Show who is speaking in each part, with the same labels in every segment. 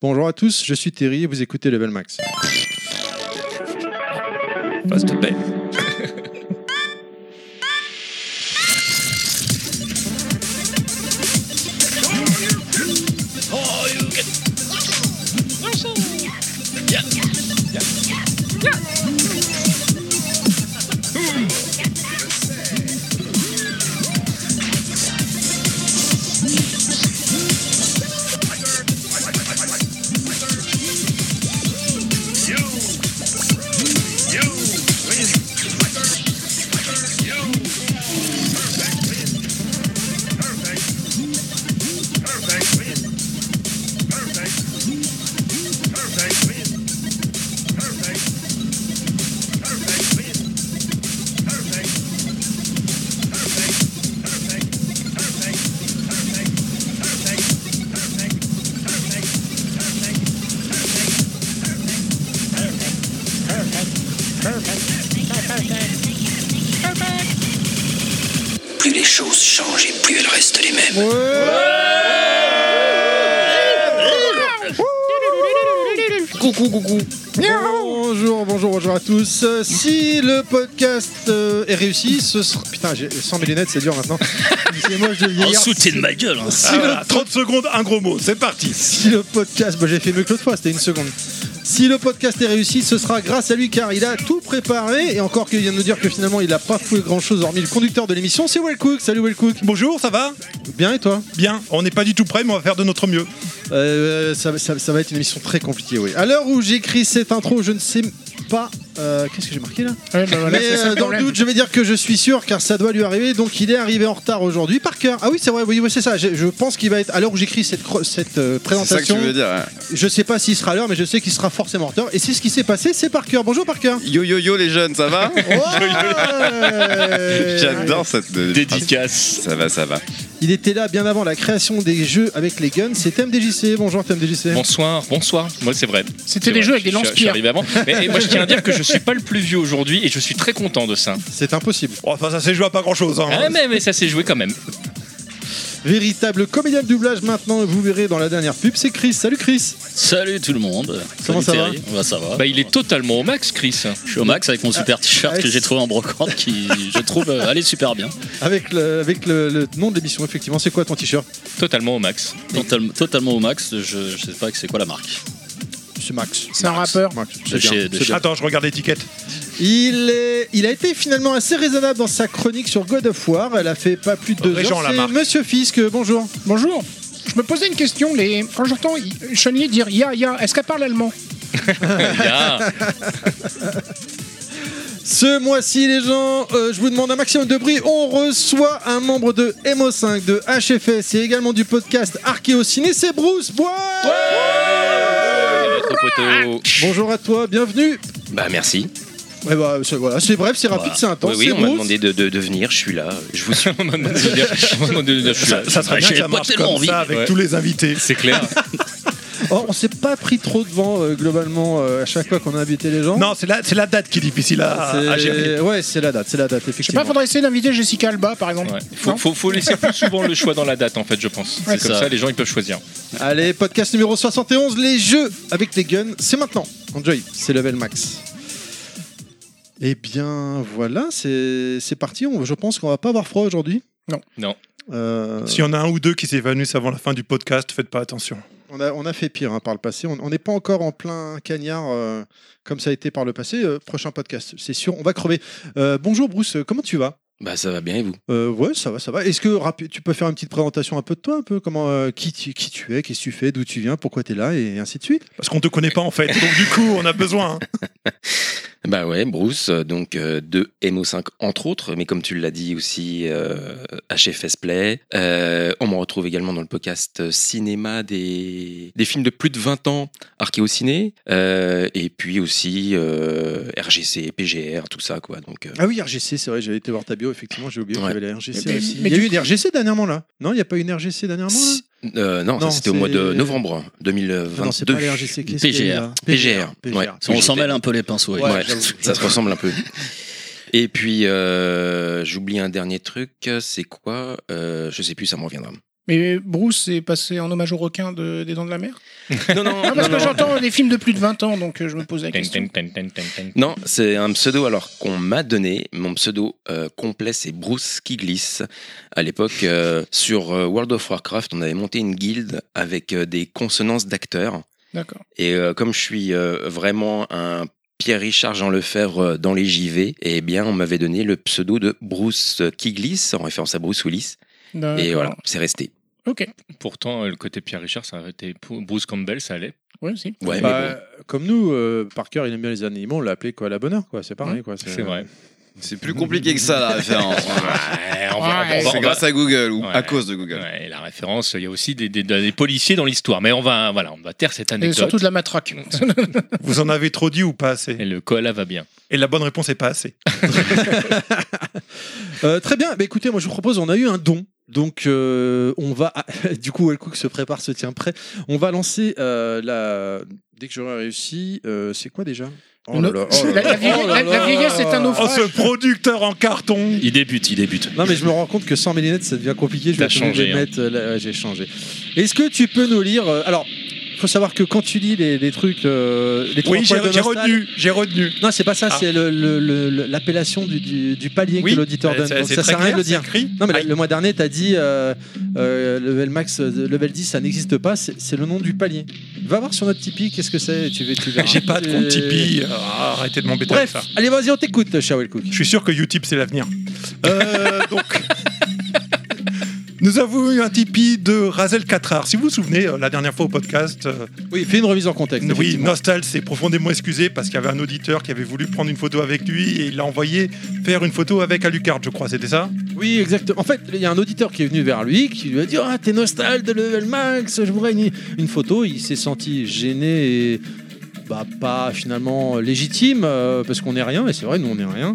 Speaker 1: Bonjour à tous, je suis Thierry et vous écoutez Level Max.
Speaker 2: Face de
Speaker 3: Ben,
Speaker 2: paix.
Speaker 4: Plus les choses changent et plus elles restent les mêmes.
Speaker 1: Bonjour, bonjour, bonjour à tous. Euh, Si le podcast euh, est réussi, ce sera. Putain, j'ai- sans mes lunettes, c'est dur maintenant. C'est moche de
Speaker 4: En
Speaker 1: vieillard.
Speaker 4: dessous, t'es de ma gueule. hein.
Speaker 1: Si le
Speaker 2: 30 secondes, un gros mot, c'est parti.
Speaker 1: Si le podcast, bah, j'ai fait mieux que l'autre fois, c'était une seconde. Si le podcast est réussi, ce sera grâce à lui car il a tout préparé et encore qu'il vient de nous dire que finalement il a pas foué grand chose hormis le conducteur de l'émission, c'est Wellcook. Salut Wellcook.
Speaker 2: Bonjour, ça va
Speaker 1: Bien et toi
Speaker 2: Bien, on n'est pas du tout prêt, mais on va faire de notre mieux.
Speaker 1: Euh, ça, ça- ça va être une émission très compliquée, oui. À l'heure où j'écris cette intro, je ne sais pas. euh, Qu'est-ce que j'ai marqué là Mais euh, dans le doute, je vais dire que je suis sûr car ça doit lui arriver. Donc il est arrivé en retard aujourd'hui par cœur. Ah oui, c'est vrai, oui, oui, c'est ça. Je, je pense qu'il va être. À l'heure où j'écris cette, cro- cette euh,
Speaker 5: C'est ça que tu
Speaker 1: présentation,
Speaker 5: veux dire. hein.
Speaker 1: je sais pas s'il sera à l'heure, mais je sais qu'il sera forcément en retard. Et c'est ce qui s'est passé, c'est par cœur. Bonjour par cœur.
Speaker 5: Yo yo yo les jeunes, ça va
Speaker 1: Ouais.
Speaker 5: J'adore cette
Speaker 4: Dédicace.
Speaker 5: Ça va, ça va.
Speaker 1: Il était là bien avant la création des jeux avec les guns. C'est TMDJC. Bonjour TMDJC.
Speaker 3: Bonsoir, bonsoir. Moi, c'est vrai.
Speaker 6: C'était
Speaker 3: C'est
Speaker 6: des
Speaker 3: vrai,
Speaker 6: jeux avec des
Speaker 3: je suis-
Speaker 6: lance
Speaker 3: Je suis arrivé avant. Mais et moi, je tiens à dire que je suis pas le plus vieux aujourd'hui et je suis très content de ça.
Speaker 1: C'est impossible.
Speaker 2: Oh, Enfin, ça s'est joué à pas hein. grand chose.
Speaker 3: Ah, mais, mais ça s'est joué quand même.
Speaker 1: Véritable comédien de doublage maintenant, vous verrez dans la dernière pub, c'est Chris. Salut Chris
Speaker 7: Salut tout le monde.
Speaker 1: Comment
Speaker 7: Salut
Speaker 1: ça va
Speaker 7: Thierry. Bah, ça va.
Speaker 3: Bah, il est totalement au max, Chris.
Speaker 7: Je suis au max avec mon super t-shirt
Speaker 1: Alex.
Speaker 7: que j'ai trouvé en brocante qui, je trouve, euh, allait super bien.
Speaker 1: Avec le, avec le, le nom de l'émission, effectivement, c'est quoi ton t-shirt
Speaker 3: Totalement au max.
Speaker 7: Total- totalement au max. Je, je sais pas que c'est quoi la marque.
Speaker 1: C'est Max.
Speaker 6: C'est un rappeur.
Speaker 1: Max, c'est
Speaker 7: De
Speaker 1: bien.
Speaker 7: chez, de chez-
Speaker 2: Attends, je regarde l'étiquette.
Speaker 1: Il, est, il a été finalement assez raisonnable dans sa chronique sur God of War. Elle a fait pas plus de deux
Speaker 2: Régent
Speaker 1: heures. C'est
Speaker 2: Lamarck.
Speaker 1: Monsieur Fisk, bonjour.
Speaker 6: Bonjour. Je me posais une question. Les... Quand j'entends I- Chenier dire Ya, ya, est-ce qu'elle parle allemand
Speaker 3: Ah,
Speaker 1: Ce mois-ci, les gens, euh, je vous demande un maximum de bruit. On reçoit un membre de MO5, de HFS et également du podcast Archéociné. C'est Bruce Bois
Speaker 3: notre poteau.
Speaker 1: Bonjour à toi, bienvenue.
Speaker 8: Bah merci.
Speaker 1: Eh ben, c'est voilà, c'est bref, c'est rapide, c'est intense.
Speaker 8: oui, oui,
Speaker 1: c'est
Speaker 8: on m'a
Speaker 1: Bruce.
Speaker 8: demandé de, de- de venir, je suis là, je vous suis.
Speaker 3: On m'a demandé de dire- on m'a demandé de dire, je suis là.
Speaker 2: Ça, ça serait bien
Speaker 7: J'ai
Speaker 2: que ça
Speaker 7: pas
Speaker 2: marche
Speaker 7: tellement
Speaker 2: comme
Speaker 7: envie.
Speaker 2: ça avec
Speaker 3: Ouais.
Speaker 2: tous les invités.
Speaker 3: C'est clair.
Speaker 1: Or, Oh, on s'est pas pris trop de vent euh, globalement euh, à chaque fois qu'on a invité les gens.
Speaker 2: Non, c'est la, c'est la date qui est difficile à,
Speaker 1: C'est-
Speaker 2: à gérer.
Speaker 1: ouais, c'est la date, c'est la date
Speaker 6: Je sais pas,
Speaker 1: effectivement.
Speaker 6: faudrait essayer d'inviter Jessica Alba par exemple.
Speaker 3: Ouais. Faut, faut, faut laisser plus souvent le choix dans la date, en fait, je pense.
Speaker 6: Ouais,
Speaker 3: C'est comme
Speaker 7: ça.
Speaker 3: ça, les gens, ils peuvent choisir.
Speaker 1: Allez, podcast numéro 71, les jeux avec les guns, c'est maintenant. Enjoy, c'est level max. Eh bien, voilà, c'est c'est parti. On- je pense qu'on va pas avoir froid aujourd'hui.
Speaker 6: Non.
Speaker 3: Non.
Speaker 1: Euh,
Speaker 2: S'il y en a un ou deux qui s'évanouissent avant la fin du podcast, faites pas attention.
Speaker 1: on, a, on a fait pire hein, par le passé. On on n'est pas encore en plein cagnard euh, comme ça a été par le passé. Euh, prochain podcast, c'est sûr, on va crever. Euh, bonjour Bruce, euh, comment tu vas
Speaker 8: Bah ça va bien et vous
Speaker 1: Euh, ouais, ça va, ça va. Est-ce que rapi- tu peux faire une petite présentation un peu de toi, un peu comment euh, qui, tu, qui tu es, qu'est-ce que tu fais, d'où tu viens, pourquoi tu es là et ainsi de suite.
Speaker 2: Parce qu'on te connaît pas en fait, donc du coup, on a besoin. hein.
Speaker 8: Bah ouais, Bruce, euh, donc euh, de MO5 entre autres, mais comme tu l'as dit aussi, euh, HFS Play. Euh, on me retrouve également dans le podcast euh, cinéma des, des films de plus de 20 ans, Archéo Ciné, euh, et puis aussi euh, RGC, PGR, tout ça quoi. Donc euh,
Speaker 1: Ah oui, RGC, c'est vrai, j'avais été voir ta bio, effectivement, j'ai oublié
Speaker 8: Ouais.
Speaker 1: qu'il y avait la RGC
Speaker 2: Eh ben,
Speaker 6: Mais-
Speaker 1: aussi.
Speaker 6: mais
Speaker 1: il y a
Speaker 6: du
Speaker 1: eu une RGC dernièrement là Non, il n'y a pas eu une RGC dernièrement là
Speaker 8: si- euh, non, ça,
Speaker 1: Non,
Speaker 8: c'était au mois de
Speaker 1: c'est-
Speaker 8: novembre
Speaker 1: Ah
Speaker 8: 2022.
Speaker 1: Non, c'est pas la RGC, qu'est-ce qu'il y a eu, là
Speaker 8: PGR, ouais.
Speaker 7: On s'en mêle un peu les pinceaux. avec
Speaker 1: Ouais.
Speaker 7: moi.
Speaker 8: Ouais,
Speaker 1: j'avoue,
Speaker 8: ça se
Speaker 1: j'avoue.
Speaker 8: ressemble un peu. Et puis, euh, j'oublie un dernier truc, c'est quoi Euh, Je sais plus, ça me reviendra.
Speaker 6: Mais Bruce est passé en hommage au requin de- des Dents de la Mer
Speaker 8: Non, non,
Speaker 6: Ah, parce
Speaker 8: non,
Speaker 6: que
Speaker 8: non.
Speaker 6: j'entends des films de plus de 20 ans, donc euh, je me pose la
Speaker 3: Ten,
Speaker 6: question.
Speaker 3: ten, ten, ten, ten, ten.
Speaker 8: Non, c'est un pseudo alors qu'on m'a donné. Mon pseudo euh, complet, c'est Bruce qui glisse. À l'époque, euh, sur euh, World of Warcraft, on avait monté une guilde avec euh, des consonances d'acteurs.
Speaker 6: D'accord.
Speaker 8: Et euh, comme je suis euh, vraiment un Pierre-Richard Jean Lefebvre euh, dans les JV, eh bien, on m'avait donné le pseudo de Bruce qui glisse, en référence à Bruce Willis. Et
Speaker 6: D'accord.
Speaker 8: voilà, c'est resté.
Speaker 6: Ok.
Speaker 3: Pourtant, euh, le côté Pierre Richard, ça arrêtait. Bruce Campbell, ça allait.
Speaker 6: Ouais, si.
Speaker 8: Ouais,
Speaker 1: Bah,
Speaker 8: mais bon.
Speaker 1: Comme nous, euh, Parker, il aime bien les animaux, on l'a appelé quoi, la bonne heure, quoi. C'est
Speaker 6: Mmh.
Speaker 1: pareil, quoi.
Speaker 3: C'est vrai.
Speaker 5: C'est plus compliqué que ça la référence.
Speaker 3: Ouais, on va-
Speaker 6: Ouais,
Speaker 3: on va-
Speaker 5: c'est
Speaker 3: on va-
Speaker 5: grâce à Google ou
Speaker 3: Ouais.
Speaker 5: à cause de Google.
Speaker 3: Ouais, et la référence, il y a aussi des, des- des policiers dans l'histoire. Mais on va, voilà, on va taire cette
Speaker 6: Et
Speaker 3: anecdote.
Speaker 6: surtout de la matraque.
Speaker 2: Vous en avez trop dit ou pas assez
Speaker 3: Et le koala va bien.
Speaker 2: Et la bonne réponse est pas assez.
Speaker 1: Euh, très bien, bah, écoutez, moi je vous propose, on a eu un don. Donc euh, on va... du coup, Wellcook se prépare, se tient prêt. On va lancer euh, la... Dès que j'aurai réussi, euh, c'est quoi déjà Oh là
Speaker 6: Non.
Speaker 1: là, oh là
Speaker 6: La-
Speaker 1: là.
Speaker 6: la vieille-
Speaker 1: Oh
Speaker 6: la-
Speaker 1: là là.
Speaker 6: la vieillesse est un naufrage.
Speaker 2: Oh, ce producteur en carton
Speaker 7: Il débute, il débute.
Speaker 1: Non mais je me rends compte que sans mes lunettes ça devient compliqué. Je
Speaker 3: T'as
Speaker 1: vais te demander
Speaker 3: changé,
Speaker 1: de
Speaker 3: hein.
Speaker 1: mettre, euh, là, ouais, j'ai changé. Est-ce que tu peux nous lire euh, Alors, faut savoir que quand tu lis les, les trucs, euh, les trois
Speaker 2: Oui, j'ai
Speaker 1: poils de
Speaker 2: j'ai
Speaker 1: nostal-
Speaker 2: retenu, j'ai retenu.
Speaker 1: Non, c'est pas ça.
Speaker 2: Ah.
Speaker 1: C'est le- le- le- le- l'appellation du, du- du palier
Speaker 2: Oui,
Speaker 1: que l'auditeur
Speaker 2: c'est-
Speaker 1: donne.
Speaker 2: c'est
Speaker 1: Donc ça
Speaker 2: très
Speaker 1: sert à rien
Speaker 2: clair,
Speaker 1: de le dire.
Speaker 2: c'est écrit.
Speaker 1: Non mais
Speaker 2: Aïe.
Speaker 1: le mois dernier t'as dit euh, euh, level max, euh, level 10, ça n'existe pas. C'est c'est le nom du palier. Va voir sur notre Tipeee qu'est-ce que c'est. Tu, veux- tu verras.
Speaker 2: J'ai pas de compte
Speaker 1: C'est-
Speaker 2: Tipeee. Ah, arrêtez de m'embêter avec
Speaker 1: Bref,
Speaker 2: ça.
Speaker 1: allez vas-y on t'écoute, Shawel Cook.
Speaker 2: Je suis sûr que Utip, c'est l'avenir.
Speaker 1: Euh,
Speaker 2: donc. Nous avons eu un Tipeee de Razel Katrar. Si vous vous souvenez, euh, la dernière fois au podcast, euh,
Speaker 1: oui, fais une remise en contexte.
Speaker 2: oui,
Speaker 1: effectivement.
Speaker 2: Nostal s'est profondément excusé parce qu'il y avait un auditeur qui avait voulu prendre une photo avec lui et il l'a envoyé faire une photo avec Alucard, je crois, c'était ça
Speaker 1: Oui, exactement. En fait, il y a un auditeur qui est venu vers lui, qui lui a dit Ah, t'es nostal de level max, je voudrais une, une photo. Il s'est senti gêné et bah, pas finalement légitime, euh, parce qu'on n'est rien, et c'est vrai, nous on n'est rien,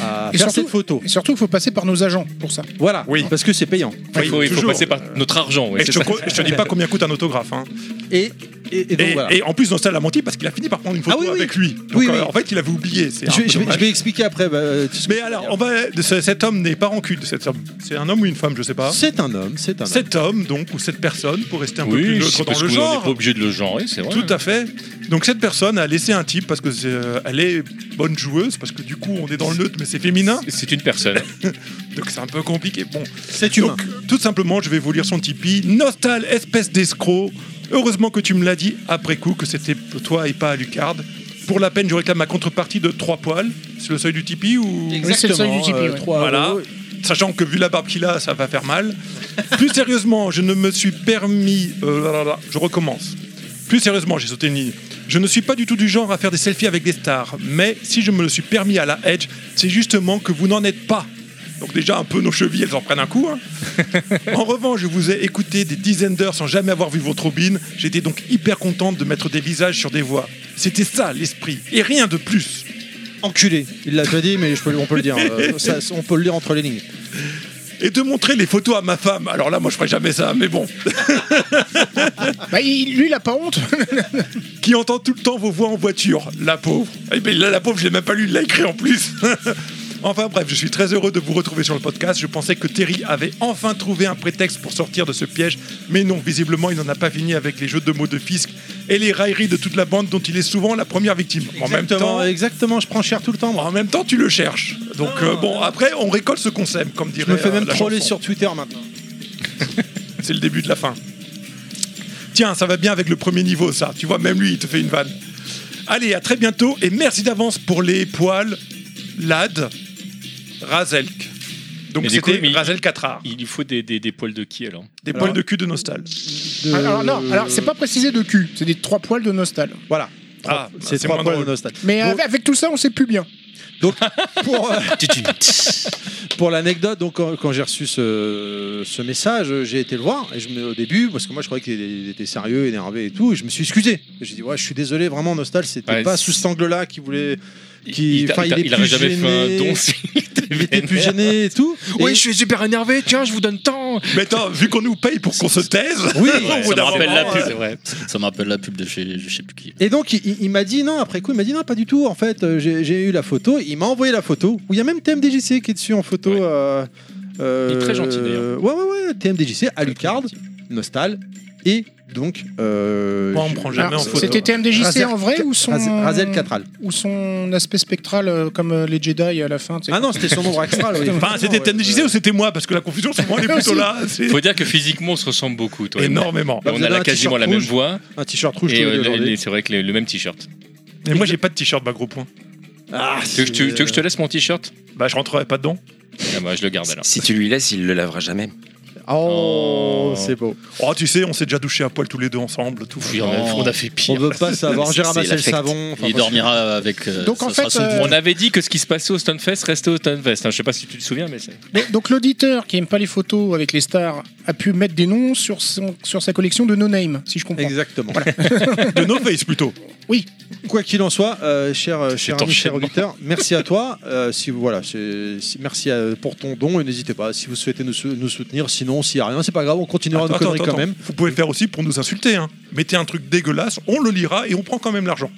Speaker 1: à
Speaker 6: Et
Speaker 1: faire
Speaker 6: surtout-
Speaker 1: cette photo.
Speaker 6: Et surtout, il faut passer par nos agents pour ça.
Speaker 1: Voilà,
Speaker 2: Oui.
Speaker 1: parce que c'est payant.
Speaker 3: Il faut, il faut
Speaker 2: toujours.
Speaker 3: passer par notre argent. ouais,
Speaker 2: Et
Speaker 3: c'est
Speaker 2: je, te
Speaker 3: ça.
Speaker 2: co- je te dis pas combien coûte un autographe. hein.
Speaker 1: Et, et, et donc
Speaker 2: Et,
Speaker 1: voilà.
Speaker 2: et en plus, Nostal a menti parce qu'il a fini par prendre une photo
Speaker 1: Ah oui, oui.
Speaker 2: avec lui. Donc,
Speaker 1: Oui, oui.
Speaker 2: euh, en fait, il avait oublié. c'est un
Speaker 1: je, vais,
Speaker 2: peu
Speaker 1: je vais-
Speaker 2: dommage.
Speaker 1: je vais expliquer après. bah, euh, tout ce que
Speaker 2: Mais
Speaker 1: je veux
Speaker 2: alors,
Speaker 1: dire.
Speaker 2: on va, de ce- cet homme n'est pas rancune. Cet homme, c'est un homme ou une femme, je sais pas.
Speaker 1: c'est un homme, c'est un homme.
Speaker 2: Cet homme, donc, ou cette personne, pour rester un peu plus
Speaker 3: Oui,
Speaker 2: neutre
Speaker 3: c'est
Speaker 2: dans
Speaker 3: parce
Speaker 2: le
Speaker 3: qu'on n'est
Speaker 2: genre.
Speaker 3: pas obligé de le genrer, c'est vrai.
Speaker 2: Tout à fait. Donc cette personne a laissé un type parce que c'est, euh, elle est bonne joueuse parce que du coup on est dans le neutre mais c'est féminin
Speaker 3: C'est une personne.
Speaker 2: donc c'est un peu compliqué. Bon,
Speaker 1: C'est humain.
Speaker 2: donc tout simplement je vais vous lire son Tipeee. Nostal, espèce d'escroc. Heureusement que tu me l'as dit après coup que c'était toi et pas Alucard. Pour la peine je réclame ma contrepartie de trois poils. C'est le seuil du Tipeee ou
Speaker 6: Oui, c'est le seuil du
Speaker 1: Exactement, euh,
Speaker 6: Tipeee, ouais.
Speaker 1: trois
Speaker 2: Voilà.
Speaker 1: euros.
Speaker 2: sachant que vu la barbe qu'il a, ça va faire mal. Plus sérieusement, je ne me suis permis. euh, là, là, là, je recommence. Plus sérieusement, j'ai sauté une ligne. Je ne suis pas du tout du genre à faire des selfies avec des stars, mais si je me le suis permis à la Edge, c'est justement que vous n'en êtes pas. Donc déjà un peu nos chevilles, elles en prennent un coup. hein. en revanche, je vous ai écouté des dizaines d'heures sans jamais avoir vu votre robine. J'étais donc hyper contente de mettre des visages sur des voix. C'était ça l'esprit et rien de plus.
Speaker 1: Enculé. Il l'a déjà dit, mais je peux- on peut le dire. euh, ça- on peut le lire entre les lignes.
Speaker 2: et de montrer les photos à ma femme. Alors là, moi, je ferai jamais ça, mais bon.
Speaker 6: Bah, il- lui, il a pas honte.
Speaker 2: Qui entend tout le temps vos voix en voiture, la pauvre. Eh ben là, la pauvre, je l'ai même pas lu, il l'a écrit en plus. enfin bref, je suis très heureux de vous retrouver sur le podcast. Je pensais que Terry avait enfin trouvé un prétexte pour sortir de ce piège, mais non, visiblement, il n'en a pas fini avec les jeux de mots de fisc et les railleries de toute la bande dont il est souvent la première victime. En même
Speaker 1: Exactement,
Speaker 2: temps,
Speaker 1: exactement, je prends cher tout le temps. moi.
Speaker 2: en même temps, tu le cherches. Donc euh, bon, après, on récolte ce qu'on sème, comme dirait.
Speaker 1: Je me fais
Speaker 2: euh,
Speaker 1: même
Speaker 2: la
Speaker 1: troller
Speaker 2: chanson.
Speaker 1: sur Twitter maintenant.
Speaker 2: C'est le début de la fin. Tiens, ça va bien avec le premier niveau, ça. Tu vois, même lui, il te fait une vanne. Allez, à très bientôt et merci d'avance pour les poils. Lad, Razelk. Donc
Speaker 3: Mais du
Speaker 2: c'était
Speaker 3: coup, mais-
Speaker 2: Razel Katrar.
Speaker 3: Il faut des, des, des poils de qui alors
Speaker 2: Des
Speaker 1: Alors-
Speaker 2: poils de cul de Nostal.
Speaker 1: De-
Speaker 6: Alors, non, alors c'est pas précisé de cul. C'est des trois poils de nostal.
Speaker 1: Voilà.
Speaker 2: Ah,
Speaker 1: c'est
Speaker 2: c'est
Speaker 1: trois
Speaker 2: moins
Speaker 1: points
Speaker 2: drôle.
Speaker 1: au nostal.
Speaker 6: Mais euh,
Speaker 1: Donc-
Speaker 6: avec, avec tout ça, on sait plus bien.
Speaker 1: Pour, euh, pour l'anecdote, donc quand, quand j'ai reçu ce, ce message, euh, j'ai été le voir et je me, au début, parce que moi je croyais qu'il était- il était sérieux, énervé et tout, et je me suis excusé. J'ai dit ouais, je suis désolé, vraiment Nostal, c'était
Speaker 3: Ouais,
Speaker 1: pas
Speaker 3: c'est-
Speaker 1: sous cet angle-là qu'il voulait. Qui-
Speaker 3: t'a-
Speaker 1: enfin, il
Speaker 3: t'a-
Speaker 1: est
Speaker 3: aurait
Speaker 1: plus
Speaker 3: jamais fait
Speaker 1: gêné.
Speaker 3: un don s'il était
Speaker 1: Il était plus
Speaker 3: vénère.
Speaker 1: gêné et tout. Et-
Speaker 3: suis super énervé, tiens, je vous donne tant
Speaker 2: Mais attends, vu qu'on nous paye pour qu'on se taise.
Speaker 1: oui.
Speaker 2: au bout
Speaker 7: ça me
Speaker 2: d'un
Speaker 7: rappelle
Speaker 2: moment,
Speaker 7: la pub.
Speaker 2: euh,
Speaker 3: C'est vrai.
Speaker 7: Ça me rappelle la pub de chez je sais plus qui.
Speaker 1: Et donc, il, il m'a dit non, après coup, il m'a dit non, pas du tout. En fait, euh, j'ai j'ai eu la photo. Il m'a envoyé la photo où il y a même TMDJC qui est dessus en photo.
Speaker 3: Ouais.
Speaker 1: euh, Euh,
Speaker 3: Il est très gentil, d'ailleurs.
Speaker 1: Ouais, ouais, ouais, TMDJC, Alucard, Nostal et donc. Euh,
Speaker 2: Moi, on me prend jamais
Speaker 6: Alors,
Speaker 2: en photo. Ah,
Speaker 6: C'était TMDJC
Speaker 1: Razel-
Speaker 6: en vrai ou son,
Speaker 1: Razel- Razel Catral.
Speaker 6: ou son aspect spectral euh, comme euh, les Jedi à la fin tu sais.
Speaker 1: Ah non, c'était son nombre extra. oui.
Speaker 2: Enfin, c'était TMDJC ou c'était moi Parce que la confusion, souvent, elle est plutôt là. C'est
Speaker 3: Faut dire que physiquement, on se ressemble beaucoup, toi. et moi.
Speaker 2: énormément.
Speaker 3: Et
Speaker 1: Vous
Speaker 3: on a
Speaker 1: avez
Speaker 3: la-
Speaker 1: un
Speaker 3: quasiment
Speaker 1: t-shirt
Speaker 3: la même
Speaker 1: rouge.
Speaker 3: voix.
Speaker 1: Un t-shirt rouge, je
Speaker 3: Et
Speaker 1: te le
Speaker 3: euh,
Speaker 1: dis aujourd'hui.
Speaker 3: les- c'est vrai que le, le même t-shirt.
Speaker 2: Et moi, j'ai pas de t-shirt Bagro Point.
Speaker 1: Ah,
Speaker 3: Tu veux, que tu-
Speaker 1: c'est-
Speaker 3: tu veux que je te laisse mon t-shirt
Speaker 2: Bah, je rentrerai pas dedans.
Speaker 3: Ah bah, Je le garde alors.
Speaker 8: Si tu lui laisses, il le lavera jamais.
Speaker 1: Oh,
Speaker 3: Oh.
Speaker 1: c'est beau.
Speaker 2: Oh, tu sais, on s'est déjà douché à poil tous les deux ensemble. Tout.
Speaker 7: Oui, on a- on a fait
Speaker 1: On
Speaker 7: pire.
Speaker 1: veut pas savoir. J'ai
Speaker 8: C'est
Speaker 1: ramassé le
Speaker 8: l'affect.
Speaker 1: savon. enfin,
Speaker 7: Il dormira avec. euh,
Speaker 6: Donc, en
Speaker 7: ça
Speaker 6: fait,
Speaker 7: sera son
Speaker 6: euh,
Speaker 7: bourreau.
Speaker 3: On avait dit que ce qui se passait au Stunfest restait au Stunfest. hein. Je sais pas si tu te souviens, mais c'est.
Speaker 6: Donc, donc l'auditeur qui aime pas les photos avec les stars a pu mettre des noms sur, son- sur sa collection de no-name, si je comprends.
Speaker 1: Exactement.
Speaker 2: De No Face plutôt.
Speaker 1: Quoi qu'il en soit, euh, cher, euh, cher
Speaker 7: Cet
Speaker 1: ami, cher
Speaker 7: enchaînement.
Speaker 1: auditeur, merci à toi. Euh, si vous, voilà, c'est- si- merci à- pour ton don et n'hésitez pas si vous souhaitez nous, sou- nous soutenir. Sinon, s'il n'y a rien, c'est pas grave, on continuera nos conneries quand même.
Speaker 2: Vous pouvez le faire aussi pour nous insulter. hein. Mettez un truc dégueulasse, on le lira et on prend quand même l'argent.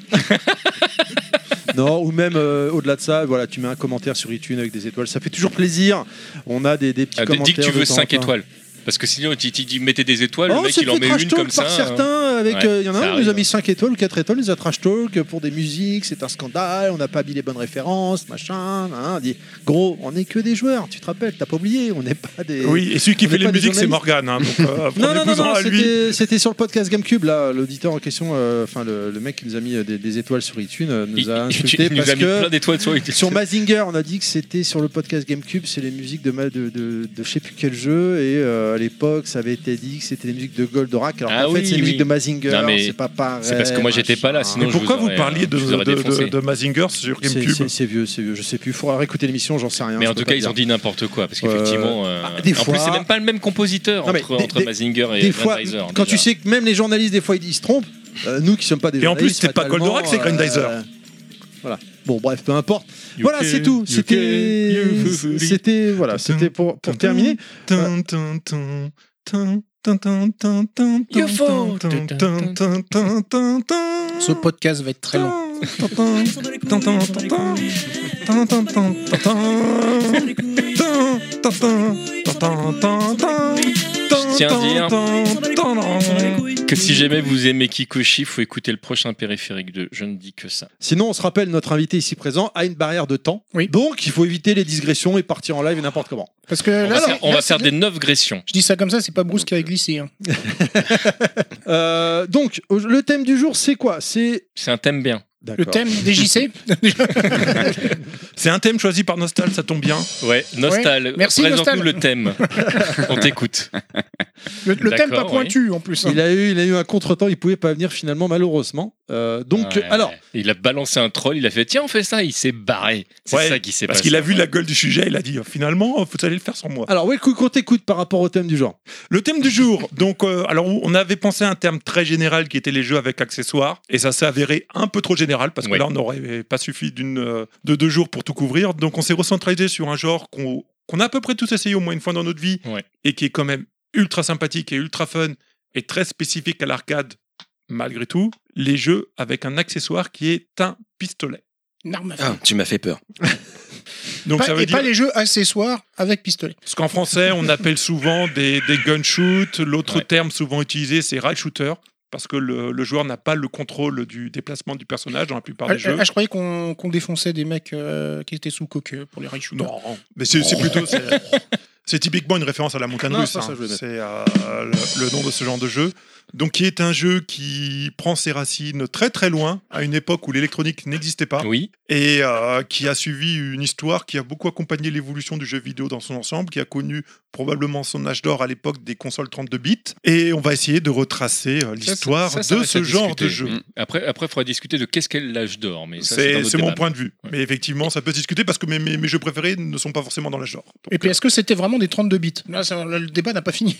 Speaker 1: Non, ou même euh, au-delà de ça, voilà, tu mets un commentaire sur iTunes avec des étoiles, ça fait toujours plaisir. On a des, des petits
Speaker 3: Ah, d-
Speaker 1: commentaires.
Speaker 3: Dis que tu
Speaker 1: de
Speaker 3: veux
Speaker 1: temps en
Speaker 3: 5
Speaker 1: temps.
Speaker 3: étoiles. Parce que sinon, tu tu dis mettez des étoiles,
Speaker 1: Oh,
Speaker 3: le mec
Speaker 1: c'est
Speaker 3: il en
Speaker 1: fait
Speaker 3: met
Speaker 1: trash
Speaker 3: une
Speaker 1: talk
Speaker 3: comme ça.
Speaker 1: par
Speaker 3: hein.
Speaker 1: certains. Avec,
Speaker 3: Ouais,
Speaker 1: euh, il y en a un
Speaker 3: ça
Speaker 1: qui nous a
Speaker 3: arrive.
Speaker 1: mis 5 étoiles ou 4 étoiles, il nous a trash talk pour des musiques, c'est un scandale, on n'a pas mis les bonnes références, machin. hein. On dit, gros, on n'est que des joueurs, tu te rappelles, t'as pas oublié, on n'est pas des.
Speaker 2: Oui, et celui qui
Speaker 1: On
Speaker 2: fait
Speaker 1: n'est pas
Speaker 2: les
Speaker 1: des
Speaker 2: musiques, c'est
Speaker 1: journalistes.
Speaker 2: Morgane. hein. Donc, euh,
Speaker 1: Non, non, non,
Speaker 2: prenez-vous-en
Speaker 1: non,
Speaker 2: à lui.
Speaker 1: c'était- c'était sur le podcast Gamecube, là, l'auditeur en question, euh, enfin le, le mec qui nous a mis euh, des, des étoiles sur iTunes, euh, nous
Speaker 3: Il,
Speaker 1: a
Speaker 3: il-
Speaker 1: insulté
Speaker 3: il nous
Speaker 1: parce
Speaker 3: a mis
Speaker 1: que
Speaker 3: plein d'étoiles sur les-
Speaker 1: sur Mazinger, on a dit que c'était sur le podcast GameCube, c'est les musiques de, ma- de, de, de je sais plus quel jeu, et euh, à l'époque, ça avait été dit que c'était les musiques de Goldorak, alors
Speaker 3: Ah
Speaker 1: en fait,
Speaker 3: oui,
Speaker 1: c'est les musiques
Speaker 3: oui.
Speaker 1: de Mazinger,
Speaker 3: Non, mais
Speaker 1: c'est pas pareil.
Speaker 3: c'est parce que moi, j'étais pas là,
Speaker 1: machin.
Speaker 3: sinon,
Speaker 2: Mais
Speaker 3: je
Speaker 2: pourquoi
Speaker 3: vous
Speaker 2: vous
Speaker 3: aurais,
Speaker 2: parliez
Speaker 3: euh,
Speaker 2: de,
Speaker 3: je vous aurais
Speaker 2: de,
Speaker 3: défoncé.
Speaker 2: de- de Mazinger sur
Speaker 1: C'est-
Speaker 2: GameCube
Speaker 1: C'est c'est vieux, c'est vieux, je sais plus, il faudra réécouter l'émission, j'en sais rien.
Speaker 3: Mais
Speaker 1: je
Speaker 3: en
Speaker 1: peux
Speaker 3: tout
Speaker 1: pas
Speaker 3: cas, ils
Speaker 1: dire.
Speaker 3: ont dit n'importe quoi. Parce qu'effectivement. euh,
Speaker 1: bah, des
Speaker 3: en plus,
Speaker 1: fois-
Speaker 3: c'est même pas le même compositeur
Speaker 1: Non, mais
Speaker 3: entre,
Speaker 1: des-
Speaker 3: entre
Speaker 1: des-
Speaker 3: Mazinger et
Speaker 1: Des fois,
Speaker 3: Grandizer,
Speaker 1: quand
Speaker 3: déjà.
Speaker 1: tu sais que même les journalistes, des fois, ils, ils se trompent, euh, nous qui sommes pas des
Speaker 2: Et en plus,
Speaker 1: journalistes.
Speaker 2: c'est pas
Speaker 1: fatalement, euh,
Speaker 2: Goldorak, c'est Grandizer.
Speaker 1: voilà. Bon, bref, peu importe.
Speaker 2: You
Speaker 1: voilà,
Speaker 2: can-
Speaker 1: c'est tout.
Speaker 2: you
Speaker 1: C'était.
Speaker 2: can- you can-
Speaker 1: C'était. Voilà, c'était pour, pour terminer.
Speaker 2: Tin, tin, tin, tin, tin, tin, tin, tin,
Speaker 3: UFO.
Speaker 2: tin, tin, tin, tin, tin, tin, tin.
Speaker 6: Ce podcast va être très long.
Speaker 2: Tin, tin, tin, tin, tin, tin, tin, tin, tin, tin, tin, tin, tin, tin,
Speaker 3: Je tiens à dire-
Speaker 2: tin, tin, tin.
Speaker 3: que si jamais vous aimez Kikuchi, faut écouter le prochain périphérique 2. Je ne dis que ça.
Speaker 1: Sinon, on se rappelle, notre invité ici présent a une barrière de temps.
Speaker 6: Oui.
Speaker 1: Donc, il faut éviter les digressions et partir en live et n'importe comment.
Speaker 6: Parce que là,
Speaker 3: On va
Speaker 6: c'est-
Speaker 3: faire, on
Speaker 6: là,
Speaker 3: va
Speaker 6: c'est-
Speaker 3: faire des 9 gressions.
Speaker 6: Je dis ça comme ça, c'est pas Bruce qui a glissé. hein.
Speaker 1: Euh, donc, au- le thème du jour, c'est quoi C'est.
Speaker 3: C'est un thème bien.
Speaker 6: Le thème DJC
Speaker 2: C'est un thème choisi par Nostal, ça tombe bien.
Speaker 3: Ouais, Nostal.
Speaker 6: Merci, Nostal.
Speaker 3: Présente-nous le thème. on t'écoute.
Speaker 6: Le, le thème pas
Speaker 3: D'accord,
Speaker 6: pointu en plus. hein.
Speaker 1: Il a, eu, il a eu un contretemps, il pouvait pas venir finalement, malheureusement. Euh, donc,
Speaker 3: Ouais,
Speaker 1: alors,
Speaker 3: Il a balancé un troll, il a fait tiens, on fait ça. Il s'est barré. C'est
Speaker 2: Ouais,
Speaker 3: ça qui s'est
Speaker 2: Parce
Speaker 3: passé.
Speaker 2: qu'il a vu la gueule du sujet, il a dit finalement, vous allez le faire sans moi.
Speaker 1: alors, oui, qu'on t'écoute par rapport au thème du genre.
Speaker 2: Le thème du jour, donc, euh, alors on avait pensé à un terme très général qui était les jeux avec accessoires, et ça s'est avéré un peu trop général parce que
Speaker 3: Ouais.
Speaker 2: là on n'aurait pas suffi d'une euh, de deux jours pour tout couvrir. Donc on s'est recentralisé sur un genre qu'on qu'on a à peu près tous essayé au moins une fois dans notre vie
Speaker 3: Ouais.
Speaker 2: et qui est quand même ultra sympathique et ultra fun et très spécifique à l'arcade malgré tout. Les jeux avec un accessoire qui est un pistolet.
Speaker 6: Une arme à feu.
Speaker 8: Ah, tu m'as fait peur.
Speaker 2: Donc
Speaker 6: Pas-
Speaker 2: ça veut
Speaker 6: et
Speaker 2: dire
Speaker 6: pas les jeux accessoires avec pistolet.
Speaker 2: ce qu'en français on appelle souvent des, des gunshoots. L'autre
Speaker 3: Ouais.
Speaker 2: terme souvent utilisé c'est rail shooter parce que le, le joueur n'a pas le contrôle du déplacement du personnage dans la plupart
Speaker 6: Ah,
Speaker 2: des jeux.
Speaker 6: ah, je croyais qu'on qu'on défonçait des mecs euh, qui étaient sous coque euh, pour les riches.
Speaker 2: Non, mais c'est c'est plutôt c'est- c'est typiquement une référence à la montagne
Speaker 1: Non,
Speaker 2: russe.
Speaker 1: ça, ça,
Speaker 2: hein.
Speaker 1: je le note.
Speaker 2: C'est euh, le, le nom de ce genre de jeu. Donc qui est un jeu qui prend ses racines très très loin à une époque où l'électronique n'existait pas
Speaker 3: Oui.
Speaker 2: et euh, qui a suivi une histoire qui a beaucoup accompagné l'évolution du jeu vidéo dans son ensemble, qui a connu probablement son âge d'or à l'époque des consoles 32 bits. Et on va essayer de retracer euh,
Speaker 3: Ça, ça-
Speaker 2: l'histoire
Speaker 3: ça, ça
Speaker 2: de
Speaker 3: reste
Speaker 2: ce
Speaker 3: à
Speaker 2: genre de
Speaker 3: discuter.
Speaker 2: jeu.
Speaker 3: Mm. Après, après, faudra discuter de qu'est-ce qu'est l'âge d'or. Mais ça,
Speaker 2: C'est
Speaker 3: c'est
Speaker 2: c'est mon point de vue.
Speaker 3: Ouais.
Speaker 2: Mais effectivement, ça peut se discuter parce que mes, mes- mes jeux préférés ne sont pas forcément dans l'âge d'or. Donc,
Speaker 6: Et puis est-ce que c'était vraiment des 32 bits Là, ça- le débat n'a pas fini.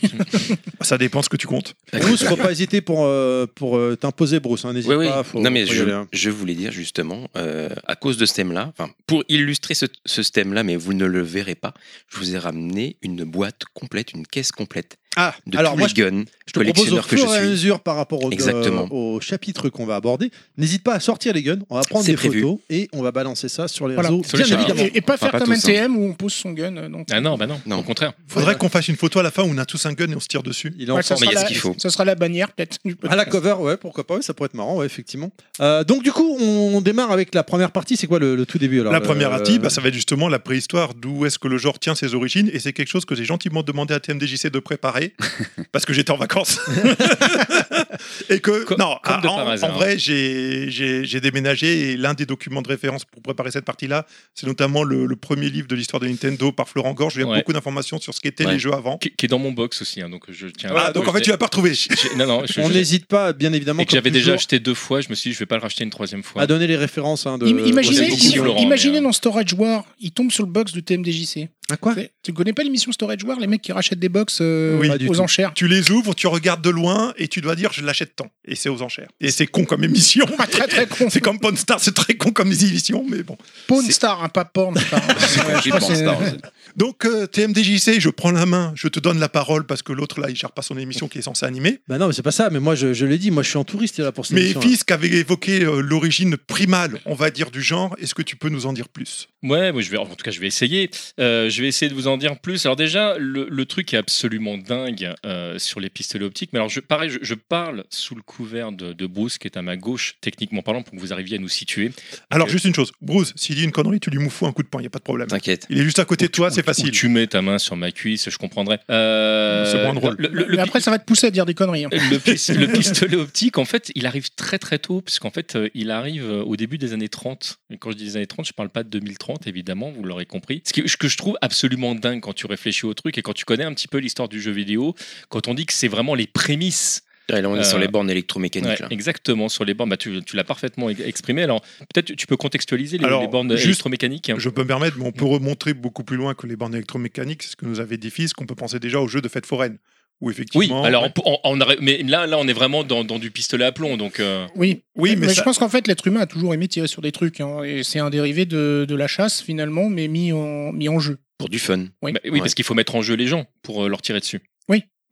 Speaker 2: Ça dépend ce que tu comptes.
Speaker 1: Bruce, faut pas hésiter pour, euh, pour euh, t'imposer, Bruce. hein, N'hésite
Speaker 8: Oui, oui.
Speaker 1: pas. faut-
Speaker 8: non, mais
Speaker 1: faut y
Speaker 8: je,
Speaker 1: aller, hein.
Speaker 8: je voulais dire justement, euh, à cause de ce thème-là, enfin, pour illustrer ce, ce thème-là, mais vous ne le verrez pas, je vous ai ramené une boîte complète, une caisse complète
Speaker 1: Ah,
Speaker 8: de
Speaker 1: alors
Speaker 8: tous
Speaker 1: moi,
Speaker 8: les
Speaker 1: je
Speaker 8: guns,
Speaker 1: je te propose au
Speaker 8: collectionneur que je
Speaker 1: fur et à
Speaker 8: suis.
Speaker 1: mesure par rapport au,
Speaker 8: Exactement.
Speaker 1: euh, au chapitre qu'on va aborder. N'hésite pas à sortir les guns, on va prendre
Speaker 8: C'est
Speaker 1: des
Speaker 8: prévu.
Speaker 1: photos et on va balancer ça sur les
Speaker 6: Voilà.
Speaker 1: réseaux.
Speaker 3: Sur les
Speaker 1: bien
Speaker 3: chats.
Speaker 1: évidemment.
Speaker 6: Et, et pas
Speaker 5: Enfin,
Speaker 6: faire
Speaker 5: pas
Speaker 6: comme
Speaker 5: tous, hein.
Speaker 6: NTM où on pose son gun. euh, Donc,
Speaker 3: Ah non, bah non,
Speaker 8: Non.
Speaker 3: au contraire.
Speaker 2: Faudrait qu'on fasse une photo à la fin où on a tous un gun et on se tire dessus.
Speaker 1: Il est en
Speaker 6: Ouais, ça
Speaker 1: forme.
Speaker 8: mais
Speaker 6: sera
Speaker 8: il y a
Speaker 6: la-
Speaker 8: ce qu'il faut.
Speaker 6: Ça sera la bannière peut-être. du
Speaker 1: À la
Speaker 6: podcast.
Speaker 1: cover, ouais, pourquoi pas, ouais, ça pourrait être marrant, ouais, effectivement. Euh, donc du coup, on démarre avec la première partie. C'est quoi le, le tout début alors
Speaker 2: la
Speaker 1: Le-
Speaker 2: première partie, bah, ça va être justement la préhistoire, d'où est-ce que le genre tient ses origines, et c'est quelque chose que j'ai gentiment demandé à TMDJC de préparer, parce que j'étais en vacances. et que,
Speaker 3: Co-
Speaker 2: non,
Speaker 3: comme de
Speaker 2: en,
Speaker 3: par hasard.
Speaker 2: en vrai, j'ai- j'ai j'ai déménagé, et l'un des documents de référence pour préparer cette partie-là, c'est notamment le, le premier livre de l'histoire de Nintendo par Florent Gorge, où il y a
Speaker 3: Ouais.
Speaker 2: beaucoup d'informations sur ce qu'étaient
Speaker 3: Ouais.
Speaker 2: les jeux avant.
Speaker 3: Qui, qui est dans mon box aussi, hein, donc je tiens.
Speaker 2: Ah, donc en fait, tu l'as pas retrouvé.
Speaker 3: tu Non, non, je,
Speaker 1: on
Speaker 3: je-
Speaker 1: n'hésite pas, bien évidemment,
Speaker 3: et que j'avais
Speaker 1: comme
Speaker 3: déjà
Speaker 1: toujours,
Speaker 3: acheté deux fois, je me suis dit, je vais pas le racheter une troisième fois.
Speaker 1: à donner les références. hein, de,
Speaker 6: Im- imaginez
Speaker 3: J'aime beaucoup
Speaker 6: im-
Speaker 3: Laurent,
Speaker 6: imaginez
Speaker 3: mais, euh,
Speaker 6: dans Storage War, il tombe sur le box du TMDJC.
Speaker 2: Ah,
Speaker 1: À quoi
Speaker 6: Tu- Tu connais pas l'émission Storage War, les mecs qui rachètent des box euh,
Speaker 1: Oui. Pas du
Speaker 6: aux
Speaker 1: tout.
Speaker 6: enchères
Speaker 2: Tu les ouvres, tu regardes de loin et tu dois dire je l'achète tant. Et c'est aux enchères. Et c'est con comme émission.
Speaker 6: Ah, très très con.
Speaker 2: C'est comme Pawn Star, c'est très con comme émission, mais bon.
Speaker 6: Pawn Star, hein, pas Porn Star. Ouais, je
Speaker 5: J'ai
Speaker 6: crois que
Speaker 5: pensé
Speaker 6: c'est-
Speaker 5: Star Wars.
Speaker 2: Donc euh, TMDJC, je prends la main, je te donne la parole parce que l'autre là, il gère pas son émission qui est censée animer.
Speaker 1: Bah non, mais c'est pas ça. Mais moi, je, je l'ai dit. Moi, je suis en touriste là pour cette
Speaker 2: Mais
Speaker 1: émission.
Speaker 2: Fisk avait évoqué euh, l'origine primale, on va dire, du genre. Est-ce que tu peux nous en dire plus
Speaker 3: Ouais, moi je vais, en tout cas, je vais essayer. Euh, je vais essayer de vous en dire plus. Alors déjà, le, le truc est absolument dingue euh, sur les pistolets optiques. Mais alors, je, pareil, je, je parle sous le couvert de, de Bruce qui est à ma gauche, techniquement parlant, pour que vous arriviez à nous situer.
Speaker 2: Alors
Speaker 3: Ok.
Speaker 2: juste une chose, Bruce, s'il dit une connerie, tu lui moufous un coup de poing, il y a pas de problème.
Speaker 8: T'inquiète.
Speaker 2: Il est juste à côté de toi, c'est
Speaker 3: Ou
Speaker 2: facile.
Speaker 3: tu mets ta main sur ma cuisse, je comprendrais. Euh,
Speaker 2: C'est moins drôle.
Speaker 3: Le, le- le
Speaker 6: Mais après, ça va te pousser à dire des conneries. hein.
Speaker 3: le, pis- le pistolet optique, en fait, il arrive très très tôt, puisqu'en fait, euh, il arrive euh, au début des années 30. Et quand je dis des années 30, je parle pas de 2030, évidemment, vous l'aurez compris. Ce qui- ce que je trouve absolument dingue quand tu réfléchis au truc et quand tu connais un petit peu l'histoire du jeu vidéo, quand on dit que c'est vraiment les prémices
Speaker 8: Ouais, là, on est sur
Speaker 3: Euh,
Speaker 8: les bornes électromécaniques.
Speaker 3: Ouais,
Speaker 8: là.
Speaker 3: exactement sur les bornes, bah, tu, tu l'as parfaitement e- exprimé. Alors, peut-être tu- tu peux contextualiser les,
Speaker 2: Alors,
Speaker 3: les bornes
Speaker 2: juste-
Speaker 3: électromécaniques. hein.
Speaker 2: Je peux me permettre, mais on peut remontrer beaucoup plus loin que les bornes électromécaniques. C'est ce que nous avait dit Fisk. On peut penser déjà aux jeux de fête foraine. Où
Speaker 3: Oui,
Speaker 2: effectivement.
Speaker 3: alors on- on- on aurait- mais là, là, on est vraiment dans, dans du pistolet à plomb, donc euh,
Speaker 6: Oui.
Speaker 2: Oui, mais
Speaker 6: mais
Speaker 2: ça-
Speaker 6: je pense qu'en fait, l'être humain a toujours aimé tirer sur des trucs. hein, et c'est un dérivé de, de la chasse, finalement, mais mis en, mis en jeu.
Speaker 8: Pour du fun.
Speaker 6: Oui.
Speaker 3: bah, oui,
Speaker 8: Ouais.
Speaker 3: parce qu'il faut mettre en jeu les gens pour euh, leur tirer dessus.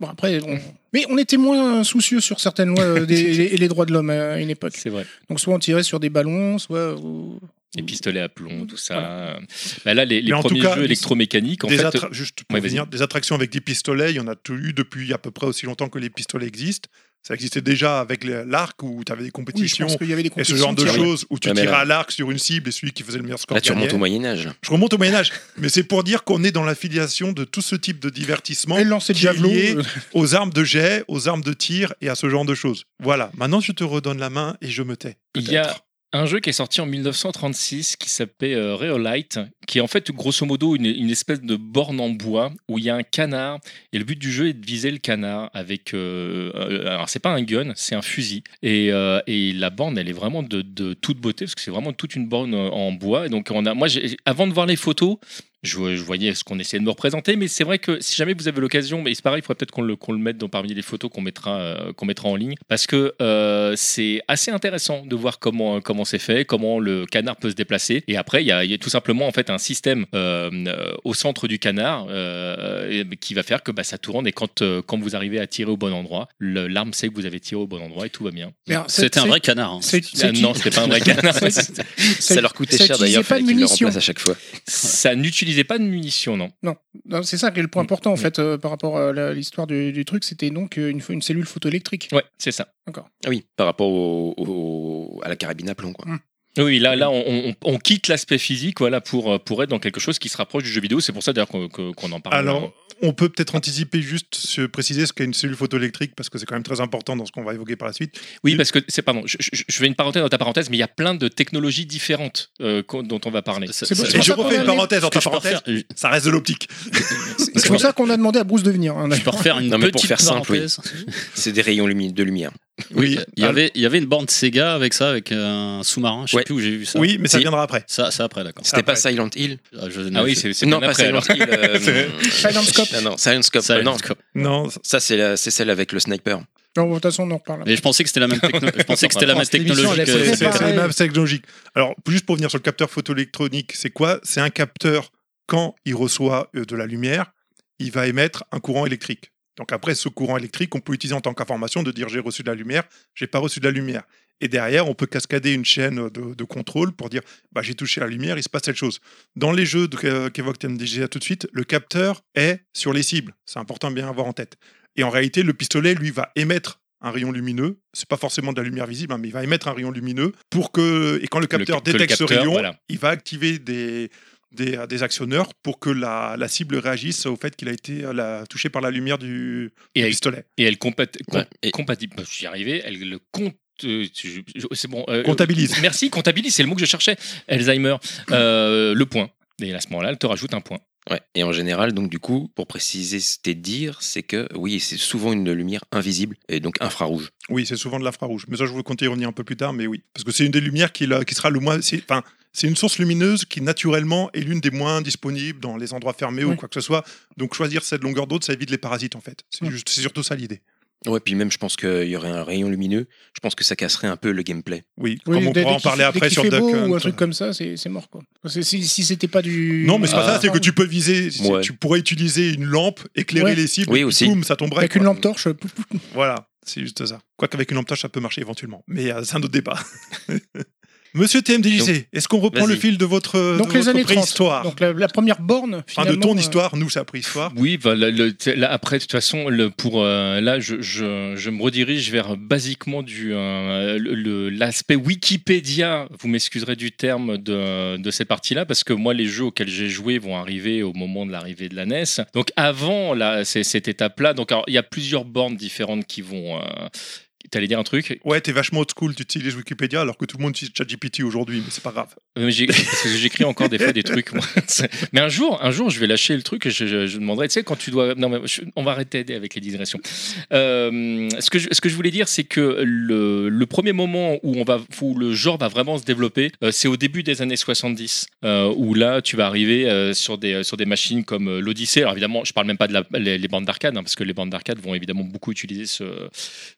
Speaker 6: Bon, après, on- Mais on était moins soucieux sur certaines lois euh, des- et les, et les droits de l'homme euh, à une époque.
Speaker 3: C'est vrai.
Speaker 6: Donc, soit on tirait sur des ballons, soit. euh, ou-
Speaker 3: les pistolets à plomb, tout ça. Bah là, les, les
Speaker 2: Mais en tout
Speaker 3: premiers
Speaker 2: cas,
Speaker 3: jeux
Speaker 2: des-
Speaker 3: électromécaniques, en
Speaker 2: des
Speaker 3: fait,
Speaker 2: attra- juste pour
Speaker 3: Ouais,
Speaker 2: finir, des attractions avec des pistolets, il y en a tout eu depuis à peu près aussi longtemps que les pistolets existent. Ça existait déjà avec le- l'arc où tu avais des
Speaker 6: Oui, je
Speaker 2: compétitions
Speaker 6: pense qu'il y avait des
Speaker 2: et ce
Speaker 6: compétitions.
Speaker 2: genre de
Speaker 6: qui-
Speaker 2: choses où tu
Speaker 8: Ouais, mais
Speaker 2: tirais
Speaker 8: là-
Speaker 2: à l'arc sur une cible et celui qui faisait le meilleur score
Speaker 8: Là, tu
Speaker 2: gagnait.
Speaker 8: remontes au Moyen-Âge.
Speaker 2: Je remonte au Moyen-Âge. mais c'est pour dire qu'on est dans l'affiliation de tout ce type de divertissement
Speaker 6: Et le lancer de
Speaker 2: qui est
Speaker 6: javelot.
Speaker 2: lié
Speaker 6: euh,
Speaker 2: aux armes de jet, aux armes de tir et à ce genre de choses. Voilà, maintenant je te redonne la main et je me tais.
Speaker 3: il y a un jeu qui est sorti en 1936 qui s'appelait euh, Rheolite, qui est en fait grosso modo une, une espèce de borne en bois où il y a un canard et le but du jeu est de viser le canard avec. euh, euh, alors c'est pas un gun, c'est un fusil et, euh, et la borne elle est vraiment de, de toute beauté parce que c'est vraiment toute une borne euh, en bois. Et donc on a, moi j'ai- avant de voir les photos. Je, je voyais ce qu'on essayait de me représenter, mais c'est vrai que si jamais vous avez l'occasion, mais c'est pareil, il faudrait peut-être qu'on le, qu'on le mette dans, parmi les photos qu'on mettra, euh, qu'on mettra en ligne, parce que euh, c'est assez intéressant de voir comment euh, comment c'est fait, comment le canard peut se déplacer. Et après, il y a, il y a tout simplement en fait un système euh, euh, au centre du canard euh, et- qui va faire que bah, ça tourne et quand euh, quand vous arrivez à tirer au bon endroit, le- l'arme sait que vous avez tiré au bon endroit et tout va bien.
Speaker 6: mais alors, c'est-
Speaker 7: C'était un
Speaker 6: c'est-
Speaker 7: vrai canard. hein.
Speaker 6: c'est-
Speaker 3: Ah,
Speaker 6: c'est-
Speaker 3: non, c'était pas un vrai canard.
Speaker 6: c'est-
Speaker 8: Ça leur coûtait
Speaker 6: ça
Speaker 8: cher
Speaker 6: utilisait
Speaker 8: d'ailleurs,
Speaker 6: pas
Speaker 8: fallait
Speaker 6: de
Speaker 8: qu'ils le
Speaker 6: munitions.
Speaker 8: remplacent à chaque fois.
Speaker 3: ça n'utilisait pas de munitions, non.
Speaker 6: Non, C'est ça qui est le
Speaker 2: Mm.
Speaker 6: point important en fait euh, par rapport à la- l'histoire du, du truc, c'était donc euh, une, fo- une cellule photoélectrique.
Speaker 3: Ouais, c'est ça.
Speaker 8: Ah oui, par rapport au, au- à la carabine à plomb. Quoi.
Speaker 1: Hum.
Speaker 3: Oui, là, là, on, on- on quitte l'aspect physique, voilà, pour euh, pour être dans quelque chose qui se rapproche du jeu vidéo. C'est pour ça d'ailleurs qu'on que- qu'on en parle.
Speaker 2: Alors, on peut peut-être anticiper juste, se préciser ce qu'est une cellule photoélectrique, parce que c'est quand même très important dans ce qu'on va évoquer par la suite.
Speaker 3: Oui,
Speaker 2: Tu-
Speaker 3: parce que c'est pardon, je, je- je fais une parenthèse dans ta parenthèse, mais il y a plein de technologies différentes euh, qu'on- dont on va parler.
Speaker 7: Ça-
Speaker 6: c'est
Speaker 7: ça-
Speaker 6: pour
Speaker 7: ça-
Speaker 2: Et
Speaker 6: ça
Speaker 2: je
Speaker 6: qu'on
Speaker 2: refais
Speaker 6: a
Speaker 2: une
Speaker 6: les-
Speaker 2: parenthèse en
Speaker 7: ce que
Speaker 2: ta
Speaker 7: je peux
Speaker 2: parenthèse,
Speaker 7: refaire- je-
Speaker 2: ça reste de l'optique.
Speaker 6: C'est pour ça qu'on a demandé à Bruce de venir. hein,
Speaker 7: je peux refaire une
Speaker 8: Non, mais
Speaker 7: petite
Speaker 8: pour faire simple, oui.
Speaker 7: parenthèse.
Speaker 8: C'est des rayons lumi- de lumière.
Speaker 7: Oui, il y
Speaker 2: alors-
Speaker 7: avait il y avait une borne Sega avec ça, avec un sous-marin. Je sais
Speaker 8: Ouais.
Speaker 7: plus où j'ai vu ça.
Speaker 2: Oui, mais ça
Speaker 7: Si.
Speaker 2: viendra après.
Speaker 7: Ça, ça après, d'accord.
Speaker 8: C'était pas
Speaker 2: Après.
Speaker 8: Silent Hill
Speaker 7: Ah, je-
Speaker 3: Ah oui,
Speaker 7: je-
Speaker 3: c'est c'est
Speaker 8: Non,
Speaker 3: bien
Speaker 8: pas
Speaker 3: après,
Speaker 8: Silent
Speaker 3: alors.
Speaker 8: Hill. euh,
Speaker 6: Silent Scope.
Speaker 8: Non, non, Silent Scope.
Speaker 7: Silent
Speaker 8: euh, non.
Speaker 7: Scope.
Speaker 2: Non,
Speaker 8: Ça, c'est la- c'est celle avec le sniper.
Speaker 6: Non, de toute façon, on en reparle.
Speaker 7: Mais je pensais que c'était la même techno- je pensais que c'était la même
Speaker 1: Cette émission,
Speaker 7: technologie
Speaker 1: elle a
Speaker 7: que
Speaker 1: fait-
Speaker 2: c'est
Speaker 6: pareil.
Speaker 2: la même technologique. Alors, juste pour venir sur le capteur photoélectronique, c'est quoi C'est un capteur, quand il reçoit euh, de la lumière, il va émettre un courant électrique. Donc après, ce courant électrique, on peut l'utiliser en tant qu'information de dire j'ai reçu de la lumière, j'ai pas reçu de la lumière. Et derrière, on peut cascader une chaîne de, de contrôle pour dire bah, j'ai touché la lumière, il se passe telle chose. Dans les jeux de- que- qu'évoque TMDG tout de suite, le capteur est sur les cibles. C'est important de bien avoir en tête. Et en réalité, le pistolet, lui, va émettre un rayon lumineux. C'est pas forcément de la lumière visible, hein, mais il va émettre un rayon lumineux pour que. Et quand le capteur
Speaker 3: que le
Speaker 2: détecte ce
Speaker 3: capteur,
Speaker 2: rayon,
Speaker 3: voilà.
Speaker 2: il va activer des, des, euh, des actionneurs pour que la, la cible réagisse au fait qu'il a été euh, la- touché par la lumière du,
Speaker 3: Et
Speaker 2: du
Speaker 3: avec-
Speaker 2: pistolet.
Speaker 3: Et elle compat- com-
Speaker 8: Ouais, et-
Speaker 3: compatible. bah, J'y arrivais. Elle le compte. euh, tu- je- C'est bon. euh,
Speaker 2: Comptabilise.
Speaker 3: Merci, comptabilise, c'est le mot que je cherchais. Alzheimer, Euh, le point. Et à ce moment-là, elle te rajoute un point.
Speaker 8: Ouais. Et en général, donc du coup, pour préciser c'était dire, c'est que oui, c'est souvent une lumière invisible et donc infrarouge.
Speaker 2: Oui, c'est souvent de l'infrarouge. Mais ça, je vous compter revenir un peu plus tard, mais oui. Parce que c'est une des lumières qui, la- qui sera le moins. c'est- Enfin, c'est une source lumineuse qui, naturellement, est l'une des moins disponibles dans les endroits fermés ou
Speaker 6: Oui.
Speaker 2: quoi que ce soit. Donc, choisir cette longueur d'onde, ça évite les parasites, en fait. C'est
Speaker 6: Mm.
Speaker 2: juste- c'est surtout ça l'idée.
Speaker 8: Ouais, puis même je pense qu'il y aurait un rayon lumineux. Je pense que ça casserait un peu le gameplay.
Speaker 2: Oui,
Speaker 6: Oui,
Speaker 2: comme on
Speaker 6: dès- dès
Speaker 2: pourra en
Speaker 6: qu'il-
Speaker 2: parler
Speaker 6: dès
Speaker 2: après
Speaker 6: qu'il
Speaker 2: sur
Speaker 6: fait
Speaker 2: Duck
Speaker 6: beau ou
Speaker 2: Hunt.
Speaker 6: un truc comme ça, c'est c'est mort quoi. Parce que Si, si c'était pas du.
Speaker 2: Non, mais c'est pas
Speaker 8: Ah.
Speaker 2: ça, c'est que tu peux viser. c'est-
Speaker 8: Ouais.
Speaker 2: Tu pourrais utiliser une lampe, éclairer
Speaker 6: Ouais.
Speaker 2: les cibles,
Speaker 8: Oui,
Speaker 2: et puis
Speaker 8: aussi.
Speaker 2: boum, ça tomberait.
Speaker 6: Avec une
Speaker 2: quoi.
Speaker 6: lampe torche, pouf, pouf,
Speaker 2: Voilà, c'est juste ça. Quoique avec une lampe torche, ça peut marcher éventuellement. Mais euh, c'est un autre débat. Monsieur TMDJC, est-ce qu'on reprend
Speaker 8: vas-y.
Speaker 2: le fil de votre, euh,
Speaker 6: Donc
Speaker 2: de
Speaker 6: les
Speaker 2: votre
Speaker 6: années 30.
Speaker 2: préhistoire
Speaker 6: Donc la, la première borne.
Speaker 2: Enfin, de
Speaker 6: finalement,
Speaker 2: ton
Speaker 6: euh,
Speaker 2: histoire, nous, c'est la préhistoire.
Speaker 3: Oui, bah, le- le- t- là, après, de toute façon, le, pour, euh, là, je, je- je me redirige vers euh, basiquement du euh, le- le- l'aspect Wikipédia, vous m'excuserez du terme, de, de cette partie-là, parce que moi, les jeux auxquels j'ai joué vont arriver au moment de l'arrivée de la NES. Donc, avant là, c'est- cette étape-là, donc alors, il y a plusieurs bornes différentes qui vont. euh, T'allais dire un truc
Speaker 2: Ouais, t'es vachement old school, tu utilises Wikipédia alors que tout le monde utilise ChatGPT aujourd'hui, mais c'est pas grave.
Speaker 3: Euh, j'ai- parce que J'écris encore des fois des trucs. moi. C'est- mais un jour, un jour, je vais lâcher le truc et je, je- je demanderai, tu sais, quand tu dois. Non, mais je- on va arrêter avec les digressions. Euh, ce, que je, ce que je voulais dire, c'est que le, le premier moment où, on va, où le genre va vraiment se développer, euh, c'est au début des années 70, euh, où là, tu vas arriver euh, sur, des, sur des machines comme euh, l'Odyssée. Alors évidemment, je parle même pas de la- les, les bandes d'arcade, hein, parce que les bandes d'arcade vont évidemment beaucoup utiliser ce,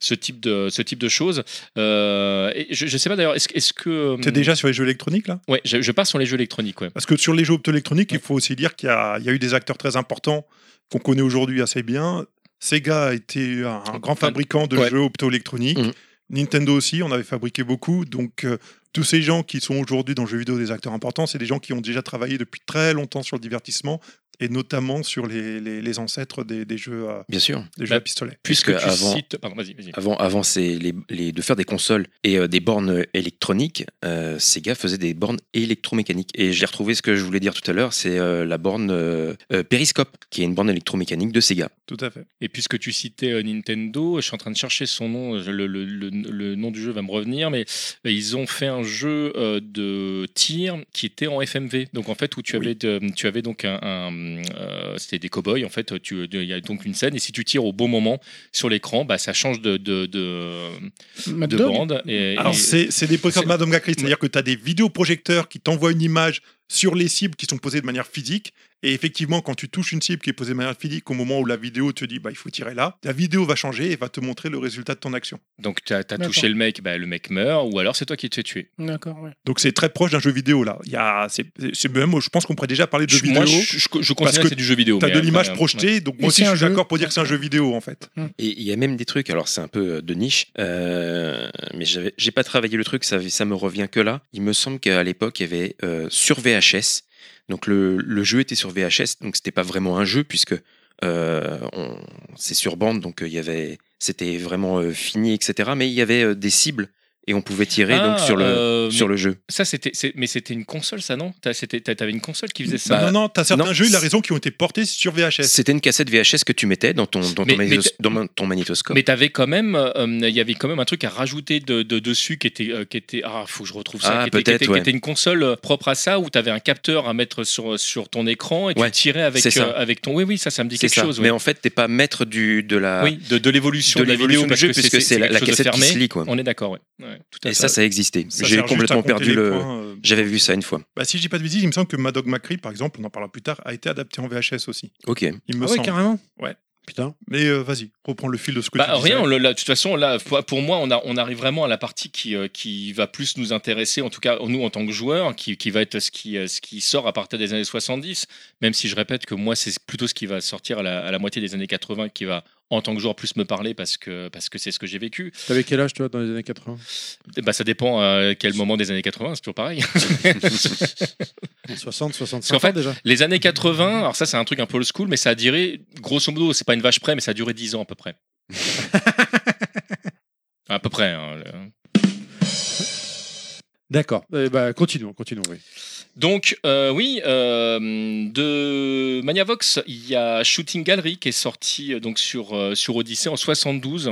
Speaker 3: ce, type, de, ce type de choses. Euh, et je, je sais pas d'ailleurs, est-ce est-ce que.
Speaker 2: T'es déjà sur les jeux électroniques là Ah,
Speaker 3: Ouais, je, je pars sur les jeux électroniques, ouais.
Speaker 2: Parce que sur les jeux optoélectroniques, il faut aussi dire qu'il y, a il y a eu des acteurs très importants qu'on connaît aujourd'hui assez bien. Sega a été un, un grand fabricant de
Speaker 3: Ouais.
Speaker 2: jeux optoélectroniques.
Speaker 8: Mhm.
Speaker 2: Nintendo aussi, on avait fabriqué beaucoup. Donc, euh, tous ces gens qui sont aujourd'hui dans le jeu vidéo des acteurs importants, c'est des gens qui ont déjà travaillé depuis très longtemps sur le divertissement et notamment sur les, les- les ancêtres des, des jeux, euh,
Speaker 8: Bien sûr.
Speaker 2: des jeux
Speaker 3: Bah,
Speaker 2: à pistolet.
Speaker 3: Puisque
Speaker 8: Parce
Speaker 3: tu
Speaker 8: que avant-
Speaker 3: cites. Pardon, vas-y, vas-y.
Speaker 8: Avant, avant c'est les, les- de faire des consoles et euh, des bornes électroniques, euh, Sega faisait des bornes électromécaniques. Et j'ai retrouvé ce que je voulais dire tout à l'heure, c'est euh, la borne euh, euh, Periscope, qui est une borne électromécanique de Sega.
Speaker 2: Tout à fait.
Speaker 3: Et puisque tu citais euh, Nintendo, je suis en train de chercher son nom, je- le, le- le- le nom du jeu va me revenir, mais euh, ils ont fait un jeu euh, de tir qui était en FMV. Donc en fait, où tu avais, de- tu avais donc un. un, euh, C'était des cow-boys, en fait. tu- euh, Il y a donc une scène, et si tu tires au bon moment sur l'écran, bah, ça change de, de, de,
Speaker 6: Mad
Speaker 3: de
Speaker 6: Dog.
Speaker 3: bande. Et,
Speaker 2: Alors,
Speaker 3: et-
Speaker 2: c'est c'est des posters de Madame Gacry, c'est-à-dire que tu as des vidéoprojecteurs qui t'envoient une image sur les cibles qui sont posées de manière physique. Et effectivement, quand tu touches une cible qui est posée de manière physique, au moment où la vidéo te dit bah, il faut tirer là, la vidéo va changer et va te montrer le résultat de ton action.
Speaker 3: donc tu as,
Speaker 6: D'accord.
Speaker 3: touché le mec, bah, le mec meurt, ou alors c'est toi qui te fais tuer.
Speaker 6: D'accord, ouais.
Speaker 2: Donc, c'est très proche d'un jeu vidéo là. Il y a- c'est- c'est même, je pense qu'on pourrait déjà parler de jeu
Speaker 3: Je- moi,
Speaker 2: vidéo.
Speaker 3: je, je- je considère
Speaker 2: que
Speaker 3: que c'est du jeu vidéo.
Speaker 2: Tu as
Speaker 3: mais,
Speaker 2: de
Speaker 3: euh,
Speaker 2: l'image
Speaker 3: ouais.
Speaker 2: projetée, donc moi
Speaker 6: Et
Speaker 2: aussi
Speaker 6: c'est
Speaker 2: je
Speaker 6: un
Speaker 2: suis
Speaker 6: jeu.
Speaker 2: d'accord pour dire que c'est un jeu vidéo en fait.
Speaker 8: Et il y a même des trucs, alors c'est un peu euh, de niche, euh, mais j'avais- j'ai pas travaillé le truc, ça, ça me revient que là. Il me semble qu'à l'époque, il y avait euh, sur VHS. Donc le, le jeu était sur VHS, donc c'était pas vraiment un jeu puisque euh, on- c'est sur bande, donc euh, il y avait, c'était vraiment euh, fini, etc. Mais il y avait euh, des cibles et on pouvait tirer donc
Speaker 3: Ah,
Speaker 8: sur le
Speaker 3: euh,
Speaker 8: sur le jeu.
Speaker 3: Ça, c'était, c'est- mais c'était une console, ça, non T'as- c'était- t'as- T'avais une console qui faisait ça
Speaker 8: Bah,
Speaker 2: non, non, tu as certains
Speaker 8: non,
Speaker 2: jeux, il a
Speaker 8: c'est-
Speaker 2: raison, qui ont été portés sur VHS.
Speaker 8: C'était une cassette VHS que tu mettais dans ton dans ton,
Speaker 3: Mais- mais
Speaker 8: magnétos-
Speaker 3: t'es-
Speaker 8: dans mon- ton magnétoscope.
Speaker 3: Mais t'avais quand même, euh, euh, il y avait quand même un truc à rajouter de, de- dessus qui était, euh, qui était, ah, faut que je retrouve ça,
Speaker 8: Ah,
Speaker 3: qui, était, qui
Speaker 8: peut-être,
Speaker 3: était- qui
Speaker 8: ouais.
Speaker 3: était une console euh, propre à ça où t'avais un capteur à mettre sur sur ton écran et tu
Speaker 8: Ouais,
Speaker 3: tirais avec
Speaker 8: c'est ça.
Speaker 3: euh, avec ton, oui oui, ça, ça me dit
Speaker 8: C'est
Speaker 3: quelque
Speaker 8: ça.
Speaker 3: chose.
Speaker 8: Mais
Speaker 3: oui.
Speaker 8: en fait, t'es pas maître du de la
Speaker 3: oui, de, de l'évolution
Speaker 8: de
Speaker 3: la vidéo,
Speaker 8: l'évolution du
Speaker 3: parce
Speaker 8: jeu
Speaker 3: que
Speaker 8: puisque c'est la,
Speaker 3: quelque
Speaker 8: la
Speaker 3: chose de
Speaker 8: cassette qui
Speaker 3: fermé.
Speaker 8: se lit quoi.
Speaker 3: On est d'accord, ouais. Ouais, tout à fait.
Speaker 8: Et ça, ça a existé.
Speaker 2: Ça
Speaker 8: J'ai
Speaker 2: sert juste à
Speaker 8: complètement
Speaker 2: compter les
Speaker 8: perdu le.
Speaker 2: points, euh,
Speaker 8: J'avais vu ça une fois.
Speaker 2: Bah, si je dis pas de bêtises, il me semble que Madog McCree, par exemple, on en parlera plus tard, a été adapté en VHS aussi.
Speaker 8: Ok.
Speaker 2: Il me
Speaker 1: Ah ouais,
Speaker 2: semble.
Speaker 1: carrément
Speaker 2: Ouais.
Speaker 1: Putain.
Speaker 2: Mais euh, vas-y, reprends le fil de ce que
Speaker 3: Bah,
Speaker 2: tu disais.
Speaker 3: rien, le- là, de toute façon, là, pour, pour moi, on, a, on arrive vraiment à la partie qui, euh, qui va plus nous intéresser, en tout cas, nous, en tant que joueurs, qui, qui va être ce qui, euh, ce qui sort à partir des années 70, même si je répète que moi, c'est plutôt ce qui va sortir à la, à la moitié des années 80 qui va en tant que joueur plus me parler parce que parce que c'est ce que j'ai vécu.
Speaker 1: T'avais quel âge, toi, dans les années 80
Speaker 3: Eh ben, ça dépend à quel moment des années 80, c'est toujours pareil.
Speaker 1: 60, 65
Speaker 3: Parce qu'en
Speaker 1: ans déjà.
Speaker 3: Les années 80, alors ça c'est un truc un peu old school, mais ça a duré, grosso modo, c'est pas une vache près, mais ça a duré 10 ans à peu près. à peu près. hein, le-
Speaker 1: D'accord. Eh ben, continuons, continuons. Oui.
Speaker 3: Donc euh, oui, euh, de Maniavox, il y a Shooting Gallery qui est sorti euh, donc sur euh, sur Odyssey en 72,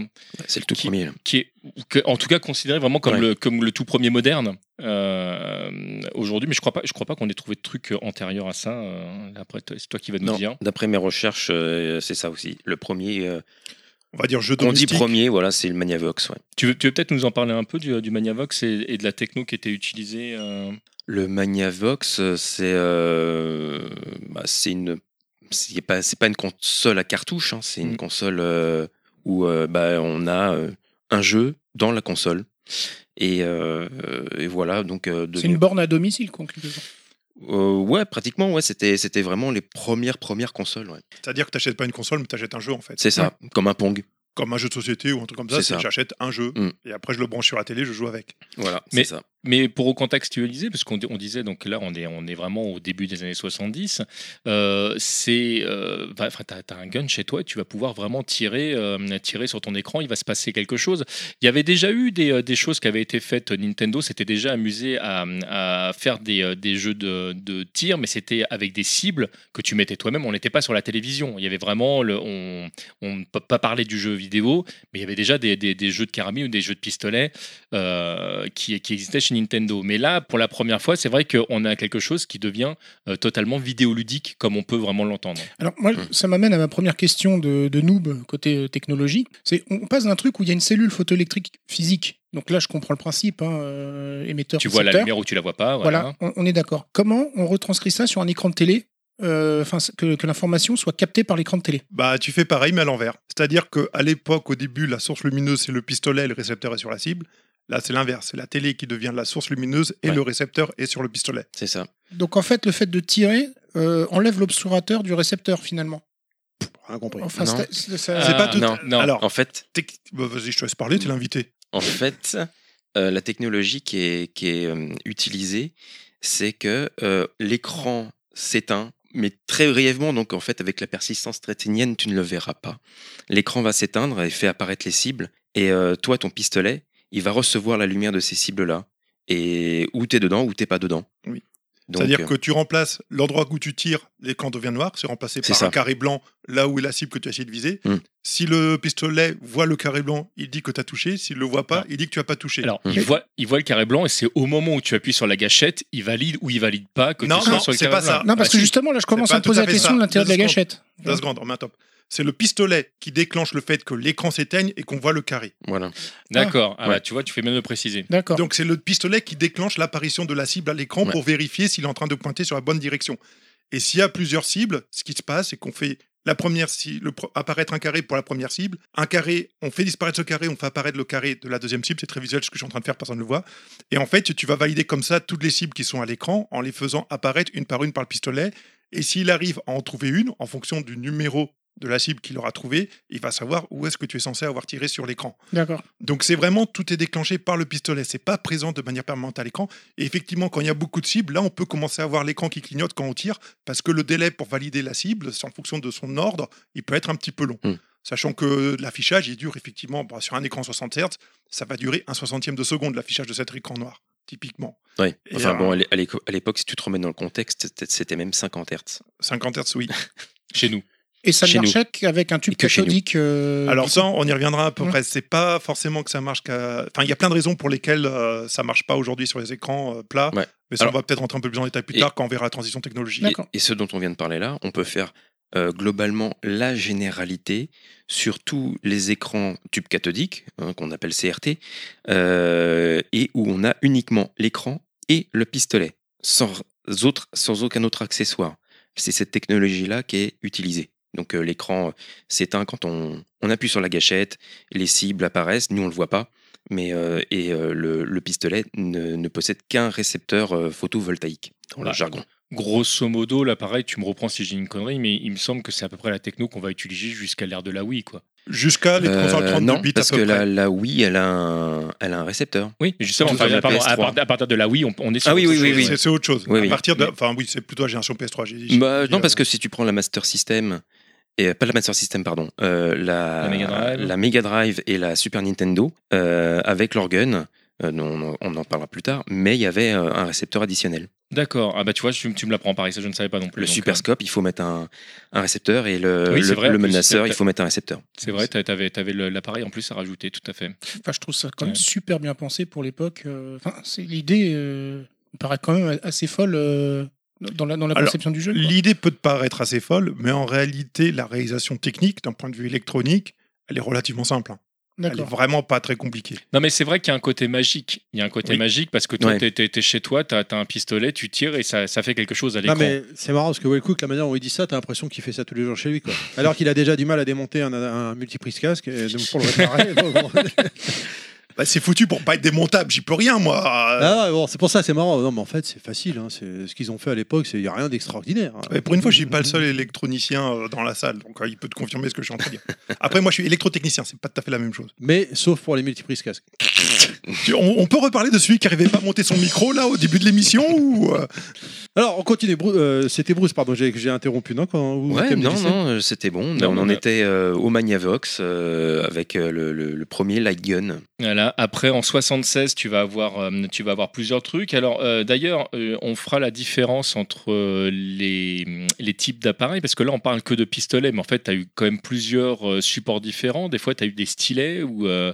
Speaker 8: C'est le tout
Speaker 3: Qui-
Speaker 8: premier. là.
Speaker 3: qui est ou que- en tout cas considéré vraiment comme
Speaker 8: Ouais.
Speaker 3: le comme le tout premier moderne euh, aujourd'hui, mais je crois pas je crois pas qu'on ait trouvé de trucs antérieurs à ça. euh, après toi- c'est toi qui vas nous
Speaker 8: Non,
Speaker 3: dire.
Speaker 8: d'après mes recherches, euh, c'est ça aussi. Le premier, euh,
Speaker 2: On va dire jeu
Speaker 8: on dit
Speaker 2: domestique.
Speaker 8: premier, voilà, c'est le Magnavox. ouais.
Speaker 3: Tu veux, tu veux peut-être nous en parler un peu du, du Magnavox et, et de la techno qui était utilisée euh,
Speaker 8: Le Magnavox, euh, c'est euh, bah, c'est une c'est pas c'est pas une console à cartouche, hein, c'est une
Speaker 6: Mmh.
Speaker 3: Mm.
Speaker 8: console euh, où euh, bah, on a euh, un jeu dans la console. Et, euh, euh, et voilà, donc euh, de
Speaker 6: C'est une borne à domicile, quoi, en quelque sorte.
Speaker 8: Euh, ouais, pratiquement, ouais, c'était c'était vraiment les premières premières consoles, ouais.
Speaker 2: C'est-à-dire que t'achètes pas une console, mais t'achètes un jeu en fait.
Speaker 8: C'est ça, comme un Pong.
Speaker 2: Comme un jeu de société ou un truc comme ça,
Speaker 8: C'est
Speaker 2: c'est
Speaker 8: ça.
Speaker 2: j'achète un jeu
Speaker 8: Mm.
Speaker 2: et après je le branche sur la télé, je joue avec.
Speaker 8: Voilà,
Speaker 3: Mais-
Speaker 8: c'est ça.
Speaker 3: Mais pour recontextualiser, parce qu'on on disait, donc là, on est, on est vraiment au début des années 70, euh, c'est. euh, bah, Enfin, t'as t'as un gun chez toi et tu vas pouvoir vraiment tirer, euh, tirer sur ton écran, il va se passer quelque chose. Il y avait déjà eu des, euh, des choses qui avaient été faites. Nintendo s'était déjà amusé à, à faire des, euh, des jeux de, de tir, mais c'était avec des cibles que tu mettais toi-même. On n'était pas sur la télévision. Il y avait vraiment. Le, on on ne peut pas parler du jeu vidéo, mais il y avait déjà des, des- des jeux de carabine ou des jeux de pistolet euh, qui, qui existait chez Nintendo. Mais là, pour la première fois, c'est vrai qu'on a quelque chose qui devient euh, totalement vidéoludique, comme on peut vraiment l'entendre.
Speaker 6: Alors, moi,
Speaker 3: Hmm.
Speaker 6: ça m'amène à ma première question de, de noob côté euh, technologie. C'est on passe d'un truc où il y a une cellule photoélectrique physique. Donc là, je comprends le principe, hein, euh, émetteur.
Speaker 3: Tu vois la
Speaker 6: récepteur.
Speaker 3: lumière ou tu la vois pas. Voilà.
Speaker 6: Voilà, on, on est d'accord. Comment on retranscrit ça sur un écran de télé euh, Enfin, c- que, que l'information soit captée par l'écran de télé.
Speaker 2: Bah, tu fais pareil, mais à l'envers. C'est-à-dire qu'à l'époque, au début, la source lumineuse, c'est le pistolet, et le récepteur est sur la cible. Là, c'est l'inverse. C'est la télé qui devient la source lumineuse et
Speaker 8: Ouais.
Speaker 2: le récepteur est sur le pistolet.
Speaker 8: C'est ça.
Speaker 6: Donc en fait, le fait de tirer euh, enlève l'obturateur du récepteur finalement.
Speaker 1: Rien compris.
Speaker 6: Enfin,
Speaker 8: Non.
Speaker 6: c'est- c'est- ça-
Speaker 3: Euh,
Speaker 2: c'est pas tout.
Speaker 8: non,
Speaker 3: non.
Speaker 2: Alors,
Speaker 8: En fait,
Speaker 2: tec- bah, vas-y, je te laisse parler, t'es l'invité.
Speaker 8: en fait, euh, la technologie qui est qui est euh, utilisée, c'est que euh, l'écran s'éteint, mais très brièvement. Donc en fait, avec la persistance trétinienne, tu ne le verras pas. L'écran va s'éteindre et fait apparaître les cibles. Et euh, toi, ton pistolet, il va recevoir la lumière de ces cibles là. Et ou t'es dedans ou t'es pas dedans.
Speaker 2: Oui.
Speaker 8: Donc,
Speaker 2: C'est-à-dire
Speaker 8: euh,
Speaker 2: que tu remplaces l'endroit où tu tires, l'écran devient noir, c'est remplacé
Speaker 8: C'est
Speaker 2: par un
Speaker 8: ça.
Speaker 2: carré blanc là où est la cible que tu as essayé de viser.
Speaker 8: Hmm.
Speaker 2: Si le pistolet voit le carré blanc, il dit que tu as touché. S'il le voit pas, il dit que tu as pas touché.
Speaker 3: Alors,
Speaker 8: Mm.
Speaker 3: il, voit, il voit le carré blanc et c'est au moment où tu appuies sur la gâchette, il valide ou il valide pas que
Speaker 2: Non,
Speaker 3: tu sois
Speaker 2: non,
Speaker 3: sur le
Speaker 2: c'est
Speaker 3: carré
Speaker 2: pas
Speaker 3: blanc. Ah,
Speaker 2: ça.
Speaker 6: Non, parce
Speaker 2: Bah,
Speaker 6: que
Speaker 2: si.
Speaker 6: justement, là, je commence
Speaker 2: pas
Speaker 6: à me poser
Speaker 2: tout à
Speaker 6: la
Speaker 2: fait
Speaker 6: question
Speaker 2: ça.
Speaker 6: de l'intérêt de la
Speaker 2: Deux secondes.
Speaker 6: gâchette.
Speaker 2: Deux secondes, remets un top. C'est le pistolet qui déclenche le fait que l'écran s'éteigne et qu'on voit le carré.
Speaker 8: voilà.
Speaker 3: D'accord. Ah, bah,
Speaker 8: Ouais.
Speaker 3: tu vois, tu fais bien de le préciser.
Speaker 6: D'accord.
Speaker 2: Donc c'est le pistolet qui déclenche l'apparition de la cible à l'écran
Speaker 8: Ouais.
Speaker 2: pour vérifier s'il est en train de pointer sur la bonne direction. Et s'il y a plusieurs cibles, ce qui se passe, c'est qu'on fait la première ci- le pro- apparaître un carré pour la première cible, un carré, on fait disparaître ce carré, on fait apparaître le carré de la deuxième cible, c'est très visuel ce que je suis en train de faire, personne ne le voit. Et en fait, tu vas valider comme ça toutes les cibles qui sont à l'écran en les faisant apparaître une par une par le pistolet. Et s'il arrive à en trouver une, en fonction du numéro de la cible qu'il aura trouvé, il va savoir où est-ce que tu es censé avoir tiré sur l'écran.
Speaker 6: D'accord.
Speaker 2: Donc c'est vraiment tout est déclenché par le pistolet, c'est pas présent de manière permanente à l'écran. Et effectivement, quand il y a beaucoup de cibles, là on peut commencer à voir l'écran qui clignote quand on tire, parce que le délai pour valider la cible, c'est en fonction de son ordre, il peut être un petit peu long.
Speaker 8: Mm.
Speaker 2: Sachant que l'affichage, il dure effectivement bah, sur un écran 60 Hz, ça va durer un soixantième de seconde l'affichage de cet écran noir, typiquement.
Speaker 8: Ouais.
Speaker 2: Et
Speaker 8: Enfin
Speaker 2: euh,
Speaker 8: bon, à l'é- à l'éco- à l'époque, si tu te remets dans le contexte, c'était- c'était même 50 Hz.
Speaker 2: 50 Hz, oui.
Speaker 3: Chez nous.
Speaker 6: Et ça ne
Speaker 8: Chez nous.
Speaker 6: marchait qu'avec un tube
Speaker 8: Et que chez nous.
Speaker 6: cathodique. euh,
Speaker 2: Alors
Speaker 6: du
Speaker 2: ça, on y reviendra à peu
Speaker 6: Mm.
Speaker 2: près. C'est pas forcément que ça marche. qu'à- Enfin, il y a plein de raisons pour lesquelles euh, ça marche pas aujourd'hui sur les écrans euh, plats.
Speaker 8: Ouais.
Speaker 2: Mais ça,
Speaker 8: Alors-
Speaker 2: on va peut-être rentrer un peu plus en détail plus
Speaker 8: Et-
Speaker 2: tard quand on verra la transition technologique.
Speaker 6: D'accord.
Speaker 8: Et, et ce dont on vient de parler là, on peut faire euh, globalement la généralité sur tous les écrans tubes cathodiques, hein, qu'on appelle CRT, euh, et où on a uniquement l'écran et le pistolet, sans, autre, sans aucun autre accessoire. C'est cette technologie-là qui est utilisée. Donc euh, l'écran euh, s'éteint quand on, on appuie sur la gâchette, les cibles apparaissent, nous on ne le voit pas, mais, euh, et euh, le, le pistolet ne, ne possède qu'un récepteur euh, photovoltaïque, dans
Speaker 3: Voilà.
Speaker 8: le jargon.
Speaker 3: Grosso modo, là, pareil, tu me reprends si j'ai une connerie, mais il me semble que c'est à peu près la techno qu'on va utiliser jusqu'à l'ère de la Wii, quoi.
Speaker 2: Jusqu'à les
Speaker 8: Euh,
Speaker 2: consoles 32
Speaker 8: non,
Speaker 2: bits à
Speaker 8: parce que
Speaker 2: peu
Speaker 8: la,
Speaker 2: près.
Speaker 8: la Wii, elle a un, elle a un récepteur.
Speaker 3: Oui, mais justement,
Speaker 8: Tout
Speaker 3: enfin,
Speaker 8: sur la
Speaker 3: pardon, à,
Speaker 8: PS3.
Speaker 3: part- à partir de la Wii, on, on est sur
Speaker 8: Ah oui,
Speaker 3: autre
Speaker 8: oui,
Speaker 3: chose,
Speaker 8: oui, oui.
Speaker 3: ouais.
Speaker 2: C'est c'est autre chose.
Speaker 8: Oui,
Speaker 2: à
Speaker 8: oui.
Speaker 2: partir de, enfin oui, c'est plutôt la génération PS3. j'ai- j'ai-
Speaker 8: Bah,
Speaker 2: j'ai-
Speaker 8: non, parce que si tu prends la Master System, et, euh, pas la Master System, pardon, euh, la,
Speaker 3: La Mega Drive.
Speaker 8: la Mega Drive et la Super Nintendo, euh, avec leur gun, euh, non, on, on en parlera plus tard, mais il y avait euh, un récepteur additionnel.
Speaker 3: D'accord. Ah bah tu vois, tu, tu me l'apprends pareil, ça je ne savais pas non plus.
Speaker 8: Le
Speaker 3: Donc,
Speaker 8: Super
Speaker 3: euh,
Speaker 8: Scope, il faut mettre un, un récepteur, et le,
Speaker 3: Oui,
Speaker 8: Euh, le-
Speaker 3: c'est vrai, en
Speaker 8: le
Speaker 3: plus,
Speaker 8: menaceur,
Speaker 3: t'as-
Speaker 8: il faut mettre un récepteur.
Speaker 3: C'est vrai, t'a- t'avais avais, l'appareil en plus à rajouter, tout à fait.
Speaker 6: Enfin, je trouve ça quand même
Speaker 3: Ouais.
Speaker 6: super bien pensé pour l'époque. euh, Enfin, c'est l'idée euh, me paraît quand même assez folle euh, dans la, dans la
Speaker 2: Alors,
Speaker 6: conception du jeu. quoi.
Speaker 2: L'idée peut te paraître assez folle, mais en réalité, la réalisation technique, d'un point de vue électronique, elle est relativement simple. hein. Elle est
Speaker 6: D'accord.
Speaker 2: vraiment pas très compliquée.
Speaker 3: Non mais c'est vrai qu'il y a un côté magique. Il y a un côté
Speaker 8: Oui.
Speaker 3: magique parce que toi,
Speaker 8: Ouais.
Speaker 3: t'es t'es- t'es chez toi, t'as as un pistolet, tu tires et ça, ça fait quelque chose à
Speaker 1: Non
Speaker 3: l'écran.
Speaker 1: mais c'est marrant parce que Wellcook, la manière dont il dit ça, t'as l'impression qu'il fait ça tous les jours chez lui quoi. Alors qu'il a déjà du mal à démonter un, un multiprise casque et donc, pour le réparer. bon, bon.
Speaker 2: Bah, c'est foutu pour pas être démontable, j'y peux rien moi.
Speaker 1: Ah, bon, c'est pour ça, c'est marrant. Non mais en fait c'est facile. hein. C'est ce qu'ils ont fait à l'époque, c'est- il y a rien d'extraordinaire. hein.
Speaker 2: Ouais, pour une fois, je suis pas
Speaker 3: Mm-hmm.
Speaker 2: le seul électronicien euh, dans la salle, donc euh, il peut te confirmer ce que je suis en train de dire. Après, moi, je suis électrotechnicien, c'est pas tout à fait la même chose.
Speaker 1: Mais sauf pour les multiprises casques.
Speaker 2: Tu- On, on peut reparler de celui qui arrivait pas à monter son micro là au début de l'émission ou euh,
Speaker 1: Alors on continue. Brou- euh, C'était Bruce, pardon, j'ai j'ai interrompu non quand vous-
Speaker 8: Ouais,
Speaker 1: Cam
Speaker 8: non,
Speaker 1: Dixon
Speaker 8: non, euh, c'était bon.
Speaker 3: Non,
Speaker 8: on
Speaker 3: non,
Speaker 8: en
Speaker 3: mais-
Speaker 8: était euh, au Magnavox euh, avec euh, le, le- le premier light gun.
Speaker 3: Mm. Voilà. Après, en 76, tu vas avoir, euh, tu vas avoir plusieurs trucs. Alors, euh, d'ailleurs, euh, on fera la différence entre euh, les, les types d'appareils, parce que là, on parle que de pistolets, mais en fait, tu as eu quand même plusieurs euh, supports différents. Des fois, tu as eu des stylets ou, euh,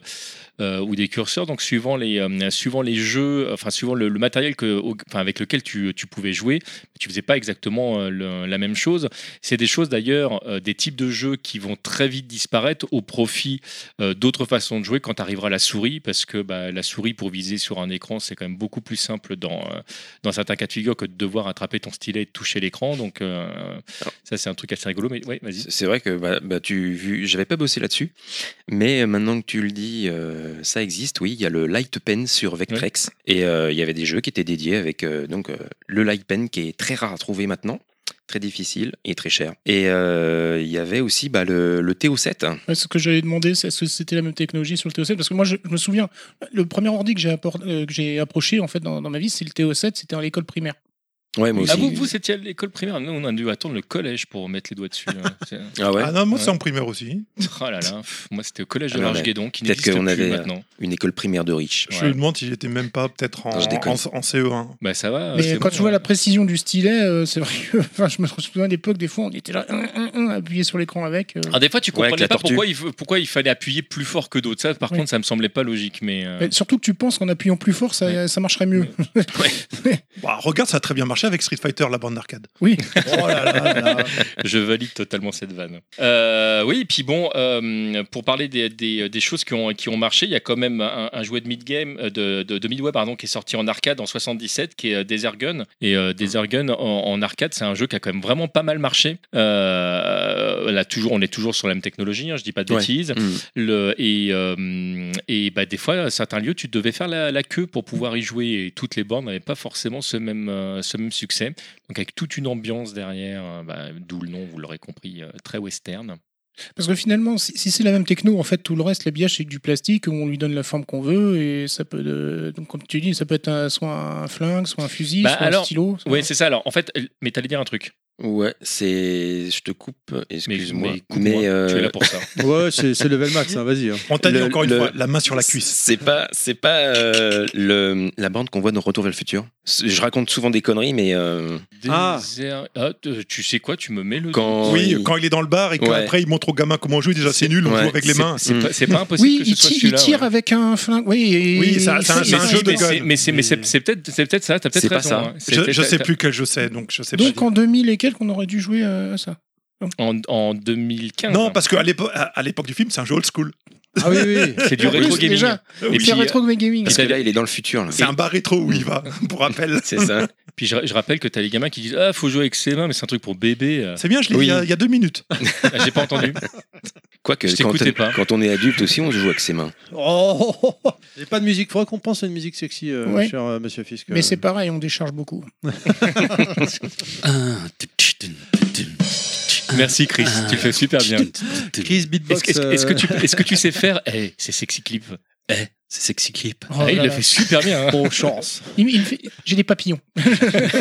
Speaker 3: euh, ou des curseurs. Donc, suivant les, euh, suivant les jeux, enfin, suivant le, le matériel que, au- enfin, avec lequel tu, tu pouvais jouer, tu faisais pas exactement euh, le- la même chose. C'est des choses, d'ailleurs, euh, des types de jeux qui vont très vite disparaître au profit euh, d'autres façons de jouer quand arrivera la souris, parce que bah, la souris pour viser sur un écran, c'est quand même beaucoup plus simple dans, euh, dans certains cas de figure que de devoir attraper ton stylet et de toucher l'écran. Donc, euh, ça, c'est un truc assez rigolo. Mais ouais, vas-y.
Speaker 8: C'est c'est vrai que bah, bah, tu, vu- j'avais pas bossé là-dessus, mais euh, maintenant que tu le dis, euh, ça existe. Oui, il y a le light pen sur Vectrex et euh, il y avait des jeux qui étaient dédiés avec euh, donc euh, le light pen qui est très rare à trouver maintenant, très difficile et très cher. Et euh, il y avait aussi bah, le, le TO7. hein.
Speaker 6: Ouais, ce que j'allais demander, c'est est-ce que c'était la même technologie sur le TO7 Parce que moi, je, je me souviens, le premier ordi que j'ai appor- euh, que j'ai approché en fait dans, dans ma vie, c'est le TO7. C'était à l'école primaire.
Speaker 8: Ouais, moi
Speaker 3: Ah,
Speaker 8: aussi.
Speaker 3: vous, vous étiez à l'école primaire. Nous, on a dû attendre le collège pour mettre les doigts dessus. là. C'est- euh,
Speaker 8: Ah ouais.
Speaker 2: Ah non, moi
Speaker 3: Ouais.
Speaker 2: c'est en primaire aussi.
Speaker 3: oh là là. pff, Moi, c'était au collège de
Speaker 8: Ah non, mais
Speaker 3: Larguédon qui
Speaker 8: peut-être
Speaker 3: n'existe
Speaker 8: qu'on
Speaker 3: plus
Speaker 8: avait, euh,
Speaker 3: maintenant.
Speaker 8: Une école primaire de riches.
Speaker 2: Je
Speaker 3: Ouais.
Speaker 2: me demande si j'étais même pas peut-être en,
Speaker 8: Non, je déconne.
Speaker 2: en- E en CE1.
Speaker 3: Bah, ça va.
Speaker 6: Mais
Speaker 3: c'est
Speaker 6: quand
Speaker 3: bon,
Speaker 6: tu vois
Speaker 3: ouais.
Speaker 6: la précision du stylet, euh, c'est vrai. que- Enfin, je me souviens à l'époque, des fois, on était là, un, un, un, appuyé sur l'écran avec. euh.
Speaker 3: Alors, Ah, des fois, tu
Speaker 8: Ouais, avec
Speaker 3: comprenais
Speaker 8: la
Speaker 3: pas
Speaker 8: tortue.
Speaker 3: pourquoi il, f- pourquoi il fallait appuyer plus fort que d'autres. Ça, par
Speaker 6: Oui.
Speaker 3: contre, ça me semblait pas logique. Mais, euh,
Speaker 6: Mais surtout que tu penses qu'en appuyant plus fort, ça,
Speaker 3: Ouais.
Speaker 6: ça marcherait mieux.
Speaker 2: Bah, regarde, ça a très bien marché avec Street Fighter, la bande d'arcade.
Speaker 6: Oui.
Speaker 2: Oh là là là.
Speaker 3: Je valide totalement cette vanne. Euh, oui, et puis bon, euh, pour parler des, des- des choses qui ont, qui ont marché, il y a quand même un, un jouet de mid-game, euh, de, de, de midway, pardon, qui est sorti en arcade en 77, qui est euh, Desert Gun. Et euh, Desert
Speaker 8: Mm.
Speaker 3: Gun en, en arcade, c'est un jeu qui a quand même vraiment pas mal marché. Euh, là, toujours, on est toujours sur la même technologie, hein, je dis pas de
Speaker 8: Ouais.
Speaker 3: bêtises.
Speaker 8: Mm.
Speaker 3: Le, et euh, et bah, des fois, à certains lieux, tu devais faire la, la queue pour pouvoir y jouer. Et toutes les bornes n'avaient pas forcément ce même, euh, ce même succès. Donc, avec toute une ambiance derrière, euh, bah, d'où le nom, vous l'aurez compris, euh, très western.
Speaker 6: Parce que finalement, si, si c'est la même techno, en fait, tout le reste, l'habillage, c'est que du plastique, on lui donne la forme qu'on veut, et ça peut, euh, donc, comme tu dis, ça peut être un- soit un flingue, soit un fusil,
Speaker 3: Bah,
Speaker 6: soit un
Speaker 3: alors-
Speaker 6: stylo. soit-
Speaker 3: Oui, c'est ça. Alors, en fait, elle- mais t'allais dire un truc.
Speaker 8: Ouais, c'est. Je te coupe,
Speaker 3: Mais,
Speaker 8: excuse-moi.
Speaker 3: mais coupe-moi,
Speaker 8: euh,
Speaker 3: tu es là pour ça.
Speaker 1: Ouais, c'est c'est level max, hein, vas-y. hein.
Speaker 2: On t'a dit
Speaker 8: Le-
Speaker 2: encore une
Speaker 8: le-
Speaker 2: fois, la main sur la cuisse.
Speaker 8: C'est pas, c'est pas euh, le, la bande qu'on voit dans Retour vers le futur. C'est- Je raconte souvent des conneries, mais euh,
Speaker 1: Ah.
Speaker 3: Desert- ah, t- tu sais quoi, tu me mets le.
Speaker 8: quand.
Speaker 2: Oui,
Speaker 8: il-
Speaker 2: quand il est dans le bar et qu'après
Speaker 8: Ouais.
Speaker 2: il montre aux gamins comment jouer, déjà c'est nul, on
Speaker 8: Ouais,
Speaker 2: joue avec les
Speaker 8: c'est-
Speaker 2: mains.
Speaker 3: C'est
Speaker 8: Mm.
Speaker 3: pas, c'est pas impossible
Speaker 6: Oui,
Speaker 3: que ce
Speaker 6: il,
Speaker 3: soit
Speaker 6: ti- il
Speaker 3: celui-là.
Speaker 6: tire
Speaker 3: ouais.
Speaker 6: avec un flingue. Oui, et-
Speaker 2: Oui, ça-
Speaker 6: il
Speaker 2: ça-
Speaker 6: fait-
Speaker 2: c'est un
Speaker 6: il
Speaker 2: jeu
Speaker 6: fait-
Speaker 2: de
Speaker 3: mais c'est-
Speaker 2: gun.
Speaker 3: mais c'est mais c'est- c'est peut-être c'est peut-être ça. T'as peut-être
Speaker 8: C'est pas
Speaker 3: raison.
Speaker 8: ça.
Speaker 3: hein. C'est
Speaker 2: Je,
Speaker 3: peut-être-
Speaker 2: je sais
Speaker 3: t'as-
Speaker 2: plus quel je sais, donc je sais pas.
Speaker 6: Donc en 2000 et quelques, on aurait dû jouer euh, à ça.
Speaker 3: En, en 2015.
Speaker 2: Non, parce qu'à l'époque à- à l'époque du film, c'est un jeu old school.
Speaker 1: Ah oui, oui.
Speaker 3: c'est du
Speaker 6: En plus,
Speaker 3: rétro gaming.
Speaker 6: Déjà,
Speaker 2: Euh,
Speaker 3: Et
Speaker 2: oui.
Speaker 6: c'est
Speaker 3: puis,
Speaker 6: rétro gaming.
Speaker 8: Parce que là, il est dans le futur. là.
Speaker 2: C'est un bar rétro où il va, pour rappel.
Speaker 8: C'est ça.
Speaker 3: Puis je, je rappelle que t'as les gamins qui disent Ah, faut jouer avec ses mains, mais c'est un truc pour bébé. euh.
Speaker 2: C'est bien, je l'ai dit hein.
Speaker 8: Oui.
Speaker 2: il y a- il y a deux minutes.
Speaker 3: Ah, J'ai pas entendu.
Speaker 8: Quoique,
Speaker 3: Je
Speaker 8: quand,
Speaker 3: t'écoutais pas.
Speaker 8: quand on est adulte aussi, on se joue avec ses mains.
Speaker 1: Oh, oh, oh, oh. J'ai pas de musique. Faudrait qu'on pense à une musique sexy, euh,
Speaker 6: Ouais.
Speaker 1: cher euh, Monsieur Fisk.
Speaker 6: Mais c'est pareil, on décharge beaucoup.
Speaker 7: Ah, tu- tu- tu- tu- tu- tu-
Speaker 3: Merci Chris, tu le fais super bien.
Speaker 1: Chris
Speaker 3: Est-ce
Speaker 1: Beatbox.
Speaker 3: que- est-ce que- est-ce que,
Speaker 1: euh,
Speaker 3: tu, est-ce que tu sais faire Eh, c'est sexy clip.
Speaker 7: Eh, c'est sexy clip.
Speaker 6: Oh
Speaker 3: Eh, il
Speaker 6: là
Speaker 3: le
Speaker 6: là.
Speaker 3: fait super bien. hein.
Speaker 1: Bon, Oh, chance.
Speaker 6: Il- il fait- J'ai des papillons.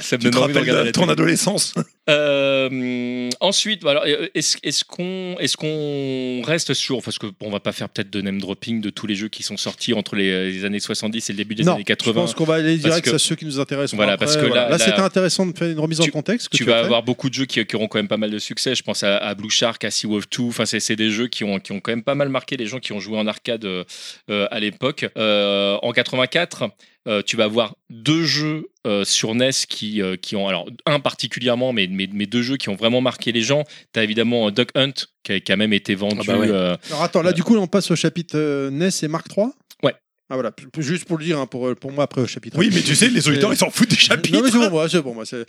Speaker 3: Ça me
Speaker 2: Tu
Speaker 3: donne
Speaker 2: te
Speaker 3: envie de
Speaker 2: rappelles
Speaker 3: regarder
Speaker 2: de
Speaker 3: la
Speaker 2: ton
Speaker 3: télé.
Speaker 2: adolescence
Speaker 3: Euh, hum, ensuite, bah alors, euh, est-ce est-ce qu'on est-ce qu'on reste sur parce que bon, on va pas faire peut-être de name dropping de tous les jeux qui sont sortis entre les, les années 70 et le début des
Speaker 1: non,
Speaker 3: années
Speaker 1: je
Speaker 3: 80.
Speaker 1: pense qu'on va aller
Speaker 3: parce
Speaker 1: direct
Speaker 3: que-
Speaker 1: à ceux qui nous intéressent.
Speaker 3: Voilà,
Speaker 1: Après,
Speaker 3: parce que là-
Speaker 1: là,
Speaker 3: là-
Speaker 1: c'était intéressant de faire une remise en
Speaker 3: Tu-
Speaker 1: contexte. que
Speaker 3: tu
Speaker 1: as
Speaker 3: vas
Speaker 1: fait.
Speaker 3: avoir beaucoup de jeux qui, qui auront quand même pas mal de succès. Je pense à, à Blue Shark, à Sea Wolf 2. Enfin, c'est c'est des jeux qui ont, qui ont quand même pas mal marqué les gens qui ont joué en arcade euh, euh, à l'époque. Euh, en 84, euh, tu vas avoir deux jeux euh, sur NES qui, euh, qui ont, alors un particulièrement, mais, mais, mais deux jeux qui ont vraiment marqué les gens. Tu as évidemment euh, Duck Hunt qui a, qui a même été vendu.
Speaker 8: Ah bah ouais.
Speaker 3: euh,
Speaker 1: Alors attends, là du coup, là, on passe au chapitre euh, NES et Mark 3
Speaker 3: Ouais.
Speaker 1: Ah voilà, p- juste pour le dire, hein, pour, euh, pour moi après au chapitre.
Speaker 2: Oui, mais tu sais, les auditeurs,
Speaker 1: Et-
Speaker 2: ils s'en foutent des chapitres.
Speaker 1: Non, mais c'est pour moi, c'est pour moi. c'est-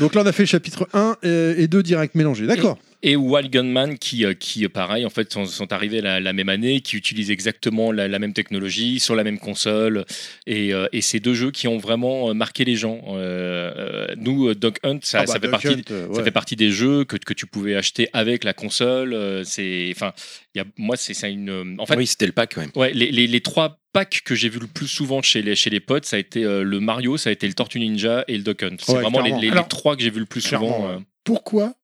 Speaker 1: Donc là, on a fait le chapitre 1 et, et 2 direct mélangés. D'accord.
Speaker 3: et Wild Gunman qui, euh, qui euh, pareil, en fait, sont, sont arrivés la, la même année, qui utilisent exactement la, la même technologie sur la même console. Et, euh, et ces deux jeux qui ont vraiment euh, marqué les gens. Euh, euh, nous, euh, Duck Hunt, ça,
Speaker 1: Ah bah,
Speaker 3: ça fait
Speaker 1: Duck
Speaker 3: partie.
Speaker 1: Hunt, euh,
Speaker 3: Ça
Speaker 1: ouais.
Speaker 3: fait partie des jeux que, que tu pouvais acheter avec la console. euh, c'est, enfin, il y a- moi, c'est ça une. euh, En fait,
Speaker 8: Oui, c'était le pack quand même.
Speaker 3: Ouais, les, les- les trois packs que j'ai vu le plus souvent chez les, chez les potes, ça a été euh, le Mario, ça a été le Tortue Ninja et le Duck Hunt. C'est
Speaker 1: Ouais,
Speaker 3: vraiment les,
Speaker 1: clairement.
Speaker 3: les- les
Speaker 6: Alors,
Speaker 3: trois que j'ai vu le plus souvent.
Speaker 1: clairement, ouais.
Speaker 3: euh.
Speaker 6: Pourquoi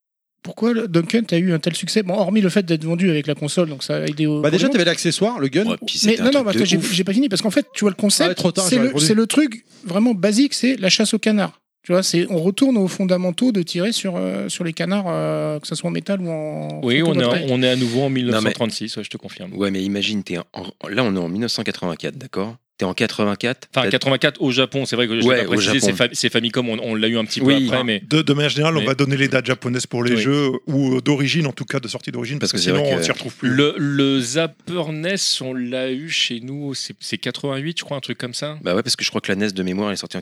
Speaker 6: pourquoi le Duncan a eu un tel succès Bon, hormis le fait d'être vendu avec la console, donc ça a aidé au.
Speaker 1: Bah déjà,
Speaker 6: au-
Speaker 1: t'avais l'accessoire, le gun.
Speaker 8: Ouais, puis
Speaker 6: Mais
Speaker 8: c'était
Speaker 6: non,
Speaker 8: un
Speaker 6: non,
Speaker 8: truc
Speaker 6: parce
Speaker 8: de
Speaker 6: que j'ai
Speaker 8: ouf.
Speaker 6: j'ai pas fini, parce qu'en fait, tu vois le
Speaker 1: Ah ouais,
Speaker 6: concept,
Speaker 1: trop tard,
Speaker 6: c'est
Speaker 1: j'aurais
Speaker 6: le,
Speaker 1: voulu.
Speaker 6: c'est le truc vraiment basique, c'est la chasse au canard. Tu vois, c'est on retourne aux fondamentaux de tirer sur, euh, sur les canards, euh, que ce soit en métal ou en.
Speaker 3: Oui, on est,
Speaker 6: photovoltaïque.
Speaker 3: on est à nouveau en 1936, ouais, je te confirme.
Speaker 8: Ouais, mais imagine, t'es en- en- là, on est en 1984, d'accord T'es en 84.
Speaker 3: Enfin,
Speaker 8: t'as-
Speaker 3: 84 au Japon, c'est vrai que je
Speaker 8: Ouais,
Speaker 3: l'ai pas
Speaker 8: au
Speaker 3: précisé,
Speaker 8: Japon.
Speaker 3: c'est, Fa- c'est Famicom, on, on l'a eu un petit peu
Speaker 8: Oui. Ah,
Speaker 3: après, mais
Speaker 2: De, de manière générale, on
Speaker 3: Mais-
Speaker 2: va donner les dates japonaises pour les
Speaker 3: Oui.
Speaker 2: jeux, ou euh, d'origine, en tout cas, de sortie d'origine, parce,
Speaker 8: Parce
Speaker 2: que,
Speaker 8: que c'est
Speaker 2: sinon,
Speaker 8: vrai
Speaker 2: on
Speaker 8: que-
Speaker 2: s'y retrouve plus.
Speaker 3: le, le Zapper NES, on l'a eu chez nous, c'est, c'est 88, je crois, un truc comme ça.
Speaker 8: Bah ouais, parce que je crois que la NES de mémoire elle est sortie en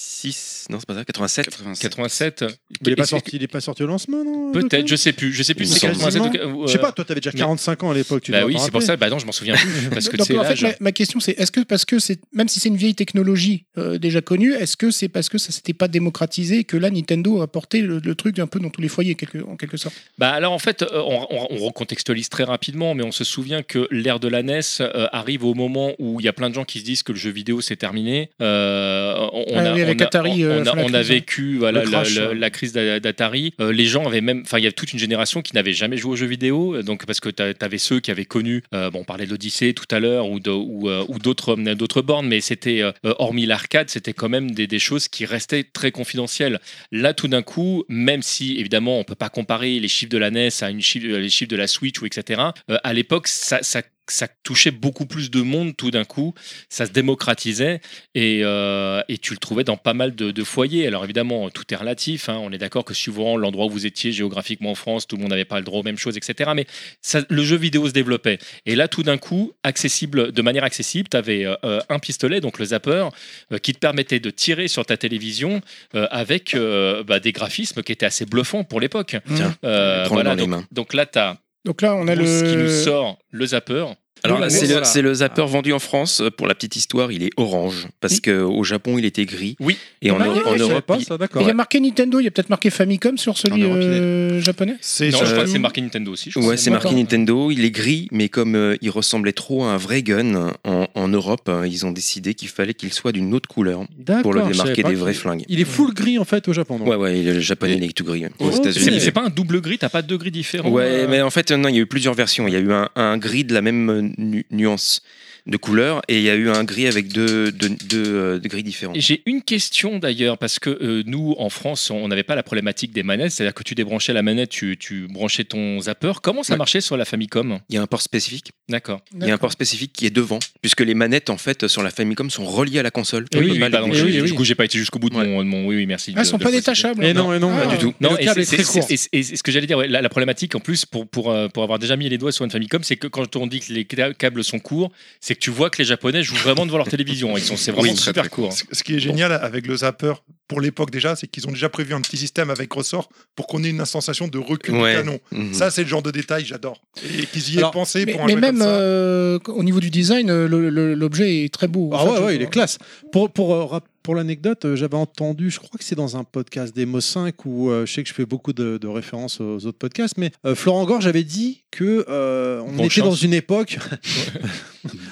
Speaker 8: 86. Non, c'est pas ça 87
Speaker 5: 87.
Speaker 3: 87.
Speaker 1: Il est, pas
Speaker 3: Et c'est-
Speaker 1: sorti, il est pas sorti au lancement, non Duck
Speaker 3: Peut-être,
Speaker 1: Hunt
Speaker 3: je sais plus, je sais plus
Speaker 8: Il
Speaker 3: si c'est
Speaker 8: me semble.
Speaker 3: 87 ou- euh,
Speaker 1: Je sais pas, toi, t'avais déjà
Speaker 3: mais-
Speaker 1: 45 ans à l'époque. tu
Speaker 3: Bah
Speaker 1: dois
Speaker 3: oui,
Speaker 1: t'en
Speaker 3: c'est pour
Speaker 1: rappeler.
Speaker 3: ça, bah non, je m'en souviens plus, parce que
Speaker 6: Donc,
Speaker 3: c'est
Speaker 6: en fait,
Speaker 3: l'âge.
Speaker 6: ma, ma question c'est est-ce que parce que c'est même si c'est une vieille technologie euh, déjà connue, est-ce que c'est parce que ça s'était pas démocratisé que là Nintendo a porté le, le truc un peu dans tous les foyers quelque- en quelque sorte
Speaker 3: Bah alors en fait, euh, on, on- on recontextualise très rapidement, mais on se souvient que l'ère de la NES euh, arrive au moment où il y a plein de gens qui se disent que le jeu vidéo c'est terminé. Euh, on, on
Speaker 6: Ah
Speaker 3: a,
Speaker 6: oui, avec
Speaker 3: on a-
Speaker 6: Atari,
Speaker 3: on-
Speaker 6: euh,
Speaker 3: on a-
Speaker 6: fin de la
Speaker 3: on a
Speaker 6: crise, hein. euh,
Speaker 3: vécu voilà,
Speaker 1: Le
Speaker 3: la,
Speaker 1: crash,
Speaker 3: la-
Speaker 1: ouais.
Speaker 3: euh, la crise d'A- d'Atari. Euh, les gens avaient même, enfin il y avait toute une génération qui n'avait jamais joué aux jeux vidéo, euh, donc parce que t'a- t'avais ceux qui avaient connu, euh, bon on parlait de l'Odyssée tout à l'heure ou de- ou, euh, ou d'autres d'autres bornes, mais c'était euh, hormis l'arcade, c'était quand même des- des choses qui restaient très confidentielles. Là, tout d'un coup, même si évidemment on peut pas comparer les chiffres de la NES à une chiffre- les chiffres de la Switch ou etc. euh, à l'époque, ça, ça- ça touchait beaucoup plus de monde tout d'un coup, ça se démocratisait et, euh, et tu le trouvais dans pas mal de, de foyers. Alors évidemment, tout est relatif. hein, on est d'accord que suivant l'endroit où vous étiez géographiquement en France, tout le monde n'avait pas le droit aux mêmes choses, etc. Mais ça- le jeu vidéo se développait. Et là, tout d'un coup, accessible de manière accessible, tu avais un pistolet, donc le zapper, euh, qui te permettait de tirer sur ta télévision euh, avec euh, bah, des graphismes qui étaient assez bluffants pour l'époque.
Speaker 8: Tiens,
Speaker 3: Euh,
Speaker 8: prends-le dans les
Speaker 3: donc,
Speaker 8: mains.
Speaker 3: donc là, tu as
Speaker 6: Donc là on a
Speaker 3: qui nous
Speaker 6: le
Speaker 3: sort le zapper.
Speaker 8: Alors là,
Speaker 3: Oui,
Speaker 8: c'est
Speaker 3: voilà.
Speaker 8: le, c'est le zapper vendu en France. Euh, Pour la petite histoire, il est orange. Parce
Speaker 6: Oui.
Speaker 8: qu'au Japon, il était gris.
Speaker 3: Oui. Ah
Speaker 8: Et en,
Speaker 6: Bah,
Speaker 8: Eu-
Speaker 6: oui,
Speaker 8: en
Speaker 6: oui, je
Speaker 1: Je savais
Speaker 8: Europe,
Speaker 1: pas
Speaker 8: il-
Speaker 1: ça,
Speaker 6: il
Speaker 1: d'accord.
Speaker 6: y a marqué Nintendo, il y a peut-être marqué Famicom sur celui
Speaker 5: En Europe, il est-
Speaker 6: euh, japonais.
Speaker 2: C'est
Speaker 3: Non, je crois
Speaker 8: euh,
Speaker 3: que c'est marqué Nintendo aussi. je crois.
Speaker 8: ouais, c'est marqué
Speaker 6: D'accord.
Speaker 8: Nintendo. Il est gris, mais comme euh, il ressemblait trop à un vrai gun en, en Europe, euh, ils ont décidé qu'il fallait qu'il soit d'une autre couleur pour le démarquer des vrais flingues.
Speaker 1: Il est full gris en fait au Japon. donc. Oh,
Speaker 8: Ouais, ouais, il est- le japonais, il est tout gris.
Speaker 5: Aux États-Unis.
Speaker 3: C'est c'est pas un double gris, t'as pas de gris différent.
Speaker 8: Ouais,
Speaker 3: euh,
Speaker 8: mais en fait, euh, non, il y a eu plusieurs versions. Il y a eu un, un gris de la même euh, nu- nuance de couleur et il y a eu un gris avec deux, deux, deux, euh, deux gris différents.
Speaker 3: Et J'ai une question d'ailleurs, parce que euh, nous, en France, on n'avait pas la problématique des manettes, c'est-à-dire que tu débranchais la manette, tu, tu branchais ton zapper. Comment ça
Speaker 8: Ouais.
Speaker 3: marchait sur la Famicom
Speaker 8: Il y a un port spécifique.
Speaker 3: D'accord.
Speaker 8: Il y a un port spécifique qui est devant, puisque les manettes, en fait, sur la Famicom sont reliées à la console.
Speaker 3: Oui,
Speaker 8: On
Speaker 3: oui,
Speaker 8: peut pas
Speaker 3: pardon,
Speaker 8: les-
Speaker 3: je-
Speaker 1: oui,
Speaker 3: je-
Speaker 1: oui.
Speaker 3: Du coup, j'ai pas été jusqu'au bout de
Speaker 8: Ouais.
Speaker 3: mon, de mon- Oui, oui, merci.
Speaker 6: Ah, ils
Speaker 3: de-
Speaker 6: sont
Speaker 3: de
Speaker 6: pas
Speaker 3: préciser.
Speaker 6: détachables.
Speaker 1: Et non, et non,
Speaker 6: Ah.
Speaker 1: pas du tout.
Speaker 3: Non,
Speaker 1: Le
Speaker 3: et
Speaker 1: câble
Speaker 3: c'est-
Speaker 1: est très
Speaker 3: c'est-
Speaker 1: court.
Speaker 3: c'est- c'est- c'est- ce que j'allais dire, ouais, la, la problématique en plus pour, pour, euh, pour avoir déjà mis les doigts sur une Famicom, c'est que quand on dit que les cla- câbles sont courts, c'est que tu vois que les Japonais jouent vraiment devant leur télévision. Ils sont, c'est vraiment
Speaker 5: Oui, très,
Speaker 3: super
Speaker 5: très
Speaker 3: court. hein.
Speaker 2: Ce ce qui est génial avec le zapper, pour l'époque déjà, c'est qu'ils ont déjà prévu un petit système avec ressort pour qu'on ait une sensation de recul
Speaker 8: Ouais.
Speaker 2: du canon.
Speaker 8: Mhm.
Speaker 2: Ça, c'est le genre de détail, j'adore. Et qu'ils y aient
Speaker 1: Alors,
Speaker 2: pensé
Speaker 6: Mais,
Speaker 2: pour un
Speaker 6: mais
Speaker 2: jeu
Speaker 6: même
Speaker 2: comme ça.
Speaker 6: euh, au niveau du design, euh, le- le- l'objet est très beau.
Speaker 1: Ah
Speaker 6: Enfin,
Speaker 1: ouais,
Speaker 6: je-
Speaker 1: ouais, il est classe. Pour, pour, euh, rap- pour l'anecdote, euh, j'avais entendu, je crois que c'est dans un podcast d'Emo 5 où euh, je sais que je fais beaucoup de, de références aux autres podcasts, mais euh, Florent Gorge avait dit que euh, on
Speaker 3: Bonne
Speaker 1: était
Speaker 3: chance.
Speaker 1: dans une époque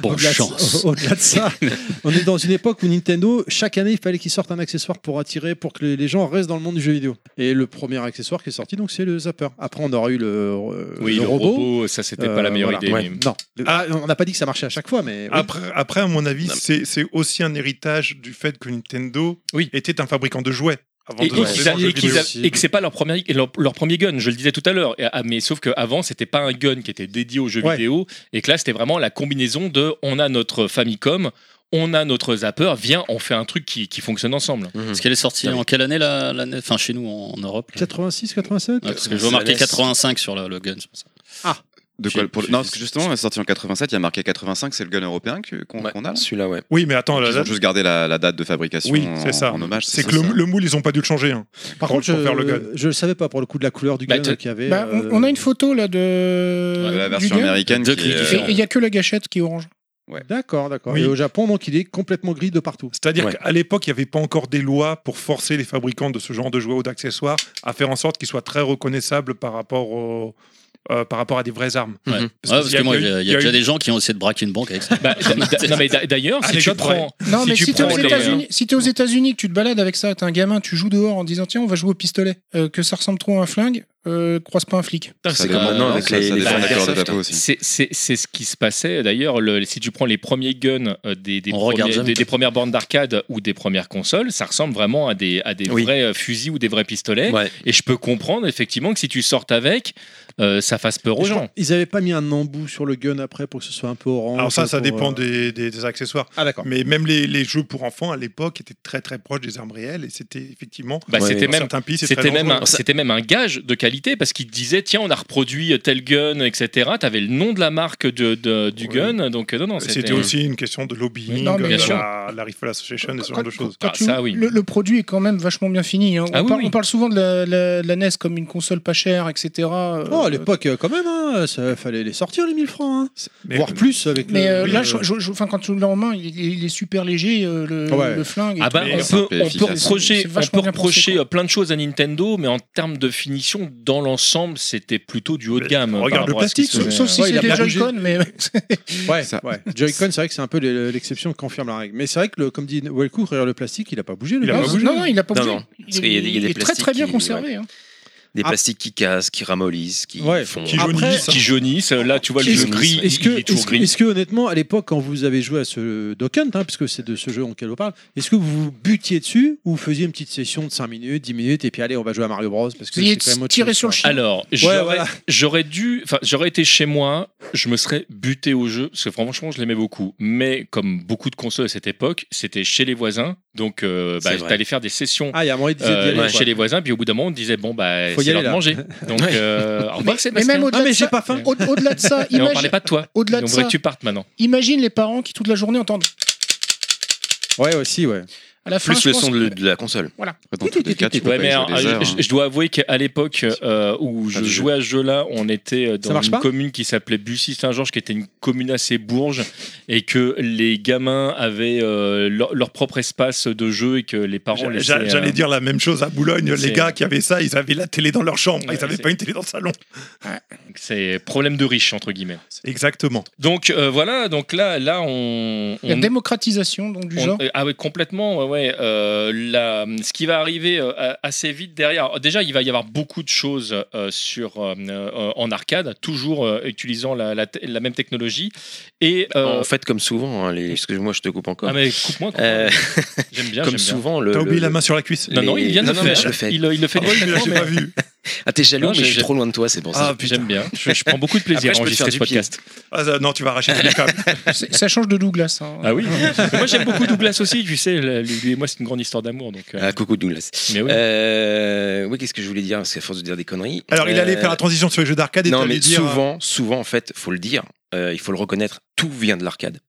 Speaker 7: Bonne
Speaker 1: Au-delà de-
Speaker 7: chance.
Speaker 1: au- Au-delà de ça, on est dans une époque où Nintendo, chaque année, il fallait qu'ils sortent un accessoire pour attirer, pour que les, les gens restent dans le monde du jeu vidéo. Et le premier accessoire qui est sorti, donc, c'est le zapper. Après, on aura eu le, euh,
Speaker 3: Oui, le, robot, ça c'était pas la
Speaker 1: Euh,
Speaker 3: meilleure
Speaker 1: voilà.
Speaker 3: idée.
Speaker 1: Ouais.
Speaker 3: mais-
Speaker 1: Non. Le-
Speaker 2: Ah.
Speaker 1: on n'a pas dit que ça marchait à chaque fois, mais. oui.
Speaker 2: Après, après, à mon avis,
Speaker 8: Non, mais-
Speaker 2: c'est c'est aussi un héritage du fait que Nintendo
Speaker 3: Oui.
Speaker 2: était un fabricant de jouets. Avant
Speaker 3: Et,
Speaker 2: de
Speaker 3: et
Speaker 2: lancer
Speaker 3: qu'ils a-
Speaker 2: les jeux
Speaker 3: et qu'ils
Speaker 2: vidéo.
Speaker 3: a- et que c'est pas leur premier, leur, leur premier gun, je le disais tout à l'heure. Et- ah, Mais sauf qu'avant, c'était pas un gun qui était dédié aux jeux
Speaker 1: Ouais.
Speaker 3: vidéo. Et que là, c'était vraiment la combinaison de on a notre Famicom, on a notre Zapper, viens, on fait un truc qui, qui fonctionne ensemble.
Speaker 7: Parce qu'elle est sortie en quelle année, la, la NES Enfin, chez nous, en, en Europe. là.
Speaker 1: 86, 87
Speaker 7: Ouais, parce que je vois marqué 85 sur le, le gun. c'est pour ça.
Speaker 5: De quoi pour... Non, parce que justement, elle est sortie en 87, il y a marqué 85, c'est le gun européen que- qu'on
Speaker 8: Ouais,
Speaker 5: qu'on a. là.
Speaker 8: Celui-là, ouais.
Speaker 2: Oui, mais attends, la
Speaker 5: Ils ont
Speaker 2: date.
Speaker 5: juste gardé la, la date de fabrication
Speaker 2: Oui,
Speaker 5: en,
Speaker 2: c'est ça.
Speaker 5: en hommage.
Speaker 2: C'est
Speaker 5: Ah, ça,
Speaker 2: que le,
Speaker 5: ça.
Speaker 2: le moule, ils ont pas dû le changer. hein.
Speaker 1: Par
Speaker 2: Pour-
Speaker 1: contre,
Speaker 2: pour faire le gun.
Speaker 1: je, je le savais pas pour le coup de la couleur du
Speaker 3: Bah,
Speaker 1: gun
Speaker 3: t'as-
Speaker 1: qu'il y avait.
Speaker 6: Bah, on,
Speaker 1: euh,
Speaker 6: on a une photo là de.
Speaker 5: la
Speaker 6: du
Speaker 5: version
Speaker 6: gars.
Speaker 5: américaine
Speaker 7: Deux
Speaker 5: qui
Speaker 7: clics
Speaker 5: est, euh,
Speaker 6: Et il n'y a que la gâchette qui est orange.
Speaker 1: D'accord, d'accord.
Speaker 2: Oui.
Speaker 1: Et au Japon, donc, il est complètement gris de partout.
Speaker 2: C'est-à-dire
Speaker 8: Ouais.
Speaker 2: qu'à l'époque, il n'y avait pas encore des lois pour forcer les fabricants de ce genre de jouets ou d'accessoires à faire en sorte qu'ils soient très reconnaissables par rapport, au- euh, par rapport à des vraies armes.
Speaker 7: Ouais. Ouais, Parce,
Speaker 2: qu'il y
Speaker 7: que
Speaker 2: a
Speaker 7: moi,
Speaker 2: eu-
Speaker 7: il y a, il y a
Speaker 2: eu-
Speaker 7: déjà des gens qui ont essayé de braquer une banque avec ça.
Speaker 3: Bah, d'a- d'a- non, mais d'a- d'ailleurs, si tu
Speaker 2: Anecdote
Speaker 3: prends.
Speaker 6: Non,
Speaker 3: Si
Speaker 6: mais
Speaker 3: tu
Speaker 6: si t'es
Speaker 3: prends
Speaker 6: aux
Speaker 3: les-
Speaker 6: États-Unis, si t'es aux États-Unis, que tu te balades avec ça, t'es un gamin, tu joues dehors en disant tiens, on va jouer au pistolet, euh, que ça ressemble trop à un flingue, euh, croise pas un flic.
Speaker 8: Putain,
Speaker 5: ça
Speaker 8: c'est comme
Speaker 5: dépend-
Speaker 8: maintenant
Speaker 5: non,
Speaker 8: avec
Speaker 5: ça-
Speaker 8: les,
Speaker 5: ça
Speaker 8: les
Speaker 5: dépend
Speaker 8: fans
Speaker 5: des couleurs de la
Speaker 8: d'Airsoft.
Speaker 5: peau aussi.
Speaker 3: C'est- C'est c'est ce qui se passait. D'ailleurs, le- si tu prends les premiers guns euh, des, des,
Speaker 7: On regarde
Speaker 3: premiers-
Speaker 7: jamais.
Speaker 3: des- des premières bornes d'arcade ou des premières consoles, ça ressemble vraiment à des, à des
Speaker 8: Oui.
Speaker 3: vrais euh, fusils ou des vrais pistolets.
Speaker 8: Ouais.
Speaker 3: Et je peux comprendre effectivement que si tu sortes avec, euh, ça fasse peur aux
Speaker 1: Je
Speaker 3: gens.
Speaker 1: crois- Ils n'avaient pas mis un embout sur le gun après pour que ce soit un peu orange.
Speaker 2: Alors ça, ça
Speaker 1: pour,
Speaker 2: dépend
Speaker 1: euh,
Speaker 2: des, des- des accessoires.
Speaker 1: Ah, d'accord.
Speaker 2: Mais même les, les jeux pour enfants à l'époque étaient très très proches des armes réelles et c'était effectivement.
Speaker 3: Bah,
Speaker 8: Ouais,
Speaker 3: c'était
Speaker 2: dans
Speaker 3: même
Speaker 2: certains pays, c'est très
Speaker 3: c'était même,
Speaker 2: dangereux.
Speaker 3: un, c'était même un gage de qualité parce qu'il disait tiens on a reproduit tel gun etc t'avais le nom de la marque de, de- du
Speaker 2: Oui.
Speaker 3: gun donc euh, non non
Speaker 2: C'était aussi une question de lobbying,
Speaker 6: Non, mais-
Speaker 2: euh,
Speaker 3: Bien sûr.
Speaker 2: la, la Rifle Association et ce genre de choses.
Speaker 3: Ah,
Speaker 6: tu-
Speaker 3: ça, oui.
Speaker 6: le, le produit est quand même vachement bien fini. hein.
Speaker 3: Ah
Speaker 6: on,
Speaker 3: oui,
Speaker 6: parle-
Speaker 3: oui.
Speaker 6: on parle souvent de la, la- la NES comme une console pas chère, etc. euh,
Speaker 1: Oh, à l'époque, euh, quand même, hein, ça fallait les sortir les 1000 francs, hein.
Speaker 2: Mais-
Speaker 1: voire plus avec.
Speaker 6: Mais
Speaker 1: le-
Speaker 6: euh,
Speaker 1: le-
Speaker 6: là, je- je- je- enfin, quand tu l'as en main, il, est- il est super léger, euh, le,
Speaker 1: Ouais.
Speaker 6: le flingue. et
Speaker 3: Ah bah,
Speaker 6: tout.
Speaker 2: Mais
Speaker 3: on,
Speaker 2: c'est
Speaker 3: peut,
Speaker 5: simple et
Speaker 3: on peut
Speaker 5: efficace.
Speaker 3: reprocher,
Speaker 6: C'est
Speaker 3: on
Speaker 6: vachement
Speaker 3: peut
Speaker 6: bien pensé,
Speaker 3: reprocher
Speaker 6: quoi.
Speaker 3: euh, plein de choses à Nintendo, mais en termes de finition, dans l'ensemble, c'était plutôt du haut de
Speaker 2: Mais
Speaker 3: gamme. euh, par
Speaker 2: regarde le
Speaker 3: rapport à ce
Speaker 2: plastique,
Speaker 3: qui se
Speaker 6: Sauf,
Speaker 3: faisait.
Speaker 6: sauf si
Speaker 1: Ouais, il a
Speaker 6: c'est des
Speaker 1: bien bougé.
Speaker 6: Joy-Con, mais
Speaker 1: Ouais,
Speaker 5: Ça-
Speaker 1: ouais. Joy-Con, c'est vrai que c'est un peu l'e- l'exception qui confirme la règle. Mais c'est vrai que, le, comme dit Wellcourt, derrière le plastique, il a pas bougé. Le
Speaker 2: Il a
Speaker 1: gars.
Speaker 2: pas bougé.
Speaker 6: non, non, il a pas
Speaker 8: Non,
Speaker 6: bougé.
Speaker 8: non. Parce
Speaker 6: Il,
Speaker 8: qu'il y a des- il y a des
Speaker 6: est très très
Speaker 8: plastiques
Speaker 6: bien
Speaker 8: qui-
Speaker 6: conservé. hein.
Speaker 8: Des
Speaker 1: Ah.
Speaker 8: plastiques qui cassent, qui ramollissent, qui
Speaker 1: Ouais.
Speaker 8: font.
Speaker 2: Qui
Speaker 1: Après-
Speaker 2: jaunissent.
Speaker 3: Qui jaunissent, là tu vois le
Speaker 1: Est-ce-
Speaker 3: jeu gris,
Speaker 1: Est-ce que,
Speaker 3: il est toujours
Speaker 1: est-ce que-
Speaker 3: gris.
Speaker 1: est-ce que, honnêtement, à l'époque, quand vous avez joué à ce Dokkan, hein, puisque c'est de ce jeu auquel on parle, est-ce que vous vous butiez dessus ou vous faisiez une petite session de 5 minutes, 10 minutes, et puis allez, on va jouer à Mario Bros. Parce que
Speaker 6: Vous
Speaker 1: c'est
Speaker 6: y
Speaker 1: quand même autre
Speaker 6: tirez
Speaker 1: chose,
Speaker 6: sur le
Speaker 1: quoi.
Speaker 6: chien.
Speaker 3: Alors, j'aurais,
Speaker 1: voilà.
Speaker 3: j'aurais dû, enfin, j'aurais été chez moi, je me serais buté au jeu, parce que franchement, je l'aimais beaucoup. Mais comme beaucoup de consoles à cette époque, c'était chez les voisins, donc euh, bah,
Speaker 8: C'est vrai.
Speaker 3: t'allais faire des sessions.
Speaker 1: Ah, il y a un moment, il disait d'y
Speaker 3: euh,
Speaker 1: aller,
Speaker 3: chez
Speaker 1: quoi.
Speaker 3: les voisins, puis au bout d'un moment, on te disait bon bah
Speaker 1: Faut y
Speaker 3: c'est l'heure
Speaker 1: aller,
Speaker 3: de
Speaker 1: là.
Speaker 3: manger. Donc, euh, au revoir,
Speaker 6: Mais- mais
Speaker 3: Sébastien.
Speaker 6: même au-delà
Speaker 1: Ah,
Speaker 6: de
Speaker 1: mais j'ai
Speaker 6: ça,
Speaker 1: pas faim.
Speaker 6: au- au-delà de ça,
Speaker 3: Et on
Speaker 6: imagine,
Speaker 3: parlait pas de toi.
Speaker 6: au-delà de
Speaker 3: on voudrait
Speaker 6: ça.
Speaker 3: que tu partes maintenant.
Speaker 6: imagine les parents qui toute la journée entendent
Speaker 1: Ouais, aussi, ouais.
Speaker 6: à la fin.
Speaker 8: Plus
Speaker 6: je
Speaker 8: le
Speaker 6: pense
Speaker 8: son
Speaker 6: que-
Speaker 8: de, de la console.
Speaker 5: Après, Dans tous les cas, tu peux
Speaker 3: Ouais,
Speaker 5: pas
Speaker 3: mais
Speaker 5: y jouer
Speaker 3: alors,
Speaker 5: des
Speaker 3: je,
Speaker 5: heures, hein.
Speaker 3: je- je dois avouer qu'à l'époque euh, où je
Speaker 5: du jeu.
Speaker 3: jouais à ce jeu-là, on était euh,
Speaker 1: Ça
Speaker 3: dans
Speaker 1: marche
Speaker 3: une
Speaker 1: pas
Speaker 3: commune qui s'appelait Bussy-Saint-Georges, qui était une commune assez bourge, et que les gamins avaient euh, leur, leur propre espace de jeu et que les parents
Speaker 2: J'a-
Speaker 3: laissaient.
Speaker 2: j'a- J'allais
Speaker 3: euh,
Speaker 2: dire la même chose à Boulogne.
Speaker 3: c'est-
Speaker 2: Les gars qui avaient ça, ils avaient la télé dans leur chambre.
Speaker 3: Ouais,
Speaker 2: ils n'avaient
Speaker 3: c'est-
Speaker 2: pas une télé dans le salon.
Speaker 3: C'est problème de riche entre guillemets.
Speaker 2: Exactement.
Speaker 3: Donc euh, voilà, donc là, là on.
Speaker 6: La
Speaker 3: on-
Speaker 6: démocratisation donc du
Speaker 3: on-
Speaker 6: genre.
Speaker 3: euh, ah ouais, complètement. ouais, ouais, euh, la- ce qui va arriver euh, a- assez vite derrière. Alors, Déjà, il va y avoir beaucoup de choses euh, sur euh, euh, en arcade, toujours euh, utilisant la, la te- la même technologie. Et euh,
Speaker 8: En fait, comme souvent, hein, les... excuse-moi, je te coupe encore.
Speaker 3: ah mais coupe-moi. coupe-moi.
Speaker 8: Euh,
Speaker 3: J'aime bien. j'aime
Speaker 8: comme
Speaker 3: bien.
Speaker 8: souvent, le.
Speaker 2: T'as oublié
Speaker 8: le-
Speaker 2: la main sur la cuisse
Speaker 3: Non, non, il vient de
Speaker 8: Non,
Speaker 3: le
Speaker 8: non, mais
Speaker 3: faire.
Speaker 8: je le fais.
Speaker 3: Il, il le fait
Speaker 2: Ah oui, mais là,
Speaker 3: complètement,
Speaker 2: j'ai
Speaker 3: mais-
Speaker 2: pas vu.
Speaker 8: Ah, t'es jaloux,
Speaker 3: Non,
Speaker 8: mais je
Speaker 3: j'ai-
Speaker 8: suis trop loin de toi, c'est pour ça.
Speaker 2: Ah putain.
Speaker 3: J'aime bien. Je, je prends beaucoup de plaisir
Speaker 8: Après,
Speaker 3: à
Speaker 8: je peux te
Speaker 3: enregistrer ce
Speaker 8: faire du pied.
Speaker 3: podcast.
Speaker 2: Ah, ça, non, tu vas arracher ton câble.
Speaker 6: C'est- Ça change de Douglas. hein.
Speaker 3: Ah oui. Mais moi, j'aime beaucoup Douglas aussi. Tu sais, le- lui et moi, c'est une grande histoire d'amour. Donc, euh,
Speaker 8: Ah, coucou Douglas.
Speaker 3: mais oui.
Speaker 8: Euh, oui, qu'est-ce que je voulais dire Parce qu'à force de dire des conneries.
Speaker 2: Alors, il allait
Speaker 8: euh,
Speaker 2: faire la transition sur les jeux d'arcade et
Speaker 8: Non,
Speaker 2: t'allais
Speaker 8: mais
Speaker 2: dire. euh,
Speaker 8: souvent, souvent, en fait, faut le dire, euh, il faut le reconnaître, tout vient de l'arcade.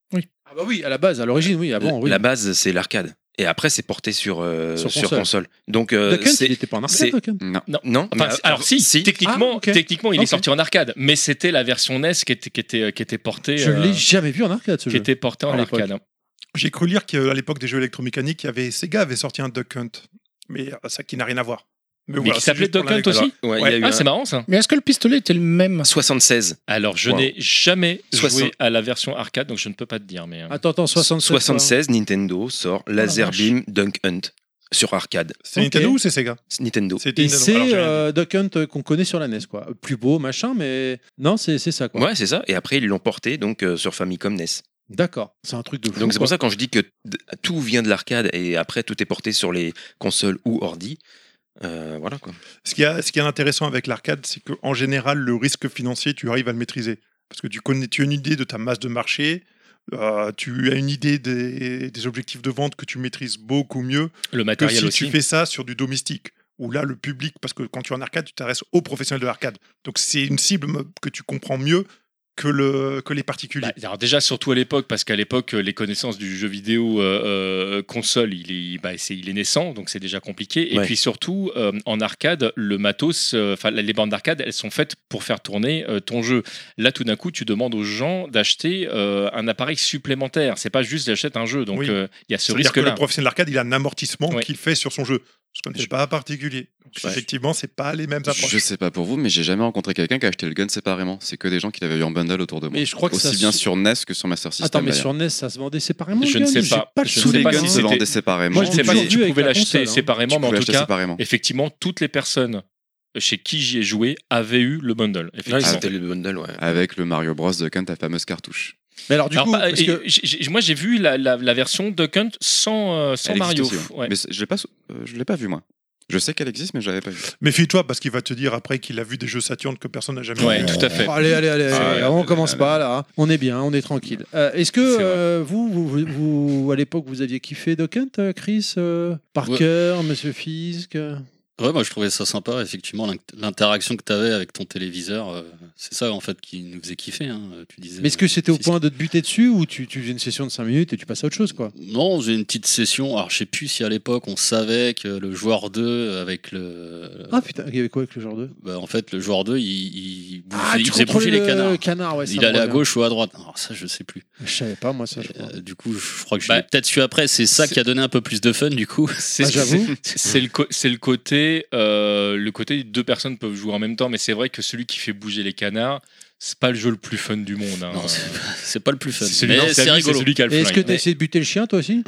Speaker 1: Ah, bah oui, à la base, à l'origine, oui, avant, oui.
Speaker 8: La base, c'est l'arcade. Et après, c'est porté sur, euh,
Speaker 1: Sur
Speaker 8: sur,
Speaker 1: console.
Speaker 8: console. Donc, euh,
Speaker 1: Dokkan,
Speaker 8: c'est-
Speaker 1: il n'était pas en
Speaker 8: c'est-
Speaker 1: arcade, Dokkan.
Speaker 5: Non.
Speaker 8: Non, mais euh,
Speaker 3: Enfin, alors si, techniquement,
Speaker 1: Ah, ok.
Speaker 3: techniquement, il est
Speaker 1: Ok.
Speaker 3: sorti en arcade, mais E c'était la version NES qui était qui était qui était portée,
Speaker 1: Je
Speaker 3: euh,
Speaker 1: l'ai jamais vu en arcade, ce
Speaker 3: qui
Speaker 1: jeu.
Speaker 3: était portée
Speaker 1: à
Speaker 3: en
Speaker 1: l'époque.
Speaker 3: arcade.
Speaker 2: J'ai cru lire qu'à l'époque des jeux électromécaniques, il y avait Sega avait sorti un Duck Hunt, mais euh, ça qui n'a rien à voir.
Speaker 3: Mais
Speaker 2: voilà,
Speaker 3: qui
Speaker 2: c'est
Speaker 3: s'appelait
Speaker 2: juste pour
Speaker 3: Duck Hunt
Speaker 2: l'anecdote.
Speaker 3: aussi
Speaker 8: Ouais,
Speaker 2: Ouais.
Speaker 8: il y a eu
Speaker 3: Ah,
Speaker 8: un-
Speaker 3: c'est marrant ça.
Speaker 6: Mais est-ce que le pistolet était le même
Speaker 8: 76.
Speaker 3: Alors, je
Speaker 8: Wow.
Speaker 3: n'ai jamais joué
Speaker 8: Soixante-
Speaker 3: à la version arcade, donc je ne peux pas te dire. Mais euh,
Speaker 1: Attends, attends, 76.
Speaker 2: hein.
Speaker 8: 76, Nintendo sort Laser
Speaker 6: vache.
Speaker 8: Beam Dunk Hunt sur arcade.
Speaker 2: C'est
Speaker 1: Ok.
Speaker 2: Nintendo ou c'est Sega
Speaker 8: C'est Nintendo.
Speaker 2: C'était
Speaker 1: Et
Speaker 2: Nintendo. Alors,
Speaker 1: c'est
Speaker 2: j'ai rien
Speaker 1: euh, Duck Hunt qu'on connaît sur la NES, quoi. Plus beau, machin, mais non, c'est c'est ça, quoi.
Speaker 8: euh, Ouais, c'est ça. Et après, ils l'ont porté donc euh, sur Famicom NES.
Speaker 1: D'accord. C'est un truc de fou.
Speaker 8: Donc c'est pour
Speaker 1: quoi.
Speaker 8: ça quand je dis que d- tout vient de l'arcade et après tout est porté sur les consoles ou ordi. euh, voilà quoi.
Speaker 2: Ce qui, est, ce qui est intéressant avec l'arcade, c'est qu'en général, le risque financier, tu arrives à le maîtriser. Parce que tu, connais, tu as une idée de ta masse de marché, euh, tu as une idée des, des objectifs de vente que tu maîtrises beaucoup mieux
Speaker 3: le
Speaker 2: que
Speaker 3: matériel
Speaker 2: si
Speaker 3: aussi.
Speaker 2: tu fais ça sur du domestique. Où là, le public, parce que quand tu es en arcade, tu t'adresses aux professionnels de l'arcade. Donc c'est une cible me- que tu comprends mieux que, le, que les particuliers.
Speaker 3: Bah, alors déjà surtout à l'époque parce qu'à l'époque euh, les connaissances du jeu vidéo euh, euh, console il est bah, c'est- il est naissant donc c'est déjà compliqué et
Speaker 8: Ouais.
Speaker 3: puis surtout euh, en arcade le matos euh, enfin les bandes d'arcade elles sont faites pour faire tourner euh, ton jeu là tout d'un coup tu demandes aux gens d'acheter euh, un appareil supplémentaire c'est pas juste j'achète un jeu donc euh,
Speaker 2: Oui.
Speaker 3: il y a ce
Speaker 2: C'est-à-dire
Speaker 3: risque
Speaker 2: que le
Speaker 3: là
Speaker 2: professionnel de l'arcade, il a un amortissement
Speaker 3: Ouais.
Speaker 2: qu'il fait sur son jeu. Ce qu'on ne fait pas à particulier. Donc,
Speaker 8: Ouais.
Speaker 2: Effectivement, c'est pas les mêmes approches.
Speaker 5: Je sais pas pour vous, mais j'ai jamais rencontré quelqu'un qui a acheté le gun séparément. C'est que des gens qui l'avaient eu en bundle autour de moi.
Speaker 1: Mais je crois que ça
Speaker 5: Aussi
Speaker 1: se-
Speaker 5: bien sur NES que sur Master System.
Speaker 1: Attends, mais
Speaker 5: d'ailleurs.
Speaker 1: sur NES, ça se vendait séparément
Speaker 3: Je
Speaker 1: le
Speaker 3: ne
Speaker 1: gun
Speaker 3: sais
Speaker 1: J'ai
Speaker 3: pas.
Speaker 1: le
Speaker 3: Je ne
Speaker 5: Tous
Speaker 1: souvenir.
Speaker 3: sais
Speaker 5: les
Speaker 3: pas
Speaker 5: guns
Speaker 3: si
Speaker 5: se
Speaker 3: c'était-
Speaker 5: vendaient séparément.
Speaker 3: moi je ne sais pas si
Speaker 1: Aujourd'hui,
Speaker 3: tu
Speaker 1: avec
Speaker 3: pouvais
Speaker 1: la
Speaker 3: l'acheter
Speaker 1: console, hein.
Speaker 3: séparément
Speaker 5: Tu
Speaker 3: mais en
Speaker 5: pouvais
Speaker 3: tout
Speaker 5: acheter
Speaker 3: cas
Speaker 5: séparément.
Speaker 3: effectivement toutes les personnes euh, chez qui j'y ai joué avaient eu le bundle effectivement.
Speaker 8: C'était le bundle,
Speaker 3: E
Speaker 8: ouais.
Speaker 5: Avec le Mario Bros de Kant, la fameuse cartouche.
Speaker 1: Mais alors, du
Speaker 3: Alors,
Speaker 1: coup,
Speaker 3: bah,
Speaker 1: parce
Speaker 3: et-
Speaker 1: que-
Speaker 3: j'ai- j'ai- moi j'ai vu la, la- la version Duck Hunt sans, euh, sans
Speaker 5: Elle existe
Speaker 3: Mario.
Speaker 5: aussi, ouais.
Speaker 3: Ouais.
Speaker 5: Mais c'est- je l'ai pas, sou- euh, je l'ai pas vu moi. Je sais qu'elle existe, mais je l'avais pas vu.
Speaker 2: Méfie-toi parce qu'il va te dire après qu'il a vu des jeux Saturn que personne n'a jamais
Speaker 3: Ouais,
Speaker 2: vu.
Speaker 3: tout à fait.
Speaker 1: Oh, allez, allez, allez,
Speaker 3: C'est
Speaker 7: Ah,
Speaker 1: allez,
Speaker 3: vrai.
Speaker 1: on commence pas là. hein. On est bien, on est tranquille. Euh, Est-ce que
Speaker 3: C'est vrai.
Speaker 1: euh, vous, vous, vous- vous, à l'époque, vous aviez kiffé Duck Hunt, euh, Chris euh, Parker, Monsieur Fisk euh
Speaker 7: Ouais, moi je trouvais ça sympa, effectivement, l'in- l'interaction que tu avais avec ton téléviseur, euh, c'est ça en fait qui nous faisait kiffer. hein, tu disais,
Speaker 1: Mais est-ce que c'était au
Speaker 7: Fisk.
Speaker 1: point de te buter dessus ou tu, tu faisais une session de 5 minutes et tu passais à autre chose, quoi
Speaker 7: Non, j'ai une petite session. Alors, je sais plus si à l'époque on savait que le joueur 2 avec le.
Speaker 1: Ah putain, il y avait quoi avec le genre 2
Speaker 7: Bah, en fait, le joueur 2, il, il, bougeait,
Speaker 1: Ah,
Speaker 7: il
Speaker 1: tu
Speaker 7: faisait
Speaker 1: contrôlais
Speaker 7: bouger les canards.
Speaker 1: le canard, ouais. ça
Speaker 7: il
Speaker 1: me
Speaker 7: allait à
Speaker 1: revient.
Speaker 7: gauche ou à droite. Alors, ça, je sais plus.
Speaker 1: Je savais pas, moi, ça. je crois.
Speaker 7: Euh, du coup, je crois que je
Speaker 3: Bah,
Speaker 7: l'ai peut-être su après. C'est ça
Speaker 3: c'est-
Speaker 7: qui a donné un peu plus de fun, du coup.
Speaker 3: C'est
Speaker 1: Ah, j'avoue.
Speaker 3: c'est- c'est le, co- c'est le côté, euh, le côté deux personnes peuvent jouer en même temps, mais c'est vrai que celui qui fait bouger les canards, c'est pas le jeu le plus fun du monde. hein.
Speaker 7: Non,
Speaker 3: Euh,
Speaker 7: c'est c'est pas le plus fun.
Speaker 3: c'est celui, non,
Speaker 7: Mais
Speaker 3: c'est
Speaker 7: c'est
Speaker 3: lui, c'est
Speaker 7: rigolo.
Speaker 3: celui qui a le
Speaker 1: Et est-ce que
Speaker 3: flingue.
Speaker 1: t'as essayé de buter le chien, toi aussi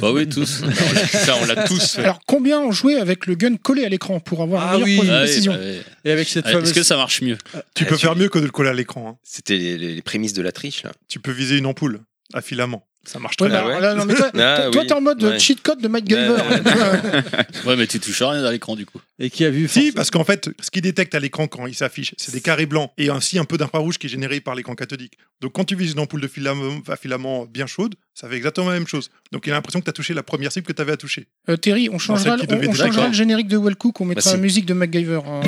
Speaker 7: Bah oui, tous. Ouais,
Speaker 3: Ça, on l'a tous fait.
Speaker 6: Alors combien ont joué avec le gun collé à l'écran pour avoir
Speaker 1: Ah
Speaker 6: un meilleur
Speaker 1: oui.
Speaker 6: point de
Speaker 7: bah
Speaker 6: précision
Speaker 7: ouais.
Speaker 1: Et avec cette
Speaker 7: Est-ce
Speaker 1: fameuse. Euh,
Speaker 7: que ça marche mieux
Speaker 2: Tu
Speaker 8: Ah,
Speaker 2: peux
Speaker 8: tu-
Speaker 2: faire mieux que de le coller à l'écran. hein.
Speaker 8: C'était les, les prémices de la triche là.
Speaker 2: Tu peux viser une ampoule à filament. Ça marche très
Speaker 6: Ouais,
Speaker 8: Ah
Speaker 2: bien.
Speaker 6: bah,
Speaker 8: ouais.
Speaker 6: là, non, mais toi,
Speaker 8: Ah
Speaker 6: toi, toi,
Speaker 8: oui.
Speaker 6: t'es en mode
Speaker 8: Ouais.
Speaker 6: cheat code de Mike Gulver.
Speaker 8: Ouais, ouais.
Speaker 7: Ouais, mais tu touches à rien à l'écran, du coup.
Speaker 1: Et qui a vu.
Speaker 2: Si, parce qu'en fait, ce qu'il détecte à l'écran quand il s'affiche, c'est des carrés blancs et ainsi un peu d'infrarouge qui est généré par l'écran cathodique. Donc quand tu vises une ampoule de filament, à filament bien chaude, ça fait exactement la même chose. Donc il a l'impression que tu as touché la première cible que tu avais à toucher.
Speaker 6: Euh, Terry, on changera,
Speaker 2: celle qui
Speaker 6: on-
Speaker 2: devait
Speaker 6: on
Speaker 2: être
Speaker 6: changera
Speaker 8: d'accord.
Speaker 6: le générique de Wellcook, on mettra
Speaker 8: Bah, c'est-
Speaker 6: la musique de MacGyver. hein.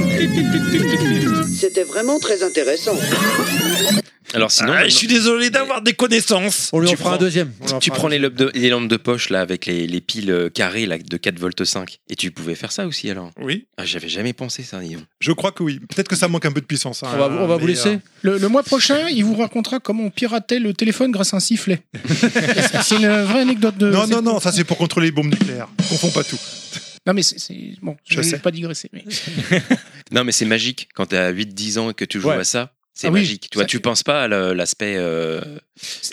Speaker 9: C'était vraiment très intéressant.
Speaker 8: Alors sinon,
Speaker 1: Ah,
Speaker 8: maintenant,
Speaker 2: désolé d'avoir des connaissances.
Speaker 1: On lui en
Speaker 8: Tu
Speaker 1: fera un
Speaker 8: prends-
Speaker 1: deuxième. On lui en
Speaker 8: tu
Speaker 1: fera un
Speaker 8: prends les, lobes de- les lampes de poche là avec les, les piles euh, carrées là, de 4 volts 5 et tu pouvais faire ça aussi alors.
Speaker 2: Oui,
Speaker 8: Ah, j'avais jamais pensé ça. dis donc.
Speaker 2: je crois que oui. Peut-être que ça manque un peu de puissance. hein,
Speaker 1: On va, on va vous
Speaker 2: mais,
Speaker 1: laisser.
Speaker 2: euh,
Speaker 6: Le, le mois prochain, il vous racontera comment on piratait le téléphone grâce à un sifflet. c'est une vraie anecdote de.
Speaker 2: Non,
Speaker 6: c'est-
Speaker 2: non, non, ça c'est pour contrôler les bombes nucléaires. Confonds pas tout.
Speaker 6: Non, mais c'est- c'est. Bon,
Speaker 2: Je
Speaker 6: je ne
Speaker 2: sais.
Speaker 6: vais pas digresser. mais-
Speaker 8: Non mais c'est magique quand t'as 8-10 ans et que tu joues
Speaker 1: Ouais.
Speaker 8: à ça. C'est
Speaker 6: Ah oui.
Speaker 8: magique. Tu vois,
Speaker 6: Ça-
Speaker 8: tu penses pas à le- l'aspect. euh,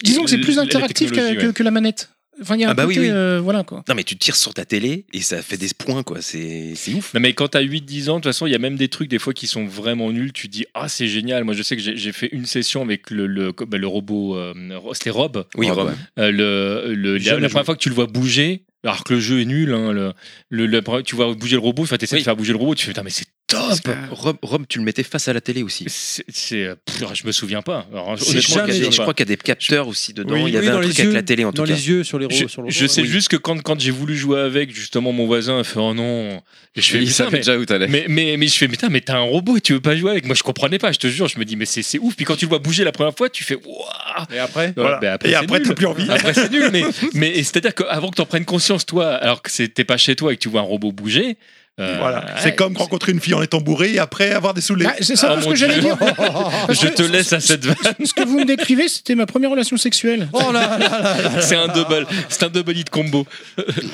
Speaker 6: Disons que c'est plus
Speaker 3: La
Speaker 6: interactif que,
Speaker 3: technologie,
Speaker 6: que-
Speaker 3: ouais.
Speaker 6: que la manette. Enfin, il y a un
Speaker 8: Ah bah oui,
Speaker 6: côté,
Speaker 8: oui.
Speaker 6: euh, voilà quoi.
Speaker 8: Non mais tu tires sur ta télé et ça fait des points quoi. C'est c'est ouf.
Speaker 3: Non mais quand t'as 8-10 ans, de toute façon, il y a même des trucs des fois qui sont vraiment nuls. Tu dis ah c'est génial. Moi je sais que j'ai j'ai fait une session avec le le, bah, le robot, euh, c'était Rob.
Speaker 8: Oui, Rob.
Speaker 3: Euh, le, le- la,
Speaker 1: Jamais
Speaker 3: la
Speaker 1: joué.
Speaker 3: première fois que tu le vois bouger, alors que le jeu est nul, hein, le, le, la première- tu vois bouger le robot, enfin, tu essaies
Speaker 8: Oui.
Speaker 3: de faire bouger le robot, tu fais putain, mais c'est top!
Speaker 8: Parce que Rob, Rob, tu le mettais face à la télé aussi.
Speaker 3: C'est, c'est, euh, pff, je me souviens pas. Alors,
Speaker 8: Je
Speaker 1: jamais
Speaker 3: honnêtement,
Speaker 8: crois qu'il y a
Speaker 3: je me
Speaker 8: des- je
Speaker 3: souviens
Speaker 8: crois
Speaker 3: pas.
Speaker 8: qu'il y a des capteurs aussi dedans.
Speaker 1: Oui,
Speaker 8: Il y avait
Speaker 1: oui, dans
Speaker 8: un
Speaker 1: les
Speaker 8: truc
Speaker 1: yeux,
Speaker 8: avec la télé en
Speaker 1: Dans
Speaker 8: tout cas.
Speaker 1: les yeux, sur les
Speaker 3: Je,
Speaker 1: roues. sur le
Speaker 3: je
Speaker 1: robot,
Speaker 3: sais
Speaker 1: oui.
Speaker 3: juste que quand, quand j'ai voulu jouer avec, justement, mon voisin a fait Oh non! Et je fais,
Speaker 5: Il
Speaker 3: putain,
Speaker 5: savait
Speaker 3: mais,
Speaker 5: déjà où t'allais.
Speaker 3: mais, mais, mais je fais, mais putain, mais t'as un robot et tu veux pas jouer avec. Moi, je comprenais pas, je te jure, je me dis, mais c'est, c'est ouf. Puis quand tu le vois bouger la première fois, tu fais, waouh!
Speaker 1: Et après
Speaker 3: Ouais,
Speaker 2: Voilà.
Speaker 3: bah après,
Speaker 2: et
Speaker 3: c'est
Speaker 2: après,
Speaker 3: nul.
Speaker 2: t'as plus envie.
Speaker 3: Après, c'est nul, mais, mais c'est-à-dire qu'avant que t'en prennes conscience, toi, alors que c'est- t'es pas chez toi et que tu vois un robot bouger, Euh,
Speaker 2: Voilà.
Speaker 3: ouais,
Speaker 2: c'est comme rencontrer une fille en étant bourré et après avoir des soulets.
Speaker 6: Ah, c'est ça
Speaker 3: Ah,
Speaker 6: ce
Speaker 3: mon
Speaker 6: que j'allais
Speaker 3: Dieu.
Speaker 6: dire. Parce
Speaker 3: Je
Speaker 6: que
Speaker 3: te laisse à cette vanne.
Speaker 6: Ce que vous me décrivez, c'était ma première relation sexuelle.
Speaker 3: Oh C'est un double, c'est un double hit combo.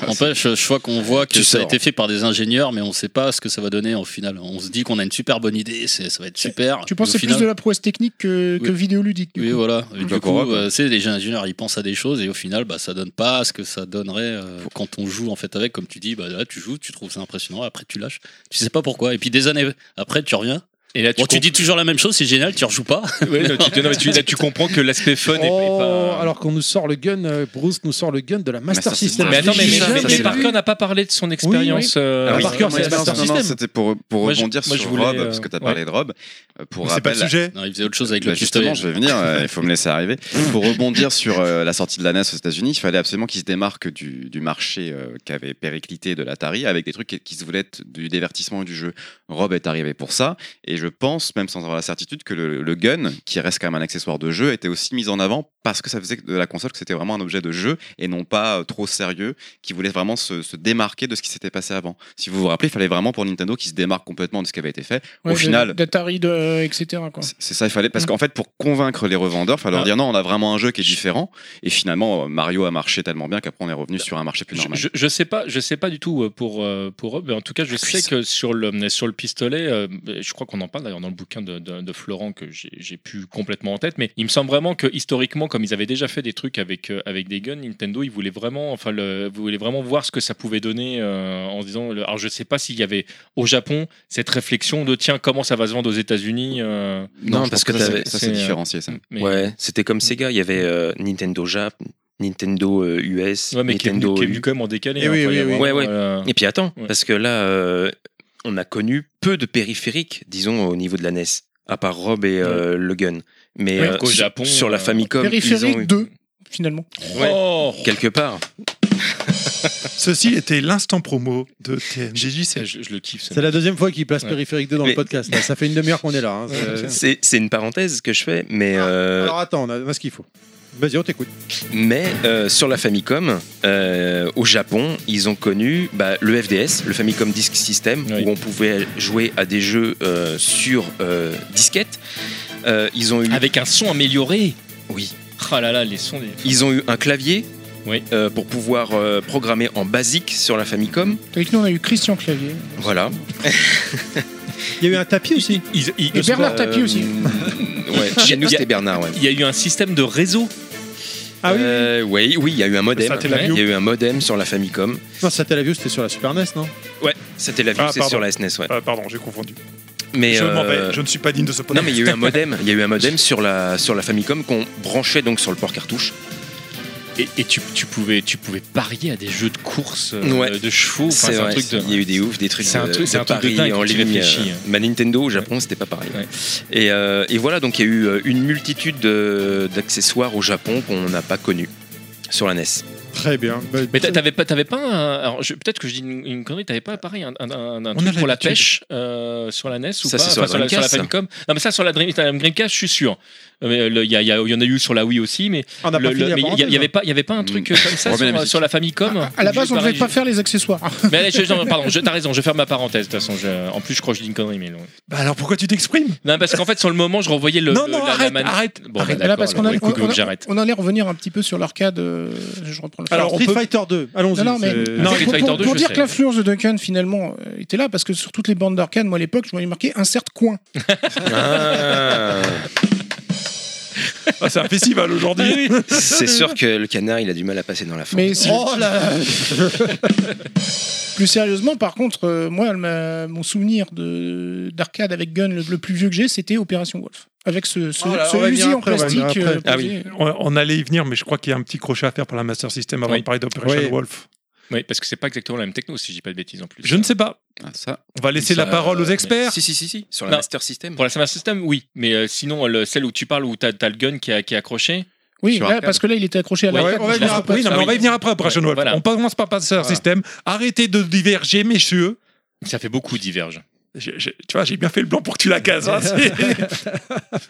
Speaker 7: N'empêche, je crois qu'on voit que
Speaker 8: Tu
Speaker 7: ça a
Speaker 8: sors.
Speaker 7: été fait par des ingénieurs, mais on ne sait pas ce que ça va donner au final. On se dit qu'on a une super bonne idée, c'est- ça va être super.
Speaker 6: Tu
Speaker 7: penses
Speaker 6: pensais plus de la prouesse technique que, que
Speaker 7: Oui.
Speaker 6: vidéoludique. du
Speaker 7: Oui,
Speaker 6: coup.
Speaker 7: voilà. Et
Speaker 5: doit
Speaker 7: du coup,
Speaker 5: corrompre.
Speaker 7: euh, c'est les ingénieurs, ils pensent à des choses et au final, bah, ça donne pas ce que ça donnerait euh, quand on joue en fait avec. Comme tu dis, bah, là, tu joues, tu trouves ça impressionnant, après tu lâches. Tu sais pas pourquoi. Et puis des années après, tu reviens.
Speaker 3: Et là, tu,
Speaker 7: Bon, tu
Speaker 3: comp-
Speaker 7: dis toujours la même chose, c'est génial, tu rejoues pas.
Speaker 3: Ouais, là, tu- non, mais tu- là, tu comprends que l'aspect fun est, est
Speaker 10: Oh,
Speaker 3: pas.
Speaker 10: Alors qu'on nous sort le gun, euh, Bruce nous sort le gun de la Master,
Speaker 5: Master
Speaker 10: System.
Speaker 5: System.
Speaker 3: mais attends, mais, mais,
Speaker 5: Ça,
Speaker 3: mais-
Speaker 5: ça,
Speaker 3: mais
Speaker 5: c'est
Speaker 3: Parker
Speaker 5: vrai.
Speaker 3: n'a pas parlé de son expérience. euh,
Speaker 10: Ah oui. Parker,
Speaker 3: par
Speaker 5: Non,
Speaker 3: cœur,
Speaker 5: mais
Speaker 10: c'est la
Speaker 5: non,
Speaker 10: Master
Speaker 5: non, non,
Speaker 10: System.
Speaker 5: c'était pour, pour
Speaker 3: Moi, je-
Speaker 5: rebondir
Speaker 3: moi, je
Speaker 5: sur
Speaker 3: voulais,
Speaker 5: Rob,
Speaker 3: euh,
Speaker 5: parce que tu as
Speaker 3: ouais.
Speaker 5: parlé de Rob. Euh, Pour
Speaker 2: C'est pas
Speaker 5: rappel,
Speaker 2: le sujet.
Speaker 7: Non, il faisait autre chose avec
Speaker 5: Bah,
Speaker 7: le
Speaker 5: justement,
Speaker 7: pistolet.
Speaker 5: je vais venir, euh, il faut me laisser arriver. Pour rebondir sur euh, la sortie de la NES aux États-Unis, il fallait absolument qu'ils se démarquent du, du marché euh, qu'avait périclité de l'Atari avec des trucs qui, qui se voulaient être du divertissement et du jeu. Rob est arrivé pour ça, et je pense, même sans avoir la certitude, que le, le gun, qui reste quand même un accessoire de jeu, était aussi mis en avant parce que ça faisait de la console que c'était vraiment un objet de jeu et non pas euh, trop sérieux, qui voulait vraiment se, se démarquer de ce qui s'était passé avant. Si vous vous rappelez, il fallait vraiment pour Nintendo qu'ils se démarquent complètement de ce qui avait été fait.
Speaker 6: Ouais,
Speaker 5: au
Speaker 6: de-
Speaker 5: final,
Speaker 6: D'Atari, de- euh, etc. Quoi.
Speaker 5: c'est- C'est ça, il fallait parce qu'en fait, pour convaincre les revendeurs, il fallait leur dire non, on a vraiment un jeu qui est différent. Et finalement, euh, Mario a marché tellement bien qu'après, on est revenu sur un marché plus
Speaker 3: Je,
Speaker 5: normal.
Speaker 3: je, je sais pas, je sais pas du tout euh, pour euh, pour Rob, mais en tout cas, je sais que sur le sur le pistolet, euh, je crois qu'on en parle d'ailleurs dans le bouquin de, de- de Florent que j'ai j'ai plus complètement en tête, mais il me semble vraiment que historiquement, comme ils avaient déjà fait des trucs avec euh, avec des guns, Nintendo, ils voulaient vraiment, enfin, le, voulaient vraiment voir ce que ça pouvait donner euh, en disant. le- alors, je sais pas s'il y avait au Japon cette réflexion de tiens, comment ça va se vendre aux États-Unis. euh,
Speaker 8: Non,
Speaker 5: je
Speaker 8: parce
Speaker 5: pense
Speaker 8: que
Speaker 5: ça,
Speaker 8: t'avais-
Speaker 5: c'est- ça,
Speaker 3: c'est,
Speaker 5: c'est
Speaker 3: euh,
Speaker 5: différencié. Ça.
Speaker 3: mais-
Speaker 8: Ouais, c'était comme Sega, il y avait euh, Nintendo Jap, Nintendo euh, US,
Speaker 3: Ouais, mais qui est, venu,
Speaker 8: Nintendo
Speaker 3: qui est venu quand même en décalé.
Speaker 1: Eh
Speaker 3: hein,
Speaker 1: oui,
Speaker 3: enfin, il y a
Speaker 1: oui, oui.
Speaker 3: vraiment,
Speaker 8: Ouais, ouais.
Speaker 3: euh,
Speaker 8: Et puis attends,
Speaker 3: Ouais.
Speaker 8: parce que là, euh, on a connu peu de périphériques, disons, au niveau de la NES, à part Rob et euh, le gun. Mais
Speaker 3: Ouais, qu'au
Speaker 8: sur-
Speaker 3: Japon,
Speaker 8: sur la
Speaker 3: euh,
Speaker 8: Famicom, ils ont
Speaker 6: Périphérique
Speaker 8: eu-
Speaker 6: 2, finalement.
Speaker 3: Oh
Speaker 8: quelque part.
Speaker 2: Ceci était l'instant promo de TMJJC.
Speaker 3: je, je le kiffe. ce
Speaker 1: C'est la deuxième fois qu'il place
Speaker 3: Ouais.
Speaker 1: Périphérique 2 dans le
Speaker 8: Mais-
Speaker 1: podcast. là. Ça fait une demi-heure qu'on est là. hein. C'est-
Speaker 8: Euh, C'est c'est une parenthèse que je fais, mais, euh,
Speaker 1: Alors attends, on a, on a ce qu'il faut. Vas-y, on t'écoute.
Speaker 8: mais euh, sur la Famicom, euh, au Japon, ils ont connu bah, le FDS, le Famicom Disk System,
Speaker 3: Oui.
Speaker 8: où on pouvait jouer à des jeux euh, sur euh, disquette. Euh, ils ont eu,
Speaker 3: Avec un son amélioré.
Speaker 8: oui,
Speaker 3: Ah là là, les sons. des-
Speaker 8: ils ont eu un clavier
Speaker 3: Oui.
Speaker 8: euh, pour pouvoir euh, programmer en basique sur la Famicom.
Speaker 6: Avec nous, on a eu Christian Clavier.
Speaker 8: Voilà.
Speaker 1: Il y a eu un tapis aussi.
Speaker 3: Ils- ils-
Speaker 6: Et Bernard
Speaker 8: Tapie
Speaker 6: Tapie aussi.
Speaker 1: Euh,
Speaker 8: ouais, chez nous c'était Bernard. Ouais.
Speaker 3: Il y a eu un système de réseau.
Speaker 1: Ah oui, oui.
Speaker 8: Euh, oui, oui, il y a eu un modem.
Speaker 3: Satel Avio.
Speaker 8: Il y a eu un modem sur la Famicom.
Speaker 1: Non, c'était la vue, c'était sur la Super NES, non
Speaker 8: Ouais, c'était la vue,
Speaker 2: Ah,
Speaker 8: c'est
Speaker 2: pardon.
Speaker 8: sur la SNES, ouais.
Speaker 2: Euh, pardon, j'ai confondu.
Speaker 8: Mais
Speaker 2: je m'en
Speaker 8: euh,
Speaker 2: vais, je ne suis pas digne de ce
Speaker 8: Non
Speaker 2: podcast.
Speaker 8: mais il y a eu un modem, il y a eu un modem sur la sur la Famicom qu'on branchait donc sur le port cartouche.
Speaker 3: Et, et tu, tu pouvais, tu pouvais parier à des jeux de course, euh,
Speaker 8: Ouais.
Speaker 3: de chevaux. Enfin, c'est un
Speaker 8: vrai,
Speaker 3: truc de.
Speaker 8: il y a eu des ouf, des trucs
Speaker 3: C'est un
Speaker 8: de-
Speaker 3: truc-
Speaker 8: de
Speaker 3: c'est un truc de
Speaker 8: paris
Speaker 3: dingue
Speaker 8: en
Speaker 3: quand tu
Speaker 8: ligne.
Speaker 3: réfléchis,
Speaker 8: euh,
Speaker 3: hein.
Speaker 8: bah, Nintendo au Japon, c'était pas pareil.
Speaker 3: Ouais.
Speaker 8: Et, euh, et voilà, donc il y a eu euh, une multitude de- d'accessoires au Japon qu'on n'a pas connus sur la E NES.
Speaker 1: Très bien. Bah,
Speaker 3: Mais t'a- t'avais pas, t'avais pas un. alors, je- peut-être que je dis une, une connerie. T'avais pas pareil un, un- un-
Speaker 2: On a
Speaker 3: un truc pour la
Speaker 2: l'habitude.
Speaker 3: pêche euh, sur la NES ou
Speaker 8: Ça,
Speaker 3: pas
Speaker 8: c'est sur la
Speaker 3: sur, la, sur la
Speaker 8: Dreamcast.
Speaker 3: Famicom. Non, mais ça sur la Dream- la Dreamcast, je suis sûr. Euh, mais le- Il y, a- il y a- il y en a eu sur la Wii aussi, mais
Speaker 1: on n'a pas
Speaker 3: le-
Speaker 1: fini
Speaker 3: le-
Speaker 1: la
Speaker 3: mais il y, a- il y
Speaker 1: parenthèse.
Speaker 3: avait pas, il y avait pas un truc
Speaker 8: Hmm.
Speaker 3: euh, comme ça
Speaker 5: Remets la
Speaker 3: sur,
Speaker 5: musique.
Speaker 3: sur la Famicom.
Speaker 6: À la base, on ne devait
Speaker 3: Pareil,
Speaker 6: pas faire les accessoires.
Speaker 3: Mais allez, je- non, pardon, je- t'as raison, je ferme ma parenthèse. De toute façon, je- en plus, je crois que je dis une connerie, mais non.
Speaker 2: Bah alors pourquoi tu t'exprimes
Speaker 3: Non, parce qu'en fait, sur le moment, je renvoyais le.
Speaker 2: Non,
Speaker 3: le-
Speaker 2: non,
Speaker 3: la- la
Speaker 2: arrête,
Speaker 3: manette.
Speaker 2: arrête.
Speaker 3: Bon,
Speaker 6: Arrête,
Speaker 3: bah,
Speaker 6: là,
Speaker 3: d'accord,
Speaker 6: parce qu'on
Speaker 3: bon,
Speaker 6: a-
Speaker 3: écoute,
Speaker 6: on-
Speaker 3: donc
Speaker 6: a-
Speaker 3: j'arrête.
Speaker 6: On allait revenir un petit peu sur l'arcade. euh, Je reprends le
Speaker 1: Alors,
Speaker 2: on
Speaker 1: Street
Speaker 2: peut-
Speaker 1: Fighter 2, allons-y.
Speaker 6: Non, non, mais
Speaker 1: c'est-
Speaker 3: Non,
Speaker 6: pour-
Speaker 3: Street
Speaker 6: pour,
Speaker 3: Fighter 2,
Speaker 6: pour
Speaker 3: je
Speaker 6: dire
Speaker 3: sais.
Speaker 6: que l'influence de Duncan finalement euh, était là, parce que sur toutes les bandes d'arcade, moi à l'époque, je voyais marqué insert coin.
Speaker 8: Ah,
Speaker 2: Ah, C'est un festival aujourd'hui.
Speaker 8: c'est sûr que le canard, il a du mal à passer dans la forme.
Speaker 6: Mais si-
Speaker 1: Oh là
Speaker 6: plus sérieusement, par contre, euh, moi, elle m'a- mon souvenir de- d'arcade avec gun le, le plus vieux que j'ai, c'était Opération Wolf. Avec ce, ce,
Speaker 1: Oh là,
Speaker 6: ce
Speaker 1: on va venir
Speaker 6: fusil en
Speaker 1: après, on va venir
Speaker 6: plastique.
Speaker 1: après.
Speaker 6: euh,
Speaker 8: Ah
Speaker 6: posé.
Speaker 2: On, on allait y venir, mais je crois qu'il y a un petit crochet à faire pour la Master System avant
Speaker 3: Oui.
Speaker 2: de parler d'Operation
Speaker 1: Oui.
Speaker 2: Wolf.
Speaker 3: Oui, parce que c'est pas exactement la même techno, si je dis pas de bêtises en plus.
Speaker 2: Je ne sais pas.
Speaker 5: Ah, ça.
Speaker 2: On va laisser la
Speaker 8: Ça,
Speaker 2: parole aux
Speaker 3: euh,
Speaker 2: experts.
Speaker 8: Si si si si, sur la
Speaker 3: Non.
Speaker 8: Master System.
Speaker 3: Pour la Summer System, oui. Mais euh, sinon, le- celle où tu parles, où t'as as le gun qui est qui est accroché.
Speaker 6: Oui,
Speaker 5: Sur
Speaker 6: là,
Speaker 5: arcade.
Speaker 6: parce que là, il était accroché à
Speaker 3: Ouais,
Speaker 6: l'arcade.
Speaker 1: on va
Speaker 6: donc
Speaker 1: venir
Speaker 6: je
Speaker 1: après.
Speaker 6: comprends
Speaker 2: Oui, non,
Speaker 3: Ah
Speaker 2: mais on
Speaker 3: oui.
Speaker 2: va y venir après Operation
Speaker 3: Ouais,
Speaker 2: Wolf.
Speaker 3: voilà.
Speaker 2: On commence par Master
Speaker 1: Voilà.
Speaker 2: System. Arrêtez de diverger, messieurs.
Speaker 3: Ça fait beaucoup diverge.
Speaker 2: J'ai- j'ai- tu vois, j'ai bien fait le blanc pour que tu la cases. hein, c'est-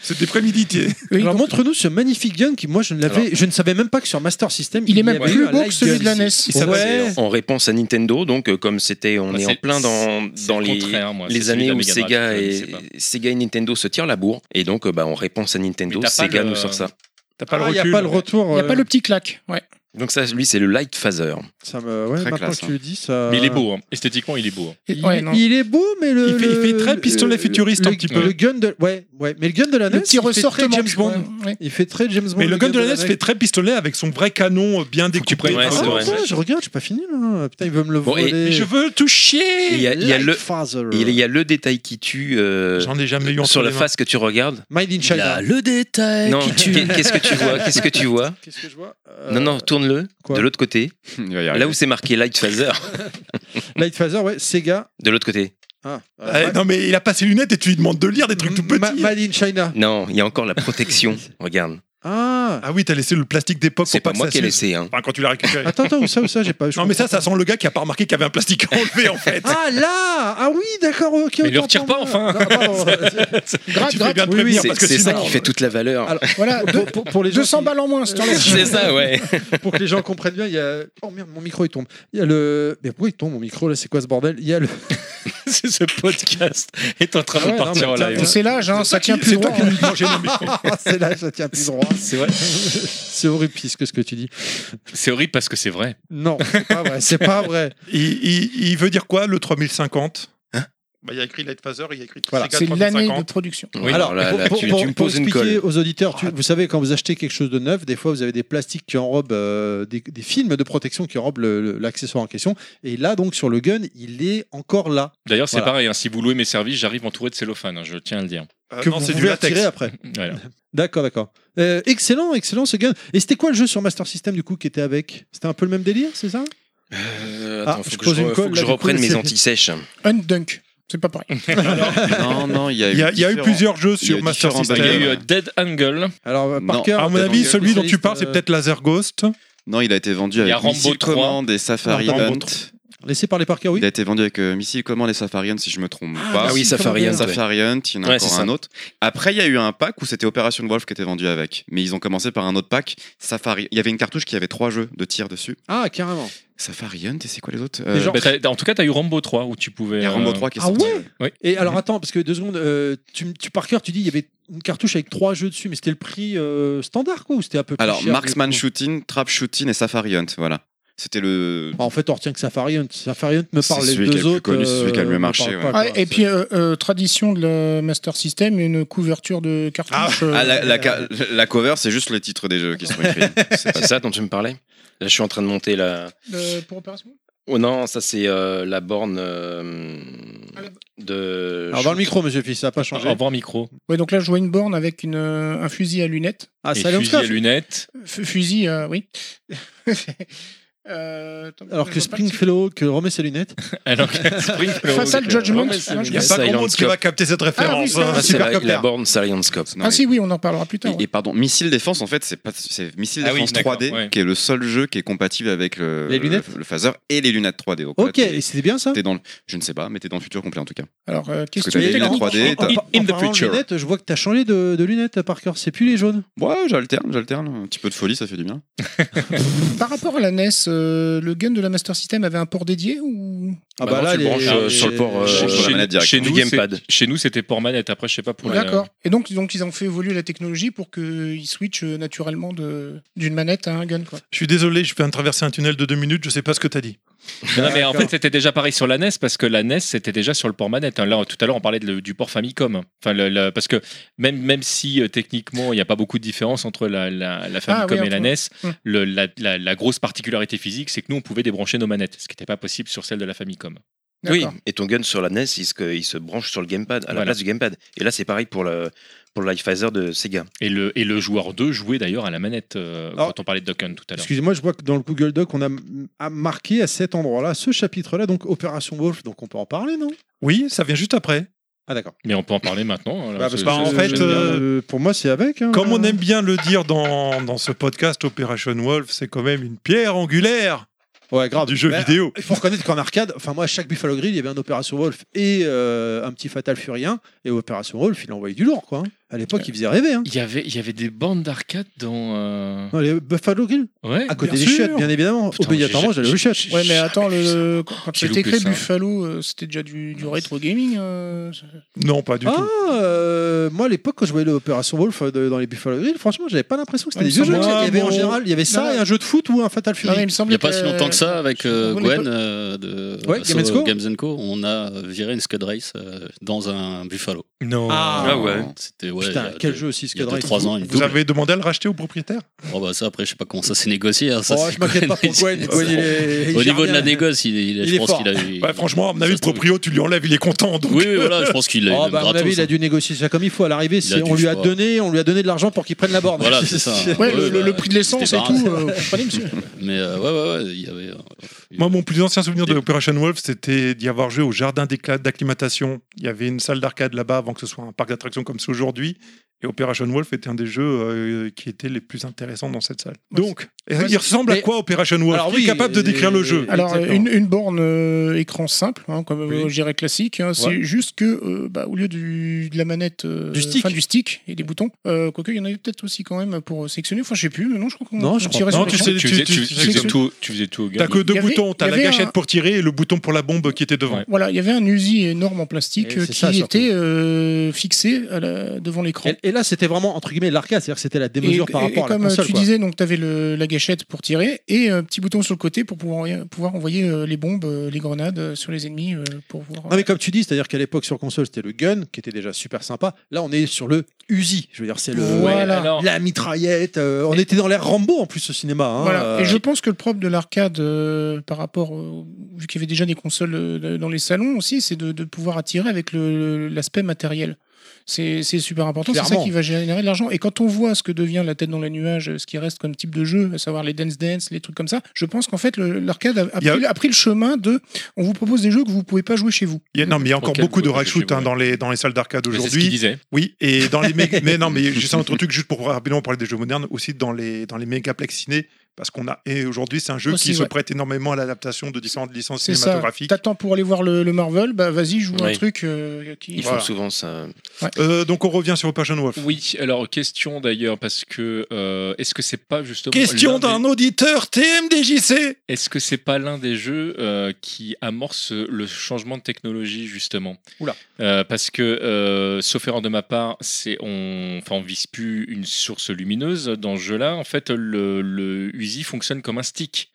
Speaker 2: C'était prémédité.
Speaker 6: Oui,
Speaker 10: Alors
Speaker 6: donc,
Speaker 10: montre-nous ce magnifique gun qui, moi, je ne l'avais, je ne savais même pas que sur Master System.
Speaker 6: il est
Speaker 10: y
Speaker 6: même
Speaker 10: avait
Speaker 6: plus
Speaker 10: un
Speaker 6: beau
Speaker 10: light
Speaker 6: que celui de la E
Speaker 10: gun.
Speaker 6: NES.
Speaker 2: Et ça va,
Speaker 10: Ouais.
Speaker 8: en réponse à Nintendo, donc euh, comme c'était, on
Speaker 3: Bah,
Speaker 8: est,
Speaker 3: c'est-
Speaker 8: en plein dans,
Speaker 3: c'est
Speaker 8: dans
Speaker 3: le
Speaker 8: les,
Speaker 3: contraire, moi, c'est
Speaker 8: les
Speaker 3: celui de
Speaker 8: années
Speaker 3: la
Speaker 8: où
Speaker 3: Mega Drive,
Speaker 8: Sega
Speaker 3: je ne sais
Speaker 8: et,
Speaker 3: pas.
Speaker 8: Sega et Nintendo se tirent la bourre, et donc euh, bah, en réponse à Nintendo,
Speaker 3: Mais t'as pas
Speaker 8: Sega
Speaker 3: le-
Speaker 8: nous sort ça.
Speaker 2: T'as pas
Speaker 1: Ah,
Speaker 2: le
Speaker 1: Il n'y
Speaker 2: recul.
Speaker 1: a pas le retour.
Speaker 6: Il n'y a
Speaker 1: euh,
Speaker 6: pas le petit clac. Ouais.
Speaker 8: Donc ça, lui, c'est le Light Phaser.
Speaker 1: ça me- ouais,
Speaker 5: Très
Speaker 1: maintenant
Speaker 5: classe,
Speaker 1: que tu
Speaker 8: hein.
Speaker 1: le dis, ça.
Speaker 3: Mais il est beau, hein. esthétiquement il est beau. hein.
Speaker 6: Et-
Speaker 1: Il,
Speaker 6: ouais, non.
Speaker 1: il est beau, mais le.
Speaker 2: Il fait- il fait très
Speaker 1: le-
Speaker 2: pistolet
Speaker 1: le-
Speaker 2: futuriste
Speaker 1: le-
Speaker 2: un petit peu.
Speaker 1: Le gun de. Ouais, ouais. Mais le gun de la NES.
Speaker 6: Le petit
Speaker 1: il fait très
Speaker 6: ressortement.
Speaker 1: James Bond.
Speaker 6: ouais, ouais.
Speaker 1: Il fait très James Bond.
Speaker 2: Mais le gun de la NES
Speaker 1: NES
Speaker 2: fait très pistolet avec son vrai canon euh, bien découpé.
Speaker 5: prennes-
Speaker 8: Ouais,
Speaker 2: Ah,
Speaker 8: c'est
Speaker 1: Ah,
Speaker 8: vrai.
Speaker 1: attends, je regarde, j'ai pas fini là. Putain, il veut me le
Speaker 8: Bon, et-
Speaker 1: voler.
Speaker 2: mais je veux
Speaker 8: Et il y
Speaker 2: toucher.
Speaker 8: a, il y a le,
Speaker 1: Father.
Speaker 8: il y a le détail qui tue euh,
Speaker 2: J'en ai jamais eu en
Speaker 8: sur la face que tu regardes.
Speaker 1: Made in China.
Speaker 7: le détail
Speaker 8: Non, qu'est- qu'est-ce que tu vois Qu'est-ce que tu vois
Speaker 1: Qu'est-ce que je vois euh,
Speaker 8: Non, non, tourne-le
Speaker 1: quoi
Speaker 8: de l'autre côté.
Speaker 5: Il va y
Speaker 8: Là
Speaker 5: arriver.
Speaker 8: où c'est marqué Light Phaser,
Speaker 1: Light Phaser, ouais, Sega.
Speaker 8: de l'autre côté.
Speaker 1: Ah,
Speaker 2: Eh, non mais il a pas ses lunettes et tu lui demandes de lire des trucs tout
Speaker 1: Ma-
Speaker 2: petits.
Speaker 1: Made in China.
Speaker 8: Non, il y a encore la protection. Regarde,
Speaker 1: Ah.
Speaker 2: Ah oui, t'as laissé le plastique d'époque.
Speaker 8: c'est
Speaker 2: pour
Speaker 8: pas
Speaker 2: que
Speaker 8: moi
Speaker 2: ça
Speaker 8: qui ai
Speaker 2: s'use.
Speaker 8: laissé. Hein.
Speaker 2: Enfin, quand tu l'as récupéré.
Speaker 1: Attends, attends, où ça, où ça, j'ai pas. je
Speaker 2: Non mais ça,
Speaker 1: comprends
Speaker 2: ça sent le gars qui a pas remarqué qu'il y avait un plastique à enlever en fait.
Speaker 1: pas. Ah là Ah oui, d'accord, ok.
Speaker 3: Mais il le
Speaker 1: autant
Speaker 3: retire
Speaker 1: pour
Speaker 3: pas,
Speaker 1: moi.
Speaker 3: enfin.
Speaker 1: Non, pardon.
Speaker 6: Gratte,
Speaker 2: tu fais
Speaker 6: gratte.
Speaker 2: bien de
Speaker 1: oui,
Speaker 2: prévenir
Speaker 8: C'est
Speaker 2: parce que
Speaker 8: c'est ça
Speaker 2: sinon- euh,
Speaker 8: qui fait toute la valeur.
Speaker 1: Alors,
Speaker 6: Voilà, deux-
Speaker 1: pour, pour- pour les gens
Speaker 6: 200
Speaker 1: qui-
Speaker 6: balles en moins, ce temps-là.
Speaker 8: C'est ça, ouais.
Speaker 1: pour que les gens comprennent bien, il y a. Oh merde, mon micro il tombe. Il y a le. Mais pourquoi il tombe mon micro là C'est quoi ce bordel Il y a le.
Speaker 7: C'est ce podcast est en train
Speaker 1: Ah ouais,
Speaker 7: de
Speaker 1: non,
Speaker 7: partir
Speaker 1: mais
Speaker 7: en
Speaker 1: tiens,
Speaker 7: live.
Speaker 1: tiens.
Speaker 6: C'est l'âge, hein, ça tient plus
Speaker 2: C'est toi
Speaker 6: droit.
Speaker 2: qui nous mangez nos micros.
Speaker 1: c'est là, ça tient plus droit.
Speaker 7: C'est vrai.
Speaker 1: C'est horrible, que ce que tu dis.
Speaker 3: C'est horrible parce que c'est vrai.
Speaker 1: Non, c'est pas vrai. C'est pas vrai.
Speaker 2: Il, il- il veut dire quoi le 3050
Speaker 5: Hein
Speaker 2: Bah, Il y a écrit Light Phaser, il y a écrit
Speaker 1: Voilà.
Speaker 2: Sega
Speaker 6: C'est l'année de
Speaker 2: 3050.
Speaker 6: production.
Speaker 8: Alors là,
Speaker 1: pour,
Speaker 8: là,
Speaker 1: pour-
Speaker 8: tu,
Speaker 1: pour-
Speaker 8: tu me
Speaker 1: pour
Speaker 8: poses une
Speaker 1: expliquer
Speaker 8: colle.
Speaker 1: aux auditeurs, tu- vous savez, quand vous achetez quelque chose de neuf, des fois vous avez des plastiques qui enrobent euh, des, des films de protection qui enrobent le- le- l'accessoire en question. Et là, donc, sur le gun, il est encore là.
Speaker 3: D'ailleurs, c'est
Speaker 1: Voilà.
Speaker 3: pareil. hein, si vous louez mes services, j'arrive entouré de cellophane. hein, je tiens à le dire.
Speaker 2: Euh,
Speaker 1: que
Speaker 2: non,
Speaker 1: vous
Speaker 2: c'est du
Speaker 1: pouvez
Speaker 2: latex.
Speaker 1: retirer après.
Speaker 3: Voilà.
Speaker 1: D'accord, d'accord. Euh, excellent, excellent ce gun. Et c'était quoi le jeu sur Master System du coup qui était avec C'était un peu le même délire, c'est ça
Speaker 8: Euh,
Speaker 1: Ah,
Speaker 8: attends,
Speaker 1: je
Speaker 8: faut que
Speaker 1: pose
Speaker 8: je,
Speaker 1: une
Speaker 8: re- faut
Speaker 1: colle, là,
Speaker 8: que je
Speaker 1: du coup,
Speaker 8: reprenne mes
Speaker 1: c'est-
Speaker 8: anti-sèches.
Speaker 6: Undunk. C'est pas pareil.
Speaker 5: Non, non, il y a eu,
Speaker 2: Il y a, il y a eu
Speaker 5: différents-
Speaker 2: plusieurs jeux sur
Speaker 5: eu
Speaker 2: Master
Speaker 5: différents
Speaker 3: Il y a
Speaker 2: System.
Speaker 5: bagages.
Speaker 3: eu euh, Dead Angle.
Speaker 1: Alors,
Speaker 5: Non.
Speaker 1: par cœur.
Speaker 2: À mon avis, celui dont tu
Speaker 1: euh,
Speaker 2: parles, c'est peut-être Laser Ghost.
Speaker 5: Non, il a été vendu
Speaker 3: Il y
Speaker 5: avec
Speaker 3: a Rambo
Speaker 5: Missile
Speaker 3: 3.
Speaker 5: Command et Safari
Speaker 1: Non, Rambo
Speaker 5: Hunt.
Speaker 1: 3. Laissez parler par cœur, oui.
Speaker 5: Il a été vendu avec euh, Missile Command et Safari Hunt, si je me trompe pas.
Speaker 8: Ah oui,
Speaker 1: Missile
Speaker 8: Safari
Speaker 1: Command.
Speaker 8: Hunt. ouais.
Speaker 5: Safari Hunt, il y en a
Speaker 8: Ouais, c'est
Speaker 5: encore
Speaker 8: ça.
Speaker 5: un autre. Après, il y a eu un pack où c'était Operation Wolf qui était vendu avec. Mais ils ont commencé par un autre pack. Safari. Il y avait une cartouche qui avait trois jeux de tir dessus.
Speaker 1: Ah, carrément.
Speaker 5: Safari Hunt, et c'est quoi les autres euh,
Speaker 1: Les gens-
Speaker 3: Bah, t'as- en tout cas, t'as eu Rambo 3 où tu pouvais.
Speaker 5: Il y a Rambo
Speaker 3: euh,
Speaker 5: 3 qui est
Speaker 1: ah
Speaker 5: sorti.
Speaker 1: ouais Et alors, attends, parce que deux secondes, euh, tu, tu- par cœur, tu dis il y avait une cartouche avec trois jeux dessus, mais c'était le prix euh, standard quoi ou c'était un peu plus
Speaker 5: Alors,
Speaker 1: cher,
Speaker 5: Marksman
Speaker 1: du coup
Speaker 5: Shooting, Trap Shooting et Safari Hunt, voilà. C'était le.
Speaker 1: Ah, En fait, on retient que Safari Hunt. Safari Hunt me
Speaker 5: C'est
Speaker 1: parle les
Speaker 5: celui qui est
Speaker 1: deux
Speaker 5: le plus
Speaker 1: autres.
Speaker 5: connu, c'est celui qui a le mieux
Speaker 1: me
Speaker 5: marché,
Speaker 1: parlent
Speaker 5: ouais.
Speaker 1: pas,
Speaker 6: Ouais,
Speaker 1: quoi.
Speaker 6: et puis, euh, euh, tradition de la Master System, une couverture de cartouche. euh,
Speaker 5: Ah, la, la ca- la cover, c'est juste les titres des jeux qui sont écrits. C'est pas
Speaker 8: C'est ça dont tu me parlais Là, je suis en train de monter la.
Speaker 6: euh, pour Opération
Speaker 8: Oh non, ça c'est euh, la borne euh,
Speaker 6: Ah,
Speaker 8: de.
Speaker 1: Alors, dans le micro, monsieur Fils, ça n'a pas
Speaker 3: Au
Speaker 1: changé.
Speaker 3: revoir micro.
Speaker 6: Ouais, donc là, je vois une borne avec une, euh, un fusil à lunettes.
Speaker 1: Ah,
Speaker 3: et
Speaker 1: Silent
Speaker 3: fusil à
Speaker 1: Scope.
Speaker 3: lunettes.
Speaker 6: F- fusil, euh, oui. Euh, attends,
Speaker 1: Alors
Speaker 6: je
Speaker 1: que
Speaker 6: vois pas le
Speaker 1: Springfellow que remet ses lunettes.
Speaker 3: Alors que
Speaker 6: titre. Fatal Judgment. Ah, je
Speaker 2: Il n'y a
Speaker 6: sais
Speaker 2: pas
Speaker 8: Silent
Speaker 2: grand monde qui
Speaker 8: Scope.
Speaker 2: va capter cette référence.
Speaker 6: oui,
Speaker 2: hein.
Speaker 8: Ah, c'est
Speaker 1: Super
Speaker 8: la,
Speaker 1: Copter.
Speaker 8: la borne Silent Scope.
Speaker 5: Non,
Speaker 6: pas. Ah
Speaker 5: mais-
Speaker 6: si, oui, on en parlera plus tard.
Speaker 5: Et, et pardon, Missile Défense, en fait, c'est pas- c'est Missile
Speaker 3: Ah oui,
Speaker 5: Défense
Speaker 3: d'accord,
Speaker 5: 3D
Speaker 3: ouais.
Speaker 5: qui est le seul jeu qui est compatible avec le,
Speaker 1: Les lunettes
Speaker 5: le, le phaser et les lunettes 3D. Donc là,
Speaker 1: Ok,
Speaker 5: t'es-
Speaker 1: et c'était bien ça
Speaker 5: t'es dans le- je ne sais pas, mais t'es dans le futur complet en tout cas.
Speaker 6: Alors, euh,
Speaker 5: Parce que
Speaker 6: question
Speaker 5: t'as
Speaker 1: Mais
Speaker 5: les lunettes
Speaker 1: en-
Speaker 5: 3D.
Speaker 1: en-
Speaker 5: t'as-
Speaker 1: en- en
Speaker 3: In the
Speaker 1: parlant de
Speaker 3: future.
Speaker 1: lunettes, je vois que t'as changé de, de lunettes par cœur. C'est plus les jaunes.
Speaker 5: Ouais, j'alterne, j'alterne. Un petit peu de folie, ça fait du bien.
Speaker 6: Par rapport à la NES, euh, le gun de la Master System avait un port dédié ou
Speaker 1: Ah
Speaker 8: Bah non, tu le branches, euh, sur le port, euh,
Speaker 5: Je branche la
Speaker 3: chez,
Speaker 5: manette direct.
Speaker 3: chez
Speaker 8: Du
Speaker 3: nous, c'est-
Speaker 8: gamepad.
Speaker 3: chez nous, c'était port manette. Après, je sais pas pour la-
Speaker 6: D'accord. Et donc, donc, ils ont fait évoluer la technologie pour qu'ils switchent euh, naturellement de- d'une manette à un gun. Quoi.
Speaker 2: Je suis désolé, je viens de traverser un tunnel de deux minutes, je sais pas ce que t'as dit.
Speaker 3: Non, non, mais en
Speaker 1: D'accord.
Speaker 3: fait, c'était déjà pareil sur la NES parce que la NES, c'était déjà sur le port manette. hein. Là, tout à l'heure, on parlait de- du port Famicom. Enfin, le- le- parce que même, même si euh, techniquement, il n'y a pas beaucoup de différence entre la,
Speaker 2: Ah
Speaker 3: la- la Famicom
Speaker 6: oui,
Speaker 3: et la
Speaker 6: entre-
Speaker 3: NES,
Speaker 6: Hmm.
Speaker 2: Hum.
Speaker 3: le- la, la- la grosse particularité physique, c'est que nous, on pouvait débrancher nos manettes, ce qui n'était pas possible sur celle de la Famicom.
Speaker 8: Oui,
Speaker 6: D'accord.
Speaker 8: et ton gun sur la NES, il se, il se branche sur le gamepad, à la
Speaker 3: Voilà.
Speaker 8: place du gamepad. Et là, c'est pareil pour le, pour le Light Phaser de Sega.
Speaker 3: Et le, et le joueur 2 jouait d'ailleurs à la manette euh,
Speaker 1: Alors,
Speaker 3: quand on parlait de Dokken tout à l'heure.
Speaker 1: Excusez-moi, je vois que dans le Google Doc, on a m- a marqué à cet endroit-là, ce chapitre-là, donc Opération Wolf. Donc on peut en parler, non
Speaker 2: Oui, ça vient juste après.
Speaker 1: Ah d'accord.
Speaker 3: Mais on peut en parler maintenant. hein, là,
Speaker 1: Bah, parce
Speaker 3: parce que
Speaker 1: que
Speaker 2: bah, en
Speaker 1: je-
Speaker 2: fait,
Speaker 1: j'aime bien,
Speaker 2: euh,
Speaker 1: euh, pour moi, c'est avec. hein.
Speaker 2: Comme on aime bien le dire dans, dans ce podcast, Operation Wolf, c'est quand même une pierre angulaire
Speaker 1: Ouais, grave. Bah,
Speaker 2: Du jeu
Speaker 1: Mais,
Speaker 2: vidéo.
Speaker 1: Il faut reconnaître qu'en arcade, enfin moi, à chaque Buffalo Grill, il y avait un Opération Wolf et euh, un petit Fatal Furien. Et Opération Wolf, il envoyait du lourd, quoi. hein. À l'époque, il faisait rêver. Hein.
Speaker 3: Il y avait, il y avait des bandes d'arcade dans. euh,
Speaker 1: Non, les Buffalo Grill,
Speaker 3: Ouais.
Speaker 1: à côté
Speaker 2: bien
Speaker 1: des
Speaker 2: sûr.
Speaker 1: chiottes, bien évidemment.
Speaker 3: Putain,
Speaker 1: Obligatoirement,
Speaker 3: j'ai-
Speaker 1: j'allais aux chiottes.
Speaker 6: Ouais, mais attends, le... quand
Speaker 3: J'ai
Speaker 6: c'était
Speaker 3: loupé
Speaker 6: créé
Speaker 3: ça.
Speaker 6: Buffalo, euh, c'était déjà du, du rétro gaming. euh, ça-
Speaker 2: Non, pas du
Speaker 1: Ah,
Speaker 2: tout.
Speaker 1: euh, moi à l'époque quand je voyais l'opération Wolf euh, de- dans les Buffalo Grill, franchement j'avais pas l'impression que c'était
Speaker 6: Ouais,
Speaker 1: des vieux
Speaker 6: il
Speaker 1: jeux.
Speaker 6: me
Speaker 1: Il y
Speaker 2: semble-
Speaker 1: avait
Speaker 2: Ah,
Speaker 1: en
Speaker 2: bon.
Speaker 1: général, il y avait ça
Speaker 6: Non,
Speaker 1: et un jeu de foot ou un Fatal Fury.
Speaker 6: Non, mais il me
Speaker 7: Il
Speaker 6: semble
Speaker 7: n'y a pas
Speaker 6: que-
Speaker 7: si longtemps que ça, avec euh,
Speaker 6: On est
Speaker 7: Gwen
Speaker 6: pas-
Speaker 7: euh, de
Speaker 1: Ouais,
Speaker 7: Asso
Speaker 1: Games Co.
Speaker 7: Games Co, on a viré une Scud Race euh, dans un Buffalo.
Speaker 2: Non.
Speaker 5: Ah ouais.
Speaker 7: C'était ouais. il
Speaker 1: Putain,
Speaker 7: y a
Speaker 1: quel
Speaker 7: deux-
Speaker 1: jeu aussi ce
Speaker 7: Il y a
Speaker 1: cadre.
Speaker 7: 3 ans, une
Speaker 2: Vous
Speaker 7: double.
Speaker 2: avez demandé à le racheter au propriétaire
Speaker 7: Oh, bah ça, après, je sais pas comment ça s'est négocié. hein, ça,
Speaker 1: Oh,
Speaker 7: c'est
Speaker 1: je m'inquiète pas pour Gwen. Gwen, il est- il
Speaker 7: Au
Speaker 1: gère
Speaker 7: niveau de
Speaker 1: bien. hein.
Speaker 7: la négoce, il, est- il est-
Speaker 1: Il
Speaker 7: je
Speaker 1: est
Speaker 7: pense
Speaker 1: fort.
Speaker 7: qu'il a eu.
Speaker 2: Ouais, franchement, à mon avis,
Speaker 7: Ça
Speaker 2: le
Speaker 7: se trouve.
Speaker 2: proprio, tu lui enlèves, il est content. Donc.
Speaker 7: Oui, oui, voilà, je pense qu'il a eu
Speaker 1: Oh,
Speaker 7: même
Speaker 1: bah, à mon
Speaker 7: gratos,
Speaker 1: avis, il
Speaker 7: hein.
Speaker 1: a dû négocier ça comme il faut à l'arrivée.
Speaker 7: Il
Speaker 1: c'est-
Speaker 7: a dû,
Speaker 1: On lui
Speaker 7: je
Speaker 1: a
Speaker 7: crois.
Speaker 1: donné, on lui a donné de l'argent pour qu'il prenne la borne.
Speaker 7: Voilà, c'est ça.
Speaker 6: Ouais,
Speaker 7: Ouais,
Speaker 6: le, le-
Speaker 7: bah,
Speaker 6: le prix de l'essence et
Speaker 7: c'était
Speaker 6: tout,
Speaker 7: barré.
Speaker 6: euh, vous comprenez, monsieur
Speaker 7: Mais euh, ouais, ouais, ouais, il y avait. euh,
Speaker 2: Moi, mon plus ancien souvenir de Operation Wolf, c'était d'y avoir joué au jardin d'éclat- d'acclimatation. Il y avait une salle d'arcade là-bas avant que ce soit un parc d'attractions comme c'est aujourd'hui. Et Operation Wolf était un des jeux euh, qui étaient les plus intéressants dans cette salle. Donc, il ressemble à
Speaker 1: Mais-
Speaker 2: quoi Operation Wolf
Speaker 1: Alors
Speaker 2: Qui
Speaker 1: oui,
Speaker 2: est capable de décrire
Speaker 1: et-
Speaker 2: le jeu
Speaker 6: Alors, euh,
Speaker 1: Exactement.
Speaker 6: une, une borne euh, écran simple, hein, comme
Speaker 1: Oui.
Speaker 6: euh, je dirais classique. hein, C'est juste que, euh, bah, au lieu du, de la manette, euh,
Speaker 1: Du stick.
Speaker 6: enfin, du stick et des boutons, euh, quoique il y en avait peut-être aussi quand même pour sectionner. Enfin, je sais plus, mais non, je crois qu'on
Speaker 1: Non,
Speaker 6: on
Speaker 1: je crois
Speaker 6: tirait
Speaker 2: pas.
Speaker 6: sur
Speaker 2: Non,
Speaker 6: les
Speaker 2: tu
Speaker 6: jambes.
Speaker 2: sais-
Speaker 3: Tu faisais, tu,
Speaker 2: tu-
Speaker 3: faisais tout, tu faisais tout au
Speaker 2: T'as
Speaker 3: gaming.
Speaker 2: que deux
Speaker 6: Il y avait-
Speaker 2: boutons, t'as
Speaker 6: il y
Speaker 2: la
Speaker 6: avait
Speaker 2: gâchette
Speaker 6: un-
Speaker 2: pour tirer et le bouton pour la bombe qui était devant.
Speaker 3: Ouais.
Speaker 6: Voilà, il y avait un usi énorme en plastique
Speaker 1: Et
Speaker 6: euh,
Speaker 1: c'est
Speaker 6: qui
Speaker 1: ça, surtout.
Speaker 6: était euh, fixé à la- devant l'écran.
Speaker 1: Et, et là, c'était vraiment entre guillemets l'arcade, c'est-à-dire que c'était la démesure par rapport à la
Speaker 6: comme euh,
Speaker 1: console.
Speaker 6: tu
Speaker 1: quoi.
Speaker 6: disais, donc tu avais la gâchette pour tirer et un petit bouton sur le côté pour pouvoir, envoyer- pouvoir envoyer euh, les bombes, euh, les grenades euh, sur les ennemis euh, pour voir.
Speaker 1: Non mais comme tu dis, c'est-à-dire qu'à l'époque sur console c'était le gun qui était déjà super sympa. Là on est sur le Uzi, je veux dire c'est le
Speaker 6: Voilà.
Speaker 3: alors-
Speaker 1: la mitraillette. euh, on était dans l'ère Rambo en plus au cinéma. hein,
Speaker 6: Voilà.
Speaker 1: euh,
Speaker 6: Et je pense que le propre de l'arcade, euh, par rapport, au- vu qu'il y avait déjà des consoles euh, dans les salons aussi, c'est de, de pouvoir attirer avec le- l'aspect matériel. C'est c'est super important, c'est ça
Speaker 1: Clairement.
Speaker 6: qui va générer de l'argent. Et quand on voit ce que devient la tête dans les nuages, euh, ce qui reste comme type de jeu, à savoir les dance dance, les trucs comme ça, je pense qu'en fait le- l'arcade a, a
Speaker 2: Il y a-
Speaker 6: pris, a pris le chemin de on vous propose des jeux que vous pouvez pas jouer chez vous.
Speaker 2: Il y a- non, mais il y a encore
Speaker 3: Auquel
Speaker 2: beaucoup de
Speaker 3: vous-
Speaker 2: rashoots
Speaker 3: vous-
Speaker 2: hein, dans, les, dans les salles d'arcade
Speaker 3: Mais C'est ce qu'il
Speaker 2: aujourd'hui.
Speaker 3: disait.
Speaker 2: Oui, et dans les mé- mais non, mais juste un autre truc, juste pour rapidement parler des jeux modernes, aussi dans les, dans les mégaplex ciné, parce qu'on a. Et aujourd'hui, c'est un jeu
Speaker 6: Aussi,
Speaker 2: qui se
Speaker 6: ouais.
Speaker 2: prête énormément à l'adaptation de différentes licences
Speaker 6: C'est ça.
Speaker 2: cinématographiques.
Speaker 6: T'attends pour aller voir le, le Marvel, bah vas-y, joue un
Speaker 8: Oui.
Speaker 6: truc euh, qui.
Speaker 8: Ils
Speaker 2: Voilà.
Speaker 8: font souvent ça.
Speaker 2: Euh, donc, on revient sur Operation Wolf.
Speaker 3: Oui, alors question d'ailleurs, parce que euh, est-ce que c'est pas justement. l'un
Speaker 2: Question
Speaker 3: des-
Speaker 2: d'un auditeur TMDJC
Speaker 3: Est-ce que c'est pas l'un des jeux euh, qui amorce le changement de technologie justement
Speaker 1: Oula.
Speaker 3: Euh, parce que, euh, sauf erreur de ma part, c'est on, enfin, on vise plus une source lumineuse dans ce jeu-là. En fait, le, le Uzi fonctionne comme un stick.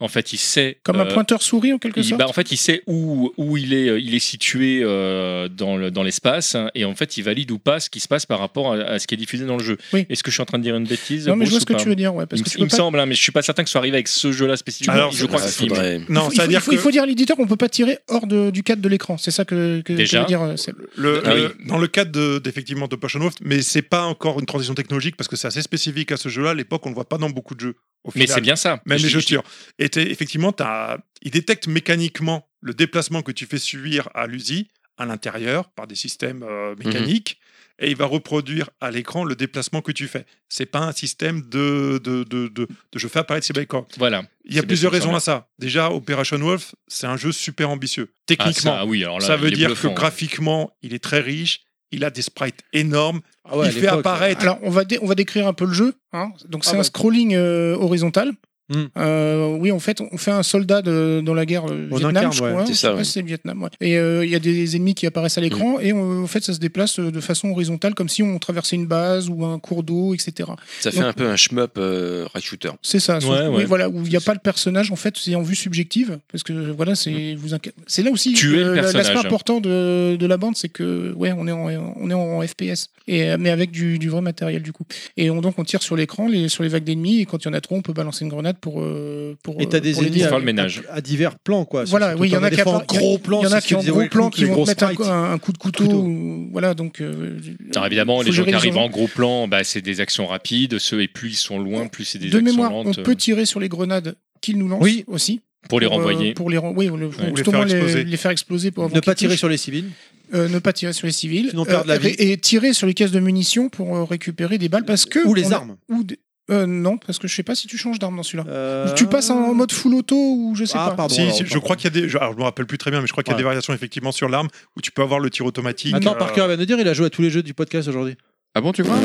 Speaker 3: En fait, il sait
Speaker 6: Comme un
Speaker 3: euh,
Speaker 6: pointeur souris en quelque
Speaker 3: il-
Speaker 6: sorte.
Speaker 3: bah, en fait, il sait où, où il, est, euh, il est situé euh, dans le- dans l'espace hein, et en fait, il valide ou pas ce qui se passe par rapport à, à ce qui est diffusé dans le jeu.
Speaker 6: Oui.
Speaker 3: Est-ce que je suis en train de dire une bêtise
Speaker 6: non mais je vois
Speaker 3: Bruce,
Speaker 6: ce que
Speaker 3: ou pas
Speaker 6: tu veux dire, ouais, parce
Speaker 3: il
Speaker 6: que
Speaker 3: me,
Speaker 6: tu
Speaker 3: il
Speaker 6: peux
Speaker 3: me
Speaker 6: pas-
Speaker 3: semble, hein, mais je suis pas certain que ce soit arrivé avec ce jeu-là spécifiquement.
Speaker 2: Alors,
Speaker 3: je crois que
Speaker 8: Ah,
Speaker 3: c'est
Speaker 8: faudrait-
Speaker 2: Non,
Speaker 6: Il faut- il,
Speaker 2: c'est-à-dire
Speaker 6: faut,
Speaker 2: que
Speaker 6: il faut dire à l'éditeur qu'on peut pas tirer hors de- du cadre de l'écran. C'est ça que, que
Speaker 3: Déjà.
Speaker 6: que veut dire. euh, Seb.
Speaker 2: le,
Speaker 3: Ah
Speaker 2: le- dans le cadre de- d'effectivement de, Operation Wolf, mais c'est pas encore une transition technologique parce que c'est assez spécifique à ce jeu-là. À l'époque, on le voit pas dans beaucoup de jeux. au
Speaker 3: Mais
Speaker 2: final.
Speaker 3: c'est bien ça.
Speaker 2: Même
Speaker 3: Je-
Speaker 2: les
Speaker 3: je-
Speaker 2: jetures. Et t'es- effectivement, t'as- il détecte mécaniquement le déplacement que tu fais subir à l'USI à l'intérieur par des systèmes euh,
Speaker 3: Mhm.
Speaker 2: mécaniques et il va reproduire à l'écran le déplacement que tu fais. C'est pas un système de, de, de, de- de je fais apparaître ces bycorps.
Speaker 3: Voilà.
Speaker 2: Il y a
Speaker 3: C'est
Speaker 2: plusieurs
Speaker 3: bien, ça
Speaker 2: raisons à ça. Déjà, Operation Wolf, c'est un jeu super ambitieux.
Speaker 3: Ah,
Speaker 2: Techniquement,
Speaker 3: ça, oui, alors là,
Speaker 2: ça veut
Speaker 3: il est
Speaker 2: dire
Speaker 3: bluffant.
Speaker 2: que graphiquement, il est très riche. Il a des sprites énormes.
Speaker 1: ah ouais, à
Speaker 2: il fait
Speaker 1: l'époque,
Speaker 2: apparaître.
Speaker 6: Alors on va dé- on va décrire un peu le jeu. hein. Donc c'est
Speaker 1: Ah
Speaker 6: un
Speaker 1: bah.
Speaker 6: scrolling euh, horizontal.
Speaker 1: Hmm.
Speaker 6: Euh, oui, en fait, on fait un soldat de- dans la guerre euh,
Speaker 1: On
Speaker 6: Vietnam,
Speaker 1: incarne,
Speaker 6: je
Speaker 1: ouais,
Speaker 6: crois.
Speaker 8: c'est
Speaker 6: Je
Speaker 8: ça,
Speaker 6: sais pas
Speaker 8: ouais. Hmm.
Speaker 6: si c'est le Vietnam. ouais. Et euh, il y a des ennemis qui apparaissent à l'écran et on- en fait, ça se déplace euh, de façon horizontale, comme si on traversait une base ou un cours d'eau, etc.
Speaker 8: Ça fait un peu un shmup euh, rail shooter.
Speaker 6: C'est ça. sauf-
Speaker 3: Ouais,
Speaker 6: oui,
Speaker 3: ouais.
Speaker 6: voilà, où il n'y a pas le personnage, en fait, c'est en vue subjective. Parce que voilà, c'est vous inca- c'est là aussi
Speaker 3: Tu es Mm. le
Speaker 6: euh, la- l'aspect
Speaker 3: personnage. hein.
Speaker 6: important de, de la bande, c'est que ouais, on est en, on est en FPS, et, euh, mais avec du, du vrai matériel du coup. Et on, donc on tire sur l'écran, les, sur les vagues d'ennemis, et quand il y en a trop, on peut balancer une grenade pour. euh, pour
Speaker 1: Et t'as
Speaker 6: euh,
Speaker 1: des
Speaker 6: pour les
Speaker 1: ennemis
Speaker 3: faire
Speaker 1: à,
Speaker 3: le ménage.
Speaker 1: à divers plans quoi.
Speaker 6: Voilà,
Speaker 1: Surtout
Speaker 6: oui, il y en
Speaker 1: t'en
Speaker 6: a
Speaker 1: as des
Speaker 6: qui
Speaker 1: fois en
Speaker 6: appara- il y a-
Speaker 1: gros plan,
Speaker 6: il y en a
Speaker 1: c'est
Speaker 6: qui en
Speaker 1: ce qu'ils
Speaker 6: gros
Speaker 1: faisaient
Speaker 6: plan
Speaker 1: avec
Speaker 6: qui
Speaker 1: les
Speaker 6: vont
Speaker 1: gros
Speaker 6: te mettre un,
Speaker 1: sprites.
Speaker 6: un- un coup de couteau.
Speaker 1: Couteau.
Speaker 6: ou- voilà, donc. euh,
Speaker 3: Alors évidemment,
Speaker 6: faut
Speaker 3: les gens
Speaker 6: gérer
Speaker 3: qui
Speaker 6: les
Speaker 3: arrivent
Speaker 6: enjeux.
Speaker 3: en gros plan, bah, c'est des actions rapides. Ceux et plus ils sont loin, plus c'est des
Speaker 6: de
Speaker 3: actions
Speaker 6: mémoire, on
Speaker 3: lentes euh,
Speaker 6: peut tirer sur les grenades qu'ils nous lancent
Speaker 1: Oui.
Speaker 6: aussi.
Speaker 3: pour les
Speaker 6: euh,
Speaker 3: renvoyer.
Speaker 6: pour les, ren- oui, le-
Speaker 3: Ouais.
Speaker 6: tout
Speaker 2: Ou les
Speaker 6: au moins
Speaker 2: faire exploser.
Speaker 6: les faire exploser pour
Speaker 1: Ne
Speaker 6: avant
Speaker 1: pas
Speaker 6: qu'ils
Speaker 1: tirer
Speaker 6: touchent.
Speaker 1: sur les civils.
Speaker 6: Euh, ne pas tirer sur les civils,
Speaker 1: Sinon, perdre la
Speaker 6: ré-
Speaker 1: vie.
Speaker 6: et tirer sur les caisses de munitions pour euh, récupérer des balles parce que
Speaker 1: Ou les
Speaker 6: on a-
Speaker 1: armes.
Speaker 6: ou des- Euh, non, parce que je sais pas si tu changes d'arme dans celui-là.
Speaker 1: Euh,
Speaker 6: Tu passes en mode full auto ou je sais
Speaker 1: Ah,
Speaker 6: pas.
Speaker 1: pardon.
Speaker 2: Si,
Speaker 1: alors,
Speaker 2: si, je
Speaker 1: pardon.
Speaker 2: crois qu'il y a des. je- alors, je me rappelle plus très bien, mais je crois qu'il y a
Speaker 1: Ouais.
Speaker 2: des variations effectivement sur l'arme où tu peux avoir le tir automatique.
Speaker 10: Attends,
Speaker 2: euh,
Speaker 10: Parker va nous dire, il a joué à tous les jeux du podcast aujourd'hui.
Speaker 5: Ah bon, tu vois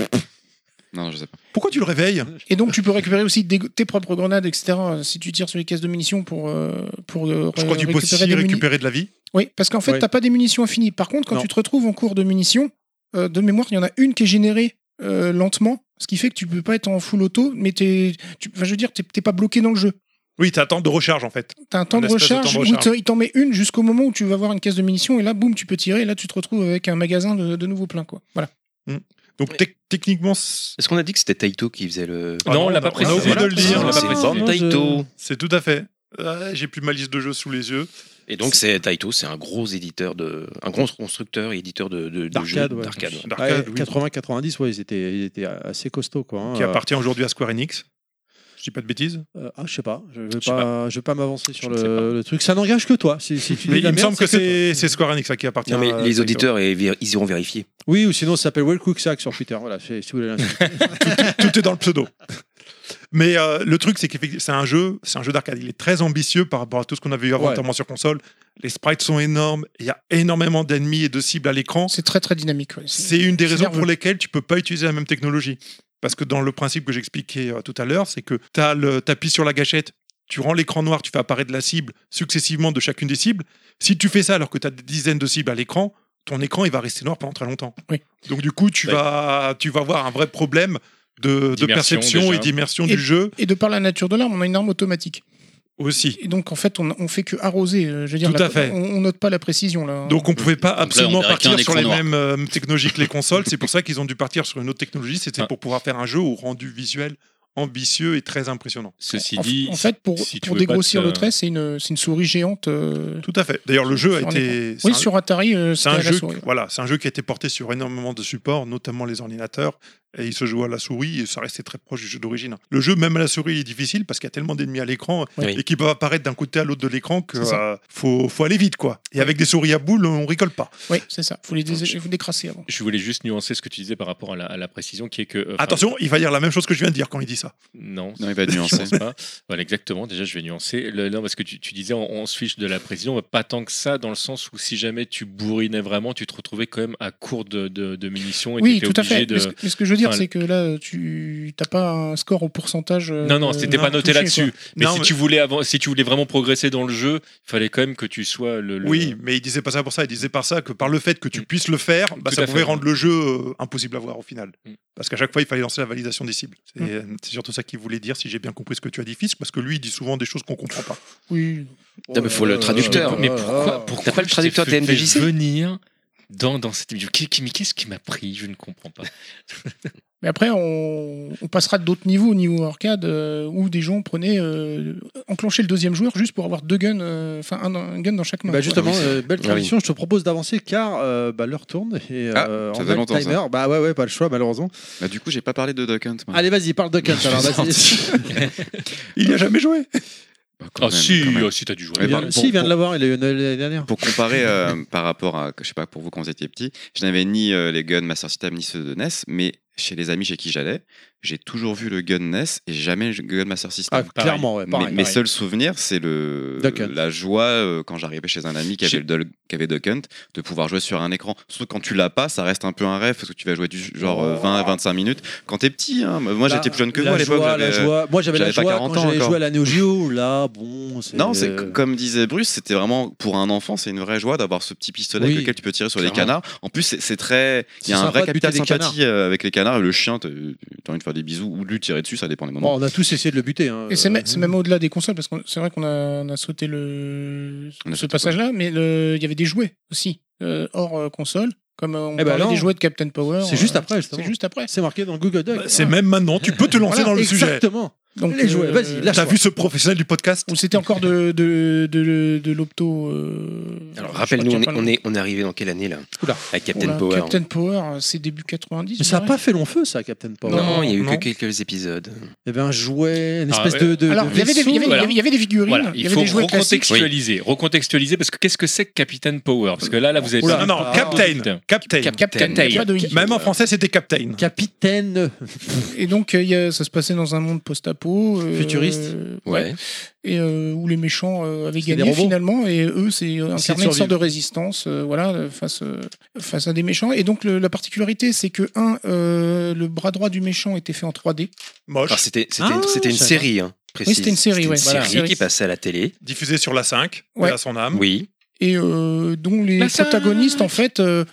Speaker 5: Non, je sais pas.
Speaker 2: Pourquoi tu le réveilles
Speaker 6: Et donc, tu peux récupérer aussi des- tes propres grenades, etc. euh, Si tu tires sur les caisses de munitions pour. euh, pour euh,
Speaker 2: Je crois que tu peux aussi
Speaker 6: récupérer des muni-
Speaker 2: récupérer de la vie.
Speaker 6: Oui, parce qu'en fait,
Speaker 10: Ouais.
Speaker 6: t'as pas des munitions infinies. Par contre, quand
Speaker 10: Non.
Speaker 6: tu te retrouves en cours de munitions, euh, de mémoire, il y en a une qui est générée euh, lentement, ce qui fait que tu peux pas être en full auto, mais t'es, tu, enfin, je veux dire, t'es, t'es pas bloqué dans le jeu.
Speaker 2: Oui, tu attends de recharge en fait.
Speaker 6: T'as un temps
Speaker 2: Une
Speaker 6: de
Speaker 2: espèce de temps de
Speaker 6: recharge, où
Speaker 2: recharge.
Speaker 6: t'en- il t'en met une jusqu'au moment où tu vas avoir une caisse de munitions, et là, boum, tu peux tirer, et là, tu te retrouves avec un magasin de, de nouveau plein, quoi. Voilà.
Speaker 2: Hmm. Donc tec- techniquement, c'est
Speaker 8: Est-ce qu'on a dit que c'était Taito qui faisait le.
Speaker 2: Ah
Speaker 3: non, on
Speaker 2: non,
Speaker 3: l'a
Speaker 2: on a-
Speaker 3: pas
Speaker 2: on a
Speaker 3: précisé.
Speaker 2: oublié de le dire, on l'a pas
Speaker 8: C'est
Speaker 3: précisé.
Speaker 8: Born Taito.
Speaker 2: c'est tout à fait. Ah, J'ai plus ma liste de jeux sous les yeux.
Speaker 8: Et donc, c'est Taito, c'est un gros éditeur de. Un gros constructeur et éditeur de, de, de jeux
Speaker 10: D'arcade, ouais.
Speaker 8: d'arcade. ouais.
Speaker 2: D'arcade, oui.
Speaker 10: 80-90, ouais, ils étaient, ils étaient assez costauds, quoi. hein.
Speaker 2: Qui appartient aujourd'hui à Square Enix. Je dis pas de bêtises.
Speaker 10: Euh, ah, je sais pas. Je vais
Speaker 8: sais
Speaker 10: pas, je vais pas m'avancer sur
Speaker 8: Je ne sais pas.
Speaker 10: le, le truc. Ça n'engage que toi. Si, si tu dis
Speaker 2: Mais
Speaker 10: de la
Speaker 2: il me
Speaker 10: merde,
Speaker 2: semble que
Speaker 10: toi.
Speaker 2: c'est c'est Square Enix à qui appartient.
Speaker 8: Non, mais
Speaker 2: euh,
Speaker 8: les
Speaker 2: Taito.
Speaker 8: auditeurs, eh, vi- ils iront vérifier.
Speaker 10: Oui, ou sinon ça s'appelle Well Cook Sack sur Twitter. Voilà, c'est- si vous voulez. l'insulter.
Speaker 2: Tout est dans le pseudo. Mais euh, le truc, c'est qu'effectivement, c'est un jeu, c'est un jeu d'arcade. Il est très ambitieux par rapport à tout ce qu'on avait eu avant,
Speaker 10: Ouais.
Speaker 2: notamment sur console. Les sprites sont énormes. Il y a énormément d'ennemis et de cibles à l'écran.
Speaker 6: C'est très, très dynamique, ouais.
Speaker 2: C'est une des
Speaker 6: c'est
Speaker 2: raisons
Speaker 6: nerveux.
Speaker 2: pour lesquelles tu peux pas utiliser la même technologie. Parce que dans le principe que j'expliquais euh, tout à l'heure, c'est que tu appuies sur la gâchette, tu rends l'écran noir, tu fais apparaître la cible successivement de chacune des cibles. Si tu fais ça alors que tu as des dizaines de cibles à l'écran, ton écran il va rester noir pendant très longtemps.
Speaker 6: Oui.
Speaker 2: Donc du coup, tu,
Speaker 7: Ouais.
Speaker 2: vas, tu vas avoir un vrai problème de, de
Speaker 3: D'immersion,
Speaker 2: perception
Speaker 3: déjà.
Speaker 2: et d'immersion du jeu
Speaker 6: Et de par la nature de l'arme, on a une arme automatique.
Speaker 2: aussi.
Speaker 6: Et donc, en fait, on, on fait que arroser. euh, Je veux dire,
Speaker 2: Tout
Speaker 6: la-
Speaker 2: à fait.
Speaker 6: On, on note pas la précision, là.
Speaker 2: Donc on pouvait pas
Speaker 7: là, on
Speaker 2: absolument
Speaker 7: dirait qu'il y a un
Speaker 2: partir sur
Speaker 7: écran
Speaker 2: les
Speaker 7: noir.
Speaker 2: mêmes euh, technologies que les consoles. C'est pour ça qu'ils ont dû partir sur une autre technologie. C'était
Speaker 3: Ah.
Speaker 2: pour pouvoir faire un jeu au rendu visuel ambitieux et très impressionnant.
Speaker 3: Ceci
Speaker 6: En,
Speaker 3: dit,
Speaker 6: en fait, pour,
Speaker 3: si tu
Speaker 6: pour
Speaker 3: veux pas
Speaker 6: dégrossir
Speaker 3: te-
Speaker 6: le trait, c'est une, c'est une souris géante. euh,
Speaker 2: Tout à fait. D'ailleurs, le jeu a
Speaker 6: Sur
Speaker 2: été. c'est
Speaker 6: Oui,
Speaker 2: un-
Speaker 6: sur Atari, euh,
Speaker 2: C'est
Speaker 6: c'était
Speaker 2: un,
Speaker 6: à la
Speaker 2: jeu,
Speaker 6: souris.
Speaker 2: voilà, c'est un jeu qui a été porté sur énormément de supports, notamment les ordinateurs, et il se joue à la souris, et ça restait très proche du jeu d'origine. Le jeu, même à la souris, est difficile parce qu'il y a tellement d'ennemis à l'écran
Speaker 8: Oui.
Speaker 2: et qui peuvent apparaître d'un côté à l'autre de l'écran que
Speaker 6: C'est ça.
Speaker 2: euh, faut, faut aller vite, quoi. Et avec des souris à boules, on rigole pas.
Speaker 6: Oui, c'est ça. Faut les dés- faut les décrasser avant.
Speaker 3: je voulais juste nuancer ce que tu disais par rapport à la, à la précision qui est que. euh, enfin,
Speaker 2: Attention, il va dire la même chose que je viens de dire quand il dit ça.
Speaker 3: Non,
Speaker 5: Non, il va être
Speaker 3: Je
Speaker 5: nuancé.
Speaker 3: pense pas. Voilà, exactement. Déjà, je vais nuancer. Le- non, parce que tu, tu disais, on, on se fiche de la précision, mais pas tant que ça, dans le sens où si jamais tu bourrinais vraiment, tu te retrouvais quand même à court de, de- de munitions et
Speaker 6: Oui,
Speaker 3: tu
Speaker 6: tout
Speaker 3: étais
Speaker 6: à
Speaker 3: obligé
Speaker 6: fait.
Speaker 3: de.
Speaker 6: Mais, ce, mais ce que je veux dire,
Speaker 3: enfin,
Speaker 6: c'est que là, tu t'as pas un score au pourcentage. euh,
Speaker 3: Non, non, c'était pas
Speaker 6: touché,
Speaker 3: noté
Speaker 6: quoi.
Speaker 3: là-dessus. Mais,
Speaker 2: Non,
Speaker 3: si,
Speaker 2: mais-
Speaker 3: Tu voulais avant, si tu voulais vraiment progresser dans le jeu, il fallait quand même que tu sois le. le-
Speaker 2: Oui, mais il disait pas ça pour ça, il disait par ça que par le fait que tu
Speaker 3: Mm.
Speaker 2: puisses le faire, bah,
Speaker 3: Tout
Speaker 2: ça
Speaker 3: à
Speaker 2: pouvait
Speaker 3: fait.
Speaker 2: rendre le jeu euh, impossible à voir au final.
Speaker 3: Mm.
Speaker 2: Parce qu'à chaque fois, il fallait lancer la validation des cibles. C'est
Speaker 6: Mm.
Speaker 2: euh, c'est surtout ça qu'il voulait dire, si j'ai bien compris ce que tu as dit, Fisk, parce que lui, il dit souvent des choses qu'on comprend pas.
Speaker 6: Oui.
Speaker 8: Non, mais faut le traducteur.
Speaker 3: Euh, Mais
Speaker 6: Ah.
Speaker 3: pourquoi, pourquoi
Speaker 8: pas le
Speaker 3: je t'ai
Speaker 8: traducteur
Speaker 3: fait-
Speaker 8: TMDJC?
Speaker 3: fait venir dans, dans cette émission Qui- qui- mais Qu'est-ce qui m'a pris Je ne comprends pas.
Speaker 6: Mais après, on, on passera d'autres niveaux, au niveau arcade, euh, où des gens prenaient euh, enclencher le deuxième joueur juste pour avoir deux guns, euh, enfin un, un gun dans chaque main.
Speaker 10: Bah,
Speaker 6: quoi.
Speaker 10: justement,
Speaker 8: Ah oui,
Speaker 10: euh, belle
Speaker 8: Ah oui.
Speaker 10: transition. Je te propose d'avancer car euh, bah, l'heure tourne et
Speaker 5: Ah,
Speaker 10: euh, on
Speaker 5: ça fait
Speaker 10: a le
Speaker 5: longtemps, ça.
Speaker 10: timer. Bah ouais, ouais, pas le choix malheureusement.
Speaker 5: Bah, du coup, j'ai pas parlé de Duck Hunt. moi.
Speaker 10: Allez, vas-y, parle de Kant alors. Vas-y.
Speaker 2: Il n'y a jamais joué
Speaker 5: Bah, quand
Speaker 3: Ah
Speaker 5: même,
Speaker 3: si,
Speaker 5: quand même. Eh ben,
Speaker 3: ah, si, t'as dû jouer.
Speaker 1: Eh
Speaker 5: Mais
Speaker 10: Il vient-
Speaker 5: bon,
Speaker 10: si, il vient
Speaker 5: bon.
Speaker 10: de l'avoir. Il a eu une- l'année dernière.
Speaker 5: Pour comparer euh, par rapport à, je sais pas, pour vous quand vous étiez petit, je n'avais ni euh, les guns Master System ni ceux de NES, mais chez les amis chez qui j'allais, j'ai toujours vu le gun NES et jamais le gun Master System.
Speaker 10: Ah, clairement, ouais.
Speaker 5: Mais-
Speaker 10: Pareil,
Speaker 5: mes
Speaker 10: pareil.
Speaker 5: seuls souvenirs, c'est le
Speaker 10: Duck Hunt.
Speaker 5: la joie euh, quand j'arrivais chez un ami qui avait,
Speaker 3: Chez-
Speaker 5: le Dol- qui avait Duck Hunt de pouvoir jouer sur un écran. Surtout quand tu l'as pas, ça reste un peu un rêve parce que tu vas jouer du genre euh, 20 à 25 minutes quand t'es petit. hein. Moi,
Speaker 10: La-
Speaker 5: j'étais plus jeune que
Speaker 10: Oh. Bah, la
Speaker 5: vous à l'époque.
Speaker 10: joie, la
Speaker 5: j'avais-
Speaker 10: joie. Moi, j'avais la
Speaker 5: j'avais pas
Speaker 10: joie
Speaker 5: 40
Speaker 10: quand
Speaker 5: ans
Speaker 10: j'avais
Speaker 5: encore.
Speaker 10: joué à la Neo Geo. Là, bon. c'est- euh,
Speaker 5: Non, c'est c- comme disait Bruce, c'était vraiment pour un enfant, c'est une vraie joie d'avoir ce petit pistolet
Speaker 10: Oui,
Speaker 5: avec lequel tu peux tirer sur les
Speaker 10: clairement.
Speaker 5: canards. En plus, c'est c'est très, il y
Speaker 10: C'est
Speaker 5: a un
Speaker 10: sympa
Speaker 5: vrai
Speaker 10: de buter
Speaker 5: capital
Speaker 10: des
Speaker 5: sympathie euh, avec les canards. et Le chien, t'as t'as envie de faire des bisous ou de lui tirer dessus, ça dépend des moments.
Speaker 10: Bon, on a tous essayé de le buter. hein.
Speaker 6: Et c'est
Speaker 10: Euh,
Speaker 6: mê- c'est même au-delà des consoles, parce que c'est vrai qu'on a, on a sauté le,
Speaker 5: On a
Speaker 6: ce
Speaker 5: sauté
Speaker 6: passage-là, mais le- il y avait des jouets aussi, euh, hors euh, console, comme euh, on
Speaker 10: Eh ben
Speaker 6: parlait
Speaker 10: non.
Speaker 6: des jouets de Captain Power.
Speaker 10: C'est juste
Speaker 6: euh,
Speaker 10: après, justement.
Speaker 6: C'est juste après.
Speaker 10: C'est marqué dans Google Doc.
Speaker 2: C'est même maintenant, tu peux te lancer
Speaker 6: Voilà,
Speaker 2: dans le sujet.
Speaker 10: Exactement.
Speaker 6: Donc,
Speaker 1: Les jouets,
Speaker 6: euh,
Speaker 1: vas-y, lâche.
Speaker 2: T'as vu ce professionnel du podcast
Speaker 6: Ou c'était encore de, de, de, de l'opto. euh,
Speaker 8: Alors
Speaker 6: je
Speaker 8: rappelle-nous,
Speaker 6: sais
Speaker 8: on
Speaker 6: pas,
Speaker 8: est, on, est, on est arrivé dans quelle année là
Speaker 1: Oula.
Speaker 8: Avec Captain
Speaker 6: Oula,
Speaker 8: Power.
Speaker 6: Captain Power, c'est début 90.
Speaker 1: Mais ça
Speaker 6: je
Speaker 1: n'a
Speaker 6: dirais.
Speaker 1: pas fait long feu, ça, Captain Power.
Speaker 8: Non, il y a eu
Speaker 2: non.
Speaker 8: que quelques épisodes.
Speaker 1: Il y avait un jouet, une espèce
Speaker 3: Ah,
Speaker 1: de, de-
Speaker 6: Alors,
Speaker 1: de
Speaker 6: il y avait des- il y avait-
Speaker 1: vaisseau.
Speaker 6: il y avait- il y avait des figurines,
Speaker 3: Voilà,
Speaker 6: il
Speaker 3: il
Speaker 6: y avait
Speaker 3: faut
Speaker 6: des jouets classiques.
Speaker 3: recontextualiser, recontextualiser parce que qu'est-ce que c'est que Captain Power Parce que là, là, vous avez
Speaker 6: Oh
Speaker 1: Oula,
Speaker 3: pas-
Speaker 2: Non, non,
Speaker 1: Ah,
Speaker 2: Captain. Captain.
Speaker 6: Captain, il y a pas de i.
Speaker 2: Même en français, c'était Captain.
Speaker 1: Capitaine.
Speaker 6: Et donc, euh, il y a- ça se passait dans un monde post-apo. euh,
Speaker 1: Futuriste.
Speaker 8: Ouais.
Speaker 6: Et euh, où les méchants euh, avaient
Speaker 1: C'est des
Speaker 6: gagné
Speaker 1: robots.
Speaker 6: finalement. Et eux, c'est euh,
Speaker 1: Essayer de
Speaker 6: incarné une sorte
Speaker 1: survivre.
Speaker 6: de résistance euh, voilà, euh, face, euh, face à des méchants. Et donc, le- la particularité, c'est que, un, euh, le bras droit du méchant était fait en 3D.
Speaker 2: Moche.
Speaker 8: Alors c'était c'était
Speaker 1: Ah,
Speaker 8: une, c'était une
Speaker 1: je savais
Speaker 8: série, hein, précise.
Speaker 6: c'était une série, ouais.
Speaker 8: une
Speaker 6: Voilà.
Speaker 8: série qui passait à la télé.
Speaker 2: Diffusé sur la 5,
Speaker 6: Ouais.
Speaker 2: à son âme.
Speaker 8: Oui.
Speaker 6: Et euh, dont les
Speaker 1: Bah,
Speaker 3: La cinq.
Speaker 6: protagonistes, en fait. euh,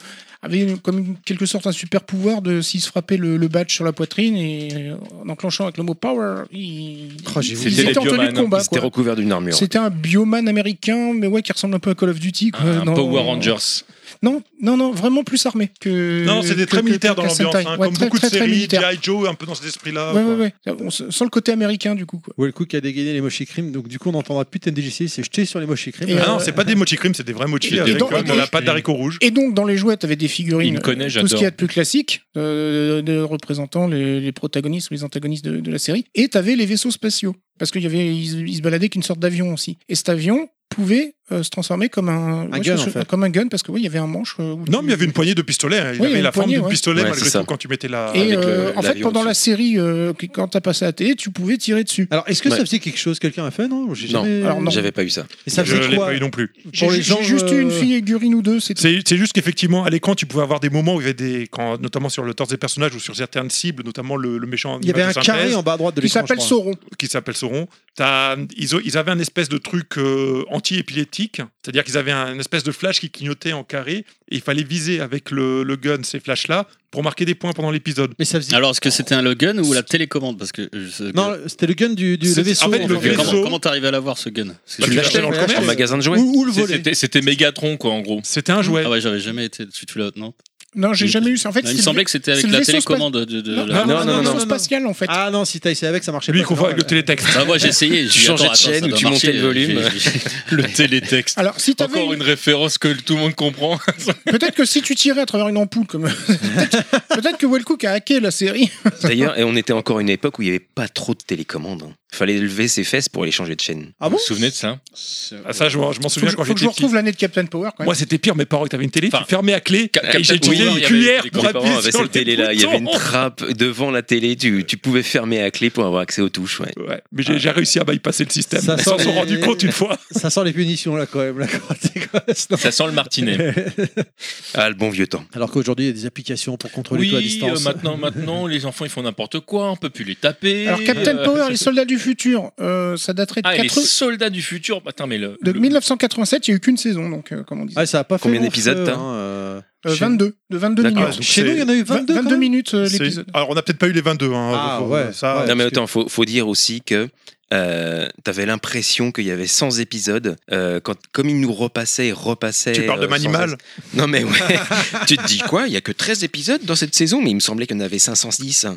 Speaker 6: avaient une- comme une- quelque sorte un super pouvoir de s'ils se frappaient le, le badge sur la poitrine et euh, en enclenchant avec le mot power, ils,
Speaker 1: Oh, j'ai
Speaker 6: ils
Speaker 3: voulu- C'était
Speaker 6: étaient en
Speaker 3: les
Speaker 6: tenue de
Speaker 3: biomanes.
Speaker 6: combat.
Speaker 8: Ils étaient
Speaker 6: quoi.
Speaker 8: recouverts d'une armure.
Speaker 6: C'était un bioman américain, mais ouais, qui ressemble un peu à Call of Duty. quoi.
Speaker 3: un
Speaker 6: Non,
Speaker 3: Power
Speaker 6: non.
Speaker 3: Rangers.
Speaker 6: Non, non, non, vraiment plus armé que.
Speaker 2: Non, c'était
Speaker 6: que-
Speaker 2: très
Speaker 6: que-
Speaker 2: militaire
Speaker 6: que
Speaker 2: dans l'ambiance,
Speaker 6: Sentai.
Speaker 2: hein,
Speaker 6: Ouais,
Speaker 2: comme
Speaker 6: très,
Speaker 2: beaucoup
Speaker 6: très,
Speaker 2: de
Speaker 6: très
Speaker 2: séries,
Speaker 6: militaire.
Speaker 2: G.I. Joe, un peu dans cet esprit-là.
Speaker 6: Ouais,
Speaker 2: quoi.
Speaker 6: ouais, ouais. On s- sent le côté américain du coup. Quoi.
Speaker 1: Ouais, le coup qui a dégainé les mochis crimes. Donc, du coup, on n'entendra plus TNDJC, c'est jeté sur les mochis crimes.
Speaker 6: Et,
Speaker 2: Ah non,
Speaker 6: euh,
Speaker 2: c'est pas des mochi crimes, c'est des vrais mochi.
Speaker 6: et
Speaker 2: avec
Speaker 6: dans-
Speaker 2: euh,
Speaker 6: et-
Speaker 2: de la
Speaker 3: et-
Speaker 2: pâte d'haricots rouges.
Speaker 6: Et donc dans les jouets, t'avais des
Speaker 3: Il
Speaker 6: figurines. euh,
Speaker 3: me connaît,
Speaker 6: tout ce
Speaker 3: j'adore.
Speaker 6: qu'il y a de plus classique, euh, de représentant les, les protagonistes ou les antagonistes de, de la série. Et t'avais les vaisseaux spatiaux. Parce qu'il y avait, ils, ils se baladaient qu'une sorte d'avion aussi. Et cet avion pouvait euh, se transformer comme un, ouais,
Speaker 1: gun,
Speaker 6: je-
Speaker 1: en fait.
Speaker 6: comme un gun parce que oui, il y avait un manche. euh, où tu-
Speaker 2: Non, mais il y avait une poignée de pistolet. hein. Il
Speaker 6: Oui, il y
Speaker 2: avait
Speaker 6: a
Speaker 2: la
Speaker 6: une
Speaker 2: forme
Speaker 6: poignée,
Speaker 2: du
Speaker 6: ouais.
Speaker 2: pistolet,
Speaker 8: Ouais,
Speaker 2: malgré
Speaker 8: c'est ça.
Speaker 2: tout, quand tu mettais la.
Speaker 6: Et
Speaker 8: avec le-
Speaker 6: euh, en fait,
Speaker 8: l'avion
Speaker 6: pendant
Speaker 8: dessus.
Speaker 6: la série, euh, quand t'as passé à la télé, tu pouvais tirer dessus.
Speaker 1: Alors, est-ce que
Speaker 8: Ouais.
Speaker 1: ça faisait quelque chose Quelqu'un a fait Non, j'ai
Speaker 8: Non.
Speaker 1: jamais.
Speaker 6: Alors, non.
Speaker 8: J'avais pas eu ça.
Speaker 1: Et ça
Speaker 2: Je
Speaker 1: faisait
Speaker 2: l'ai
Speaker 1: quoi
Speaker 2: pas eu non plus.
Speaker 6: J'ai
Speaker 1: Pour
Speaker 6: j'ai
Speaker 1: les gens,
Speaker 6: juste eu une
Speaker 1: euh,
Speaker 6: figurine ou deux, c'est tout.
Speaker 2: C'est c'est juste qu'effectivement, à l'écran, tu pouvais avoir des moments où il y avait des. Quand, notamment sur le torse des personnages ou sur certaines cibles, notamment le, le méchant.
Speaker 1: Il y avait
Speaker 2: animal
Speaker 1: un
Speaker 2: de synthèse,
Speaker 1: carré en bas à droite de
Speaker 6: Qui
Speaker 1: l'écran.
Speaker 6: s'appelle
Speaker 1: je crois.
Speaker 6: Sauron.
Speaker 2: qui s'appelle Sauron. T'as- Ils, ont- ils avaient un espèce de truc euh, anti-épileptique, c'est-à-dire qu'ils avaient un une espèce de flash qui clignotait en carré et il fallait viser avec le, le gun ces flashs-là pour marquer des poins pendant l'épisode.
Speaker 1: Mais ça faisait.
Speaker 7: Alors, est-ce que c'était un Logan ou la télécommande Parce que. euh, ce-
Speaker 1: Non, c'était le gun du, du
Speaker 2: C'est-
Speaker 1: le vaisseau.
Speaker 2: en fait, le
Speaker 1: en fait.
Speaker 7: que-
Speaker 2: vaisseau-
Speaker 7: comment comment t'arrives à l'avoir ce gun Parce que
Speaker 2: Bah,
Speaker 7: je-
Speaker 2: tu l'achetais dans le
Speaker 1: Ouais,
Speaker 8: En
Speaker 1: Euh,
Speaker 2: commerce.
Speaker 8: magasin de jouets.
Speaker 1: Ou, ou le
Speaker 3: C'est-
Speaker 1: volet.
Speaker 3: C'était c'était Megatron, quoi, en gros.
Speaker 2: C'était un jouet.
Speaker 7: Ah ouais, j'avais jamais été dessus, tu l'as, non
Speaker 6: Non, j'ai
Speaker 7: Il-
Speaker 6: jamais eu ça. En fait,
Speaker 7: Il me
Speaker 6: c'est
Speaker 7: semblait que c'était avec
Speaker 6: c'est le
Speaker 7: la
Speaker 6: vaisseau
Speaker 7: télécommande de. de-
Speaker 6: le-
Speaker 7: la-
Speaker 6: Non, non, non,
Speaker 1: non,
Speaker 6: non,
Speaker 1: non.
Speaker 6: spatial en fait.
Speaker 1: Ah non, si t'as essayé avec, ça marchait
Speaker 2: Lui, il
Speaker 1: pas.
Speaker 2: confond
Speaker 1: Non,
Speaker 2: avec le
Speaker 1: ouais.
Speaker 2: télétexte.
Speaker 7: Ah, moi j'ai essayé.
Speaker 8: Tu changeais de chaîne ou tu montais le volume
Speaker 7: Le télétexte.
Speaker 6: Alors, si t'avais Ah
Speaker 3: Encore une référence que tout le monde comprend.
Speaker 6: peut-être que si tu tirais à travers une ampoule, comme peut-être- peut-être que Wellcook a hacké la série.
Speaker 8: D'ailleurs, et on était encore à une époque où il n'y avait pas trop de télécommande. hein. Fallait lever ses fesses pour aller changer de chaîne.
Speaker 1: Ah
Speaker 3: vous
Speaker 1: bon
Speaker 3: vous souvenez de ça
Speaker 2: Ah, ça, je m'en je
Speaker 6: Faut
Speaker 2: m'en
Speaker 6: que
Speaker 2: souviens
Speaker 6: je-
Speaker 2: quand
Speaker 6: faut que je
Speaker 2: j'étais petit.
Speaker 6: retrouve l'année de Captain Power quand même.
Speaker 2: Moi, c'était pire, mes parents, que t'avais une télé,
Speaker 3: Enfin,
Speaker 2: tu fermais à clé
Speaker 3: Cap-
Speaker 2: et
Speaker 3: Captain
Speaker 2: j'ai utilisé
Speaker 3: Power, il
Speaker 2: une
Speaker 3: y avait
Speaker 2: cuillère
Speaker 3: les
Speaker 2: pour
Speaker 8: Mes parents
Speaker 2: appuyer
Speaker 8: avaient
Speaker 2: sur le
Speaker 8: cette télé là, il y avait une
Speaker 2: bouton.
Speaker 8: trappe devant la télé, tu, tu pouvais fermer à clé pour avoir accès aux touches. Ouais.
Speaker 2: Ouais, mais j'ai j'ai réussi à bypasser le système.
Speaker 1: Ça
Speaker 2: Ils s'en
Speaker 1: sent
Speaker 2: sont
Speaker 1: les-
Speaker 2: rendus compte une fois.
Speaker 1: Ça sent les punitions là quand même. Là, quand t'es gosse, non.
Speaker 3: Ça sent le martinet.
Speaker 8: Ah, le bon vieux temps.
Speaker 1: Alors qu'aujourd'hui, il y a des applications pour contrôler
Speaker 3: Oui,
Speaker 1: tout à
Speaker 3: euh,
Speaker 1: distance.
Speaker 3: maintenant, maintenant, les enfants ils font n'importe quoi, on peut plus les taper.
Speaker 6: Alors, Captain
Speaker 3: Euh,
Speaker 6: Power, les soldats du futur, euh, ça daterait de,
Speaker 3: Ah, et les
Speaker 6: 80
Speaker 3: soldats du futur. Attends, mais le.
Speaker 6: de
Speaker 3: le-
Speaker 6: 1987. Il y a eu qu'une saison, donc euh, comme on disait,
Speaker 1: Ah, ça a pas fait
Speaker 8: Combien
Speaker 1: long
Speaker 8: d'épisodes,
Speaker 1: feu,
Speaker 8: t'as
Speaker 1: hein, euh,
Speaker 6: Euh,
Speaker 1: chez-
Speaker 6: 22, de 22
Speaker 8: D'accord.
Speaker 6: minutes.
Speaker 2: Donc,
Speaker 1: Chez nous, il y en a eu
Speaker 6: 22
Speaker 1: 22. quand même
Speaker 6: minutes euh,
Speaker 2: C'est-
Speaker 6: l'épisode.
Speaker 2: Alors, on a peut-être pas eu les 22. hein,
Speaker 1: Ah,
Speaker 2: faut-
Speaker 1: ouais.
Speaker 2: ça,
Speaker 1: Ouais.
Speaker 8: non, mais
Speaker 1: parce que-
Speaker 8: attends, faut, faut dire aussi que euh, t'avais l'impression qu'il y avait 100 épisodes. euh, quand, comme ils nous repassaient et repassaient.
Speaker 2: Tu parles de
Speaker 8: euh, sans
Speaker 2: Manimal
Speaker 8: cesse. Non, mais ouais. tu te dis quoi Il y a que 13 épisodes dans cette saison, mais il me semblait qu'il y en avait 510. hein.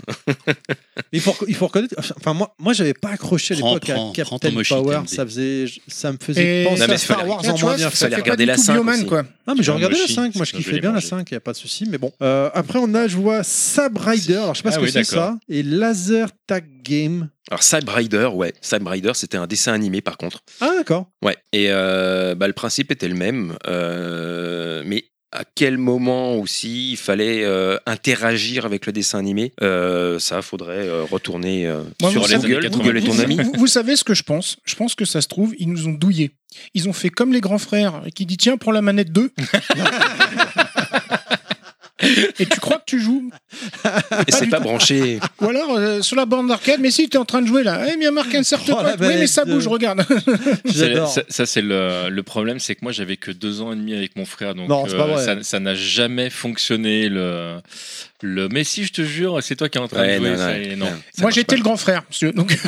Speaker 1: Il faut, il faut reconnaître. Enfin, moi, moi, j'avais pas accroché à
Speaker 7: Prends,
Speaker 1: l'époque à
Speaker 7: prends, prends
Speaker 1: Captain
Speaker 7: ton mochi,
Speaker 1: Power.
Speaker 7: TMD.
Speaker 1: Ça faisait, ça me faisait
Speaker 6: Et-
Speaker 1: penser
Speaker 6: Non,
Speaker 8: mais
Speaker 1: à
Speaker 8: ça
Speaker 1: Star
Speaker 8: fallait-
Speaker 1: Wars
Speaker 6: Là,
Speaker 1: en
Speaker 6: tu
Speaker 1: moins
Speaker 6: vois,
Speaker 1: bien
Speaker 6: ça
Speaker 1: fait.
Speaker 6: fait
Speaker 8: fallait
Speaker 6: pas
Speaker 8: regarder
Speaker 6: du
Speaker 8: la
Speaker 6: tout
Speaker 8: 5
Speaker 6: Bioman,
Speaker 8: aussi.
Speaker 6: quoi.
Speaker 1: Non, mais je
Speaker 7: Sur un
Speaker 1: regardais la
Speaker 7: mochi,
Speaker 1: 5, moi je
Speaker 7: parce que je
Speaker 1: kiffais
Speaker 7: l'ai
Speaker 1: bien la
Speaker 7: mangé.
Speaker 1: 5, il n'y a pas de souci, mais bon. Euh, après, on a, je vois Sab Rider, alors je sais pas
Speaker 3: Ah
Speaker 1: ce que
Speaker 3: oui,
Speaker 1: c'est
Speaker 3: d'accord.
Speaker 1: ça, et Laser Tag Game.
Speaker 8: Alors, Cyber Rider, ouais. Cyber Rider, c'était un dessin animé par contre.
Speaker 1: Ah, d'accord.
Speaker 8: Ouais, et euh, bah, le principe était le même, euh, mais à quel moment aussi il fallait euh, interagir avec le dessin animé euh, Ça, faudrait euh, retourner euh,
Speaker 6: Moi,
Speaker 8: sur
Speaker 6: vous
Speaker 8: les
Speaker 6: savez-
Speaker 8: Google,
Speaker 6: vous-
Speaker 8: Google est ton
Speaker 6: vous-
Speaker 8: ami.
Speaker 6: Vous, vous savez ce que je pense Je pense que ça se trouve, ils nous ont douillés. Ils ont fait comme les grands frères qui dit tiens, prends la manette 2. Et tu crois que tu joues
Speaker 8: Et c'est pas branché.
Speaker 6: Ou alors euh, sur la bande d'arcade, mais si tu es en train de jouer là, eh bien marque un certain
Speaker 1: Oh, la
Speaker 6: point. Oui, mais
Speaker 1: manette
Speaker 6: ça
Speaker 1: de-
Speaker 6: bouge, regarde.
Speaker 1: J'adore.
Speaker 3: Ça, ça, c'est le, le problème, c'est que moi j'avais que deux ans et demi avec mon frère, donc euh,
Speaker 1: Non, c'est pas vrai.
Speaker 3: ça- ça n'a jamais fonctionné. Le, le... Mais si, je te jure, c'est toi qui es en train
Speaker 8: Ouais,
Speaker 3: de jouer.
Speaker 8: non,
Speaker 3: ça,
Speaker 8: non,
Speaker 3: et
Speaker 8: non,
Speaker 3: non.
Speaker 8: ça
Speaker 6: Moi
Speaker 8: marche
Speaker 6: j'étais
Speaker 8: pas.
Speaker 6: le grand frère, monsieur. Donc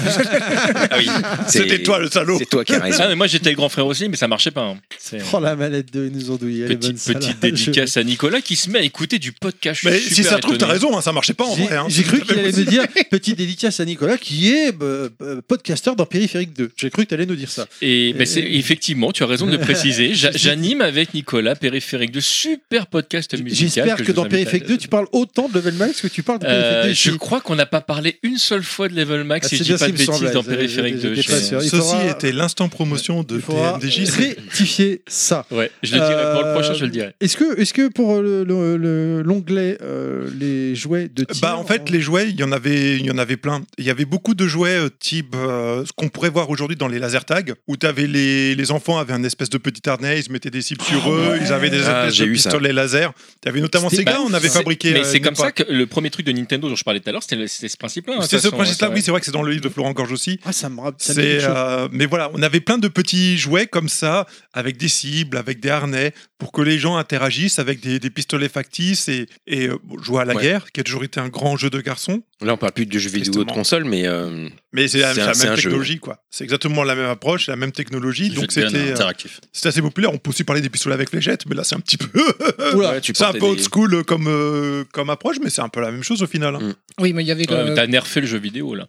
Speaker 8: Ah oui, c'est-
Speaker 2: C'était toi le salaud.
Speaker 8: C'est toi qui as raison.
Speaker 3: Ah, mais moi j'étais le grand frère aussi, mais ça marchait pas. hein. C'est-
Speaker 1: Oh la manette 2, ils nous ont douillé.
Speaker 3: Petite, petite dédicace à Nicolas qui se met à écouter du podcast. Je suis
Speaker 2: Mais
Speaker 3: super
Speaker 2: si ça se trouve, t'as
Speaker 3: étonné.
Speaker 2: raison, hein, ça marchait pas en
Speaker 1: J'ai-
Speaker 2: vrai. hein.
Speaker 1: J'ai cru
Speaker 2: Ça
Speaker 1: qu'il
Speaker 2: fait
Speaker 1: allait
Speaker 2: possible.
Speaker 1: nous dire petite dédicace à Nicolas qui est euh, euh, podcasteur dans Périphérique 2. J'ai cru que tu allais nous dire ça.
Speaker 3: Et ben, c'est effectivement, tu as raison de le préciser. J'a- J'anime avec Nicolas Périphérique de super podcast musical.
Speaker 1: J'espère que,
Speaker 3: je vous
Speaker 1: dans
Speaker 3: invite à-
Speaker 1: Périphérique 2, tu parles autant de Level Max que tu parles de Périphérique
Speaker 3: Euh,
Speaker 1: 2.
Speaker 3: je
Speaker 1: ici.
Speaker 3: crois qu'on n'a pas parlé une seule fois de Level Max
Speaker 1: Ah,
Speaker 3: si
Speaker 1: c'est
Speaker 3: je
Speaker 1: bien
Speaker 3: dis
Speaker 1: ce
Speaker 3: pas de
Speaker 1: qui me
Speaker 3: bêtises
Speaker 1: semblait.
Speaker 3: dans
Speaker 1: J'étais-
Speaker 3: Périphérique de
Speaker 1: j'étais pas
Speaker 3: chez-
Speaker 1: sûr. Il
Speaker 2: Ceci
Speaker 1: faudra-
Speaker 2: était l'instant promotion de
Speaker 1: Il faudra
Speaker 2: PMDJ.
Speaker 1: rectifier ça.
Speaker 3: Ouais, je le dirai pour le
Speaker 1: Euh,
Speaker 3: prochain, je le dirai.
Speaker 1: Est-ce que, est que pour euh, le- le- le- l'onglet euh, les jouets de tir
Speaker 2: Bah, en fait, les jouets, il y en avait, il y en avait plein. Il y avait beaucoup de jouets euh, type euh, ce qu'on pourrait voir aujourd'hui dans les laser tags, où t'avais les, les enfants avaient un espèce de petit harnais, ils se mettaient des cibles sur eux, ils avaient des
Speaker 8: Ah,
Speaker 2: espèces
Speaker 8: j'ai
Speaker 2: de
Speaker 8: eu ça.
Speaker 2: pistolets laser. T'avais notamment
Speaker 3: C'était-
Speaker 2: Sega,
Speaker 3: bah,
Speaker 2: on avait
Speaker 3: c'est-
Speaker 2: fabriqué.
Speaker 3: Mais c'est
Speaker 2: euh,
Speaker 3: comme
Speaker 2: une
Speaker 3: ça que le premier truc de Nintendo dont je parlais tout à l'heure, c'était le- c'était ce principe-là. hein,
Speaker 2: C'est
Speaker 3: de
Speaker 2: ce
Speaker 3: toute façon,
Speaker 2: principe-là,
Speaker 3: ça,
Speaker 2: oui, c'est vrai que c'est dans le livre de Florent Gorge aussi.
Speaker 1: Ah, ça me rappelle. ça me dit
Speaker 2: C'est,
Speaker 1: quelque chose.
Speaker 2: euh, mais voilà, on avait plein de petits jouets comme ça, avec des cibles, avec des harnais, pour que les gens interagissent avec des, des pistolets factices et, et euh, bon, jouer à la
Speaker 8: Ouais.
Speaker 2: guerre, qui a toujours été un grand jeu de garçons.
Speaker 8: Là, on parle plus de jeux vidéo de
Speaker 2: Tristement.
Speaker 8: console, mais euh,
Speaker 2: Mais c'est la,
Speaker 8: C'est
Speaker 2: c'est
Speaker 8: un-
Speaker 2: la
Speaker 8: c'est un
Speaker 2: même
Speaker 8: jeu,
Speaker 2: technologie, quoi. C'est exactement la même approche, la même technologie.
Speaker 7: Jeu
Speaker 2: Donc
Speaker 7: de gun
Speaker 2: c'était euh,
Speaker 7: interactif.
Speaker 2: c'était assez populaire. On peut aussi parler des pistolets avec fléchettes, mais là c'est un petit peu.
Speaker 8: ouais, tu
Speaker 2: c'est un
Speaker 8: portais
Speaker 2: peu
Speaker 8: des-
Speaker 2: old school euh, comme, euh, comme approche, mais c'est un peu la même chose au final. hein.
Speaker 8: Mm.
Speaker 6: Oui, mais il y avait.
Speaker 3: Ouais,
Speaker 6: euh,
Speaker 3: mais T'as nerfé le jeu vidéo là.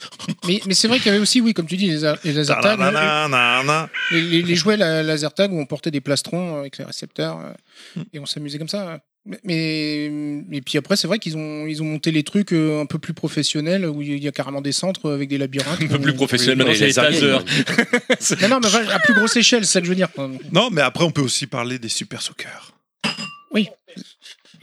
Speaker 6: mais mais c'est vrai qu'il y avait aussi, oui, comme tu dis, les, a- les laser tags,
Speaker 2: Ta-da-da-da-da-da.
Speaker 6: les, les- les jouets la- laser tag où on portait des plastrons avec les récepteurs euh,
Speaker 3: Mm.
Speaker 6: et on s'amusait comme ça. Mais- Mais et puis après, c'est vrai qu'ils ont ils ont monté les trucs euh, un peu plus professionnels où il y a carrément des centres avec des labyrinthes. Euh,
Speaker 3: Un peu plus professionnel, maintenant
Speaker 8: les
Speaker 3: c'est les
Speaker 8: lasers,
Speaker 3: tasers.
Speaker 6: Non, non, mais enfin, à plus grosse échelle, c'est ça que je veux dire.
Speaker 3: Euh,
Speaker 2: Non, mais après on peut aussi parler des super soccer.
Speaker 6: Oui.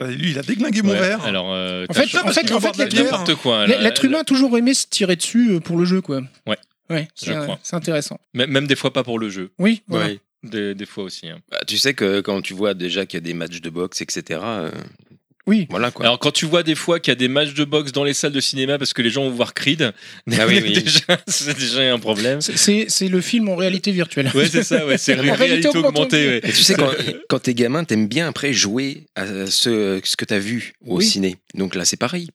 Speaker 2: Bah, lui, il a déglingué mon
Speaker 3: Ouais,
Speaker 2: verre.
Speaker 3: Alors, euh,
Speaker 6: En
Speaker 3: t'as-
Speaker 6: fait,
Speaker 2: Putain,
Speaker 6: en
Speaker 2: parce
Speaker 6: fait,
Speaker 2: qu'il
Speaker 6: en
Speaker 2: va boire
Speaker 6: fait
Speaker 2: de la
Speaker 6: l'être humain,
Speaker 2: bière.
Speaker 3: n'importe quoi. là.
Speaker 6: l'être humain a toujours aimé se tirer dessus euh, pour le jeu, quoi.
Speaker 3: Ouais.
Speaker 6: Ouais,
Speaker 3: Je
Speaker 6: c'est
Speaker 3: crois.
Speaker 6: c'est intéressant.
Speaker 3: Même même des fois pas pour le jeu.
Speaker 6: Oui, voilà.
Speaker 8: Ouais.
Speaker 3: Des, des fois aussi. hein.
Speaker 8: Bah, tu sais que quand tu vois déjà qu'il y a des matchs de boxe, etc. euh,
Speaker 6: Oui.
Speaker 8: Voilà quoi.
Speaker 3: Alors quand tu vois des fois qu'il y a des matchs de boxe dans les salles de cinéma parce que les gens vont voir Creed,
Speaker 8: Ah oui, oui.
Speaker 3: déjà c'est déjà un problème.
Speaker 6: C'est- C'est c'est le film en réalité virtuelle.
Speaker 3: Ouais c'est ça, ouais, c'est
Speaker 6: En
Speaker 3: une réalité
Speaker 6: réalité augmentée.
Speaker 3: augmentée. ouais.
Speaker 8: Et tu sais, quand, quand t'es gamin, t'aimes bien après jouer à ce, ce que t'as vu au
Speaker 6: Oui.
Speaker 8: ciné. Donc là, c'est pareil.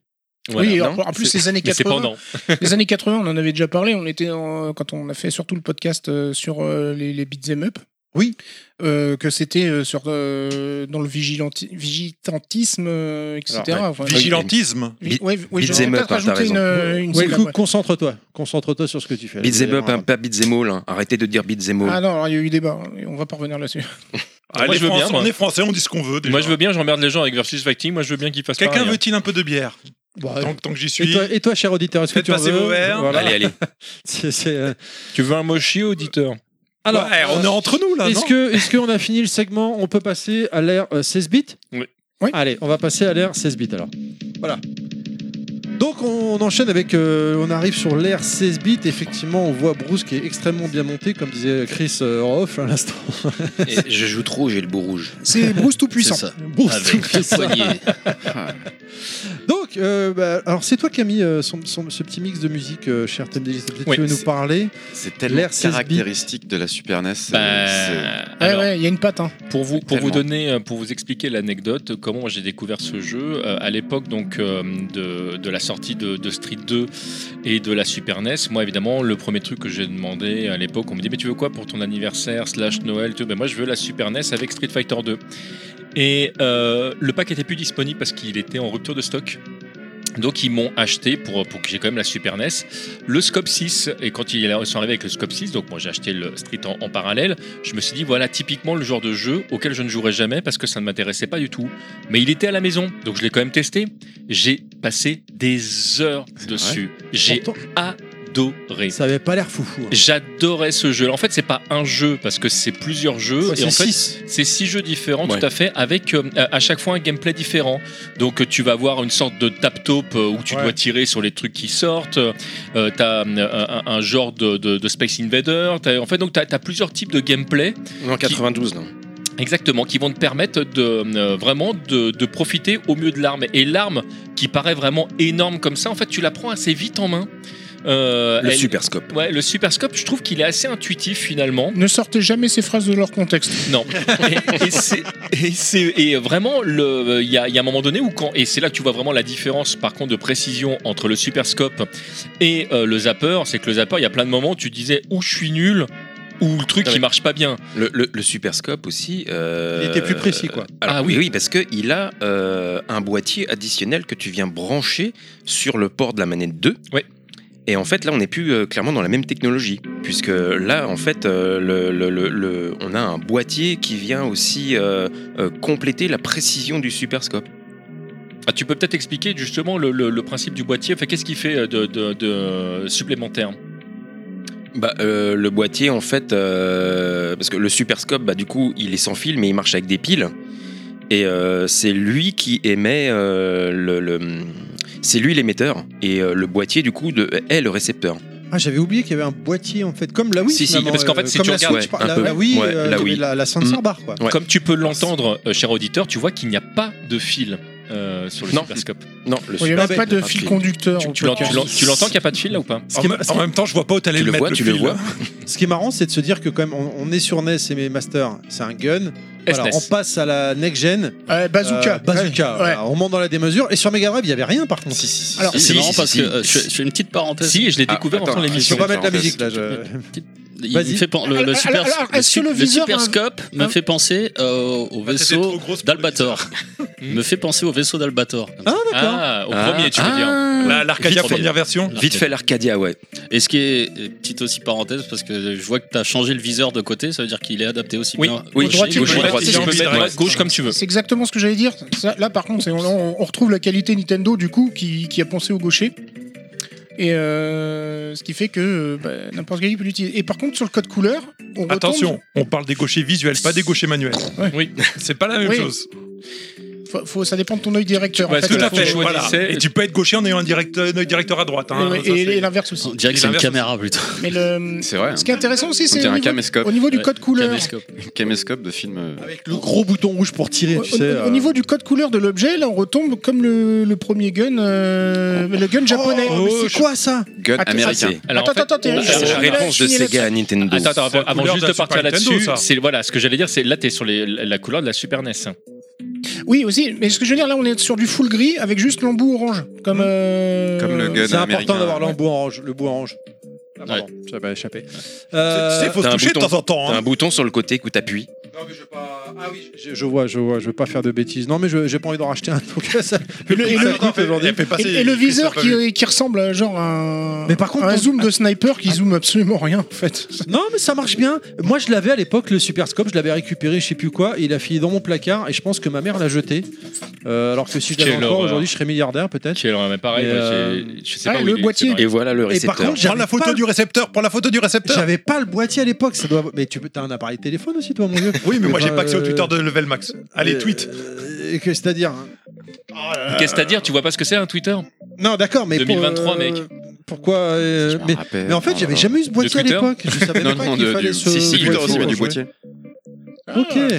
Speaker 3: Voilà.
Speaker 6: oui, et
Speaker 8: non,
Speaker 6: en, en plus
Speaker 8: c'est-
Speaker 6: les années
Speaker 3: Mais c'est
Speaker 6: 80.
Speaker 3: pendant.
Speaker 6: Les années 80, on en avait déjà parlé. On était en- quand on a fait surtout le podcast euh, sur euh, les, les beat'em up.
Speaker 1: Oui.
Speaker 6: Euh, que c'était euh, sur euh, dans le vigilanti- vigilantisme, euh, etc. Enfin,
Speaker 2: Vigilantisme.
Speaker 6: vi- ouais, oui,
Speaker 8: Beat'em
Speaker 6: j'aurais
Speaker 8: up,
Speaker 6: peut-être
Speaker 8: hein, t'as
Speaker 6: rajouté
Speaker 8: raison.
Speaker 6: une, euh, une
Speaker 1: Ouais,
Speaker 6: syllabe,
Speaker 1: écoute,
Speaker 6: ouais.
Speaker 1: concentre-toi. Concentre-toi sur ce que tu fais.
Speaker 8: Beat'em up, hein, pas beat'em all. hein. Arrêtez de dire beat'em all.
Speaker 6: Euh, Ah non, alors, il y a eu débat. On va pas revenir là-dessus.
Speaker 2: Ah,
Speaker 3: Moi,
Speaker 2: les
Speaker 3: je veux bien,
Speaker 2: Français-
Speaker 3: moi.
Speaker 2: On est français, on dit ce qu'on veut. déjà.
Speaker 3: Moi je veux bien, j'emmerde les gens avec versus fighting. Moi je veux bien qu'ils fassent.
Speaker 2: Quelqu'un
Speaker 3: pareil, hein.
Speaker 2: veut-il un peu de bière
Speaker 1: Bah,
Speaker 2: tant, que- tant que j'y
Speaker 1: et,
Speaker 2: suis.
Speaker 1: toi, et toi, cher auditeur, est-ce que
Speaker 2: Faites
Speaker 1: tu en
Speaker 2: passer
Speaker 1: veux
Speaker 2: vos verres.
Speaker 1: Voilà.
Speaker 8: Allez, allez.
Speaker 1: C'est- c'est, euh,
Speaker 3: Tu veux un mochi auditeur
Speaker 1: Alors,
Speaker 2: Ouais, on est entre nous là.
Speaker 1: Est-ce
Speaker 2: non
Speaker 1: que est-ce qu'on a fini le segment On peut passer à l'ère euh, 16 bits
Speaker 3: Oui.
Speaker 6: Oui.
Speaker 1: Allez, on va passer à l'ère 16 bits alors. Voilà. Donc on enchaîne avec, euh, on arrive sur l'ère 16 bits. Effectivement, on voit Bruce qui est extrêmement bien monté, comme disait Chris euh, en off à l'instant.
Speaker 8: Et je joue trop, j'ai le beau rouge.
Speaker 6: C'est Bruce tout puissant.
Speaker 7: C'est ça.
Speaker 1: Bruce,
Speaker 7: Avec
Speaker 1: c'est
Speaker 7: le
Speaker 1: ça.
Speaker 7: poignet.
Speaker 1: Donc, euh, bah, alors c'est toi qui as mis euh, son- son- ce petit mix de musique, euh, cher Tom Daly. Peut-être
Speaker 3: Oui,
Speaker 1: tu veux nous
Speaker 5: c'est-
Speaker 1: parler
Speaker 5: C'est tellement
Speaker 1: L'air 16 bits.
Speaker 5: caractéristique de la Super NES. c'est- euh, c'est-
Speaker 3: Bah,
Speaker 6: Ouais,
Speaker 3: alors,
Speaker 6: ouais, il y a une patte. hein.
Speaker 3: Pour vous, pour vous
Speaker 5: Tellement.
Speaker 3: donner, euh, pour vous expliquer l'anecdote, comment j'ai découvert ce jeu euh, à l'époque donc euh, de, de la sortie de, de Street 2 et de la Super NES. Moi, évidemment, le premier truc que j'ai demandé à l'époque, on me dit mais tu veux quoi pour ton anniversaire slash Noël tout Ben moi, je veux la Super NES avec Street Fighter 2. Et euh, le pack était plus disponible parce qu'il était en rupture de stock. Donc ils m'ont acheté pour, pour que j'ai quand même la Super NES le Scope 6 et quand ils sont arrivés avec le Scope 6 donc moi j'ai acheté le Street en- en parallèle je me suis dit voilà typiquement le genre de jeu auquel je ne jouerais jamais parce que ça ne m'intéressait pas du tout. Mais il était à la maison, donc je l'ai quand même testé. J'ai passé des heures dessus. J'ai
Speaker 1: Pourtant,
Speaker 3: adoré.
Speaker 1: Ça avait pas l'air foufou. hein.
Speaker 3: J'adorais ce jeu. En fait, c'est pas un jeu parce que c'est plusieurs jeux
Speaker 1: Ouais,
Speaker 3: et en
Speaker 1: c'est
Speaker 3: fait,
Speaker 1: six.
Speaker 3: c'est six jeux différents
Speaker 8: Ouais.
Speaker 3: tout à fait avec euh, à chaque fois un gameplay différent. Donc euh, tu vas avoir une sorte de tap taupe euh, où tu
Speaker 2: Ouais.
Speaker 3: dois tirer sur les trucs qui sortent. Euh, t'as euh, un, un genre de, de- de Space Invader. T'as- en fait, donc t'as as plusieurs types de gameplay
Speaker 8: Non, 92, non.
Speaker 3: Exactement, qui vont te permettre de euh, vraiment de, de profiter au mieux de l'arme. Et l'arme qui paraît vraiment énorme comme ça, en fait, tu la prends assez vite en main. Euh,
Speaker 8: Le
Speaker 3: elle-
Speaker 8: super scope.
Speaker 3: Ouais, le super scope, je trouve qu'il est assez intuitif finalement.
Speaker 6: Ne sortez jamais ces phrases de leur contexte.
Speaker 3: Non. Et, et c'est- et c'est- et vraiment, le- il y a, il y a un moment donné où quand. Et c'est là que tu vois vraiment la différence, par contre, de précision entre le super scope et euh, le zapper. C'est que le zapper, il y a plein de moments où tu disais où je suis nul. ou le truc
Speaker 8: Non,
Speaker 3: qui
Speaker 8: mais-
Speaker 3: marche pas bien.
Speaker 8: Ah Le, le, le Super Scope aussi. euh,
Speaker 1: Il était plus précis, quoi.
Speaker 8: alors,
Speaker 3: Ah oui.
Speaker 8: oui, oui, parce qu'il a euh, un boîtier additionnel que tu viens brancher sur le port de la manette 2.
Speaker 3: Ouais.
Speaker 8: Et en fait, là, on n'est plus euh, clairement dans la même technologie, puisque là, en fait, euh, le, le- le- le- on a un boîtier qui vient aussi euh, euh, compléter la précision du Super Scope.
Speaker 3: Ah, tu peux peut-être expliquer justement le, le- le principe du boîtier. Enfin, qu'est-ce qu'il fait euh, de, de- de supplémentaire
Speaker 8: Bah, euh, le boîtier, en fait, euh, parce que le Super Scope, bah, du coup, il est sans fil, mais il marche avec des piles. Et euh, c'est lui qui émet euh, le. le- c'est lui l'émetteur et euh, le boîtier du coup de, est le récepteur.
Speaker 1: Ah, j'avais oublié qu'il y avait un boîtier en fait, comme la Wii.
Speaker 8: Si, si,
Speaker 1: finalement,
Speaker 3: parce qu'en
Speaker 1: euh,
Speaker 3: fait, si
Speaker 1: comme
Speaker 3: tu
Speaker 1: la
Speaker 3: regardes-
Speaker 1: Switch,
Speaker 8: Ouais, un
Speaker 1: la,
Speaker 8: peu.
Speaker 1: la Wii,
Speaker 8: Ouais,
Speaker 1: euh,
Speaker 8: la
Speaker 1: il y avait
Speaker 8: Wii.
Speaker 1: la, la Sensor
Speaker 8: Mm.
Speaker 1: Bar, quoi.
Speaker 8: Ouais.
Speaker 3: Comme tu peux l'entendre, euh, cher auditeur, tu vois qu'il n'y a pas de fil euh, sur le
Speaker 8: Non.
Speaker 3: Superscope.
Speaker 8: Non, le
Speaker 6: Il n'y a
Speaker 1: Ah,
Speaker 6: même
Speaker 1: ben,
Speaker 6: pas de
Speaker 8: un
Speaker 6: fil
Speaker 8: fil.
Speaker 6: conducteur.
Speaker 3: Tu,
Speaker 6: au
Speaker 3: tu l'en-
Speaker 6: podcast.
Speaker 3: tu l'en- tu l'entends qu'il n'y a pas de fil là ou pas
Speaker 1: Ce
Speaker 2: En,
Speaker 1: qui est-
Speaker 2: même-
Speaker 1: ce qui
Speaker 2: en
Speaker 1: est-
Speaker 2: même temps, je vois pas où t'allais
Speaker 8: Tu
Speaker 2: le
Speaker 8: le
Speaker 2: mettre.
Speaker 8: vois, tu le
Speaker 2: fil.
Speaker 8: vois.
Speaker 1: Ce qui est marrant, c'est de se dire que quand même, on, on est sur NES et mes Master, c'est un gun.
Speaker 8: E
Speaker 1: Voilà,
Speaker 3: SNES.
Speaker 1: on passe à la next gen.
Speaker 6: Ouais, bazooka.
Speaker 1: Euh, bazooka.
Speaker 6: Ouais.
Speaker 1: voilà, on monte dans la démesure. Et sur Mega Drive, il y avait rien par contre.
Speaker 8: Si, si, si.
Speaker 6: Alors,
Speaker 7: Si, c'est
Speaker 8: si,
Speaker 7: marrant
Speaker 8: si,
Speaker 7: parce
Speaker 8: si.
Speaker 7: que euh, je, je fais une petite parenthèse.
Speaker 3: Si, je l'ai
Speaker 8: Ah,
Speaker 3: découvert
Speaker 8: attends,
Speaker 3: en faisant
Speaker 1: Je peux
Speaker 3: l'émission.
Speaker 1: pas mettre la
Speaker 8: parenthèse.
Speaker 1: musique là. je-
Speaker 7: Il
Speaker 1: Vas-y.
Speaker 7: me fait pen- le, le
Speaker 6: Alors,
Speaker 7: super,
Speaker 6: alors,
Speaker 7: le,
Speaker 6: est-ce que
Speaker 7: su-
Speaker 6: le
Speaker 7: le
Speaker 6: viseur
Speaker 7: super
Speaker 6: a un-
Speaker 7: scope me
Speaker 6: Hein
Speaker 7: fait penser euh, au
Speaker 2: Bah, c'était trop
Speaker 7: vaisseau
Speaker 2: grosse pour
Speaker 7: d'Albator. me fait penser au vaisseau d'Albator. Ah.
Speaker 1: Ah, d'accord.
Speaker 3: Ah, au premier, tu veux dire.
Speaker 2: La- L'Arcadia
Speaker 7: Vite fait.
Speaker 2: première version.
Speaker 8: Vite fait l'Arcadia, ouais.
Speaker 7: Et ce qui est euh, petite aussi parenthèse parce que je vois que tu as changé le viseur de côté, ça veut dire qu'il est adapté aussi
Speaker 3: Oui.
Speaker 7: bien.
Speaker 8: Oui,
Speaker 7: gauche-
Speaker 6: droite, tu
Speaker 7: gauche-
Speaker 6: peux
Speaker 7: droite.
Speaker 2: mettre-
Speaker 3: tu peux
Speaker 2: droite,
Speaker 3: mettre droite,
Speaker 2: droite.
Speaker 3: gauche comme tu veux.
Speaker 6: C'est exactement ce que j'allais dire. Ça, là, par contre, c'est- on, on- on retrouve la qualité Nintendo, du coup, qui, qui a pensé au gaucher. Et euh, ce qui fait que euh, bah, n'importe qui peut l'utiliser. Et par contre, sur le code couleur, on retombe-
Speaker 2: Attention, on parle des gauchers visuels, pas des gauchers manuels.
Speaker 6: Ouais.
Speaker 3: Oui.
Speaker 2: C'est pas la même
Speaker 6: Oui.
Speaker 2: chose.
Speaker 6: Faut, faut- ça dépend de ton œil directeur. en fait.
Speaker 3: Parce que
Speaker 2: Tout
Speaker 3: là,
Speaker 2: à
Speaker 6: Faut-
Speaker 2: fait,
Speaker 3: tu
Speaker 2: voilà.
Speaker 3: choisissais-
Speaker 2: Et tu peux être gaucher en ayant un, direct- un œil directeur à droite. hein.
Speaker 6: Et,
Speaker 2: Ça,
Speaker 6: et-
Speaker 2: c'est-
Speaker 6: et l'inverse aussi.
Speaker 7: On dirait que
Speaker 2: Et
Speaker 7: c'est une
Speaker 2: l'inverse
Speaker 7: caméra plutôt.
Speaker 6: Mais le,
Speaker 5: C'est vrai. hein.
Speaker 6: ce qui est intéressant aussi,
Speaker 5: On
Speaker 6: c'est
Speaker 5: dirait
Speaker 6: au
Speaker 5: un
Speaker 6: niveau, au
Speaker 5: caméscope,
Speaker 6: niveau du
Speaker 7: Ouais,
Speaker 6: code couleur.
Speaker 7: caméscope.
Speaker 5: caméscope de film. euh,
Speaker 1: Avec le gros bouton rouge pour tirer,
Speaker 6: Au,
Speaker 1: tu sais.
Speaker 6: au- au
Speaker 1: euh.
Speaker 6: niveau du code couleur de l'objet, là, on retombe comme le, le premier gun, euh, le gun japonais.
Speaker 1: Oh, mais c'est quoi ça
Speaker 5: Gun
Speaker 6: Attends,
Speaker 5: américain.
Speaker 6: attends,
Speaker 3: Alors, en
Speaker 6: attends,
Speaker 3: fait,
Speaker 6: attends, t'es-
Speaker 3: on-
Speaker 6: je-
Speaker 8: C'est
Speaker 6: je-
Speaker 8: la
Speaker 6: je-
Speaker 8: réponse
Speaker 6: je-
Speaker 8: de
Speaker 6: je-
Speaker 8: Sega à Nintendo.
Speaker 3: Attends, attends,
Speaker 2: C'est la
Speaker 3: avant, avant
Speaker 2: couleur
Speaker 3: juste
Speaker 2: de
Speaker 3: de
Speaker 2: la
Speaker 3: partir
Speaker 2: Super Nintendo,
Speaker 3: là-dessus,
Speaker 2: ça.
Speaker 3: c'est voilà, ce que j'allais dire, c'est là, t'es sur les- la la couleur de la Super NES.
Speaker 6: Oui, aussi. Mais ce que je veux dire, là, on est sur du full gris avec juste l'embout orange. Comme, euh,
Speaker 5: Comme le gun
Speaker 1: C'est
Speaker 5: américain.
Speaker 1: important d'avoir l'embout orange. Le bout orange. Ah, pardon, j'avais échappé. Euh,
Speaker 2: Tu sais, faut se
Speaker 8: t'as un
Speaker 2: toucher de
Speaker 8: bouton.
Speaker 2: temps en temps.
Speaker 8: T'as
Speaker 2: hein.
Speaker 8: un bouton sur le côté que t'appuies.
Speaker 1: Non, mais je vais pas. Ah oui, je, je vois, je vois, je veux pas faire de bêtises. Non, mais je- j'ai pas envie d'en racheter un. Donc là, ça,
Speaker 6: le- et
Speaker 1: ça
Speaker 6: le-
Speaker 1: coupe aujourd'hui.
Speaker 2: Elle fait passer-
Speaker 6: Et, et le
Speaker 2: Christophe
Speaker 6: viseur
Speaker 2: a vu.
Speaker 6: qui, qui ressemble à genre un,
Speaker 1: Mais par contre, Ah.
Speaker 6: un
Speaker 1: quand-
Speaker 6: zoom de sniper qui zoome absolument rien en fait.
Speaker 1: Non, mais ça marche bien. Moi, je l'avais à l'époque, le Super Scope, je l'avais récupéré, je sais plus quoi, et il a fini dans mon placard, et je pense que ma mère l'a jeté. Euh, alors que si je l'avais
Speaker 3: Quelle
Speaker 1: encore
Speaker 3: horreur.
Speaker 1: aujourd'hui, je serais milliardaire peut-être.
Speaker 3: Qui est mais pareil,
Speaker 1: Et,
Speaker 3: moi,
Speaker 1: euh,
Speaker 3: j'ai- je sais
Speaker 6: ah,
Speaker 3: pas où
Speaker 6: le
Speaker 3: il est,
Speaker 6: boîtier.
Speaker 3: c'est vrai.
Speaker 8: Et voilà le
Speaker 1: Et par
Speaker 8: récepteur.
Speaker 1: contre,
Speaker 2: Prends
Speaker 1: j'avais
Speaker 2: la photo
Speaker 1: pas,
Speaker 2: du récepteur, prends la photo du récepteur.
Speaker 1: j'avais pas le boîtier à l'époque. Ça doit. Mais tu as un appareil téléphone aussi, toi, mon vieux.
Speaker 2: Oui, mais moi j'ai
Speaker 1: Enfin,
Speaker 2: pas accès au
Speaker 1: euh,
Speaker 2: tuteur de level max. Allez,
Speaker 1: euh,
Speaker 2: tweet.
Speaker 1: euh, que- C'est-à-dire.
Speaker 3: Qu'est-ce que à dire Tu vois pas ce que c'est un Twitter
Speaker 1: Euh, Non, d'accord, mais. pour,
Speaker 3: 2023,
Speaker 1: euh,
Speaker 3: mec.
Speaker 1: Pourquoi euh,
Speaker 5: Je m'en
Speaker 1: mais,
Speaker 5: rappelle.
Speaker 1: mais en fait,
Speaker 5: Oh
Speaker 1: j'avais
Speaker 5: là
Speaker 1: jamais eu ce boîtier à
Speaker 3: Twitter
Speaker 1: l'époque. Je savais
Speaker 5: là.
Speaker 1: même
Speaker 5: Non,
Speaker 1: pas
Speaker 5: non,
Speaker 1: qu'il
Speaker 5: de-
Speaker 1: fallait
Speaker 5: du.
Speaker 1: ce.
Speaker 5: Si, si, Victor aussi, mais du
Speaker 1: Ouais.
Speaker 5: boîtier.
Speaker 1: Ok.
Speaker 2: Ah. Donc
Speaker 6: Bah,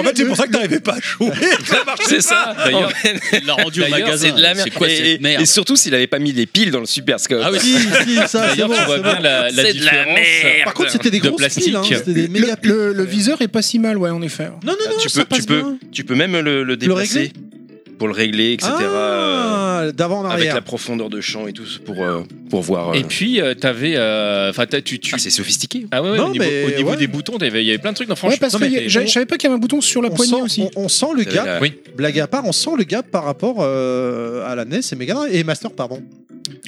Speaker 2: en fait, c'est
Speaker 6: le-
Speaker 2: pour ça que t'arrivais pas à jouer.
Speaker 8: C'est ça.
Speaker 7: D'ailleurs,
Speaker 2: Oh,
Speaker 7: il l'a rendu au
Speaker 8: D'ailleurs,
Speaker 7: magasin.
Speaker 8: c'est de la merde.
Speaker 7: C'est quoi
Speaker 8: et,
Speaker 7: cette
Speaker 8: et-
Speaker 7: merde
Speaker 8: et surtout s'il avait pas mis les piles dans le Super Scope.
Speaker 7: Ah oui.
Speaker 1: Si, si, ça, c'est
Speaker 3: D'ailleurs,
Speaker 1: bon.
Speaker 3: tu vois
Speaker 1: c'est bon.
Speaker 3: bien la, la
Speaker 8: C'est de Euh, la
Speaker 3: différence.
Speaker 6: euh,
Speaker 8: merde.
Speaker 1: Par contre, c'était des
Speaker 3: de
Speaker 1: grosses piles, hein,
Speaker 3: plastique.
Speaker 1: c'était des
Speaker 6: Le,
Speaker 1: méga piles.
Speaker 6: le- le viseur est pas si mal, ouais, en effet.
Speaker 1: Non, non, non,
Speaker 8: tu,
Speaker 1: ça
Speaker 8: peux,
Speaker 1: passe
Speaker 8: tu, peux,
Speaker 1: bien.
Speaker 8: tu peux même le, le déplacer pour le régler, etc. euh,
Speaker 1: Ah, d'avant en
Speaker 8: avec
Speaker 1: arrière.
Speaker 8: la profondeur de champ et tout pour, euh, pour voir.
Speaker 3: Et
Speaker 8: euh,
Speaker 3: puis, euh, t'avais. euh, Enfin, t'as- tu. tu...
Speaker 8: ah, c'est sophistiqué.
Speaker 3: Ah ouais, ouais,
Speaker 1: Non,
Speaker 3: au niveau,
Speaker 1: mais
Speaker 3: au niveau
Speaker 1: ouais.
Speaker 3: des boutons, t'avais- il y avait plein de trucs. Non, franchement,
Speaker 6: ouais, parce
Speaker 3: non,
Speaker 6: que
Speaker 3: mais-
Speaker 6: y a- j'a- je savais pas qu'il y avait un bouton sur la
Speaker 1: On
Speaker 6: poignée
Speaker 1: sent,
Speaker 6: aussi.
Speaker 1: on- on sent le
Speaker 8: Euh,
Speaker 1: gap,
Speaker 8: la-
Speaker 3: Oui.
Speaker 1: blague à part, on sent le gap par rapport euh, à la NES et Mega Drive et Master, pardon.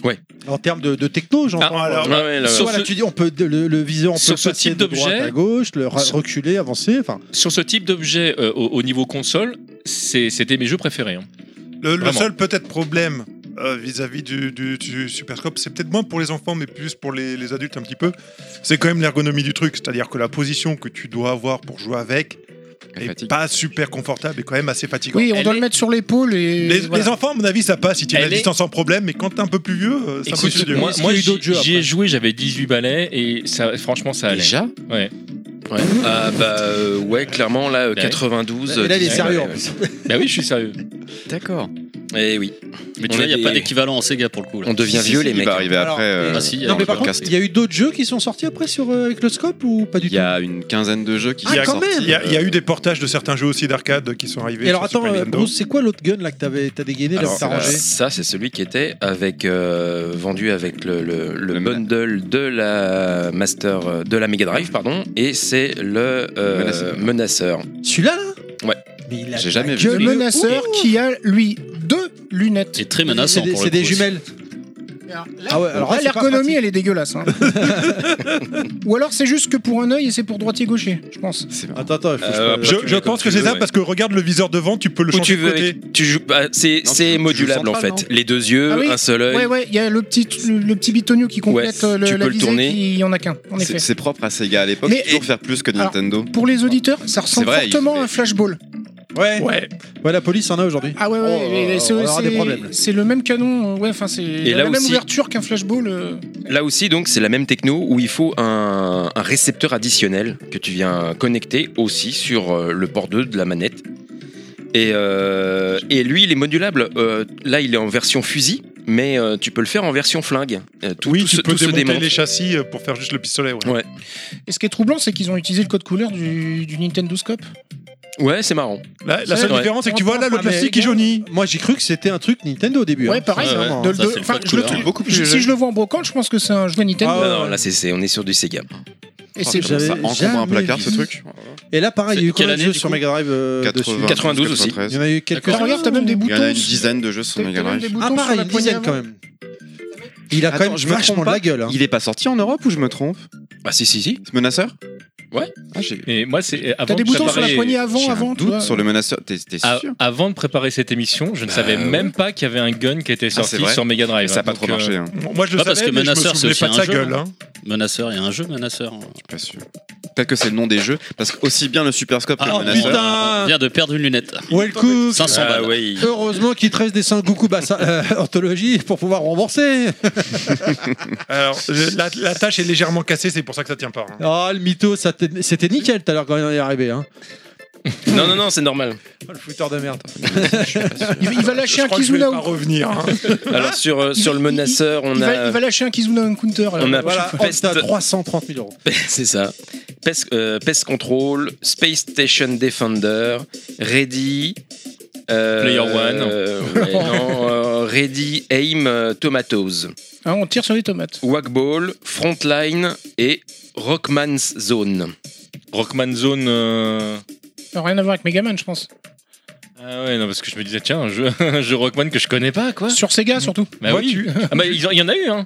Speaker 8: Ouais.
Speaker 1: En termes de, de techno, j'entends.
Speaker 2: Ah, alors,
Speaker 8: Ouais, ouais, là,
Speaker 3: sur
Speaker 1: Voilà,
Speaker 3: ce-
Speaker 1: tu dis, on peut le, le viseur, on peut
Speaker 3: sur
Speaker 1: le
Speaker 3: ce
Speaker 1: passer
Speaker 3: type
Speaker 1: de droite
Speaker 3: d'objet-
Speaker 1: à gauche, le ra-
Speaker 3: sur-
Speaker 1: reculer, avancer. Enfin,
Speaker 3: Sur ce type d'objet euh, au, au niveau console, c'est- c'était mes jeux préférés. hein.
Speaker 2: Le, le
Speaker 3: Vraiment.
Speaker 2: seul peut-être problème euh, vis-à-vis du, du, du Superscope, c'est peut-être moins pour les enfants, mais plus pour les, les adultes un petit peu. C'est quand même l'ergonomie du truc, c'est-à-dire que la position que tu dois avoir pour jouer avec
Speaker 5: Elle
Speaker 2: est
Speaker 5: fatigue.
Speaker 2: pas super confortable et quand même assez fatigante.
Speaker 6: Oui, on
Speaker 3: Elle
Speaker 6: doit
Speaker 3: est-
Speaker 6: le mettre sur l'épaule et.
Speaker 2: Les,
Speaker 6: voilà.
Speaker 2: les enfants, à mon avis, ça passe si tu as
Speaker 3: Elle
Speaker 2: la
Speaker 3: est-
Speaker 2: distance sans problème, mais quand t'es un peu plus vieux, euh, c'est un peu
Speaker 3: Écoute,
Speaker 2: plus dur.
Speaker 3: moi,
Speaker 1: Est-ce
Speaker 3: moi,
Speaker 1: qu'il y a eu
Speaker 3: j'y
Speaker 1: d'autres jeux
Speaker 3: j'y ai
Speaker 1: après
Speaker 3: joué, j'avais 18 balais et ça, franchement, ça allait.
Speaker 5: Déjà
Speaker 3: Ouais.
Speaker 8: Ouais. Ah bah euh, ouais, clairement là, euh,
Speaker 3: Bah oui.
Speaker 8: 92.
Speaker 1: et là, il est
Speaker 8: euh,
Speaker 1: sérieux. en
Speaker 8: ouais,
Speaker 1: plus.
Speaker 3: Bah oui, je suis sérieux.
Speaker 5: D'accord.
Speaker 8: Eh oui.
Speaker 7: Mais
Speaker 8: On
Speaker 7: tu vois, il n'y a
Speaker 8: est
Speaker 7: pas
Speaker 8: des-
Speaker 7: d'équivalent en Sega pour le coup. là.
Speaker 8: On devient
Speaker 5: Si, si,
Speaker 8: vieux,
Speaker 5: si,
Speaker 8: les
Speaker 5: il
Speaker 8: mecs.
Speaker 5: va arriver
Speaker 1: Alors,
Speaker 5: après. euh,
Speaker 7: Ah, si, il y a
Speaker 5: dans
Speaker 1: Non,
Speaker 7: un
Speaker 1: mais
Speaker 5: le
Speaker 1: par contre,
Speaker 5: podcast.
Speaker 1: il y a eu d'autres jeux qui sont sortis après sur, euh, avec le scope ou pas du
Speaker 5: il y
Speaker 1: tout
Speaker 5: a une quinzaine de jeux qui
Speaker 1: Ah,
Speaker 5: sont
Speaker 1: quand
Speaker 5: sortis.
Speaker 1: même
Speaker 2: Il y, a- il y a
Speaker 5: euh,
Speaker 2: eu des portages de certains jeux aussi d'arcade qui sont arrivés.
Speaker 1: Et alors
Speaker 2: sur
Speaker 1: attends,
Speaker 2: Super
Speaker 1: euh,
Speaker 2: Nintendo.
Speaker 1: Bruce, c'est quoi l'autre gun là que t'avais- t'as dégainé, là,
Speaker 8: Alors,
Speaker 1: que t'as
Speaker 8: euh,
Speaker 1: rangé
Speaker 8: ça, c'est celui qui était avec, euh, vendu avec le, le- le
Speaker 5: Le
Speaker 8: bundle de la Master, euh, de la Mega Drive, pardon, et c'est le euh,
Speaker 5: Menaceur.
Speaker 8: menaceur.
Speaker 1: Celui-là là
Speaker 8: Ouais.
Speaker 1: Mais il a
Speaker 5: J'ai
Speaker 1: la
Speaker 5: jamais vu.
Speaker 1: gueule
Speaker 6: Le
Speaker 1: de-
Speaker 6: menaceur
Speaker 1: Ouh
Speaker 6: qui a, lui, deux lunettes.
Speaker 7: C'est très menaçant
Speaker 1: C'est des,
Speaker 7: pour le
Speaker 1: c'est
Speaker 7: coup.
Speaker 1: des jumelles. Ah ouais, alors
Speaker 6: Ah,
Speaker 1: là, c'est pas
Speaker 6: L'ergonomie,
Speaker 1: pratique.
Speaker 6: elle est dégueulasse. hein. Ou alors c'est juste que pour un œil et c'est pour droitier-gaucher, je pense.
Speaker 5: c'est marrant.
Speaker 1: Attends, attends, il faut que je-
Speaker 8: Euh,
Speaker 2: Je,
Speaker 8: tu
Speaker 2: je
Speaker 8: mets
Speaker 2: pense
Speaker 8: comme
Speaker 2: que
Speaker 8: tu
Speaker 2: c'est
Speaker 8: veux,
Speaker 2: ça
Speaker 8: ouais.
Speaker 2: parce que regarde le viseur devant, tu peux le
Speaker 8: Où tu
Speaker 2: changer de
Speaker 8: veux,
Speaker 2: côté.
Speaker 8: avec- tu joues, bah, c'est
Speaker 5: Non,
Speaker 8: c'est
Speaker 5: tu- tu
Speaker 8: modulable
Speaker 5: joues
Speaker 8: en fait.
Speaker 5: central,
Speaker 8: Les deux yeux,
Speaker 6: Ah oui.
Speaker 8: un seul œil.
Speaker 6: Ouais, ouais, il y a le petit, le, le petit bitonio qui complète
Speaker 8: Ouais,
Speaker 6: euh, le,
Speaker 8: tu
Speaker 6: la
Speaker 8: peux le
Speaker 6: visée
Speaker 8: tourner.
Speaker 6: qui en a qu'un, en effet.
Speaker 5: C'est c'est propre à Sega à l'époque,
Speaker 6: Mais-
Speaker 5: toujours faire plus que
Speaker 6: Alors-
Speaker 5: Nintendo.
Speaker 6: Pour les auditeurs, ça ressemble
Speaker 5: vrai, il
Speaker 6: fortement
Speaker 5: fait-
Speaker 6: à un flashball.
Speaker 1: Ouais. ouais.
Speaker 2: Ouais.
Speaker 1: la police en a aujourd'hui.
Speaker 6: Ah ouais, ouais,
Speaker 1: Oh,
Speaker 6: et- et
Speaker 1: on
Speaker 6: c'est-
Speaker 1: aura des
Speaker 6: c'est-
Speaker 1: problèmes.
Speaker 6: c'est le même canon, euh, ouais, enfin c'est la
Speaker 8: là
Speaker 6: même
Speaker 8: aussi-
Speaker 6: ouverture qu'un flashball. euh.
Speaker 8: Là aussi, donc, c'est la même techno où il faut un, un récepteur additionnel que tu viens connecter aussi sur euh, le port 2 de la manette. Et, euh, et lui, il est modulable. Euh, là, il est en version fusil, mais euh, tu peux le faire en version flingue. Euh, tout,
Speaker 2: oui,
Speaker 8: tout
Speaker 2: tu
Speaker 8: se-
Speaker 2: peux
Speaker 8: tout se
Speaker 2: démonter
Speaker 8: démonte.
Speaker 2: les châssis euh, pour faire juste le pistolet. ouais.
Speaker 8: Ouais.
Speaker 6: Et ce qui est troublant, c'est qu'ils ont utilisé le code couleur du, du Nintendo Scope.
Speaker 8: Ouais, c'est marrant.
Speaker 2: Là, la seule
Speaker 8: Ouais.
Speaker 2: différence, c'est que tu vois là,
Speaker 1: Ah,
Speaker 2: le
Speaker 1: mais-
Speaker 2: plastique est jauni.
Speaker 1: Moi j'ai cru que c'était un truc Nintendo au début.
Speaker 6: Ouais,
Speaker 1: hein.
Speaker 6: pareil.
Speaker 7: Ouais, ouais.
Speaker 1: Sincèrement.
Speaker 6: de-
Speaker 7: Ça,
Speaker 6: de-
Speaker 7: c'est le
Speaker 6: enfin,
Speaker 7: code
Speaker 6: je le
Speaker 7: couleur.
Speaker 6: trouve-
Speaker 5: Beaucoup plus
Speaker 6: je-
Speaker 5: jeune.
Speaker 6: si je le vois en brocante, je pense que c'est un jeu Nintendo.
Speaker 1: Ah
Speaker 8: Non, non, là, c'est- c'est- on est sur du Sega.
Speaker 6: et c'est
Speaker 1: j'avais
Speaker 5: Ça encombre un
Speaker 1: jamais
Speaker 5: placard
Speaker 1: vu.
Speaker 5: ce truc
Speaker 1: Et là pareil, il y a eu
Speaker 7: C'est- quelle
Speaker 1: combien de
Speaker 7: année,
Speaker 1: jeux
Speaker 7: du
Speaker 1: sur
Speaker 7: coup
Speaker 1: Mega Drive euh, dessus
Speaker 5: 80,
Speaker 8: 92 aussi.
Speaker 5: 93.
Speaker 1: Il y en a eu quelques-uns.
Speaker 6: Ah, regarde, t'as même des
Speaker 5: Il y
Speaker 6: boutons.
Speaker 5: en a une dizaine de jeux sur
Speaker 6: T'as-
Speaker 5: Mega
Speaker 6: t'as même
Speaker 5: Drive.
Speaker 6: des
Speaker 1: Ah
Speaker 6: boutons sur
Speaker 1: pareil,
Speaker 6: la
Speaker 1: une
Speaker 6: poignée
Speaker 1: dizaine
Speaker 6: avant.
Speaker 1: quand même. Il a quand
Speaker 5: Attends,
Speaker 1: même
Speaker 5: je me
Speaker 1: vachement
Speaker 5: trompe
Speaker 1: de la
Speaker 5: pas.
Speaker 1: gueule. hein. Bah,
Speaker 5: Il est pas sorti en Europe ou je me trompe
Speaker 8: Ah, si, si, si.
Speaker 5: Ce menaceur
Speaker 8: Ouais.
Speaker 5: Ah, j'ai
Speaker 3: Et moi, c'est avant
Speaker 6: T'as des
Speaker 3: de
Speaker 6: boutons sur la
Speaker 3: préparer-
Speaker 6: poignée avant,
Speaker 5: j'ai un
Speaker 6: avant, tu vois.
Speaker 5: doute sur le menaceur. T'es t'es
Speaker 3: A-
Speaker 5: sûr Bah
Speaker 3: avant de préparer cette émission, je ne savais
Speaker 8: ouais.
Speaker 3: même pas qu'il y avait un gun qui était
Speaker 5: Ah, c'est
Speaker 3: sorti
Speaker 5: vrai.
Speaker 3: sur Mega Drive.
Speaker 5: Ça a pas
Speaker 3: Donc,
Speaker 5: trop
Speaker 3: euh,
Speaker 5: marché. hein.
Speaker 2: Bon, Moi, je le
Speaker 7: Pas
Speaker 2: savais,
Speaker 7: parce que
Speaker 2: mais je me
Speaker 7: Menaceur,
Speaker 2: souvenais
Speaker 7: c'est
Speaker 2: pas de
Speaker 7: aussi
Speaker 2: sa
Speaker 7: un jeu,
Speaker 2: gueule. hein.
Speaker 7: Menaceur, il y a un hein. jeu menaceur.
Speaker 5: Pas sûr. Peut-être que c'est le nom des jeux, parce que aussi bien le Super Scope que le menaceur.
Speaker 7: On vient de perdre une lunette.
Speaker 1: Well Cook
Speaker 7: 500
Speaker 8: Ah,
Speaker 7: balles.
Speaker 8: ouais, il-
Speaker 1: Heureusement qu'il te reste des Sengoku Bassa euh, anthologie pour pouvoir rembourser.
Speaker 2: Alors, je- la, la tâche est légèrement cassée, c'est pour ça que ça tient pas. hein.
Speaker 1: Ah, le mytho, ça t'est- c'était nickel tout à l'heure quand il est arrivé. Hein.
Speaker 8: Non, non, non, c'est normal.
Speaker 1: Oh, le fouteur de merde.
Speaker 6: Il, il va lâcher
Speaker 2: Je
Speaker 6: un
Speaker 2: crois que je vais
Speaker 6: Kizuna.
Speaker 2: pas
Speaker 6: ou-
Speaker 2: revenir. hein.
Speaker 8: Alors, sur, euh, sur le menaceur, on
Speaker 6: Il
Speaker 8: a.
Speaker 6: va, il va lâcher un Kizuna un counter. là.
Speaker 8: On a-
Speaker 1: Voilà, on
Speaker 8: Peste.
Speaker 1: est à 330 000 euros.
Speaker 8: C'est ça. PES, euh, PES Control, Space Station Defender, Ready. euh,
Speaker 3: Player One.
Speaker 8: euh, ouais, non, euh, Ready, Aim, euh, Tomatoes,
Speaker 6: Ah, on tire sur les tomates.
Speaker 8: Wagball, Frontline et Rockman's Zone.
Speaker 3: Rockman Zone. euh,
Speaker 6: Ça n'a Rien à voir avec Megaman, je pense.
Speaker 3: Ah ouais, non, parce que je me disais, tiens, un jeu, un jeu Rockman que je connais pas, quoi.
Speaker 6: Sur Sega, surtout.
Speaker 3: Bah oui.
Speaker 2: Vois-tu
Speaker 3: Ah bah, ils ont- il y en a eu, hein.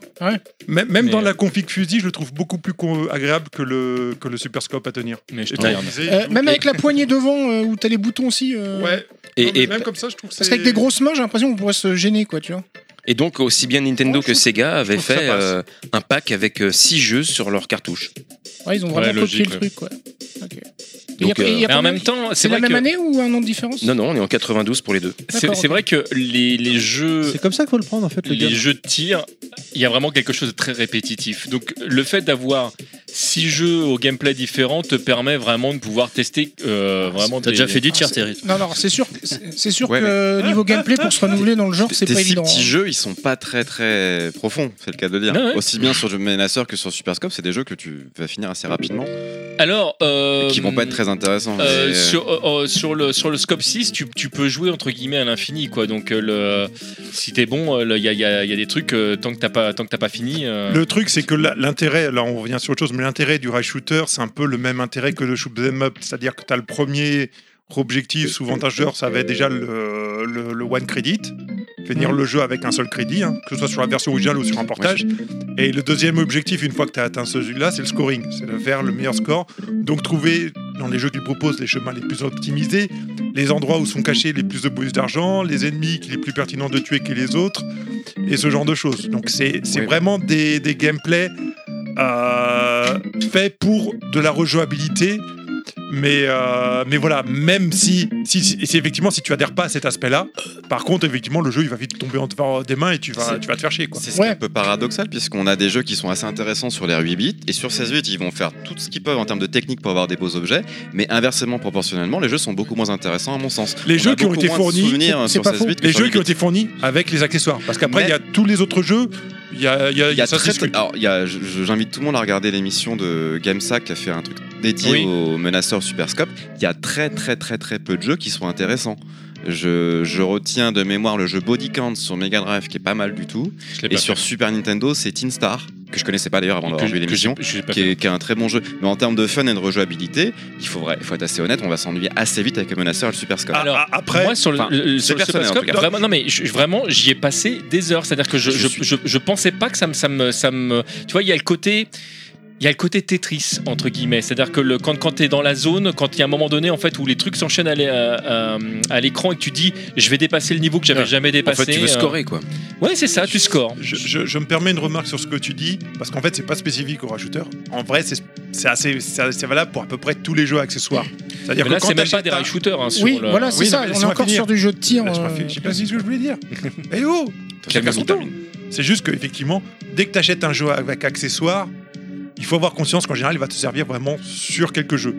Speaker 2: Même, même
Speaker 3: Mais,
Speaker 2: dans
Speaker 3: euh,
Speaker 2: la config fusil, je le trouve beaucoup plus con- agréable que le, que le Super Scope à tenir.
Speaker 3: Mais je
Speaker 2: Et
Speaker 3: t'emmerde.
Speaker 2: précisé,
Speaker 6: Euh,
Speaker 2: tout.
Speaker 6: même avec la poignée devant euh, où t'as les boutons aussi. euh,
Speaker 2: Ouais. Non, mais
Speaker 8: Et, et-
Speaker 2: même comme ça, je trouve que
Speaker 6: Parce
Speaker 2: c'est.
Speaker 6: qu'avec des grosses mains, j'ai l'impression qu'on pourrait se gêner, quoi, tu vois.
Speaker 8: et donc, aussi bien Nintendo que Sega avaient
Speaker 2: trouve que Oh, ça
Speaker 8: fait
Speaker 2: passe.
Speaker 8: euh, un pack avec 6 jeux sur leur cartouche.
Speaker 6: Ouais, ils ont vraiment
Speaker 3: Ouais,
Speaker 6: copié
Speaker 3: logique,
Speaker 6: le truc, quoi. Ok. Et
Speaker 8: Donc,
Speaker 6: y a-
Speaker 8: euh,
Speaker 6: y a
Speaker 3: Mais en
Speaker 6: combien-
Speaker 3: même temps,
Speaker 6: c'est
Speaker 3: c'est
Speaker 6: la
Speaker 3: vrai
Speaker 6: même
Speaker 3: que.
Speaker 6: année ou un an de différence
Speaker 8: Non, non, on est en 92 pour les deux.
Speaker 3: C'est
Speaker 6: D'accord,
Speaker 3: c'est
Speaker 6: ok.
Speaker 3: vrai que les, les jeux.
Speaker 1: C'est comme ça qu'il faut le prendre en fait, le
Speaker 3: les
Speaker 1: gars.
Speaker 3: jeux de tir, il y a vraiment quelque chose de très répétitif. Donc le fait d'avoir six jeux au gameplay différent te permet vraiment de pouvoir tester euh, vraiment.
Speaker 7: T'as
Speaker 3: des-
Speaker 7: déjà fait du
Speaker 6: Ah,
Speaker 7: tir,
Speaker 6: c'est-
Speaker 7: Thierry.
Speaker 6: Non, non, c'est sûr, c'est c'est sûr
Speaker 5: Ouais,
Speaker 6: que niveau gameplay, pour
Speaker 2: Ah,
Speaker 6: se renouveler dans le genre, c'est
Speaker 5: Tes
Speaker 6: pas
Speaker 5: six
Speaker 6: évident.
Speaker 5: petits
Speaker 6: hein.
Speaker 5: jeux, ils sont pas très très profonds, c'est le cas de dire.
Speaker 3: Ah ouais.
Speaker 5: Aussi bien sur Menaceur que sur Super Scope, c'est des jeux que tu vas finir assez rapidement,
Speaker 3: Alors. euh,
Speaker 5: et qui vont pas être très intéressants. mais,
Speaker 3: euh,
Speaker 5: euh,
Speaker 3: sur, euh, euh, sur le, sur le scope 6, tu, tu peux jouer entre guillemets à l'infini. quoi. Donc, euh, le, si t'es bon, euh, le- il y a, il y a- il y a des trucs, euh, tant que t'as pas, tant que t'as pas fini. euh,
Speaker 2: Le truc, c'est que la- l'intérêt, là on revient sur autre chose, mais l'intérêt du rail shooter, c'est un peu le même intérêt que le shoot them up. C'est-à-dire que tu as le premier objectif, souvent un joueur, ça avait déjà le, le- le one credit, finir le jeu avec un seul crédit, hein, que ce soit sur la version originale ou sur un portage. Et le deuxième objectif, une fois que tu as atteint ce jeu-là, c'est le scoring, c'est de faire le meilleur score. Donc trouver dans les jeux qu'ils proposent les chemins les plus optimisés, les endroits où sont cachés les plus de bonus d'argent, les ennemis qu'il est plus pertinent de tuer que les autres, et ce genre de choses. Donc c'est c'est
Speaker 5: Oui.
Speaker 2: vraiment des, des gameplays euh, faits pour de la rejouabilité Mais, euh, mais voilà, même si, si, si- si effectivement, si tu adhères pas à cet aspect-là, par contre, effectivement, le jeu, il va vite tomber entre des mains et tu vas,
Speaker 5: C'est-
Speaker 2: tu vas te faire chier. Quoi.
Speaker 5: C'est ce
Speaker 6: Ouais.
Speaker 5: qui est un peu paradoxal puisqu'on a des jeux qui sont assez intéressants sur les 8 bits et sur 16 bits ils vont faire tout ce qu'ils peuvent en termes de technique pour avoir des beaux objets mais inversement proportionnellement les jeux sont beaucoup moins intéressants à mon sens.
Speaker 2: Les
Speaker 5: On
Speaker 2: jeux
Speaker 5: a
Speaker 2: qui ont
Speaker 5: beaucoup
Speaker 2: été
Speaker 5: moins de
Speaker 2: fournis,
Speaker 5: souvenirs
Speaker 6: c'est
Speaker 5: sur
Speaker 6: pas
Speaker 5: 16
Speaker 6: faux.
Speaker 5: bits que
Speaker 2: Les
Speaker 5: sur
Speaker 2: jeux
Speaker 5: 8
Speaker 2: qui ont
Speaker 5: bits.
Speaker 2: été fournis avec les accessoires. Parce qu'après, il y
Speaker 5: Mais-
Speaker 2: a tous les autres jeux, il y a, il y a-
Speaker 5: Il y a
Speaker 2: ça se
Speaker 5: très-
Speaker 2: discute.
Speaker 5: alors, il y a- je- je- j'invite tout le monde à regarder l'émission de GameSack qui a fait un truc dédié
Speaker 2: Oui.
Speaker 5: au menaceur Superscope. Il y a très très très très peu de jeux qui sont intéressants. Je, je retiens de mémoire le jeu Bodycount sur Mega Drive qui est pas mal du tout.
Speaker 3: Je l'ai
Speaker 5: Et
Speaker 3: pas
Speaker 5: sur Super Nintendo, c'est Teen Star que je connaissais pas d'ailleurs avant d'avoir vu l'émission. Qui est, qui est un très bon jeu. Mais en termes de fun et de rejouabilité, il faut, vrai- faut être assez honnête, on va s'ennuyer assez vite avec le menaceur et le Superscope.
Speaker 2: Ah,
Speaker 3: Alors,
Speaker 2: ah, après,
Speaker 3: moi sur le,
Speaker 5: enfin,
Speaker 3: le- le- sur le
Speaker 5: personnel, en
Speaker 3: Superscope,
Speaker 5: tout cas.
Speaker 3: vraiment, non mais je- vraiment, j'y ai passé des heures. C'est-à-dire que je,
Speaker 5: Je
Speaker 3: je,
Speaker 5: suis-
Speaker 3: je, je pensais pas que ça me, ça me, ça me, tu vois, il y a le côté. Il y a le côté Tetris, entre guillemets. C'est-à-dire que le, quand, quand tu es dans la zone, quand il y a un moment donné en fait, où les trucs s'enchaînent à l'é- à- à- à l'écran et que tu dis je vais dépasser le niveau que j'avais
Speaker 8: Ouais.
Speaker 3: jamais
Speaker 8: En
Speaker 3: dépassé.
Speaker 8: fait, tu veux
Speaker 3: euh,
Speaker 8: scorer, quoi.
Speaker 3: Ouais, c'est ça, tu scores.
Speaker 2: je, je- je me permets une remarque sur ce que tu dis, parce qu'en fait, c'est pas spécifique aux rajouteurs. En vrai, c'est c'est assez, c'est assez valable pour à peu près tous les jeux accessoires. C'est-à-dire
Speaker 3: Mais là, c'est même
Speaker 2: t'achètes
Speaker 3: pas des
Speaker 2: un-
Speaker 3: rail shooters. hein, sur
Speaker 6: Oui,
Speaker 3: le-
Speaker 6: voilà, c'est
Speaker 2: Oui, non,
Speaker 6: ça. On
Speaker 2: mais
Speaker 6: est
Speaker 2: laisse-moi
Speaker 6: encore
Speaker 2: finir.
Speaker 6: sur du jeu de tir.
Speaker 2: Laisse-moi
Speaker 6: euh,
Speaker 2: finir, J'ai pas dit ce que je voulais dire. Eh oh
Speaker 5: Chacun
Speaker 2: Chacun
Speaker 5: son
Speaker 2: son temps.
Speaker 5: termine.
Speaker 2: C'est juste que effectivement, dès que tu achètes un jeu avec accessoires, il faut avoir conscience qu'en général, il va te servir vraiment sur quelques jeux.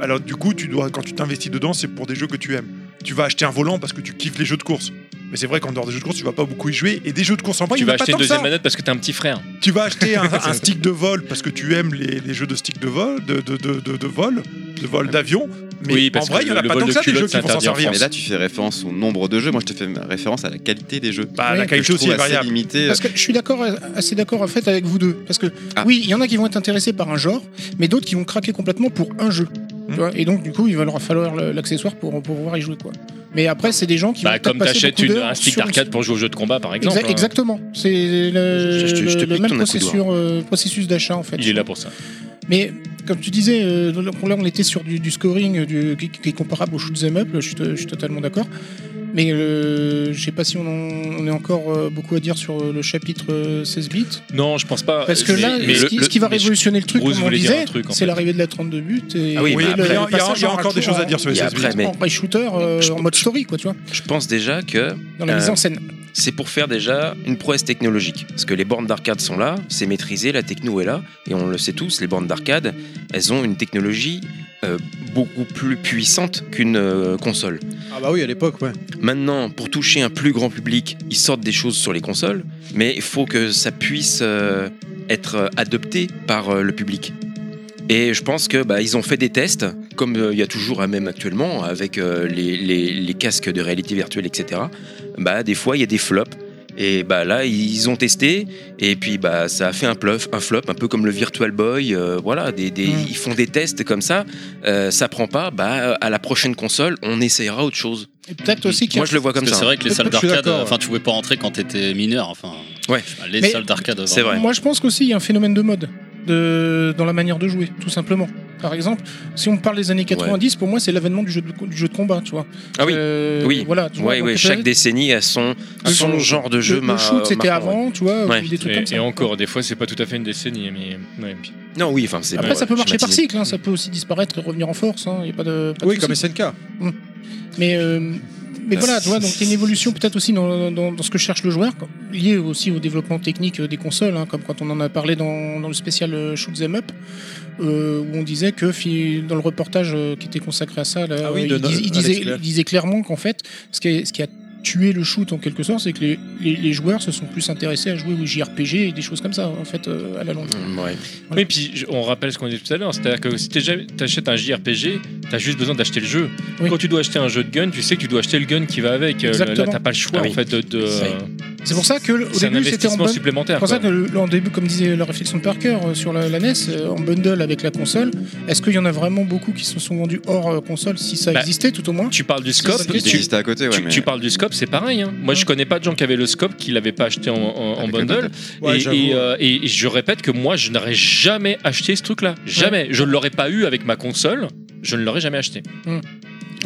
Speaker 2: Alors du coup, tu dois, quand tu t'investis dedans, c'est pour des jeux que tu aimes. Tu vas acheter un volant parce que tu kiffes les jeux de course. Mais c'est vrai qu'en dehors des jeux de course, tu vas pas beaucoup y jouer. Et des jeux de course en vrai,
Speaker 3: Tu
Speaker 2: il y en
Speaker 3: vas
Speaker 2: a pas
Speaker 3: acheter une
Speaker 2: tant que
Speaker 3: deuxième
Speaker 2: ça.
Speaker 3: manette parce que t'as un petit frère.
Speaker 2: Tu vas acheter un, un stick de vol parce que tu aimes les, les jeux de stick de vol, de, de, de, de- de vol, de vol d'avion. Mais
Speaker 3: Ah. Oui, parce
Speaker 2: en vrai,
Speaker 3: que
Speaker 2: il y en a
Speaker 3: le
Speaker 2: pas
Speaker 3: vol
Speaker 2: tant que
Speaker 3: de
Speaker 2: ça des
Speaker 3: culotte,
Speaker 2: jeux
Speaker 3: c'est
Speaker 2: qui vont s'en
Speaker 3: interdit en
Speaker 2: servir.
Speaker 5: Mais là, tu fais référence au nombre de jeux. Moi, je te fais référence à la qualité des jeux.
Speaker 2: Bah,
Speaker 6: Oui,
Speaker 2: la
Speaker 6: que
Speaker 5: Que je
Speaker 2: qualité aussi
Speaker 5: trouve
Speaker 2: est
Speaker 5: assez
Speaker 2: variable.
Speaker 5: limitée.
Speaker 6: Parce que je suis d'accord, assez d'accord en fait avec vous deux. Parce que
Speaker 5: Ah.
Speaker 6: oui, il y en a qui vont être intéressés par un genre, mais d'autres qui vont craquer complètement pour un jeu.
Speaker 3: Hmm.
Speaker 6: Tu vois, et donc du coup, il va leur falloir le- l'accessoire pour, pour pouvoir y jouer quoi. Mais après, c'est des gens qui
Speaker 3: Bah,
Speaker 6: vont peut-être
Speaker 3: comme
Speaker 6: passer
Speaker 3: t'achètes
Speaker 6: beaucoup
Speaker 3: une-
Speaker 6: d'heures
Speaker 3: un stick
Speaker 6: sur une-
Speaker 3: d'arcade pour jouer au jeu de combat, par exemple.
Speaker 6: Exa-
Speaker 3: hein.
Speaker 6: Exactement, c'est le,
Speaker 8: Je- je- je te
Speaker 6: le- le
Speaker 8: pique
Speaker 6: même
Speaker 8: ton coup de
Speaker 6: processus, euh, processus d'achat en fait.
Speaker 3: Il est là pour ça.
Speaker 6: Mais comme tu disais, euh, là on était sur du, du scoring euh, du- qui, qui est comparable au shoot 'em up, je suis, to- je suis totalement d'accord. Mais euh, je sais pas si on, en- on est encore euh, beaucoup à dire sur le chapitre euh, 16 bits.
Speaker 3: Non, je pense pas.
Speaker 6: Parce que
Speaker 3: Mais-
Speaker 6: là,
Speaker 3: mais
Speaker 6: ce,
Speaker 3: le-
Speaker 6: qui,
Speaker 3: le-
Speaker 6: ce qui va
Speaker 3: mais je-
Speaker 6: révolutionner le truc,
Speaker 3: Bruce
Speaker 6: comme on
Speaker 3: voulait dire un
Speaker 6: disait,
Speaker 3: truc, en
Speaker 6: c'est
Speaker 3: fait.
Speaker 6: l'arrivée de la 32 buts. Et,
Speaker 8: Ah oui,
Speaker 6: et
Speaker 2: Oui,
Speaker 8: mais
Speaker 6: le-
Speaker 2: après, il
Speaker 6: le
Speaker 2: y a- il y a
Speaker 6: passage
Speaker 2: il y a
Speaker 6: en euh,
Speaker 2: encore des
Speaker 6: hardcore
Speaker 2: choses à dire sur les
Speaker 8: Et
Speaker 2: 16
Speaker 8: après,
Speaker 2: bits.
Speaker 8: mais-
Speaker 6: En rail shooter euh,
Speaker 8: Je-
Speaker 6: en mode story, quoi, tu vois,
Speaker 8: Je pense déjà que
Speaker 6: dans la mise
Speaker 8: Euh,
Speaker 6: en scène.
Speaker 8: c'est pour faire déjà une prouesse technologique. Parce que les bornes d'arcade sont là, c'est maîtrisé, la techno est là, et on le sait tous, les bornes d'arcade, elles ont une technologie euh, beaucoup plus puissante qu'une euh, console.
Speaker 1: Ah bah oui, à l'époque, ouais.
Speaker 8: Maintenant, pour toucher un plus grand public, ils sortent des choses sur les consoles, mais il faut que ça puisse euh, être euh, adopté par euh, le public. Et je pense que bah, ils ont fait des tests, comme euh, il y a toujours à même actuellement avec euh, les, les- les casques de réalité virtuelle, etc. Bah des fois il y a des flops. Et bah là ils ont testé et puis bah ça a fait un pluf, un flop, un peu comme le Virtual Boy. euh, voilà, des, des-
Speaker 6: Mm.
Speaker 8: ils font des tests comme ça. euh, ça prend pas. Bah à la prochaine console on essayera autre chose.
Speaker 6: Et Peut-être aussi qu'il y a-
Speaker 8: Moi, je le vois
Speaker 7: Parce
Speaker 8: comme
Speaker 7: que
Speaker 8: ça.
Speaker 7: c'est vrai que les salles
Speaker 1: Je suis
Speaker 7: d'arcade, euh,
Speaker 1: d'accord, ouais.
Speaker 7: enfin, tu pouvais pas rentrer quand t'étais mineur. Enfin,
Speaker 8: Ouais.
Speaker 7: les
Speaker 6: Mais
Speaker 7: salles d'arcade.
Speaker 8: c'est
Speaker 7: vraiment.
Speaker 8: vrai.
Speaker 6: Moi, je pense qu'aussi, il y a un phénomène de mode de, dans la manière de jouer, tout simplement. Par exemple, si on parle des années 90, pour moi, c'est l'avènement du, jeu de- du jeu de combat, tu vois.
Speaker 8: Ah oui.
Speaker 6: Euh,
Speaker 8: Oui.
Speaker 6: Voilà. tu vois,
Speaker 8: Ouais,
Speaker 6: donc,
Speaker 8: ouais,
Speaker 6: euh,
Speaker 8: chaque décennie a son,
Speaker 3: Ah
Speaker 6: Le-
Speaker 8: son
Speaker 6: le-
Speaker 8: genre de jeu.
Speaker 6: le,
Speaker 8: mar-
Speaker 6: le shoot, c'était
Speaker 8: marquant, ouais.
Speaker 6: avant, tu vois,
Speaker 8: Ouais.
Speaker 6: ou des trucs comme
Speaker 3: Et,
Speaker 6: ça.
Speaker 3: et encore, des fois, c'est pas tout à fait une décennie, mais ouais.
Speaker 8: Non, oui, enfin, c'est
Speaker 6: Après,
Speaker 8: bon,
Speaker 6: ça peut
Speaker 8: ouais,
Speaker 6: marcher par
Speaker 8: schématisé.
Speaker 6: cycle, hein, ça peut aussi disparaître et revenir en force. hein, y a pas de, pas de
Speaker 1: Oui,
Speaker 6: souci.
Speaker 1: comme SNK.
Speaker 6: Hmm. Mais, euh, mais
Speaker 8: Euh,
Speaker 6: voilà,
Speaker 8: c'est-
Speaker 6: tu vois, donc il y a une évolution peut-être aussi dans, dans- dans ce que cherche le joueur, quoi, liée aussi au développement technique euh, des consoles, hein, comme quand on en a parlé dans, dans le spécial euh, Shoot 'em Up, euh, où on disait que fi- dans le reportage euh, qui était consacré à ça, là,
Speaker 1: Ah oui,
Speaker 6: il,
Speaker 1: de
Speaker 6: dis- il
Speaker 1: Alex
Speaker 6: disait,
Speaker 1: Clair.
Speaker 6: il disait clairement qu'en fait, ce qui, est- ce qui a tué le shoot en quelque sorte, c'est que les, les- les joueurs se sont plus intéressés à jouer aux JRPG et des choses comme ça, en fait, euh, à la longue.
Speaker 8: Mm, ouais.
Speaker 3: Oui, puis je- on rappelle ce qu'on disait tout à l'heure, c'est-à-dire que si tu achètes un JRPG, t'as juste besoin d'acheter le jeu.
Speaker 6: Oui.
Speaker 3: Quand tu dois acheter un jeu de gun, tu sais que tu dois acheter le gun qui va avec. Euh,
Speaker 6: Exactement.
Speaker 3: Là, t'as pas le choix
Speaker 8: Ah oui.
Speaker 3: en fait de. de-
Speaker 8: C'est-
Speaker 6: C'est pour ça que le- au
Speaker 3: c'est un
Speaker 6: début, c'était en
Speaker 3: investissement
Speaker 6: bonne,
Speaker 3: supplémentaire.
Speaker 6: C'est pour ça
Speaker 3: quoi.
Speaker 6: que, le- en début, comme disait la réflexion de Parker euh, sur la, la NES, euh, en bundle avec la console, est-ce qu'il y en a vraiment beaucoup qui se sont vendus hors euh, console, si ça
Speaker 3: Bah,
Speaker 6: existait tout au moins
Speaker 3: Tu parles du scope,
Speaker 6: c'est-
Speaker 3: tu,
Speaker 5: Il existait à côté, ouais,
Speaker 3: tu-
Speaker 5: mais-
Speaker 3: tu parles du scope, c'est pareil. hein. Moi, je connais pas de gens qui avaient le scope qui l'avaient pas acheté en, en- en
Speaker 5: Avec le
Speaker 3: bundle.
Speaker 1: Ouais,
Speaker 3: et,
Speaker 1: j'avoue.
Speaker 3: et, euh, et je répète que moi, je n'aurais jamais acheté ce truc-là. Jamais. Je ne l'aurais pas eu avec ma console. Je ne l'aurais jamais acheté.
Speaker 5: Y a-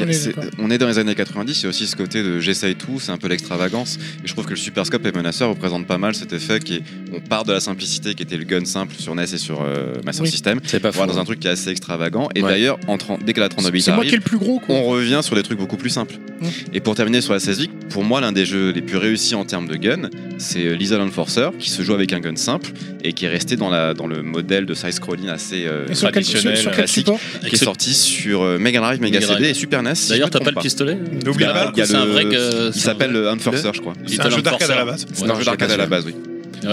Speaker 6: On est
Speaker 5: c'est-
Speaker 6: Hum. d'accord.
Speaker 5: on est dans les années 90, il y a aussi ce côté de j'essaye tout, c'est un peu l'extravagance. Et je trouve que le Superscope et Menacer représentent pas mal cet effet qui est, on part de la simplicité qui était le gun simple sur NES et sur euh, Master
Speaker 6: Oui.
Speaker 5: System,
Speaker 8: C'est pas
Speaker 5: pour
Speaker 8: faux.
Speaker 5: aller dans un truc qui est assez extravagant. Et
Speaker 8: Ouais.
Speaker 5: d'ailleurs, en tren- dès que la 38
Speaker 6: C'est moi qui
Speaker 5: arrive,
Speaker 6: ai le plus gros, quoi.
Speaker 5: on revient sur des trucs beaucoup plus simples.
Speaker 6: Mm.
Speaker 5: Et pour terminer sur la 16 Vic, pour moi, l'un des jeux les plus réussis en termes de gun, c'est euh, Lethal Enforcer, qui se joue avec un gun simple et qui est resté dans, la, dans le modèle de side-scrolling assez euh,
Speaker 6: Et sur quel, sur,
Speaker 5: traditionnel,
Speaker 6: sur quel
Speaker 5: classique,
Speaker 6: support
Speaker 5: qui est sorti sur euh, Mega Drive, Mega
Speaker 7: Mega
Speaker 5: CD
Speaker 7: Drive.
Speaker 5: et Super NES. si je
Speaker 7: D'ailleurs,
Speaker 5: me
Speaker 7: t'as pas
Speaker 5: trompe
Speaker 7: le pistolet
Speaker 2: N'oublie
Speaker 5: Bah,
Speaker 2: pas.
Speaker 5: il y a
Speaker 7: C'est un
Speaker 5: le-
Speaker 7: vrai que-
Speaker 5: Il
Speaker 7: c'est un
Speaker 5: s'appelle
Speaker 7: vrai-
Speaker 5: euh, Enforcer, je crois.
Speaker 2: C'est un jeu d'arcade à la base.
Speaker 5: C'est un jeu d'arcade à la base, oui.
Speaker 7: Où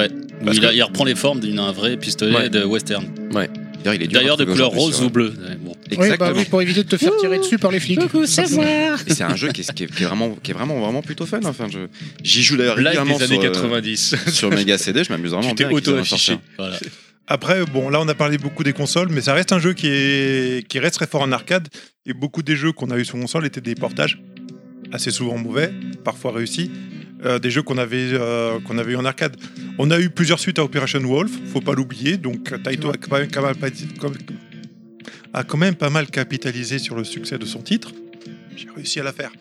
Speaker 5: Parce
Speaker 7: il, a-
Speaker 5: que-
Speaker 7: il reprend les formes d'un vrai pistolet
Speaker 8: Ouais.
Speaker 7: de western.
Speaker 5: D'ailleurs, il est dur à
Speaker 7: D'ailleurs de
Speaker 5: trouver
Speaker 7: couleur
Speaker 5: aujourd'hui,
Speaker 7: rose
Speaker 5: c'est
Speaker 7: ou
Speaker 5: vrai.
Speaker 7: bleue. Ouais, bon.
Speaker 6: Oui, bah
Speaker 5: Exactement.
Speaker 6: oui, pour éviter de te faire tirer dessus par les flics.
Speaker 5: Et c'est un jeu qui est, qui est- qui est vraiment, qui est vraiment, vraiment plutôt fun. Enfin, je- j'y joue d'ailleurs
Speaker 3: Blague
Speaker 5: régulièrement
Speaker 3: des années
Speaker 5: sur, euh,
Speaker 3: 90.
Speaker 5: sur Mega CD. Je m'amuse vraiment
Speaker 3: Tu t'es
Speaker 5: bien. avec les
Speaker 3: auto-affiché.
Speaker 5: Enforcer.
Speaker 7: Voilà.
Speaker 2: Après, bon, là, on a parlé beaucoup des consoles, mais ça reste un jeu qui, est... qui reste très fort en arcade. Et beaucoup des jeux qu'on a eu sur console étaient des portages assez souvent mauvais, parfois réussis. euh, des jeux qu'on avait, euh, qu'on avait eu en arcade. On a eu plusieurs suites à Operation Wolf, faut pas l'oublier. Donc, euh, Taito a quand, même, quand même pas- comme- a quand même pas mal capitalisé sur le succès de son titre. J'ai réussi à la faire.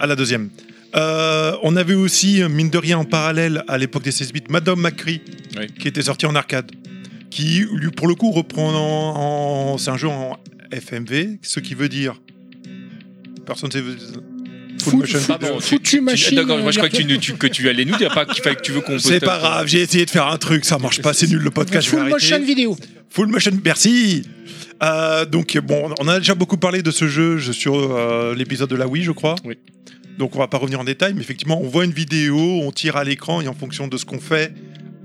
Speaker 2: À la deuxième. Euh, on avait aussi, euh, mine de rien, en parallèle, à l'époque des 16 bits, Madame McCree,
Speaker 3: Oui.
Speaker 2: qui était sortie en arcade. Qui, lui, pour le coup, reprend en. en- c'est un jeu en FMV, ce qui veut dire. Personne sait. Full motion.
Speaker 3: Pardon, tu-
Speaker 6: Foutue
Speaker 3: tu- tu-
Speaker 6: machine,
Speaker 3: D'accord, moi je crois que
Speaker 6: l'arcade.
Speaker 3: tu, nous- tu- que tu allais nous dire pas qu'il fallait que tu veux qu'on
Speaker 2: C'est
Speaker 3: poste-
Speaker 2: pas grave, j'ai essayé de faire un truc, ça marche pas, c'est nul le podcast. je vais
Speaker 6: Full motion
Speaker 2: arrêter.
Speaker 6: vidéo.
Speaker 2: Full motion, merci. Euh, donc bon, on a déjà beaucoup parlé de ce jeu je- sur euh, l'épisode de la Wii, je crois.
Speaker 3: Oui.
Speaker 2: Donc on va pas revenir en détail, mais effectivement, on voit une vidéo, on tire à l'écran et en fonction de ce qu'on fait,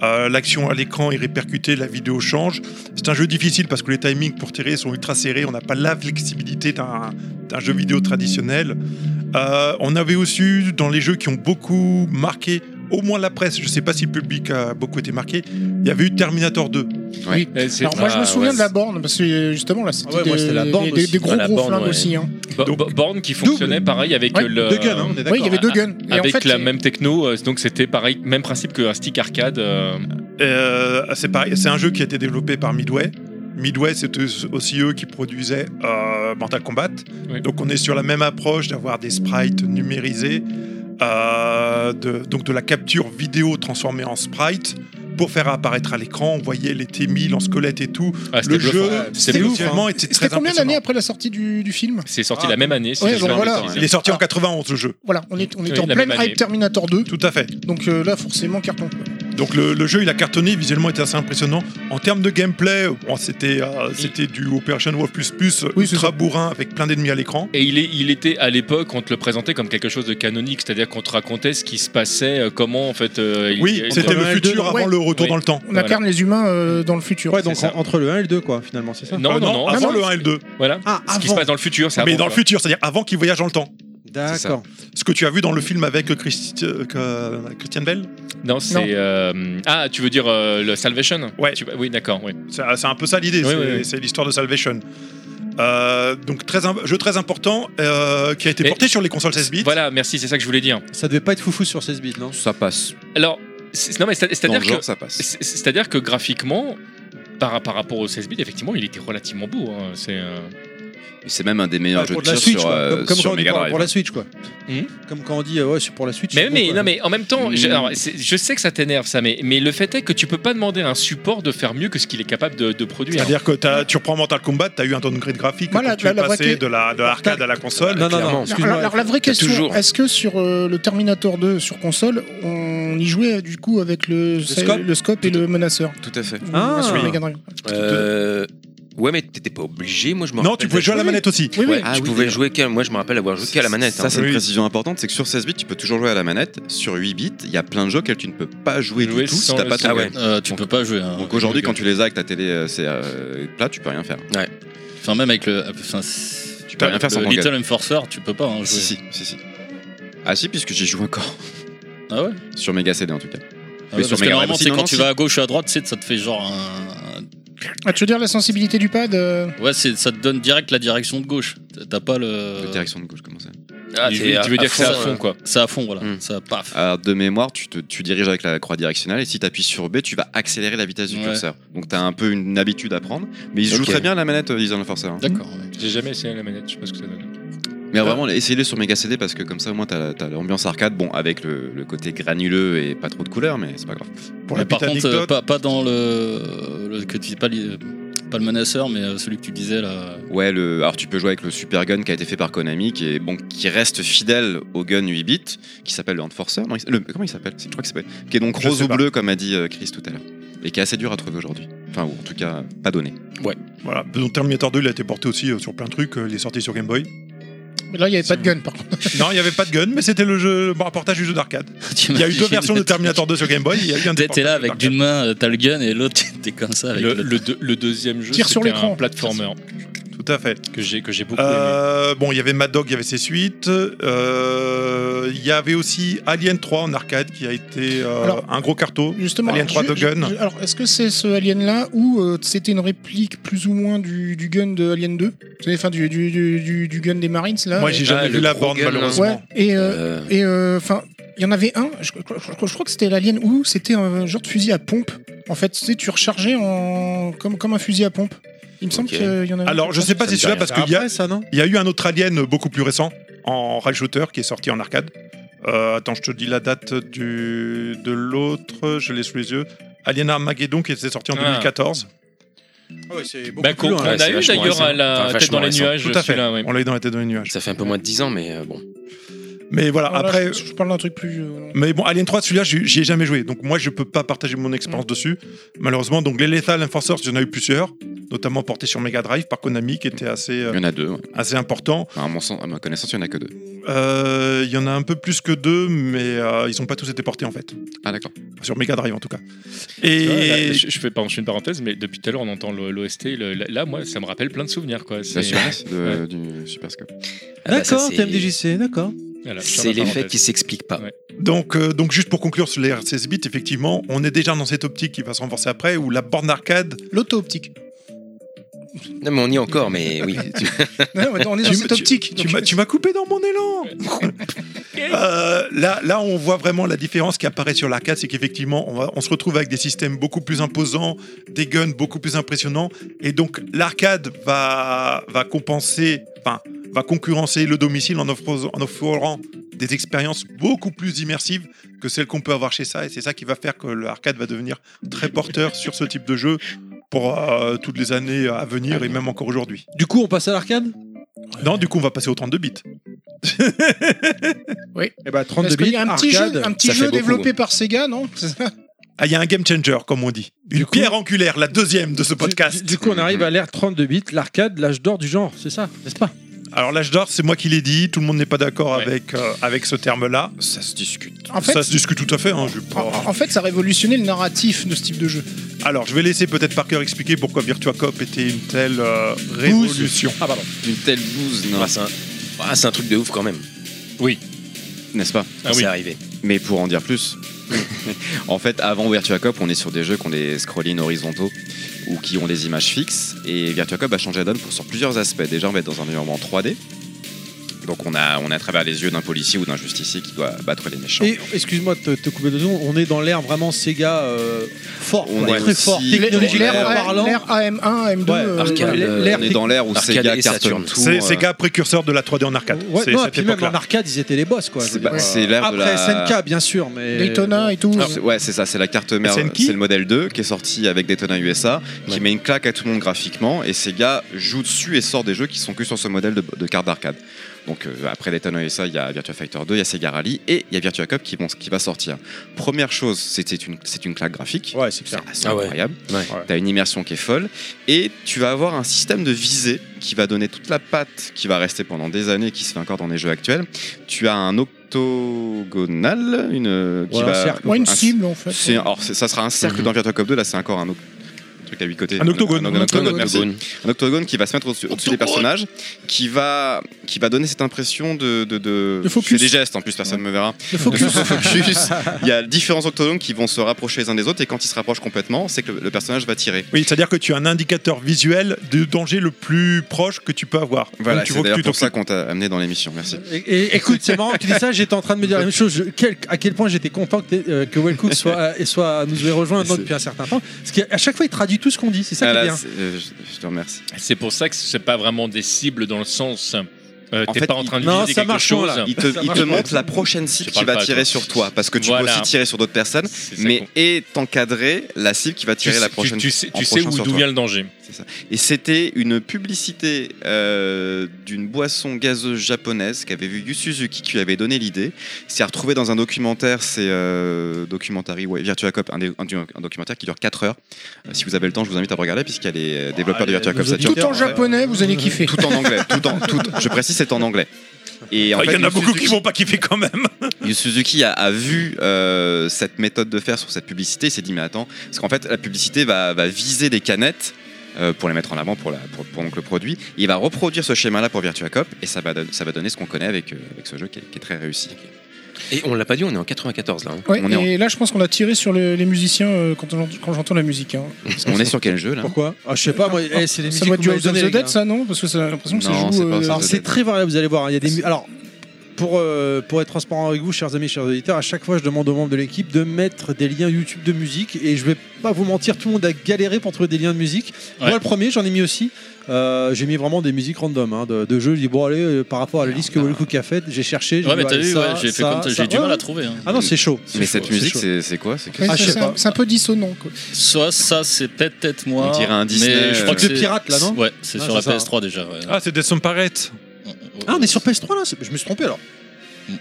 Speaker 2: euh, l'action à l'écran est répercutée, la vidéo change. C'est un jeu difficile parce que les timings pour tirer sont ultra serrés, on n'a pas la flexibilité d'un d'un jeu vidéo traditionnel. Euh, on avait aussi eu dans les jeux qui ont beaucoup marqué, au moins la presse, je sais pas si le public a beaucoup été marqué, il y avait eu Terminator 2.
Speaker 3: Eh, c'est-
Speaker 6: Alors moi je me
Speaker 8: Ah,
Speaker 6: souviens
Speaker 8: ouais,
Speaker 6: de la borne parce que euh, justement là c'était
Speaker 10: Ah ouais, moi,
Speaker 6: des-
Speaker 10: c'était la borne
Speaker 6: des, des-
Speaker 10: aussi.
Speaker 6: des gros
Speaker 8: Ouais, la
Speaker 6: gros
Speaker 8: borne,
Speaker 6: flingues
Speaker 8: ouais.
Speaker 6: aussi. hein.
Speaker 3: Bo-
Speaker 2: Donc-
Speaker 3: bo- Born qui fonctionnait pareil avec
Speaker 6: Ouais,
Speaker 3: le.
Speaker 10: Deux guns, hein, on est d'accord.
Speaker 6: Oui il y avait deux guns. Et en
Speaker 3: Avec
Speaker 6: fait,
Speaker 3: la
Speaker 6: c'est-
Speaker 3: même techno, euh, donc c'était pareil, même principe qu'un stick arcade. euh,
Speaker 2: Euh, c'est pareil, c'est un jeu qui a été développé par Midway. Midway, c'était aussi eux qui produisaient euh, Mortal Kombat.
Speaker 3: Oui.
Speaker 2: Donc on est sur la même approche d'avoir des sprites numérisés, euh, de- donc de la capture vidéo transformée en sprite pour faire apparaître à l'écran. On voyait les T1000 en squelette et tout.
Speaker 3: ah, c'était
Speaker 2: Le
Speaker 3: bluffant.
Speaker 2: jeu,
Speaker 3: C'était
Speaker 2: c'était
Speaker 3: ouf,
Speaker 2: visuellement, était très
Speaker 6: C'était combien d'années
Speaker 2: impressionnant.
Speaker 6: après la sortie du, du film
Speaker 3: C'est sorti
Speaker 2: Ah.
Speaker 3: la même année. si
Speaker 6: Ouais,
Speaker 3: je me
Speaker 6: donc
Speaker 3: souviens
Speaker 6: voilà.
Speaker 3: bien.
Speaker 2: Il est sorti en
Speaker 6: Ah.
Speaker 2: 91 ce jeu.
Speaker 6: Voilà, on, est, on était
Speaker 3: Oui,
Speaker 6: en
Speaker 3: la
Speaker 6: pleine
Speaker 3: même année.
Speaker 6: hype Terminator 2,
Speaker 2: Tout à fait.
Speaker 6: donc euh, là forcément carton. quoi.
Speaker 2: Donc le, le jeu il a cartonné, visuellement était assez impressionnant. En termes de gameplay, bon, c'était euh, c'était du Operation Wolf plus plus
Speaker 6: Oui, c'est
Speaker 2: ultra
Speaker 6: ça.
Speaker 2: bourrin avec plein d'ennemis à l'écran.
Speaker 3: Et il, est, il était à l'époque, on te le présentait comme quelque chose de canonique, c'est-à-dire qu'on te racontait ce qui se passait, euh, comment en fait. euh, il-
Speaker 2: Oui,
Speaker 3: il-
Speaker 2: c'était le
Speaker 10: Terminal deux,
Speaker 2: futur
Speaker 6: non,
Speaker 2: avant
Speaker 6: ouais.
Speaker 2: le retour
Speaker 3: Oui.
Speaker 2: dans le temps.
Speaker 6: On
Speaker 3: Voilà.
Speaker 6: incarne les humains euh, dans le futur.
Speaker 10: Ouais, donc
Speaker 3: C'est ça.
Speaker 10: en- entre le 1 et le 2, quoi, finalement, c'est ça
Speaker 3: Non,
Speaker 2: Euh,
Speaker 3: non, non,
Speaker 2: avant
Speaker 3: avant,
Speaker 2: le 1 et le 2.
Speaker 3: Voilà.
Speaker 10: Ah,
Speaker 3: Ce qui se
Speaker 10: avant
Speaker 3: passe dans le futur, c'est
Speaker 2: Mais
Speaker 3: avant,
Speaker 2: dans le
Speaker 3: quoi.
Speaker 2: futur, c'est-à-dire avant qu'il voyage dans le temps.
Speaker 10: D'accord.
Speaker 2: Ce que tu as vu dans le film avec Christi- euh, que- Christian Bell,
Speaker 3: Non, c'est.
Speaker 6: Non.
Speaker 3: euh, Ah, tu veux dire euh, le Salvation
Speaker 2: Ouais.
Speaker 3: Tu- Oui, d'accord. Oui.
Speaker 2: c'est euh, c'est un peu ça l'idée,
Speaker 3: Oui,
Speaker 2: c'est
Speaker 3: oui, oui.
Speaker 2: c'est l'histoire de Salvation. Euh, donc très im- jeu très important euh, qui a été
Speaker 3: Et-
Speaker 2: porté sur les consoles 16 bits.
Speaker 3: Voilà, merci, c'est ça que je voulais dire.
Speaker 10: Ça devait pas être foufou sur 16 bits, non
Speaker 5: Ça passe.
Speaker 3: Alors, c'est- non, mais c'est-
Speaker 5: Dans
Speaker 3: c'est-à-dire
Speaker 5: le
Speaker 3: que.
Speaker 5: genre, ça passe.
Speaker 3: C'est- C'est-à-dire que graphiquement, par, par rapport au 16 bits, effectivement, il était relativement beau. hein. C'est euh,
Speaker 5: Et C'est même un des meilleurs
Speaker 10: Ouais,
Speaker 5: jeux
Speaker 10: pour
Speaker 5: de
Speaker 10: de la
Speaker 5: tir
Speaker 10: Switch,
Speaker 5: sur,
Speaker 10: quoi.
Speaker 5: euh,
Speaker 10: Comme, comme
Speaker 5: sur
Speaker 10: quand on dit
Speaker 5: Mega
Speaker 10: pour, pour la
Speaker 5: Drive.
Speaker 10: Switch, quoi.
Speaker 5: Mmh.
Speaker 3: Hmm.
Speaker 10: Comme quand on dit, euh, ouais, c'est pour la Switch.
Speaker 3: Mais,
Speaker 10: c'est
Speaker 3: mais,
Speaker 10: bon,
Speaker 3: non,
Speaker 10: quoi.
Speaker 3: mais en même temps, j'ai-
Speaker 5: Mm.
Speaker 3: alors, c'est- je sais que ça t'énerve ça, mais, mais le fait est que tu peux pas demander à un support de faire mieux que ce qu'il est capable de, de produire.
Speaker 2: C'est-à-dire que t'as- tu reprends Mortal Kombat, tu as eu un downgrade graphique
Speaker 6: Voilà,
Speaker 2: quand tu
Speaker 6: la-
Speaker 2: es
Speaker 6: la vraie
Speaker 2: passé
Speaker 6: clé-
Speaker 2: de la- de l'arcade à la console.
Speaker 10: Non, non, non,
Speaker 8: Clairement.
Speaker 6: Alors,
Speaker 10: excuse-moi.
Speaker 6: alors, la vraie question,
Speaker 8: toujours.
Speaker 6: est-ce que sur euh, le Terminator 2 sur console, on y jouait du coup avec le,
Speaker 10: scope
Speaker 6: le scope et le menaceur
Speaker 5: Tout à fait.
Speaker 10: Ah.
Speaker 6: sur Mega Drive
Speaker 8: Euh, ouais, mais t'étais pas obligé, moi je me
Speaker 2: Non,
Speaker 8: rappelle
Speaker 2: tu pouvais jouer à la
Speaker 6: Oui.
Speaker 2: manette aussi.
Speaker 6: Oui, oui.
Speaker 8: Ouais,
Speaker 5: Ah
Speaker 8: tu
Speaker 5: oui,
Speaker 8: pouvais
Speaker 5: d'ailleurs.
Speaker 8: jouer qu'à. Moi, je me rappelle avoir joué qu'à la manette.
Speaker 5: Ça,
Speaker 8: hein.
Speaker 5: c'est une
Speaker 2: Oui.
Speaker 5: précision importante, c'est que sur 16 bits, tu peux toujours jouer à la manette. Sur 8 bits, il y a plein de jeux auxquels tu ne peux pas jouer
Speaker 3: Jouer
Speaker 5: du tout si
Speaker 3: sans
Speaker 5: t'as
Speaker 3: le
Speaker 5: pas ton
Speaker 3: scope.
Speaker 5: gun.
Speaker 8: Ah ouais.
Speaker 7: Euh, tu peux pas jouer. hein.
Speaker 5: Donc aujourd'hui, quand tu les as avec ta télé euh, c'est, euh, plat, tu peux rien faire.
Speaker 7: Enfin, même avec le. Bah, Enfin, c'est-
Speaker 5: Tu peux rien faire sans
Speaker 7: le
Speaker 5: ton gun.
Speaker 7: Little Enforcer, tu peux pas hein, jouer.
Speaker 5: Si, si, si, si. Ah si, puisque j'y joue encore.
Speaker 7: Ah ouais
Speaker 5: Sur Mega CD en tout cas.
Speaker 7: Ah ouais, parce
Speaker 5: sur
Speaker 7: que
Speaker 5: Mega
Speaker 7: normalement,
Speaker 5: Drive,
Speaker 7: tu sais,
Speaker 5: sinon,
Speaker 7: quand
Speaker 5: non,
Speaker 7: tu
Speaker 5: si.
Speaker 7: vas à gauche ou à droite, tu sais, ça te fait genre un.
Speaker 6: Ah, tu veux dire la sensibilité du pad euh,
Speaker 7: Ouais, c'est- ça te donne direct la direction de gauche. T'as pas le.
Speaker 5: De direction de gauche, comment ça
Speaker 7: Ah,
Speaker 3: tu,
Speaker 7: c'est
Speaker 3: veux,
Speaker 7: à-
Speaker 3: tu veux
Speaker 7: à
Speaker 3: dire que c'est à
Speaker 7: fond,
Speaker 3: fond,
Speaker 7: euh,
Speaker 3: quoi.
Speaker 7: C'est à fond, voilà.
Speaker 5: Hmm.
Speaker 7: Ça, paf.
Speaker 5: Alors, de mémoire, tu, te, tu diriges avec la croix directionnelle et si tu appuies sur B, tu vas accélérer la vitesse du
Speaker 7: Ouais.
Speaker 5: curseur. Donc tu as un peu une habitude à prendre. Mais il se joue
Speaker 8: Ok.
Speaker 5: très bien à la manette euh, Visual Enforcer. hein.
Speaker 7: D'accord. ouais.
Speaker 3: J'ai jamais essayé la manette, je sais pas ce que ça donne.
Speaker 5: Mais vraiment, essayez-le sur Mega CD parce que comme ça, au moins, t'as t'as l'ambiance arcade. Bon, avec le, le côté granuleux et pas trop de couleurs, mais c'est pas grave.
Speaker 2: Pour
Speaker 7: Mais
Speaker 2: la
Speaker 7: par
Speaker 2: petite
Speaker 7: contre, euh,
Speaker 2: anecdote,
Speaker 7: pas, pas dans le, le- que tu dis pas, li- pas le menaceur, mais euh, celui que tu disais là.
Speaker 5: Ouais, le, alors tu peux jouer avec le Super Gun qui a été fait par Konami, qui, est, bon, qui reste fidèle au gun 8 bits, qui s'appelle le Enforcer. Non, il- le- comment il s'appelle Je crois que s'appelle. Qui est donc
Speaker 1: Je
Speaker 5: rose
Speaker 1: sais
Speaker 5: ou
Speaker 1: pas.
Speaker 5: bleu, comme a dit euh, Chris tout à l'heure. Et qui est assez dur à trouver aujourd'hui. Enfin, ou en tout cas, pas donné.
Speaker 2: voilà. Donc, Terminator 2, il a été porté aussi euh, sur plein de trucs. euh, Il est sorti sur Game Boy.
Speaker 6: Mais là, il n'y avait pas de gun, par contre.
Speaker 2: Non, il n'y avait pas de gun, mais c'était le jeu, le Euh, reportage du jeu d'arcade. Il y a eu deux versions de Terminator 2 sur Game Boy. Il y a eu un des
Speaker 7: T'es là avec
Speaker 2: portages
Speaker 7: d'une main, euh, t'as le gun et l'autre, t'es comme ça avec
Speaker 3: Le,
Speaker 7: l'autre.
Speaker 3: le deux- le deuxième jeu,
Speaker 6: Tire sur
Speaker 3: c'était
Speaker 6: l'écran.
Speaker 3: un platformer
Speaker 2: d'arcade. Tout à fait.
Speaker 3: que j'ai que j'ai beaucoup aimé.
Speaker 2: Euh, bon, il y avait Mad Dog, il y avait ses suites. Euh, Il y avait aussi Alien 3 en arcade qui a été euh,
Speaker 6: Alors-
Speaker 2: un gros carton.
Speaker 6: Justement,
Speaker 2: Alien 3
Speaker 6: je-
Speaker 2: de
Speaker 6: je-
Speaker 2: Gun.
Speaker 6: je- alors, est-ce que c'est ce Alien-là ou euh, c'était une réplique plus ou moins du, du gun de Alien 2 Vous savez, Enfin, du, du, du- du- du gun des Marines, là
Speaker 2: Moi,
Speaker 6: et-
Speaker 2: j'ai jamais
Speaker 8: Ah,
Speaker 2: vu
Speaker 8: le
Speaker 2: la
Speaker 8: gros
Speaker 2: borne,
Speaker 8: gun, là.
Speaker 2: malheureusement.
Speaker 6: Ouais, et euh,
Speaker 8: Euh,
Speaker 6: et enfin, il y en avait un, je, je- je- je crois que c'était l'Alien ou c'était un genre de fusil à pompe. En fait, tu sais, tu rechargeais en, comme, comme un fusil à pompe. Il me semble
Speaker 8: Ok.
Speaker 6: qu'il y en avait.
Speaker 2: Alors, je sais pas
Speaker 8: Ça
Speaker 2: si
Speaker 8: me
Speaker 2: celui-là,
Speaker 8: dit
Speaker 2: parce qu'il y, a- il y a eu un autre Alien euh, beaucoup plus récent en rajouteur qui est sorti en arcade. Euh, attends, je te dis la date du, de l'autre, je l'ai sous les yeux. Alien Armageddon qui était sorti en
Speaker 3: Ah.
Speaker 2: 2014.
Speaker 10: Ah
Speaker 3: Bah, qu'on qu'on
Speaker 8: ouais, c'est
Speaker 3: a eu
Speaker 8: vachement
Speaker 3: d'ailleurs à
Speaker 8: récent.
Speaker 3: la
Speaker 8: Enfin,
Speaker 3: tête dans les
Speaker 8: vachement
Speaker 3: nuages.
Speaker 2: Tout à fait,
Speaker 3: celui-là, ouais.
Speaker 2: on l'a eu dans la tête dans les nuages.
Speaker 8: Ça fait un peu moins de 10 ans, mais euh, bon.
Speaker 2: Mais voilà,
Speaker 6: Voilà,
Speaker 2: après...
Speaker 6: je, je parle d'un truc plus. euh, vieux.
Speaker 2: Mais bon, Alien 3, celui-là, j'y j'y ai jamais joué. Donc moi, je peux pas partager mon
Speaker 6: Mm.
Speaker 2: expérience dessus. Malheureusement, donc les Lethal Enforcers, j'en ai eu plusieurs, notamment portés sur Mega Drive par Konami, qui était assez, euh,
Speaker 5: Il y en a deux. ouais.
Speaker 2: assez important.
Speaker 5: Enfin, à, mon sens, à ma connaissance, il y en a que deux.
Speaker 2: Euh, Il y en a un peu plus que deux, mais euh, ils ont pas tous été portés en fait.
Speaker 5: Ah, d'accord.
Speaker 2: Sur Mega Drive en tout cas.
Speaker 8: Ah
Speaker 3: Tu vois, là,
Speaker 2: Et
Speaker 3: je, je fais pardon, je fais une parenthèse, mais depuis tout à l'heure on entend l'OST. Là, moi, ça me rappelle plein de souvenirs, quoi.
Speaker 5: La
Speaker 3: C'est
Speaker 5: sur de, du Super Scope.
Speaker 8: Ah bah, ça,
Speaker 10: D'accord,
Speaker 8: c'est-
Speaker 10: TMDJC, d'accord.
Speaker 3: voilà, je ferme la
Speaker 8: C'est l'effet
Speaker 3: parenthèse.
Speaker 8: qui s'explique pas.
Speaker 3: Ouais.
Speaker 2: donc, euh, donc juste pour conclure sur les RCS bits, effectivement, on est déjà dans cette optique qui va se renforcer après, où la borne arcade,
Speaker 6: L'auto-optique.
Speaker 8: Non, mais on y est encore, mais oui.
Speaker 6: Non, non, mais on est dans
Speaker 2: Tu
Speaker 6: cette
Speaker 2: me-
Speaker 6: optique.
Speaker 2: Tu
Speaker 6: donc-
Speaker 2: m'as- tu m'as coupé dans mon
Speaker 8: Bah,
Speaker 2: élan Euh, là, là, on voit vraiment la différence qui apparaît sur l'arcade, c'est qu'effectivement, on, va- on se retrouve avec des systèmes beaucoup plus imposants, des guns beaucoup plus impressionnants, et donc l'arcade va, va compenser, enfin, va concurrencer le domicile en, offre- en offrant des expériences beaucoup plus immersives que celles qu'on peut avoir chez ça, et c'est ça qui va faire que l'arcade va devenir très porteur sur ce type de jeu pour euh, toutes les années à venir et même encore aujourd'hui.
Speaker 10: Du coup, on passe à l'arcade
Speaker 2: Non, du coup, on va passer aux 32 bits.
Speaker 8: Eh
Speaker 1: Et
Speaker 8: ben,
Speaker 1: bah,
Speaker 6: Parce
Speaker 1: 32
Speaker 6: qu'il y
Speaker 1: bits,
Speaker 6: a un petit jeu,
Speaker 1: arcade.
Speaker 6: un petit
Speaker 8: ça fait
Speaker 6: jeu
Speaker 8: beaucoup.
Speaker 6: développé par Sega, non C'est ça
Speaker 2: Ah, il y a un game changer, comme on dit. Une
Speaker 1: coup-
Speaker 2: pierre angulaire, la deuxième de ce
Speaker 10: Du,
Speaker 2: podcast.
Speaker 10: du coup, on arrive à l'ère 32 bits, l'arcade, l'âge d'or du genre, c'est ça, n'est-ce pas
Speaker 2: Alors, l'âge d'or, c'est moi qui l'ai dit. Tout le monde n'est pas d'accord
Speaker 3: Ouais.
Speaker 2: avec, euh, avec ce terme-là.
Speaker 5: Ça se discute.
Speaker 6: En fait,
Speaker 2: Ça se discute tout à fait. hein, je-
Speaker 6: en, en fait, ça révolutionnait le narratif de ce type de jeu.
Speaker 2: Alors, je vais laisser peut-être Parker expliquer pourquoi Virtua Cop était une telle euh, révolution.
Speaker 10: Ah, pardon.
Speaker 5: D'une telle bouse, non,
Speaker 8: Ah, c'est un... ah, c'est un truc de ouf quand même.
Speaker 5: n'est-ce pas
Speaker 3: Ah
Speaker 8: c'est
Speaker 3: oui.
Speaker 8: arrivé.
Speaker 5: Mais pour en dire plus, en fait, avant Virtua Cop, on est sur des jeux qui ont des scrollings horizontaux ou qui ont des images fixes. Et Virtua Cop a changé la donne pour, sur plusieurs aspects. Déjà, on va être dans un environnement 3D. Donc, on a, on a à travers les yeux d'un policier ou d'un justicier qui doit battre les méchants.
Speaker 10: Et excuse-moi de te, te couper de secondes, on est dans l'ère vraiment Sega euh, fort,
Speaker 5: On
Speaker 10: quoi,
Speaker 5: est
Speaker 10: très
Speaker 5: aussi-
Speaker 10: fort, technologiquement
Speaker 5: L'air-
Speaker 6: L'air
Speaker 10: parlant.
Speaker 6: l'air AM1, AM2.
Speaker 10: Ouais,
Speaker 6: euh,
Speaker 8: arcade.
Speaker 6: voilà.
Speaker 8: euh,
Speaker 10: L'air
Speaker 5: on est dans l'ère où
Speaker 8: Arcade
Speaker 5: Sega
Speaker 8: et
Speaker 5: cartonne
Speaker 8: Saturn.
Speaker 5: tout.
Speaker 2: C'est
Speaker 5: euh,
Speaker 2: c'est gars précurseur de la 3D en arcade.
Speaker 10: Ouais,
Speaker 2: c'est
Speaker 10: non, et
Speaker 2: cette
Speaker 10: puis même en
Speaker 2: époque-là.
Speaker 10: arcade, ils étaient les boss, quoi. je
Speaker 5: C'est
Speaker 10: veux dire.
Speaker 5: bah, c'est l'ère
Speaker 10: Après
Speaker 5: de la...
Speaker 10: SNK, bien sûr, mais.
Speaker 6: Daytona et tout.
Speaker 5: C'est- Ouais, c'est ça, c'est la carte mère.
Speaker 2: SNK?
Speaker 5: C'est le modèle 2 qui est sorti avec Daytona USA, qui met une claque à tout le monde graphiquement, et ces gars jouent dessus et sortent des jeux qui sont que sur ce modèle de, de carte d'arcade. Donc euh, après Daytona USA, il y a Virtua Fighter 2, il y a Sega Rally, et il y a Virtua Cop qui, vont- qui va sortir. Première chose, c'était une, c'est une claque graphique.
Speaker 1: Ouais, c'est clair.
Speaker 5: C'est
Speaker 8: Ah ouais.
Speaker 5: incroyable.
Speaker 8: Ouais.
Speaker 5: T'as une immersion qui est folle et tu vas avoir un système de visée qui va donner toute la patte qui va rester pendant des années, qui se fait encore dans les jeux actuels. Tu as un octogonal, une qui
Speaker 10: Ouais, un
Speaker 5: va-
Speaker 10: cercle.
Speaker 6: Ouais, une
Speaker 5: un-
Speaker 6: cible, en fait.
Speaker 5: c'est- alors, c'est- ça sera un cercle dans Virtua Cop 2, là c'est encore un, oc- un truc à huit côtés.
Speaker 2: Un octogone.
Speaker 5: Un, un- un octogone, merci.
Speaker 8: Octogone.
Speaker 5: Un octogone qui va se mettre au-dessus au-dessus des personnages, qui va, qui va donner cette impression de. de, de...
Speaker 6: De
Speaker 5: Je fais
Speaker 6: focus.
Speaker 5: des gestes en plus, personne ne me verra.
Speaker 6: Le focus.
Speaker 5: Focus. Il y a différents octogones qui vont se rapprocher les uns des autres et quand ils se rapprochent complètement, c'est que le- le personnage va tirer.
Speaker 2: Oui, c'est-à-dire que tu as un indicateur visuel du danger le plus proche que tu peux avoir.
Speaker 5: Voilà,
Speaker 2: Donc, tu
Speaker 5: c'est
Speaker 2: vois que
Speaker 5: d'ailleurs
Speaker 2: tu
Speaker 5: pour ça
Speaker 2: t'occupes.
Speaker 5: qu'on t'a amené dans l'émission, merci.
Speaker 10: Et, et- écoute, c'est marrant que tu dis ça, j'étais en train de me dire la même chose. Je- quel- à quel point j'étais content que, euh, que Wellcook soit, et soit nous ait rejoint maintenant depuis un certain temps. Parce qu'à à chaque fois, il traduit tout ce qu'on dit, c'est ça
Speaker 5: Ah
Speaker 10: qui est
Speaker 5: là,
Speaker 10: bien.
Speaker 5: c'est- euh, je, je te remercie.
Speaker 3: C'est pour ça que c'est pas vraiment des cibles dans le sens Euh,
Speaker 5: En
Speaker 3: T'es
Speaker 5: fait,
Speaker 3: pas en train de
Speaker 10: non,
Speaker 3: viser
Speaker 10: ça
Speaker 3: quelque
Speaker 10: marche pas,
Speaker 3: chose.
Speaker 10: là.
Speaker 5: Il te,
Speaker 10: Ça
Speaker 5: il
Speaker 10: marche
Speaker 5: te
Speaker 10: pas.
Speaker 5: montre la prochaine cible
Speaker 3: Je
Speaker 5: qui
Speaker 3: parle
Speaker 5: va
Speaker 3: pas,
Speaker 5: tirer
Speaker 3: quoi.
Speaker 5: sur toi, parce que tu peux
Speaker 3: Voilà.
Speaker 5: aussi tirer sur d'autres personnes,
Speaker 3: C'est ça
Speaker 5: mais
Speaker 3: qu'on-
Speaker 5: et t'encadrer la cible qui va
Speaker 3: tu,
Speaker 5: tirer la
Speaker 3: tu-
Speaker 5: prochaine.
Speaker 3: tu sais,
Speaker 5: en
Speaker 3: tu sais
Speaker 5: prochain
Speaker 3: où
Speaker 5: sur
Speaker 3: d'où
Speaker 5: toi.
Speaker 3: vient le danger.
Speaker 5: Et c'était une publicité euh, d'une boisson gazeuse japonaise qu'avait vu Yu Suzuki qui lui avait donné l'idée. C'est retrouvé dans un documentaire, c'est euh, Documentary ouais, Virtua Cop, un, des- un du- un documentaire qui dure 4 heures. Euh, si vous avez le temps, je vous invite à le regarder puisqu'il y a les euh,
Speaker 3: Ah,
Speaker 5: développeurs de
Speaker 10: les-
Speaker 5: Virtua
Speaker 10: nos
Speaker 5: Cop Saturn.
Speaker 10: auditeurs,
Speaker 6: Tout en
Speaker 10: ouais.
Speaker 6: japonais, vous allez kiffer.
Speaker 5: Tout en anglais, tout en, tout, je précise, c'est en anglais. Et en
Speaker 2: Ah, Il
Speaker 5: fait,
Speaker 2: y en a
Speaker 5: Yu
Speaker 2: beaucoup qui
Speaker 5: Suzuki-
Speaker 2: vont pas kiffer quand même.
Speaker 5: Yu Suzuki a, a vu euh, cette méthode de faire sur cette publicité, il s'est dit mais attends, parce qu'en fait la publicité va, va viser des canettes euh, pour les mettre en avant pour, la, pour, pour donc le produit, Et il va reproduire ce schéma-là pour Virtua Cop et ça va, don- ça va donner ce qu'on connaît avec, euh, avec ce jeu qui est, qui est très réussi.
Speaker 8: Et on l'a pas dit, on est en 94 là. hein.
Speaker 6: Ouais,
Speaker 5: On est en-
Speaker 6: et là, je pense qu'on a tiré sur le- les musiciens euh, quand, on- quand j'entends la musique. hein.
Speaker 5: On est sur quel jeu là
Speaker 10: Pourquoi Ah, Je sais pas, moi, eh, c'est les musiques
Speaker 6: Ça doit
Speaker 10: qu'on
Speaker 6: être du
Speaker 10: m'avait
Speaker 6: House of
Speaker 10: données,
Speaker 6: the
Speaker 10: les
Speaker 6: Dead,
Speaker 10: gars.
Speaker 6: ça, non Parce que ça a l'impression que ça joue.
Speaker 5: Non, c'est pas
Speaker 6: euh,
Speaker 5: ça.
Speaker 10: Alors c'est très variable, vous allez voir. hein, Il y a des mu- alors pour euh, pour être transparent avec vous, chers amis, chers auditeurs, à chaque fois, je demande aux membres de l'équipe de mettre des liens YouTube de musique et je vais pas vous mentir, tout le monde a galéré pour trouver des liens de musique.
Speaker 7: Ouais.
Speaker 10: Moi, le premier, j'en ai mis aussi. Euh, j'ai mis vraiment des musiques random hein, de, de jeux. J'ai dit bon allez, euh, par rapport à la liste que Wellcook a faite, j'ai cherché. j'ai
Speaker 7: Ah, bah.
Speaker 10: dit,
Speaker 7: Ouais, mais t'as
Speaker 10: allez,
Speaker 7: vu,
Speaker 10: ça,
Speaker 7: ouais, j'ai fait
Speaker 10: ça,
Speaker 7: comme ça,
Speaker 10: ça.
Speaker 7: j'ai du
Speaker 10: Ouais,
Speaker 7: mal à
Speaker 10: ouais.
Speaker 7: trouver. hein.
Speaker 10: Ah non, c'est chaud.
Speaker 5: Mais
Speaker 10: C'est
Speaker 5: cette
Speaker 10: chaud,
Speaker 5: musique
Speaker 10: chaud.
Speaker 5: c'est c'est quoi C'est que-
Speaker 6: ouais,
Speaker 10: Ah, je sais
Speaker 6: c'est un,
Speaker 10: pas.
Speaker 6: c'est un peu dissonant. Quoi.
Speaker 7: Soit ça, c'est peut-être moi.
Speaker 5: On dirait un Disney,
Speaker 7: mais je
Speaker 5: euh,
Speaker 7: crois que
Speaker 10: de
Speaker 7: c'est-
Speaker 10: pirate, là, non
Speaker 7: Ouais, c'est
Speaker 10: Ah,
Speaker 7: sur
Speaker 10: c'est
Speaker 7: la
Speaker 10: ça,
Speaker 7: PS3 déjà. ouais.
Speaker 2: Ah, c'est des sommes parettes.
Speaker 10: Ah on est sur PS3 là, je me suis trompé alors.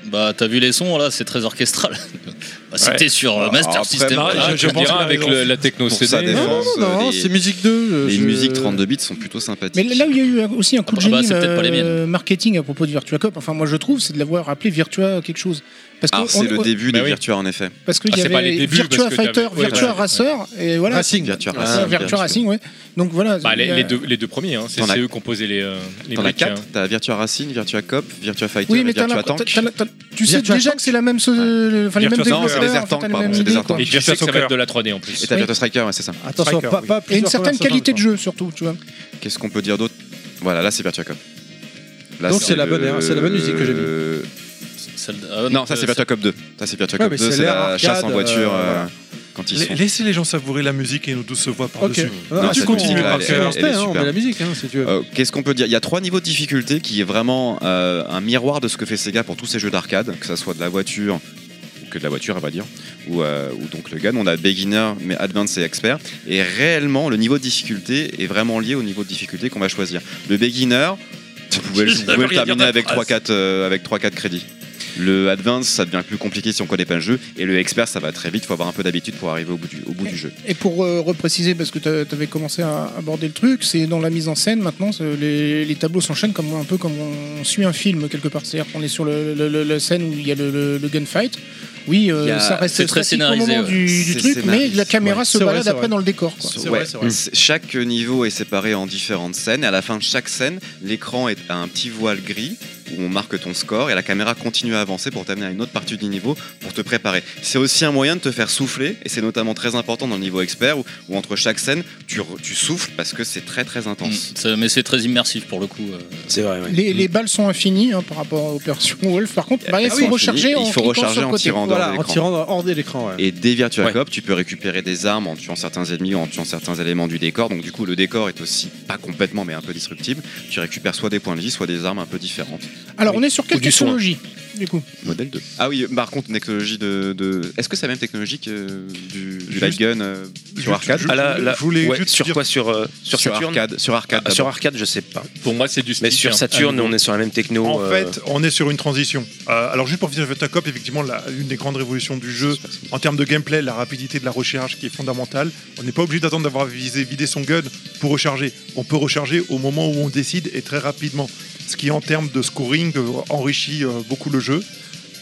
Speaker 7: Bah, t'as vu les sons, là, c'est très orchestral. bah,
Speaker 2: Ouais.
Speaker 7: c'était sur euh, Master
Speaker 5: Alors, Ah, après,
Speaker 7: System.
Speaker 2: bah,
Speaker 7: voilà.
Speaker 2: je- je
Speaker 3: Tu me
Speaker 2: pense
Speaker 3: diras
Speaker 2: qu'il a
Speaker 3: avec
Speaker 2: raison.
Speaker 3: le- la techno
Speaker 5: Pour sa
Speaker 10: Non
Speaker 3: CD.
Speaker 10: non
Speaker 5: défense,
Speaker 10: non,
Speaker 5: euh, les-
Speaker 10: c'est musique 2.
Speaker 5: Les
Speaker 10: je-
Speaker 5: musiques 32 bits sont plutôt
Speaker 6: Mais
Speaker 5: sympathiques.
Speaker 6: là où il y a eu aussi un coup de
Speaker 7: Ah bah,
Speaker 6: génie
Speaker 7: c'est peut-être pas les
Speaker 6: euh,
Speaker 7: miennes.
Speaker 6: marketing à propos de Virtua Cop, enfin moi je trouve, c'est de l'avoir appelé Virtua quelque chose. Parce
Speaker 5: Ah,
Speaker 6: que
Speaker 5: c'est
Speaker 6: on-
Speaker 5: le
Speaker 6: on-
Speaker 5: début
Speaker 3: Bah
Speaker 5: de
Speaker 3: oui.
Speaker 5: Virtua en effet.
Speaker 6: Parce qu'il
Speaker 3: Ah,
Speaker 6: y
Speaker 3: c'est pas
Speaker 6: avait
Speaker 3: les débuts,
Speaker 6: Virtua
Speaker 3: parce que t'avais-
Speaker 6: Fighter,
Speaker 3: ouais,
Speaker 6: Virtua
Speaker 3: ouais.
Speaker 6: Racer, et voilà.
Speaker 10: Racing.
Speaker 5: Virtua
Speaker 6: Ah,
Speaker 5: Racing.
Speaker 6: Virtua Racing, ouais. Donc voilà.
Speaker 3: Bah,
Speaker 6: il y
Speaker 3: les,
Speaker 6: a-
Speaker 3: les deux, les deux premiers, hein, c'est
Speaker 5: T'en as-
Speaker 3: c'est eux qui ont posé les, euh, les
Speaker 5: T'en as
Speaker 3: briques,
Speaker 5: 4,
Speaker 3: hein.
Speaker 5: t'as Virtua Racing, Virtua Cop, Virtua Fighter
Speaker 6: Oui,
Speaker 5: et
Speaker 6: mais t'as
Speaker 5: Virtua
Speaker 6: la-
Speaker 5: Tank.
Speaker 6: t'as la- t'as- tu sais
Speaker 10: Virtua
Speaker 6: déjà que c'est la même, so- enfin, les
Speaker 2: Virtua-
Speaker 6: mêmes
Speaker 2: non,
Speaker 6: développeurs,
Speaker 5: c'est des
Speaker 6: en fait,
Speaker 5: Artanks,
Speaker 6: t'as les
Speaker 5: pardon,
Speaker 6: mêmes
Speaker 5: c'est des
Speaker 6: idées,
Speaker 5: Artanks.
Speaker 6: quoi.
Speaker 3: Et tu sais que ça va
Speaker 2: Soccer.
Speaker 3: être de la 3D en plus.
Speaker 5: Et t'as
Speaker 6: Oui.
Speaker 5: Virtua Striker, ouais, c'est ça.
Speaker 10: Attention,
Speaker 2: Striker,
Speaker 10: pas,
Speaker 2: oui.
Speaker 10: pas
Speaker 6: Et une
Speaker 10: plusieurs
Speaker 6: certaine
Speaker 10: conversations,
Speaker 6: qualité de
Speaker 10: quoi.
Speaker 6: jeu, surtout, tu vois.
Speaker 5: Qu'est-ce qu'on peut dire d'autre Voilà, là c'est Virtua Cop. Là,
Speaker 10: Donc, c'est la bonne- c'est la bonne musique que j'ai mis.
Speaker 5: Euh,
Speaker 7: Celle- ah,
Speaker 5: Non, ça c'est
Speaker 7: euh,
Speaker 5: Virtua Cop 2. Ça c'est Virtua
Speaker 10: Ouais,
Speaker 5: Cop
Speaker 10: mais
Speaker 5: 2,
Speaker 10: c'est
Speaker 5: c'est
Speaker 10: l'air
Speaker 5: la
Speaker 10: arcade,
Speaker 5: chasse en voiture
Speaker 10: euh,
Speaker 5: euh,
Speaker 10: voilà.
Speaker 5: quand ils
Speaker 2: La-
Speaker 5: sont.
Speaker 2: Laissez les gens savourer la musique et nous tous se voir
Speaker 10: Ok.
Speaker 2: par-dessus.
Speaker 10: Non,
Speaker 5: Non,
Speaker 10: Ah, tu
Speaker 5: ça
Speaker 10: continues.
Speaker 5: continue,
Speaker 10: par
Speaker 5: elle-
Speaker 10: cœur.
Speaker 5: elle est
Speaker 10: Respect, hein, on
Speaker 5: super.
Speaker 10: met la musique, hein, si tu veux.
Speaker 5: Euh, Qu'est-ce qu'on peut dire Il y a trois niveaux de difficulté qui est vraiment euh, un miroir de ce que fait Sega pour tous ces jeux d'arcade, que ça soit de la voiture que de la voiture, on va dire, ou, euh, ou donc le gun. On a beginner, mais advanced et expert. Et réellement, le niveau de difficulté est vraiment lié au niveau de difficulté qu'on va choisir. Le beginner, vous pouvez, le- vous pouvez
Speaker 2: rien
Speaker 5: le
Speaker 2: dire de
Speaker 5: terminer
Speaker 2: la
Speaker 5: avec
Speaker 2: phrase.
Speaker 5: 3-4 euh, avec 3-4 crédits. Le advance, ça devient plus compliqué si on connaît pas le jeu. Et le expert, ça va très vite. Faut avoir un peu d'habitude pour arriver au bout du, au bout du jeu.
Speaker 6: Et pour euh, repréciser, parce que t'a- t'avais commencé à aborder le truc, c'est dans la mise en scène maintenant, c'est- les, les tableaux s'enchaînent comme un peu comme on suit un film quelque part. C'est-à-dire qu'on est sur le, le- le- la scène où il y a le, le- le gunfight. Oui, euh,
Speaker 5: Il y a-
Speaker 6: ça reste
Speaker 7: c'est très
Speaker 6: statique au
Speaker 7: scénarisé,
Speaker 6: moment
Speaker 7: ouais.
Speaker 6: du, du
Speaker 5: C'est
Speaker 6: truc, mais
Speaker 5: scénarisé,
Speaker 6: la caméra
Speaker 10: ouais.
Speaker 6: se
Speaker 10: C'est vrai,
Speaker 6: balade
Speaker 10: c'est
Speaker 6: après
Speaker 10: vrai.
Speaker 6: dans le décor. Quoi.
Speaker 10: C'est
Speaker 5: Ouais,
Speaker 10: vrai, c'est vrai.
Speaker 5: c'est- Chaque niveau est séparé en différentes scènes. Et à la fin de chaque scène, l'écran est à un petit voile gris où on marque ton score et la caméra continue à avancer pour t'amener à une autre partie du niveau pour te préparer. C'est aussi un moyen de te faire souffler et c'est notamment très important dans le niveau expert où, où entre chaque scène, tu, re- tu souffles parce que c'est très très
Speaker 7: mm,
Speaker 5: intense.
Speaker 7: ça- Mais c'est très immersif pour le coup. euh.
Speaker 8: C'est vrai, ouais.
Speaker 6: Les, les balles sont infinies hein, par rapport aux versions Wolf. Par contre, bah, il
Speaker 5: Elles sont
Speaker 6: faut recharger
Speaker 5: infinies,
Speaker 6: en
Speaker 5: il faut
Speaker 6: cliquant
Speaker 5: recharger
Speaker 6: sur
Speaker 5: en
Speaker 6: côté.
Speaker 5: tirant en dehors
Speaker 10: Ah Voilà,
Speaker 5: de
Speaker 10: en
Speaker 5: l'écran.
Speaker 10: tirant hors de l'écran. ouais.
Speaker 5: Et des Virtua Cop, tu peux récupérer des armes en tuant certains ennemis, en tuant certains éléments du décor. Donc du coup, le décor est aussi pas complètement, mais un peu disruptible. Tu récupères soit des points de vie, soit des armes un peu différentes.
Speaker 6: Alors, on est sur quelle
Speaker 5: du soin.
Speaker 6: technologie du coup
Speaker 5: Modèle 2. Ah oui, par contre, technologie de. de- Est-ce que c'est la même technologie que euh, du, du
Speaker 2: Juste-
Speaker 5: light gun euh, sur arcade
Speaker 2: juste-
Speaker 8: Ah, là, là,
Speaker 2: je voulais
Speaker 8: ouais,
Speaker 2: juste
Speaker 8: sur
Speaker 2: dire-
Speaker 8: quoi sur, euh, sur Saturn
Speaker 5: arcade, sur arcade.
Speaker 8: Ah, Sur
Speaker 5: d'abord.
Speaker 8: arcade, je sais pas.
Speaker 3: Pour moi, c'est du stick.
Speaker 8: Mais sur
Speaker 3: hein.
Speaker 8: Saturn,
Speaker 3: Ah,
Speaker 8: on est sur la même techno.
Speaker 2: En
Speaker 8: euh,
Speaker 2: fait, on est sur une transition. Euh, alors, juste pour finir Virtua Cop, effectivement, la- une des grandes révolutions du jeu en termes de gameplay, la rapidité de la recharge qui est fondamentale. On n'est pas obligé d'attendre d'avoir visé, vidé son gun pour recharger. On peut recharger au moment où on décide et très rapidement. Ce qui, en termes de scoring, euh, enrichit euh, beaucoup le jeu.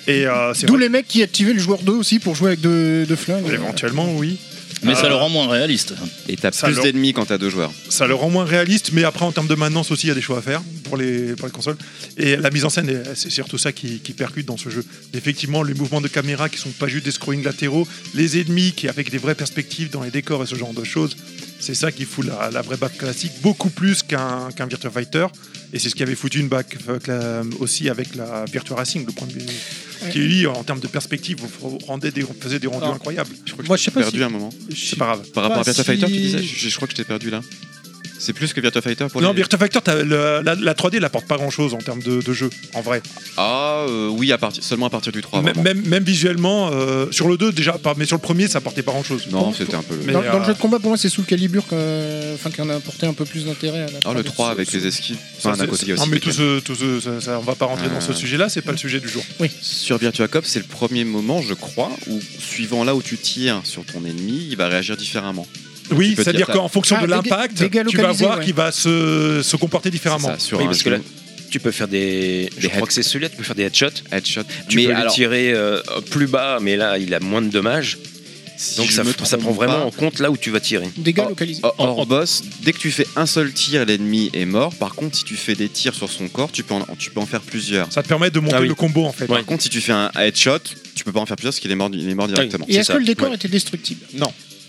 Speaker 2: Et euh, c'est
Speaker 6: D'où
Speaker 2: vrai.
Speaker 6: les mecs qui activaient le joueur 2 aussi pour jouer avec deux, deux flingues.
Speaker 2: Éventuellement, oui.
Speaker 7: Mais ça
Speaker 2: Ah.
Speaker 7: le rend moins réaliste.
Speaker 5: Et t'as
Speaker 2: Ça,
Speaker 5: plus
Speaker 2: alors-
Speaker 5: d'ennemis quand t'as deux joueurs.
Speaker 2: Ça le rend moins réaliste, mais après, en termes de maintenance aussi, il y a des choix à faire pour les, pour les consoles. Et la mise en scène, est- c'est surtout ça qui, qui percute dans ce jeu. Effectivement, les mouvements de caméra qui sont pas juste des scrolling latéraux, les ennemis qui avec des vraies perspectives dans les décors et ce genre de choses, c'est ça qui fout la, la vraie bac classique, beaucoup plus qu'un qu'un Virtua Fighter. Et c'est ce qui avait foutu une bac euh, cla- aussi avec la Virtua Racing, le premier. Qui, lui, en termes de perspective, rendait des, faisait des rendus
Speaker 10: Alors,
Speaker 2: incroyables.
Speaker 5: Je crois que
Speaker 10: Moi,
Speaker 5: je
Speaker 10: je sais
Speaker 5: t'ai
Speaker 10: pas
Speaker 5: perdu
Speaker 10: si-
Speaker 5: un moment.
Speaker 10: Je sais
Speaker 2: C'est pas grave.
Speaker 5: Par rapport à
Speaker 10: Pas
Speaker 5: Virtua Fighter,
Speaker 10: si-
Speaker 5: tu disais je, je crois que je t'ai perdu là. C'est plus que Virtua Fighter pour
Speaker 2: non,
Speaker 5: les-
Speaker 2: Virtua Factor, t'as le- la, la 3D, elle apporte pas grand chose en termes de, de jeu, en vrai.
Speaker 5: Ah, euh, oui, à partir, seulement à partir du 3.
Speaker 2: même,
Speaker 5: Oh, vraiment.
Speaker 2: même, même visuellement, euh, sur le 2 déjà, pas, mais sur le premier, ça apportait pas grand chose.
Speaker 5: Non, c'était un peu.
Speaker 2: Mais,
Speaker 6: dans, dans
Speaker 2: euh,
Speaker 6: le jeu de combat, pour moi, c'est sous le calibre enfin, qu'on a apporté un peu plus d'intérêt à la
Speaker 5: Ah, le
Speaker 6: 3D.
Speaker 5: 3 avec les esquives.
Speaker 2: ça,
Speaker 5: Enfin, d'un
Speaker 2: c'est-
Speaker 5: côté, il y a
Speaker 2: non,
Speaker 5: aussi
Speaker 2: mais
Speaker 5: Tekken.
Speaker 2: tout ce, tout ce- ça, ça, on va pas rentrer dans ce
Speaker 5: Euh.
Speaker 2: sujet-là, c'est pas le sujet du jour.
Speaker 5: Sur Virtua Cop, c'est le premier moment, je crois, où suivant là où tu tires sur ton ennemi, il va réagir différemment.
Speaker 2: Oui,
Speaker 5: peux
Speaker 2: c'est-à-dire
Speaker 5: dire ta-
Speaker 2: qu'en fonction
Speaker 6: Ah,
Speaker 2: de
Speaker 6: dégâ-
Speaker 2: l'impact,
Speaker 6: dégâts
Speaker 2: tu vas
Speaker 6: localisés,
Speaker 2: voir
Speaker 6: ouais.
Speaker 2: qu'il va se, se comporter
Speaker 5: C'est
Speaker 2: différemment.
Speaker 5: ça, sur
Speaker 8: Oui,
Speaker 5: un
Speaker 8: parce que là,
Speaker 5: jeu.
Speaker 8: tu peux faire
Speaker 5: Des
Speaker 8: des. je crois
Speaker 5: head-
Speaker 8: que c'est celui-là, tu peux faire des headshots.
Speaker 5: headshot.
Speaker 8: Tu
Speaker 5: mais
Speaker 8: peux
Speaker 5: alors,
Speaker 8: le tirer euh, plus bas, mais là, il a moins de dommages.
Speaker 5: si
Speaker 8: Donc
Speaker 5: je
Speaker 8: ça,
Speaker 5: me
Speaker 8: ça
Speaker 5: trompe
Speaker 8: prend vraiment
Speaker 5: pas,
Speaker 8: en compte là où tu vas tirer.
Speaker 6: Dégâts
Speaker 5: Oh.
Speaker 6: localisés.
Speaker 5: Hors-
Speaker 3: En- en-
Speaker 5: Hors boss, dès que tu fais un seul tir, l'ennemi est mort. Par contre, si tu fais des tirs sur son corps, tu peux en, tu peux en faire plusieurs.
Speaker 2: Ça te permet de monter
Speaker 8: Ah oui.
Speaker 2: le combo en fait.
Speaker 5: Par contre, si tu fais un headshot, tu peux pas en faire plusieurs parce qu'il est mort, il est mort directement.
Speaker 6: Et
Speaker 5: C'est
Speaker 6: est-ce
Speaker 5: ça.
Speaker 6: que le décor
Speaker 5: Ouais.
Speaker 6: était destructible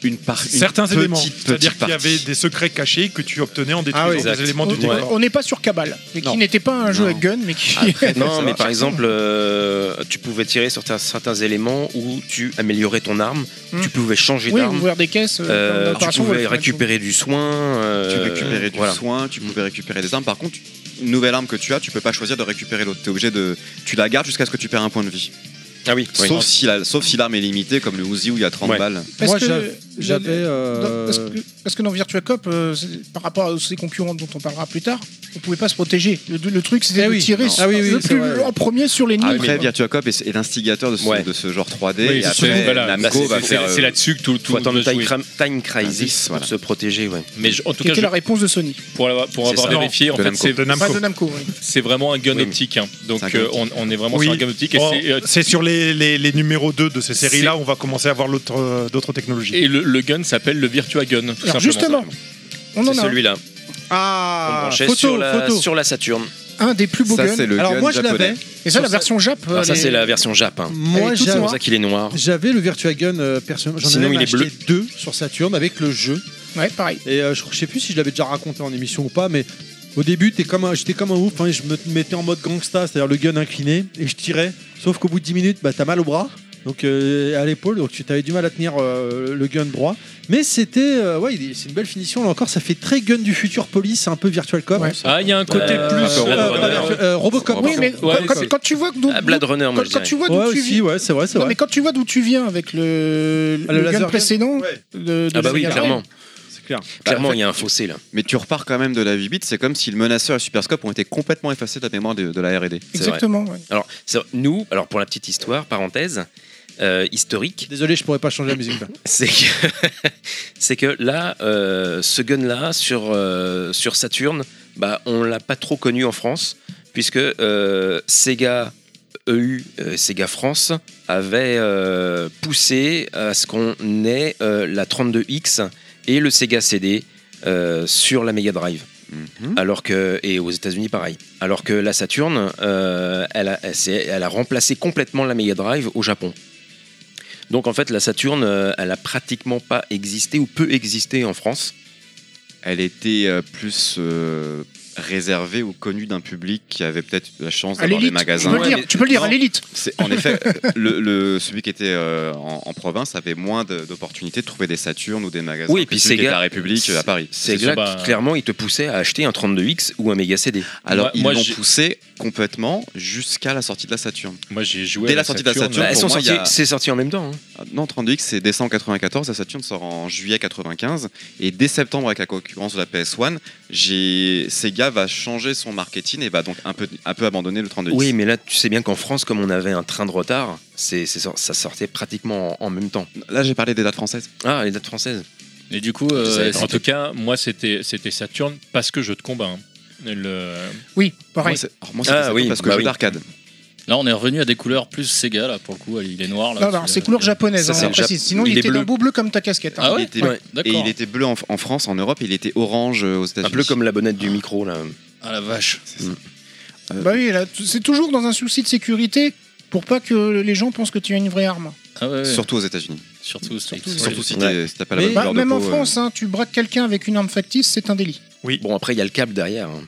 Speaker 5: une par- une
Speaker 2: Certains
Speaker 5: petite,
Speaker 2: éléments,
Speaker 5: petite
Speaker 2: c'est-à-dire qu'il y
Speaker 5: partie.
Speaker 2: avait des secrets cachés que tu obtenais en détruisant
Speaker 1: Ah oui,
Speaker 2: des
Speaker 8: exact.
Speaker 2: éléments du
Speaker 6: On-
Speaker 2: décor.
Speaker 6: On n'est pas sur Cabal, mais
Speaker 5: Non.
Speaker 6: qui n'était pas un jeu
Speaker 5: Non.
Speaker 6: à gun, mais qui.
Speaker 8: Après, non,
Speaker 6: Ça
Speaker 8: mais
Speaker 6: va.
Speaker 8: par exemple, euh, tu pouvais tirer sur ta- certains éléments où tu améliorais ton arme,
Speaker 6: Hmm.
Speaker 8: tu pouvais changer
Speaker 6: Oui,
Speaker 8: d'arme,
Speaker 6: ouvrir des caisses. euh,
Speaker 8: euh,
Speaker 6: dans
Speaker 8: tu
Speaker 6: l'opération,
Speaker 8: pouvais
Speaker 6: ouais,
Speaker 8: récupérer du soin.
Speaker 5: Tu
Speaker 8: euh,
Speaker 5: récupérais du
Speaker 8: voilà.
Speaker 5: soin, tu pouvais récupérer des armes. Par contre, une nouvelle arme que tu as, tu peux pas choisir de récupérer l'autre. T'es obligé de, tu la gardes jusqu'à ce que tu perds un point de vie.
Speaker 8: Ah oui, oui.
Speaker 5: Sauf si la- sauf si l'arme est limitée, comme le Uzi où il y a 30
Speaker 8: Ouais.
Speaker 5: balles.
Speaker 6: Parce
Speaker 10: Moi,
Speaker 6: que-
Speaker 10: j'avais- j'avais.
Speaker 6: Dans-
Speaker 10: euh,
Speaker 6: parce, que, parce que dans Virtua Cop, euh, c'est- par rapport à ses concurrents dont on parlera plus tard, on pouvait pas se protéger. Le, le truc, c'était
Speaker 10: Ah
Speaker 6: de
Speaker 10: oui,
Speaker 6: tirer
Speaker 10: non.
Speaker 6: sur-
Speaker 10: Ah oui, oui,
Speaker 6: le
Speaker 10: c'est
Speaker 6: plus-
Speaker 10: vrai.
Speaker 6: en premier sur l'ennemi.
Speaker 5: Après, Virtua Cop est, est l'instigateur de, ce-
Speaker 8: Ouais.
Speaker 5: de ce genre 3D.
Speaker 3: Oui,
Speaker 5: et
Speaker 3: c'est
Speaker 5: après,
Speaker 3: sûr, voilà.
Speaker 8: Là,
Speaker 5: Namco
Speaker 8: c'est-
Speaker 5: va
Speaker 8: c'est-
Speaker 5: faire. euh,
Speaker 3: C'est là-dessus que tout le
Speaker 8: Faut
Speaker 3: tout
Speaker 8: attendre
Speaker 3: doit se
Speaker 8: Time,
Speaker 3: jouer.
Speaker 8: Cra- Time Crisis
Speaker 5: voilà.
Speaker 8: pour se protéger, ouais.
Speaker 3: Mais je- en tout
Speaker 6: qui
Speaker 3: cas,
Speaker 6: était
Speaker 3: je-
Speaker 6: la réponse de Sony.
Speaker 3: pour avoir, pour
Speaker 8: C'est
Speaker 3: avoir
Speaker 8: ça.
Speaker 3: vérifié, en
Speaker 5: De
Speaker 3: fait,
Speaker 5: Namco.
Speaker 3: c'est
Speaker 2: De Namco.
Speaker 6: Pas de Namco. oui.
Speaker 3: c'est vraiment un gun
Speaker 8: Oui, mais-
Speaker 3: optique. hein.
Speaker 5: C'est un
Speaker 3: Donc
Speaker 5: gun
Speaker 3: euh, on, on est vraiment sur un gun optique. Et,
Speaker 2: Oh,
Speaker 3: c'est, euh,
Speaker 2: c'est sur les, les- les numéros 2 de ces
Speaker 3: C'est-
Speaker 2: séries-là, on va commencer à voir l'autre, euh, d'autres technologies.
Speaker 3: et le, le gun s'appelle le Virtua Gun. tout
Speaker 6: Alors
Speaker 3: simplement.
Speaker 6: justement, on
Speaker 8: C'est
Speaker 6: en a un,
Speaker 8: celui-là. On
Speaker 1: Ah,
Speaker 8: branchait
Speaker 1: photo,
Speaker 8: sur, la,
Speaker 1: photo.
Speaker 8: sur la Saturn.
Speaker 6: un des plus beaux
Speaker 5: ça,
Speaker 6: guns.
Speaker 5: c'est le
Speaker 10: Alors,
Speaker 5: gun
Speaker 10: moi, je
Speaker 5: japonais.
Speaker 10: l'avais.
Speaker 6: Et ça,
Speaker 10: sur
Speaker 6: la
Speaker 10: ça-
Speaker 6: version Jap. euh,
Speaker 8: Alors ça,
Speaker 6: les-
Speaker 8: c'est la version Jap. hein.
Speaker 10: Moi,
Speaker 6: Elle est toute
Speaker 8: C'est
Speaker 10: j'avais-
Speaker 8: pour ça qu'il est noir.
Speaker 10: j'avais le Virtua Gun euh, perso- J'en
Speaker 8: Sinon,
Speaker 10: avais
Speaker 8: il est
Speaker 10: acheté
Speaker 8: bleu.
Speaker 10: deux sur Saturn avec le jeu.
Speaker 6: Ouais, pareil.
Speaker 10: Et euh, je, je sais plus si je l'avais déjà raconté en émission ou pas, mais au début, t'es comme un- j'étais comme un ouf. hein, je me mettais en mode gangsta, c'est-à-dire le gun incliné, et je tirais. Sauf qu'au bout de 10 minutes, bah, t'as mal au bras. Donc euh, à l'épaule, donc tu avais du mal à tenir euh, le gun droit. Mais c'était, euh, ouais, il est- c'est une belle finition. Là encore, ça fait très gun du futur police, un peu Virtual Cop.
Speaker 6: Ouais.
Speaker 3: Ah, il y a un côté
Speaker 8: Euh,
Speaker 3: plus.
Speaker 8: Blade
Speaker 10: Euh,
Speaker 8: Runner.
Speaker 10: pas Virtua- euh, Robocop.
Speaker 6: Oui, mais
Speaker 3: Ouais,
Speaker 6: quand- quand,
Speaker 10: c'est-
Speaker 6: quand tu vois d'où
Speaker 8: Ah, Blade Runner, moi,
Speaker 6: quand,
Speaker 8: je
Speaker 6: quand
Speaker 8: dirais.
Speaker 6: tu vois d'où
Speaker 10: Ouais,
Speaker 6: tu
Speaker 10: aussi,
Speaker 6: viens,
Speaker 10: ouais, c'est vrai, c'est
Speaker 6: non,
Speaker 10: vrai.
Speaker 6: mais quand tu vois d'où tu viens avec le,
Speaker 10: Ah, le
Speaker 6: le
Speaker 10: laser
Speaker 6: gun
Speaker 10: gun.
Speaker 6: précédent,
Speaker 10: Ouais.
Speaker 6: de, de
Speaker 8: Ah bah oui,
Speaker 6: Sega
Speaker 8: clairement.
Speaker 10: C'est clair.
Speaker 8: Clairement, il y a un fossé là.
Speaker 5: Mais Bah, tu repars quand même de la 8 bits. C'est comme si le menaceur et le superscope ont été complètement effacés de la mémoire de, de la R&D.
Speaker 8: C'est vrai.
Speaker 6: Exactement. ouais.
Speaker 8: Alors, c'est- nous, alors pour la petite histoire, parenthèse euh, historique,
Speaker 10: Désolé, je pourrais pas changer la musique. là.
Speaker 8: c'est que, c'est que là, euh, ce gun-là sur, euh, sur Saturn, bah, on l'a pas trop connu en France, puisque euh, Sega EU, euh, Sega France, avait euh, poussé à ce qu'on ait euh, la 32X et le Sega CD euh, sur la Mega Drive.
Speaker 5: Mhm.
Speaker 8: Alors que, et aux États-Unis, pareil. Alors que la Saturn, euh, elle, a, elle, s'est- elle a remplacé complètement la Mega Drive au Japon. Donc en fait, la Saturn, euh, elle a pratiquement pas existé ou peu existé en France.
Speaker 5: Elle était euh, plus euh, réservée ou connue d'un public qui avait peut-être la chance
Speaker 6: À
Speaker 5: d'avoir des
Speaker 6: l'élite. Tu
Speaker 5: magasins.
Speaker 6: peux le
Speaker 8: Ouais,
Speaker 6: dire,
Speaker 8: mais-
Speaker 6: tu peux le dire, à
Speaker 5: Non.
Speaker 6: l'élite.
Speaker 5: C'est- en effet, le, le- celui qui était euh, en, en province avait moins de- d'opportunités de trouver des Saturnes ou des magasins.
Speaker 8: Oui, et
Speaker 5: que
Speaker 8: puis
Speaker 5: celui qui
Speaker 8: Sega-
Speaker 5: était à la République euh, à Paris.
Speaker 8: C'est
Speaker 3: sûr,
Speaker 8: là
Speaker 3: bah-
Speaker 8: que, clairement, ils te poussaient à acheter un 32X ou un Mega CD.
Speaker 5: Alors
Speaker 3: Moi-
Speaker 5: ils
Speaker 3: moi,
Speaker 5: l'ont
Speaker 3: j'ai-
Speaker 5: poussé complètement jusqu'à la sortie de la Saturne.
Speaker 3: Moi j'ai joué
Speaker 5: Dès
Speaker 3: à
Speaker 5: la sortie de la Saturn,
Speaker 8: Bah, elles
Speaker 5: pour
Speaker 8: sont
Speaker 5: moi, il y
Speaker 8: sorties-
Speaker 5: a-
Speaker 8: C'est sorti en même temps. hein.
Speaker 5: Ah, Non, 32X c'est décembre 94, la Saturn sort en juillet 95 et dès septembre avec la concurrence de la PS1, j'ai Sega va changer son marketing et va donc un peu un peu abandonner le 32X.
Speaker 8: Oui, mais là, tu sais bien qu'en France, comme on avait un train de retard, c'est, c'est sor- ça sortait pratiquement en, en même temps.
Speaker 5: Là, j'ai parlé des dates françaises.
Speaker 8: Ah, les dates françaises.
Speaker 3: Et du coup,
Speaker 8: Je
Speaker 3: euh,
Speaker 8: savais
Speaker 3: en
Speaker 8: pas.
Speaker 3: tout cas, moi c'était c'était Saturn parce que jeu de combat. hein. Le...
Speaker 6: Oui,
Speaker 5: Moi,
Speaker 6: pareil.
Speaker 5: c'est- alors, moi, c'était
Speaker 8: Ah,
Speaker 5: Saturn
Speaker 8: oui,
Speaker 5: parce que
Speaker 8: bah
Speaker 5: jeu
Speaker 8: oui.
Speaker 5: d'arcade.
Speaker 7: Là, on est revenu à des couleurs plus Sega, là, pour le coup. Il est noir, là.
Speaker 6: Non, non, c'est couleur japonaise,
Speaker 8: Ça,
Speaker 6: hein,
Speaker 8: c'est
Speaker 6: on
Speaker 8: le
Speaker 6: précise.
Speaker 8: Jap-
Speaker 6: Sinon, il,
Speaker 8: il est
Speaker 6: était d'un
Speaker 8: bleu.
Speaker 6: beau bleu comme ta casquette. hein.
Speaker 7: Ah ouais,
Speaker 5: Il était-
Speaker 7: Ouais,
Speaker 5: Et
Speaker 7: D'accord.
Speaker 5: il était bleu en, en France, en Europe, il était orange euh, aux
Speaker 8: Un
Speaker 5: États-Unis.
Speaker 8: peu comme la bonnette du micro, là. Mm.
Speaker 7: Ah la vache.
Speaker 6: Bah oui, là, t- c'est toujours dans un souci de sécurité pour pas que les gens pensent que tu as une vraie arme.
Speaker 7: Ah ouais, ouais.
Speaker 5: Surtout aux États-Unis.
Speaker 7: Surtout, Street.
Speaker 6: Surtout-
Speaker 5: Surtout si
Speaker 8: Ouais.
Speaker 5: t'es- si t'as pas la
Speaker 10: Mais-
Speaker 5: bonne
Speaker 6: Bah,
Speaker 5: couleur de
Speaker 6: même en
Speaker 5: peau, euh.
Speaker 6: France, hein, tu braques quelqu'un avec une arme factice, c'est un délit.
Speaker 8: Bon, après, il y a le câble derrière. hein.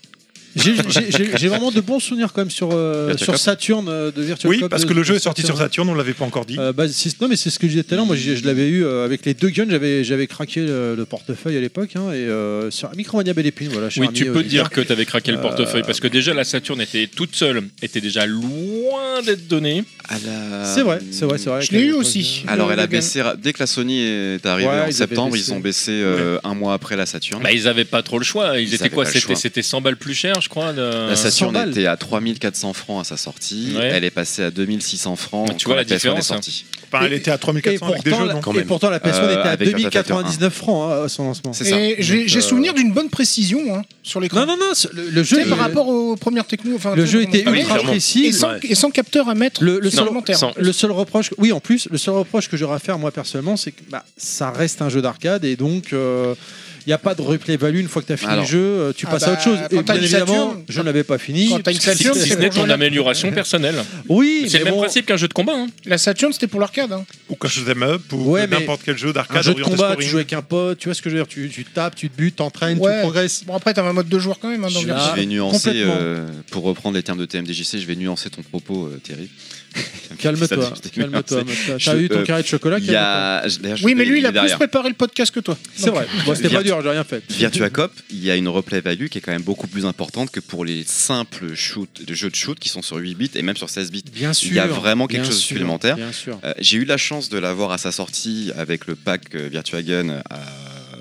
Speaker 1: J'ai- J'ai j'ai- j'ai vraiment de bons souvenirs quand même sur, euh,
Speaker 5: Virtua
Speaker 1: sur
Speaker 5: Cop.
Speaker 1: Saturn euh, de Virtua
Speaker 2: Oui,
Speaker 1: Cop,
Speaker 2: parce
Speaker 1: de-
Speaker 2: que le
Speaker 1: de
Speaker 2: jeu est sorti sur
Speaker 1: Saturn.
Speaker 2: Saturn, on l'avait pas encore dit.
Speaker 1: Euh, bah, c'est- non mais c'est ce que je disais tout à l'heure moi je, je l'avais eu euh, avec les deux guns j'avais j'avais craqué le, le portefeuille à l'époque hein, et euh, sur Micromania Belle Épine voilà cher
Speaker 3: Oui,
Speaker 1: ami
Speaker 3: tu peux
Speaker 1: auditeur.
Speaker 3: dire que tu avais craqué le portefeuille
Speaker 5: Euh,
Speaker 3: parce que déjà la Saturn était toute seule, était déjà loin d'être donnée.
Speaker 5: À la-
Speaker 1: c'est vrai c'est vrai c'est vrai
Speaker 6: Je l'ai eu aussi.
Speaker 5: Alors
Speaker 6: Le-
Speaker 5: elle a
Speaker 6: le game.
Speaker 5: baissé ra- dès que la Sony est arrivée
Speaker 1: Ouais, ils
Speaker 5: en
Speaker 1: avaient
Speaker 5: septembre,
Speaker 1: baissé.
Speaker 5: ils ont baissé euh, un mois après la Saturn.
Speaker 3: Bah, ils avaient pas trop le choix. Ils,
Speaker 5: Ils
Speaker 3: étaient
Speaker 5: avaient
Speaker 3: quoi
Speaker 5: pas le
Speaker 3: C'était
Speaker 5: choix.
Speaker 3: c'était 100 balles plus cher, je crois. de-
Speaker 5: la Saturn
Speaker 1: 100 Euh, balles.
Speaker 5: était à 3400 francs à sa sortie,
Speaker 3: Ouais.
Speaker 5: elle est passée à 2600 francs
Speaker 3: Ah, tu
Speaker 5: quand
Speaker 3: vois la
Speaker 5: PS1
Speaker 3: différence,
Speaker 5: est
Speaker 6: hein.
Speaker 5: sortie.
Speaker 2: Enfin, elle était à
Speaker 1: et
Speaker 2: 3400 avec des
Speaker 1: pourtant,
Speaker 2: jeux,
Speaker 1: la,
Speaker 2: non
Speaker 5: Quand
Speaker 1: et
Speaker 5: même.
Speaker 1: pourtant, la PS1
Speaker 5: Euh,
Speaker 1: était à
Speaker 5: avec un
Speaker 1: 2099 francs hein, à son lancement
Speaker 5: C'est ça.
Speaker 6: Et j'ai
Speaker 1: Donc,
Speaker 6: j'ai
Speaker 1: euh,
Speaker 6: souvenir d'une bonne précision hein, sur l'écran.
Speaker 1: non non non c'est- le, le
Speaker 6: Tu
Speaker 1: jeu
Speaker 6: sais, par rapport aux premières techno. enfin,
Speaker 1: le
Speaker 6: tu sais,
Speaker 1: jeu
Speaker 6: comment-
Speaker 1: était
Speaker 6: Ah oui,
Speaker 1: ultra
Speaker 6: clairement.
Speaker 1: précis
Speaker 6: Et sans, et sans capteur à mettre
Speaker 1: Le- le seul-
Speaker 6: supplémentaire.
Speaker 3: sans-
Speaker 1: Le seul reproche, oui, en plus, le seul reproche que j'aurais à faire moi personnellement, c'est que bah, ça reste un jeu d'arcade et donc il n'y a pas de replay value une fois que tu as fini
Speaker 5: Alors.
Speaker 1: le jeu, euh, tu
Speaker 6: Ah
Speaker 1: passes à
Speaker 6: bah,
Speaker 1: autre chose.
Speaker 6: quand
Speaker 1: Et
Speaker 6: t'as
Speaker 1: bien
Speaker 6: une
Speaker 1: évidemment,
Speaker 6: Saturn-
Speaker 1: je ne l'avais pas fini.
Speaker 6: Quand t'as une
Speaker 3: Si,
Speaker 6: Saturn,
Speaker 3: si ce
Speaker 6: c'est
Speaker 3: n'est
Speaker 6: pour
Speaker 3: ton
Speaker 6: jouer à la-
Speaker 3: amélioration personnelle.
Speaker 1: Oui,
Speaker 3: C'est
Speaker 1: mais
Speaker 3: le même
Speaker 1: bon,
Speaker 3: principe qu'un jeu de combat. hein.
Speaker 6: La Saturn, c'était pour l'arcade. hein.
Speaker 2: Ou qu'un shoot'em up, ou
Speaker 1: Ouais,
Speaker 2: que
Speaker 1: mais
Speaker 2: Euh, n'importe quel jeu
Speaker 1: Un
Speaker 2: d'arcade
Speaker 1: jeu de
Speaker 2: orienté
Speaker 1: combat, tu
Speaker 2: scoring.
Speaker 1: joues avec un pote, tu vois ce que je veux dire, tu, tu tapes, tu te butes, t'entraînes,
Speaker 6: Ouais.
Speaker 1: tu progresses.
Speaker 6: Bon, après, t'avais un mode de joueur quand même. hein, dans
Speaker 5: Je,
Speaker 6: Virtua.
Speaker 5: je vais nuancer,
Speaker 1: complètement.
Speaker 5: euh, pour reprendre les termes de TMDJC, je vais nuancer ton propos, euh, Thierry.
Speaker 1: Calme-toi,
Speaker 5: Ça, je t'ai
Speaker 1: calme-toi.
Speaker 5: nuancé.
Speaker 1: Mathieu.
Speaker 5: Je-
Speaker 1: T'as eu ton
Speaker 5: euh,
Speaker 1: carré de chocolat
Speaker 5: Il y
Speaker 1: calme-toi.
Speaker 5: a... je- d'ailleurs, je-
Speaker 6: Oui, mais lui, il a plus
Speaker 5: derrière.
Speaker 6: préparé le podcast que toi.
Speaker 1: C'est vrai, bon, c'était pas
Speaker 5: Virtua-
Speaker 1: dur, j'ai rien fait.
Speaker 5: Virtua Cop, il y a une replay value qui est quand même beaucoup plus importante que pour les simples shoot, de jeux de shoot qui sont sur 8 bits et même sur 16 bits.
Speaker 1: Bien sûr.
Speaker 5: Il y a vraiment quelque
Speaker 1: bien
Speaker 5: chose de
Speaker 1: sûr,
Speaker 5: supplémentaire.
Speaker 1: Bien sûr.
Speaker 5: Euh, j'ai eu la chance de l'avoir à sa sortie avec le pack euh, Virtua Gun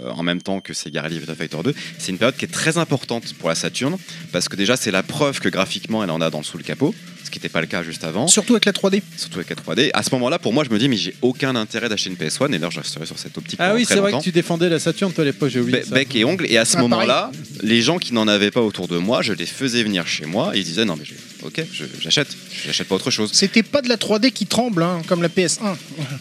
Speaker 5: euh, en même temps que Sega Rally Virtua Fighter 2. C'est une période qui est très importante pour la Saturn parce que déjà c'est la preuve que graphiquement elle en a dans le sous le capot, ce qui n'était pas le cas juste avant,
Speaker 6: Surtout avec la 3D.
Speaker 5: surtout avec la 3D. À ce moment-là, pour moi, je me dis mais j'ai aucun intérêt d'acheter une PS1 et d'ailleurs je resterai sur cette optique
Speaker 1: Ah
Speaker 5: pendant
Speaker 1: oui,
Speaker 5: très
Speaker 1: c'est vrai
Speaker 5: longtemps.
Speaker 1: que tu défendais la Saturn, toi, à l'époque, j'ai oublié.
Speaker 5: Be-
Speaker 1: ça.
Speaker 5: bec et ongle et à ce
Speaker 6: Ah,
Speaker 5: moment-là les gens qui n'en avaient pas autour de moi je les faisais venir chez moi et ils disaient non mais je- ok je- j'achète j'achète pas autre chose
Speaker 6: C'était pas de la 3D qui tremble, hein, comme la PS1.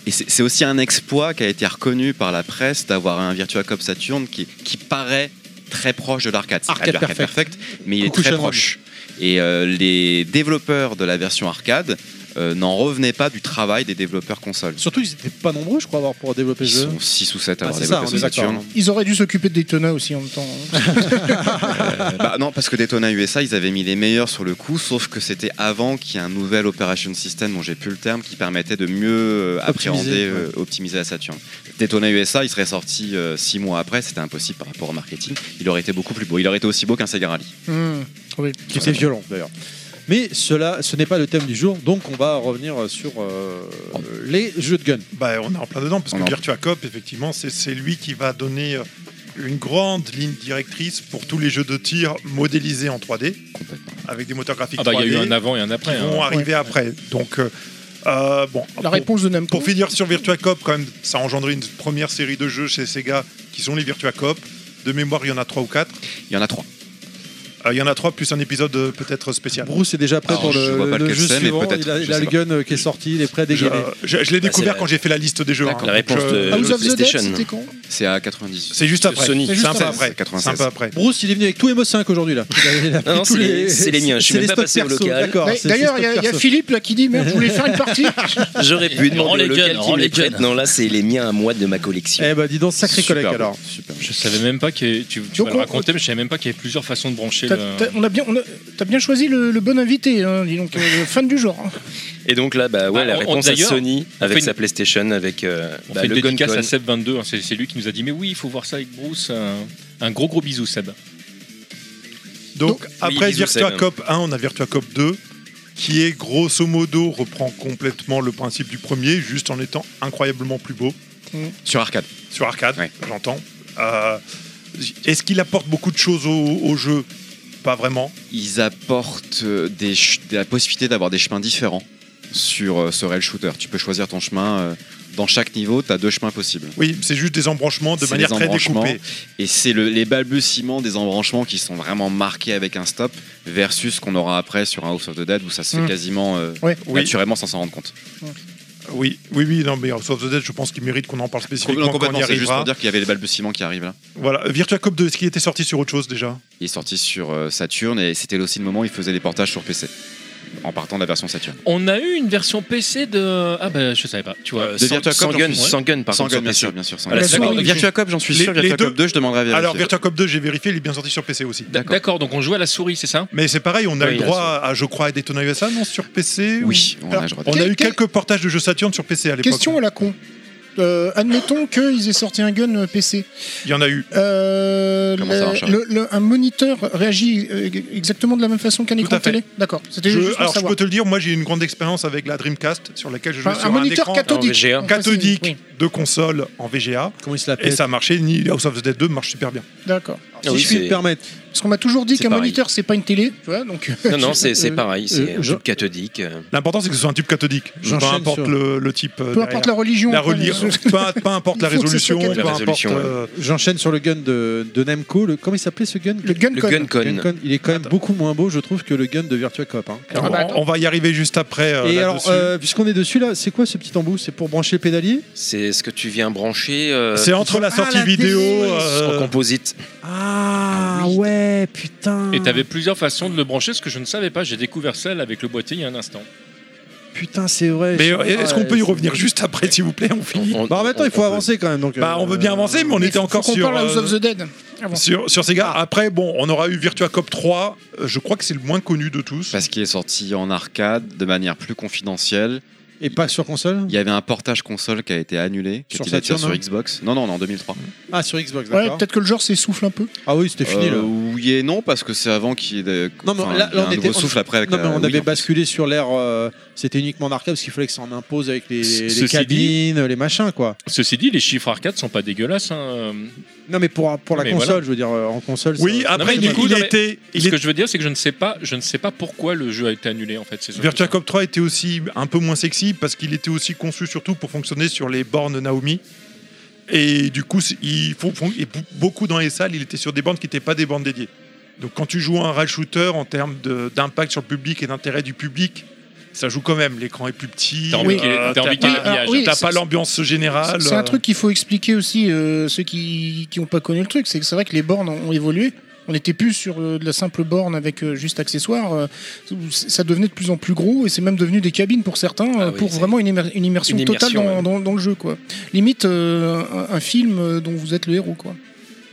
Speaker 5: Et c'est c'est aussi un exploit qui a été reconnu par la presse d'avoir un Virtua Cop Saturn qui, qui paraît très proche de l'arcade. C'est pas
Speaker 1: Arcade
Speaker 5: de l'arcade
Speaker 1: perfect.
Speaker 5: mais il est
Speaker 1: Coucou
Speaker 5: très
Speaker 1: Shenron.
Speaker 5: proche. Et euh, les développeurs de la version arcade euh, n'en revenaient pas du travail des développeurs consoles.
Speaker 1: Surtout, ils étaient pas nombreux, je crois, avoir pour développer
Speaker 5: Ils
Speaker 1: ce jeu.
Speaker 5: sont 6 ou 7 à
Speaker 1: Ah,
Speaker 5: avoir
Speaker 1: c'est ça,
Speaker 5: développé
Speaker 1: on est
Speaker 5: ce Saturn.
Speaker 1: d'accord,
Speaker 6: Ils auraient dû s'occuper de Daytona aussi en même temps. hein.
Speaker 5: Euh, bah non, parce que Daytona USA, ils avaient mis les meilleurs sur le coup, sauf que c'était avant qu'il y ait un nouvel Operation System, dont j'ai plus le terme, qui permettait de mieux euh, appréhender,
Speaker 1: ouais.
Speaker 5: euh, optimiser la Saturn. Daytona USA, il serait sorti 6 mois après, c'était impossible par rapport au marketing. Il aurait été beaucoup plus beau. Il aurait été aussi beau qu'un Sega Rally.
Speaker 2: Mmh.
Speaker 6: Hmm. Oui.
Speaker 1: qui était violent d'ailleurs. Mais cela, ce n'est pas le thème du jour, donc on va revenir sur euh, les jeux de gun.
Speaker 2: Bah, on est en plein dedans, parce
Speaker 5: On est en-
Speaker 2: que Virtua Cop, effectivement, c'est- c'est lui qui va donner euh, une grande ligne directrice pour tous les jeux de tir modélisés en 3D,
Speaker 5: Complètement.
Speaker 2: avec des moteurs graphiques
Speaker 3: Ah bah il y a
Speaker 2: 3D
Speaker 3: eu un avant et un après.
Speaker 2: qui vont
Speaker 3: hein.
Speaker 2: arriver après. Donc, euh, euh, bon,
Speaker 6: La
Speaker 2: pour-
Speaker 6: réponse de Namco.
Speaker 2: Pour finir sur Virtua Cop, quand même, ça a engendré une première série de jeux chez Sega qui sont les Virtua Cop. De mémoire, il y en a trois ou quatre.
Speaker 5: Il y en a 3.
Speaker 2: Euh, il y en a trois plus un épisode euh, peut-être spécial.
Speaker 1: Bruce est déjà prêt
Speaker 5: Alors,
Speaker 1: pour
Speaker 5: je
Speaker 1: le,
Speaker 5: vois pas
Speaker 1: le
Speaker 5: lequel
Speaker 1: jeu
Speaker 5: c'est, mais
Speaker 1: suivant.
Speaker 5: peut-être,
Speaker 1: Il a,
Speaker 5: je
Speaker 1: il a
Speaker 5: sais
Speaker 1: le
Speaker 5: pas.
Speaker 1: gun euh, qui est sorti, il est prêt à
Speaker 2: Je,
Speaker 1: dégainer.
Speaker 2: euh, je- je l'ai découvert
Speaker 8: Bah, la-
Speaker 2: quand j'ai fait la liste des jeux. hein.
Speaker 8: La réponse
Speaker 2: Donc, je-
Speaker 8: de-
Speaker 6: House of the Dead,
Speaker 8: PlayStation.
Speaker 6: c'était quand
Speaker 5: C'est à 90.
Speaker 2: C'est juste
Speaker 8: de
Speaker 2: après.
Speaker 8: Sony.
Speaker 2: C'est
Speaker 6: juste
Speaker 2: un peu
Speaker 6: après.
Speaker 2: après. C'est un
Speaker 5: 96.
Speaker 2: peu après.
Speaker 1: Bruce, il est venu avec tout M5 aujourd'hui là. Il a- il a
Speaker 8: Non, non,
Speaker 1: pris tous
Speaker 8: c'est les- c'est les miens, je suis
Speaker 1: c'est
Speaker 8: même
Speaker 1: les
Speaker 8: pas
Speaker 1: stocks
Speaker 8: passé au
Speaker 1: perso,
Speaker 8: local.
Speaker 1: d'accord,
Speaker 6: Ouais,
Speaker 1: c'est- c'est
Speaker 6: D'ailleurs,
Speaker 1: les
Speaker 6: il y, a-
Speaker 1: stocks
Speaker 6: il y a
Speaker 1: perso.
Speaker 6: Philippe là qui dit Merde, je voulais faire une partie.
Speaker 8: J'aurais pu
Speaker 11: Rends
Speaker 8: demander
Speaker 11: les
Speaker 8: lequel
Speaker 11: guns,
Speaker 8: qui
Speaker 11: rends
Speaker 8: me
Speaker 11: les
Speaker 8: les prête.
Speaker 11: guns.
Speaker 8: Non, là, c'est les miens à moi de ma collection.
Speaker 1: Eh bah dis donc, sacré
Speaker 5: Super
Speaker 1: collègue
Speaker 5: beau.
Speaker 1: alors.
Speaker 5: Super.
Speaker 3: Je savais même pas que tu, tu
Speaker 6: Donc,
Speaker 3: vas le
Speaker 6: on-
Speaker 3: raconter, mais je savais même pas qu'il y avait plusieurs façons de brancher.
Speaker 6: T'as
Speaker 3: le-
Speaker 6: t'as- on a bien, on a- t'as bien choisi le, le bon invité, hein, dis donc, euh, le fan du genre. hein.
Speaker 8: Et donc là, bah ouais,
Speaker 3: Ah,
Speaker 8: la
Speaker 3: on-
Speaker 8: réponse à
Speaker 3: d'ailleurs,
Speaker 8: Sony
Speaker 3: on
Speaker 8: avec
Speaker 3: fait une-
Speaker 8: sa PlayStation, avec euh,
Speaker 3: On
Speaker 8: bah,
Speaker 3: fait une
Speaker 8: le
Speaker 3: dédicace
Speaker 8: Gun
Speaker 3: à Seb22, hein, c'est c'est lui qui nous a dit Mais oui, il faut voir ça avec Bruce. Un, un gros gros bisou, Seb.
Speaker 2: Donc, après
Speaker 8: bisous,
Speaker 2: Virtua
Speaker 8: Seb.
Speaker 2: Cop 1, on a Virtua Cop 2 qui est grosso modo reprend complètement le principe du premier, juste en étant incroyablement plus beau.
Speaker 5: Sur arcade.
Speaker 2: sur arcade,
Speaker 5: Ouais.
Speaker 2: j'entends. Euh, Est-ce qu'il apporte beaucoup de choses au, au jeu Pas vraiment.
Speaker 5: Ils apportent euh, des ch- la possibilité d'avoir des chemins différents sur euh, ce rail shooter. Tu peux choisir ton chemin. euh, dans chaque niveau, tu as deux chemins possibles.
Speaker 2: Oui, c'est juste des embranchements de
Speaker 5: C'est
Speaker 2: manière
Speaker 5: des
Speaker 2: très
Speaker 5: embranchements.
Speaker 2: découpée.
Speaker 5: Et c'est le- les balbutiements des embranchements qui sont vraiment marqués avec un stop versus ce qu'on aura après sur un House of the Dead où ça se fait
Speaker 6: Mm.
Speaker 5: quasiment euh,
Speaker 6: Ouais.
Speaker 2: Hmm. Oui.
Speaker 5: naturellement sans s'en rendre compte.
Speaker 2: Oui, oui, oui, non, mais House of the Dead, je pense qu'il mérite qu'on en parle spécifiquement quand
Speaker 5: Non,
Speaker 2: on y
Speaker 5: complètement, c'est juste
Speaker 2: arrivera.
Speaker 5: pour dire qu'il y avait les balbutiements qui arrivent là.
Speaker 2: Voilà, Euh, Virtua Cop 2, est-ce qu'il était sorti sur autre chose déjà
Speaker 5: Il est sorti sur euh, Saturn et c'était aussi le moment où il faisait les portages sur PC. en partant de la version Saturn.
Speaker 3: On a eu une version PC de. Ah bah je savais pas, tu vois.
Speaker 5: De
Speaker 8: Sans-
Speaker 5: Virtua Cop,
Speaker 8: sans
Speaker 5: j'en
Speaker 8: gun,
Speaker 5: suis- ouais.
Speaker 8: sans gun, par
Speaker 5: Sans
Speaker 8: contre,
Speaker 5: gun,
Speaker 8: sur
Speaker 5: bien
Speaker 8: PC.
Speaker 5: sûr, bien sûr. sans
Speaker 3: Ah,
Speaker 5: gun.
Speaker 3: la
Speaker 5: D'accord,
Speaker 3: souris,
Speaker 5: donc
Speaker 3: oui.
Speaker 5: Virtua Cop, j'en suis
Speaker 2: Les-
Speaker 5: sûr.
Speaker 2: les
Speaker 5: Virtua Cop
Speaker 2: deux.
Speaker 5: 2, je demanderai à vérifier.
Speaker 2: Alors, Virtua Cop 2, j'ai vérifié, il est bien sorti sur PC aussi.
Speaker 5: D'accord.
Speaker 3: D'accord, donc on joue à la souris, c'est ça
Speaker 2: Mais c'est pareil, on a
Speaker 8: Oui,
Speaker 2: eu
Speaker 8: bien
Speaker 2: droit à, je crois, à Daytona USA, non, sur PC
Speaker 5: Oui,
Speaker 2: ou-
Speaker 5: on
Speaker 2: Alors,
Speaker 5: a, je crois.
Speaker 2: on a
Speaker 6: Quel-
Speaker 2: eu
Speaker 6: quel-
Speaker 2: quelques portages de jeux Saturn sur PC à l'époque.
Speaker 6: Question à la con. Euh, admettons qu'ils aient sorti un gun euh, PC.
Speaker 2: Il y en a eu.
Speaker 6: Euh,
Speaker 5: Comment ça
Speaker 6: le-
Speaker 2: hein
Speaker 5: marche,
Speaker 6: le- le- un moniteur réagit euh, exactement de la même façon qu'un
Speaker 2: Tout
Speaker 6: écran
Speaker 2: à fait.
Speaker 6: télé D'accord, c'était
Speaker 2: Je-
Speaker 6: juste pour
Speaker 2: alors, je
Speaker 6: savoir.
Speaker 2: peux te le dire, moi j'ai eu une grande expérience avec la Dreamcast sur laquelle je jouais
Speaker 6: Enfin,
Speaker 2: sur
Speaker 6: un moniteur
Speaker 2: écran
Speaker 6: cathodique.
Speaker 8: VGA.
Speaker 6: Enfin, c'est-
Speaker 2: cathodique
Speaker 6: oui,
Speaker 2: de console en VGA.
Speaker 1: Comment il se
Speaker 2: Et
Speaker 1: l'appelle
Speaker 2: ça marchait, ni House of the Dead 2 marche super bien.
Speaker 6: D'accord.
Speaker 8: Ah
Speaker 1: Si
Speaker 8: oui,
Speaker 1: je puis
Speaker 8: c'est-
Speaker 1: me permettre.
Speaker 6: Parce qu'on m'a toujours dit
Speaker 8: C'est
Speaker 6: qu'un
Speaker 8: pareil.
Speaker 6: moniteur, c'est pas une télé, tu vois, donc...
Speaker 8: Non, non, c'est c'est
Speaker 1: Euh,
Speaker 8: pareil, c'est
Speaker 1: euh,
Speaker 8: un
Speaker 1: je-
Speaker 8: truc cathodique. euh.
Speaker 2: L'important c'est que ce soit un tube cathodique, peu
Speaker 1: J'enchaîne
Speaker 2: importe
Speaker 1: sur-
Speaker 2: le, le type. euh,
Speaker 6: Peu importe la
Speaker 2: derrière.
Speaker 6: religion.
Speaker 2: la
Speaker 6: enfin,
Speaker 2: religion,
Speaker 6: les-
Speaker 2: peu, peu importe la
Speaker 6: Il faut que ce
Speaker 2: résolution,
Speaker 6: soit
Speaker 2: peu
Speaker 6: cathodique.
Speaker 8: La
Speaker 2: importe.
Speaker 8: résolution, ouais.
Speaker 2: euh,
Speaker 1: J'enchaîne sur le gun de, de Namco. Le, comment il s'appelait ce gun
Speaker 6: Le gun
Speaker 8: Le
Speaker 6: code.
Speaker 8: gun con.
Speaker 1: Gun Con. Il est quand même beaucoup moins beau, je trouve, que le gun de Virtua Cop. hein,
Speaker 6: Ah
Speaker 1: clairement.
Speaker 2: on-
Speaker 6: bah, attends.
Speaker 2: on, va y arriver juste après. euh,
Speaker 1: Et alors,
Speaker 2: là-dessus.
Speaker 1: euh, puisqu'on est dessus là, c'est quoi ce petit embout C'est pour brancher le pédalier
Speaker 8: C'est ce que tu viens brancher euh,
Speaker 2: c'est entre la
Speaker 1: ah,
Speaker 2: sortie
Speaker 1: la
Speaker 2: vidéo.
Speaker 1: télé,
Speaker 8: en
Speaker 2: euh,
Speaker 8: composite.
Speaker 1: Ah ouais, putain.
Speaker 3: Et t'avais plusieurs façons de le brancher, ce que je ne savais pas. J'ai découvert celle avec le boîtier il y a un instant.
Speaker 1: Putain, c'est vrai.
Speaker 2: mais
Speaker 1: je-
Speaker 2: euh, est-ce
Speaker 1: ouais,
Speaker 2: qu'on peut y
Speaker 1: c'est-
Speaker 2: revenir juste après, s'il vous plaît On finit.
Speaker 8: On- on-
Speaker 1: Bah en même temps, il faut
Speaker 8: on-
Speaker 1: avancer quand même. Donc,
Speaker 2: Bah, on veut bien avancer, mais on
Speaker 6: euh, Mais
Speaker 2: était
Speaker 6: faut-
Speaker 2: encore
Speaker 6: faut qu'on
Speaker 2: sur.
Speaker 6: parle House
Speaker 2: euh,
Speaker 6: of the Dead. Ah avant.
Speaker 2: Sur, sur Sega. Après, bon, on aura eu Virtua Cop 3. euh, Je crois que c'est le moins connu de tous.
Speaker 5: Parce qu'il est sorti en arcade de manière plus confidentielle.
Speaker 1: Et pas sur console
Speaker 5: Il y avait un portage console qui a été annulé, qui
Speaker 1: Sur
Speaker 5: était déjà sur
Speaker 1: Saturn, hein
Speaker 5: Xbox. Non, non, non, en 2003.
Speaker 1: Ah, sur Xbox,
Speaker 6: Ouais,
Speaker 1: d'accord.
Speaker 6: peut-être que le genre s'essouffle un peu.
Speaker 1: ah oui, c'était fini
Speaker 5: Euh,
Speaker 1: là.
Speaker 5: Oui et non, parce que c'est avant qu'il y ait. des-
Speaker 1: Non, mais
Speaker 5: enfin,
Speaker 1: là-
Speaker 5: il y a
Speaker 1: là, on
Speaker 5: un nouveau
Speaker 1: était- on-
Speaker 5: souffle après avec
Speaker 1: Non,
Speaker 5: la
Speaker 1: mais on
Speaker 5: Wii,
Speaker 1: avait
Speaker 5: en fait.
Speaker 1: basculé sur l'ère. euh, c'était uniquement en arcade parce qu'il fallait que ça en impose avec les,
Speaker 3: Ce-
Speaker 1: les
Speaker 3: ceci
Speaker 1: cabines, les machins quoi.
Speaker 3: Ceci dit, les chiffres arcade sont pas dégueulasses. hein.
Speaker 1: Non, mais pour, pour la
Speaker 3: Mais
Speaker 1: console,
Speaker 3: voilà.
Speaker 1: je veux dire, euh, en console.
Speaker 2: Oui,
Speaker 1: ça-
Speaker 2: après,
Speaker 3: mais
Speaker 2: du
Speaker 3: il-
Speaker 2: coup,
Speaker 3: il
Speaker 2: il, a
Speaker 3: avait-
Speaker 2: été. il
Speaker 3: Ce
Speaker 2: est-
Speaker 3: que je veux dire, c'est que je ne sais pas, je ne sais pas pourquoi le jeu a été annulé en fait. c'est surtout
Speaker 2: Virtua
Speaker 3: ça.
Speaker 2: Cop 3 était aussi un peu moins sexy parce qu'il était aussi conçu surtout pour fonctionner sur les bornes Naomi. Et du coup, c'est- il faut, fon- et bou- beaucoup dans les salles, il était sur des bornes qui n'étaient pas des bornes dédiées. Donc quand tu joues un rail shooter en termes de- d'impact sur le public et d'intérêt du public, ça joue quand même. L'écran est plus petit.
Speaker 3: T'as envie
Speaker 2: euh,
Speaker 3: qu'il y ait- t'as envie
Speaker 2: t'as
Speaker 3: qu'il y ait
Speaker 2: pas-
Speaker 3: le pillage.
Speaker 6: Ah oui,
Speaker 2: t'as
Speaker 6: c'est-
Speaker 2: pas l'ambiance générale.
Speaker 6: C'est
Speaker 2: euh,
Speaker 6: un truc qu'il faut expliquer aussi euh, ceux qui qui ont pas connu le truc, c'est que c'est vrai que les bornes ont ont évolué. On n'était plus sur euh, de la simple borne avec euh, juste accessoires. euh, c- ça devenait de plus en plus gros et c'est même devenu des cabines pour certains
Speaker 8: Ah
Speaker 6: euh,
Speaker 8: oui,
Speaker 6: pour
Speaker 8: c'est-
Speaker 6: vraiment une, immer- une immersion
Speaker 8: Une
Speaker 6: totale
Speaker 8: immersion,
Speaker 6: dans,
Speaker 8: ouais.
Speaker 6: dans- dans le jeu, quoi. Limite euh, un, un film euh, dont vous êtes le héros, quoi.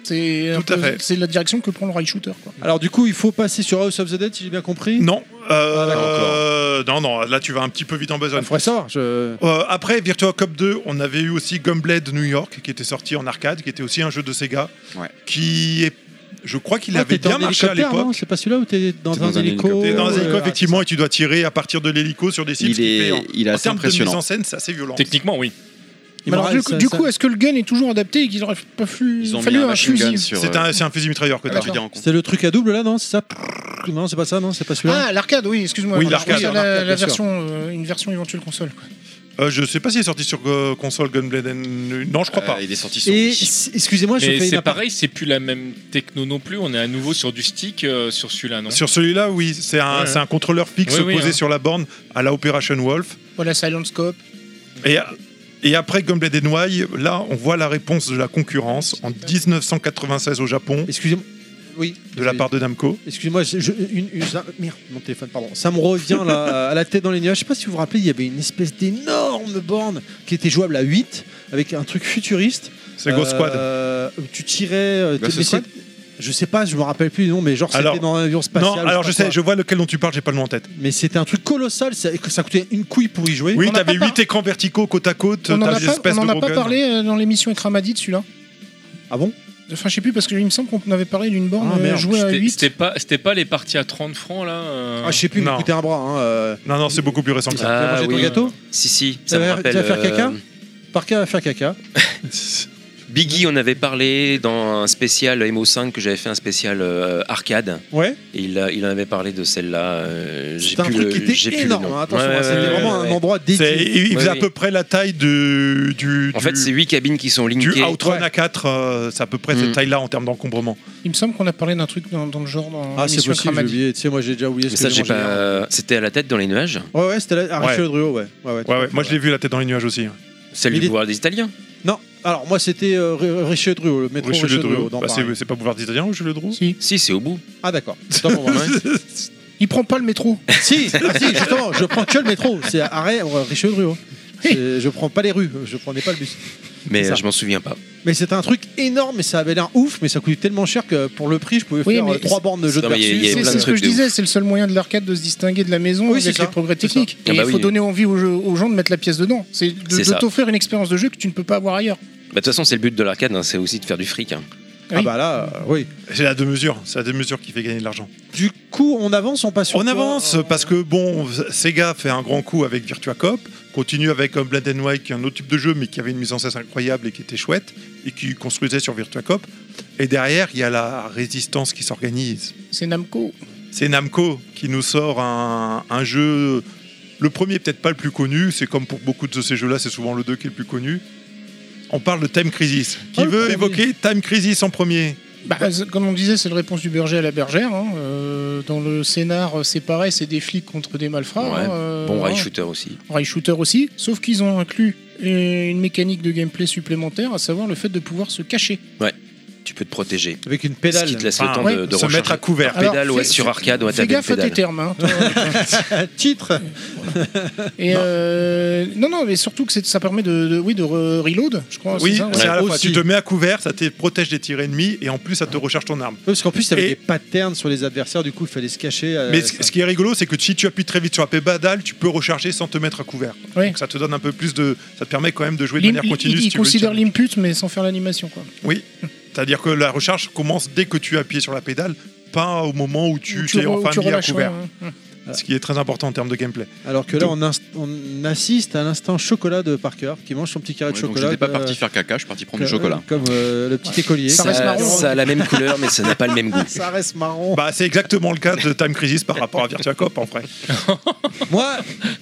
Speaker 6: C'est un
Speaker 2: Tout à
Speaker 6: peu-
Speaker 2: fait.
Speaker 6: c'est la direction que prend le rail shooter, quoi.
Speaker 1: Alors, du coup, il faut passer sur House of the Dead, si j'ai bien compris.
Speaker 2: Non, euh,
Speaker 1: Ah, d'accord.
Speaker 2: euh, non, non, là tu vas un petit peu vite en
Speaker 1: Il
Speaker 2: besogne.
Speaker 1: faudrait savoir. Je...
Speaker 2: Euh, après Virtua Cop 2, on avait eu aussi Gunblade New York qui était sorti en arcade, qui était aussi un jeu de Sega,
Speaker 5: Ouais.
Speaker 2: qui est, je crois qu'il
Speaker 1: Ah,
Speaker 2: avait
Speaker 1: t'étais
Speaker 2: bien
Speaker 1: en
Speaker 2: marché à
Speaker 1: hélicoptère, non
Speaker 2: l'époque.
Speaker 1: C'est pas celui-là où t'es dans,
Speaker 5: T'es
Speaker 1: un
Speaker 5: dans un
Speaker 1: hélico
Speaker 2: T'es
Speaker 5: hélicoptère.
Speaker 2: dans un
Speaker 1: euh,
Speaker 2: hélico,
Speaker 1: ouais.
Speaker 2: effectivement, et tu dois tirer à partir de l'hélico sur des cibles.
Speaker 5: Il
Speaker 2: ce qui fait, en-
Speaker 5: est, il est
Speaker 2: en
Speaker 5: assez
Speaker 2: termes de mise
Speaker 5: impressionnant.
Speaker 2: en scène, c'est assez violent.
Speaker 3: Techniquement, oui.
Speaker 1: Il
Speaker 6: Mais alors,
Speaker 1: m'aura-
Speaker 6: du,
Speaker 1: ça-
Speaker 6: du
Speaker 1: ça-
Speaker 6: coup, est-ce que le gun est toujours adapté et qu'il aurait pas fallu,
Speaker 5: Ils ont mis
Speaker 6: fallu
Speaker 5: un
Speaker 6: un,
Speaker 5: machine
Speaker 6: fusil
Speaker 5: gun sur.
Speaker 2: C'est
Speaker 5: euh,
Speaker 2: un, c'est un fusil mitrailleur que
Speaker 5: je
Speaker 1: Ah,
Speaker 2: t'as.
Speaker 5: veux dire, en compte.
Speaker 1: C'est le truc à double là, non C'est ça Non, c'est pas ça, non C'est pas celui-là
Speaker 6: Ah, l'arcade, oui, excuse-moi.
Speaker 2: Oui,
Speaker 6: Je
Speaker 2: l'arcade,
Speaker 6: pensais à
Speaker 1: l'arcade,
Speaker 6: La, la
Speaker 1: bien sûr.
Speaker 6: version, euh, une version éventuelle console. quoi.
Speaker 2: Euh, je sais pas s'il est sorti sur euh, console Gunblade. and- Non, je crois
Speaker 5: Euh,
Speaker 2: pas.
Speaker 5: Il est sorti sur.
Speaker 1: Et
Speaker 5: Wii.
Speaker 1: c- excusez-moi, je
Speaker 3: Mais
Speaker 1: fais une
Speaker 3: c'est
Speaker 1: aparté.
Speaker 3: pareil, c'est plus la même techno non plus. On est à nouveau sur du stick euh, sur celui-là, non
Speaker 2: Sur celui-là, oui, c'est un,
Speaker 3: Ouais.
Speaker 2: c'est un contrôleur fixe
Speaker 3: Oui, oui,
Speaker 2: posé
Speaker 3: hein.
Speaker 2: sur la borne à la Operation Wolf.
Speaker 6: Voilà, Silent Scope.
Speaker 2: Et, et après Gunblade and Why, là, on voit la réponse de la concurrence en 1996 au Japon,
Speaker 1: Excusez-moi. Oui.
Speaker 2: de la part de Namco.
Speaker 1: Excusez-moi, je- je- une- une- ça- merde, mon téléphone, pardon. Ça me revient là, à la tête dans les nuages. Je sais pas si vous vous rappelez, il y avait une espèce d'énorme borne qui était jouable à 8 avec un truc futuriste.
Speaker 2: C'est Ghost Squad.
Speaker 1: Euh, où Tu tirais. euh,
Speaker 5: Ghost
Speaker 1: mais
Speaker 5: Squad
Speaker 1: c'est- Je sais pas, je me rappelle plus du nom, mais genre c'était
Speaker 2: Alors-
Speaker 1: dans un avion spatial.
Speaker 2: Non, alors je
Speaker 1: sais
Speaker 2: sais,
Speaker 1: pas
Speaker 2: je vois lequel dont tu parles, j'ai pas le nom en tête.
Speaker 1: quoi. Mais c'était un truc colossal, ça, et que ça coûtait une couille pour y jouer.
Speaker 2: Oui,
Speaker 6: On n'a
Speaker 2: t'avais
Speaker 6: pas
Speaker 2: 8 écrans verticaux côte à côte,
Speaker 6: On n'en
Speaker 2: t'as
Speaker 6: a
Speaker 2: des
Speaker 6: pas,
Speaker 2: espèces
Speaker 6: on en
Speaker 2: de
Speaker 6: a pas
Speaker 2: gros guns.
Speaker 6: parlé euh, dans l'émission avec Ramadi de celui-là.
Speaker 1: hein. Ah bon
Speaker 6: Enfin, je sais plus, parce qu'il me semble qu'on avait parlé d'une borne
Speaker 1: Ah,
Speaker 6: euh,
Speaker 1: merde,
Speaker 6: jouée à
Speaker 3: C'était-
Speaker 6: 8.
Speaker 3: C'était pas, c'était pas les parties à 30 francs là. euh,
Speaker 1: Ah, je sais plus, mais
Speaker 2: non.
Speaker 1: coûtait un bras. Hein, euh.
Speaker 2: Non, non, c'est beaucoup plus récent que ça.
Speaker 1: T'as
Speaker 8: Ah,
Speaker 1: mangé ton
Speaker 8: oui.
Speaker 1: gâteau
Speaker 8: Si, si,
Speaker 1: Ça
Speaker 8: ça me
Speaker 1: va-
Speaker 8: rappelle.
Speaker 1: tu vas faire caca
Speaker 8: euh,
Speaker 1: Parker va faire caca.
Speaker 8: Biggie, on avait parlé dans un spécial MO5 que j'avais fait un spécial euh, arcade.
Speaker 1: Ouais.
Speaker 8: Et il, a- il en avait parlé de celle-là. euh, j'ai
Speaker 1: C'était un
Speaker 8: plus
Speaker 1: truc
Speaker 8: le-
Speaker 1: qui
Speaker 8: j'ai
Speaker 1: était
Speaker 8: plus le
Speaker 1: énorme.
Speaker 8: nom.
Speaker 1: hein, Attention,
Speaker 8: Ouais,
Speaker 1: hein,
Speaker 8: ouais,
Speaker 1: c'était
Speaker 8: ouais,
Speaker 1: vraiment
Speaker 8: ouais.
Speaker 1: un endroit
Speaker 2: C'est-
Speaker 1: dédié.
Speaker 2: il il
Speaker 8: Oui,
Speaker 2: faisait à
Speaker 8: oui.
Speaker 2: peu près la taille de- du,
Speaker 8: En
Speaker 2: du-
Speaker 8: fait, c'est huit cabines qui sont
Speaker 2: du
Speaker 8: linkées.
Speaker 2: Outrun
Speaker 1: Ouais.
Speaker 2: A4, euh, c'est à peu près
Speaker 8: Mm.
Speaker 2: cette taille-là en termes d'encombrement.
Speaker 6: Il me semble qu'on a parlé d'un truc dans, dans le genre dans
Speaker 1: Ah, c'est
Speaker 6: l'émission avec
Speaker 1: possible, j'ai
Speaker 6: Ramadi.
Speaker 1: oublié. Tu sais, moi j'ai déjà oublié
Speaker 8: Mais
Speaker 1: ce
Speaker 8: ça,
Speaker 1: que
Speaker 8: j'ai
Speaker 1: mangé hier.
Speaker 8: pas. euh, C'était à la tête dans les nuages.
Speaker 1: Ouais, ouais, c'était la... Arachio
Speaker 2: Ouais.
Speaker 1: le Druot, ouais. ouais, ouais, tout
Speaker 2: Ouais,
Speaker 1: à
Speaker 2: ouais,
Speaker 1: fait,
Speaker 2: moi je l'ai vu la tête dans les nuages aussi.
Speaker 8: Celle
Speaker 1: Mais
Speaker 8: du
Speaker 1: il est-
Speaker 8: pouvoir des Italiens.
Speaker 1: Non, alors moi c'était euh, Ré- Richelieu Druot, le métro Richelieu
Speaker 2: Richelieu
Speaker 1: Druot.
Speaker 2: Drew.
Speaker 1: dans
Speaker 2: Bah,
Speaker 1: Paris.
Speaker 2: c'est c'est pas boulevard italien, Richelieu Drew
Speaker 8: Si, c'est au bout.
Speaker 1: Ah, d'accord. Autant pour moi.
Speaker 6: Il prend pas le métro.
Speaker 1: si, ah, si, justement, je prends que le métro. C'est arrêt euh, Richelieu. hein. C'est- Je prends pas les rues, euh, je prenais pas le bus.
Speaker 8: Mais
Speaker 1: ça.
Speaker 8: je m'en souviens pas. Bah,
Speaker 1: Mais c'était un truc énorme et ça avait l'air ouf, mais ça coûtait tellement cher que pour le prix, je pouvais
Speaker 6: Oui,
Speaker 1: faire
Speaker 6: mais
Speaker 1: euh, trois bornes de jeu de
Speaker 8: Non, mais il y a- il y
Speaker 1: versus.
Speaker 8: a
Speaker 6: C'est
Speaker 8: plein
Speaker 6: c'est
Speaker 8: de
Speaker 6: ce que
Speaker 8: trucs
Speaker 6: je
Speaker 8: de
Speaker 6: disais, c'est le seul moyen de l'arcade de se distinguer de la maison
Speaker 1: Oui, c'est
Speaker 6: avec
Speaker 1: ça,
Speaker 6: les progrès
Speaker 1: c'est ça.
Speaker 6: techniques.
Speaker 8: Ah
Speaker 6: Et
Speaker 8: bah
Speaker 6: il
Speaker 8: oui,
Speaker 6: faut
Speaker 8: oui.
Speaker 6: donner envie aux, jeux- aux gens de mettre la pièce dedans. C'est de,
Speaker 8: C'est
Speaker 6: de
Speaker 8: ça.
Speaker 6: t'offrir une expérience de jeu que tu ne peux pas avoir ailleurs.
Speaker 8: Bah, De toute façon, c'est le but de l'arcade, hein, c'est aussi de faire du fric. hein.
Speaker 1: Ah bah là, euh, oui.
Speaker 2: C'est la deux mesures, c'est la deux mesures qui fait gagner de l'argent.
Speaker 1: Du coup, on avance, on passe sur
Speaker 2: On
Speaker 1: quoi
Speaker 2: avance
Speaker 1: Euh,
Speaker 2: parce que bon, Sega fait un grand coup avec Virtua Cop, continue avec euh, Blood and White qui est un autre type de jeu mais qui avait une mise en scène incroyable et qui était chouette et qui construisait sur Virtua Cop. Et derrière, il y a la résistance qui s'organise.
Speaker 6: C'est Namco.
Speaker 2: C'est Namco qui nous sort un, un jeu. Le premier, peut-être pas le plus connu, c'est comme pour beaucoup de ces jeux-là, c'est souvent le 2 qui est le plus connu. On parle de Time Crisis. Qui
Speaker 1: Oh, le
Speaker 2: veut
Speaker 1: premier.
Speaker 2: évoquer Time Crisis en premier
Speaker 6: Bah, c'est- comme on disait, c'est la réponse du berger à la bergère. hein. Euh, dans le scénar, c'est pareil, c'est des flics contre des malfrats.
Speaker 8: Ouais.
Speaker 6: hein,
Speaker 1: Oh,
Speaker 6: euh,
Speaker 8: Bon, rail
Speaker 6: hein.
Speaker 8: shooter aussi.
Speaker 6: Rail Shooter aussi, sauf qu'ils ont inclus euh, une mécanique de gameplay supplémentaire, à savoir le fait de pouvoir se cacher.
Speaker 8: Tu peux te protéger.
Speaker 1: Avec une
Speaker 8: Ce
Speaker 1: pédale.
Speaker 8: qui te laisse le
Speaker 2: Enfin,
Speaker 8: temps
Speaker 6: ouais,
Speaker 8: de, de
Speaker 2: Se
Speaker 8: recharger.
Speaker 2: mettre à couvert.
Speaker 6: Alors,
Speaker 8: pédale, ouais,
Speaker 6: fais-
Speaker 8: sur arcade, ouais,
Speaker 6: Fais
Speaker 8: t'avais une
Speaker 6: gaffe à tes
Speaker 8: pédale.
Speaker 6: termes. hein, toi.
Speaker 1: Titre
Speaker 6: Et euh, non, non, mais surtout que c'est- ça permet de, de- oui, de re- reload, je crois.
Speaker 2: oui,
Speaker 6: Oh, c'est ça, ouais.
Speaker 2: c'est à la fois,
Speaker 1: Aussi.
Speaker 2: tu te mets à couvert, ça te protège des tirs ennemis et en plus, ça te recharge ton arme.
Speaker 1: Parce qu'en plus, il y avait
Speaker 2: Et-
Speaker 1: des patterns sur les adversaires, du coup, il fallait se cacher. euh,
Speaker 2: Mais
Speaker 1: ça-
Speaker 2: ce ce qui est rigolo, c'est que si tu appuies très vite sur la pédale, tu peux recharger sans te mettre à couvert.
Speaker 6: Oui.
Speaker 2: Donc ça te donne un peu plus de. Ça te permet quand même de jouer de
Speaker 6: L'im-
Speaker 2: manière continue.
Speaker 6: il,
Speaker 2: si
Speaker 6: il
Speaker 2: tu veux,
Speaker 6: considère
Speaker 2: tiens.
Speaker 6: l'input, mais sans faire l'animation, quoi.
Speaker 2: C'est-à-dire que la recharge commence dès que tu appuies sur la pédale, pas au moment où tu,
Speaker 6: Ou
Speaker 2: t'es
Speaker 6: re- ou
Speaker 2: enfin mis à
Speaker 6: relâches,
Speaker 2: couvert.
Speaker 6: ouais, ouais.
Speaker 2: Ce qui est très important en termes de gameplay.
Speaker 1: Alors que là, on, inst- on assiste à l'instant chocolat de Parker qui mange son petit carré de
Speaker 5: Ouais, donc
Speaker 1: chocolat.
Speaker 5: j'étais pas
Speaker 1: euh,
Speaker 5: parti faire caca, je suis parti prendre
Speaker 1: que-
Speaker 5: du chocolat.
Speaker 1: euh, Comme euh, le petit écolier.
Speaker 6: Ça
Speaker 8: Ça,
Speaker 6: reste marron,
Speaker 8: ça
Speaker 6: hein.
Speaker 8: a la même couleur, mais ça n'a pas le même goût.
Speaker 1: Ça reste marron.
Speaker 2: Bah, c'est exactement le cas de Time Crisis par rapport à Virtua Cop en vrai.
Speaker 1: Moi,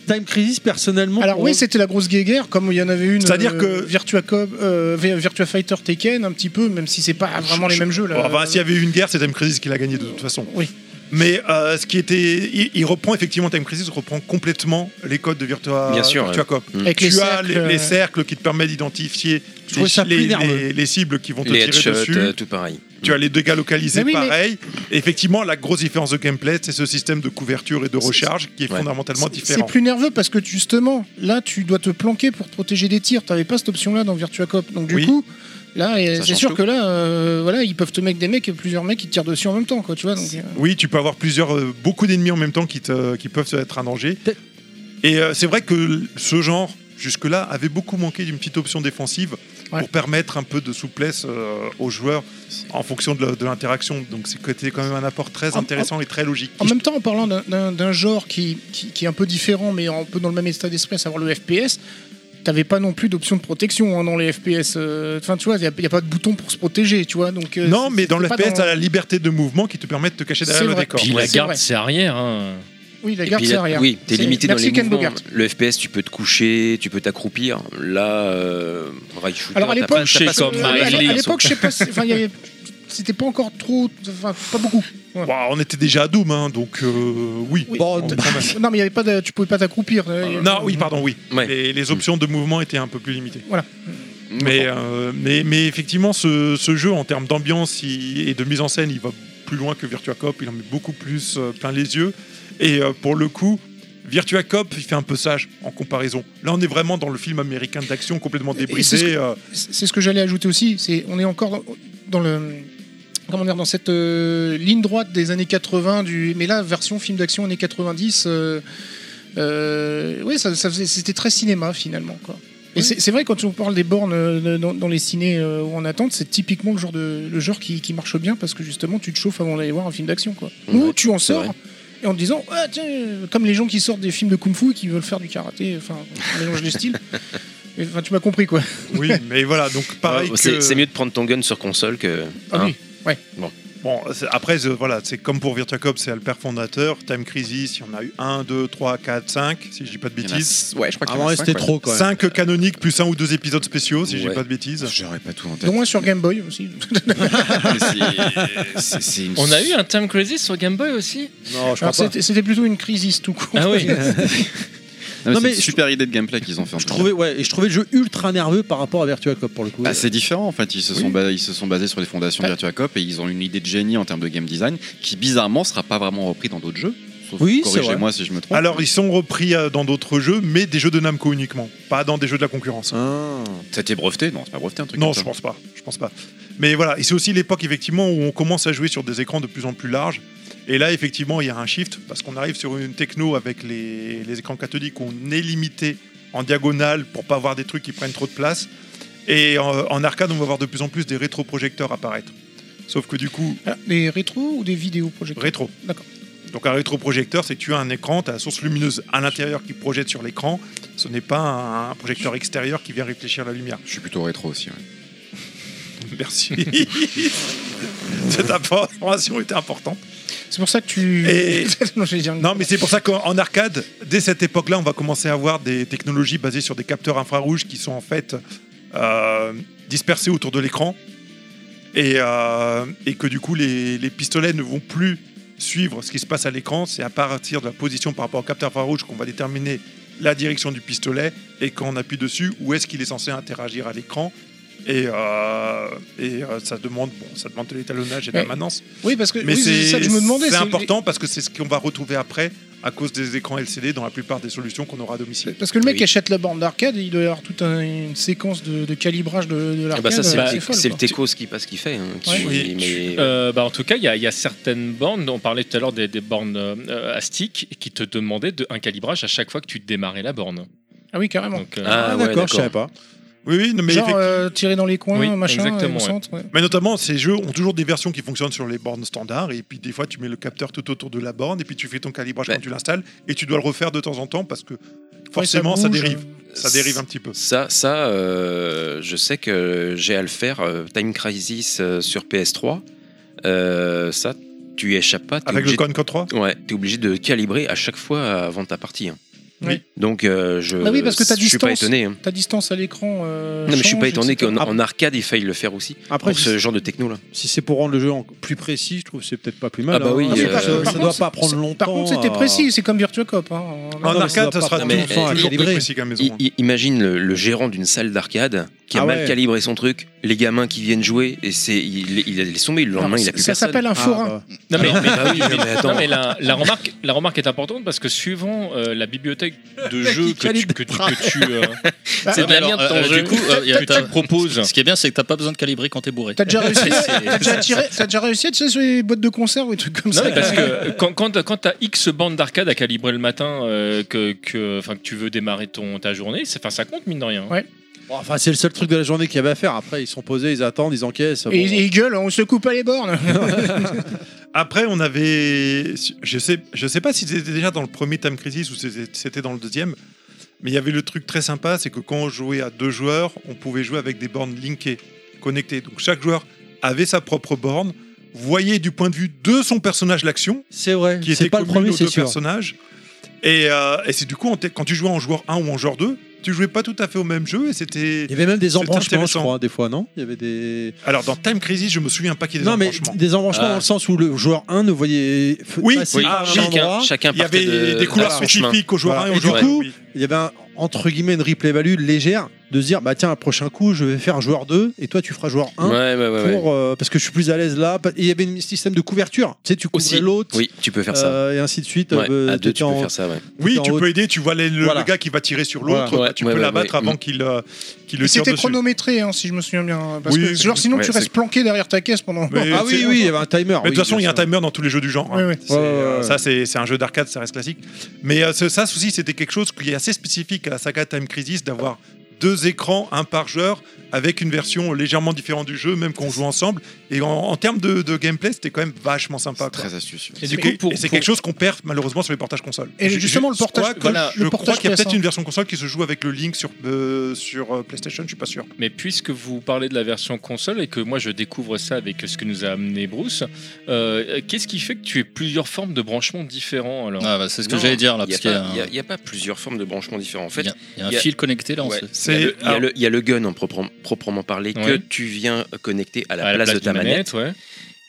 Speaker 1: Time Crisis, personnellement.
Speaker 6: Alors
Speaker 1: pour-
Speaker 6: oui, c'était la grosse guéguerre, comme il y en avait une.
Speaker 2: C'est-à-dire que-
Speaker 6: Virtua, Cop, euh, Vi- Virtua Fighter Tekken, un petit peu, même si c'est pas vraiment les mêmes jeux là.
Speaker 2: Bon, enfin, s'il y avait eu une guerre, c'est Time Crisis qui l'a gagné de toute façon.
Speaker 6: Oui.
Speaker 2: Mais euh, ce qui était. Il, il reprend effectivement Time Crisis, reprend complètement les codes de Virtua,
Speaker 8: Bien sûr,
Speaker 2: Virtua
Speaker 8: ouais. Mm.
Speaker 2: Cop.
Speaker 6: Avec
Speaker 2: tu
Speaker 6: les
Speaker 2: as
Speaker 6: cercles,
Speaker 2: les,
Speaker 6: euh,
Speaker 2: les cercles qui te permettent d'identifier
Speaker 1: trouvais ça plus
Speaker 2: les,
Speaker 1: nerveux.
Speaker 2: les- les cibles qui vont te
Speaker 8: Les
Speaker 2: tirer
Speaker 8: headshots,
Speaker 2: dessus.
Speaker 8: euh, tout pareil.
Speaker 2: Tu as les dégâts localisés
Speaker 6: Mais oui, mais-
Speaker 2: pareil. Et effectivement, la grosse différence de gameplay, c'est ce système de couverture et de recharge qui est
Speaker 8: Ouais.
Speaker 2: fondamentalement
Speaker 6: C'est-
Speaker 2: différent.
Speaker 6: C'est plus nerveux parce que justement, là, tu dois te planquer pour te protéger des tirs. T'avais pas cette option-là dans Virtua Cop. Donc du
Speaker 2: Oui.
Speaker 6: coup, là, et c'est
Speaker 5: change
Speaker 6: sûr
Speaker 5: tout.
Speaker 6: que là, euh, voilà, ils peuvent te mettre des mecs et plusieurs mecs qui te tirent dessus en même temps, quoi. Tu vois. Donc, euh,
Speaker 2: Oui, tu peux avoir plusieurs, euh, beaucoup d'ennemis en même temps qui, te- qui peuvent être un danger.
Speaker 1: Peut-
Speaker 2: Et euh, c'est vrai que l- ce genre, jusque-là, avait beaucoup manqué d'une petite option défensive
Speaker 6: Ouais.
Speaker 2: pour permettre un peu de souplesse euh, aux joueurs en fonction de la- de l'interaction. Donc c'était quand même un apport très
Speaker 6: En-
Speaker 2: intéressant et très logique.
Speaker 6: En même temps, en parlant d'un- d'un d'un genre qui, qui, qui est un peu différent, mais un peu dans le même état d'esprit, à savoir le FPS, t'avais pas non plus d'option de protection hein, dans les FPS. euh, Enfin, tu vois, il n'y a, pas de bouton pour se protéger, tu vois. Donc, euh,
Speaker 2: non,
Speaker 6: c'est-
Speaker 2: mais dans le
Speaker 6: c'est pas
Speaker 2: FPS, t'as la liberté de mouvement qui te permet de te cacher derrière
Speaker 6: C'est
Speaker 2: le
Speaker 6: vrai.
Speaker 2: décor.
Speaker 3: Puis
Speaker 6: Ouais,
Speaker 3: la
Speaker 6: c'est
Speaker 3: garde,
Speaker 6: vrai.
Speaker 3: c'est arrière. hein.
Speaker 6: Oui, la
Speaker 8: Et
Speaker 6: garde,
Speaker 8: puis
Speaker 6: c'est
Speaker 8: là,
Speaker 6: arrière.
Speaker 8: Oui, t'es
Speaker 6: C'est-
Speaker 8: limité
Speaker 6: Merci
Speaker 8: dans les
Speaker 6: Ken
Speaker 8: mouvements.
Speaker 6: Bogart.
Speaker 8: Le FPS, tu peux te coucher, tu peux t'accroupir. Là, euh, rail shooter,
Speaker 6: Alors à
Speaker 8: t'as
Speaker 6: l'époque,
Speaker 8: pas- t'as pas ce
Speaker 3: comme
Speaker 8: mouvement.
Speaker 6: à l'é-
Speaker 3: Marilyn.
Speaker 6: à l'époque, je sais pas, si- enfin, il y avait- c'était pas encore trop, enfin, pas beaucoup. Ouais.
Speaker 2: Bah, on était déjà à Doom, hein, donc euh, oui.
Speaker 6: Oui.
Speaker 2: On- quand même.
Speaker 6: Non, mais il y avait pas, de- tu pouvais pas t'accroupir. euh, il y avait-
Speaker 2: Non, oui, pardon, oui.
Speaker 8: Ouais.
Speaker 2: Les, les options de mouvement étaient un peu plus limitées.
Speaker 6: Voilà.
Speaker 2: Mais, euh, mais, mais effectivement, ce, ce jeu, en termes d'ambiance il- et de mise en scène, il va plus loin que Virtua Cop. Il en met beaucoup plus euh, plein les yeux. Et euh, pour le coup, Virtua Cop, il fait un peu sage en comparaison. Là, on est vraiment dans le film américain d'action complètement
Speaker 6: Et c'est
Speaker 2: débridé.
Speaker 6: ce que-
Speaker 2: euh,
Speaker 6: C'est c'est ce que j'allais ajouter aussi. C'est, on est encore dans, dans le, comment dire, dans cette euh, ligne droite des années 80 du, mais là version film d'action années 90. Euh, euh, ouais, ça, ça faisait- c'était très cinéma finalement quoi. Et c'est c'est vrai quand on parle des bornes euh, dans, dans les ciné euh, ou en attente, c'est typiquement le genre de le genre qui, qui marche bien parce que justement tu te chauffes avant d'aller voir un film d'action quoi.
Speaker 8: Ouais,
Speaker 6: Ou tu en
Speaker 8: c'est
Speaker 6: sors
Speaker 8: vrai.
Speaker 6: et en te disant Ah, tiens, euh, comme les gens qui sortent des films de kung-fu et qui veulent faire du karaté, enfin on mélange les styles. Et, Enfin tu m'as compris quoi.
Speaker 2: oui, mais voilà, donc pareil.
Speaker 8: Ouais, c'est-
Speaker 2: que-
Speaker 8: C'est mieux de prendre ton gun sur console que.
Speaker 6: Ah
Speaker 8: hein.
Speaker 6: oui.
Speaker 2: Bon, c'est- après, c'est- voilà, c'est comme pour Virtua Cop, c'est le père fondateur. Time Crisis, il y en a eu 1, 2, 3, 4, 5, si je dis pas de
Speaker 5: Il y en a
Speaker 2: bêtises.
Speaker 5: six- Ouais, je crois qu'il y en
Speaker 10: Ah,
Speaker 1: Avant,
Speaker 5: a
Speaker 1: Ah, c'était
Speaker 5: cinq, ouais.
Speaker 1: trop quand même.
Speaker 2: 5 canoniques plus un ou deux épisodes spéciaux, si j'ai
Speaker 8: Ouais.
Speaker 2: pas de bêtises.
Speaker 5: J'aurais pas tout en tête.
Speaker 6: Dont un sur Game Boy aussi.
Speaker 5: Mais c'est- c'est- c'est une-
Speaker 3: On a eu un Time Crisis sur Game Boy aussi
Speaker 1: Non, je crois
Speaker 6: Alors,
Speaker 1: pas.
Speaker 6: C'était c'était plutôt une crisis tout court.
Speaker 3: Ah oui.
Speaker 5: Non, mais
Speaker 1: Non,
Speaker 5: c'est
Speaker 1: mais
Speaker 5: une
Speaker 1: je-
Speaker 5: super idée de gameplay qu'ils ont fait. en
Speaker 1: Je
Speaker 5: tout cas.
Speaker 1: trouvais, ouais, et je trouvais le jeu ultra nerveux par rapport à Virtua Cop pour le coup.
Speaker 5: Bah, c'est différent en fait, ils se, sont ba- ils se sont basés sur les fondations de
Speaker 6: Ouais.
Speaker 5: Virtua Cop et ils ont une idée de génie en termes de game design qui bizarrement sera pas vraiment repris dans d'autres jeux. Sauf-
Speaker 10: Oui, c'est vrai.
Speaker 5: Corrigez-moi si je me trompe.
Speaker 2: Alors, ils sont repris euh, dans d'autres jeux, mais des jeux de Namco uniquement, pas dans des jeux de la concurrence.
Speaker 5: Ah. C'était breveté Non, c'est pas breveté un truc.
Speaker 2: Non,
Speaker 5: comme
Speaker 2: je
Speaker 5: ça.
Speaker 2: pense pas. Je pense pas. Mais voilà, et c'est aussi l'époque effectivement où on commence à jouer sur des écrans de plus en plus larges. Et là, effectivement, il y a un shift parce qu'on arrive sur une techno avec les, les écrans cathodiques où on est limité en diagonale pour pas avoir des trucs qui prennent trop de place. Et en, en arcade, on va voir de plus en plus des rétroprojecteurs apparaître. Sauf que du coup,
Speaker 6: Ah, Des rétros ou des vidéoprojecteurs
Speaker 2: rétro.
Speaker 6: D'accord.
Speaker 2: Donc un rétroprojecteur, c'est que tu as un écran, tu as la source lumineuse à l'intérieur qui projette sur l'écran. Ce n'est pas un, un projecteur extérieur qui vient réfléchir la lumière.
Speaker 5: Je suis plutôt rétro aussi. ouais.
Speaker 2: Merci. Cette information était importante.
Speaker 6: C'est pour ça que tu.
Speaker 2: Et-
Speaker 6: non, j'allais dire une-
Speaker 2: Non, mais c'est pour ça qu'en en arcade, dès cette époque-là, on va commencer à avoir des technologies basées sur des capteurs infrarouges qui sont en fait euh, dispersés autour de l'écran. Et, euh, et que du coup, les, les pistolets ne vont plus suivre ce qui se passe à l'écran. C'est à partir de la position par rapport au capteur infrarouge qu'on va déterminer la direction du pistolet et quand on appuie dessus, où est-ce qu'il est censé interagir à l'écran. Et, euh, et euh, ça demande, bon, ça demande de l'étalonnage et de la
Speaker 6: Ouais.
Speaker 2: manance.
Speaker 6: Oui, parce que
Speaker 2: Mais
Speaker 6: oui, c'est ça que je me demandais.
Speaker 2: C'est important parce que c'est ce qu'on va retrouver après à cause des écrans LCD dans la plupart des solutions qu'on aura à domicile.
Speaker 6: Parce que le mec
Speaker 8: Oui.
Speaker 6: qui achète la borne d'arcade, il doit y avoir toute un- une séquence de, de calibrage de, de
Speaker 8: Ah
Speaker 6: l'arcade.
Speaker 8: bah ça, c'est
Speaker 6: euh,
Speaker 8: le,
Speaker 6: folle,
Speaker 8: c'est le
Speaker 6: quoi.
Speaker 8: Teco ce qui passe qui fait. hein, qui-
Speaker 6: Ouais.
Speaker 3: Oui.
Speaker 8: mais-
Speaker 3: Euh, bah, en tout cas, il y, a- il y a certaines bornes, on parlait tout à l'heure des, des bornes euh, à stick, qui te demandaient de, un calibrage à chaque fois que tu démarrais la borne.
Speaker 6: Ah oui, carrément.
Speaker 3: Donc, euh,
Speaker 8: Ah,
Speaker 10: Ah,
Speaker 8: ouais,
Speaker 10: d'accord, je savais pas.
Speaker 2: Oui, oui, non, mais,
Speaker 6: Genre
Speaker 2: effectivement-
Speaker 6: euh, tirer dans les coins,
Speaker 3: Oui,
Speaker 6: machin,
Speaker 3: exactement,
Speaker 6: et au
Speaker 3: ouais.
Speaker 6: centre. ouais.
Speaker 2: mais notamment, ces jeux ont toujours des versions qui fonctionnent sur les bornes standards et puis des fois tu mets le capteur tout autour de la borne et puis tu fais ton calibrage
Speaker 3: Bah
Speaker 8: Ouais.
Speaker 2: quand tu l'installes et tu dois le refaire de temps en temps parce que forcément
Speaker 6: Ouais,
Speaker 2: ça,
Speaker 6: bouge.
Speaker 2: dérive. Ça dérive un petit peu.
Speaker 8: Ça, ça euh, je sais que j'ai à le faire. euh, Time Crisis euh, sur PS3. euh, ça, tu y échappes pas. t'es
Speaker 2: Avec le
Speaker 8: obligé-
Speaker 2: Con 3
Speaker 8: Ouais, t'es obligé de calibrer à chaque fois avant ta partie. hein.
Speaker 6: Oui.
Speaker 8: Donc, euh, je.
Speaker 6: Bah oui, parce que ta
Speaker 8: Je suis pas
Speaker 6: distance-
Speaker 8: étonné. hein.
Speaker 6: Ta distance à l'écran. euh,
Speaker 8: Non, mais je suis
Speaker 6: change,
Speaker 8: pas étonné
Speaker 6: etc.
Speaker 8: qu'en en arcade, il faille le faire aussi.
Speaker 10: Après,
Speaker 8: Pour ce genre de techno là.
Speaker 10: si c'est pour rendre le jeu en- plus précis, je trouve que c'est peut-être pas plus mal.
Speaker 8: Ah bah
Speaker 10: hein.
Speaker 8: oui, euh,
Speaker 10: ça,
Speaker 8: par
Speaker 10: ça
Speaker 6: contre,
Speaker 10: doit pas prendre
Speaker 6: c'est-
Speaker 10: longtemps. euh,
Speaker 6: Par contre, c'était
Speaker 10: à-
Speaker 8: euh.
Speaker 6: précis, c'est comme Virtua Cop. hein.
Speaker 10: Ah,
Speaker 2: En
Speaker 10: non, mais ça
Speaker 2: arcade,
Speaker 10: doit
Speaker 2: ça
Speaker 10: pas
Speaker 2: sera
Speaker 10: prendre
Speaker 2: tout-
Speaker 8: longtemps à
Speaker 2: toujours plus
Speaker 10: calibrer.
Speaker 2: précis qu'à
Speaker 8: I-
Speaker 2: maison.
Speaker 8: i- imagine le, le gérant d'une salle d'arcade qui a
Speaker 10: Ah
Speaker 8: mal
Speaker 10: ouais.
Speaker 8: calibré son truc, les gamins qui viennent jouer et c'est il, il, est sommeil le lendemain, il a plus
Speaker 6: ça
Speaker 8: personne.
Speaker 6: s'appelle un
Speaker 10: Ah,
Speaker 6: forain.
Speaker 10: bah.
Speaker 3: non, mais,
Speaker 8: Alors,
Speaker 3: mais-
Speaker 8: bah oui, non, mais attends.
Speaker 3: non, mais la, la remarque, la remarque est importante parce que suivant euh, la bibliothèque de jeux que tu, que tu, que tu, euh,
Speaker 6: Ah,
Speaker 8: C'est de la merde ton
Speaker 7: euh,
Speaker 8: jeu.
Speaker 7: Du coup, euh, il y a-
Speaker 3: que
Speaker 7: t'as-
Speaker 3: tu proposes.
Speaker 7: ce qui est bien, c'est que t'as pas besoin de calibrer quand t'es bourré.
Speaker 6: T'as déjà réussi
Speaker 7: C'est-
Speaker 6: T'as déjà, tiré- t'as déjà réussi à tirer sur les boîtes de conserve ou des trucs comme
Speaker 3: Non,
Speaker 6: ça
Speaker 3: mais parce que quand, quand, quand t'as X bandes d'arcade à calibrer le matin, euh, que, que, enfin, que tu veux démarrer ton, ta journée, c'est- enfin, ça compte mine de rien.
Speaker 10: Bon, enfin, c'est le seul truc de la journée qu'il y avait à faire. Après, ils sont posés, ils attendent, ils encaissent.
Speaker 6: Et,
Speaker 10: Bon.
Speaker 6: et ils gueulent, hein, on se coupe à les bornes.
Speaker 2: Après, on avait. Je sais, je sais pas si c'était déjà dans le premier Time Crisis ou c'était c'était dans le deuxième, mais il y avait le truc très sympa c'est que quand on jouait à deux joueurs, on pouvait jouer avec des bornes linkées, connectées. Donc chaque joueur avait sa propre borne, voyait du point de vue de son personnage l'action,
Speaker 10: C'est vrai.
Speaker 2: qui
Speaker 10: C'est
Speaker 2: était
Speaker 10: pas le
Speaker 2: commune
Speaker 10: premier,
Speaker 2: aux
Speaker 10: c'est
Speaker 2: deux
Speaker 10: sûr.
Speaker 2: personnages. Et, euh, et c'est du coup, en t- quand tu jouais en joueur 1 ou en joueur 2, tu jouais pas tout à fait au même jeu et c'était.
Speaker 10: Il y avait même des
Speaker 2: C'est
Speaker 10: embranchements, je
Speaker 2: intéressant.
Speaker 10: crois, des fois, non Il y avait des.
Speaker 2: Alors dans Time Crisis, je me souviens pas qu'il y ait des
Speaker 10: Non, mais
Speaker 2: embranchements.
Speaker 10: des embranchements
Speaker 7: Ah.
Speaker 10: dans le sens où le joueur 1 ne voyait. f-
Speaker 2: Oui,
Speaker 10: passer
Speaker 8: Oui,
Speaker 10: à un
Speaker 8: chacun,
Speaker 10: endroit.
Speaker 8: chacun
Speaker 2: Il y
Speaker 8: partait
Speaker 2: avait
Speaker 8: de-
Speaker 2: des couleurs
Speaker 8: de son chemin.
Speaker 2: spécifiques aux joueurs
Speaker 10: Voilà.
Speaker 2: 1 et
Speaker 10: Et
Speaker 2: aux
Speaker 10: du
Speaker 2: joueurs
Speaker 10: coup,
Speaker 2: 2.
Speaker 10: il y avait un, entre guillemets une replay value légère de se dire bah tiens, un prochain coup, je vais faire joueur 2 et toi tu feras joueur 1
Speaker 1: Hein
Speaker 8: Ouais, ouais, ouais, ouais.
Speaker 10: pour, euh, parce que je suis plus à l'aise là. Et il y avait un système de couverture. Tu sais, tu couvrais
Speaker 8: Aussi.
Speaker 10: l'autre
Speaker 8: Oui, tu peux faire ça.
Speaker 10: euh, et ainsi de suite.
Speaker 8: Ouais,
Speaker 10: euh,
Speaker 8: à deux,
Speaker 10: t'étais
Speaker 8: tu peux
Speaker 10: en-
Speaker 8: faire ça. Ouais.
Speaker 2: Oui,
Speaker 10: en
Speaker 2: tu
Speaker 10: haut.
Speaker 2: peux aider, tu vois les- le,
Speaker 10: Voilà.
Speaker 2: le gars qui va tirer sur l'autre,
Speaker 8: Voilà.
Speaker 2: bah, tu
Speaker 8: Ouais,
Speaker 2: peux
Speaker 8: ouais,
Speaker 2: l'abattre
Speaker 8: ouais,
Speaker 2: avant
Speaker 8: ouais.
Speaker 2: qu'il euh, qu'il
Speaker 6: Et
Speaker 2: le tire
Speaker 6: C'était
Speaker 2: dessus.
Speaker 6: chronométré, hein, si je me souviens bien. Parce
Speaker 2: Oui,
Speaker 6: que, genre, sinon,
Speaker 8: ouais,
Speaker 6: tu restes
Speaker 8: c'est-
Speaker 6: planqué derrière ta caisse pendant.
Speaker 2: Mais
Speaker 10: Ah
Speaker 2: c'est-
Speaker 10: oui, oui, il y avait un timer.
Speaker 2: Mais de
Speaker 10: oui,
Speaker 2: toute façon, il y a un
Speaker 10: bien sûr.
Speaker 2: timer dans tous les jeux du genre. hein.
Speaker 6: Ouais, ouais.
Speaker 2: C'est,
Speaker 10: Ouais,
Speaker 2: euh,
Speaker 10: ouais, ouais.
Speaker 2: Ça, c'est c'est un jeu d'arcade, ça reste classique. Mais euh, ce- ça aussi, c'était quelque chose qui est assez spécifique à la saga Time Crisis d'avoir deux écrans, un par joueur, avec une version légèrement différente du jeu, même qu'on joue ensemble. Et en, en termes de, de gameplay, c'était quand même vachement sympa. quoi.
Speaker 5: Très astucieux.
Speaker 3: Et du
Speaker 2: Et-
Speaker 3: coup, pour,
Speaker 2: et c'est
Speaker 3: pour-
Speaker 2: quelque chose qu'on perd malheureusement sur les portages consoles.
Speaker 6: Et justement, le portage-
Speaker 2: je crois que-
Speaker 6: voilà,
Speaker 2: je
Speaker 6: le
Speaker 2: crois
Speaker 6: portage
Speaker 2: qu'il y a peut-être
Speaker 6: PS1.
Speaker 2: une version console qui se joue avec le Link sur, euh, sur euh, PlayStation, je suis pas sûr.
Speaker 3: Mais puisque vous parlez de la version console et que moi je découvre ça avec ce que nous a amené Bruce, euh, qu'est-ce qui fait que tu aies plusieurs formes de branchement différents alors
Speaker 7: Ah, bah, c'est ce que
Speaker 8: Non,
Speaker 7: j'allais dire là,
Speaker 8: Il n'y a,
Speaker 7: parce qu'il y a
Speaker 8: pas-
Speaker 7: un-
Speaker 8: il y a- il y a pas plusieurs formes de branchements différents. En fait,
Speaker 7: il y a- il y a un
Speaker 8: il y a-
Speaker 7: fil connecté là. on
Speaker 8: ouais.
Speaker 7: sait.
Speaker 8: il y, a
Speaker 2: C'est
Speaker 8: le- il y a le- il y a le gun en propre- proprement parlé que
Speaker 3: Ouais.
Speaker 8: tu viens connecter à la,
Speaker 3: À
Speaker 8: place, de ta
Speaker 3: d'une
Speaker 8: manette.
Speaker 3: ouais.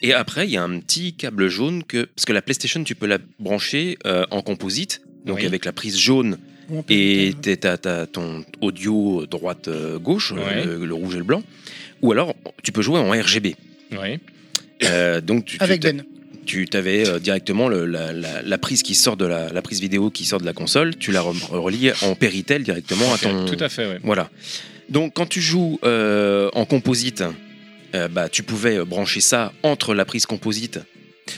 Speaker 8: Et après, il y a un petit câble jaune que parce que la PlayStation, tu peux la brancher euh, en composite, donc
Speaker 3: Oui.
Speaker 8: avec la prise jaune et t'es- t'as t'as ton audio droite euh, gauche,
Speaker 3: Ouais.
Speaker 8: le, le rouge et le blanc. Ou alors, tu peux jouer en RGB.
Speaker 3: Ouais.
Speaker 8: Euh, donc tu, tu-
Speaker 6: Avec
Speaker 8: t'as-
Speaker 6: Ben.
Speaker 8: tu avais directement le- la, la- la prise qui sort de la, la prise vidéo qui sort de la console, tu la re- reliais en Péritel directement à ton.
Speaker 3: Tout à fait, ouais.
Speaker 8: Voilà. Donc quand tu joues euh, en composite, euh, bah, tu pouvais brancher ça entre la prise composite.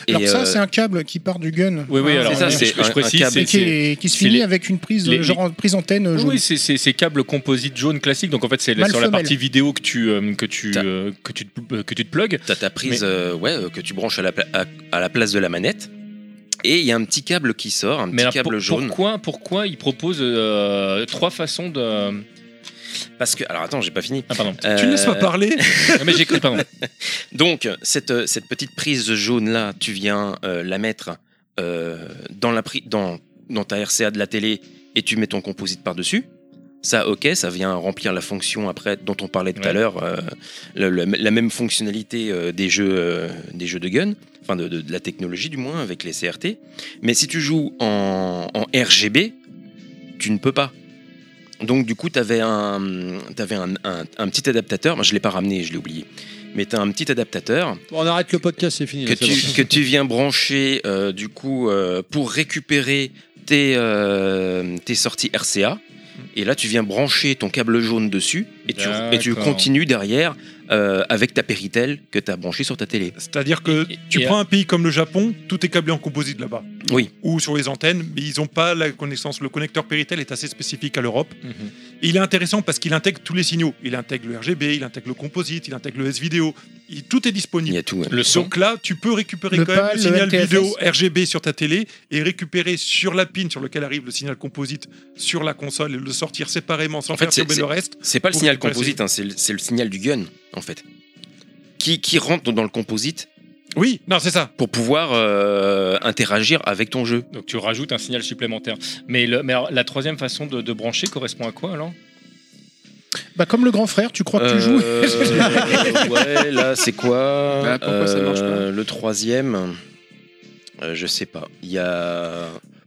Speaker 8: et,
Speaker 6: Alors ça,
Speaker 8: euh,
Speaker 6: c'est un câble qui part du gun. Ah,
Speaker 3: Oui, oui,
Speaker 6: Voilà.
Speaker 3: alors
Speaker 8: ça,
Speaker 3: oui,
Speaker 8: c'est
Speaker 3: je, je
Speaker 8: un- un
Speaker 3: précise,
Speaker 8: câble.
Speaker 3: c'est-
Speaker 6: Et qui,
Speaker 3: c'est-
Speaker 6: est- qui se
Speaker 3: c'est
Speaker 6: finit
Speaker 3: les-
Speaker 6: avec une prise, euh,
Speaker 3: les-
Speaker 6: genre prise antenne jaune.
Speaker 3: Oui, c'est- c'est c'est câbles composites jaunes classiques. Donc en fait, c'est
Speaker 6: Mal
Speaker 3: sur la
Speaker 6: femelle.
Speaker 3: partie vidéo que tu euh, que tu
Speaker 8: Ça.
Speaker 3: euh, que tu te- euh, que tu te plugs.
Speaker 8: T'as ta prise euh, ouais, euh, que tu branches à la, pla- à, à la place de la manette. Et il y a un petit câble qui sort, un petit
Speaker 3: Mais alors,
Speaker 8: câble
Speaker 3: pour-
Speaker 8: jaune.
Speaker 3: pourquoi pourquoi ils proposent euh, trois façons de
Speaker 8: Parce que. Alors attends, j'ai pas fini. Euh,
Speaker 3: ah pardon
Speaker 2: Tu ne laisses pas parler
Speaker 3: Ah, mais j'ai pardon
Speaker 8: Donc, cette, euh, cette petite prise jaune-là, tu viens euh, la mettre euh, dans, la pri- dans, dans ta RCA de la télé et tu mets ton composite par-dessus. Ça, ok, ça vient remplir la fonction après dont on parlait tout à
Speaker 3: Ouais.
Speaker 8: l'heure, euh, le- le- la même fonctionnalité euh, des, jeux, euh, des jeux de gun, enfin de, de- de la technologie du moins avec les CRT. Mais si tu joues en, en RGB, tu ne peux pas. Donc du coup, tu avais, un, t'avais un, un- un petit adaptateur, moi je ne l'ai pas ramené, je l'ai oublié, mais tu as un petit adaptateur
Speaker 10: Bon, on arrête le podcast, c'est fini.
Speaker 8: que
Speaker 10: là, c'est
Speaker 8: tu, que tu viens brancher euh, du coup euh, pour récupérer tes, euh, tes sorties RCA. Et là, tu viens brancher ton câble jaune dessus et tu, et tu
Speaker 3: D'accord.
Speaker 8: continues derrière euh, avec ta Péritel que tu as branché sur ta télé.
Speaker 2: C'est-à-dire que
Speaker 3: Et-
Speaker 2: tu
Speaker 3: et-
Speaker 2: prends un pays comme le Japon, tout est câblé en composite là-bas.
Speaker 8: Oui.
Speaker 2: Ou sur les antennes, mais ils n'ont pas la connaissance. Le connecteur Péritel est assez spécifique à l'Europe.
Speaker 3: Mhm.
Speaker 2: Et Il est intéressant parce qu'il intègre tous les signaux. Il intègre le RGB, il intègre le composite, il intègre le S-Vidéo. Il- Tout est
Speaker 8: Il y
Speaker 2: disponible.
Speaker 8: a tout. ouais.
Speaker 3: le son
Speaker 2: Donc là, tu peux récupérer
Speaker 6: Le
Speaker 2: quand même
Speaker 6: PAL,
Speaker 2: le
Speaker 6: le
Speaker 2: signal
Speaker 6: LTFS.
Speaker 2: vidéo RGB sur ta télé et récupérer sur la pin sur lequel arrive le signal composite sur la console et le sortir séparément sans
Speaker 8: En fait,
Speaker 2: faire
Speaker 8: c'est-
Speaker 2: tomber le reste.
Speaker 8: C'est pas le
Speaker 2: Pour
Speaker 8: signal
Speaker 2: récupérer
Speaker 8: composite, hein, c'est le, c'est le signal du gun en fait. Qui, qui rentre dans le composite
Speaker 2: Oui, non, c'est ça.
Speaker 8: Ah, pour pouvoir euh, interagir avec ton jeu.
Speaker 3: donc tu rajoutes un signal supplémentaire mais le mais alors, la troisième façon de, de brancher correspond à quoi alors
Speaker 6: Bah, comme le grand frère, tu crois que tu joues
Speaker 8: Euh, ouais, là, c'est quoi Euh,
Speaker 12: Bah, pourquoi ça marche pas
Speaker 8: Le troisième, euh, je sais pas. Il y a.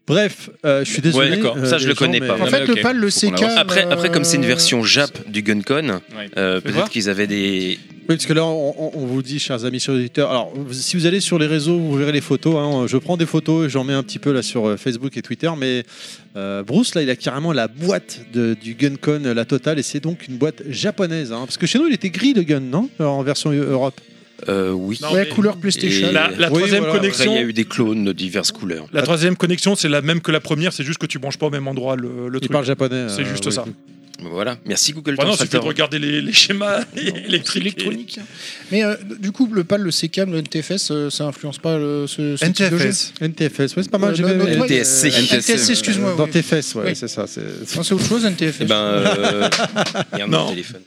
Speaker 10: Bref, euh, je suis désolé.
Speaker 8: Ouais, d'accord.
Speaker 10: euh,
Speaker 8: Ça, je
Speaker 10: les
Speaker 8: le connais
Speaker 10: gens,
Speaker 8: pas.
Speaker 6: En
Speaker 10: mais-
Speaker 3: mais
Speaker 2: Ah,
Speaker 6: fait,
Speaker 3: ok,
Speaker 6: le PAL, le
Speaker 5: faut qu'on
Speaker 6: CK.
Speaker 5: l'avance.
Speaker 8: Après, après comme c'est une
Speaker 6: euh,
Speaker 8: version Jap du GunCon,
Speaker 3: Ouais.
Speaker 8: euh,
Speaker 2: voir.
Speaker 8: peut-être qu'ils avaient des.
Speaker 10: Oui, parce que là, on, on- on vous dit, chers amis sur auditeurs, alors vous- si vous allez sur les réseaux, vous verrez les photos. hein. Je prends des photos et j'en mets un petit peu là sur euh, Facebook et Twitter. Mais euh, Bruce, là, il a carrément la boîte de- du GunCon, euh, la totale, et c'est donc une boîte japonaise. hein. Parce que chez nous, il était gris le gun, non Alors, En version Eu- Europe.
Speaker 8: euh, oui.
Speaker 2: Non,
Speaker 6: Ouais,
Speaker 2: mais-
Speaker 6: couleur PlayStation.
Speaker 8: Et-
Speaker 2: La, la
Speaker 10: Oui,
Speaker 2: troisième
Speaker 10: voilà.
Speaker 8: Après, il
Speaker 2: connexion.
Speaker 8: y a eu des clones de diverses couleurs.
Speaker 2: La troisième connexion, c'est la même que la première, c'est juste que tu branches pas au même endroit le, le
Speaker 10: Il
Speaker 2: truc.
Speaker 10: parle japonais.
Speaker 2: C'est
Speaker 10: euh,
Speaker 2: juste
Speaker 10: oui.
Speaker 2: ça.
Speaker 8: Voilà. Merci Google
Speaker 2: Bah non, suffit de
Speaker 8: Translator.
Speaker 2: regarder les, les schémas
Speaker 6: C'est
Speaker 2: électriques.
Speaker 6: électronique. Mais euh, du coup, le PAL, le CK, le NTFS, euh, ça influence pas le, ce, ce type de jeu
Speaker 2: NTFS.
Speaker 10: NTFS, ouais, c'est pas mal.
Speaker 6: Euh,
Speaker 10: j'ai
Speaker 6: non,
Speaker 10: bien
Speaker 6: non,
Speaker 10: aimé.
Speaker 6: ouais,
Speaker 8: NTSC.
Speaker 6: euh, NTSC, excuse-moi.
Speaker 10: Dans
Speaker 6: oui.
Speaker 10: tes fesses, ouais,
Speaker 6: Oui.
Speaker 10: c'est ça. c'est-
Speaker 6: Non, c'est autre chose, NTFS.
Speaker 8: Eh ben, euh, il y a un
Speaker 2: Non.
Speaker 8: autre téléphone.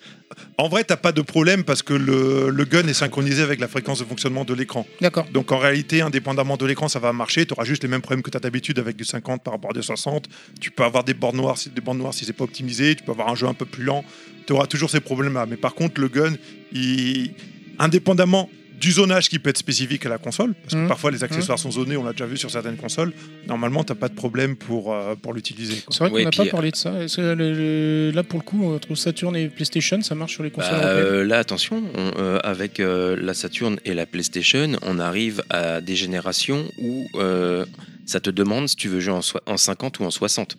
Speaker 2: En vrai, t'as pas de problème parce que le, le gun est synchronisé avec la fréquence de fonctionnement de l'écran.
Speaker 6: D'accord.
Speaker 2: Donc en réalité, indépendamment de l'écran, ça va marcher. Tu auras juste les mêmes problèmes que tu as d'habitude avec du 50 par rapport à du 60. Tu peux avoir des bornes noires si, des bornes noires si c'est pas optimisé. Tu peux avoir un jeu un peu plus lent. Tu auras toujours ces problèmes-là. Mais par contre, le gun, il... indépendamment du zonage qui peut être spécifique à la console, parce que
Speaker 6: Mhm.
Speaker 2: parfois les accessoires sont zonés, on l'a déjà vu sur certaines consoles, normalement, t'as pas de problème pour, euh, pour l'utiliser. quoi.
Speaker 6: C'est vrai
Speaker 8: Ouais,
Speaker 6: qu'on n'a
Speaker 8: puis-
Speaker 6: pas parlé de ça. Est-ce que le- le- là, pour le coup, entre Saturn et PlayStation, ça marche sur les consoles
Speaker 8: Bah,
Speaker 6: européennes
Speaker 8: euh, là, attention, on, euh, avec euh, la Saturn et la PlayStation, on arrive à des générations où euh, ça te demande si tu veux jouer en, soi- en 50 ou en 60.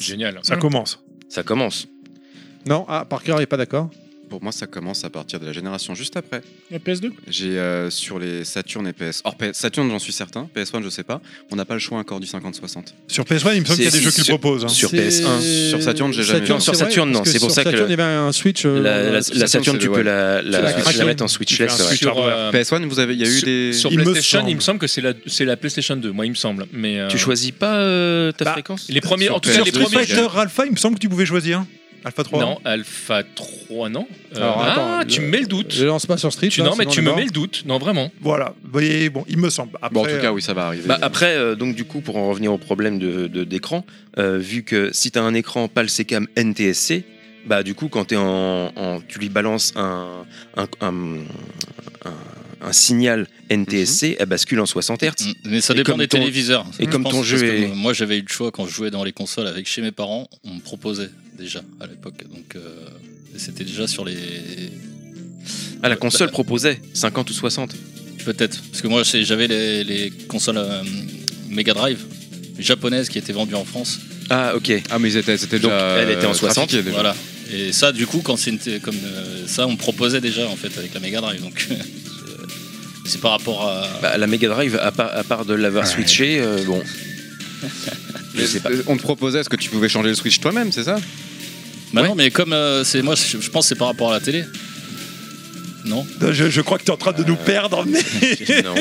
Speaker 3: génial Hum.
Speaker 2: Ça commence.
Speaker 8: Ça commence.
Speaker 10: Non, ah, Parker n'est pas d'accord.
Speaker 5: Pour moi, ça commence à partir de la génération juste après.
Speaker 6: La PS2
Speaker 5: J'ai euh, sur les Saturn et PS. Or, PS Saturn, j'en suis certain. PS1, je sais pas. On n'a pas le choix encore du 50-60.
Speaker 2: Sur PS1, il me semble qu'il y a
Speaker 8: C'est-
Speaker 2: des jeux qu'ils
Speaker 8: sur-
Speaker 2: proposent. hein.
Speaker 8: sur
Speaker 10: C'est-
Speaker 8: PS1.
Speaker 5: Sur Saturn, j'ai jamais
Speaker 8: vu. Sur
Speaker 10: c'est vrai,
Speaker 8: Saturn, non,
Speaker 10: parce
Speaker 8: c'est pour
Speaker 10: sur
Speaker 8: ça que
Speaker 10: Saturn,
Speaker 8: le-
Speaker 10: il y avait un Switch. euh,
Speaker 8: La, la- la
Speaker 5: Saturn,
Speaker 8: Saturn,
Speaker 5: c'est
Speaker 8: tu
Speaker 5: le-
Speaker 8: peux
Speaker 5: ouais.
Speaker 8: la, la-
Speaker 10: la
Speaker 8: tu la
Speaker 10: craquer.
Speaker 8: mettre en
Speaker 2: Tu fais
Speaker 8: switchless.
Speaker 2: un
Speaker 8: ouais.
Speaker 2: switch.
Speaker 3: sur, euh,
Speaker 5: PS1, vous avez, il y a eu
Speaker 3: sur-
Speaker 5: des.
Speaker 3: sur
Speaker 2: Il me
Speaker 3: PlayStation
Speaker 2: semble.
Speaker 3: il me semble que c'est la c'est la PlayStation 2 moi il me semble mais euh,
Speaker 8: Tu choisis pas euh, ta
Speaker 2: Bah,
Speaker 8: fréquence
Speaker 3: les premiers
Speaker 5: sur
Speaker 3: en tout cas
Speaker 5: PS2,
Speaker 3: les
Speaker 2: Street
Speaker 3: premiers
Speaker 2: Fighter Alpha, il me semble que tu pouvais choisir. Alpha hein 3.
Speaker 3: non Alpha 3 non Euh,
Speaker 10: Alors,
Speaker 3: ah
Speaker 10: attends,
Speaker 3: tu
Speaker 10: le-
Speaker 3: me mets le doute
Speaker 10: Je lance pas sur Street.
Speaker 3: tu,
Speaker 10: là,
Speaker 3: non mais
Speaker 10: sinon
Speaker 3: tu
Speaker 10: on est
Speaker 3: me
Speaker 10: mort.
Speaker 3: mets le doute non vraiment
Speaker 2: Voilà. Mais bon, il me semble. Après, euh,
Speaker 5: Bon, en tout cas, oui, ça va arriver.
Speaker 8: Bah, après, euh, donc du coup, pour en revenir au problème de de- d'écran, euh, vu que si tu as un écran PAL CCAM NTSC, bah du coup, quand t'es en, en- tu lui balances un, un, un- un- un signal NTSC, elle bascule en 60 Hz.
Speaker 7: Mm. Mais ça
Speaker 8: Et
Speaker 7: dépend
Speaker 8: comme
Speaker 7: des
Speaker 8: ton-
Speaker 7: téléviseurs.
Speaker 8: et
Speaker 7: Je
Speaker 8: comme
Speaker 7: pense,
Speaker 8: ton
Speaker 7: parce
Speaker 8: jeu
Speaker 7: que
Speaker 8: est-
Speaker 7: Moi, j'avais eu le choix quand je jouais dans les consoles avec chez mes parents, on me proposait déjà à l'époque. Donc, euh, c'était déjà sur les.
Speaker 8: Ah, la console proposait 50 ou 60.
Speaker 7: peut-être. Parce que moi, c'est- j'avais les, les consoles euh, Mega Drive japonaises qui étaient vendues en France.
Speaker 8: Ah, ok.
Speaker 5: Ah, mais ils étaient- c'était
Speaker 8: Donc,
Speaker 5: déjà.
Speaker 8: elle était en
Speaker 5: euh,
Speaker 8: 60,
Speaker 5: trafiqué, déjà.
Speaker 7: Voilà. Et ça, du coup, quand c'est une- comme euh, ça, on me proposait déjà en fait avec la Mega Drive. Donc, euh, c'est par rapport à.
Speaker 8: Bah, la Mega Drive, à part, à part de l'avoir switché, euh, bon. Je sais pas.
Speaker 5: Euh, On te proposait, est-ce que tu pouvais changer le Switch toi-même, c'est ça
Speaker 7: Bah non, mais comme euh, c'est moi, je, je pense que c'est par rapport à la télé. Non.
Speaker 2: Je, je crois que tu es en train de
Speaker 5: Euh,
Speaker 2: nous perdre, mais.
Speaker 8: Non.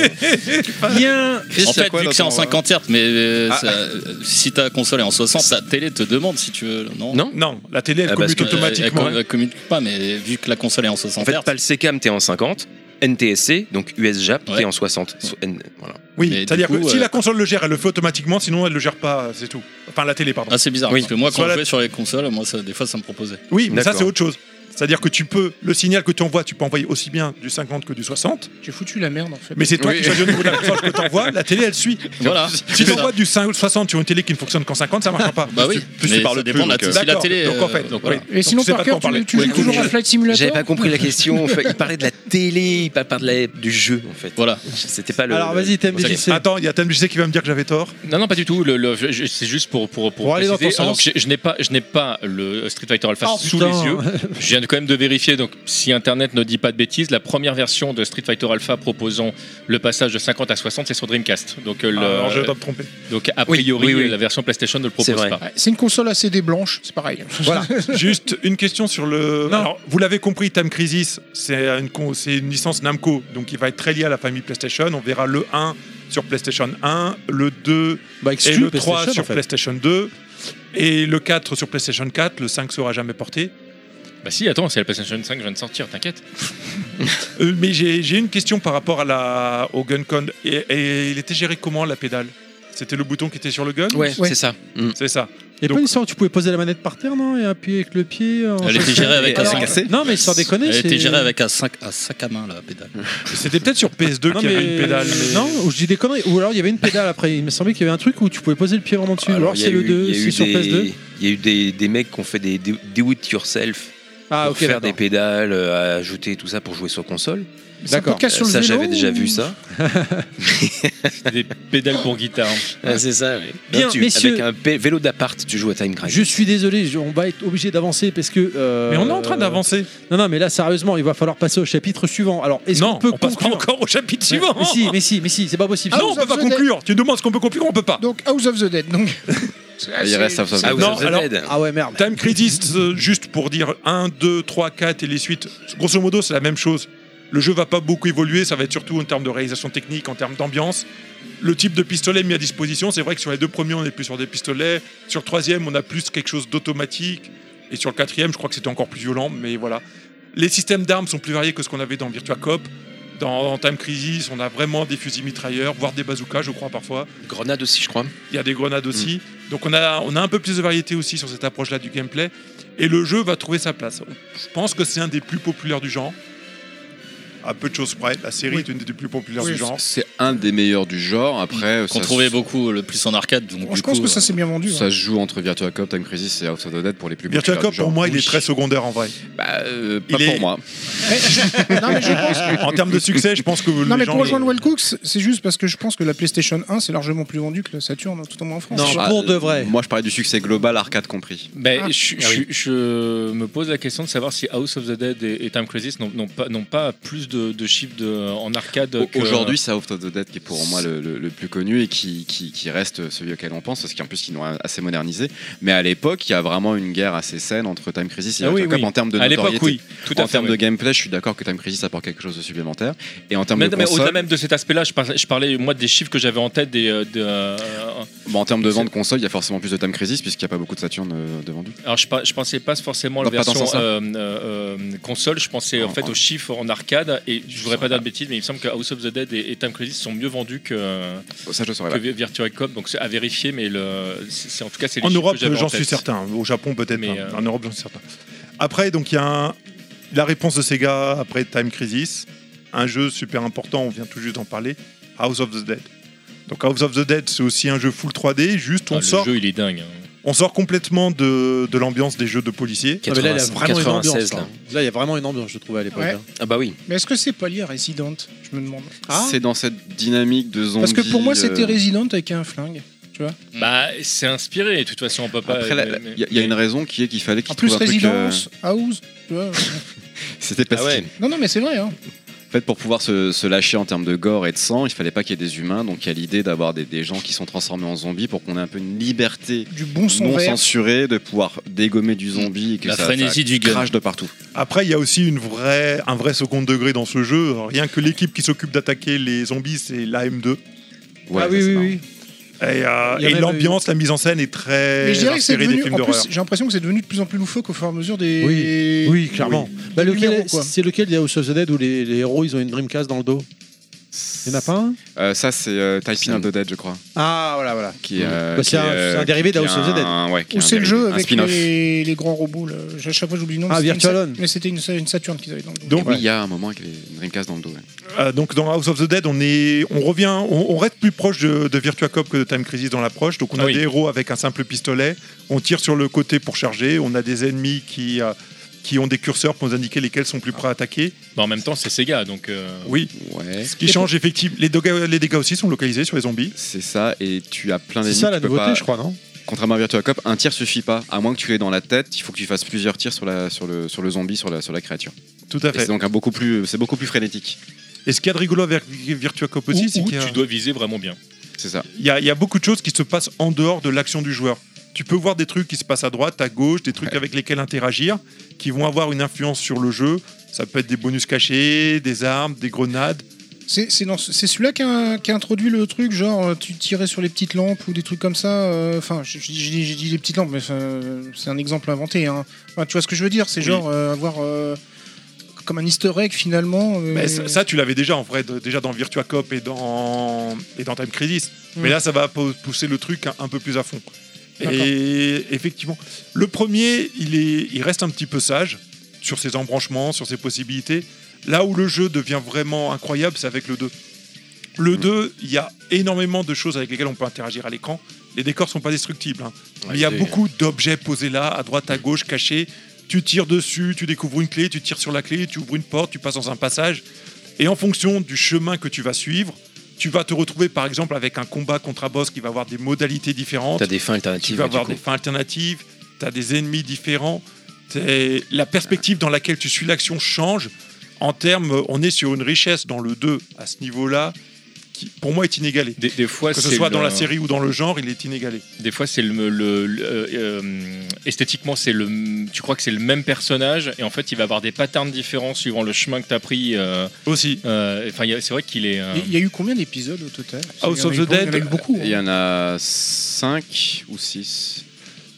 Speaker 10: Bien.
Speaker 5: Chris,
Speaker 7: en
Speaker 5: il y a
Speaker 7: fait,
Speaker 5: quoi
Speaker 7: vu
Speaker 5: dans
Speaker 7: que c'est en
Speaker 5: ton-
Speaker 7: 50 Hz, mais euh,
Speaker 5: Ah.
Speaker 7: ça- euh, si ta console est en 60, ta télé te demande si tu veux. Non.
Speaker 8: Non.
Speaker 2: Non, la télé, elle
Speaker 8: Ah, parce
Speaker 2: commute
Speaker 8: que,
Speaker 7: Euh, elle-
Speaker 2: automatiquement. hein.
Speaker 7: Elle, elle communique pas, mais vu que la console est en 60
Speaker 8: En
Speaker 7: Hz,
Speaker 8: fait, pas le CCAM, t'es en 50. NTSC, donc US Jap,
Speaker 7: Ouais.
Speaker 8: t'es en 60. So- N- voilà.
Speaker 2: oui,
Speaker 7: mais du
Speaker 2: c'est-à-dire que
Speaker 7: coup,
Speaker 2: si
Speaker 7: euh,
Speaker 2: la console le gère, elle le fait automatiquement, sinon elle le gère pas, euh, c'est tout. Enfin, la télé, pardon.
Speaker 7: ah, c'est bizarre
Speaker 8: Oui.
Speaker 7: parce que moi,
Speaker 2: Soit
Speaker 7: quand
Speaker 2: la-
Speaker 7: je jouais sur les consoles, moi, ça, des fois, ça me proposait.
Speaker 2: oui, mais ça,
Speaker 8: d'accord.
Speaker 2: c'est autre chose. C'est-à-dire que tu peux, le signal que tu envoies, tu peux envoyer aussi bien du 50 que du 60,
Speaker 6: J'ai foutu la merde en fait.
Speaker 2: mais c'est toi
Speaker 5: Oui.
Speaker 2: qui choisis au niveau de la console que tu envoies, la télé, elle suit.
Speaker 7: Voilà.
Speaker 2: Si tu
Speaker 7: C'est ça.
Speaker 2: envoies du 5 ou du 60 sur une télé qui ne fonctionne qu'en 50, ça marchera pas.
Speaker 7: Bah oui,
Speaker 2: Plus
Speaker 7: mais
Speaker 2: tu parles
Speaker 7: ça
Speaker 2: de
Speaker 7: dépend de la-
Speaker 2: plus, donc,
Speaker 7: si la
Speaker 2: d'accord.
Speaker 7: télé,
Speaker 2: Donc en fait,
Speaker 7: euh,
Speaker 2: donc,
Speaker 7: voilà.
Speaker 2: oui.
Speaker 6: Et
Speaker 2: Donc,
Speaker 6: sinon,
Speaker 2: tu sais
Speaker 6: par
Speaker 2: pas de quoi
Speaker 6: cœur,
Speaker 2: en parler.
Speaker 6: tu, tu
Speaker 2: Oui.
Speaker 6: joues toujours à Flight Simulator
Speaker 8: J'avais pas compris la question. en fait. Il parlait de la télé, il par- parlait du jeu, en fait.
Speaker 7: Voilà.
Speaker 8: C'était pas le.
Speaker 10: Alors
Speaker 8: le-
Speaker 10: vas-y,
Speaker 8: Ok.
Speaker 10: TMDJC.
Speaker 2: Attends, il y a TMJC qui va me dire que j'avais tort.
Speaker 3: Non, non, pas du tout. Le, le- je- je- c'est juste pour pour
Speaker 10: Pour aller dans ton
Speaker 3: préciser. Alors
Speaker 10: sens.
Speaker 3: que je, je n'ai pas je n'ai pas le Street Fighter Alpha
Speaker 10: Oh,
Speaker 3: sous
Speaker 10: putain.
Speaker 3: les yeux. Je viens de- quand même de vérifier. Donc, si Internet ne dit pas de bêtises, la première version de Street Fighter Alpha proposant le passage de 50 à 60, c'est sur Dreamcast. Donc, euh, le-
Speaker 2: Ah, Alors je dois me tromper.
Speaker 3: donc a
Speaker 8: Oui,
Speaker 3: priori,
Speaker 8: oui, oui.
Speaker 3: la version PlayStation ne le
Speaker 8: C'est
Speaker 3: propose
Speaker 8: vrai.
Speaker 3: pas.
Speaker 6: Ouais, Ah, C'est une console assez blanche, c'est pareil.
Speaker 10: Voilà.
Speaker 2: Juste une question sur le.
Speaker 10: Non.
Speaker 2: Alors, vous l'avez compris, Time Crisis, c'est une, con- c'est une licence Namco, donc il va être très lié à la famille PlayStation. On verra le 1 sur PlayStation 1, le 2
Speaker 10: Bah,
Speaker 2: et
Speaker 10: exclu
Speaker 2: le 3
Speaker 10: PlayStation,
Speaker 2: sur
Speaker 10: en fait.
Speaker 2: PlayStation 2, et le 4 sur PlayStation 4. Le 5 sera jamais porté.
Speaker 3: Bah si, attends, c'est la PlayStation 5 qui vient de sortir. T'inquiète.
Speaker 2: Euh, mais j'ai j'ai une question par rapport à la, au Gun Con. Et, et il était géré comment la pédale C'était le bouton qui était sur le gun
Speaker 8: Ouais,
Speaker 6: Ouais.
Speaker 8: c'est ça.
Speaker 10: Mm.
Speaker 2: C'est ça.
Speaker 10: Il y a pas
Speaker 2: Donc-
Speaker 10: une histoire où tu pouvais poser la manette par terre, non Et appuyer avec le pied. euh, en-
Speaker 7: Elle était gérée avec
Speaker 8: Elle
Speaker 7: un
Speaker 8: est
Speaker 7: cinq-
Speaker 8: cassée.
Speaker 10: Non, mais sans déconner,
Speaker 7: Elle était
Speaker 10: c'est-
Speaker 7: gérée avec un 5 à sac à main la pédale.
Speaker 2: C'était peut-être sur PS2
Speaker 10: Non,
Speaker 2: qu'il y Ah, avait
Speaker 10: Ah, mais-
Speaker 2: une pédale. mais-
Speaker 10: Non, ou je dis des conneries. Ou alors il y avait une pédale après. Il me semblait qu'il y avait un truc où tu pouvais poser le pied vraiment dessus. Ou alors
Speaker 8: Alors, il y a
Speaker 10: c'est le
Speaker 8: eu-
Speaker 10: 2,
Speaker 8: il y a
Speaker 10: c'est
Speaker 8: eu
Speaker 10: sur
Speaker 8: des-
Speaker 10: PS2.
Speaker 8: Il y a eu des, des mecs qui ont fait des do-it-yourself
Speaker 10: Ah,
Speaker 8: pour
Speaker 10: ok,
Speaker 8: faire des
Speaker 10: d'accord.
Speaker 8: pédales, euh, à ajouter tout ça pour jouer sur console.
Speaker 6: C'est un
Speaker 10: D'accord.
Speaker 6: podcast sur le
Speaker 8: ça,
Speaker 6: vélo
Speaker 8: j'avais déjà
Speaker 6: ou-
Speaker 8: vu ça.
Speaker 3: Des pédales pour guitare.
Speaker 8: c'est ça, oui.
Speaker 10: Bien,
Speaker 8: tu,
Speaker 10: messieurs.
Speaker 8: Avec un pé- vélo d'appart, tu joues à Time Crisis.
Speaker 10: Ah, Je suis désolé, je- on va être obligé d'avancer parce que. euh,
Speaker 2: Mais on est en train d'avancer.
Speaker 10: Non, non, mais là, sérieusement, il va falloir passer au chapitre suivant. Alors, est-ce
Speaker 2: Non,
Speaker 10: qu'on
Speaker 2: on,
Speaker 10: peut
Speaker 2: passe pas
Speaker 10: conclure
Speaker 2: encore au chapitre suivant.
Speaker 10: Mais si, mais si, mais si, c'est pas possible.
Speaker 6: Ah,
Speaker 2: non, on
Speaker 6: vous
Speaker 2: peut pas
Speaker 6: avez-
Speaker 2: conclure. Tu demandes ce qu'on peut conclure, on peut pas.
Speaker 6: Donc House of the Dead. Donc.
Speaker 5: Il reste à
Speaker 8: Ah,
Speaker 5: savoir.
Speaker 8: vous
Speaker 2: Non,
Speaker 8: avez
Speaker 2: alors-
Speaker 8: l'aide.
Speaker 10: Ah ouais, merde.
Speaker 2: Time Crisis, euh, juste pour dire 1, 2, 3, 4 et les suites, grosso modo, c'est la même chose. Le jeu va pas beaucoup évoluer, ça va être surtout en termes de réalisation technique, en termes d'ambiance. Le type de pistolet mis à disposition, c'est vrai que sur les deux premiers, on est plus sur des pistolets. Sur le troisième, on a plus quelque chose d'automatique. Et sur le quatrième, je crois que c'était encore plus violent, mais voilà. Les systèmes d'armes sont plus variés que ce qu'on avait dans Virtua Cop. Dans, dans Time Crisis, on a vraiment des fusils mitrailleurs, voire des bazookas, je crois, parfois.
Speaker 8: Grenade aussi, je crois.
Speaker 2: Il y a des
Speaker 5: Mm.
Speaker 2: grenades aussi. Donc on a, on a un peu plus de variété aussi sur cette approche-là du gameplay. Et le jeu va trouver sa place. Je pense que c'est un des plus populaires du genre. À peu de choses près, la série
Speaker 6: Oui.
Speaker 2: est une des plus populaires
Speaker 6: Oui,
Speaker 2: du genre.
Speaker 5: C'est un des meilleurs du genre. Après,
Speaker 7: Qu'on
Speaker 5: ça
Speaker 7: trouvait
Speaker 5: se-
Speaker 7: beaucoup le plus en arcade. Donc,
Speaker 6: Bon,
Speaker 7: du
Speaker 6: je pense
Speaker 7: coup,
Speaker 6: que ça
Speaker 7: euh,
Speaker 6: s'est bien vendu.
Speaker 5: Ça
Speaker 6: hein.
Speaker 5: se joue entre Virtua Cop, Time Crisis et House of the Dead pour les plus
Speaker 2: Virtua
Speaker 5: populaires
Speaker 2: Cop,
Speaker 5: du genre.
Speaker 2: pour moi, il
Speaker 5: Oui.
Speaker 2: est très secondaire en vrai.
Speaker 5: Bah, euh, pas
Speaker 2: Il est-
Speaker 5: pour moi.
Speaker 6: non mais Eh, je pense.
Speaker 2: Euh, en termes de succès, je pense que
Speaker 6: Non
Speaker 2: les
Speaker 6: mais
Speaker 2: gens
Speaker 6: pour
Speaker 2: le-
Speaker 6: rejoindre Well Cooks, c'est juste parce que je pense que la PlayStation 1 c'est largement plus vendu que la Saturn, hein, tout au moins en France.
Speaker 10: Non,
Speaker 5: Bah,
Speaker 10: pour de vrai.
Speaker 5: Moi, je parlais du succès global, arcade compris.
Speaker 3: Ben,
Speaker 6: Ah.
Speaker 3: je,
Speaker 7: Ah oui.
Speaker 3: je- je me pose la question de savoir si House of the Dead et, et Time Crisis n'ont n'ont pas, n'ont pas plus de, de chiffres de- en arcade
Speaker 5: Au-
Speaker 3: que-
Speaker 5: Aujourd'hui, c'est Out of the Dead qui est pour moi le, le- le plus connu et qui, qui, qui reste celui auquel on pense, parce qu'en plus, ils l'ont assez modernisé. Mais à l'époque, il y a vraiment une guerre assez saine entre Time Crisis et
Speaker 3: Ah oui,
Speaker 5: Virtua Cop
Speaker 3: oui.
Speaker 5: en termes de
Speaker 3: à l'époque,
Speaker 5: notoriété.
Speaker 3: oui. Tout à
Speaker 5: en
Speaker 3: fait.
Speaker 5: termes
Speaker 3: oui.
Speaker 5: de gameplay, je suis d'accord que Time Crisis apporte quelque chose de supplémentaire. Et en termes
Speaker 3: Mais,
Speaker 5: de
Speaker 3: non, mais au-delà
Speaker 5: console,
Speaker 3: même de cet aspect-là, je parlais, je parlais, moi des chiffres que j'avais en tête des. euh, de, euh,
Speaker 5: bon, en termes de vente console, il y a forcément plus de Time Crisis puisqu'il n'y a pas beaucoup de Saturn euh, de vendus.
Speaker 3: alors je, par- je pensais pas forcément à la
Speaker 5: Non, Bah, pas dans ce
Speaker 3: version
Speaker 5: sens-là. Ah,
Speaker 3: euh, euh, euh, console, je pensais en
Speaker 5: En-
Speaker 3: fait
Speaker 5: en-
Speaker 3: aux chiffres en arcade et je voudrais pas
Speaker 5: saurais
Speaker 3: dire de bêtises, mais il me semble que House of the Dead et, et Time Crisis sont mieux vendus que,
Speaker 5: Ça, je saurais
Speaker 3: que
Speaker 5: pas.
Speaker 3: Virtua Cop, donc c'est à vérifier, mais le, c'est- c'est- en tout cas c'est les
Speaker 2: En
Speaker 3: chiffres
Speaker 2: Europe,
Speaker 3: que j'avais
Speaker 2: j'en
Speaker 3: en tête.
Speaker 2: suis certain. Au Japon, peut-être.
Speaker 3: Mais,
Speaker 2: pas.
Speaker 3: euh,
Speaker 2: En Europe, j'en suis certain. Après, donc, il y a un- la réponse de Sega après Time Crisis. Un jeu super important, on vient tout juste d'en parler. House of the Dead. Donc, House of the Dead, c'est aussi un jeu full 3D. Juste,
Speaker 3: Ah,
Speaker 2: on
Speaker 3: le
Speaker 2: sort.
Speaker 3: jeu il est dingue. hein.
Speaker 2: On sort complètement de, de l'ambiance des jeux de policiers.
Speaker 1: Ah, mais là, il y a
Speaker 8: 96,
Speaker 1: vraiment une ambiance.
Speaker 8: 96,
Speaker 1: Là.
Speaker 8: là.
Speaker 1: Là, il y a vraiment une ambiance, je trouvais à l'époque.
Speaker 6: Ouais.
Speaker 1: hein.
Speaker 8: Ah bah oui.
Speaker 6: Mais est-ce que c'est pas lié à Resident Je me demande.
Speaker 5: C'est dans cette dynamique de
Speaker 6: Parce
Speaker 5: zombies.
Speaker 6: que pour moi, c'était
Speaker 5: euh,
Speaker 6: Resident avec un flingue.
Speaker 2: Mm.
Speaker 3: Bah, c'est inspiré, de toute façon, on peut pas.
Speaker 5: Après, la- la- il y, a- il y a une raison qui est qu'il fallait
Speaker 6: En
Speaker 5: qu'ils
Speaker 6: plus,
Speaker 5: trouvent un truc. euh,
Speaker 6: Residence, House. tu vois.
Speaker 5: C'était parce
Speaker 3: Ah ouais.
Speaker 5: que-
Speaker 6: Non, non, mais c'est vrai. Hein.
Speaker 5: en fait, pour pouvoir se, se lâcher en termes de gore et de sang, il fallait pas qu'il y ait des humains. Donc il y a l'idée d'avoir des, des gens qui sont transformés en zombies pour qu'on ait un peu une liberté
Speaker 6: Du bon son
Speaker 5: non
Speaker 6: vert.
Speaker 5: censurée de pouvoir dégommer du zombie et que
Speaker 7: La
Speaker 5: ça,
Speaker 7: frénésie
Speaker 5: ça
Speaker 7: du gun.
Speaker 5: crache de partout.
Speaker 2: Après, il y a aussi une vraie, un vrai second degré dans ce jeu. Alors, Rien que l'équipe qui s'occupe d'attaquer les zombies, c'est l'AM2.
Speaker 5: Ouais,
Speaker 10: ah
Speaker 5: ça,
Speaker 10: oui,
Speaker 5: c'est
Speaker 10: oui,
Speaker 5: marrant.
Speaker 10: oui.
Speaker 2: Et, euh,
Speaker 10: Il y a
Speaker 2: et
Speaker 10: même
Speaker 2: l'ambiance, la mise en scène est très
Speaker 6: Mais je dirais que c'est
Speaker 2: inspirée des
Speaker 6: devenu.
Speaker 2: films
Speaker 6: En
Speaker 2: d'horreur.
Speaker 6: plus, j'ai l'impression que c'est devenu de plus en plus loufoque au fur et à mesure des.
Speaker 10: Oui, Oui, clairement. Bah,
Speaker 6: Des
Speaker 10: lequel-
Speaker 6: numéros, quoi.
Speaker 10: c'est lequel il y a House of the Dead où les, les héros ils ont une Dreamcast dans le dos Il n'y en a pas un
Speaker 5: Euh, ça, c'est euh, Typing of the Dead, je crois.
Speaker 10: Ah, voilà, voilà.
Speaker 5: Qui, euh,
Speaker 10: Bah,
Speaker 5: qui
Speaker 10: c'est un-
Speaker 5: est, euh,
Speaker 10: c'est un dérivé
Speaker 5: qui est
Speaker 10: d'House of the Dead.
Speaker 5: un- ouais, qui est
Speaker 6: Ou
Speaker 5: un
Speaker 6: c'est le jeu
Speaker 5: dérivé, un
Speaker 6: avec
Speaker 5: spin-off.
Speaker 6: les, les grands robots. là. Je- À chaque fois, j'oublie le nom.
Speaker 10: Ah,
Speaker 6: mais c'était une
Speaker 10: Virtual
Speaker 6: Sa-
Speaker 10: On.
Speaker 6: Mais c'était une, Sa- une Saturn qu'ils avaient dans le dos.
Speaker 2: Donc,
Speaker 5: Oui, il y a un moment avec les une Dreamcast dans le dos. ouais.
Speaker 2: Euh, donc dans House of the Dead, on est, on revient, on, on reste plus proche de, de Virtua Cop que de Time Crisis dans l'approche. Donc on a
Speaker 3: Oui.
Speaker 2: des héros avec un simple pistolet, on tire sur le côté pour charger, on a des ennemis qui euh, qui ont des curseurs pour nous indiquer lesquels sont plus prêts à attaquer.
Speaker 3: Bah, en même temps, c'est Sega, donc. euh,
Speaker 2: Oui,
Speaker 5: Ouais.
Speaker 2: ce qui change effectivement. Les dégâts, les dégâts aussi sont localisés sur les zombies.
Speaker 5: C'est ça, et tu as plein
Speaker 10: C'est
Speaker 5: d'ennemis.
Speaker 10: ça la
Speaker 5: tu peux
Speaker 10: nouveauté,
Speaker 5: pas-
Speaker 10: je crois, non
Speaker 5: Contrairement à Virtua Cop, un tir suffit pas. À moins que tu l'aies dans la tête, il faut que tu fasses plusieurs tirs sur, la, sur, le, sur le zombie, sur la, sur la créature.
Speaker 2: Tout à
Speaker 5: Et c'est
Speaker 2: fait.
Speaker 5: donc un beaucoup plus, c'est beaucoup plus frénétique.
Speaker 2: Et ce qu'il y a de rigolo avec Virtua Cop
Speaker 3: Ou,
Speaker 2: aussi, c'est
Speaker 3: ou
Speaker 2: qu'il y a-
Speaker 3: tu dois viser vraiment bien.
Speaker 5: C'est ça.
Speaker 2: il y, a- il y a beaucoup de choses qui se passent en dehors de l'action du joueur. Tu peux voir des trucs qui se passent à droite, à gauche, des trucs avec lesquels interagir, qui vont avoir une influence sur le jeu. Ça peut être des bonus cachés, des armes, des grenades.
Speaker 6: C'est c'est dans ce- c'est celui-là qui a, qui a introduit le truc, genre euh, tu tirais sur les petites lampes ou des trucs comme ça. euh, Enfin, je- je dis- j'ai dit- j'ai dit les petites lampes, mais enfin, euh, c'est un exemple inventé. hein. Enfin, tu vois ce que je veux dire C'est genre euh, avoir euh, comme un Easter egg finalement. euh,
Speaker 2: Mais Bah, ça, ça, tu l'avais déjà en vrai, de- déjà dans Virtua Cop et dans, et dans Time Crisis.
Speaker 6: Mm.
Speaker 2: Mais là, ça va po- pousser le truc un, un peu plus à fond.
Speaker 6: D'accord.
Speaker 2: Et effectivement, le premier, il, est, il reste un petit peu sage sur ses embranchements, sur ses possibilités. Là où le jeu devient vraiment incroyable, c'est avec le 2. Le 2, il y a énormément de choses avec lesquelles on peut interagir à l'écran. Les décors sont pas destructibles. hein. Mais il y a beaucoup d'objets posés là, à droite, à gauche, cachés. Tu tires dessus, tu découvres une clé, tu tires sur la clé, tu ouvres une porte, tu passes dans un passage. Et en fonction du chemin que tu vas suivre, tu vas te retrouver par exemple avec un combat contre un boss qui va avoir des modalités différentes.
Speaker 8: T'as des fins
Speaker 2: Tu
Speaker 8: alternatives.
Speaker 2: vas
Speaker 8: du
Speaker 2: avoir
Speaker 8: coup.
Speaker 2: des fins alternatives, tu as des ennemis différents. t'es- La perspective dans laquelle tu suis l'action change. En termes, on est sur une richesse dans le 2 à ce niveau-là qui, pour moi, est inégalée.
Speaker 3: Des, des fois,
Speaker 2: Que ce
Speaker 3: c'est
Speaker 2: soit dans
Speaker 3: le-
Speaker 2: la série ou dans le genre, il est inégalé.
Speaker 3: Des fois, c'est le, le- le- euh, euh, esthétiquement, c'est le. Tu crois que c'est le même personnage, et en fait, il va avoir des patterns différents suivant le chemin que t'as pris. euh,
Speaker 2: Aussi,
Speaker 3: euh, Enfin, il y a- c'est vrai qu'il est. euh,
Speaker 6: Il y- il y a eu combien d'épisodes au total
Speaker 3: Ah,
Speaker 6: Il
Speaker 2: House
Speaker 6: y en a
Speaker 2: of
Speaker 6: eu
Speaker 2: the
Speaker 6: pas- Il y en a eu
Speaker 2: Dead, euh,
Speaker 6: beaucoup. hein.
Speaker 5: Il y en a 5 ou 6.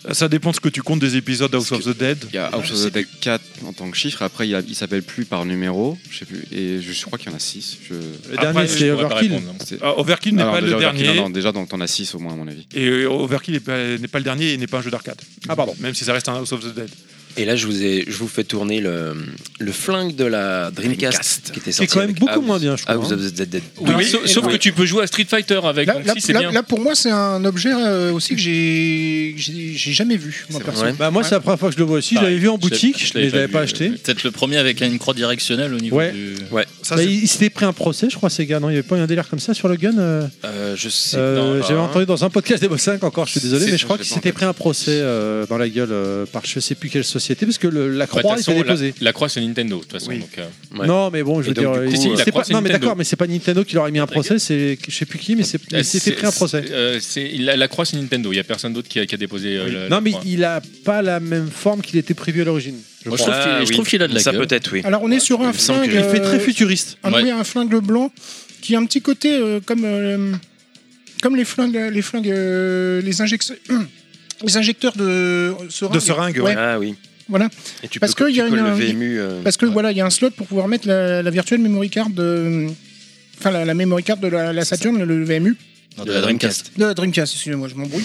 Speaker 2: Euh, Ça dépend de ce que tu comptes des épisodes House of
Speaker 5: Parce
Speaker 2: the Dead.
Speaker 5: Il y a House of the Dead 4 en tant que chiffre. Après, il y a- il s'appelle plus par numéro. Je sais plus. Et je, je crois qu'il y en a 6.
Speaker 10: Le
Speaker 2: Après,
Speaker 10: dernier,
Speaker 2: je
Speaker 10: c'est
Speaker 3: je pourrais pas
Speaker 10: Overkill.
Speaker 3: répondre, non.
Speaker 2: Ah, Overkill n'est pas le dernier.
Speaker 5: déjà, donc, t'en as 6 au moins, à mon avis.
Speaker 2: Et euh, Overkill n'est pas, n'est pas le dernier et n'est pas un jeu d'arcade.
Speaker 10: Ah, pardon.
Speaker 2: Même si ça reste un House of the Dead.
Speaker 8: Et là, je vous, ai, je vous fais tourner le, le flingue de la Dreamcast, qui était
Speaker 10: C'est
Speaker 8: sorti
Speaker 10: quand même
Speaker 8: avec
Speaker 10: beaucoup
Speaker 8: House-
Speaker 10: moins bien, je crois.
Speaker 8: House
Speaker 10: hein.
Speaker 8: of the Dead.
Speaker 3: Oui,
Speaker 6: Oui,
Speaker 3: sauf
Speaker 6: et-
Speaker 3: sauf
Speaker 6: oui.
Speaker 3: que tu peux jouer à Street Fighter avec.
Speaker 6: Là,
Speaker 3: donc
Speaker 6: là-
Speaker 3: si, c'est
Speaker 6: là-
Speaker 3: bien.
Speaker 6: là, pour moi, c'est un objet euh, aussi que j'ai que j'ai j'ai jamais vu, moi,
Speaker 8: C'est
Speaker 6: perso.
Speaker 8: vrai.
Speaker 10: Bah, moi, c'est la première fois que je le vois aussi. Je l'avais vu en
Speaker 7: Bah, Je l'avais-
Speaker 10: boutique,
Speaker 7: je l'avais
Speaker 10: mais je l'avais
Speaker 7: vu,
Speaker 10: pas
Speaker 7: euh,
Speaker 10: acheté.
Speaker 7: Peut-être le premier avec une croix directionnelle au niveau
Speaker 10: Ouais.
Speaker 7: du.
Speaker 2: Ça,
Speaker 10: Bah,
Speaker 2: c'est-
Speaker 10: il il s'était pris un procès, je crois, ces gars. Non, il n'y avait pas eu un délire comme ça sur le gun. euh,
Speaker 8: Euh, je sais
Speaker 10: euh,
Speaker 8: pas.
Speaker 10: J'avais entendu dans un podcast des 5 encore, je suis désolé,
Speaker 5: C'est
Speaker 10: mais
Speaker 5: sûr,
Speaker 10: je crois
Speaker 5: j'ai
Speaker 10: qu'il
Speaker 5: pas
Speaker 10: s'était
Speaker 5: en tête.
Speaker 10: pris un procès euh, dans la gueule euh, par je sais plus quelle société, parce que le- la
Speaker 3: Bah, de toute
Speaker 10: croix
Speaker 3: façon,
Speaker 10: était déposée.
Speaker 3: la, la croix, c'est Nintendo, de toute façon.
Speaker 2: Oui.
Speaker 3: donc, euh,
Speaker 8: Ouais.
Speaker 10: Non, mais bon, je
Speaker 8: Et
Speaker 10: veux
Speaker 8: donc,
Speaker 10: dire,
Speaker 6: euh,
Speaker 8: du coup,
Speaker 10: il-
Speaker 8: Si, si,
Speaker 3: la
Speaker 10: c'est
Speaker 3: croix,
Speaker 10: pas-
Speaker 3: c'est
Speaker 10: non, mais
Speaker 3: Nintendo.
Speaker 10: d'accord, mais c'est pas Nintendo qui leur a mis un
Speaker 3: gueule.
Speaker 10: procès, c'est je sais plus qui, mais c'est- il s'était
Speaker 3: c'est-
Speaker 10: pris un procès.
Speaker 3: c'est- euh, c'est- la, la croix, c'est Nintendo. Il y a personne d'autre qui a, qui a déposé. euh, la- la
Speaker 10: Non, mais
Speaker 3: croix.
Speaker 10: il a pas la même forme qu'il était prévu à l'origine. je
Speaker 7: Moi, je
Speaker 10: crois.
Speaker 7: trouve qu'il-
Speaker 8: Ah,
Speaker 7: je
Speaker 8: oui.
Speaker 7: trouve qu'il a de la
Speaker 8: Ça
Speaker 7: gueule.
Speaker 8: peut-être, oui.
Speaker 6: Alors, on est sur un
Speaker 8: me semble que
Speaker 6: flingue.
Speaker 8: j'ai
Speaker 10: Il fait très
Speaker 6: euh,
Speaker 10: futuriste.
Speaker 6: un,
Speaker 7: Ouais.
Speaker 6: oui, un flingue blanc qui a un petit côté euh, comme euh, comme les flingues les flingues euh, les injecteurs les injecteurs de euh, seringues.
Speaker 2: De seringues, ouais.
Speaker 8: Ah oui.
Speaker 6: Voilà.
Speaker 8: Et tu
Speaker 6: Parce
Speaker 8: peux
Speaker 6: que il y a
Speaker 8: tu colles
Speaker 6: une-
Speaker 8: le VMU. euh,
Speaker 6: Parce que voilà, il y a un slot pour pouvoir mettre la, la virtual memory card de enfin la, la memory card de la, la Saturn, le VMU
Speaker 7: Non, de la Dreamcast.
Speaker 6: de la Dreamcast, excusez-moi, je m'embrouille.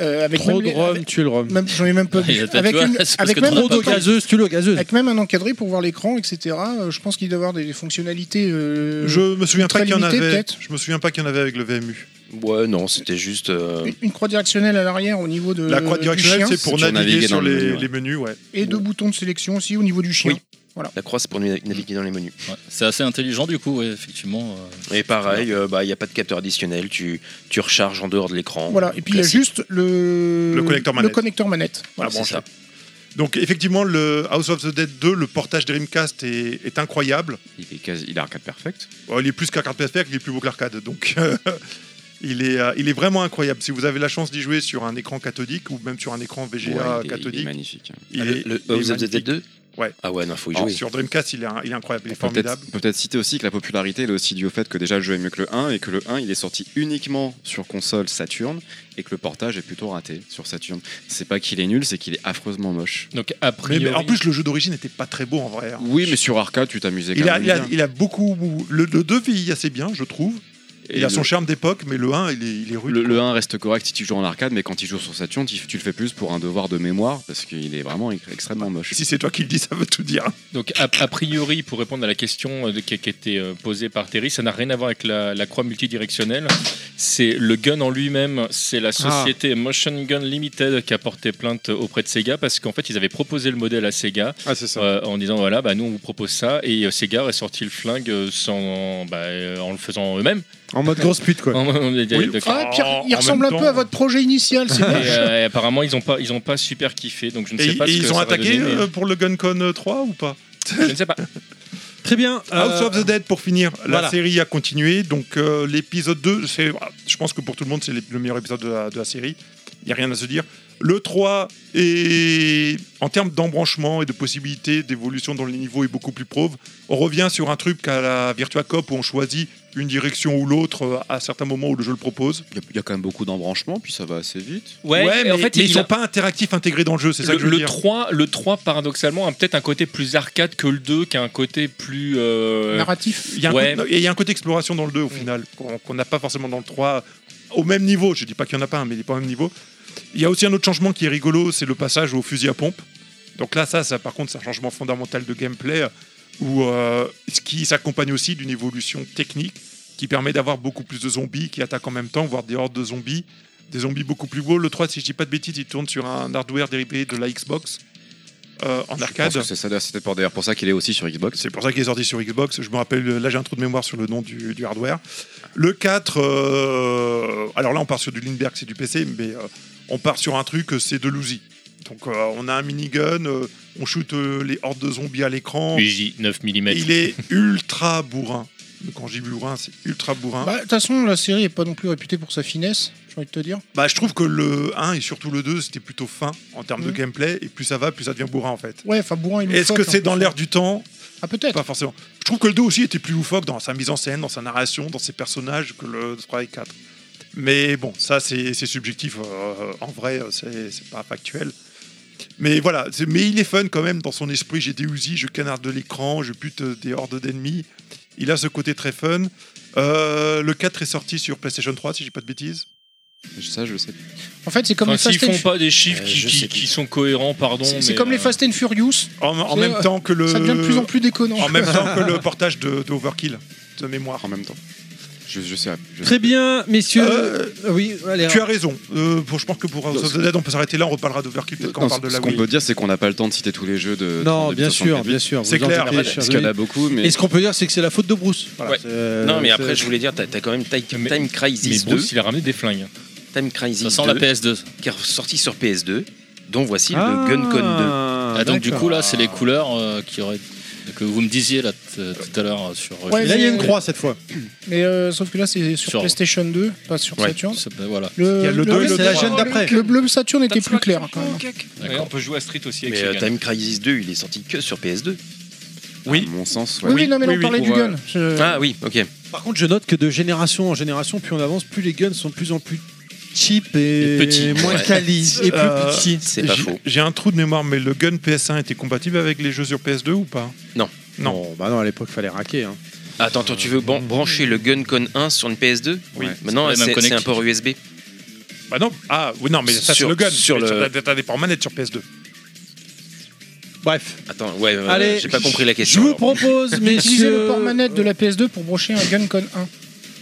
Speaker 6: Euh, avec
Speaker 10: Trop
Speaker 6: même
Speaker 10: de
Speaker 6: les-
Speaker 10: rhum,
Speaker 6: avec-
Speaker 10: tuer le rhum.
Speaker 6: même- j'en ai même pas
Speaker 7: Il y
Speaker 6: vu.
Speaker 7: a peut-être,
Speaker 6: Avec,
Speaker 7: tu vois,
Speaker 6: une-
Speaker 7: c'est parce
Speaker 6: avec
Speaker 7: que
Speaker 6: même
Speaker 7: t'en
Speaker 10: Trop
Speaker 7: as
Speaker 10: d'eau gazeuse, tue le gazeuse.
Speaker 6: avec même un encadré pour voir l'écran, etc. euh, je pense qu'il doit y avoir des, des fonctionnalités. euh,
Speaker 2: je me souviens
Speaker 6: très
Speaker 2: pas qu'il y en
Speaker 6: limité,
Speaker 2: avait.
Speaker 6: peut-être.
Speaker 2: Je me souviens pas qu'il y en avait avec le VMU.
Speaker 8: Ouais, non, c'était juste. euh,
Speaker 6: Une, une croix directionnelle à l'arrière au niveau de.
Speaker 2: La croix
Speaker 6: du chien,
Speaker 2: directionnelle, c'est pour
Speaker 5: C'est pour
Speaker 2: naviguer
Speaker 5: naviguer
Speaker 2: sur
Speaker 5: dans le
Speaker 2: les,
Speaker 5: menu, ouais.
Speaker 2: les menus, ouais.
Speaker 6: Et deux boutons de sélection aussi au niveau du chien.
Speaker 8: Oui. La croix, c'est pour nav- naviguer dans les menus.
Speaker 7: Ouais, c'est assez intelligent du coup, ouais, effectivement. euh.
Speaker 8: Et pareil, bah, il n'y a pas de capteur additionnel, tu, tu recharges en dehors de l'écran.
Speaker 6: Voilà. Et puis il y a
Speaker 8: Classique.
Speaker 6: juste le.
Speaker 2: Le connecteur manette.
Speaker 6: Le connecteur manette.
Speaker 2: Ah,
Speaker 6: Voilà.
Speaker 2: bon,
Speaker 8: c'est ça.
Speaker 2: Donc effectivement, le House of the Dead 2, le portage Dreamcast est, est incroyable.
Speaker 5: Il est quasi, il est arcade perfect.
Speaker 2: Oh, il est plus qu'un carte perfect, il est plus beau que l'arcade. Donc euh, il, est, euh, il est vraiment incroyable. Si vous avez la chance d'y jouer sur un écran cathodique ou même sur un écran VGA
Speaker 5: Ouais, il est- il est
Speaker 2: cathodique,
Speaker 5: magnifique.
Speaker 2: il
Speaker 8: Ah,
Speaker 2: est,
Speaker 8: le
Speaker 2: il est
Speaker 8: House of the Dead
Speaker 2: magnifique.
Speaker 8: 2
Speaker 2: Ouais.
Speaker 8: Ah ouais, non, faut y
Speaker 2: Alors,
Speaker 8: jouer.
Speaker 2: Sur Dreamcast, il est, un- il est incroyable, il est
Speaker 5: Peut-être
Speaker 2: formidable.
Speaker 5: peut citer aussi que la popularité elle est aussi due au fait que déjà le jeu est mieux que le 1 et que le 1 il est sorti uniquement sur console Saturn et que le portage est plutôt raté sur Saturn. C'est pas qu'il est nul, c'est qu'il est affreusement moche.
Speaker 3: Donc, a
Speaker 2: Mais,
Speaker 3: priori,
Speaker 2: mais en plus, le jeu d'origine n'était pas très beau en vrai. hein.
Speaker 5: Oui, mais sur arcade tu t'amusais quand
Speaker 2: Il a,
Speaker 5: même.
Speaker 2: il, a,
Speaker 5: bien.
Speaker 2: il a beaucoup. Le, le 2 vieillit assez bien, je trouve.
Speaker 5: Et
Speaker 2: il a
Speaker 5: le-
Speaker 2: son charme d'époque, mais le 1, il est, il est rude.
Speaker 5: le, le 1 reste correct si tu joues en arcade, mais quand tu joues sur Saturn, tu, tu le fais plus pour un devoir de mémoire parce qu'il est vraiment ex- extrêmement moche.
Speaker 2: Si c'est toi qui le dis, ça veut tout dire.
Speaker 3: Donc, a, a priori, pour répondre à la question euh, de- qui a, qui a été euh, posée par Terry, ça n'a rien à voir avec la, la croix multidirectionnelle. C'est le gun en lui-même. C'est la
Speaker 1: Ah.
Speaker 3: société Motion Gun Limited qui a porté plainte auprès de Sega parce qu'en fait, ils avaient proposé le modèle à Sega
Speaker 1: Ah, c'est ça.
Speaker 3: euh, en disant voilà, bah, nous on vous propose ça. Et euh, Sega a sorti le flingue euh, sans, bah, euh, en le faisant eux-mêmes.
Speaker 1: En mode grosse pute, quoi.
Speaker 3: En- en- donc-
Speaker 6: Ah, puis
Speaker 2: Oh,
Speaker 6: il
Speaker 2: en
Speaker 6: ressemble un
Speaker 2: même
Speaker 6: peu
Speaker 2: temps.
Speaker 6: à votre projet initial. c'est
Speaker 3: et,
Speaker 6: moche.
Speaker 3: euh, et apparemment, ils n'ont pas, ils ont pas super kiffé. Donc, je ne
Speaker 2: Et,
Speaker 3: sais pas
Speaker 2: et
Speaker 3: ce que
Speaker 2: ils ont
Speaker 3: ça va
Speaker 2: attaqué
Speaker 3: donner, mais
Speaker 2: euh, pour le Gun Con 3 ou pas
Speaker 3: Je ne sais pas.
Speaker 1: Très bien. euh,
Speaker 2: House of the Dead pour finir. La
Speaker 1: voilà.
Speaker 2: série a continué. Donc euh, l'épisode 2, c'est- ah, je pense que pour tout le monde, c'est le meilleur épisode de la, de la série. Il n'y a rien à se dire. Le 3 est, en termes d'embranchement et de possibilités d'évolution dans les niveaux, est beaucoup plus pauvre. On revient sur un truc à la Virtua Cop où on choisit une direction ou l'autre euh, à certains moments où le jeu le propose.
Speaker 5: Il y, a- il y a quand même beaucoup d'embranchements, puis ça va assez vite.
Speaker 3: Ouais, et
Speaker 2: mais,
Speaker 3: en fait,
Speaker 2: mais ils
Speaker 3: il
Speaker 2: sont
Speaker 3: a-
Speaker 2: pas interactifs intégrés dans le jeu, c'est ça
Speaker 3: le,
Speaker 2: que je veux
Speaker 3: le
Speaker 2: dire.
Speaker 3: 3, le 3, paradoxalement, a peut-être un côté plus arcade que le 2, qui a un côté plus. euh,
Speaker 6: Narratif.
Speaker 2: Il y, a un
Speaker 3: Ouais.
Speaker 2: côté- et il y a un côté exploration dans le 2 au final, qu'on qu'on n'a pas forcément dans le 3 au même niveau. Je dis pas qu'il n'y en a pas un, mais il n'est pas au même niveau. Il y a aussi un autre changement qui est rigolo, c'est le passage au fusil à pompe. Donc là, ça, ça par contre, c'est un changement fondamental de gameplay, euh, où, euh, ce qui s'accompagne aussi d'une évolution technique qui permet d'avoir beaucoup plus de zombies qui attaquent en même temps, voire des hordes de zombies, des zombies beaucoup plus beaux. Le 3, si je dis pas de bêtises, il tourne sur un hardware dérivé de la Xbox euh, en
Speaker 5: Je
Speaker 2: arcade.
Speaker 5: pense que C'est ça, d'ailleurs, c'est peut-être pour- d'ailleurs pour ça qu'il est aussi sur Xbox.
Speaker 2: C'est pour ça qu'il est sorti sur Xbox. Je me rappelle, là j'ai un trou de mémoire sur le nom du, du hardware. Le 4, euh, alors là on part sur du Lindbergh, c'est du PC, mais euh, on part sur un truc, euh, c'est de l'Uzi. Donc euh, on a un minigun, euh, on shoot euh, les hordes de zombies à l'écran.
Speaker 3: UJ 9 mm.
Speaker 2: Il est ultra bourrin. Mais Quand je dis bourrin, c'est ultra bourrin.
Speaker 6: Bah, De toute façon, la série est pas non plus réputée pour sa finesse, j'ai envie de te dire.
Speaker 2: Bah, je trouve que le 1 et surtout le 2, c'était plutôt fin en termes de
Speaker 6: Mhm.
Speaker 2: gameplay, et plus ça va, plus ça devient bourrin en fait.
Speaker 6: Ouais, enfin, bourrin, il hein,
Speaker 2: Est-ce que c'est dans l'air du temps
Speaker 6: Ah, peut-être.
Speaker 2: Pas forcément. Je trouve que le 2 aussi était plus loufoque dans sa mise en scène, dans sa narration, dans ses personnages que le 3 et 4. Mais bon, ça c'est c'est subjectif. euh, en vrai, euh, c'est c'est pas factuel. Mais voilà, c'est- mais il est fun quand même dans son esprit. J'ai des Uzi, je canarde de l'écran, je bute euh, des hordes d'ennemis. Il a ce côté très fun. Euh, le 4 est sorti sur PlayStation 3, si j'ai pas de bêtises.
Speaker 5: Ça, je sais.
Speaker 6: En fait, c'est comme
Speaker 3: Enfin,
Speaker 6: les
Speaker 3: S'ils
Speaker 6: Fast and
Speaker 3: font
Speaker 6: Fu-
Speaker 3: pas des chiffres
Speaker 8: Euh,
Speaker 3: qui,
Speaker 8: je
Speaker 3: qui-
Speaker 8: sais plus.
Speaker 3: qui sont cohérents, pardon.
Speaker 6: c'est-
Speaker 3: mais,
Speaker 6: C'est comme les
Speaker 3: euh,
Speaker 6: Fast and Furious,
Speaker 2: En, en
Speaker 6: C'est- euh,
Speaker 2: même temps que le.
Speaker 6: ça devient de plus en plus déconnant.
Speaker 2: En même temps que le portage de, de Overkill, de mémoire.
Speaker 5: En même temps. Je, je sais. je
Speaker 1: Très bien, messieurs.
Speaker 2: Euh,
Speaker 1: oui, allez. hein.
Speaker 2: Tu as raison. Euh, pour- je pense que pour House
Speaker 5: Non,
Speaker 2: of the Dead, on peut s'arrêter là. On reparlera d'Overkill peut-être quand
Speaker 5: Non,
Speaker 2: on parle de
Speaker 5: ce
Speaker 2: la
Speaker 5: ce qu'on
Speaker 2: Wii.
Speaker 5: peut dire, c'est qu'on n'a pas le temps de citer tous les jeux de.
Speaker 1: Non,
Speaker 5: de
Speaker 1: bien sûr,
Speaker 5: 1978.
Speaker 1: bien sûr.
Speaker 2: C'est
Speaker 1: vous en
Speaker 2: clair.
Speaker 1: doutez,
Speaker 5: Parce
Speaker 1: chers
Speaker 5: qu'il y en a
Speaker 1: amis.
Speaker 5: beaucoup, mais.
Speaker 1: Et ce qu'on peut dire, c'est que c'est la faute de Bruce. Voilà,
Speaker 3: Ouais.
Speaker 1: c'est, euh,
Speaker 8: Non, mais
Speaker 1: c'est-
Speaker 8: après, je voulais dire, t'as as quand même Ti-
Speaker 3: Mais-
Speaker 8: Time
Speaker 3: Mais
Speaker 8: Crisis 2,
Speaker 3: Bruce, il a ramené des flingues.
Speaker 8: Time Crisis
Speaker 7: Ça sent
Speaker 8: 2,
Speaker 7: la PS2.
Speaker 8: qui est sorti sur PS2, dont voici
Speaker 1: Ah,
Speaker 8: le Guncon
Speaker 7: Ah, donc du
Speaker 1: d'accord.
Speaker 7: coup là, c'est les couleurs euh, qui auraient que vous me disiez là t- euh, tout à l'heure euh, sur.
Speaker 6: Ouais,
Speaker 1: Et Là, il y a une
Speaker 6: Mais-
Speaker 1: croix cette fois.
Speaker 6: mais euh, sauf que là, c'est sur,
Speaker 7: Sur-
Speaker 6: PlayStation 2, pas sur
Speaker 8: 2. Ouais.
Speaker 6: Saturn.
Speaker 7: Ça- bah, voilà.
Speaker 6: Le,
Speaker 2: y a le deux et le
Speaker 1: C'est la chaîne d'après.
Speaker 6: le bleu Saturn était plus clair hein, quand même.
Speaker 3: Ouais, on peut jouer à Street aussi avec
Speaker 8: Mais
Speaker 3: ces
Speaker 8: euh,
Speaker 3: gars.
Speaker 8: Time Crisis 2, il est sorti que sur PS2.
Speaker 5: Oui. À mon sens, ouais.
Speaker 6: Oui, oui, non, mais
Speaker 5: Oui,
Speaker 6: on
Speaker 5: oui,
Speaker 6: parlait
Speaker 5: pour,
Speaker 6: du
Speaker 5: euh,
Speaker 6: gun. Je-
Speaker 8: Ah oui, ok.
Speaker 1: Par contre, je note que de génération en génération, plus on avance, plus les guns sont de plus en plus cheap et,
Speaker 7: Et petits.
Speaker 1: moins
Speaker 8: Ouais.
Speaker 1: quali et plus
Speaker 2: Euh,
Speaker 1: petits.
Speaker 8: C'est pas
Speaker 2: J'ai-
Speaker 8: faux.
Speaker 2: J'ai un trou de mémoire, mais le gun PS1 était compatible avec les jeux sur PS2 ou pas Non.
Speaker 1: Bon, bah non, à l'époque, fallait raquer. hein.
Speaker 8: Attends, attends, tu veux bran- brancher le Guncon 1 sur une PS2
Speaker 2: Oui.
Speaker 8: Maintenant,
Speaker 7: C'est pas la même
Speaker 8: c'est c'est un
Speaker 7: connectique.
Speaker 8: port USB.
Speaker 2: Bah non. Ah oui, non, mais ça c'est
Speaker 8: Sur-
Speaker 2: le gun.
Speaker 8: sur
Speaker 2: Mais
Speaker 8: le-
Speaker 2: t'as- T'as des ports manettes sur PS2.
Speaker 1: Bref,
Speaker 8: Attends, ouais, ouais,
Speaker 1: Allez,
Speaker 8: j'ai pas compris la
Speaker 1: je
Speaker 8: question.
Speaker 1: vous
Speaker 8: alors.
Speaker 1: propose,
Speaker 6: Utiliser
Speaker 1: messieurs.
Speaker 6: le port manette de la PS2 pour brocher un Guncon 1.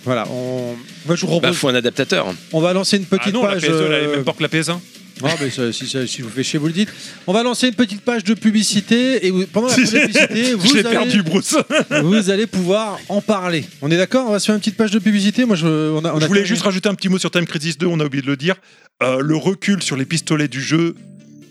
Speaker 1: Voilà, on, moi, je vous
Speaker 8: Bah,
Speaker 1: propose-
Speaker 8: faut un adaptateur.
Speaker 1: on va lancer une petite
Speaker 2: ah non,
Speaker 1: page.
Speaker 2: la PS2, elle a les
Speaker 1: euh,
Speaker 2: mêmes portes que la PS1.
Speaker 1: Non, mais ça, si, ça- si vous faites chier, vous le dites. On va lancer une petite page de publicité et vous- pendant la publicité, vous
Speaker 2: Je l'ai
Speaker 1: allez,
Speaker 2: perdu, Bruce.
Speaker 1: vous allez pouvoir en parler. On est d'accord On va se faire une petite page de publicité. Moi, je, on a, on a
Speaker 2: Je voulais
Speaker 1: terminé.
Speaker 2: juste rajouter un petit mot sur Time Crisis 2, on a oublié de le dire. Euh, le recul sur les pistolets du jeu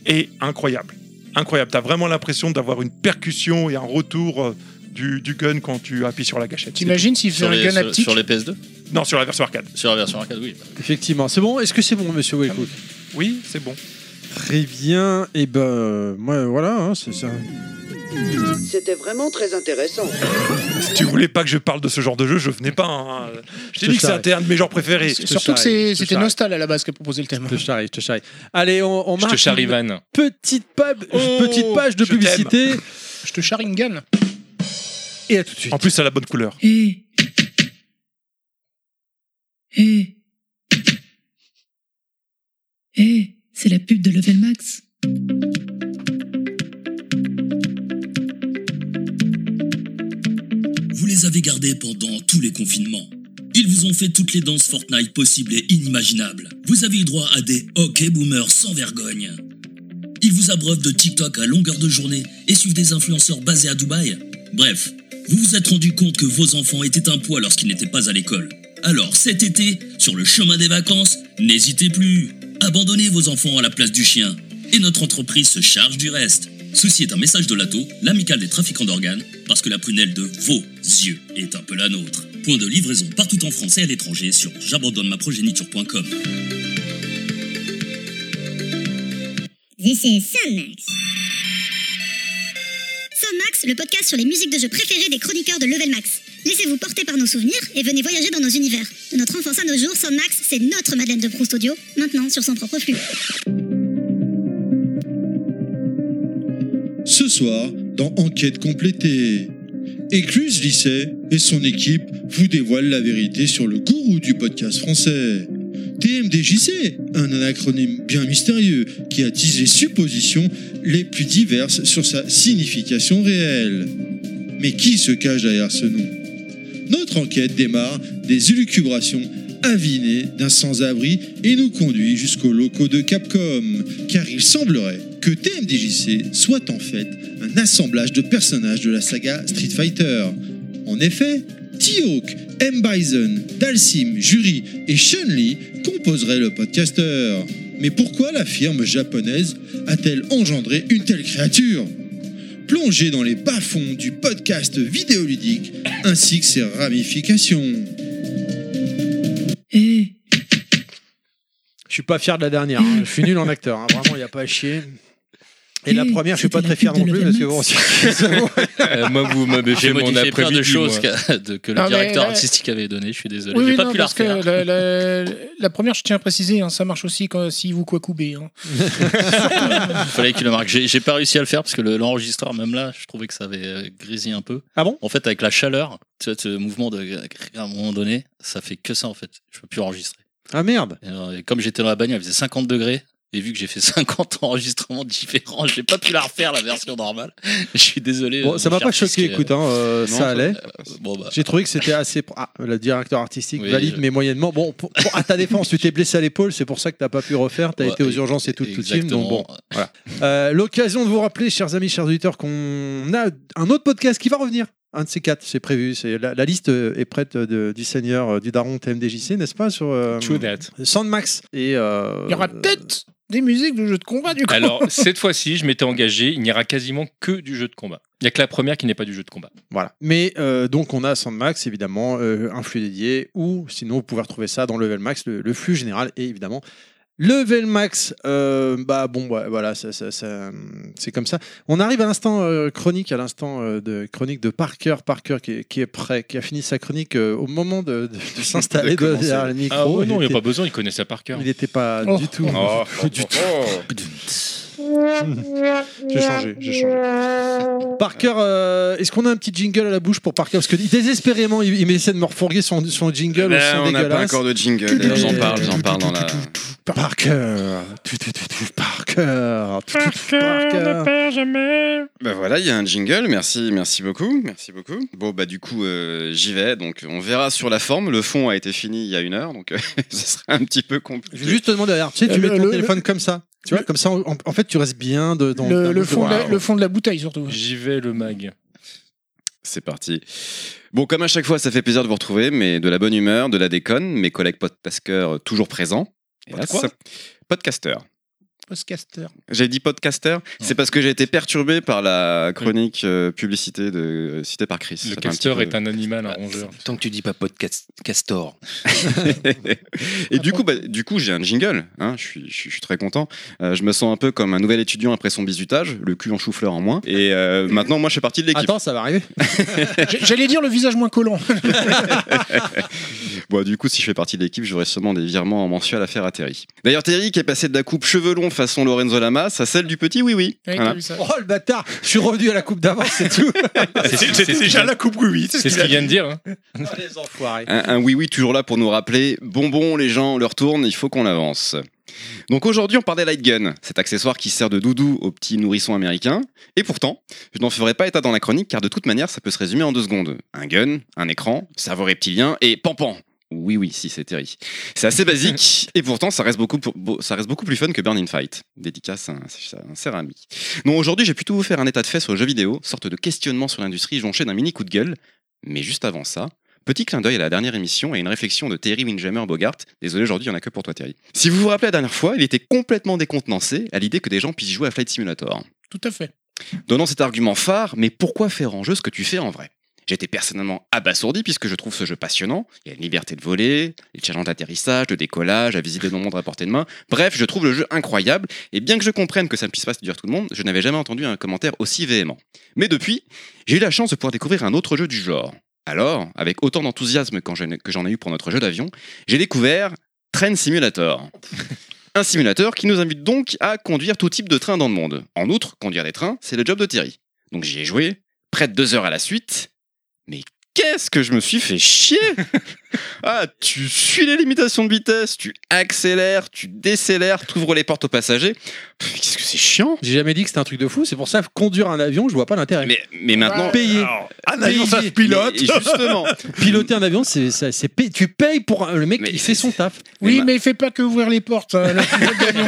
Speaker 2: est incroyable. Incroyable. T'as vraiment l'impression d'avoir une percussion et un retour euh, du, du gun quand tu appuies sur la gâchette.
Speaker 6: T'imagines s'il fait
Speaker 7: Sur
Speaker 6: un
Speaker 7: les,
Speaker 6: gun
Speaker 7: sur,
Speaker 6: haptique
Speaker 7: sur les PS2
Speaker 2: Non, sur la version arcade.
Speaker 7: Sur la version arcade, oui.
Speaker 1: Effectivement. C'est bon Est-ce que c'est bon, monsieur Waycook
Speaker 2: Oui, c'est bon.
Speaker 1: Très bien.
Speaker 2: Eh
Speaker 1: Et ben, euh, moi, voilà, hein, c'est ça.
Speaker 13: C'était vraiment très intéressant.
Speaker 2: Si tu voulais pas que je parle de ce genre de jeu, je venais pas. hein. Je t'ai
Speaker 1: Je
Speaker 2: dit que
Speaker 1: savais.
Speaker 2: c'était un de mes genres préférés.
Speaker 1: Je te
Speaker 6: Surtout que
Speaker 1: charrie,
Speaker 6: c'est-
Speaker 1: je te
Speaker 6: c'était
Speaker 1: charrie.
Speaker 6: Nostal à la base qui a proposé le thème.
Speaker 1: Je te charrie, je te charrie. Allez, on, on
Speaker 3: Je te
Speaker 1: marque une
Speaker 3: charivane.
Speaker 1: petite, pub-
Speaker 2: Oh,
Speaker 1: petite page de
Speaker 2: je t'aime.
Speaker 1: publicité.
Speaker 6: Je te charingan.
Speaker 1: Et à tout de suite.
Speaker 2: En plus, c'est la bonne couleur.
Speaker 12: Eh Eh C'est la pub de Level Max
Speaker 4: Vous les avez gardés pendant tous les confinements. Ils vous ont fait toutes les danses Fortnite possibles et inimaginables. Vous avez eu droit à des hockey boomers sans vergogne. Ils vous abreuvent de TikTok à longueur de journée et suivent des influenceurs basés à Dubaï. Bref, vous vous êtes rendu compte que vos enfants étaient un poids lorsqu'ils n'étaient pas à l'école. Alors cet été, sur le chemin des vacances, n'hésitez plus. Abandonnez vos enfants à la place du chien. Et notre entreprise se charge du reste. Ceci est un message de l'ATO, l'amicale des trafiquants d'organes, parce que la prunelle de vos yeux est un peu la nôtre. Point de livraison partout en France et à l'étranger sur j'abandonnemaprogéniture.com.
Speaker 12: This is Soundmax Soundmax, le podcast sur les musiques de jeux préférées des chroniqueurs de Level Max. Laissez-vous porter par nos souvenirs et venez voyager dans nos univers. De notre enfance à nos jours, Soundmax, c'est notre Madeleine de Proust Audio, maintenant sur son propre flux.
Speaker 14: ce soir dans Enquête complétée. Écluse Lycée et son équipe vous dévoilent la vérité sur le gourou du podcast français. TMDJC, un anacronyme bien mystérieux qui attise les suppositions les plus diverses sur sa signification réelle. Mais qui se cache derrière ce nom Notre enquête démarre des élucubrations avinées d'un sans-abri et nous conduit jusqu'aux locaux de Capcom, car il semblerait que TMDJC soit en fait un assemblage de personnages de la saga Street Fighter. En effet, T-Hawk, M. Bison, Dalsim, Jury et Chun-Li composeraient le podcaster. Mais pourquoi la firme japonaise a-t-elle engendré une telle créature Plongez dans les bas-fonds du podcast vidéoludique ainsi que ses ramifications.
Speaker 1: Je suis pas fier de la dernière. hein. Je suis nul en acteur. hein. Vraiment, il n'y a pas à chier. Et la première, je suis pas très fier non plus parce que bon,
Speaker 3: Euh, moi, vous m'avez fait
Speaker 7: J'ai
Speaker 3: mon
Speaker 7: modifié plein de
Speaker 3: après-midi. moi.
Speaker 7: choses que, de- que le
Speaker 6: Non, mais
Speaker 7: directeur
Speaker 6: là-
Speaker 7: artistique avait donné, je suis désolé.
Speaker 6: Oui,
Speaker 7: J'ai
Speaker 6: oui,
Speaker 7: pas
Speaker 6: non,
Speaker 7: pu la
Speaker 6: parce que
Speaker 7: refaire.
Speaker 6: la, la- la première, je tiens à préciser, hein, ça marche aussi quand, si vous quoi couper. Hein.
Speaker 7: Il fallait qu'il le marque. J'ai j'ai pas réussi à le faire parce que le- l'enregistreur, même là, je trouvais que ça avait euh, grésillé un peu.
Speaker 1: Ah bon
Speaker 7: En fait, avec la chaleur, tu vois, ce mouvement de à un moment donné, ça fait que ça en fait. Je peux plus enregistrer.
Speaker 1: Ah merde
Speaker 7: Et, alors, et comme j'étais dans la bagnole, il faisait 50 degrés. Et vu que j'ai fait 50 enregistrements différents, j'ai pas pu la refaire la version normale. Je suis désolé.
Speaker 1: Bon,
Speaker 7: euh,
Speaker 1: ça
Speaker 7: mon
Speaker 1: m'a
Speaker 7: cher
Speaker 1: pas
Speaker 7: fils qui
Speaker 1: choqué,
Speaker 7: est-
Speaker 1: écoute, hein, euh,
Speaker 7: Non,
Speaker 1: ça allait.
Speaker 7: euh, Bon bah.
Speaker 1: J'ai trouvé que c'était assez. pro- Ah, le directeur artistique
Speaker 7: Oui,
Speaker 1: valide,
Speaker 7: je-
Speaker 1: mais moyennement. Bon, pour- pour- à ta défense, tu t'es blessé à l'épaule, c'est pour ça que t'as pas pu refaire. T'as
Speaker 7: ouais,
Speaker 1: été aux
Speaker 7: et-
Speaker 1: urgences et tout, tout de suite. Donc bon.
Speaker 7: Bah, e- exactement.
Speaker 1: Euh, L'occasion de vous rappeler, chers amis, chers auditeurs, qu'on a un autre podcast qui va revenir. Un de ces quatre, c'est prévu. c'est- La, la liste euh, est prête de- du Seigneur, euh, du Daron TMDJC, n'est-ce pas Sur euh,
Speaker 3: True that.
Speaker 1: Sandmax. Et, euh,
Speaker 6: Il y aura peut-être des musiques de jeux de combat du coup.
Speaker 3: Alors, cette fois-ci, je m'étais engagé, il n'y aura quasiment que du jeu de combat. Il n'y a que la première qui n'est pas du jeu de combat.
Speaker 1: Voilà. Mais euh, donc on a Sandmax, évidemment, euh, un flux dédié, ou sinon vous pouvez retrouver ça dans Level Max, le, le flux général, et évidemment. Level Max, euh, bah bon, ouais, voilà, ça, ça- ça, hum, c'est comme ça. On arrive à l'instant euh, chronique, à l'instant euh, de chronique de Parker, Parker qui est, qui est prêt, qui a fini sa chronique euh, au moment de, de- de s'installer
Speaker 15: De commencer.
Speaker 1: derrière le micro.
Speaker 3: Ah ouais, Ah, non, il n'y a
Speaker 1: était-
Speaker 3: Oh. pas besoin, il connaît ça par cœur.
Speaker 1: il était pas
Speaker 6: Oh.
Speaker 1: du tout. du tout. J'ai changé, j'ai changé. Parker, euh, est-ce qu'on a un petit jingle à la bouche pour Parker Parce que désespérément, il, il essaie de me refourguer son, son jingle.
Speaker 5: Ben,
Speaker 1: au son
Speaker 5: on n'a pas
Speaker 1: dégueulasse.
Speaker 5: encore de jingle, d'ailleurs, j'en parle, j'en parle dans la.
Speaker 1: Parker, tu, tu, tu, tu, Parker, tu, tu, tu, Parker.
Speaker 6: jamais.
Speaker 5: Ben voilà, il y a un jingle, merci, merci beaucoup, merci beaucoup. Bon, bah du coup, euh, j'y vais, donc on verra sur la forme, le fond a été fini il y a une heure, donc euh, ce sera un petit peu compliqué.
Speaker 1: Je vais juste te demander,
Speaker 5: Ah.
Speaker 1: regarde, tu sais, tu
Speaker 6: Le-
Speaker 1: mets ton
Speaker 6: le-
Speaker 1: téléphone comme ça. Tu vois, comme ça, en, en fait, tu restes bien de, dans
Speaker 6: Le,
Speaker 1: dans
Speaker 6: le fond de la,
Speaker 1: Waouh.
Speaker 6: le fond de la bouteille, surtout.
Speaker 3: J'y vais, le mag.
Speaker 5: C'est parti. Bon, comme à chaque fois, ça fait plaisir de vous retrouver, mais de la bonne humeur, de la déconne, mes collègues podcasteurs euh, toujours présents. Et là,
Speaker 6: quoi
Speaker 5: ça- Podcasteurs.
Speaker 6: Postcaster.
Speaker 5: J'ai dit podcasteur, c'est parce que j'ai été perturbé par la chronique euh, publicité de, euh, citée par Chris.
Speaker 3: Le
Speaker 5: Ça fait un petit
Speaker 3: castor
Speaker 5: peu-
Speaker 3: est un animal, un rongeur.
Speaker 5: Ah,
Speaker 8: Tant que tu dis pas podcast castor.
Speaker 5: Et du coup, bah, du coup, j'ai un jingle. hein, je, suis, je suis- je suis très content. Euh, je me sens un peu comme un nouvel étudiant après son bizutage, le cul en chou-fleur en moins. Et euh, maintenant, moi, je fais partie de l'équipe.
Speaker 1: Attends, ça va arriver.
Speaker 6: J'- J'allais dire le visage moins collant.
Speaker 5: Bon, du coup, si je fais partie de l'équipe, j'aurai sûrement des virements en mensuel à faire à Terry. D'ailleurs, Terry qui est passé de la coupe cheveux longs façon Lorenzo Lamas à celle du petit oui oui.
Speaker 6: Oui,
Speaker 5: Voilà.
Speaker 6: t'as vu ça.
Speaker 1: Oh le bâtard, je suis revenu à la coupe d'avance, c'est tout.
Speaker 2: C'était déjà la coupe oui oui.
Speaker 3: C'est ce qu'il vient de dire. hein.
Speaker 1: Ah, les enfoirés.
Speaker 5: Un, un oui oui toujours là pour nous rappeler bonbon les gens leur tourne il faut qu'on avance. Donc aujourd'hui on parle des light guns, cet accessoire qui sert de doudou aux petits nourrissons américains. Et pourtant, je n'en ferai pas état dans la chronique car de toute manière ça peut se résumer en deux secondes. Un gun, un écran, cerveau reptilien et pampan. Oui oui si c'est Terry. C'est assez basique et pourtant ça reste beaucoup pour- beau- ça reste beaucoup plus fun que Burning Fight. Dédicace à un, à un céramique. Non aujourd'hui j'ai plutôt vous faire un état de fait sur le jeu vidéo, sorte de questionnement sur l'industrie jonché d'un mini coup de gueule. Mais juste avant ça, Petit clin d'œil à la dernière émission et une réflexion de Terry Windjammer Bogart. Désolé, aujourd'hui, il n'y en a que pour toi, Terry. Si vous vous rappelez la dernière fois, il était complètement décontenancé à l'idée que des gens puissent jouer à Flight Simulator.
Speaker 6: Tout à fait.
Speaker 5: Donnant cet argument phare, mais pourquoi faire en jeu ce que tu fais en vrai J'étais personnellement abasourdi puisque je trouve ce jeu passionnant. Il y a une liberté de voler, les challenges d'atterrissage, de décollage, à visiter le monde à portée de main. Bref, je trouve le jeu incroyable et bien que je comprenne que ça ne puisse pas séduire tout le monde, je n'avais jamais entendu un commentaire aussi véhément. Mais depuis, j'ai eu la chance de pouvoir découvrir un autre jeu du genre. Alors, avec autant d'enthousiasme quand je- que j'en ai eu pour notre jeu d'avion, j'ai découvert Train Simulator. Un simulateur qui nous invite donc à conduire tout type de train dans le monde. En outre, conduire des trains, c'est le job de Thierry. Donc j'y ai joué, près de deux heures à la suite. Mais qu'est-ce que je me suis fait chier Ah, tu suis les limitations de vitesse, tu accélères, tu décélères, tu ouvres les portes aux passagers. Pff, Qu'est-ce que c'est chiant
Speaker 1: J'ai jamais dit que c'était un truc de fou, c'est pour ça que conduire un avion, je vois pas l'intérêt.
Speaker 5: mais, mais maintenant...
Speaker 1: Payer,
Speaker 2: Alors, un avion, ça se
Speaker 1: Mais-
Speaker 2: pilote.
Speaker 5: Mais justement,
Speaker 1: piloter un avion, c'est ça- c'est pay- tu payes pour un- le mec
Speaker 5: Mais
Speaker 1: qui fait son taf.
Speaker 6: Oui,
Speaker 5: ma-
Speaker 6: mais il fait pas que ouvrir les portes. hein, le pilote d'avion.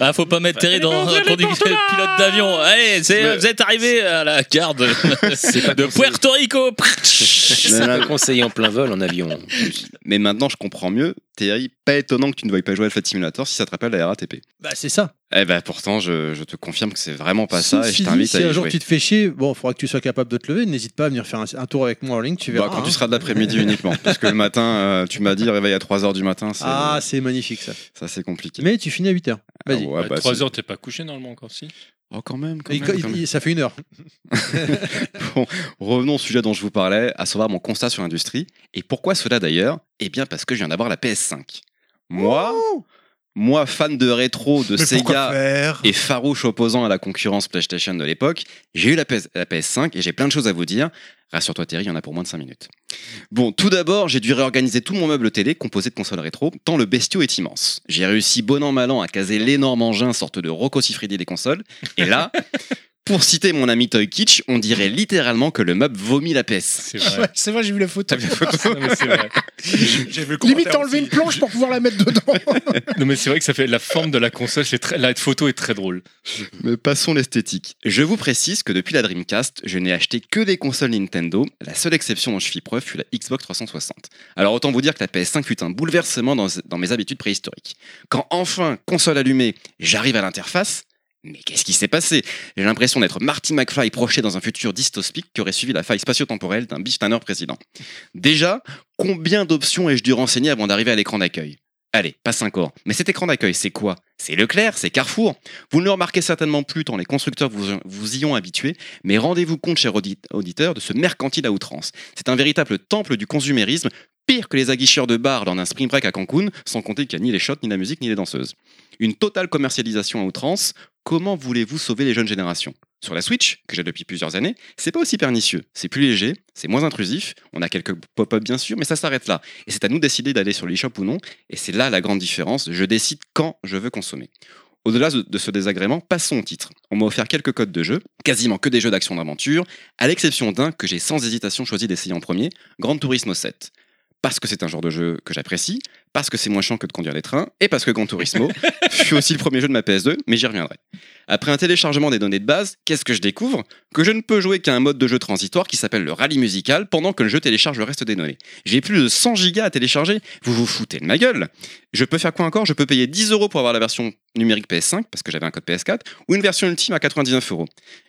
Speaker 7: ah, faut pas mettre Terry dans
Speaker 6: Allez,
Speaker 7: conduite pilote d'avion. Allez, c'est-
Speaker 5: Mais-
Speaker 7: vous êtes arrivé à la gare de, de Puerto Rico.
Speaker 8: Je un conseiller en plein vol en avion. en plus.
Speaker 5: mais maintenant, je comprends mieux. Thierry, pas étonnant que tu ne veuilles pas jouer à Flight Simulator si ça te rappelle la RATP.
Speaker 1: Bah c'est ça.
Speaker 5: Eh ben pourtant, je, je te confirme que c'est vraiment pas
Speaker 1: Sauf
Speaker 5: ça et
Speaker 1: si-
Speaker 5: je t'invite
Speaker 1: si
Speaker 5: à
Speaker 1: un
Speaker 5: y
Speaker 1: jour
Speaker 5: jouer.
Speaker 1: tu te fais chier, bon, faudra que tu sois capable de te lever, n'hésite pas à venir faire un, un tour avec moi en ligne, tu verras.
Speaker 5: Bah, quand
Speaker 1: hein.
Speaker 5: tu seras de l'après-midi uniquement. Parce que le matin, euh, tu m'as dit réveille à 3h du matin, c'est-
Speaker 1: Ah, c'est magnifique ça.
Speaker 5: ça c'est compliqué.
Speaker 1: Mais tu finis à 8h.
Speaker 5: Ah
Speaker 1: Vas-y.
Speaker 5: ouais, bah,
Speaker 3: 3
Speaker 5: c'est-
Speaker 3: heures, t'es pas couché normalement encore, si
Speaker 5: Oh, quand même, quand
Speaker 1: Il-
Speaker 5: même, quand
Speaker 1: il-
Speaker 5: même.
Speaker 1: il- ça fait une heure.
Speaker 5: Revenons au sujet dont je vous parlais, à savoir mon constat sur l'industrie. Et pourquoi cela d'ailleurs Eh bien parce que je viens d'avoir la PS5. Moi, moi fan de rétro, de
Speaker 2: Mais pourquoi
Speaker 5: Sega
Speaker 2: faire
Speaker 5: et farouche opposant à la concurrence PlayStation de l'époque, j'ai eu la, PS la PS5 et j'ai plein de choses à vous dire. Rassure-toi Terry, il y en a pour moins de 5 minutes. Bon, tout d'abord, j'ai dû réorganiser tout mon meuble télé composé de consoles rétro, tant le bestiau est immense. J'ai réussi bon an mal an à caser l'énorme engin sorte de Rocco Siffredi des consoles, et là... Pour citer mon ami Toy Kitsch, on dirait littéralement que le meuble vomit la PS.
Speaker 3: C'est vrai.
Speaker 6: C'est vrai, j'ai vu la photo.
Speaker 3: Non, mais c'est vrai.
Speaker 2: J'ai vu le
Speaker 6: Limite,
Speaker 2: commentaire
Speaker 6: t'as enlevé une
Speaker 2: aussi.
Speaker 6: planche pour pouvoir la mettre dedans.
Speaker 3: Non, mais c'est vrai que ça fait la forme de la console. C'est très, la photo est très drôle.
Speaker 5: Mais passons l'esthétique. Je vous précise que depuis la Dreamcast, je n'ai acheté que des consoles Nintendo. La seule exception dont je fis preuve fut la Xbox 360. Alors autant vous dire que la PS5 fut un bouleversement dans, dans mes habitudes préhistoriques. Quand enfin, console allumée, j'arrive à l'interface, mais qu'est-ce qui s'est passé J'ai l'impression d'être Marty McFly projeté dans un futur dystopique qui aurait suivi la faille spatio-temporelle d'un Biff Tanner président. Déjà, combien d'options ai-je dû renseigner avant d'arriver à l'écran d'accueil Allez, pas 5 ans. Mais cet écran d'accueil, c'est quoi C'est Leclerc, c'est Carrefour vous ne le remarquez certainement plus tant les constructeurs vous, vous y ont habitué, mais rendez-vous compte, chers audi- auditeurs, de ce mercantile à outrance. C'est un véritable temple du consumérisme, pire que les aguicheurs de bar lors d'un spring break à Cancun, sans compter qu'il n'y a ni les shots, ni la musique, ni les danseuses. Une totale commercialisation à outrance, comment voulez-vous sauver les jeunes générations Sur la Switch, que j'ai depuis plusieurs années, c'est pas aussi pernicieux. C'est plus léger, c'est moins intrusif, on a quelques pop-up bien sûr, mais ça s'arrête là. Et c'est à nous de décider d'aller sur l'eShop ou non, et c'est là la grande différence, je décide quand je veux consommer. Au-delà de de ce désagrément, passons au titre. On m'a offert quelques codes de jeu, quasiment que des jeux d'action d'aventure, à l'exception d'un que j'ai sans hésitation choisi d'essayer en premier, Gran Turismo 7. Parce que c'est un genre de jeu que j'apprécie, parce que c'est moins chiant que de conduire les trains, et parce que Gran Turismo fut aussi le premier jeu de ma PS2, mais j'y reviendrai. Après un téléchargement des données de base, qu'est-ce que je découvre Que je ne peux jouer qu'à un mode de jeu transitoire qui s'appelle le rallye musical pendant que le jeu télécharge le reste des données. J'ai plus de 100 gigas à télécharger, vous vous foutez de ma gueule Je peux faire quoi encore Je peux payer 10 euros pour avoir la version numérique PS5, parce que j'avais un code PS4, ou une version ultime à 99 euros.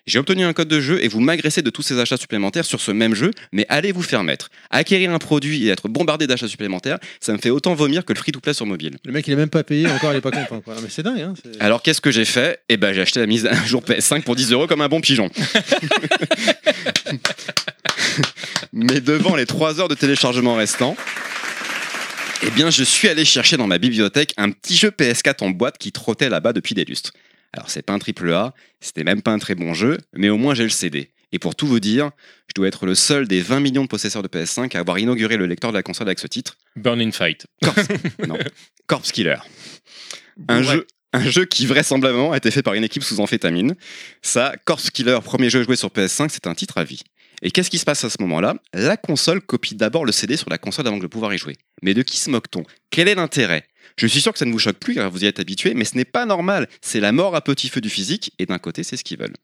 Speaker 5: J'ai obtenu un code de jeu et vous m'agressez de tous ces achats supplémentaires sur ce même jeu, mais allez vous faire mettre. Acquérir un produit et être bombardé d'achats supplémentaires, ça me fait autant vomir que le free-to-play sur mobile.
Speaker 1: Le mec, il est même pas payé, encore, il est pas content. quoi. Non, mais c'est dingue. Hein, c'est-
Speaker 5: Euh, Alors qu'est-ce que j'ai fait Eh ben j'ai acheté la mise à jour PS5 pour 10 euros comme un bon pigeon. Mais devant les 3 heures de téléchargement restants, eh bien je suis allé chercher dans ma bibliothèque un petit jeu PS4 en boîte qui trottait là-bas depuis des lustres. Alors c'est pas un triple A, c'était même pas un très bon jeu, mais au moins j'ai le CD. Et pour tout vous dire, je dois être le seul des 20 millions de possesseurs de PS5 à avoir inauguré le lecteur de la console avec ce titre.
Speaker 3: Burn in Fight.
Speaker 5: Non. Corpse Killer. Un, jeu, un jeu qui vraisemblablement a été fait par une équipe sous amphétamine. Ça, Corpse Killer, premier jeu joué sur PS5, c'est un titre à vie. Et qu'est-ce qui se passe à ce moment-là La console copie d'abord le CD sur la console avant de pouvoir y jouer. Mais de qui se moque-t-on Quel est l'intérêt Je suis sûr que ça ne vous choque plus car vous y êtes habitué, mais ce n'est pas normal. C'est la mort à petit feu du physique, et d'un côté, c'est ce qu'ils veulent.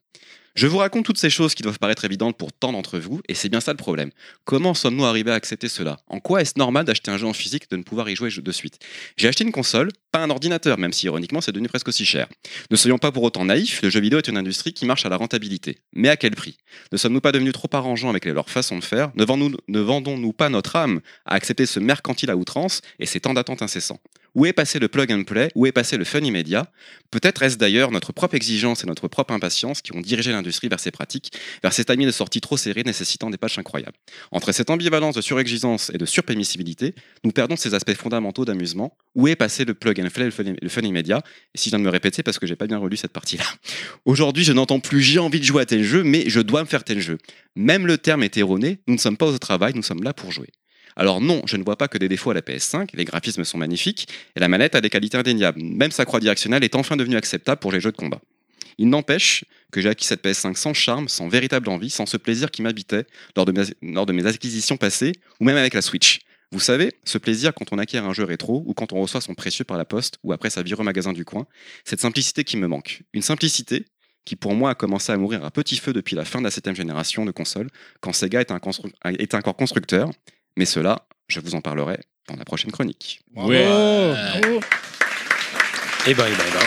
Speaker 5: Je vous raconte toutes ces choses qui doivent paraître évidentes pour tant d'entre vous, et c'est bien ça le problème. Comment sommes-nous arrivés à accepter cela En quoi est-ce normal d'acheter un jeu en physique et de ne pouvoir y jouer de suite J'ai acheté une console, pas un ordinateur, même si ironiquement c'est devenu presque aussi cher. Ne soyons pas pour autant naïfs, le jeu vidéo est une industrie qui marche à la rentabilité. Mais à quel prix Ne sommes-nous pas devenus trop arrangeants avec leur façon de faire Ne vendons-nous- ne vendons-nous pas notre âme à accepter ce mercantile à outrance et ces temps d'attente incessants Où est passé le plug and play Où est passé le fun immédiat Peut-être est-ce d'ailleurs notre propre exigence et notre propre impatience qui ont dirigé l'industrie vers ces pratiques, vers ces timings de sortie trop serrés nécessitant des patchs incroyables. Entre cette ambivalence de surexigence et de surpermissibilité, nous perdons ces aspects fondamentaux d'amusement. Où est passé le plug and play, le fun, le fun immédiat Et si je viens de me répéter parce que j'ai pas bien relu cette partie-là. Aujourd'hui, je n'entends plus j'ai envie de jouer à tel jeu, mais je dois me faire tel jeu. Même le terme est erroné, nous ne sommes pas au travail, nous sommes là pour jouer. Alors non, je ne vois pas que des défauts à la PS5, les graphismes sont magnifiques, et la manette a des qualités indéniables. Même sa croix directionnelle est enfin devenue acceptable pour les jeux de combat. Il n'empêche que j'ai acquis cette PS5 sans charme, sans véritable envie, sans ce plaisir qui m'habitait lors, de mes- lors de mes acquisitions passées, ou même avec la Switch. Vous savez, ce plaisir quand on acquiert un jeu rétro ou quand on reçoit son précieux par la poste ou après sa vie au magasin du coin, cette simplicité qui me manque. Une simplicité qui pour moi a commencé à mourir à petit feu depuis la fin de la 7 génération de consoles, quand Sega est un, constru- est un corps constructeur, mais cela, je vous en parlerai dans la prochaine chronique.
Speaker 3: Ouais.
Speaker 8: Eh ben, eh ben, eh ben.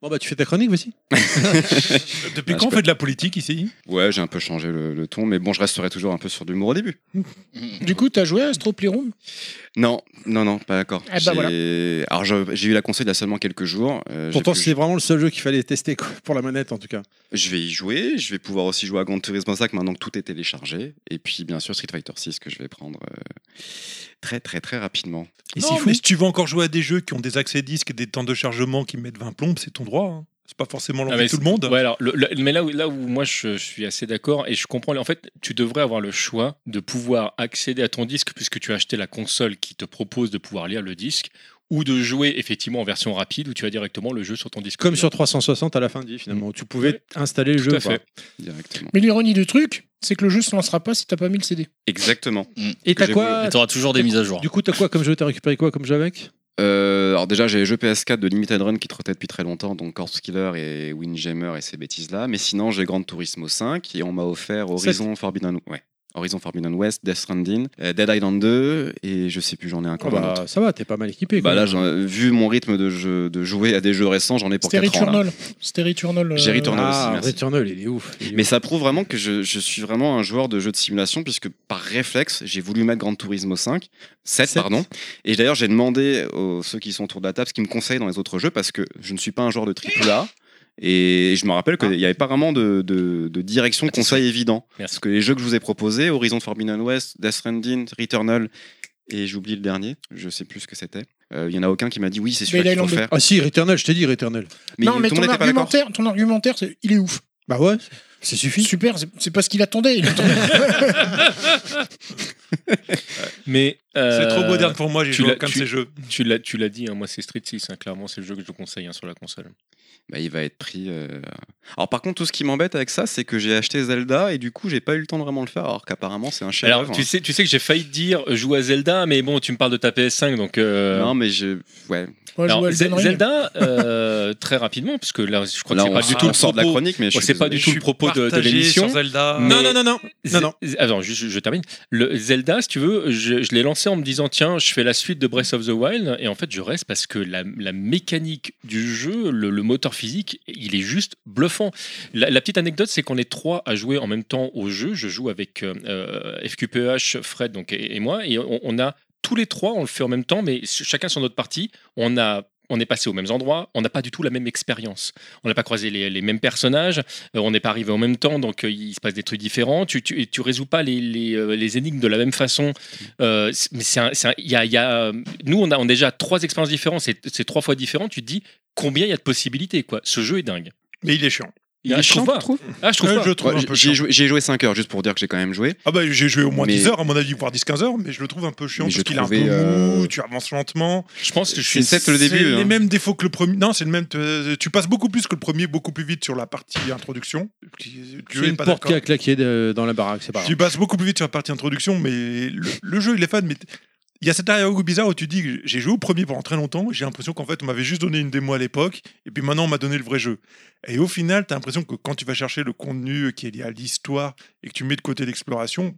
Speaker 1: Bon, bah, tu fais ta chronique, voici.
Speaker 2: Depuis
Speaker 5: Ah,
Speaker 2: quand
Speaker 5: je
Speaker 2: on fait de la politique ici
Speaker 5: Ouais, j'ai un peu changé le, le ton, mais bon, je resterai toujours un peu sur de l'humour au début.
Speaker 6: Du coup, t'as joué à Astro Playroom
Speaker 5: Non, non, non, pas d'accord.
Speaker 6: Eh ben, voilà.
Speaker 5: J'ai- Alors, je- j'ai eu la conseil il y a seulement quelques jours. euh, j'ai
Speaker 1: Pourtant,
Speaker 5: pu-
Speaker 1: c'est vraiment le seul jeu qu'il fallait tester, quoi, pour la manette, en tout cas.
Speaker 5: je vais y jouer. Je vais pouvoir aussi jouer à Grand Turismo 5 maintenant que tout est téléchargé. Et puis, bien sûr, Street Fighter 6 que je vais prendre euh, très, très, très rapidement.
Speaker 1: Et
Speaker 2: non,
Speaker 1: c'est fou.
Speaker 2: mais si tu veux encore jouer à des jeux qui ont des accès disques et des temps de chargement qui mettent 20 plombes, c'est ton droit. hein. C'est pas forcément
Speaker 3: Ah,
Speaker 2: l'envie
Speaker 3: mais
Speaker 2: de tout le
Speaker 3: c'est-
Speaker 2: monde.
Speaker 3: ouais, alors, le- le- mais là où, là où moi je, je suis assez d'accord et je comprends, en fait, tu devrais avoir le choix de pouvoir accéder à ton disque puisque tu as acheté la console qui te propose de pouvoir lire le disque ou de jouer effectivement en version rapide où tu as directement le jeu sur ton disque.
Speaker 1: Comme
Speaker 3: dur.
Speaker 1: sur 360 à la fin de vie, finalement, où tu pouvais installer le
Speaker 3: Tout
Speaker 1: jeu.
Speaker 3: à
Speaker 1: ou pas.
Speaker 3: fait.
Speaker 5: Directement.
Speaker 6: Mais l'ironie du truc, c'est que le jeu se lancera pas si t'as pas mis le CD.
Speaker 5: Exactement.
Speaker 7: Mm.
Speaker 1: Et
Speaker 5: Que
Speaker 1: t'as
Speaker 5: j'ai
Speaker 1: quoi
Speaker 7: Et t'auras toujours des mises à jour.
Speaker 1: Du coup, t'as quoi comme jeu T'as récupéré quoi comme jeu avec
Speaker 5: Euh, alors déjà, j'ai les jeux PS4 de Limited Run qui trottait depuis très longtemps, donc Corpse Killer et Windjammer et ces bêtises-là. Mais sinon, j'ai Grand Turismo 5 et on m'a offert Horizon Forbidden... Ouais. Horizon Forbidden West, Death Stranding, euh, Dead Island 2 et je sais plus, j'en ai
Speaker 1: Ah
Speaker 5: encore un autre.
Speaker 1: bah, Ça va, t'es pas mal équipé.
Speaker 5: Bah
Speaker 1: quoi.
Speaker 5: là, j'en- vu mon rythme de, jeu, de jouer à des jeux récents, j'en ai pour
Speaker 6: C'était
Speaker 5: 4 ans. là.
Speaker 6: Returnal. C'était Returnal. euh,
Speaker 5: J'ai Returnal aussi,
Speaker 1: ah,
Speaker 5: merci.
Speaker 1: Returnal, il est ouf. il est
Speaker 5: Mais
Speaker 1: ouf.
Speaker 5: ça prouve vraiment que je, je suis vraiment un joueur de jeux de simulation, puisque par réflexe, j'ai voulu mettre Grand Turismo 5, 7,
Speaker 1: Sept.
Speaker 5: pardon. Et d'ailleurs, j'ai demandé aux ceux qui sont autour de la table ce qu'ils me conseillent dans les autres jeux, parce que je ne suis pas un joueur de triple A. Et je me rappelle qu'il n'y avait pas vraiment de, de- de direction de conseil évident.
Speaker 3: Merci.
Speaker 5: Parce que les jeux que je vous ai proposés, Horizon Forbidden West, Death Stranding, Returnal, et j'oublie le dernier, je sais plus ce que c'était. euh, il y en a aucun qui m'a dit oui, c'est
Speaker 6: Mais
Speaker 5: sûr
Speaker 6: il a
Speaker 5: qu'il faut le
Speaker 6: l'embête.
Speaker 5: faire.
Speaker 10: Ah si, Returnal, je t'ai dit Returnal.
Speaker 6: non, mais ton
Speaker 5: tout le monde n'était pas d'accord.
Speaker 6: argumentaire, ton argumentaire, c'est- il est ouf.
Speaker 10: Bah ouais, c'est suffit.
Speaker 6: Super, c'est- c'est pas ce qu'il attendait. il attendait-
Speaker 3: Mais euh,
Speaker 2: C'est trop moderne pour moi, j'ai
Speaker 3: tu
Speaker 2: joué à
Speaker 3: l'as-
Speaker 2: aucun de
Speaker 3: tu-
Speaker 2: ces jeux.
Speaker 3: Tu l'as, tu l'as dit, hein, moi c'est Street 6, hein, clairement c'est le jeu que je conseille hein, sur la console.
Speaker 5: Bah, il va être pris. euh, Alors par contre, tout ce qui m'embête avec ça, c'est que j'ai acheté Zelda et du coup, j'ai pas eu le temps de vraiment le faire, alors qu'apparemment, c'est un hein. chef
Speaker 3: Alors tu sais, tu sais que j'ai failli te dire euh, joue à Zelda, mais bon tu me parles de ta PS5 donc. euh,
Speaker 5: Non, mais je. Ouais.
Speaker 3: Alors, Ze- Zelda, euh, très rapidement, parce que là, je crois
Speaker 5: Là,
Speaker 3: que c'est
Speaker 5: on
Speaker 3: pas
Speaker 5: s-
Speaker 3: du tout
Speaker 5: on
Speaker 3: le
Speaker 5: sort de la
Speaker 3: propos-
Speaker 5: chronique, mais je
Speaker 3: bon,
Speaker 5: suis
Speaker 3: c'est pas
Speaker 5: désolé.
Speaker 3: du tout
Speaker 5: Je
Speaker 3: le
Speaker 5: suis
Speaker 3: propos de, de
Speaker 2: partagé
Speaker 3: l'émission.
Speaker 2: sur Zelda.
Speaker 3: mais-
Speaker 2: Non, non, non, non, non.
Speaker 3: Ze- Ah, Attends, je, je- je termine. Le Zelda, si tu veux, je, je l'ai lancé en me disant tiens, je fais la suite de Breath of the Wild, et en fait, je reste parce que la, la mécanique du jeu, le, le moteur physique, il est juste bluffant. La, la petite anecdote, c'est qu'on est trois à jouer en même temps au jeu. Je joue avec euh, euh, FQPH, Fred donc, et, et moi, et on, on a tous les trois, on le fait en même temps, mais ch- chacun sur notre partie. On a on est passé aux mêmes endroits, on n'a pas du tout la même expérience. On n'a pas croisé les, les mêmes personnages, euh, on n'est pas arrivé en même temps, donc euh, il se passe des trucs différents. Tu, tu, et tu résous pas les, les, euh, les énigmes de la même façon. Euh, c'est- mais c'est un- c'est un- il y a, il y a, euh, nous, on a, on a déjà trois expériences différentes, c'est c'est trois fois différent. Tu te dis combien il y a de possibilités, quoi. Ce jeu est dingue.
Speaker 2: Mais il est chiant.
Speaker 3: Ah, je trouve pas. Ah, je trouve
Speaker 2: Ouais,
Speaker 3: pas.
Speaker 2: je trouve
Speaker 5: Ouais,
Speaker 2: un peu
Speaker 5: j'ai
Speaker 2: chiant.
Speaker 5: joué, j'ai joué 5 heures juste pour dire que j'ai quand même joué.
Speaker 2: Ah bah j'ai joué au moins
Speaker 5: Mais-
Speaker 2: 10 heures à mon avis, voire 10-15 heures, mais je le trouve un peu chiant
Speaker 5: Mais je
Speaker 2: parce qu'il est un peu
Speaker 5: trouvais, euh,
Speaker 2: mou, tu avances lentement.
Speaker 3: Je pense que je suis
Speaker 5: C'est 7 le début.
Speaker 2: C'est les
Speaker 5: hein.
Speaker 2: mêmes défauts que le premier. Non, c'est le même. Tu tu passes beaucoup plus que le premier, beaucoup plus vite sur la partie introduction. Tu
Speaker 10: C'est
Speaker 2: es
Speaker 10: une
Speaker 2: pas
Speaker 10: porte qui
Speaker 2: d'accord.
Speaker 10: a claqué de- dans la baraque, c'est pas grave.
Speaker 2: Tu passes beaucoup plus vite sur la partie introduction, mais le, le jeu, il est fan. Mais t- il y a cet arrière-goût bizarre où tu dis que j'ai joué au premier pendant très longtemps, j'ai l'impression qu'en fait, on m'avait juste donné une démo à l'époque, et puis maintenant, on m'a donné le vrai jeu. Et au final, tu as l'impression que quand tu vas chercher le contenu qui est lié à l'histoire et que tu mets de côté l'exploration,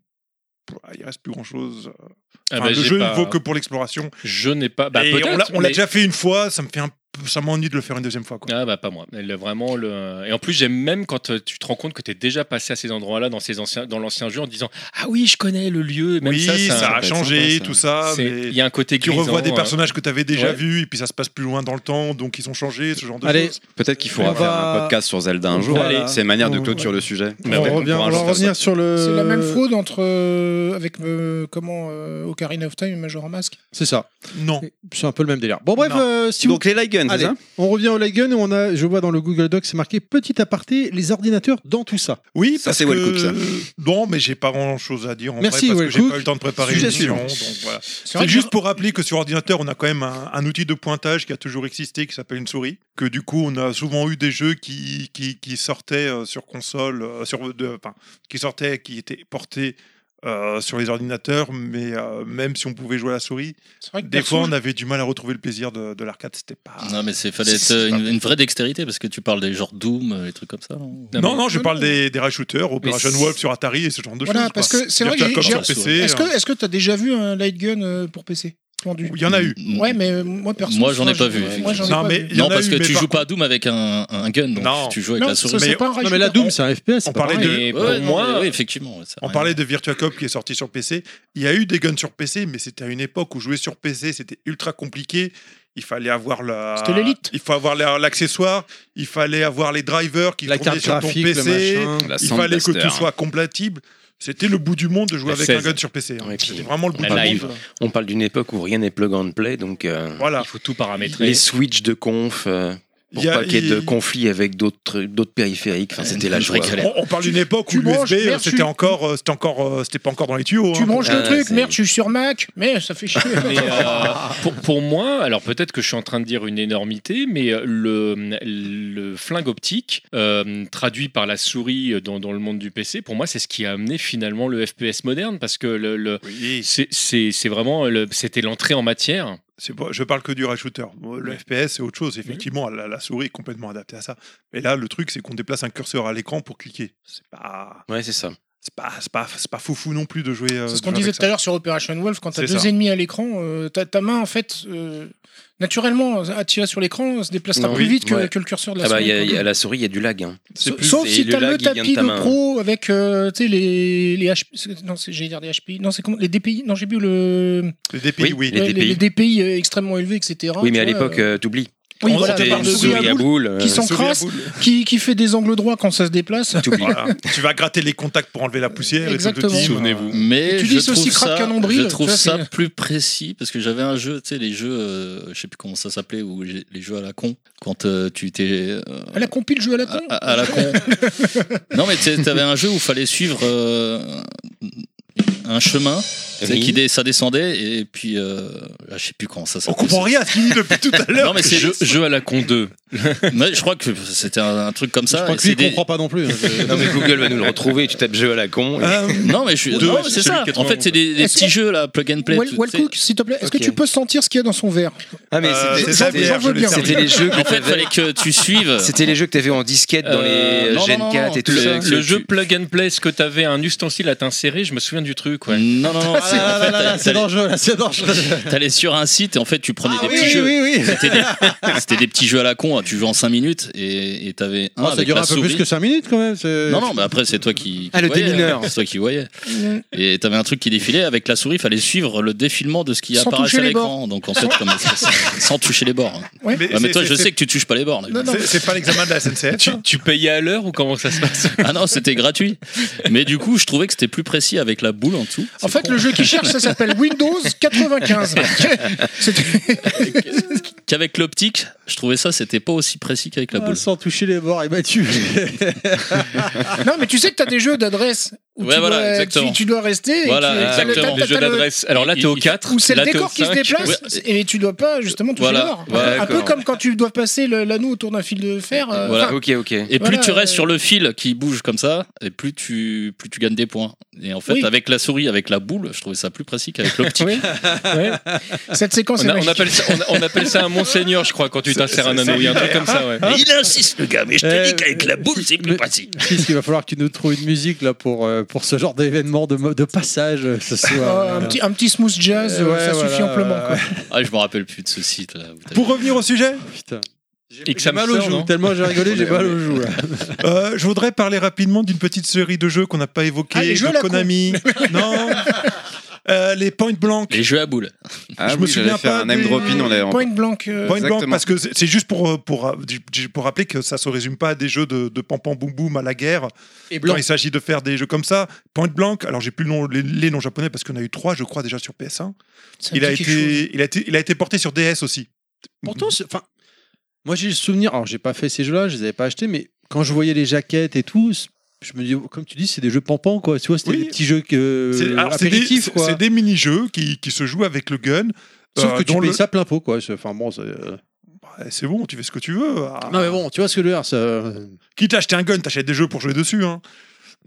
Speaker 2: pouah, il reste plus grand-chose. Euh,
Speaker 3: Ah
Speaker 2: Enfin,
Speaker 3: bah,
Speaker 2: le
Speaker 3: j'ai
Speaker 2: jeu
Speaker 3: pas-
Speaker 2: ne vaut que pour l'exploration.
Speaker 3: Je n'ai pas. Bah,
Speaker 2: et on
Speaker 3: peut-être,
Speaker 2: l'a- on l'a
Speaker 3: mais-
Speaker 2: déjà fait une fois, ça me fait un peu- ça m'ennuie de le faire une deuxième fois. Quoi.
Speaker 3: Ah bah pas moi. Elle, vraiment le... Et en plus j'aime même quand euh, tu te rends compte que tu es déjà passé à ces endroits-là dans ces anciens dans l'ancien jeu en disant ah oui je connais le lieu. Même
Speaker 2: oui,
Speaker 3: ça,
Speaker 2: ça,
Speaker 3: c'est un-
Speaker 2: a
Speaker 5: être
Speaker 2: changé,
Speaker 5: sympa, ça.
Speaker 2: tout ça.
Speaker 3: c'est-
Speaker 2: Mais...
Speaker 3: Il y a un côté
Speaker 2: Tu revois
Speaker 3: grisant,
Speaker 2: des
Speaker 3: euh,
Speaker 2: personnages que tu avais déjà
Speaker 3: ouais.
Speaker 2: vus, et puis ça se passe plus loin dans le temps, donc ils ont changé, ce genre hein, de
Speaker 10: Allez,
Speaker 2: choses.
Speaker 5: Peut-être qu'il
Speaker 10: On
Speaker 5: faudra faire
Speaker 10: va-
Speaker 5: un podcast sur Zelda un jour.
Speaker 10: Voilà.
Speaker 5: C'est une manière de
Speaker 10: On-
Speaker 5: clôturer le sujet.
Speaker 10: On,
Speaker 5: Mais peut-être qu'on
Speaker 10: revient,
Speaker 5: pourra
Speaker 10: on
Speaker 5: un
Speaker 10: va
Speaker 5: jour faire ça.
Speaker 10: revenir sur le.
Speaker 6: C'est la même fraude entre euh, avec euh, comment euh, Ocarina of Time et Majora Mask.
Speaker 10: C'est ça.
Speaker 2: Non.
Speaker 10: C'est un peu le même délire. Bon, bref,
Speaker 2: Non.
Speaker 10: euh, si vous
Speaker 5: Donc les light guns, c'est
Speaker 10: Allez,
Speaker 5: ça
Speaker 10: on revient au light gun et on a, je vois dans le Google Doc, c'est marqué petit aparté, les ordinateurs dans tout ça.
Speaker 2: Oui,
Speaker 5: Ça,
Speaker 2: parce
Speaker 5: c'est
Speaker 2: que...
Speaker 5: Wellcook, ça.
Speaker 2: Non, mais j'ai pas grand-chose à dire en
Speaker 10: Merci,
Speaker 2: vrai, parce que j'ai
Speaker 10: Wellcook.
Speaker 2: pas eu le temps de préparer
Speaker 5: Sujet
Speaker 2: l'émission.
Speaker 5: suivant.
Speaker 2: donc voilà.
Speaker 6: vrai
Speaker 2: C'est
Speaker 6: que-
Speaker 2: juste pour rappeler que sur ordinateur, on a quand même un, un outil de pointage qui a toujours existé, qui s'appelle une souris. Que du coup, on a souvent eu des jeux qui, qui, qui sortaient euh, sur console, euh, sur, de, enfin, qui sortaient, qui étaient portés euh, sur les ordinateurs, mais euh, même si on pouvait jouer à la souris,
Speaker 6: C'est vrai que
Speaker 2: des
Speaker 6: perso,
Speaker 2: fois, on avait du mal à retrouver le plaisir de, de l'arcade. C'était pas.
Speaker 7: Non, mais c'est fallait être
Speaker 2: C'est- c'est
Speaker 7: euh,
Speaker 2: pas
Speaker 7: une,
Speaker 2: bon.
Speaker 7: une vraie dextérité parce que tu parles des genres Doom, euh, les trucs comme ça.
Speaker 3: Non,
Speaker 2: Non,
Speaker 3: mais-
Speaker 2: non, je
Speaker 6: non,
Speaker 2: parle
Speaker 6: non.
Speaker 2: des, des shooters, Operation
Speaker 7: Mais c'est-
Speaker 2: Wolf sur Atari et ce genre de
Speaker 6: Voilà,
Speaker 2: choses.
Speaker 6: parce
Speaker 2: quoi.
Speaker 6: que c'est vrai que
Speaker 2: Virtua
Speaker 6: j'ai-
Speaker 2: Cop sur
Speaker 7: j'ai-
Speaker 2: PC,
Speaker 6: Est-ce
Speaker 2: hein.
Speaker 6: que est-ce que t'as déjà vu un light gun euh, pour PC vendu
Speaker 2: Il y en a eu.
Speaker 6: Ouais, mais euh, moi perso.
Speaker 7: Moi, j'en ai
Speaker 6: enfin,
Speaker 7: pas vu,
Speaker 6: Moi j'en ai
Speaker 2: Non,
Speaker 6: pas
Speaker 2: mais
Speaker 6: vu.
Speaker 2: il y en
Speaker 7: Non,
Speaker 2: a
Speaker 7: parce
Speaker 2: eu,
Speaker 7: que
Speaker 2: mais
Speaker 7: tu
Speaker 2: par
Speaker 7: joues pas à Doom avec un, un gun, donc
Speaker 2: Non.
Speaker 7: tu joues avec
Speaker 6: Non,
Speaker 7: la
Speaker 6: ça,
Speaker 7: souris.
Speaker 6: c'est pas un
Speaker 10: Non, mais la
Speaker 6: rajout.
Speaker 10: Doom, c'est un FPS.
Speaker 2: On
Speaker 10: c'est pas
Speaker 2: parlait
Speaker 10: pareil.
Speaker 2: de-
Speaker 3: Et
Speaker 7: Ouais,
Speaker 3: pour
Speaker 7: non, mais
Speaker 3: moi
Speaker 7: oui, effectivement. ça
Speaker 2: On
Speaker 7: a
Speaker 2: parlait
Speaker 7: rien.
Speaker 2: de Virtua Cop qui est sorti sur PC. Il y a eu des guns sur PC, mais c'était à une époque où jouer sur PC, c'était ultra compliqué. Il fallait avoir la.
Speaker 6: C'était l'élite.
Speaker 2: Il faut avoir la- l'accessoire. Il fallait avoir les drivers qui
Speaker 10: la
Speaker 2: tournaient
Speaker 10: carte
Speaker 2: sur ton
Speaker 10: graphique, le
Speaker 2: PC.
Speaker 10: machin.
Speaker 5: La
Speaker 2: Il
Speaker 5: Sandblaster.
Speaker 2: fallait que tout soit compatible. C'était le bout du monde de jouer
Speaker 3: La
Speaker 2: avec
Speaker 3: 16.
Speaker 2: un gun sur PC. hein.
Speaker 8: Ouais, et puis-
Speaker 2: C'était vraiment le bout
Speaker 3: La
Speaker 2: du
Speaker 3: live.
Speaker 2: monde.
Speaker 8: On parle d'une époque où rien n'est plug and play, donc euh,
Speaker 2: Voilà.
Speaker 3: il faut tout paramétrer.
Speaker 8: les switches de conf. euh, pour
Speaker 2: Il y a-
Speaker 8: pas qu'il y ait de
Speaker 2: il-
Speaker 8: conflits avec d'autres d'autres périphériques. Enfin, c'était la
Speaker 7: Je
Speaker 8: joie.
Speaker 7: rigolais.
Speaker 2: On, on parle d'une époque
Speaker 6: tu
Speaker 2: où
Speaker 6: branches,
Speaker 2: l'USB,
Speaker 6: merde,
Speaker 2: c'était
Speaker 6: tu-
Speaker 2: encore, euh, c'était encore, euh, c'était pas encore dans les tuyaux.
Speaker 6: Tu
Speaker 2: hein.
Speaker 6: branches le
Speaker 8: Ah,
Speaker 6: truc,
Speaker 8: c'est-
Speaker 6: merde, je suis sur Mac, mais ça fait chier.
Speaker 3: Mais, euh, pour, pour moi, alors peut-être que je suis en train de dire une énormité, mais euh, le, le flingue optique, euh, traduit par la souris euh, dans, dans le monde du PC, pour moi, c'est ce qui a amené finalement le FPS moderne, parce que le, le-
Speaker 2: Oui,
Speaker 3: c'est- c'est c'est vraiment, le- c'était l'entrée en matière.
Speaker 2: C'est pas- je parle que du rail shooter. Le FPS, c'est autre chose. Effectivement, la, la souris est complètement adaptée à ça. Mais là, le truc, c'est qu'on déplace un curseur à l'écran pour cliquer. C'est pas,
Speaker 8: Ouais, c'est ça.
Speaker 2: c'est pas, c'est pas, c'est pas foufou non plus de jouer. euh,
Speaker 6: C'est ce
Speaker 2: de
Speaker 6: qu'on
Speaker 2: jouer
Speaker 6: disait
Speaker 2: avec
Speaker 6: tout à l'heure sur Operation Wolf, quand t'as
Speaker 2: C'est
Speaker 6: deux
Speaker 2: ça.
Speaker 6: ennemis à l'écran, euh, ta, ta main, en fait, euh, naturellement, ah, attirée sur l'écran, se déplacera
Speaker 8: Non,
Speaker 6: plus
Speaker 8: oui,
Speaker 6: vite que,
Speaker 8: ouais.
Speaker 6: que le curseur de la
Speaker 8: Ah bah,
Speaker 6: souris.
Speaker 8: y a-
Speaker 6: quoi.
Speaker 8: y a- à la souris, il y a du lag. hein.
Speaker 6: Sa- Sauf
Speaker 8: et
Speaker 6: si t'as le
Speaker 8: lag, il vient de
Speaker 6: tapis
Speaker 8: ta
Speaker 6: de
Speaker 8: main.
Speaker 6: pro avec euh, tu sais, les, les HP. c'est- Non, c'est- j'allais dire des HPI. Non, c'est comment Les DPI Non, j'ai vu le.
Speaker 2: ça. Les DPI, oui.
Speaker 8: Les
Speaker 6: ouais,
Speaker 8: DPI.
Speaker 6: DPI euh, extrêmement élevés, etc.
Speaker 8: Oui, mais
Speaker 6: tu
Speaker 8: à
Speaker 6: vois,
Speaker 8: l'époque,
Speaker 6: euh,
Speaker 8: euh, t'oublies.
Speaker 6: Oui,
Speaker 8: On
Speaker 6: voilà,
Speaker 8: sentait
Speaker 6: par
Speaker 8: une
Speaker 6: le
Speaker 8: souris à boule, euh,
Speaker 6: qui
Speaker 8: souris à
Speaker 6: s'encrasse,
Speaker 8: boule.
Speaker 6: qui, qui fait des angles droits quand ça se déplace.
Speaker 2: Voilà. Ah, tu vas gratter les contacts pour enlever la poussière.
Speaker 6: Exactement.
Speaker 2: Souvenez-vous.
Speaker 7: Mais
Speaker 6: Tu
Speaker 7: je
Speaker 6: dis ceci
Speaker 7: trouve
Speaker 6: craque
Speaker 7: ça-
Speaker 6: qu'un nombril,
Speaker 7: Je trouve
Speaker 6: tu vois,
Speaker 7: ça
Speaker 6: c'est-
Speaker 7: plus précis parce que j'avais un jeu, tu sais, les jeux, euh, je sais plus comment ça s'appelait, ou j'ai- les jeux à la con. Quand euh, tu t'es euh,
Speaker 6: Elle a compilé le jeu à la con.
Speaker 7: à, à la con. non, mais tu avais un jeu où il fallait suivre euh, un chemin, tu sais,
Speaker 8: Oui.
Speaker 7: qui dé- ça descendait, et puis euh, ah, je sais plus comment ça s'appelait.
Speaker 2: On comprend rien à ce qu'il dit depuis tout à l'heure.
Speaker 7: Non, mais c'est
Speaker 2: Je-
Speaker 7: jeu, jeu à la con 2. Ouais, je crois que c'était un, un truc comme ça.
Speaker 10: Je crois
Speaker 7: et
Speaker 10: que
Speaker 7: c'est
Speaker 10: lui, il
Speaker 7: des-
Speaker 10: comprend pas non plus. hein. Euh,
Speaker 8: Non, mais Google va nous le retrouver. Tu tapes jeu à la con. et-
Speaker 2: Ah,
Speaker 7: Non, mais je suis.
Speaker 2: Deux,
Speaker 7: non, mais c'est
Speaker 2: celui
Speaker 7: ça.
Speaker 2: qui est
Speaker 7: En fait, c'est des, des
Speaker 6: Est-ce
Speaker 7: petits
Speaker 6: que-
Speaker 7: jeux là, plug and play.
Speaker 6: Wal-
Speaker 7: tout-
Speaker 6: Walcook, s'il te plaît, est-ce
Speaker 8: Ok.
Speaker 6: que tu peux sentir ce qu'il y a dans son verre
Speaker 8: Ah, mais
Speaker 2: Euh,
Speaker 8: c'était-
Speaker 2: c'est ça,
Speaker 8: c'était-
Speaker 3: hein,
Speaker 2: bière,
Speaker 6: j'en veux
Speaker 2: je l'ai
Speaker 6: bien.
Speaker 2: servi.
Speaker 8: c'était les jeux que
Speaker 7: En fait, il
Speaker 8: t'avais-
Speaker 7: fallait que tu suives.
Speaker 8: c'était les jeux que t'avais en disquette dans
Speaker 3: Euh,
Speaker 8: les
Speaker 7: non, non,
Speaker 8: Gen
Speaker 7: non,
Speaker 8: 4 et tout
Speaker 7: le-
Speaker 8: ça.
Speaker 7: le
Speaker 8: que
Speaker 3: Le
Speaker 8: tu-
Speaker 3: jeu plug and play, est-ce que t'avais un ustensile à t'insérer Je me souviens du truc, ouais.
Speaker 7: Non, non, non.
Speaker 10: Ah là là là là, c'est dangereux, là, c'est dangereux.
Speaker 7: T'allais sur un site et en fait, tu prenais des petits
Speaker 10: oui,
Speaker 7: jeux.
Speaker 10: oui, oui.
Speaker 7: C'était des, c'était des petits jeux à la con. hein, Tu jouais en 5 minutes et et t'avais
Speaker 10: Ah,
Speaker 7: un
Speaker 10: ça
Speaker 7: avec
Speaker 10: dure
Speaker 7: la
Speaker 10: un peu
Speaker 7: souris.
Speaker 10: plus que 5 minutes quand même. c'est-
Speaker 7: Non, bah. non, mais après, c'est toi qui. qui
Speaker 8: Ah, le
Speaker 7: voyais,
Speaker 8: démineur.
Speaker 7: hein, C'est toi qui voyais.
Speaker 6: Mm.
Speaker 7: Et t'avais un truc qui défilait avec la souris, fallait suivre le défilement de ce qui
Speaker 6: Sans
Speaker 7: apparaissait à
Speaker 6: toucher les
Speaker 7: l'écran. Donc, en fait, comme sans toucher les bords. hein.
Speaker 6: Ouais.
Speaker 7: Ouais, mais
Speaker 2: c'est-
Speaker 7: toi, je
Speaker 2: c'est-
Speaker 7: sais que tu touches pas les bords.
Speaker 6: Non, non.
Speaker 2: c'est- C'est pas l'examen de la SNCF.
Speaker 3: Tu, tu payais à l'heure ou comment ça se passe
Speaker 7: Ah non, c'était gratuit. Mais du coup, je trouvais que c'était plus précis avec la boule en dessous.
Speaker 6: En fait, le jeu qui cherche, ça s'appelle Windows 95. C'était-
Speaker 7: Qu'avec l'optique, je trouvais ça, c'était pas aussi précis qu'avec la
Speaker 10: Ah,
Speaker 7: boule.
Speaker 10: sans toucher les
Speaker 6: eh
Speaker 10: bords et
Speaker 6: ben,
Speaker 10: battu.
Speaker 6: non, mais tu sais que t'as des jeux d'adresse où
Speaker 7: Ouais,
Speaker 6: tu,
Speaker 7: voilà,
Speaker 6: dois,
Speaker 7: exactement.
Speaker 6: tu- tu dois rester. et
Speaker 7: Voilà,
Speaker 6: tu- t'as le-
Speaker 7: exactement.
Speaker 6: t'as-
Speaker 7: Des
Speaker 3: Les
Speaker 6: t'as-
Speaker 3: jeux
Speaker 6: t'as le-
Speaker 3: d'adresse. Alors là, t'es au 4.
Speaker 6: Où c'est le
Speaker 3: là, t'es au
Speaker 6: décor qui se
Speaker 3: 5.
Speaker 6: déplace et tu dois pas justement toucher
Speaker 7: Voilà,
Speaker 6: le bord.
Speaker 7: voilà,
Speaker 6: un peu
Speaker 8: d'accord.
Speaker 6: comme quand tu dois passer le- l'anneau autour d'un fil de fer. euh,
Speaker 7: Voilà.
Speaker 6: enfin,
Speaker 8: Ok, ok.
Speaker 7: Et plus
Speaker 6: Voilà,
Speaker 7: tu restes
Speaker 6: euh,
Speaker 7: sur le fil qui bouge comme ça, et plus tu, plus tu gagnes des points. Et en fait,
Speaker 6: Oui.
Speaker 7: avec la souris, avec la boule, je trouvais ça plus précis qu'avec l'optique.
Speaker 3: Oui. Ouais.
Speaker 6: cette séquence
Speaker 3: On,
Speaker 6: est
Speaker 3: a- on
Speaker 6: magique.
Speaker 3: appelle ça, on, a- on appelle ça un monseigneur, je crois, quand tu t'insères un anneau. Il y a un truc comme ça, ouais.
Speaker 4: Il insiste, le gars, mais je
Speaker 10: Euh,
Speaker 4: te dis qu'avec la boule, c'est plus
Speaker 10: mais-
Speaker 4: précis.
Speaker 10: Qu'est-ce qu'il va falloir que tu nous trouves une musique là pour, euh, pour ce genre d'événement de, mo- de passage euh, ce soir
Speaker 6: Oh, un, petit, un petit smooth jazz,
Speaker 10: Euh,
Speaker 6: euh,
Speaker 10: ouais,
Speaker 6: ça
Speaker 10: voilà,
Speaker 6: suffit amplement.
Speaker 10: ouais,
Speaker 6: quoi.
Speaker 7: Ah, je me rappelle plus de ce site. Là, où t'as-
Speaker 2: Pour revenir au sujet,
Speaker 10: Putain.
Speaker 3: Et que ça
Speaker 10: J'ai mal aux
Speaker 3: sort,
Speaker 10: joues.
Speaker 3: non
Speaker 10: Tellement j'ai rigolé, j'ai mal aux joues. là.
Speaker 2: euh, je voudrais parler rapidement d'une petite série de jeux qu'on n'a pas évoquée,
Speaker 6: Ah, les jeux à
Speaker 2: de
Speaker 6: la con.
Speaker 2: Konami. non. Euh, les Point Blank.
Speaker 7: Les jeux à boule.
Speaker 5: Ah
Speaker 2: Je me
Speaker 5: oui,
Speaker 2: souviens
Speaker 5: j'allais faire
Speaker 2: pas
Speaker 5: un name
Speaker 2: des-
Speaker 5: dropping, on l'a
Speaker 6: Point blanc. euh,
Speaker 2: Point
Speaker 5: Exactement.
Speaker 2: Blank, parce que c'est c'est juste pour, euh, pour, euh, pour rappeler que ça se résume pas à des jeux de, de pam boum boum à la guerre.
Speaker 10: Et
Speaker 2: Quand il s'agit de faire des jeux comme ça, Point Blank, alors j'ai plus le nom- les, les noms japonais parce qu'on a eu trois, je crois, déjà sur PS1.
Speaker 6: ça me
Speaker 2: Il a,
Speaker 6: dit quelque chose.
Speaker 2: été, il, a été, il a été porté sur DS aussi.
Speaker 10: Pourtant, c'est- enfin, moi j'ai le souvenir, alors j'ai pas fait ces jeux-là, je les avais pas achetés, mais quand je voyais les jaquettes et tout, c- je me dis, comme tu dis, c'est des jeux pampants quoi. Tu vois, c'était
Speaker 2: Oui.
Speaker 10: des petits jeux que,
Speaker 2: C'est alors, c'est des,
Speaker 10: apéritifs
Speaker 2: c'est-
Speaker 10: euh, quoi.
Speaker 2: c'est des mini-jeux qui, qui se jouent avec le gun.
Speaker 10: Sauf
Speaker 2: euh,
Speaker 10: que tu
Speaker 2: dont
Speaker 10: payes
Speaker 2: le-
Speaker 10: ça plein pot quoi. C'est- Enfin bon, c'est, euh,
Speaker 2: Ouais, C'est bon, tu fais ce que tu veux. Ah.
Speaker 10: non mais bon, tu vois ce que je veux dire. ça, euh,
Speaker 2: Quitte à acheter un gun, t'achètes des jeux pour jouer dessus. hein.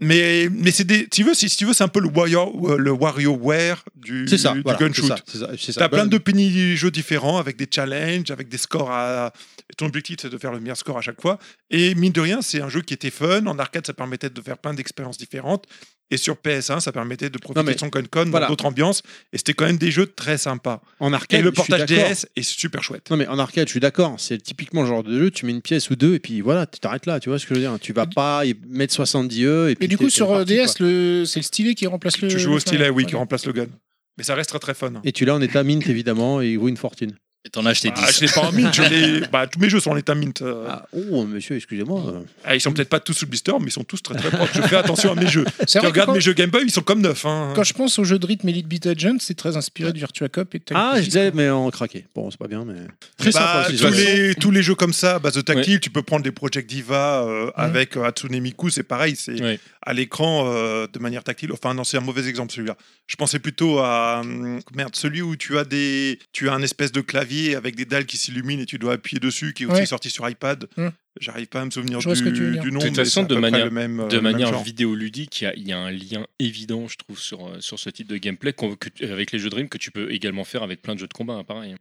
Speaker 2: Mais, mais c'est des, tu veux, si, si tu veux, c'est un peu le, Wario, euh, le WarioWare du,
Speaker 10: C'est ça,
Speaker 2: du
Speaker 10: voilà,
Speaker 2: gun
Speaker 10: c'est
Speaker 2: shoot.
Speaker 10: ça, c'est ça, c'est ça.
Speaker 2: T'as plein
Speaker 10: Bah,
Speaker 2: de petits jeux différents avec des challenges, avec des scores à. Ton objectif, c'est de faire le meilleur score à chaque fois. Et mine de rien, c'est un jeu qui était fun. En arcade, ça permettait de faire plein d'expériences différentes. Et sur PS1, ça permettait de profiter
Speaker 10: Non, mais
Speaker 2: de son Con-Con
Speaker 10: voilà.
Speaker 2: dans d'autres ambiances. Et c'était quand même des jeux très sympas.
Speaker 10: en
Speaker 2: Et
Speaker 10: arcade.
Speaker 2: le
Speaker 10: je suis
Speaker 2: portage
Speaker 10: d'accord.
Speaker 2: DS est super chouette.
Speaker 10: Non mais en arcade, je suis d'accord. hein. C'est typiquement le genre de jeu. Tu mets une pièce ou deux et puis voilà, tu t'arrêtes là. Tu vois ce que je veux dire Tu vas pas y mettre 70 e et puis.
Speaker 6: Mais du
Speaker 10: t'es-
Speaker 6: coup,
Speaker 10: t'es
Speaker 6: sur euh,
Speaker 10: parti,
Speaker 6: DS,
Speaker 10: quoi.
Speaker 6: le- c'est le stylet qui remplace le.
Speaker 2: tu joues au
Speaker 6: le
Speaker 2: stylet, oui,
Speaker 6: Ouais.
Speaker 2: qui remplace le gun. Mais ça reste très très fun. hein.
Speaker 10: Et tu l'as en état mint évidemment et il vaut une fortune.
Speaker 7: Et t'en as acheté
Speaker 2: Ah,
Speaker 7: 10.
Speaker 2: je l'ai pas en mint, je l'ai- bah, tous mes jeux sont en état mint. euh.
Speaker 10: Ah, oh monsieur, excusez-moi.
Speaker 2: Ah, ils sont peut-être pas tous sous blister, mais ils sont tous très très proches. Je fais attention à mes jeux.
Speaker 6: C'est
Speaker 2: Tu
Speaker 6: vrai que
Speaker 2: regardes
Speaker 6: quand,
Speaker 2: mes jeux Game Boy, ils sont comme neufs. hein.
Speaker 6: quand je pense aux jeux de rythme Elite Beat Agent, c'est très inspiré de Virtua Cop et de Time
Speaker 10: Ah, je
Speaker 6: Crisis,
Speaker 10: disais,
Speaker 6: quoi.
Speaker 10: mais en craqué. Bon, c'est pas bien, mais.
Speaker 2: Très
Speaker 10: sympa,
Speaker 2: Bah, tous,
Speaker 10: ce jeu.
Speaker 2: les, tous les jeux comme ça, à base de tactile, tu peux prendre des Project Diva euh, avec euh, Hatsune Miku, c'est pareil, c'est
Speaker 3: Ouais.
Speaker 2: à l'écran euh, de manière tactile. Enfin, non, c'est un mauvais exemple celui-là. Je pensais plutôt à. hum, Merde, celui où tu as, des, tu as un espèce de clavier avec des dalles qui s'illuminent et tu dois appuyer dessus, qui est aussi
Speaker 6: Ouais.
Speaker 2: sorti sur iPad.
Speaker 6: Mhm.
Speaker 2: J'arrive pas à me souvenir
Speaker 6: Je vois
Speaker 2: du,
Speaker 6: ce que tu veux dire.
Speaker 2: du nom.
Speaker 3: De toute
Speaker 2: mais c'est
Speaker 3: façon,
Speaker 2: à
Speaker 3: de
Speaker 2: peu près
Speaker 3: manière-
Speaker 2: le même, euh,
Speaker 3: de
Speaker 2: le même
Speaker 3: manière
Speaker 2: genre.
Speaker 3: vidéoludique, il y a- il y, a un lien évident, je trouve, sur, euh, sur ce type de gameplay qu'on- que tu- avec les jeux de rime que tu peux également faire avec plein de jeux de combat, hein, pareil.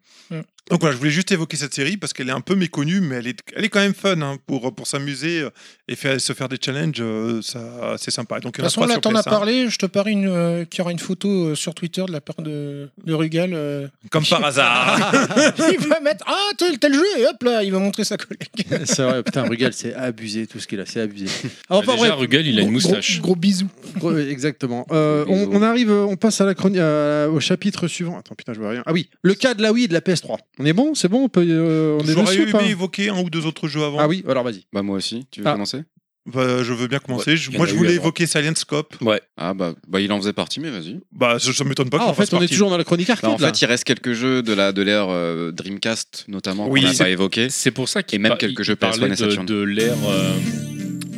Speaker 2: Donc voilà, je voulais juste évoquer cette série parce qu'elle est un peu méconnue, mais elle est, elle est quand même fun hein, pour, pour s'amuser euh, et faire, se faire des challenges, euh, ça, c'est sympa. Donc, euh,
Speaker 6: De toute façon, là, t'en
Speaker 2: on
Speaker 6: as parlé. Je te parie une, euh, qu'il y aura une photo euh, sur Twitter de la part de, de Rugal. euh,
Speaker 2: Comme par hasard.
Speaker 6: ah, il va mettre Ah, tel, tel jeu, et hop là, il va montrer sa collègue.
Speaker 10: C'est vrai,
Speaker 1: putain, Rugal, c'est abusé tout ce qu'il a, c'est abusé.
Speaker 3: Bah, déjà, Rugal, il a une
Speaker 1: Gros-
Speaker 3: moustache.
Speaker 1: Gros, gros bisous. Gros- exactement. Euh, on, on arrive, euh, on passe à la chroni- à la- au chapitre suivant. Attends, putain, je vois rien. Ah oui, le cas de la Wii et de la PS3. On est bon, c'est bon, on peut, euh, on est
Speaker 2: J'aurais
Speaker 1: dessus ou
Speaker 2: aimé
Speaker 1: pas
Speaker 2: évoquer un ou deux autres jeux avant.
Speaker 1: Ah oui, alors vas-y.
Speaker 5: Bah moi aussi, tu veux
Speaker 1: Ah.
Speaker 5: commencer
Speaker 2: Bah, je veux bien commencer.
Speaker 5: Ouais,
Speaker 2: Je-
Speaker 5: y en
Speaker 2: moi,
Speaker 5: a
Speaker 2: je
Speaker 5: eu
Speaker 2: voulais
Speaker 5: avant.
Speaker 2: évoquer Silent Scope.
Speaker 8: Ouais.
Speaker 5: Ah bah, bah il en faisait partie, mais vas-y.
Speaker 2: Bah, ça, ça m'étonne pas
Speaker 1: Ah,
Speaker 2: qu'on
Speaker 1: en fait,
Speaker 2: fasse
Speaker 1: on est
Speaker 2: partie.
Speaker 1: toujours dans la chronique arcade.
Speaker 5: Bah, en
Speaker 1: là.
Speaker 5: fait, il reste quelques jeux de la de l'ère euh, Dreamcast notamment
Speaker 3: Oui,
Speaker 5: qu'on n'a
Speaker 3: c'est-
Speaker 5: pas évoqué.
Speaker 3: C'est pour ça qu'il
Speaker 5: Et même
Speaker 3: par-
Speaker 5: quelques
Speaker 3: il
Speaker 5: jeux
Speaker 3: parlait
Speaker 5: PS1 et
Speaker 3: de,
Speaker 5: Saturn.
Speaker 3: de l'ère euh,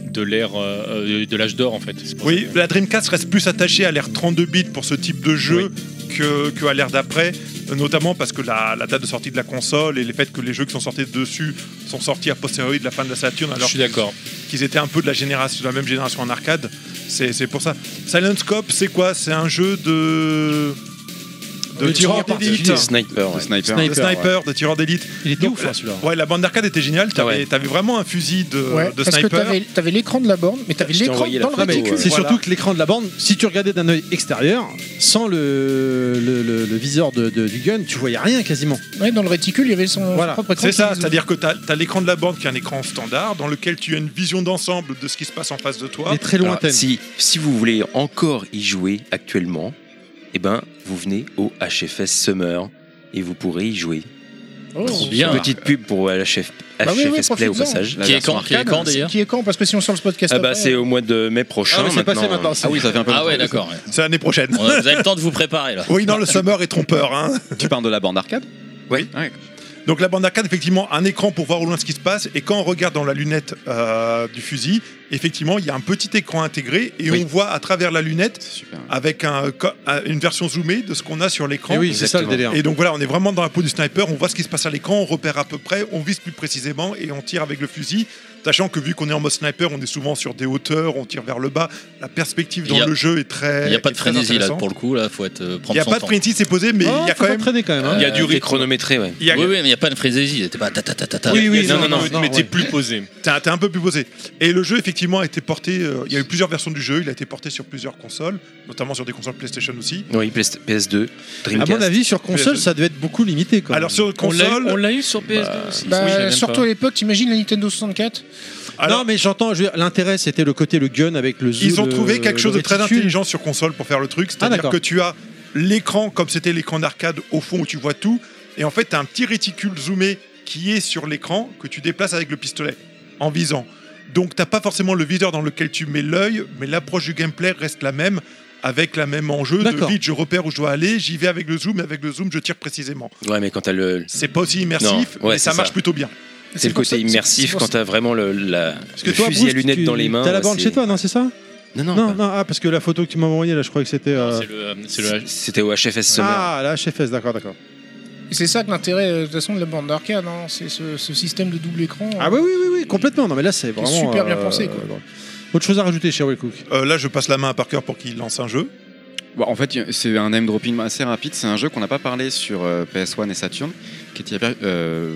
Speaker 3: de l'ère euh, euh, de l'âge d'or en fait. C'est pour
Speaker 2: Oui,
Speaker 3: ça
Speaker 2: la Dreamcast reste plus attachée à l'ère 32 bits pour ce type de jeu que, que à l'ère d'après, notamment parce que la, la date de sortie de la console et le fait que les jeux qui sont sortis dessus sont sortis à posteriori de la fin de la Saturn
Speaker 3: que- je
Speaker 2: alors
Speaker 3: suis d'accord.
Speaker 2: qu'ils étaient un peu de la génération de la même génération en arcade. C'est c'est pour ça. Silent Scope, c'est quoi C'est un jeu de de
Speaker 1: De tireur
Speaker 2: tireur d'élite.
Speaker 1: particulier.
Speaker 8: Sniper, ouais.
Speaker 5: Sniper.
Speaker 2: De sniper, de tireur d'élite.
Speaker 1: Il était
Speaker 2: Donc,
Speaker 1: ouf, hein, celui-là.
Speaker 2: Ouais, la bande d'arcade était géniale. T'avais
Speaker 8: Ouais.
Speaker 2: t'avais vraiment un fusil de,
Speaker 6: Ouais,
Speaker 2: Euh, de
Speaker 6: parce que
Speaker 2: sniper.
Speaker 6: t'avais t'avais l'écran de la borne, mais t'avais
Speaker 8: Je t'ai
Speaker 6: l'écran
Speaker 8: envoyé la
Speaker 6: dans le
Speaker 8: photo, euh,
Speaker 6: réticule.
Speaker 8: ouais.
Speaker 1: C'est
Speaker 2: Voilà.
Speaker 1: surtout que l'écran de la borne, si tu regardais d'un œil extérieur, sans le, le, le- le viseur de- de- du gun, tu voyais rien quasiment.
Speaker 6: Ouais, dans le réticule, il y avait son, son
Speaker 1: Voilà.
Speaker 6: propre écran.
Speaker 2: C'est
Speaker 6: qui
Speaker 2: ça,
Speaker 6: disait-
Speaker 2: c'est-à-dire que tu as, l'écran de la borne qui est un écran standard dans lequel tu as une vision d'ensemble de ce qui se passe en face de toi.
Speaker 1: Il est très
Speaker 8: Alors,
Speaker 1: lointain.
Speaker 8: si, si vous voulez encore y jouer actuellement, eh ben, vous venez au HFS Summer et vous pourrez y jouer.
Speaker 6: Oh.
Speaker 3: Trop bien.
Speaker 8: Petite pub pour HF,
Speaker 6: Bah oui, oui,
Speaker 8: HFS Play au
Speaker 6: profite-en.
Speaker 8: passage.
Speaker 5: La
Speaker 7: Qui est
Speaker 5: version
Speaker 7: quand, qui est
Speaker 5: arcade.
Speaker 7: quand d'ailleurs
Speaker 6: Qui est quand Parce que si on sort le podcast,
Speaker 8: hein, Ah bah,
Speaker 6: après,
Speaker 8: c'est au mois de mai prochain.
Speaker 1: Ah oui, c'est passé
Speaker 8: maintenant. hein.
Speaker 1: maintenant.
Speaker 5: Ah oui, ça fait un peu.
Speaker 7: Ah ouais,
Speaker 5: longtemps.
Speaker 7: d'accord. ouais.
Speaker 2: C'est l'année prochaine.
Speaker 7: On a- Vous avez le temps de vous préparer là.
Speaker 2: Oui, non, le summer est trompeur. hein.
Speaker 5: Tu parles de la bande arcade
Speaker 8: Oui.
Speaker 5: Ouais.
Speaker 2: Donc la bande arcade, effectivement, un écran pour voir au loin ce qui se passe. Et quand on regarde dans la lunette euh, du fusil, effectivement, il y a un petit écran intégré et
Speaker 5: Oui.
Speaker 2: on voit à travers la lunette
Speaker 5: C'est super.
Speaker 2: avec un, co- un- une version zoomée de ce qu'on a sur l'écran.
Speaker 1: Et oui, c'est ça le délire.
Speaker 2: Et donc voilà, on est vraiment dans la peau du sniper, on voit ce qui se passe à l'écran, on repère à peu près, on vise plus précisément et on tire avec le fusil, sachant que vu qu'on est en mode sniper, on est souvent sur des hauteurs, on tire vers le bas, la perspective dans
Speaker 7: Il y a-
Speaker 2: le jeu est très
Speaker 7: Il n'y a pas de
Speaker 2: est très
Speaker 7: frénésie là
Speaker 2: intéressante.
Speaker 7: pour le coup, là, faut être euh,
Speaker 2: Il
Speaker 7: prendre
Speaker 2: n'y a
Speaker 7: son
Speaker 2: pas de
Speaker 7: temps.
Speaker 2: frénésie, c'est posé, mais il y a quand même
Speaker 1: traîner quand même. hein.
Speaker 8: Il y a
Speaker 7: du rythme.
Speaker 8: chronométré, ouais.
Speaker 2: il y a-
Speaker 7: Oui, oui, mais il n'y a pas de frénésie. T'es pas ta ta ta ta ta.
Speaker 1: Oui, oui,
Speaker 7: Il y a-
Speaker 1: non, non, non,
Speaker 3: mais
Speaker 1: non,
Speaker 3: t'es
Speaker 1: ouais.
Speaker 3: plus posé.
Speaker 2: T'es un, t'es un peu plus posé. Et le jeu, effectivement, a été porté. euh, il y a eu plusieurs versions du jeu. Il a été porté sur plusieurs consoles, notamment sur des consoles PlayStation aussi.
Speaker 8: Oui, PS- PS2,
Speaker 1: À
Speaker 8: Dreamcast.
Speaker 1: mon avis, sur console, ça devait être beaucoup limité. Quand même.
Speaker 2: Alors sur
Speaker 3: On l'a eu- on
Speaker 2: console,
Speaker 3: l'a eu sur PS2 aussi.
Speaker 6: Bah,
Speaker 3: je savais même
Speaker 6: surtout
Speaker 3: pas.
Speaker 6: à l'époque, t'imagines la Nintendo 64
Speaker 2: alors,
Speaker 1: non, mais j'entends. je veux dire, L'intérêt, c'était le côté le gun avec le. zoom,
Speaker 2: ils ont
Speaker 1: le-
Speaker 2: trouvé quelque
Speaker 1: le
Speaker 2: chose de très
Speaker 1: réticule.
Speaker 2: intelligent sur console pour faire le truc. C'est-à-dire
Speaker 1: d'accord.
Speaker 2: que tu as l'écran comme c'était l'écran d'arcade au fond où tu vois tout, et en fait t'as un petit réticule zoomé qui est sur l'écran que tu déplaces avec le pistolet en visant. Donc t'as pas forcément le viseur dans lequel tu mets l'œil, mais l'approche du gameplay reste la même. Avec la même enjeu, de
Speaker 1: D'accord.
Speaker 2: vite je repère où je dois aller, j'y vais avec le zoom, et avec le zoom je tire précisément.
Speaker 8: Ouais, mais quand t'as le,
Speaker 2: C'est pas aussi immersif,
Speaker 8: Non, ouais,
Speaker 2: mais ça
Speaker 8: c'est
Speaker 2: marche
Speaker 8: ça.
Speaker 2: plutôt bien.
Speaker 8: c'est le
Speaker 6: pour
Speaker 8: côté
Speaker 6: ça- c'est- c'est
Speaker 8: immersif
Speaker 6: pour
Speaker 8: quand
Speaker 6: ça-
Speaker 8: t'as vraiment le, la,
Speaker 1: Parce
Speaker 8: le fusil à
Speaker 1: Bruce,
Speaker 8: lunettes
Speaker 1: tu-
Speaker 8: dans les mains.
Speaker 1: T'as la
Speaker 8: ouais,
Speaker 1: borne
Speaker 8: c'est-
Speaker 1: chez toi, non C'est ça
Speaker 8: Non, non,
Speaker 1: Non,
Speaker 8: pas-
Speaker 1: non. Ah, parce que la photo que tu m'as envoyée là, je crois que c'était. euh,
Speaker 3: C'est le, euh, c'est le-
Speaker 8: C'était au HFS Summer.
Speaker 1: Ah, la HFS, d'accord, d'accord.
Speaker 6: Et c'est ça que l'intérêt, euh, de toute façon, de la bande d'arcade, hein, c'est ce, ce système de double écran. euh,
Speaker 1: Ah oui, oui, oui, oui, complètement. Non, mais là, c'est vraiment. euh,
Speaker 6: super bien pensé, quoi.
Speaker 1: Autre chose à rajouter, Sherwood Cook
Speaker 2: Euh, là, je passe la main à Parker pour qu'il lance un jeu.
Speaker 5: Bon, Bah, en fait, c'est un name dropping assez rapide. C'est un jeu qu'on n'a pas parlé sur euh, PS1 et Saturn, qui est euh,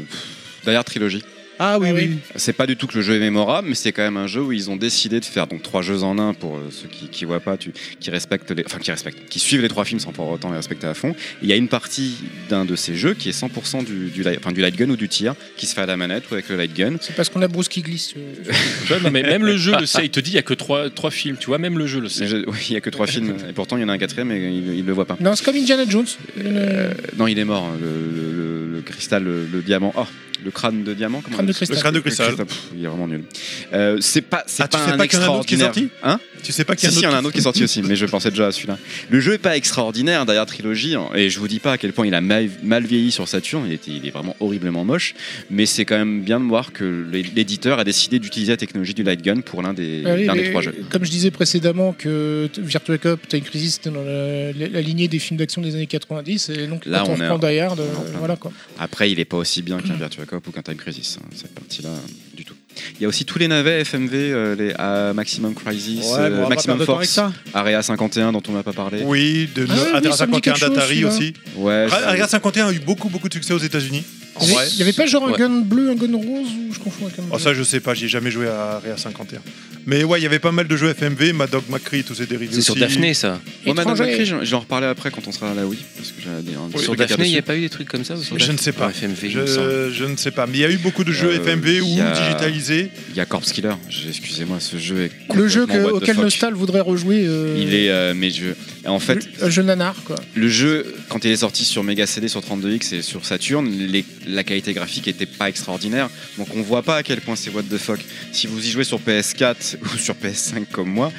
Speaker 5: derrière Trilogy.
Speaker 1: Ah oui,
Speaker 6: Ah oui.
Speaker 1: oui.
Speaker 5: C'est pas du tout que le jeu est mémorable, mais c'est quand même un jeu où ils ont décidé de faire donc trois jeux en un pour euh, ceux qui, qui voient pas, tu- qui respectent les, enfin qui respectent, qui suivent les trois films sans pour autant les respecter à fond. Il y a une partie d'un de ces jeux qui est 100% du, du, light, enfin, du light gun ou du tir qui se fait à la manette ou avec le light gun.
Speaker 6: C'est parce qu'on a Bruce qui glisse. euh,
Speaker 3: Ouais, non, mais même le jeu le sait. Il te dit il y a que trois trois films. Tu vois, même le jeu le sait.
Speaker 5: Je- oui, il y a que trois films et pourtant il y en a un quatrième et il, il le voit pas.
Speaker 6: Non, c'est comme Indiana Jones.
Speaker 5: Euh, non, il est mort. hein, Le, le- le- le cristal, le, le diamant. Oh, le crâne de diamant. Comment
Speaker 6: Crâne de
Speaker 5: on dit
Speaker 2: Le
Speaker 6: cristal.
Speaker 2: crâne de cristal.
Speaker 5: Putain, pff, il est vraiment nul. Euh, c'est pas, c'est
Speaker 2: Ah, tu
Speaker 5: pas
Speaker 2: sais
Speaker 5: un
Speaker 2: pas qu'il y en a un autre qui est sorti
Speaker 5: extraordinaire. hein
Speaker 2: Tu sais pas
Speaker 5: si,
Speaker 2: qu'il y a
Speaker 5: si, il y en a
Speaker 2: un
Speaker 5: un
Speaker 2: autre.
Speaker 5: autre qui est sorti aussi, mais je pensais déjà à celui-là. Le jeu est pas extraordinaire derrière Trilogy, hein, et je vous dis pas à quel point il a mal, mal vieilli sur Saturn, il, était- il est vraiment horriblement moche, mais c'est quand même bien de voir que l'é- l'éditeur a décidé d'utiliser la technologie du Light Gun pour l'un des,
Speaker 6: Allez,
Speaker 5: l'un des
Speaker 6: Ah mais
Speaker 5: trois jeux.
Speaker 6: euh, Comme je disais précédemment que t- Virtua Cop, Time Crisis, c'était dans la, la- la lignée des films d'action des années 90, et donc
Speaker 5: Là,
Speaker 6: quand on,
Speaker 5: on est
Speaker 6: reprend
Speaker 5: en-
Speaker 6: Die Hard, euh,
Speaker 5: on est en plein
Speaker 6: voilà quoi.
Speaker 5: Après, il est pas aussi bien qu'un Virtua Cop ou qu'un Time Crisis, hein, cette partie-là, euh, du tout. Il y a aussi tous les navets FMV, euh, les euh, Maximum Crisis,
Speaker 1: Ouais, bon, on
Speaker 5: euh,
Speaker 1: va pas perdre
Speaker 5: Maximum
Speaker 1: de temps avec
Speaker 5: Force,
Speaker 1: ça.
Speaker 5: Area 51 dont on n'a pas parlé.
Speaker 2: Oui, de
Speaker 6: Ah oui,
Speaker 2: Adria
Speaker 6: ça me dit
Speaker 2: 51
Speaker 6: quelque chose,
Speaker 2: d'Atari
Speaker 6: celui-là.
Speaker 2: aussi.
Speaker 5: Ouais,
Speaker 2: Adria
Speaker 5: c'est-
Speaker 2: 51 a eu beaucoup beaucoup de succès aux États-Unis. En vrai.
Speaker 6: Il n'y avait pas genre un
Speaker 2: Ouais.
Speaker 6: gun bleu, un gun rose ou je confonds avec un
Speaker 2: Oh, ça, je sais pas, j'y ai jamais joué à Réa 51. Mais ouais, il y avait pas mal de jeux FMV, Madoc McCree, tous ces dérivés.
Speaker 8: C'est sur
Speaker 2: aussi.
Speaker 8: Daphné, ça.
Speaker 5: Moi, Madame
Speaker 2: Étranger.
Speaker 5: Macri, j'en- j'en reparlerai après quand on sera à la Wii. Parce que j'ai un- un truc
Speaker 8: sur
Speaker 5: à dire
Speaker 8: Daphné, il n'y a
Speaker 5: dessus.
Speaker 8: pas eu des trucs comme ça ou sur
Speaker 2: Je
Speaker 8: Daphné
Speaker 2: ne sais pas.
Speaker 8: En FMV, il me semble.
Speaker 2: je, je ne sais pas. Mais il y a eu beaucoup de jeux
Speaker 5: Euh,
Speaker 2: FMV
Speaker 5: il
Speaker 2: ou
Speaker 5: y a-
Speaker 2: digitalisés.
Speaker 5: Il y a Corpse Killer. J'ai- Excusez-moi, ce jeu est.
Speaker 6: Le jeu que-
Speaker 5: complètement what the
Speaker 6: auquel
Speaker 5: fuck.
Speaker 6: Nostal voudrait rejouer, euh,
Speaker 5: Il est. euh, mais je. En fait,
Speaker 6: un jeu nanar, quoi.
Speaker 5: le jeu, quand il est sorti sur Mega CD, sur 32X et sur Saturn, les- la qualité graphique était pas extraordinaire. Donc on voit pas à quel point c'est what the fuck. Si vous y jouez sur PS4 ou sur PS5 comme moi,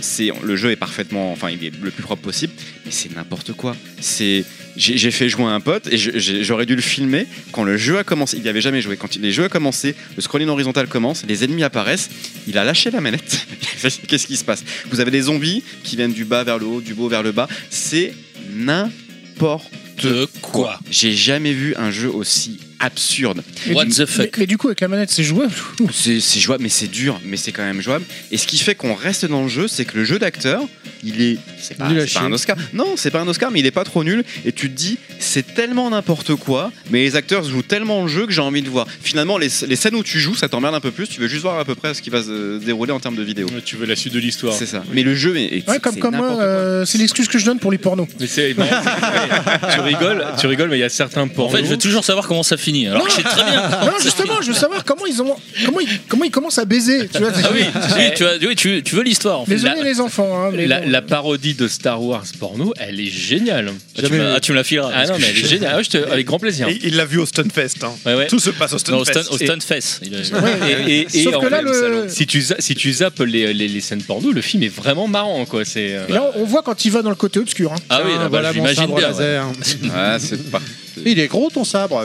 Speaker 5: c'est le jeu est parfaitement, enfin il est le plus propre possible, mais c'est n'importe quoi. C'est j'ai j'ai fait jouer à un pote et je- j'ai- j'aurais dû le filmer quand le jeu a commencé. Il n'y avait jamais joué. Quand il- les jeux a commencé, le scrolling horizontal commence, les ennemis apparaissent, il a lâché la manette. Qu'est-ce qui se passe Vous avez des zombies qui viennent du bas vers le haut, du haut vers le bas. C'est n'importe quoi. J'ai jamais vu un jeu aussi absurde.
Speaker 6: Mais du- Mais, mais du coup, avec la manette, c'est jouable.
Speaker 5: C'est c'est jouable, mais c'est dur, mais c'est quand même jouable. Et ce qui fait qu'on reste dans le jeu, c'est que le jeu d'acteur, il est. C'est pas,
Speaker 10: Nul à
Speaker 5: c'est pas
Speaker 10: chier.
Speaker 5: un Oscar. Non, c'est pas un Oscar, mais il est pas trop nul. Et tu te dis, c'est tellement n'importe quoi, mais les acteurs jouent tellement le jeu que j'ai envie de voir. Finalement, les, les scènes où tu joues, ça t'emmerde un peu plus. Tu veux juste voir à peu près ce qui va se dérouler en termes de vidéo.
Speaker 16: tu veux la suite de l'histoire.
Speaker 5: C'est ça. Mais le jeu est. est-
Speaker 6: Ouais, comme,
Speaker 5: c'est
Speaker 6: comme
Speaker 5: n'importe
Speaker 6: moi, euh, c'est l'excuse que je donne pour les pornos.
Speaker 3: Mais c'est. non, c'est- tu rigoles, tu rigoles, mais il y a certains pornos.
Speaker 7: fait, je veux toujours savoir comment ça finit. Alors que je sais très bien.
Speaker 6: Non, justement, je veux savoir comment ils ont, comment ils, comment ils commencent à baiser. Tu vois,
Speaker 7: Ah oui, oui, tu, as- oui, tu- tu veux l'histoire en fait.
Speaker 6: Désolé
Speaker 7: La-
Speaker 6: les enfants, hein, mais
Speaker 3: La,
Speaker 6: bon.
Speaker 3: la parodie de Star Wars porno, elle est géniale.
Speaker 7: Ah, tu me la- ah, tu me la fileras.
Speaker 3: Ah non, mais elle est géniale. Ah, je te- avec grand plaisir.
Speaker 2: Et il l'a vu au Stunfest. hein.
Speaker 3: Ouais, ouais.
Speaker 2: Tout se passe au
Speaker 3: Non, au
Speaker 2: Stunfest.
Speaker 3: Stun- au Stunfest. Il est-
Speaker 6: Ouais.
Speaker 3: Et- et- et
Speaker 6: Sauf
Speaker 3: en
Speaker 6: que là,
Speaker 3: fait,
Speaker 6: le-
Speaker 3: salon. si tu za- si tu zappes les, les, les scènes porno, le film est vraiment marrant quoi. C'est euh,
Speaker 6: Et là, on voit quand il va dans le côté obscur. hein.
Speaker 3: Ah oui, là-bas,
Speaker 5: voilà
Speaker 3: je l'imagine
Speaker 5: mon sabre
Speaker 3: bien,
Speaker 5: laser.
Speaker 3: ouais.
Speaker 5: Ah, c'est pas.
Speaker 10: Il est gros ton sabre.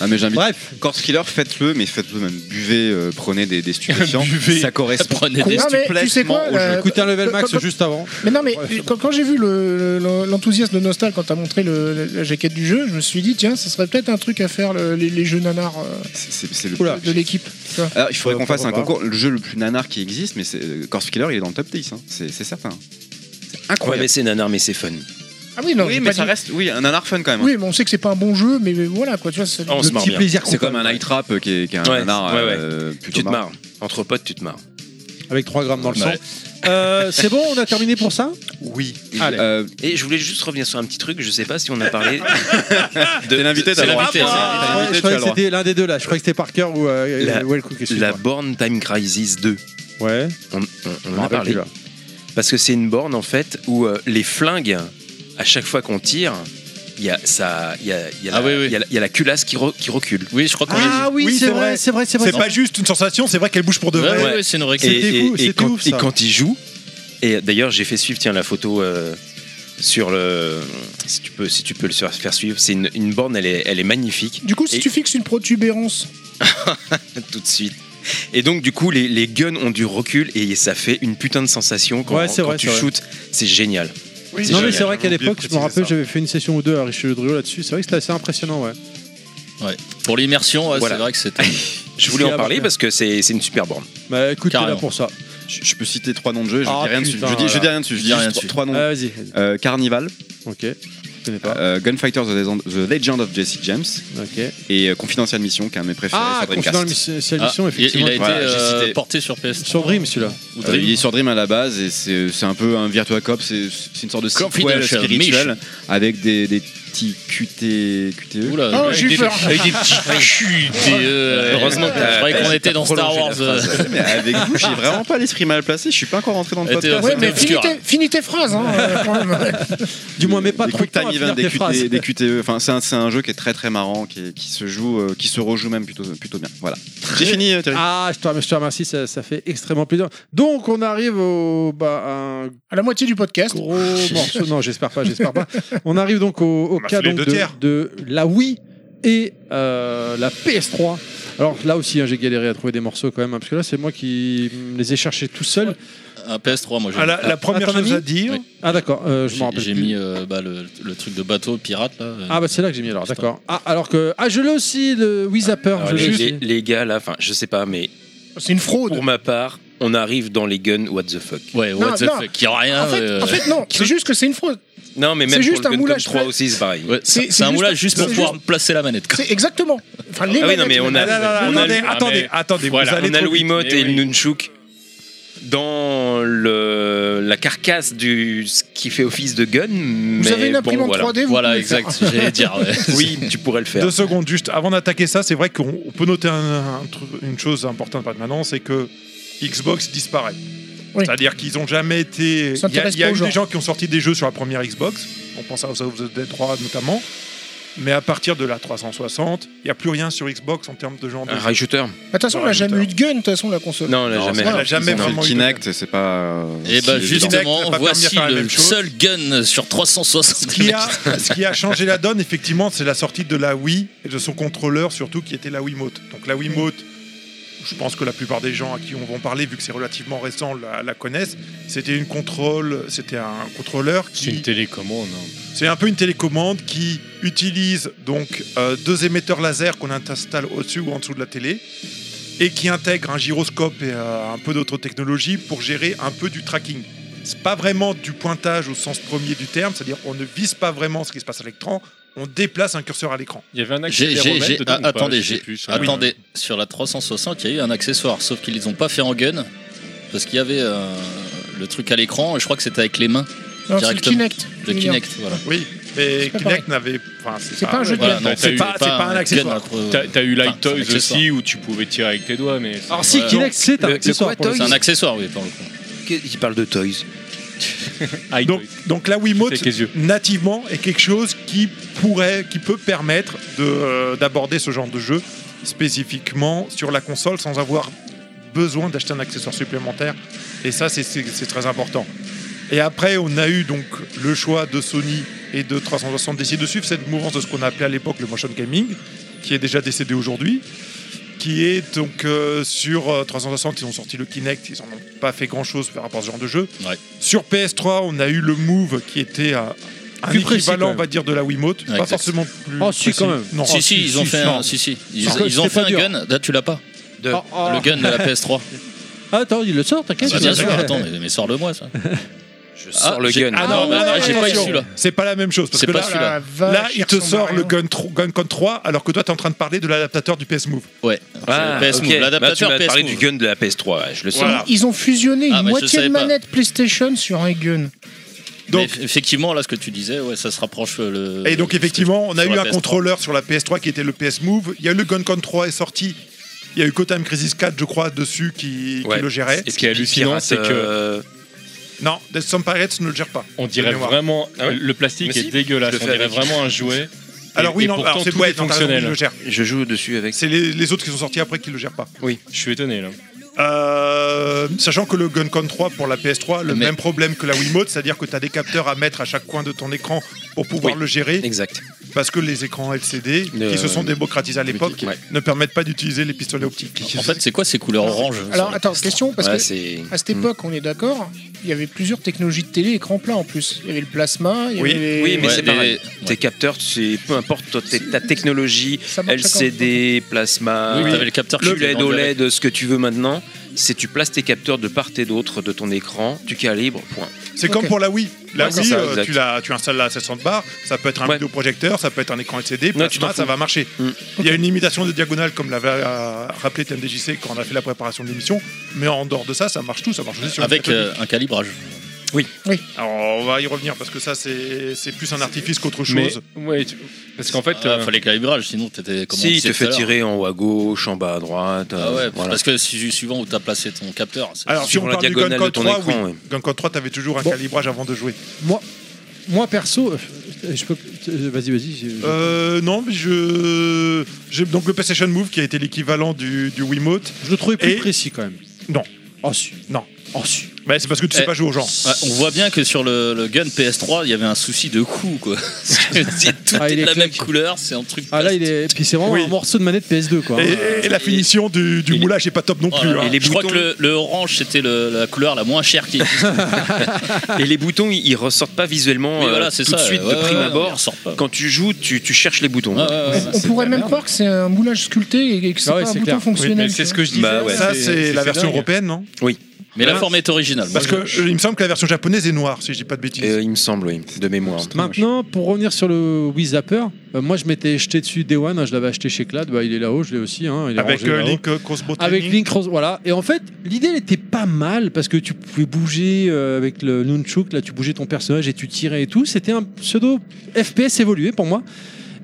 Speaker 5: Ah, mais j'invite. Bref, Corpse Killer, faites-le, mais faites-le même. Buvez, euh, prenez des, des stupéfiants. ça correspond.
Speaker 6: des Non, mais tu sais
Speaker 1: Oh,
Speaker 6: quoi,
Speaker 5: complètement au jeu.
Speaker 6: euh, Écoute, un level max quand- juste
Speaker 10: avant.
Speaker 6: Mais non, mais quand, quand j'ai vu le- le- l'enthousiasme de Nostal quand t'as montré le- la, la jaquette du jeu, je me suis dit, tiens, ça serait peut-être un truc à faire le- les, les jeux nanars euh,
Speaker 5: C'est c'est le. Euh,
Speaker 6: de l'équipe. tu vois.
Speaker 5: Alors, il faudrait qu'on fasse un
Speaker 6: Faudra.
Speaker 5: concours. Le jeu le plus nanar qui existe, mais c'est euh, Corpse Killer, il est dans le top 10, hein. c'est c'est certain.
Speaker 8: Incroyable. mais c'est nanar, mais c'est fun.
Speaker 6: Ah oui, non,
Speaker 5: oui,
Speaker 6: j'ai
Speaker 5: mais
Speaker 6: pas
Speaker 5: ça
Speaker 6: dit-
Speaker 5: reste, oui, un nanar fun quand même. hein. Ah,
Speaker 6: Oui, mais on sait que c'est pas un bon jeu, mais voilà, quoi, tu vois, c'est-
Speaker 5: Le petit plaisir C'est comme un night trap euh, qui est, qui est un
Speaker 8: Ouais,
Speaker 5: nanar.
Speaker 8: ouais, ouais.
Speaker 5: euh, plutôt
Speaker 8: Tu te
Speaker 5: marrant.
Speaker 8: marres. Entre potes, tu te marres.
Speaker 10: Avec 3 grammes dans le
Speaker 8: Ouais.
Speaker 10: sang. Euh, c'est bon, on a terminé pour ça
Speaker 8: Oui. Et,
Speaker 10: Allez.
Speaker 8: euh, et je voulais juste revenir sur un petit truc, je sais pas si on a parlé.
Speaker 5: de l'invité,
Speaker 8: c'est
Speaker 5: t'as le droit.
Speaker 8: l'invité,
Speaker 10: Je
Speaker 5: Ah, bah,
Speaker 8: hein. C'est l'invité, tu as
Speaker 10: croyais
Speaker 8: le
Speaker 10: que
Speaker 8: droit.
Speaker 10: c'était l'un des deux là. Je croyais que c'était Parker ou euh,
Speaker 8: La,
Speaker 10: Wellcook, excuse-moi.
Speaker 8: la borne Time Crisis 2.
Speaker 10: Ouais.
Speaker 8: On, on- on
Speaker 10: me
Speaker 8: en a
Speaker 10: rappelle
Speaker 8: parlé.
Speaker 10: plus, là.
Speaker 8: Parce que c'est une borne en fait où euh, les flingues, à chaque fois qu'on tire, il y a ça, il y a, il y a la- il y a la- il y a la culasse qui, re- qui recule.
Speaker 7: Ah Oui, je crois qu'on
Speaker 10: Ah oui, c'est vrai, c'est vrai, c'est vrai.
Speaker 2: C'est pas juste une sensation, c'est vrai qu'elle bouge pour de vrai.
Speaker 8: Et, et- et
Speaker 2: C'était
Speaker 8: quand,
Speaker 2: ouf,
Speaker 8: et
Speaker 2: ça.
Speaker 8: quand il joue, et d'ailleurs j'ai fait suivre tiens la photo euh, sur le, si tu peux, si tu peux le faire faire suivre, c'est une, une borne, elle est, elle est magnifique.
Speaker 6: Du coup, si
Speaker 8: Et-
Speaker 6: tu fixes une protubérance,
Speaker 8: tout de suite. Et donc du coup les, les guns ont du recul et ça fait une putain de sensation quand,
Speaker 10: Ouais, c'est
Speaker 8: quand
Speaker 10: vrai,
Speaker 8: tu
Speaker 10: c'est vrai.
Speaker 8: shootes, c'est génial.
Speaker 10: non mais
Speaker 8: génial.
Speaker 10: c'est vrai qu'à
Speaker 8: J'avais oublié
Speaker 10: l'époque,
Speaker 8: de
Speaker 10: je me
Speaker 8: préciser
Speaker 10: rappelle,
Speaker 8: ça.
Speaker 10: j'avais fait une session ou deux à Richelieu Drio là-dessus. C'est vrai que c'était assez impressionnant, ouais.
Speaker 7: Ouais. Pour l'immersion, ouais,
Speaker 8: Voilà.
Speaker 7: c'est vrai que c'était.
Speaker 8: Je voulais en parler parce que c'est c'est une super borne.
Speaker 10: Bah écoute,
Speaker 8: Carrément.
Speaker 10: là pour ça.
Speaker 5: Je, je peux citer trois noms de jeux, je
Speaker 10: Ah,
Speaker 5: dis rien dessus.
Speaker 10: putain,
Speaker 5: Je dis, je dis
Speaker 10: voilà.
Speaker 5: rien dessus, je
Speaker 10: Je
Speaker 5: dis
Speaker 10: dis rien
Speaker 5: juste
Speaker 10: dessus.
Speaker 5: trois noms.
Speaker 10: Ah, vas-y, vas-y.
Speaker 5: Euh, Carnival.
Speaker 10: Ok.
Speaker 5: Euh, Gunfighter the Legend, The Legend of Jesse James
Speaker 10: Ok.
Speaker 5: et euh, Confidential Mission qui est un de mes préférés
Speaker 10: Ah,
Speaker 8: Euh,
Speaker 5: sur Dreamcast.
Speaker 10: Confidential Mission,
Speaker 5: Ah, il-
Speaker 10: effectivement.
Speaker 5: il a été, euh,
Speaker 7: porté sur PS.
Speaker 10: Sur Dream, celui-là.
Speaker 5: Euh, il est sur Dream à la base et c'est c'est un peu un Virtua Cop, c'est c'est une sorte de sequel
Speaker 7: Confidential
Speaker 5: spirituel
Speaker 7: Mission.
Speaker 5: avec des, des petits QT, QTE.
Speaker 7: Oula, avec des- avec des petits culs, des, euh, heureusement que- je croyais qu'on était dans Star Wars, euh.
Speaker 5: mais avec vous, j'ai vraiment pas l'esprit mal placé, je suis pas encore rentré dans le
Speaker 7: Et t'es-
Speaker 5: podcast.
Speaker 7: ouais, mais
Speaker 6: finis tes, finis tes phrases, hein, euh, quand même.
Speaker 10: Du moins, mais pas
Speaker 5: des
Speaker 10: trop de
Speaker 5: quick
Speaker 10: temps
Speaker 5: time
Speaker 10: à finir
Speaker 5: events, des,
Speaker 10: tes
Speaker 5: Q-
Speaker 10: phrases.
Speaker 5: des- des QTE. Enfin, c'est un, c'est un jeu qui est très très marrant, qui, est- qui se joue, euh, qui se rejoue même plutôt plutôt bien. Voilà. J'ai fini. euh, Thierry.
Speaker 10: Ah, je te remercie, je te remercie, ça, ça fait extrêmement plaisir. Donc, on arrive au, bah, à un
Speaker 6: à la moitié du podcast.
Speaker 10: Gros morceau. Non, j'espère pas, j'espère pas. On arrive donc au, au
Speaker 2: m'a
Speaker 10: cas
Speaker 2: fait les
Speaker 10: donc,
Speaker 2: deux
Speaker 10: de,
Speaker 2: tiers.
Speaker 10: de la Wii et euh, la PS3. Alors là aussi, hein, j'ai galéré à trouver des morceaux quand même, hein, parce que là, c'est moi qui mm, les ai cherchés tout seul.
Speaker 7: Un PS3, moi j'ai.
Speaker 10: Ah, la- la première
Speaker 7: Ah, t'en as
Speaker 10: chose
Speaker 7: mis
Speaker 10: à dire- Ah, d'accord, euh, je m'en
Speaker 7: J'ai-
Speaker 10: rappelle
Speaker 7: J'ai
Speaker 10: plus.
Speaker 7: mis euh, bah, le, le truc de bateau pirate là. euh,
Speaker 10: Ah bah c'est là que j'ai mis alors, d'accord. Ah, alors que... Ah, je l'ai aussi, le Wii Zapper.
Speaker 8: Alors,
Speaker 10: je l'ai
Speaker 8: les,
Speaker 10: aussi.
Speaker 8: les- les gars là, enfin je sais pas mais
Speaker 6: c'est une fraude.
Speaker 8: Pour ma part, on arrive dans les guns what the fuck.
Speaker 7: Ouais,
Speaker 6: what Non, the non. fuck, y a rien, En fait- euh, en fait, non, c'est juste que c'est une fraude.
Speaker 8: Non, mais
Speaker 6: C'est
Speaker 8: même
Speaker 6: juste
Speaker 8: pour
Speaker 6: un
Speaker 8: le Gun
Speaker 6: moulage
Speaker 8: 3
Speaker 6: très-
Speaker 8: aussi, c'est pareil.
Speaker 6: C'est- c'est c'est juste-
Speaker 7: placer la manette.
Speaker 6: C'est exactement. Enfin, les
Speaker 8: Ah oui, non,
Speaker 6: manettes,
Speaker 8: mais
Speaker 6: les
Speaker 8: on a.
Speaker 6: manettes.
Speaker 8: on a le- ah,
Speaker 2: attendez, attendez, vous
Speaker 8: Voilà,
Speaker 2: allez
Speaker 8: on a
Speaker 2: trop
Speaker 8: le
Speaker 2: vite.
Speaker 8: Wiimote
Speaker 2: Mais
Speaker 8: et le
Speaker 2: oui.
Speaker 8: Nunchuk dans le, la carcasse du ce qui fait office de gun. Vous
Speaker 6: avez une imprimante 3D, vous pouvez le faire.
Speaker 8: oui, tu pourrais le faire.
Speaker 2: Deux secondes, juste avant d'attaquer ça, c'est vrai qu'on on peut noter un- un tru- une chose importante maintenant, c'est que Xbox disparaît. C'est-à-dire qu'ils n'ont jamais été.
Speaker 6: Ça
Speaker 2: Il y a,
Speaker 6: intéresse
Speaker 2: il y a
Speaker 6: pas
Speaker 2: eu
Speaker 6: aux gens.
Speaker 2: des gens qui ont sorti des jeux sur la première Xbox. On pense à House of the Dead 3 notamment. Mais à partir de la 360, il n'y a plus rien sur Xbox en termes de genre de.
Speaker 8: Un
Speaker 2: jeu.
Speaker 8: rajouteur.
Speaker 6: De toute façon, on n'a jamais eu de gun, de toute façon, la console.
Speaker 8: Non, on l'a
Speaker 5: Non,
Speaker 8: jamais.
Speaker 5: c'est-
Speaker 8: Voilà.
Speaker 5: ils ont fait
Speaker 2: vraiment
Speaker 5: le
Speaker 2: eu de-
Speaker 5: Kinect, c'est pas.
Speaker 8: Euh,
Speaker 7: Et bah
Speaker 5: c'est évident.
Speaker 7: justement, voici le seul gun sur 360.
Speaker 2: Ce qui, a, ce qui a changé la donne, effectivement, c'est la sortie de la Wii et de son contrôleur, surtout qui était la Wiimote. Donc la Wiimote, je pense que la plupart des gens à qui on va en parler, vu que c'est relativement récent, la, la connaissent. C'était une contrôle, c'était un contrôleur
Speaker 3: C'est une
Speaker 2: qui,
Speaker 3: télécommande.
Speaker 2: c'est un peu une télécommande qui utilise donc euh, deux émetteurs laser qu'on installe au-dessus ou en dessous de la télé et qui intègre un gyroscope et euh, un peu d'autres technologies pour gérer un peu du tracking. C'est pas vraiment du pointage au sens premier du terme, c'est-à-dire on ne vise pas vraiment ce qui se passe à l'écran, on déplace un curseur à l'écran.
Speaker 3: Il y avait un
Speaker 7: J'ai- j'ai-
Speaker 3: accéléromètre
Speaker 7: j'ai-
Speaker 3: dedans
Speaker 7: ah,
Speaker 3: ou pas,
Speaker 7: attendez,
Speaker 3: je sais
Speaker 7: j'ai-
Speaker 3: plus, sur la-
Speaker 7: attendez. Sur la 360, il y a eu un accessoire, sauf qu'ils les ont pas fait en gun, parce qu'il y avait euh, le truc à l'écran, et je crois que c'était avec les mains.
Speaker 6: Non, c'est le
Speaker 7: directement.
Speaker 6: Kinect.
Speaker 7: Le
Speaker 6: Mignon.
Speaker 7: Kinect, voilà.
Speaker 2: Oui, mais
Speaker 6: pas
Speaker 2: Kinect n'avait. Enfin,
Speaker 6: C'est pas un jeu de
Speaker 2: voilà,
Speaker 6: guerre.
Speaker 2: non,
Speaker 3: T'as
Speaker 2: C'est
Speaker 3: eu-
Speaker 2: pas, c'est pas un
Speaker 3: gun,
Speaker 2: accessoire.
Speaker 3: quoi. T'as t'as eu Light
Speaker 7: Enfin, c'est un
Speaker 3: Toys
Speaker 7: accessoire.
Speaker 3: aussi où tu pouvais tirer avec tes doigts, mais.
Speaker 7: Alors, si, Kinect,
Speaker 10: c'est un
Speaker 7: Le- le
Speaker 10: accessoire
Speaker 7: quoi,
Speaker 10: pour le
Speaker 7: Toys
Speaker 10: coup.
Speaker 7: C'est un accessoire, oui, pour le coup.
Speaker 8: Il parle de toys.
Speaker 2: donc, donc la Wiimote
Speaker 3: Avec les yeux.
Speaker 2: nativement est quelque chose qui pourrait, qui peut permettre de, euh, d'aborder ce genre de jeu spécifiquement sur la console sans avoir besoin d'acheter un accessoire supplémentaire. Et ça, c'est- c'est c'est très important. Et après, on a eu donc le choix de Sony et de 360 d'essayer de suivre cette mouvance de ce qu'on appelait à l'époque le motion gaming, qui est déjà décédé aujourd'hui, qui est donc euh, sur euh, 360, ils ont sorti le Kinect, ils n'en ont pas fait grand-chose par rapport à ce genre de jeu.
Speaker 7: Ouais.
Speaker 2: Sur PS3, on a eu le Move qui était euh, un
Speaker 10: Plus précis, quand
Speaker 2: équivalent,
Speaker 10: même.
Speaker 2: on va dire, de la Wiimote.
Speaker 7: Ouais,
Speaker 2: pas
Speaker 7: exact.
Speaker 2: forcément plus.
Speaker 10: Oh, si,
Speaker 2: précis.
Speaker 10: quand même.
Speaker 2: Non,
Speaker 7: si,
Speaker 2: oh,
Speaker 7: si, ils ont fait
Speaker 2: non.
Speaker 7: un, si, si, ils,
Speaker 10: Parce que
Speaker 7: ils ont
Speaker 10: c'était
Speaker 7: fait
Speaker 10: pas
Speaker 7: un
Speaker 10: dur.
Speaker 7: gun. Là, tu l'as pas.
Speaker 8: De-
Speaker 10: Oh, oh.
Speaker 7: Le gun de la PS3.
Speaker 10: Ah, Attends, il le sort,
Speaker 7: Ah
Speaker 10: t'inquiète.
Speaker 7: bah, bien sûr,
Speaker 10: Ouais.
Speaker 7: attends, mais, mais sors-le moi ça.
Speaker 8: Je sors
Speaker 7: Ah,
Speaker 8: le
Speaker 7: j'ai-
Speaker 8: gun.
Speaker 7: Ah
Speaker 2: Ah
Speaker 7: non,
Speaker 2: ouais,
Speaker 7: non, non, j'ai pas eu
Speaker 2: attention,
Speaker 7: celui-là.
Speaker 2: C'est pas la même chose. Parce
Speaker 7: C'est
Speaker 2: que
Speaker 7: pas
Speaker 2: là,
Speaker 7: celui-là.
Speaker 6: La vache,
Speaker 2: là, il
Speaker 6: il
Speaker 2: te
Speaker 6: ressemble à
Speaker 2: sort le
Speaker 6: rien.
Speaker 2: Gun, tro- Gun Con 3, alors que toi, t'es en train de parler de l'adaptateur du PS Move.
Speaker 7: Ouais,
Speaker 8: Ah,
Speaker 7: c'est le PS
Speaker 8: ok.
Speaker 7: Move,
Speaker 8: Bah, tu
Speaker 7: l'adaptateur
Speaker 8: m'as
Speaker 7: PS
Speaker 8: parlé
Speaker 7: Move.
Speaker 8: du gun de la PS3, ouais, je le sens.
Speaker 2: Voilà.
Speaker 6: Ils ont fusionné
Speaker 7: Ah,
Speaker 6: une
Speaker 7: mais je
Speaker 6: moitié de
Speaker 7: savais pas.
Speaker 6: manette PlayStation sur un gun.
Speaker 7: Mais
Speaker 2: Donc,
Speaker 7: eff- effectivement, là, ce que tu disais, ouais, ça se rapproche euh, le.
Speaker 2: Et donc effectivement, on a
Speaker 7: sur
Speaker 2: eu
Speaker 7: la
Speaker 2: un
Speaker 7: PS3.
Speaker 2: contrôleur sur la PS3 qui était le PS Move. Il y a eu le Gun Con 3 est sorti. Il y a eu Kotam Crisis 4, je crois, dessus qui, qui
Speaker 8: Ouais.
Speaker 2: le gérait.
Speaker 3: Ce qui est hallucinant,
Speaker 8: Pirate,
Speaker 3: c'est que
Speaker 8: euh,
Speaker 2: Non, Death Some Pirates ne le gère pas.
Speaker 3: on
Speaker 2: de
Speaker 3: dirait
Speaker 2: mémoire.
Speaker 3: vraiment.
Speaker 8: Ah ouais
Speaker 3: Le plastique
Speaker 8: Mais si,
Speaker 3: est dégueulasse.
Speaker 8: je le
Speaker 3: On
Speaker 8: fais
Speaker 3: dirait
Speaker 8: avec.
Speaker 3: vraiment un jouet.
Speaker 2: Alors
Speaker 3: Et-
Speaker 2: oui,
Speaker 3: et
Speaker 2: non,
Speaker 3: pourtant,
Speaker 2: alors c'est
Speaker 3: tout
Speaker 2: ouais,
Speaker 3: est
Speaker 2: non, t'as raison,
Speaker 3: fonctionnel.
Speaker 2: il le gère.
Speaker 8: Je joue dessus avec.
Speaker 2: C'est les, les autres qui sont sortis après qui le gèrent pas.
Speaker 3: Je suis étonné là.
Speaker 2: Euh, sachant que le Gun Con 3 pour la PS3, le
Speaker 7: Mais-
Speaker 2: même problème que la Wiimote, c'est-à-dire que tu as des capteurs à mettre à chaque coin de ton écran pour pouvoir le gérer,
Speaker 8: Exact.
Speaker 2: parce que les écrans LCD,
Speaker 8: Euh,
Speaker 2: qui se sont démocratisés à l'époque,
Speaker 8: optique, ouais.
Speaker 2: ne permettent pas d'utiliser les pistolets optiques.
Speaker 7: En fait, c'est quoi ces couleurs
Speaker 2: Ah,
Speaker 7: orange
Speaker 6: Alors, attends, question, parce
Speaker 8: Ouais,
Speaker 6: que
Speaker 8: c'est.
Speaker 6: à cette époque, on est d'accord, il y avait plusieurs technologies de télé écran plat en plus. Il y avait le plasma, il y
Speaker 2: Oui,
Speaker 6: avait.
Speaker 8: Oui, mais
Speaker 7: Ouais,
Speaker 8: c'est
Speaker 7: mais-
Speaker 8: pareil.
Speaker 7: ouais.
Speaker 8: Tes capteurs, c'est peu importe toi, t'es- ta technologie,
Speaker 6: Ça marche
Speaker 8: LCD, plasma, E
Speaker 7: Oui, t'avais le capteur qui
Speaker 8: LED,
Speaker 7: était en direct.
Speaker 8: OLED, ce que tu veux maintenant. C'est tu places tes capteurs de part et d'autre de ton écran, tu calibres, point.
Speaker 2: C'est
Speaker 6: Ok.
Speaker 2: comme pour la Wii. La
Speaker 8: Ouais, c'est
Speaker 2: Wii,
Speaker 8: ça,
Speaker 2: euh,
Speaker 8: exact.
Speaker 2: tu, la, tu installes la 700 bars, ça peut être un
Speaker 8: Ouais.
Speaker 2: vidéoprojecteur, ça peut être un écran LCD,
Speaker 8: Non, tu t'en
Speaker 2: plasma, ça
Speaker 8: fous.
Speaker 2: va marcher.
Speaker 8: Mm.
Speaker 2: Il y a une limitation de diagonale, comme l'avait euh, rappelé TMDJC quand on a fait la préparation de l'émission, mais en dehors de ça, ça marche tout, ça marche aussi sur
Speaker 7: Avec
Speaker 2: une
Speaker 7: euh, un calibrage.
Speaker 2: Alors on va y revenir parce que ça, c'est c'est plus un artifice qu'autre chose.
Speaker 3: Mais, ouais, tu- parce qu'en fait,
Speaker 7: Ah,
Speaker 3: euh,
Speaker 7: fallait calibrage, sinon t'étais comme on
Speaker 8: si, il
Speaker 7: disait
Speaker 8: te
Speaker 7: tout
Speaker 8: fait
Speaker 7: à l'heure.
Speaker 8: tirer en haut à gauche, en bas à droite.
Speaker 7: Ah
Speaker 8: euh,
Speaker 7: ouais,
Speaker 8: voilà.
Speaker 7: parce que si- suivant où t'as placé ton capteur. c'est-
Speaker 2: Alors si
Speaker 8: Suivant
Speaker 2: on
Speaker 8: la
Speaker 2: parle du Gun
Speaker 8: diagonale
Speaker 2: Code
Speaker 8: de ton
Speaker 2: 3,
Speaker 8: écran,
Speaker 2: oui.
Speaker 8: ouais.
Speaker 2: Gun Code 3, t'avais toujours un
Speaker 10: Bon.
Speaker 2: calibrage avant de jouer.
Speaker 10: Moi, moi perso, euh, je peux. euh, Vas-y, vas-y. j'ai- j'ai-
Speaker 2: Euh, non, mais je... j'ai Donc le PlayStation Move qui a été l'équivalent du, du Wiimote.
Speaker 10: Je le trouvais plus
Speaker 2: et-
Speaker 10: précis quand même.
Speaker 2: Non.
Speaker 10: Oh, si.
Speaker 2: Non.
Speaker 10: Oh, si.
Speaker 2: Bah, c'est parce que tu sais
Speaker 7: Eh.
Speaker 2: pas jouer aux gens.
Speaker 7: Ouais, on voit bien que sur le, le gun PS3, il y avait un souci de coût, quoi. C'est- tout
Speaker 10: Ah,
Speaker 7: est
Speaker 10: il
Speaker 7: de
Speaker 10: est
Speaker 7: la même
Speaker 10: claque.
Speaker 7: couleur, c'est un truc.
Speaker 10: Ah là, il est. Puis c'est vraiment
Speaker 2: Oui.
Speaker 10: un morceau de manette PS2, quoi.
Speaker 2: Et, et la finition du, du
Speaker 7: il-
Speaker 2: moulage est pas top non
Speaker 7: Oh
Speaker 2: plus.
Speaker 7: là là.
Speaker 2: hein.
Speaker 8: Ah, Et les
Speaker 7: je crois
Speaker 8: boutons-
Speaker 7: que le, le orange c'était le- la couleur la moins chère qui existe.
Speaker 8: Et les boutons, ils ils ressortent pas visuellement
Speaker 7: Oui,
Speaker 8: euh,
Speaker 7: voilà, c'est
Speaker 8: tout
Speaker 7: ça.
Speaker 8: de suite
Speaker 7: ouais,
Speaker 8: de prime
Speaker 7: ouais,
Speaker 8: abord.
Speaker 7: on y ressort pas.
Speaker 8: Quand tu joues, tu, tu cherches les boutons.
Speaker 7: Ouais, ouais,
Speaker 3: bah,
Speaker 7: ouais.
Speaker 6: On pourrait même croire que c'est un moulage sculpté et que c'est
Speaker 10: Ah ouais,
Speaker 6: pas un
Speaker 10: c'est
Speaker 6: bouton
Speaker 10: clair.
Speaker 3: oui, mais
Speaker 6: fonctionnel.
Speaker 3: c'est ce
Speaker 6: tu
Speaker 3: que je disais.
Speaker 8: Bah ouais.
Speaker 2: Ça, c'est la version
Speaker 3: dingue.
Speaker 2: européenne, non Hein
Speaker 7: Mais la forme est originale.
Speaker 2: Parce que euh, il me semble que la version japonaise est noire, si je dis pas de bêtises.
Speaker 8: Euh, il me semble, oui, de mémoire.
Speaker 1: Maintenant, pour revenir sur le Wii Zapper, euh, moi je m'étais jeté dessus Day One, hein, je l'avais acheté chez Clad, bah, il est là-haut, je l'ai aussi. hein, il est
Speaker 2: Avec
Speaker 1: rangé
Speaker 2: euh,
Speaker 1: là-haut.
Speaker 2: Link euh, Crossbow
Speaker 1: Avec
Speaker 2: Training.
Speaker 1: Link Cross, voilà. Et en fait, l'idée, elle était pas mal parce que tu pouvais bouger euh, avec le Nunchuk, là, tu bougeais ton personnage et tu tirais et tout. C'était un pseudo FPS évolué pour moi.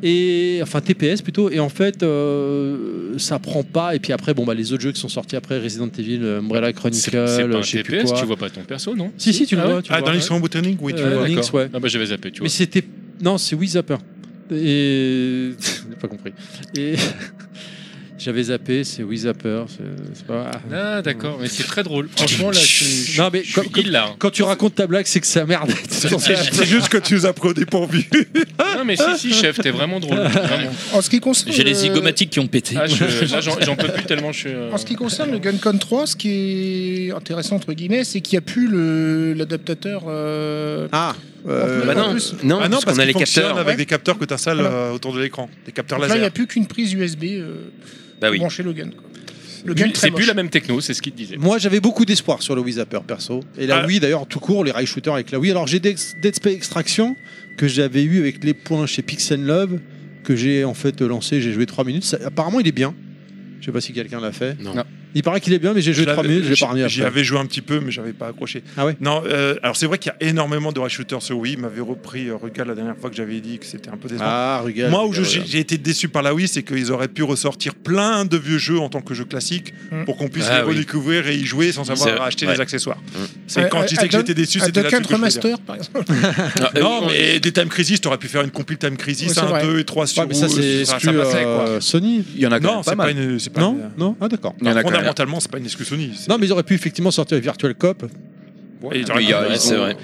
Speaker 1: Et enfin TPS plutôt et en fait euh, ça prend pas et puis après bon bah les autres jeux qui sont sortis après Resident Evil euh, Umbrella
Speaker 3: C'est
Speaker 1: Chronicle
Speaker 3: c'est pas un
Speaker 1: je sais plus
Speaker 3: TPS,
Speaker 1: quoi.
Speaker 3: tu vois pas ton perso, non
Speaker 1: Si, si, tu le
Speaker 3: Ah
Speaker 1: vois,
Speaker 3: ouais
Speaker 1: tu
Speaker 2: Ah,
Speaker 1: vois,
Speaker 2: dans
Speaker 1: ouais.
Speaker 2: Link's Rainbow Training, oui, tu
Speaker 1: Euh,
Speaker 2: le vois.
Speaker 1: Link- Links, ouais.
Speaker 3: Ah bah j'avais zappé, tu vois.
Speaker 1: Mais c'était. Non, c'est Wii Zapper. Et. J'ai pas compris. Et. J'avais zappé, c'est Wii Zapper. c'est- c'est pas-
Speaker 3: Ah d'accord, mais c'est très drôle. Franchement là, je suis.
Speaker 1: Non, mais
Speaker 3: je
Speaker 1: quand-
Speaker 3: suis il, là. hein.
Speaker 1: Quand tu racontes ta blague, c'est que ça merde.
Speaker 2: C'est juste que tu nous as pris au dépourvu.
Speaker 3: Non mais si si chef, t'es vraiment drôle. Vraiment.
Speaker 6: En ce qui concerne.
Speaker 7: J'ai les
Speaker 1: euh,
Speaker 6: le-
Speaker 7: zygomatiques qui ont pété.
Speaker 3: Ah, je- là, j'en j'en peux plus tellement je suis. euh,
Speaker 6: En ce qui concerne le Guncon 3, ce qui est intéressant, entre guillemets, c'est qu'il n'y a plus le- l'adaptateur. euh,
Speaker 1: Ah
Speaker 6: euh,
Speaker 8: bah non,
Speaker 6: en plus.
Speaker 8: non
Speaker 2: Ah non,
Speaker 8: parce,
Speaker 2: parce
Speaker 8: qu'on a
Speaker 2: qu'il
Speaker 8: les
Speaker 2: fonctionne
Speaker 8: capteurs.
Speaker 2: avec
Speaker 6: Ouais.
Speaker 2: des capteurs que tu installes
Speaker 6: Voilà.
Speaker 2: euh, autour de l'écran, des capteurs
Speaker 6: Donc là, il n'y a
Speaker 2: laser.
Speaker 6: plus qu'une prise USB euh,
Speaker 8: Bah oui.
Speaker 6: branchée le gun. quoi. Le gun très
Speaker 3: C'est
Speaker 6: moche.
Speaker 3: plus la même techno, c'est ce qu'il te disait.
Speaker 1: Moi, j'avais beaucoup d'espoir sur le Wii Zapper perso. Et la
Speaker 2: Ah.
Speaker 1: Wii, d'ailleurs, tout court, les rail shooters avec la Wii. Alors, j'ai Dex- Dead Space Extraction que j'avais eu avec les points chez Pixel Love que j'ai en fait lancé. J'ai joué 3 minutes. Ça- apparemment, il est bien. Je sais pas si quelqu'un l'a fait.
Speaker 8: Non.
Speaker 1: Il paraît qu'il est bien, mais j'ai joué 3 minutes, j'ai pas remis
Speaker 2: J'y
Speaker 1: après.
Speaker 2: avais joué un petit peu, mais j'avais pas accroché.
Speaker 1: Ah ouais
Speaker 2: Non, euh, alors c'est vrai qu'il y a énormément de rail shooters sur Wii. Il m'avait repris euh, Rugal la dernière fois que j'avais dit que c'était un peu décevant.
Speaker 1: Ah, regarde.
Speaker 2: Moi, où je-
Speaker 1: regarde,
Speaker 2: j'ai
Speaker 1: regarde.
Speaker 2: j'ai été déçu par la Wii, c'est qu'ils auraient pu ressortir plein de vieux jeux en tant que jeux classiques
Speaker 6: Mm.
Speaker 2: pour qu'on puisse
Speaker 7: Ah
Speaker 2: les
Speaker 7: oui.
Speaker 2: redécouvrir et y jouer sans
Speaker 8: C'est-
Speaker 2: avoir à acheter
Speaker 8: ouais.
Speaker 2: des accessoires.
Speaker 8: Mm.
Speaker 2: C'est quand
Speaker 6: Euh,
Speaker 2: je disais que
Speaker 6: add-on-
Speaker 2: j'étais déçu,
Speaker 6: Ah,
Speaker 2: c'était
Speaker 6: Duck
Speaker 2: là-dessus
Speaker 6: Hunt
Speaker 2: que je voulais dire.
Speaker 6: Remaster, par exemple.
Speaker 8: Ah, euh,
Speaker 2: Non,
Speaker 8: oui,
Speaker 2: mais des Time Crisis, t'aurais pu faire une compil Time Crisis
Speaker 6: Ouais, c'est
Speaker 2: 1,
Speaker 6: vrai.
Speaker 2: 2 et 3 sur
Speaker 1: Ouais, mais ça, c'est
Speaker 2: euh,
Speaker 1: exclu
Speaker 2: passait, quoi.
Speaker 1: euh, Sony.
Speaker 5: Il y en a quand
Speaker 2: Non,
Speaker 5: même
Speaker 2: c'est
Speaker 5: pas
Speaker 2: pas
Speaker 5: mal.
Speaker 2: une. c'est pas
Speaker 1: Non,
Speaker 2: une-
Speaker 1: non, ah d'accord.
Speaker 5: Il y en a quand même.
Speaker 2: Fondamentalement, c'est pas une excuse Sony. c'est-
Speaker 1: Non, mais ils auraient pu effectivement sortir Virtual Cop.
Speaker 2: Et ils auraient
Speaker 5: Oui, il y a-
Speaker 2: pu-
Speaker 8: ouais,
Speaker 5: ils
Speaker 8: c'est
Speaker 5: ont-
Speaker 8: vrai.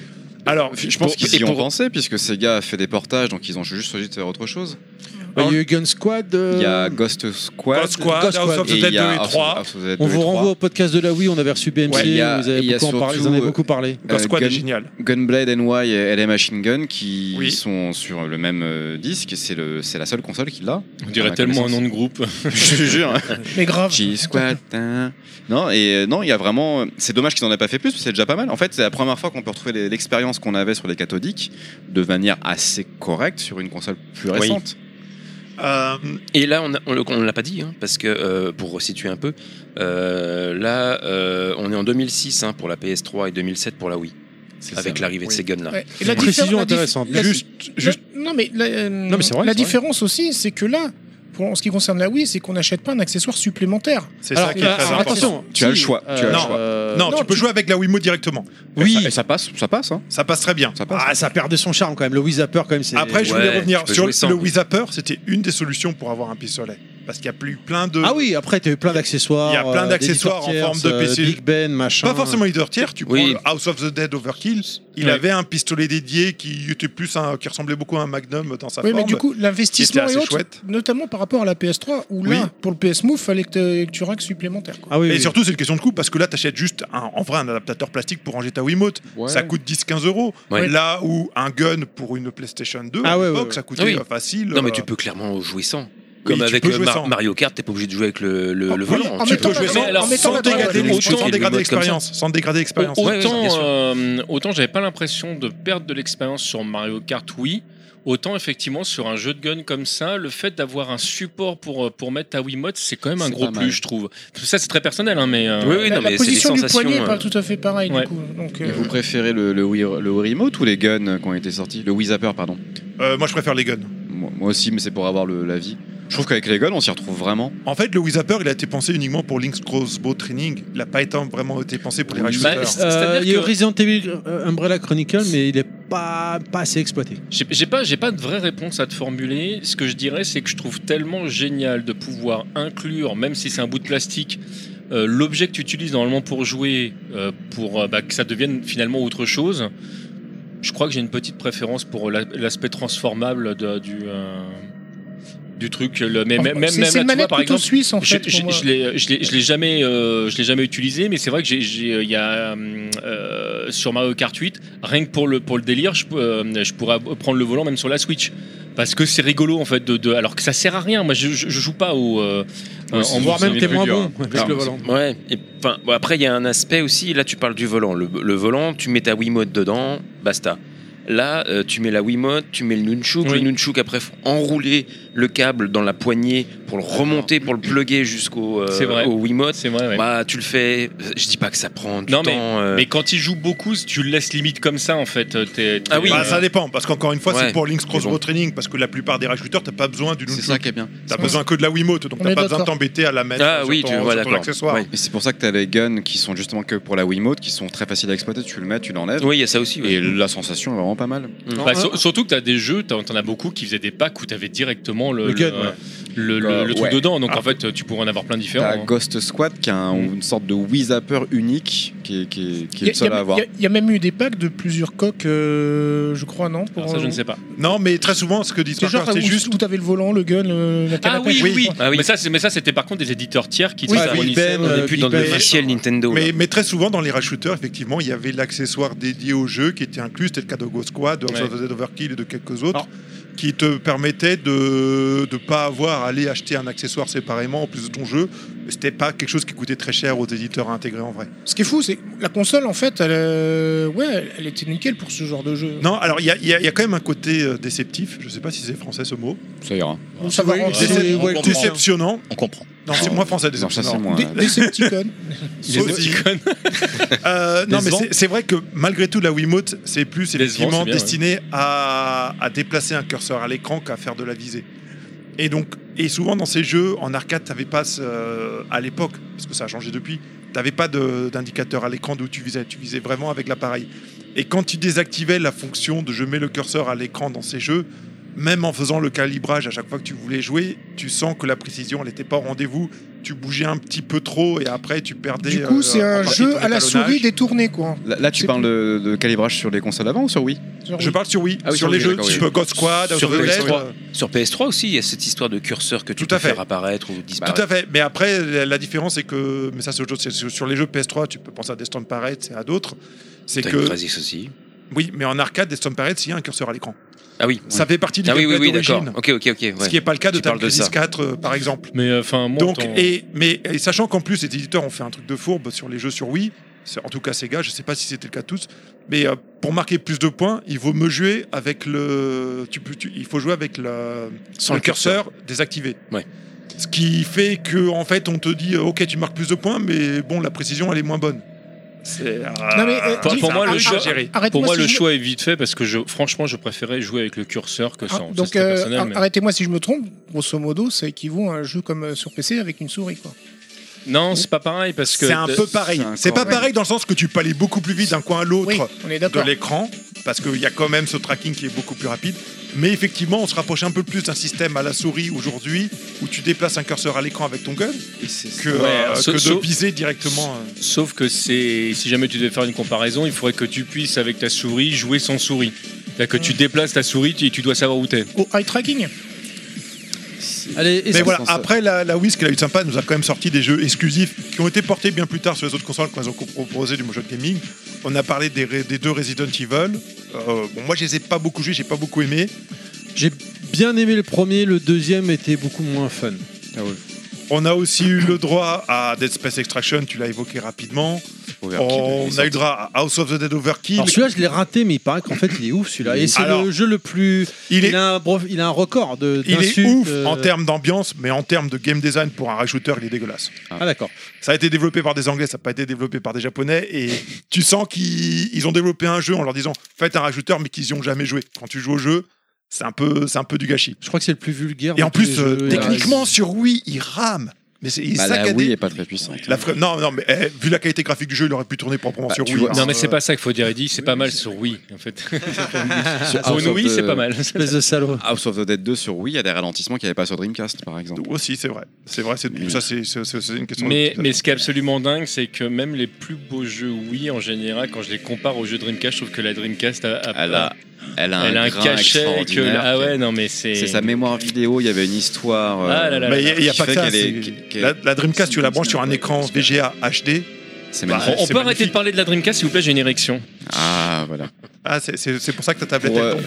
Speaker 2: Alors,
Speaker 5: Je pense
Speaker 8: Pour-
Speaker 5: qu'ils
Speaker 8: et
Speaker 5: y ont
Speaker 8: pour-
Speaker 5: pensé, puisque Sega a fait des portages, donc ils ont juste choisi de faire autre chose.
Speaker 2: Ah,
Speaker 1: Bah, Il y a eu Gun Squad. euh,
Speaker 5: Il y a Ghost Squad.
Speaker 2: Ghost Squad,
Speaker 1: Ghost
Speaker 2: House
Speaker 1: Squad.
Speaker 2: of the
Speaker 5: et
Speaker 2: Dead
Speaker 5: il
Speaker 2: 2
Speaker 5: y a
Speaker 2: et
Speaker 5: House-
Speaker 2: 3.
Speaker 5: House of the Dead
Speaker 1: On
Speaker 5: 2 et
Speaker 1: vous
Speaker 5: 3.
Speaker 1: renvoie au podcast de la Wii, on a reçu BMC,
Speaker 5: Ouais, il y a-
Speaker 1: vous avez
Speaker 5: il y a
Speaker 1: beaucoup en parlé, ils en
Speaker 5: surtout,
Speaker 1: avaient
Speaker 5: euh,
Speaker 1: beaucoup parlé.
Speaker 2: Ghost Squad
Speaker 5: Euh,
Speaker 2: est
Speaker 5: Gun-
Speaker 2: génial.
Speaker 5: Gunblade NY et LM Machine Gun qui
Speaker 2: Oui.
Speaker 5: sont sur le même euh, disque, c'est le c'est la seule console qu'il a.
Speaker 3: On
Speaker 5: à
Speaker 3: dirait
Speaker 5: ma
Speaker 3: tellement un
Speaker 5: connaissance.
Speaker 3: nom de groupe.
Speaker 5: Je te jure.
Speaker 6: Mais grave.
Speaker 5: G-Squad. hein. Non, et euh, non, il y a vraiment. C'est dommage qu'ils n'en aient pas fait plus, parce que c'est déjà pas mal. En fait, c'est la première fois qu'on peut retrouver les- l'expérience qu'on avait sur les cathodiques de manière assez correcte sur une console plus
Speaker 8: Oui.
Speaker 5: récente.
Speaker 2: Euh,
Speaker 8: Et là, on a- on le- on ne l'a pas dit, hein, parce que euh, pour resituer un peu, euh, là, euh, on est en 2006 hein, pour la PS3 et 2007 pour la Wii, avec l'arrivée de ces guns-là.
Speaker 6: Ouais. Et la
Speaker 1: Précision
Speaker 6: diffé- la dif-
Speaker 1: intéressante.
Speaker 6: la-
Speaker 2: Juste, juste.
Speaker 6: Non, mais la, euh,
Speaker 1: Non, mais c'est vrai,
Speaker 6: la
Speaker 1: c'est vrai.
Speaker 6: différence aussi, c'est que là, pour, en ce qui concerne la Wii, c'est qu'on n'achète pas un accessoire supplémentaire.
Speaker 2: C'est ça
Speaker 1: Alors, euh,
Speaker 2: qui est très
Speaker 1: alors,
Speaker 2: important.
Speaker 1: attention,
Speaker 5: Tu as le choix, tu as le
Speaker 1: euh,
Speaker 2: choix.
Speaker 1: euh,
Speaker 2: Non, tu
Speaker 6: non,
Speaker 2: peux
Speaker 6: tu-
Speaker 2: jouer avec la Wiimote directement.
Speaker 5: Et
Speaker 1: Oui,
Speaker 5: ça, et ça passe, ça passe. Hein.
Speaker 2: Ça passe très bien.
Speaker 5: Ça passe.
Speaker 1: ah, ça perd de son charme quand même, le Wii Zapper quand même, c'est...
Speaker 2: Après, je
Speaker 8: Ouais,
Speaker 2: voulais
Speaker 8: tu
Speaker 2: revenir
Speaker 8: peux
Speaker 2: sur
Speaker 8: jouer sans.
Speaker 2: le Wii Zapper. C'était une des solutions pour avoir un pistolet. Parce qu'il y a plus plein de.
Speaker 1: Ah oui, après, t'as eu plein d'accessoires.
Speaker 2: Il y a plein
Speaker 1: euh, des
Speaker 2: d'accessoires en
Speaker 1: Dr.
Speaker 2: forme de
Speaker 1: Hertz,
Speaker 2: PC.
Speaker 1: euh, Big Ben, machin.
Speaker 2: Pas forcément leader tiers, tu prends
Speaker 8: Oui.
Speaker 2: le House of the Dead Overkill, il
Speaker 1: Ouais.
Speaker 2: avait un pistolet dédié qui était plus un, qui ressemblait beaucoup à un Magnum dans sa
Speaker 6: Oui,
Speaker 2: forme.
Speaker 6: mais du coup, l'investissement
Speaker 2: c'était
Speaker 6: est
Speaker 2: assez
Speaker 6: autre,
Speaker 2: chouette.
Speaker 6: notamment par rapport à la PS3, où là,
Speaker 2: Oui.
Speaker 6: pour le PS Move, fallait que, t'a- que tu règles supplémentaire. quoi.
Speaker 1: Ah oui,
Speaker 2: et
Speaker 1: oui.
Speaker 2: surtout, c'est une question de coût parce que là, t'achètes juste un, en vrai un adaptateur plastique pour ranger ta Wiimote. Ça coûte 10-15 euros.
Speaker 8: Ouais.
Speaker 2: Là où un gun pour une PlayStation 2,
Speaker 1: Ah
Speaker 2: à
Speaker 1: ouais,
Speaker 2: l'époque,
Speaker 1: ouais, ouais.
Speaker 2: ça coûtait
Speaker 8: Ah oui.
Speaker 2: euh, facile.
Speaker 8: Non, mais
Speaker 2: euh,
Speaker 8: tu peux clairement jouer sans.
Speaker 2: Oui,
Speaker 8: Comme
Speaker 2: tu
Speaker 8: avec
Speaker 2: peux
Speaker 8: euh,
Speaker 2: jouer
Speaker 8: Mar-
Speaker 2: sans.
Speaker 8: Mario Kart, t'es pas obligé de jouer avec le, le,
Speaker 6: En-
Speaker 8: le
Speaker 6: oui,
Speaker 8: volant. hein.
Speaker 6: en
Speaker 8: tu
Speaker 6: mettant la-
Speaker 2: peux
Speaker 8: peux
Speaker 2: jouer
Speaker 8: jouer
Speaker 2: sans,
Speaker 3: Mais alors,
Speaker 2: sans
Speaker 6: mettant la-
Speaker 2: dégrader
Speaker 8: la-
Speaker 2: l'expérience, sans
Speaker 8: la-
Speaker 2: dégrader
Speaker 8: la-
Speaker 2: l'expérience, sans dégrader l'expérience.
Speaker 8: Ouais, oui,
Speaker 3: Autant,
Speaker 8: bien sûr.
Speaker 3: euh, autant j'avais pas l'impression de perdre de l'expérience sur Mario Kart Wii, autant effectivement sur un jeu de gun comme ça, le fait d'avoir un support pour, euh, pour mettre ta Wiimote, c'est quand même un
Speaker 5: C'est
Speaker 3: gros
Speaker 5: pas
Speaker 3: plus,
Speaker 5: mal.
Speaker 3: je trouve. Parce que ça, c'est très personnel, hein, mais. euh,
Speaker 8: Oui, oui,
Speaker 6: La, la
Speaker 8: non, mais c'est des
Speaker 6: position du
Speaker 8: sensations.
Speaker 6: poignet n'est
Speaker 8: euh,
Speaker 6: pas tout à fait pareille,
Speaker 3: ouais.
Speaker 6: du coup. Donc,
Speaker 5: Et
Speaker 6: euh,
Speaker 5: vous préférez le, le Wii, le Wii Remote ou les guns qui ont été sortis Le Wii Zapper, pardon.
Speaker 2: Euh, moi, je préfère les guns.
Speaker 5: Moi, moi aussi, mais c'est pour avoir le- la vie. Je trouve qu'avec les guns, on s'y retrouve vraiment.
Speaker 2: En fait, le Wii Zapper, il a été pensé uniquement pour Link's Crossbow Training. Il n'a pas été vraiment été pensé pour les
Speaker 3: bah,
Speaker 2: rail shooters.
Speaker 3: c'est-
Speaker 1: Euh,
Speaker 3: c'est-à-dire
Speaker 1: il y a eu
Speaker 3: que-
Speaker 1: Resident Evil euh, Umbrella Chronicle, mais il est pas, pas assez exploité.
Speaker 3: J'ai j'ai pas, j'ai pas de vraie réponse à te formuler. Ce que je dirais, c'est que je trouve tellement génial de pouvoir inclure, même si c'est un bout de plastique, euh, l'objet que tu utilises normalement pour jouer, euh, pour euh, bah, que ça devienne finalement autre chose. Je crois que j'ai une petite préférence pour la- l'aspect transformable de- du, euh, du truc. Le, mais
Speaker 6: en-
Speaker 3: même, même,
Speaker 6: Oh, bah, c'est-
Speaker 3: même
Speaker 6: c'est
Speaker 3: là,
Speaker 6: une
Speaker 3: tu
Speaker 6: manette
Speaker 3: vois, par
Speaker 6: plutôt
Speaker 3: exemple,
Speaker 6: suisse, en
Speaker 3: je,
Speaker 6: fait. pour
Speaker 3: je-
Speaker 6: moi.
Speaker 3: je l'ai- je l'ai- je l'ai jamais, euh, je l'ai jamais utilisé, mais c'est vrai que j'ai, j'ai- euh, il y a euh, euh, sur Mario Kart 8, rien que pour le pour le délire, je, peux, euh, je pourrais ab- prendre le volant même sur la Switch. Parce que c'est rigolo en fait, de, de- alors que ça sert à rien. Moi, je, je- je joue pas au. euh, euh, en
Speaker 8: voire
Speaker 3: version plus dure.
Speaker 8: Alors, Ouais. Et, enfin, bon, après, il y a un aspect aussi. Là, tu parles du volant. Le, le volant, tu mets ta Wiimote dedans, basta. Là, euh, tu mets la Wiimote, tu mets le Nunchuk. Le Nunchuk, après, faut enrouler le câble dans la poignée pour le remonter, pour le plugger jusqu'au euh,
Speaker 3: C'est vrai.
Speaker 8: au Wiimote.
Speaker 3: C'est vrai, ouais.
Speaker 8: Bah, tu le fais. Je dis pas que ça prend du
Speaker 3: Non, mais,
Speaker 8: temps. euh,
Speaker 3: mais quand il joue beaucoup, tu le laisses limite comme ça en fait. euh, T'es-
Speaker 8: Ah
Speaker 3: t'es-
Speaker 2: Bah, ça dépend, parce qu'encore une fois,
Speaker 3: Ah Ouais,
Speaker 2: c'est pour Link's
Speaker 3: mais
Speaker 2: Crossbow
Speaker 3: bon.
Speaker 2: Training, parce que la plupart des racheteurs, t'as pas besoin du C'est
Speaker 5: ça qui est bien.
Speaker 2: T'as besoin que de la Wiimote, donc
Speaker 5: On
Speaker 2: t'as
Speaker 5: est
Speaker 2: pas besoin de
Speaker 5: d'accord.
Speaker 2: t'embêter à la mettre
Speaker 8: Ah
Speaker 3: Ah
Speaker 2: sur ton, sur ton accessoire.
Speaker 5: Et c'est pour ça que tu as les guns qui sont justement que pour la Wiimote, qui sont très faciles à exploiter. Tu le mets, tu l'enlèves.
Speaker 8: Oui, il y a ça aussi.
Speaker 5: Et la sensation est vraiment pas mal.
Speaker 3: Bah, sur- surtout que tu as des jeux, t'en en as beaucoup qui faisaient des packs où tu avais directement le,
Speaker 5: Le gun,
Speaker 3: le-
Speaker 5: ouais.
Speaker 3: le- le-
Speaker 5: Euh,
Speaker 3: le truc
Speaker 5: ouais.
Speaker 3: dedans. Donc en fait, tu pourrais en avoir plein différents.
Speaker 5: T'as
Speaker 3: hein. Mm.
Speaker 5: Ghost Squad qui a un- une sorte de Wii-Zapper unique qui est, qui est- qui
Speaker 6: Il
Speaker 5: est
Speaker 6: y,
Speaker 5: le seul à
Speaker 6: a-
Speaker 5: avoir.
Speaker 6: y a- y a même eu des packs de plusieurs coques, euh, je crois, non pour, euh,
Speaker 3: pas.
Speaker 2: Non, mais très souvent, ce que disent
Speaker 6: C'est genre
Speaker 2: Parker,
Speaker 6: où,
Speaker 2: c'est juste.
Speaker 6: où t'avais le volant, le gun, le, la canne
Speaker 3: Ah
Speaker 6: à
Speaker 3: oui,
Speaker 6: pêche.
Speaker 3: oui, Mais ça, c'est- mais ça, c'était par contre des éditeurs tiers qui
Speaker 2: Oui,
Speaker 3: te
Speaker 2: Big
Speaker 3: fournissaient-
Speaker 2: Ben,
Speaker 3: on est plus dans le
Speaker 2: Big Ben.
Speaker 3: logiciel
Speaker 8: Nintendo.
Speaker 2: Mais, mais très souvent, dans les rachouteurs, effectivement, il y avait l'accessoire dédié au jeu qui était inclus, c'était le cas de Ghost Squad, de House
Speaker 3: Ouais.
Speaker 2: of the Dead Overkill et de quelques autres, qui te permettait de ne pas avoir à aller acheter un accessoire séparément en plus de ton jeu. C'était pas quelque chose qui coûtait très cher aux éditeurs à intégrer en vrai.
Speaker 6: Ce qui est fou, c'est que la console, en fait, elle, euh, ouais, elle était nickel pour ce genre de jeu.
Speaker 2: Non, alors il y a, il y a- il y a quand même un côté euh, déceptif, je sais pas si c'est français ce mot.
Speaker 5: Ça ira.
Speaker 6: Bon, ça va rentrer.
Speaker 2: Décep-
Speaker 6: Ouais, on
Speaker 2: déceptionnant.
Speaker 7: On comprend.
Speaker 2: Non, c'est moins français,
Speaker 5: Non, ça,
Speaker 2: déceptionnant.
Speaker 5: c'est moins,
Speaker 2: Dé-
Speaker 5: hein.
Speaker 6: Decepticon.
Speaker 3: Decepticon.
Speaker 2: Euh, non, mais
Speaker 3: Décevant.
Speaker 2: c'est- c'est vrai que malgré tout, la Wiimote, c'est plus effectivement
Speaker 3: c'est bien,
Speaker 2: destiné à, à déplacer un curseur à l'écran qu'à faire de la visée. Et donc, et souvent dans ces jeux, en arcade, t'avais pas ce- euh, à l'époque, parce que ça a changé depuis, t'avais pas de- d'indicateur à l'écran d'où tu visais, tu visais vraiment avec l'appareil. Et quand tu désactivais la fonction de je mets le curseur à l'écran dans ces jeux, même en faisant le calibrage à chaque fois que tu voulais jouer, tu sens que la précision, elle n'était pas au rendez-vous. Tu bougeais un petit peu trop et après tu perdais.
Speaker 6: Du coup,
Speaker 2: euh,
Speaker 6: c'est
Speaker 2: en
Speaker 6: un
Speaker 2: partie
Speaker 6: jeu
Speaker 2: ton
Speaker 6: à la
Speaker 2: étalonnage.
Speaker 6: souris détourné, quoi.
Speaker 5: Là, là, tu parles de, de calibrage sur les consoles avant ou sur Wii
Speaker 2: Je parle sur
Speaker 8: Ah
Speaker 2: Wii, sur, les jeux, type God Squad,
Speaker 8: sur
Speaker 2: House of the Dead,
Speaker 8: PS3,
Speaker 2: euh,
Speaker 8: sur PS3 aussi, il y a cette histoire de curseur que tu peux faire apparaître ou disparaître.
Speaker 2: Tout à fait. Mais après, la- la différence, c'est que. Mais ça, c'est autre chose. C'est sur- Sur les jeux PS3, tu peux penser à Deston Pirates et à d'autres. C'est
Speaker 8: T'as
Speaker 2: que.
Speaker 8: une Crisis aussi.
Speaker 2: Oui, mais en arcade, Deston Pirates, il y a un curseur à l'écran.
Speaker 8: Ah oui.
Speaker 2: Ça fait partie du
Speaker 8: Ah oui, oui,
Speaker 2: gameplay
Speaker 8: oui, d'accord.
Speaker 2: d'origine.
Speaker 8: Ok, ok, ok. ouais.
Speaker 2: Ce qui n'est pas le cas de
Speaker 8: Tu parles
Speaker 2: Time Crisis
Speaker 8: ça.
Speaker 2: 4, euh, par exemple.
Speaker 3: Mais enfin, moi,
Speaker 2: Donc,
Speaker 3: autant-
Speaker 2: et, mais, et sachant qu'en plus, les éditeurs ont fait un truc de fourbe sur les jeux sur Wii, c'est- en tout cas Sega, je sais pas si c'était le cas de tous, mais euh, pour marquer plus de points, il vaut me jouer avec le. Tu peux, tu- il faut jouer avec le,
Speaker 8: Sans
Speaker 2: le
Speaker 8: le
Speaker 2: curseur, désactivé.
Speaker 8: Ouais.
Speaker 2: Ce qui fait que en fait, on te dit, euh, ok, tu marques plus de points, mais bon, la précision, elle est moins bonne. C'est.
Speaker 3: Non, mais, euh, Pour- dis- pour moi, le choix- Pour moi,
Speaker 6: si
Speaker 3: le
Speaker 6: je-
Speaker 3: choix est vite fait parce que je, franchement, je préférais jouer avec le curseur que
Speaker 6: Ah,
Speaker 3: sans. Ça,
Speaker 6: donc,
Speaker 3: c'est très
Speaker 6: euh,
Speaker 3: personnel,
Speaker 6: ar-
Speaker 3: mais-
Speaker 6: arrêtez-moi si je me trompe. Grosso modo, ça équivaut à un jeu comme euh, sur PC avec une souris, quoi.
Speaker 3: Non, c'est pas pareil parce que.
Speaker 2: C'est un peu pareil. C'est pas
Speaker 3: Ouais.
Speaker 2: pareil dans le sens que tu peux aller beaucoup plus vite d'un coin à l'autre
Speaker 6: on est
Speaker 2: de
Speaker 6: d'accord.
Speaker 2: l'écran, parce qu'il y a quand même ce tracking qui est beaucoup plus rapide. Mais effectivement, on se rapproche un peu plus d'un système à la souris aujourd'hui où tu déplaces un curseur à l'écran avec ton gun que,
Speaker 3: Ouais,
Speaker 2: euh,
Speaker 3: sauf-
Speaker 2: que de
Speaker 3: sauf-
Speaker 2: viser directement. euh.
Speaker 3: Sauf que c'est, si jamais tu devais faire une comparaison, il faudrait que tu puisses avec ta souris jouer sans souris. C'est-à-dire que tu déplaces ta souris tu- et tu dois savoir où t'es.
Speaker 6: Au eye tracking.
Speaker 10: Allez,
Speaker 2: Mais voilà, après la, la Wii, ce qu'elle a eu de sympa, elle nous a quand même sorti des jeux exclusifs qui ont été portés bien plus tard sur les autres consoles quand elles ont proposé du motion gaming. On a parlé des, ré- des deux Resident Evil. Euh, bon, moi, je les ai pas beaucoup joués, j'ai pas beaucoup aimé.
Speaker 10: J'ai bien aimé le premier, le deuxième était beaucoup moins fun.
Speaker 2: On a aussi eu le droit à Dead Space Extraction, tu l'as évoqué rapidement.
Speaker 10: Overkill, il est
Speaker 2: on a
Speaker 10: sorti.
Speaker 2: eu le droit à House of the Dead Overkill.
Speaker 10: Alors celui-là, je l'ai raté, mais il paraît qu'en fait, il est ouf celui-là. Et c'est
Speaker 2: Alors,
Speaker 10: le jeu le plus.
Speaker 2: Il,
Speaker 10: a, un, bro- il a un record de.
Speaker 2: Il est
Speaker 10: d'insultes,
Speaker 2: ouf
Speaker 10: euh,
Speaker 2: en termes d'ambiance, mais en termes de game design pour un rajouteur, il est dégueulasse.
Speaker 10: Ah, d'accord.
Speaker 2: Ça a été développé par des Anglais, ça n'a pas été développé par des Japonais, et tu sens qu'ils ils ont développé un jeu en leur disant faites un rajouteur, mais qu'ils n'y ont jamais joué. Quand tu joues au jeu, c'est un peu, c'est un peu du gâchis.
Speaker 10: Je crois que c'est le plus vulgaire.
Speaker 2: Et
Speaker 10: de
Speaker 2: en
Speaker 10: tous
Speaker 2: plus,
Speaker 10: les
Speaker 2: euh,
Speaker 10: jeux.
Speaker 2: techniquement, sur Wii, il rame. Mais c'est il est
Speaker 5: Bah, la
Speaker 2: saccadé.
Speaker 5: Wii est pas très puissante. Bah,
Speaker 2: La fra- Non, non, mais eh, vu la qualité graphique du jeu, il aurait pu tourner proprement sur Wii. hein.
Speaker 3: non, mais c'est
Speaker 5: euh,
Speaker 3: pas ça qu'il faut dire, Eddy. C'est pas mal sur Wii, en fait.
Speaker 5: Sur
Speaker 3: Pour
Speaker 5: House
Speaker 3: une
Speaker 5: of
Speaker 3: Wii,
Speaker 5: the-
Speaker 3: Ah, c'est pas mal.
Speaker 5: House of the Dead 2 sur Wii, il y a des ralentissements qu'il n'y avait pas sur Dreamcast, par exemple.
Speaker 2: Aussi, c'est vrai. C'est vrai, c'est ça, c'est c'est- c'est- c'est une question.
Speaker 3: Mais,
Speaker 2: de...
Speaker 3: mais ce qui est absolument dingue, c'est que même les plus beaux jeux Wii, en général, quand je les compare aux jeux Dreamcast, je trouve que la Dreamcast a,
Speaker 5: Elle a, elle a un, grain
Speaker 3: cachet. Que,
Speaker 5: extraordinaire.
Speaker 3: ah ouais, non, mais c'est.
Speaker 5: C'est sa mémoire vidéo, il y avait une histoire. euh,
Speaker 3: Ah là là là
Speaker 2: Mais il n'y a,
Speaker 5: qui
Speaker 2: pas
Speaker 5: fait
Speaker 2: que ça.
Speaker 5: qu'elle est-
Speaker 2: c'est-
Speaker 5: qu'elle- qu'elle-
Speaker 2: la, la Dreamcast, tu la branches sur un écran VGA HD.
Speaker 5: C'est
Speaker 3: Bah,
Speaker 2: magnifique.
Speaker 3: on
Speaker 2: C'est
Speaker 3: peut arrêter de parler de la Dreamcast, s'il vous plaît, j'ai une érection.
Speaker 5: Ah, voilà.
Speaker 2: Ah, c'est- c'est c'est pour ça que ta tablette
Speaker 5: Pour,
Speaker 2: elle
Speaker 5: euh,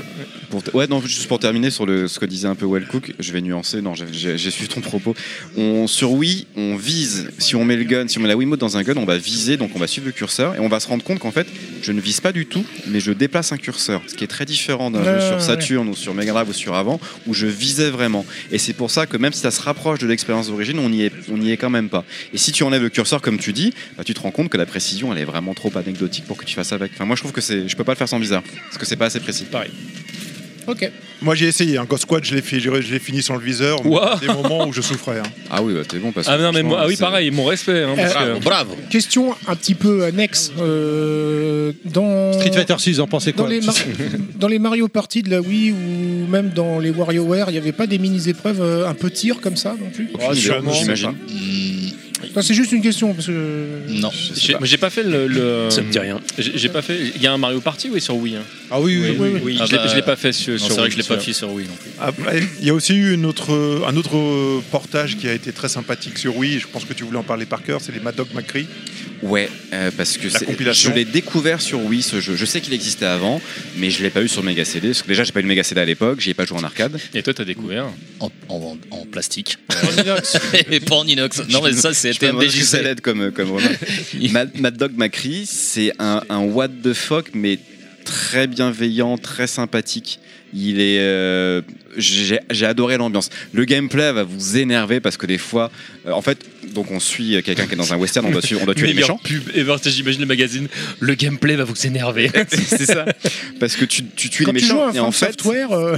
Speaker 2: tombe.
Speaker 5: pour ouais non juste pour terminer sur le ce que disait un peu Wellcook je vais nuancer non j'ai- j'ai j'ai suivi ton propos on sur Wii on vise si on met le gun si on met la Wiimote dans un gun on va viser donc on va suivre le curseur et on va se rendre compte qu'en fait je ne vise pas du tout mais je déplace un curseur ce qui est très différent d'un
Speaker 2: Ouais,
Speaker 5: jeu
Speaker 2: ouais,
Speaker 5: sur Saturn ou sur Mega Drive ou sur avant où je visais vraiment et c'est pour ça que même si ça se rapproche de l'expérience d'origine on n'y est on n'y est quand même pas et si tu enlèves le curseur comme tu dis bah, tu te rends compte que la précision elle est vraiment trop anecdotique pour que tu fasses avec enfin moi je trouve que c'est je peux pas le faire sans bizarre parce que c'est pas assez précis pareil
Speaker 6: Ok.
Speaker 2: Moi j'ai essayé, un Ghost Squad, je l'ai fait- je l'ai je l'ai fini sans le viseur, mais
Speaker 3: Ouah.
Speaker 2: il y a des moments où je souffrais. hein.
Speaker 5: Ah oui, bah, t'es bon parce que.
Speaker 3: Ah, non, mais
Speaker 5: franchement,
Speaker 3: moi- ah oui,
Speaker 5: c'est-
Speaker 3: pareil, mon respect. hein,
Speaker 2: Eh,
Speaker 3: parce que-
Speaker 6: Question un petit peu annexe. euh, dans
Speaker 1: Street Fighter 6, vous en pensez quoi
Speaker 6: dans les, mar- dans les Mario Party de la Wii ou même dans les WarioWare, il n'y avait pas des mini-épreuves euh, un peu tir comme ça non plus
Speaker 2: Ah,
Speaker 3: Oh, sûrement,
Speaker 5: j'imagine.
Speaker 6: Non, C'est juste une question parce que.
Speaker 3: Non, j'ai moi, j'ai pas fait le. le-
Speaker 17: Ça me dit rien.
Speaker 3: J'ai j'ai pas fait. Il y a un Mario Party, oui, sur Wii. hein.
Speaker 1: Ah oui, oui, oui, oui.
Speaker 3: Ah
Speaker 7: Je l'ai-
Speaker 3: bah,
Speaker 7: je l'ai pas fait sur-
Speaker 3: non,
Speaker 7: sur
Speaker 3: C'est vrai
Speaker 7: Wii,
Speaker 3: que je l'ai pas
Speaker 7: ça.
Speaker 3: fait sur Wii non plus.
Speaker 2: Après, il y a aussi eu une autre, un autre euh, portage qui a été très sympathique sur Wii, je pense que tu voulais en parler par cœur, c'est les Mad Dog McCree.
Speaker 5: Ouais, euh, parce que
Speaker 2: La
Speaker 5: c'est-
Speaker 2: compilation.
Speaker 5: je l'ai découvert sur Wii ce jeu. Je sais qu'il existait avant, mais je l'ai pas eu sur Mega CD. Parce que déjà, j'ai pas eu le Mega CD à l'époque, j'y ai pas joué en arcade.
Speaker 3: Et toi, t'as découvert
Speaker 7: en, en- en plastique. Et pas en inox. Non, mais ça, c'est
Speaker 5: un
Speaker 7: TMDJC.
Speaker 5: ça l'aide comme, comme remarque. Mad, Mad Dog McCree, c'est un, un what the fuck, mais très bienveillant, très sympathique. Il est, euh, j'ai j'ai adoré l'ambiance. Le gameplay va vous énerver parce que des fois, euh, en fait, donc on suit quelqu'un qui est dans un western, on doit, tuer- on doit tuer les
Speaker 3: Meilleure
Speaker 5: méchants.
Speaker 3: pub ever, j'imagine le magazine. Le gameplay va vous énerver.
Speaker 5: c'est ça. Parce que tu, tu tues
Speaker 6: Quand
Speaker 5: les
Speaker 6: tu joues
Speaker 5: méchants
Speaker 6: à
Speaker 5: et en
Speaker 6: From
Speaker 5: fait,
Speaker 6: Software, euh,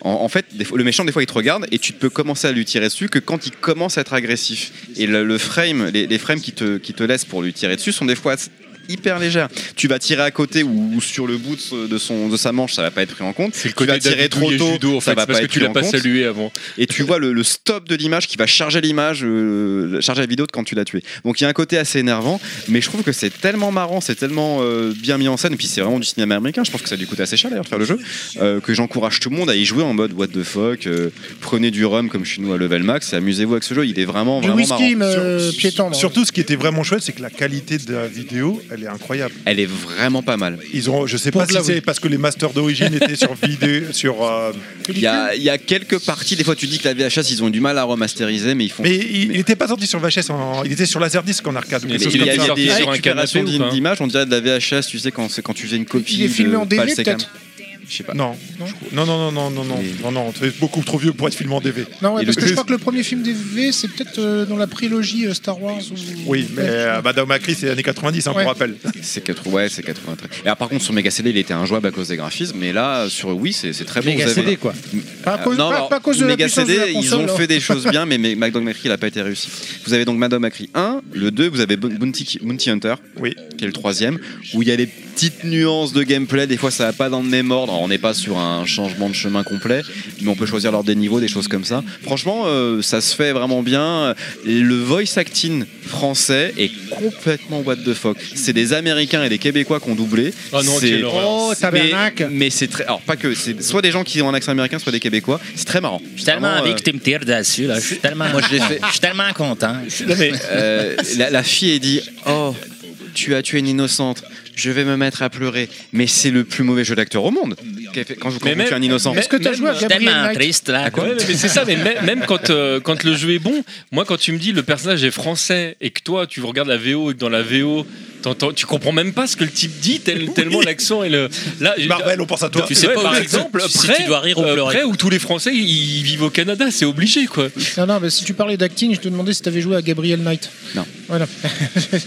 Speaker 5: En, en fait, des fois- le méchant, des fois, il te regarde et tu peux commencer à lui tirer dessus que quand il commence à être agressif. Et le, le frame, les, les frames qui te, qui te laissent pour lui tirer dessus sont des fois s- hyper légères. Tu vas tirer à côté ou, ou sur le bout de, ce- de son, de sa manche, ça va pas être pris en compte.
Speaker 3: C'est le
Speaker 5: tu
Speaker 3: côté
Speaker 5: vas tirer
Speaker 3: David
Speaker 5: trop
Speaker 3: Douillet
Speaker 5: tôt,
Speaker 3: judo, en
Speaker 5: ça
Speaker 3: fait,
Speaker 5: va
Speaker 3: c'est parce
Speaker 5: pas
Speaker 3: que
Speaker 5: être
Speaker 3: tu
Speaker 5: pris
Speaker 3: l'as
Speaker 5: en
Speaker 3: pas
Speaker 5: compte.
Speaker 3: salué avant.
Speaker 5: Et tu vois le, le stop de l'image qui va charger l'image, euh, charger la vidéo de quand tu l'as tué. Donc il y a un côté assez énervant, mais je trouve que c'est tellement marrant, c'est tellement euh, bien mis en scène, et puis c'est vraiment du cinéma américain. Je pense que ça a dû coûter assez cher d'ailleurs de faire le jeu, euh, que j'encourage tout le monde à y jouer en mode what the fuck, euh, prenez du rhum comme chez nous à level max, et amusez-vous avec ce jeu. Il est vraiment
Speaker 6: du
Speaker 5: vraiment
Speaker 6: whisky
Speaker 5: marrant.
Speaker 6: me piétant.
Speaker 2: Surtout ce qui était vraiment chouette, c'est que la qualité de la vidéo, elle est incroyable.
Speaker 5: Elle est vraiment pas mal.
Speaker 2: Ils ont, je sais
Speaker 5: Pour
Speaker 2: pas
Speaker 5: de
Speaker 2: si
Speaker 5: la
Speaker 2: c'est
Speaker 5: Wii.
Speaker 2: parce que les masters d'origine étaient sur vidéo, sur. euh,
Speaker 5: Il y a, il y a quelques parties, des fois tu dis que la VHS ils ont eu du mal à remasteriser, mais ils font.
Speaker 2: Mais il n'était pas sorti sur VHS, en- il était sur Laserdisc en arcade. ou
Speaker 5: Mais
Speaker 2: quelque chose
Speaker 5: il y a,
Speaker 2: comme
Speaker 5: il y a
Speaker 2: ça. Ah,
Speaker 5: des récupérations
Speaker 2: canapé ou pas
Speaker 5: d'images, on dirait de la VHS, tu sais, quand, c'est- quand tu faisais une copie.
Speaker 2: Il est filmé
Speaker 5: de
Speaker 2: en DV,
Speaker 5: Pulse Second.
Speaker 2: peut-être
Speaker 5: Je sais pas.
Speaker 2: Non. Non, non, non, non, non, non, non, non, c'est beaucoup trop vieux pour être filmé en DV.
Speaker 6: Non, ouais, parce que je crois que le premier film des V, c'est peut-être euh, dans la trilogie euh, Star Wars. Ou...
Speaker 2: Oui, mais euh, Madame Macri, c'est les années 90, hein,
Speaker 6: Ouais.
Speaker 2: pour rappel.
Speaker 5: C'est 80, ouais, c'est 93. Et alors, par contre, sur Mega CD, il était injouable à cause des graphismes, mais là, sur Wii, c'est c'est très bon.
Speaker 1: Mega
Speaker 5: vous avez-
Speaker 1: CD, quoi.
Speaker 5: M-
Speaker 6: Pas à
Speaker 5: euh,
Speaker 6: cause- pas-
Speaker 5: alors,
Speaker 6: pas à cause de la
Speaker 5: Mega
Speaker 6: puissance de
Speaker 5: CD,
Speaker 6: la
Speaker 5: ils
Speaker 6: console,
Speaker 5: ont fait
Speaker 6: hein.
Speaker 5: des choses bien, mais mais McDonald McCree, il n'a pas été réussi. Vous avez donc Madame Macri 1, le 2, vous avez Bo- Bounty, Ki- Bounty Hunter, qui est le troisième, où il y a les petites nuances de gameplay. Des fois, ça va pas dans le même ordre. Alors, on n'est pas sur un changement de chemin complet, mais on peut choisir l'ordre des niveaux, des choses comme ça. Franchement, euh, ça se fait vraiment bien. Le voice acting français est complètement what the fuck. C'est des Américains et des Québécois qui ont doublé.
Speaker 3: Oh non,
Speaker 5: C'est-
Speaker 3: quelle horreur. Oh,
Speaker 5: mais,
Speaker 3: tabarnak.
Speaker 5: mais c'est très. Alors, pas que. C'est soit des gens qui ont un accent américain, soit des Québécois. C'est très marrant.
Speaker 18: Je suis tellement
Speaker 5: Vraiment,
Speaker 18: envie
Speaker 5: euh,
Speaker 18: que tu me tires dessus. Là. Je suis tellement,
Speaker 5: Moi, je l'ai fait.
Speaker 18: Je suis tellement content.
Speaker 5: Euh, la, la fille est dit Oh, tu as tué une innocente. Je vais me mettre à pleurer. Mais c'est le plus mauvais jeu d'acteur au monde. Qu'elle fait- Quand je vous
Speaker 3: Mais
Speaker 5: quand vous tuez un innocent.
Speaker 18: Je suis tellement triste là.
Speaker 3: Ah Ouais, mais c'est ça, mais même, même quand, euh, quand le jeu est bon, moi quand tu me dis le personnage est français et que toi tu regardes la VO et que dans la VO t'entends- tu comprends même pas ce que le type dit tel- tellement l'accent et le là
Speaker 2: Marvel on pense à toi.
Speaker 3: tu sais
Speaker 2: Ouais,
Speaker 3: pas par
Speaker 2: mais-
Speaker 3: exemple
Speaker 2: si
Speaker 3: près,
Speaker 2: tu dois rire ou
Speaker 3: euh,
Speaker 2: pleurer.
Speaker 3: près où tous les français ils, ils vivent au Canada c'est obligé quoi
Speaker 6: Non, non, mais si tu parlais d'acting, je te demandais si t'avais joué à Gabriel Knight.
Speaker 5: Non.
Speaker 6: Voilà.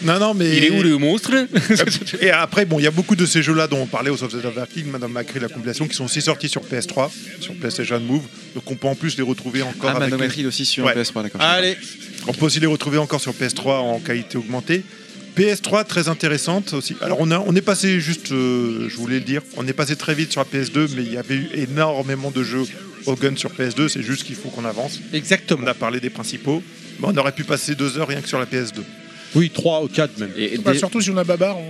Speaker 2: Non, non, mais.
Speaker 6: Il est où, le
Speaker 3: monstre
Speaker 2: Et après, bon, il y a beaucoup de ces jeux-là dont on parlait, au of the Dark King, Madame Macri, la compilation, qui sont aussi sortis sur PS3, sur PlayStation Move. Donc on peut en plus les retrouver encore.
Speaker 5: Ah,
Speaker 2: avec
Speaker 5: Madame
Speaker 2: les-
Speaker 5: Macri aussi sur PS3, d'accord.
Speaker 2: Allez On peut aussi les retrouver encore sur PS3 en qualité augmentée. PS3 très intéressante aussi. Alors on, a, on est passé juste, euh, je voulais le dire, on est passé très vite sur la PS2, mais il y avait eu énormément de jeux au gun sur PS2, c'est juste qu'il faut qu'on avance.
Speaker 1: Exactement.
Speaker 2: On a parlé des principaux, mais on aurait pu passer deux heures rien que sur la PS2.
Speaker 1: Oui, 3 ou 4 même.
Speaker 6: Bah, Surtout si on a Babar. on-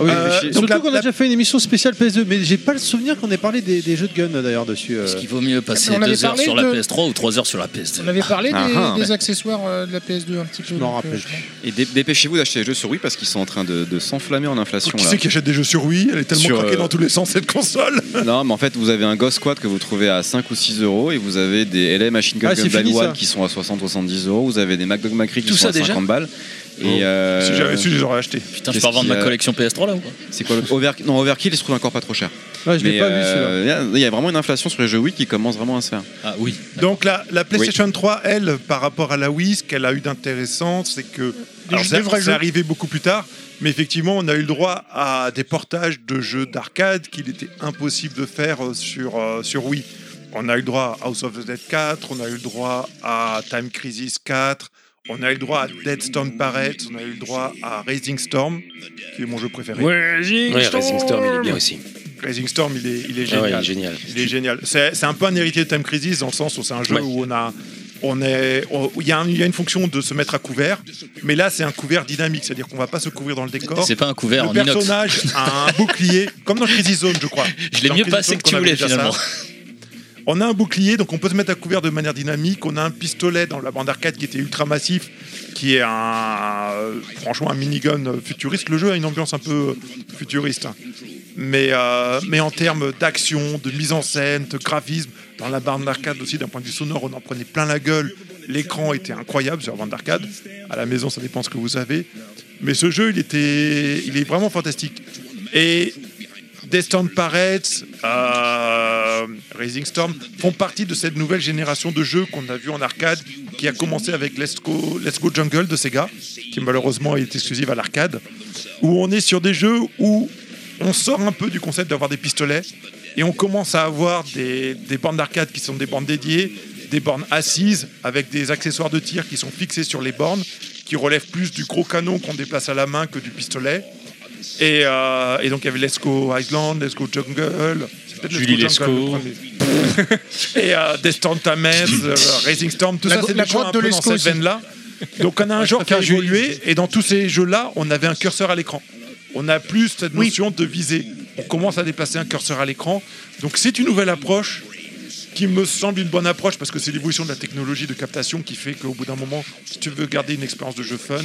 Speaker 1: Oui,
Speaker 6: Euh,
Speaker 1: mais-
Speaker 6: donc
Speaker 1: surtout
Speaker 6: la-
Speaker 1: qu'on a
Speaker 6: la-
Speaker 1: déjà fait une émission spéciale PS2, mais j'ai pas le souvenir qu'on ait parlé des, des jeux de gun euh, d'ailleurs dessus.
Speaker 7: Est-ce qu'il vaut mieux passer
Speaker 6: On avait
Speaker 7: 2 heures
Speaker 6: parlé
Speaker 7: sur la
Speaker 6: de-
Speaker 7: PS3 ou 3 heures sur la PS2
Speaker 6: On avait parlé des,
Speaker 5: Ah, ah,
Speaker 6: des
Speaker 5: mais-
Speaker 6: accessoires euh, de la PS2 un petit peu. donc, euh, je-
Speaker 5: Et dé- dépêchez-vous d'acheter les jeux sur Wii parce qu'ils sont en train de, de s'enflammer en inflation.
Speaker 2: Qui
Speaker 5: là.
Speaker 2: c'est qui achète des jeux sur Wii Elle est tellement
Speaker 5: Sur,
Speaker 2: craquée
Speaker 5: euh,
Speaker 2: dans tous les sens cette console.
Speaker 5: Non, mais en fait, vous avez un Ghost Squad que vous trouvez à 5 ou 6 euros et vous avez des LA Machine Gun
Speaker 2: Ah,
Speaker 5: Gun
Speaker 2: c'est
Speaker 5: Black
Speaker 2: fini, ça.
Speaker 5: One qui sont à 60-70 euros, vous avez des MacDog Macri qui
Speaker 7: Tout
Speaker 5: sont
Speaker 7: ça
Speaker 5: à
Speaker 7: déjà
Speaker 5: 50 balles.
Speaker 7: Oh.
Speaker 5: Et euh,
Speaker 7: Si j'avais su, je les aurais
Speaker 2: acheté.
Speaker 7: Putain, je
Speaker 5: qu'est-ce
Speaker 7: peux revendre
Speaker 5: qu'il y
Speaker 7: ma
Speaker 5: a
Speaker 7: collection PS3 là ou quoi
Speaker 5: C'est quoi le Over... Non, Overkill, il se trouve encore pas trop cher.
Speaker 1: Ouais, je l'ai
Speaker 5: Mais,
Speaker 1: pas vu,
Speaker 5: euh, Il y a vraiment une inflation sur les jeux Wii qui commence vraiment à se faire.
Speaker 7: Ah oui.
Speaker 2: Donc la, la PlayStation 3, elle, par rapport à la Wii, ce qu'elle a eu d'intéressant, c'est que
Speaker 6: Des
Speaker 2: alors,
Speaker 6: jeux-
Speaker 2: c'est
Speaker 6: des vrais
Speaker 2: c'est
Speaker 6: jeux.
Speaker 2: arrivé beaucoup plus tard, mais effectivement, on a eu le droit à des portages de jeux d'arcade qu'il était impossible de faire euh, sur, euh, sur Wii. On a eu le droit à House of the Dead 4, on a eu le droit à Time Crisis 4, on a eu le droit à Dead Storm Barrett, on a eu le droit à Raising Storm, qui est mon jeu préféré.
Speaker 8: Ouais, Racing Storm, il est bien aussi.
Speaker 2: Raising Storm, il est, il est
Speaker 8: Ah
Speaker 2: génial.
Speaker 8: ouais, il est génial.
Speaker 2: Il est génial. C'est c'est un peu un héritier de Time Crisis dans le sens où c'est un jeu
Speaker 8: Ouais.
Speaker 2: où on a. On est, on- il y, a un- il y a une fonction de se mettre à couvert, mais là c'est un couvert dynamique, c'est-à-dire qu'on va pas se couvrir dans le décor.
Speaker 7: C'est pas un couvert
Speaker 2: Le
Speaker 7: en inox.
Speaker 2: personnage a un bouclier, comme dans Crisis Zone, je crois.
Speaker 7: Je l'ai
Speaker 2: Dans
Speaker 7: mieux
Speaker 2: Crisis
Speaker 7: passé
Speaker 2: Zone,
Speaker 7: que
Speaker 2: qu'on
Speaker 7: tu
Speaker 2: avait
Speaker 7: voulais,
Speaker 2: déjà ça.
Speaker 7: finalement.
Speaker 2: On a un bouclier, donc on peut se mettre à couvert de manière dynamique. On a un pistolet dans la bande arcade qui était ultra massif, qui est un, euh, franchement un minigun euh, futuriste. Le jeu a une ambiance un peu euh, futuriste. hein. Mais, euh, mais en termes d'action, de mise en scène, de graphisme, dans la bande d'arcade aussi, d'un point de vue sonore, on en prenait plein la gueule. L'écran était incroyable sur la bande d'arcade. À la maison, ça dépend ce que vous avez. Mais ce jeu, il, était, il est vraiment fantastique. Et Destin Parrets, euh, Raising Storm font partie de cette nouvelle génération de jeux qu'on a vu en arcade, qui a commencé avec Let's Go, Let's Go Jungle de Sega, qui malheureusement est exclusive à l'arcade, où on est sur des jeux où on sort un peu du concept d'avoir des pistolets et on commence à avoir des, des bornes d'arcade qui sont des bornes dédiées, des bornes assises avec des accessoires de tir qui sont fixés sur les bornes, qui relèvent plus du gros canon qu'on déplace à la main que du pistolet. Et, euh, et donc il y avait Let's Go Island, Let's Go Jungle, c'est peut-être
Speaker 19: Julie
Speaker 2: Let's Go Jungle, le premier. et euh, Destin Tames, euh, Racing Storm, tout
Speaker 6: La
Speaker 2: ça
Speaker 6: gro-
Speaker 2: c'est
Speaker 6: la
Speaker 2: des jeux
Speaker 6: grotte
Speaker 2: un
Speaker 6: de
Speaker 2: peu dans
Speaker 6: Lescaut
Speaker 2: cette
Speaker 6: aussi.
Speaker 2: veine-là. Donc on a un genre qui a évolué et dans tous ces jeux-là, on avait un curseur à l'écran. On a plus cette notion de visée. On commence à déplacer un curseur à l'écran. Donc c'est une nouvelle approche qui me semble une bonne approche parce que c'est l'évolution de la technologie de captation qui fait qu'au bout d'un moment, si tu veux garder une expérience de jeu fun,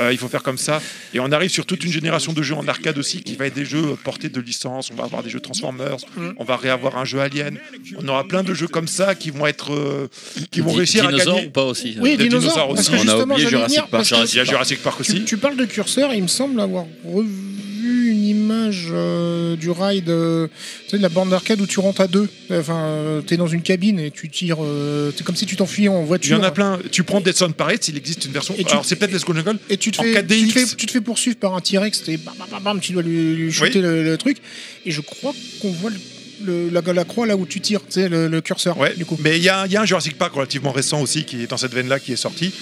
Speaker 2: euh, il faut faire comme ça. Et on arrive sur toute une génération de jeux en arcade aussi qui va être des jeux portés de licence. On va avoir des jeux Transformers,
Speaker 6: Mmh.
Speaker 2: on va réavoir un jeu Alien. On aura plein de jeux comme ça qui vont être, euh, qui vont
Speaker 7: Di-
Speaker 2: réussir à
Speaker 7: dinosaures
Speaker 2: gagner.
Speaker 7: ou pas
Speaker 3: hein.
Speaker 7: aussi
Speaker 6: Oui,
Speaker 2: Des
Speaker 6: dinosaures,
Speaker 2: dinosaures
Speaker 6: parce
Speaker 2: aussi.
Speaker 6: que On a justement, oublié j'allais Jurassic venir, Park. parce que-
Speaker 2: Il y a Jurassic Park aussi.
Speaker 6: Tu parles de curseur, il me semble avoir revu une image euh, du ride euh, tu sais, de la bande d'arcade où tu rentres à deux. Enfin, euh, t'es dans une cabine et tu tires. euh, c'est comme si tu t'enfuyais en
Speaker 2: Il
Speaker 6: voiture.
Speaker 2: y en a plein. Tu prends Dead Zone Parade, il existe une version.
Speaker 6: Et tu-
Speaker 2: Alors c'est peut-être Let's Go Jungle.
Speaker 6: Et tu te,
Speaker 2: en
Speaker 6: fais, tu,
Speaker 2: 4DX.
Speaker 6: te fais, tu te fais poursuivre par un T-Rex, et bam, bam, bam, bam, tu dois lui, lui shooter le, le truc. Et je crois qu'on voit le- le- la, la croix là où tu tires, tu sais, le, le curseur.
Speaker 2: Ouais, Mais il y, a il y a un Jurassic Park relativement récent aussi qui est dans cette veine-là qui est sorti.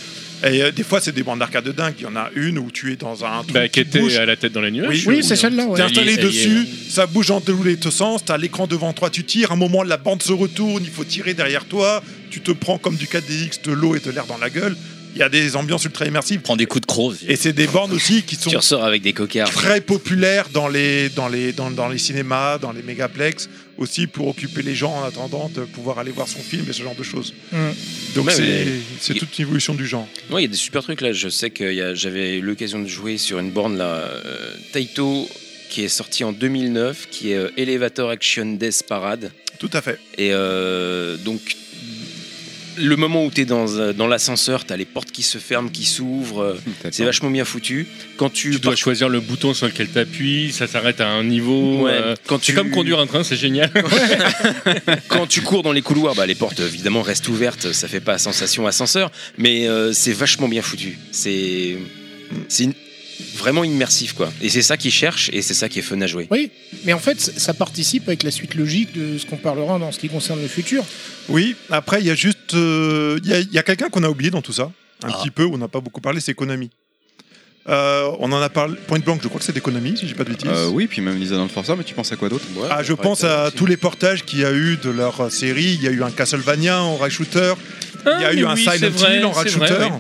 Speaker 2: Et euh, des fois, c'est des bandes d'arcade de dingue. Il y en a une où tu es dans un. truc
Speaker 3: Bah, qui était
Speaker 2: bouge.
Speaker 3: à la tête dans les nuages.
Speaker 2: Oui,
Speaker 3: Oui,
Speaker 2: oui,
Speaker 3: c'est celle-là, ouais.
Speaker 2: T'es installé
Speaker 3: Elle y est, elle y est.
Speaker 2: dessus, ça bouge en tous les sens, t'as l'écran devant toi, tu tires, à un moment la bande se retourne, il faut tirer derrière toi, tu te prends comme du 4DX de l'eau et de l'air dans la gueule. Il y a des ambiances ultra immersives.
Speaker 7: Prends des coups de crosse.
Speaker 2: Et c'est des bandes aussi qui sont
Speaker 8: Tu ressors avec des cocards.
Speaker 2: très populaire dans les, dans les, dans, dans les cinémas, dans les mégaplex, aussi pour occuper les gens en attendant de pouvoir aller voir son film et ce genre de choses. Donc
Speaker 8: Ouais,
Speaker 2: c'est
Speaker 8: mais-
Speaker 2: c'est toute une évolution du genre.
Speaker 8: Ouais, il y a des super trucs là. Je sais que il y a- j'avais eu l'occasion de jouer sur une borne là, euh, Taito, qui est sorti en 2009, qui est euh, Elevator Action Death Parade.
Speaker 2: Tout à fait.
Speaker 8: Et euh, donc, le moment où tu es dans, euh, dans l'ascenseur, tu as les portes qui se ferment, qui s'ouvrent. euh, C'est vachement bien foutu. Quand tu,
Speaker 3: Tu dois choisir le bouton sur lequel t'appuies, ça s'arrête à un niveau.
Speaker 8: Ouais,
Speaker 3: euh,
Speaker 8: quand
Speaker 3: C'est
Speaker 8: tu-
Speaker 3: comme conduire un train, c'est génial.
Speaker 8: quand tu cours dans les couloirs, bah, les portes évidemment restent ouvertes, ça fait pas sensation ascenseur, mais euh, c'est vachement bien foutu. C'est c'est une- vraiment immersif quoi. Et c'est ça qu'ils cherchent et c'est ça qui est fun à jouer.
Speaker 6: Oui, mais en fait, c- ça participe avec la suite logique de ce qu'on parlera dans ce qui concerne le futur.
Speaker 2: Oui, après, il y a juste. euh, Il y a- il y a, quelqu'un qu'on a oublié dans tout ça, un petit peu, on n'a pas beaucoup parlé, c'est Konami. Euh, on en a parlé. Point Blank, je crois que c'est d'Economy, si j'ai pas de bêtises.
Speaker 5: Euh, oui, puis même Lisa dans le Forza, mais tu penses à quoi d'autre
Speaker 2: Ah, je pense à tous les portages qu'il y a eu de leur euh, série. Il y a eu un Castlevania en rail shooter.
Speaker 3: Ah,
Speaker 2: il y a
Speaker 3: mais
Speaker 2: eu un
Speaker 3: oui, c'est
Speaker 2: Silent
Speaker 3: vrai,
Speaker 2: Hill en rail
Speaker 3: c'est vrai,
Speaker 2: shooter.
Speaker 3: oui.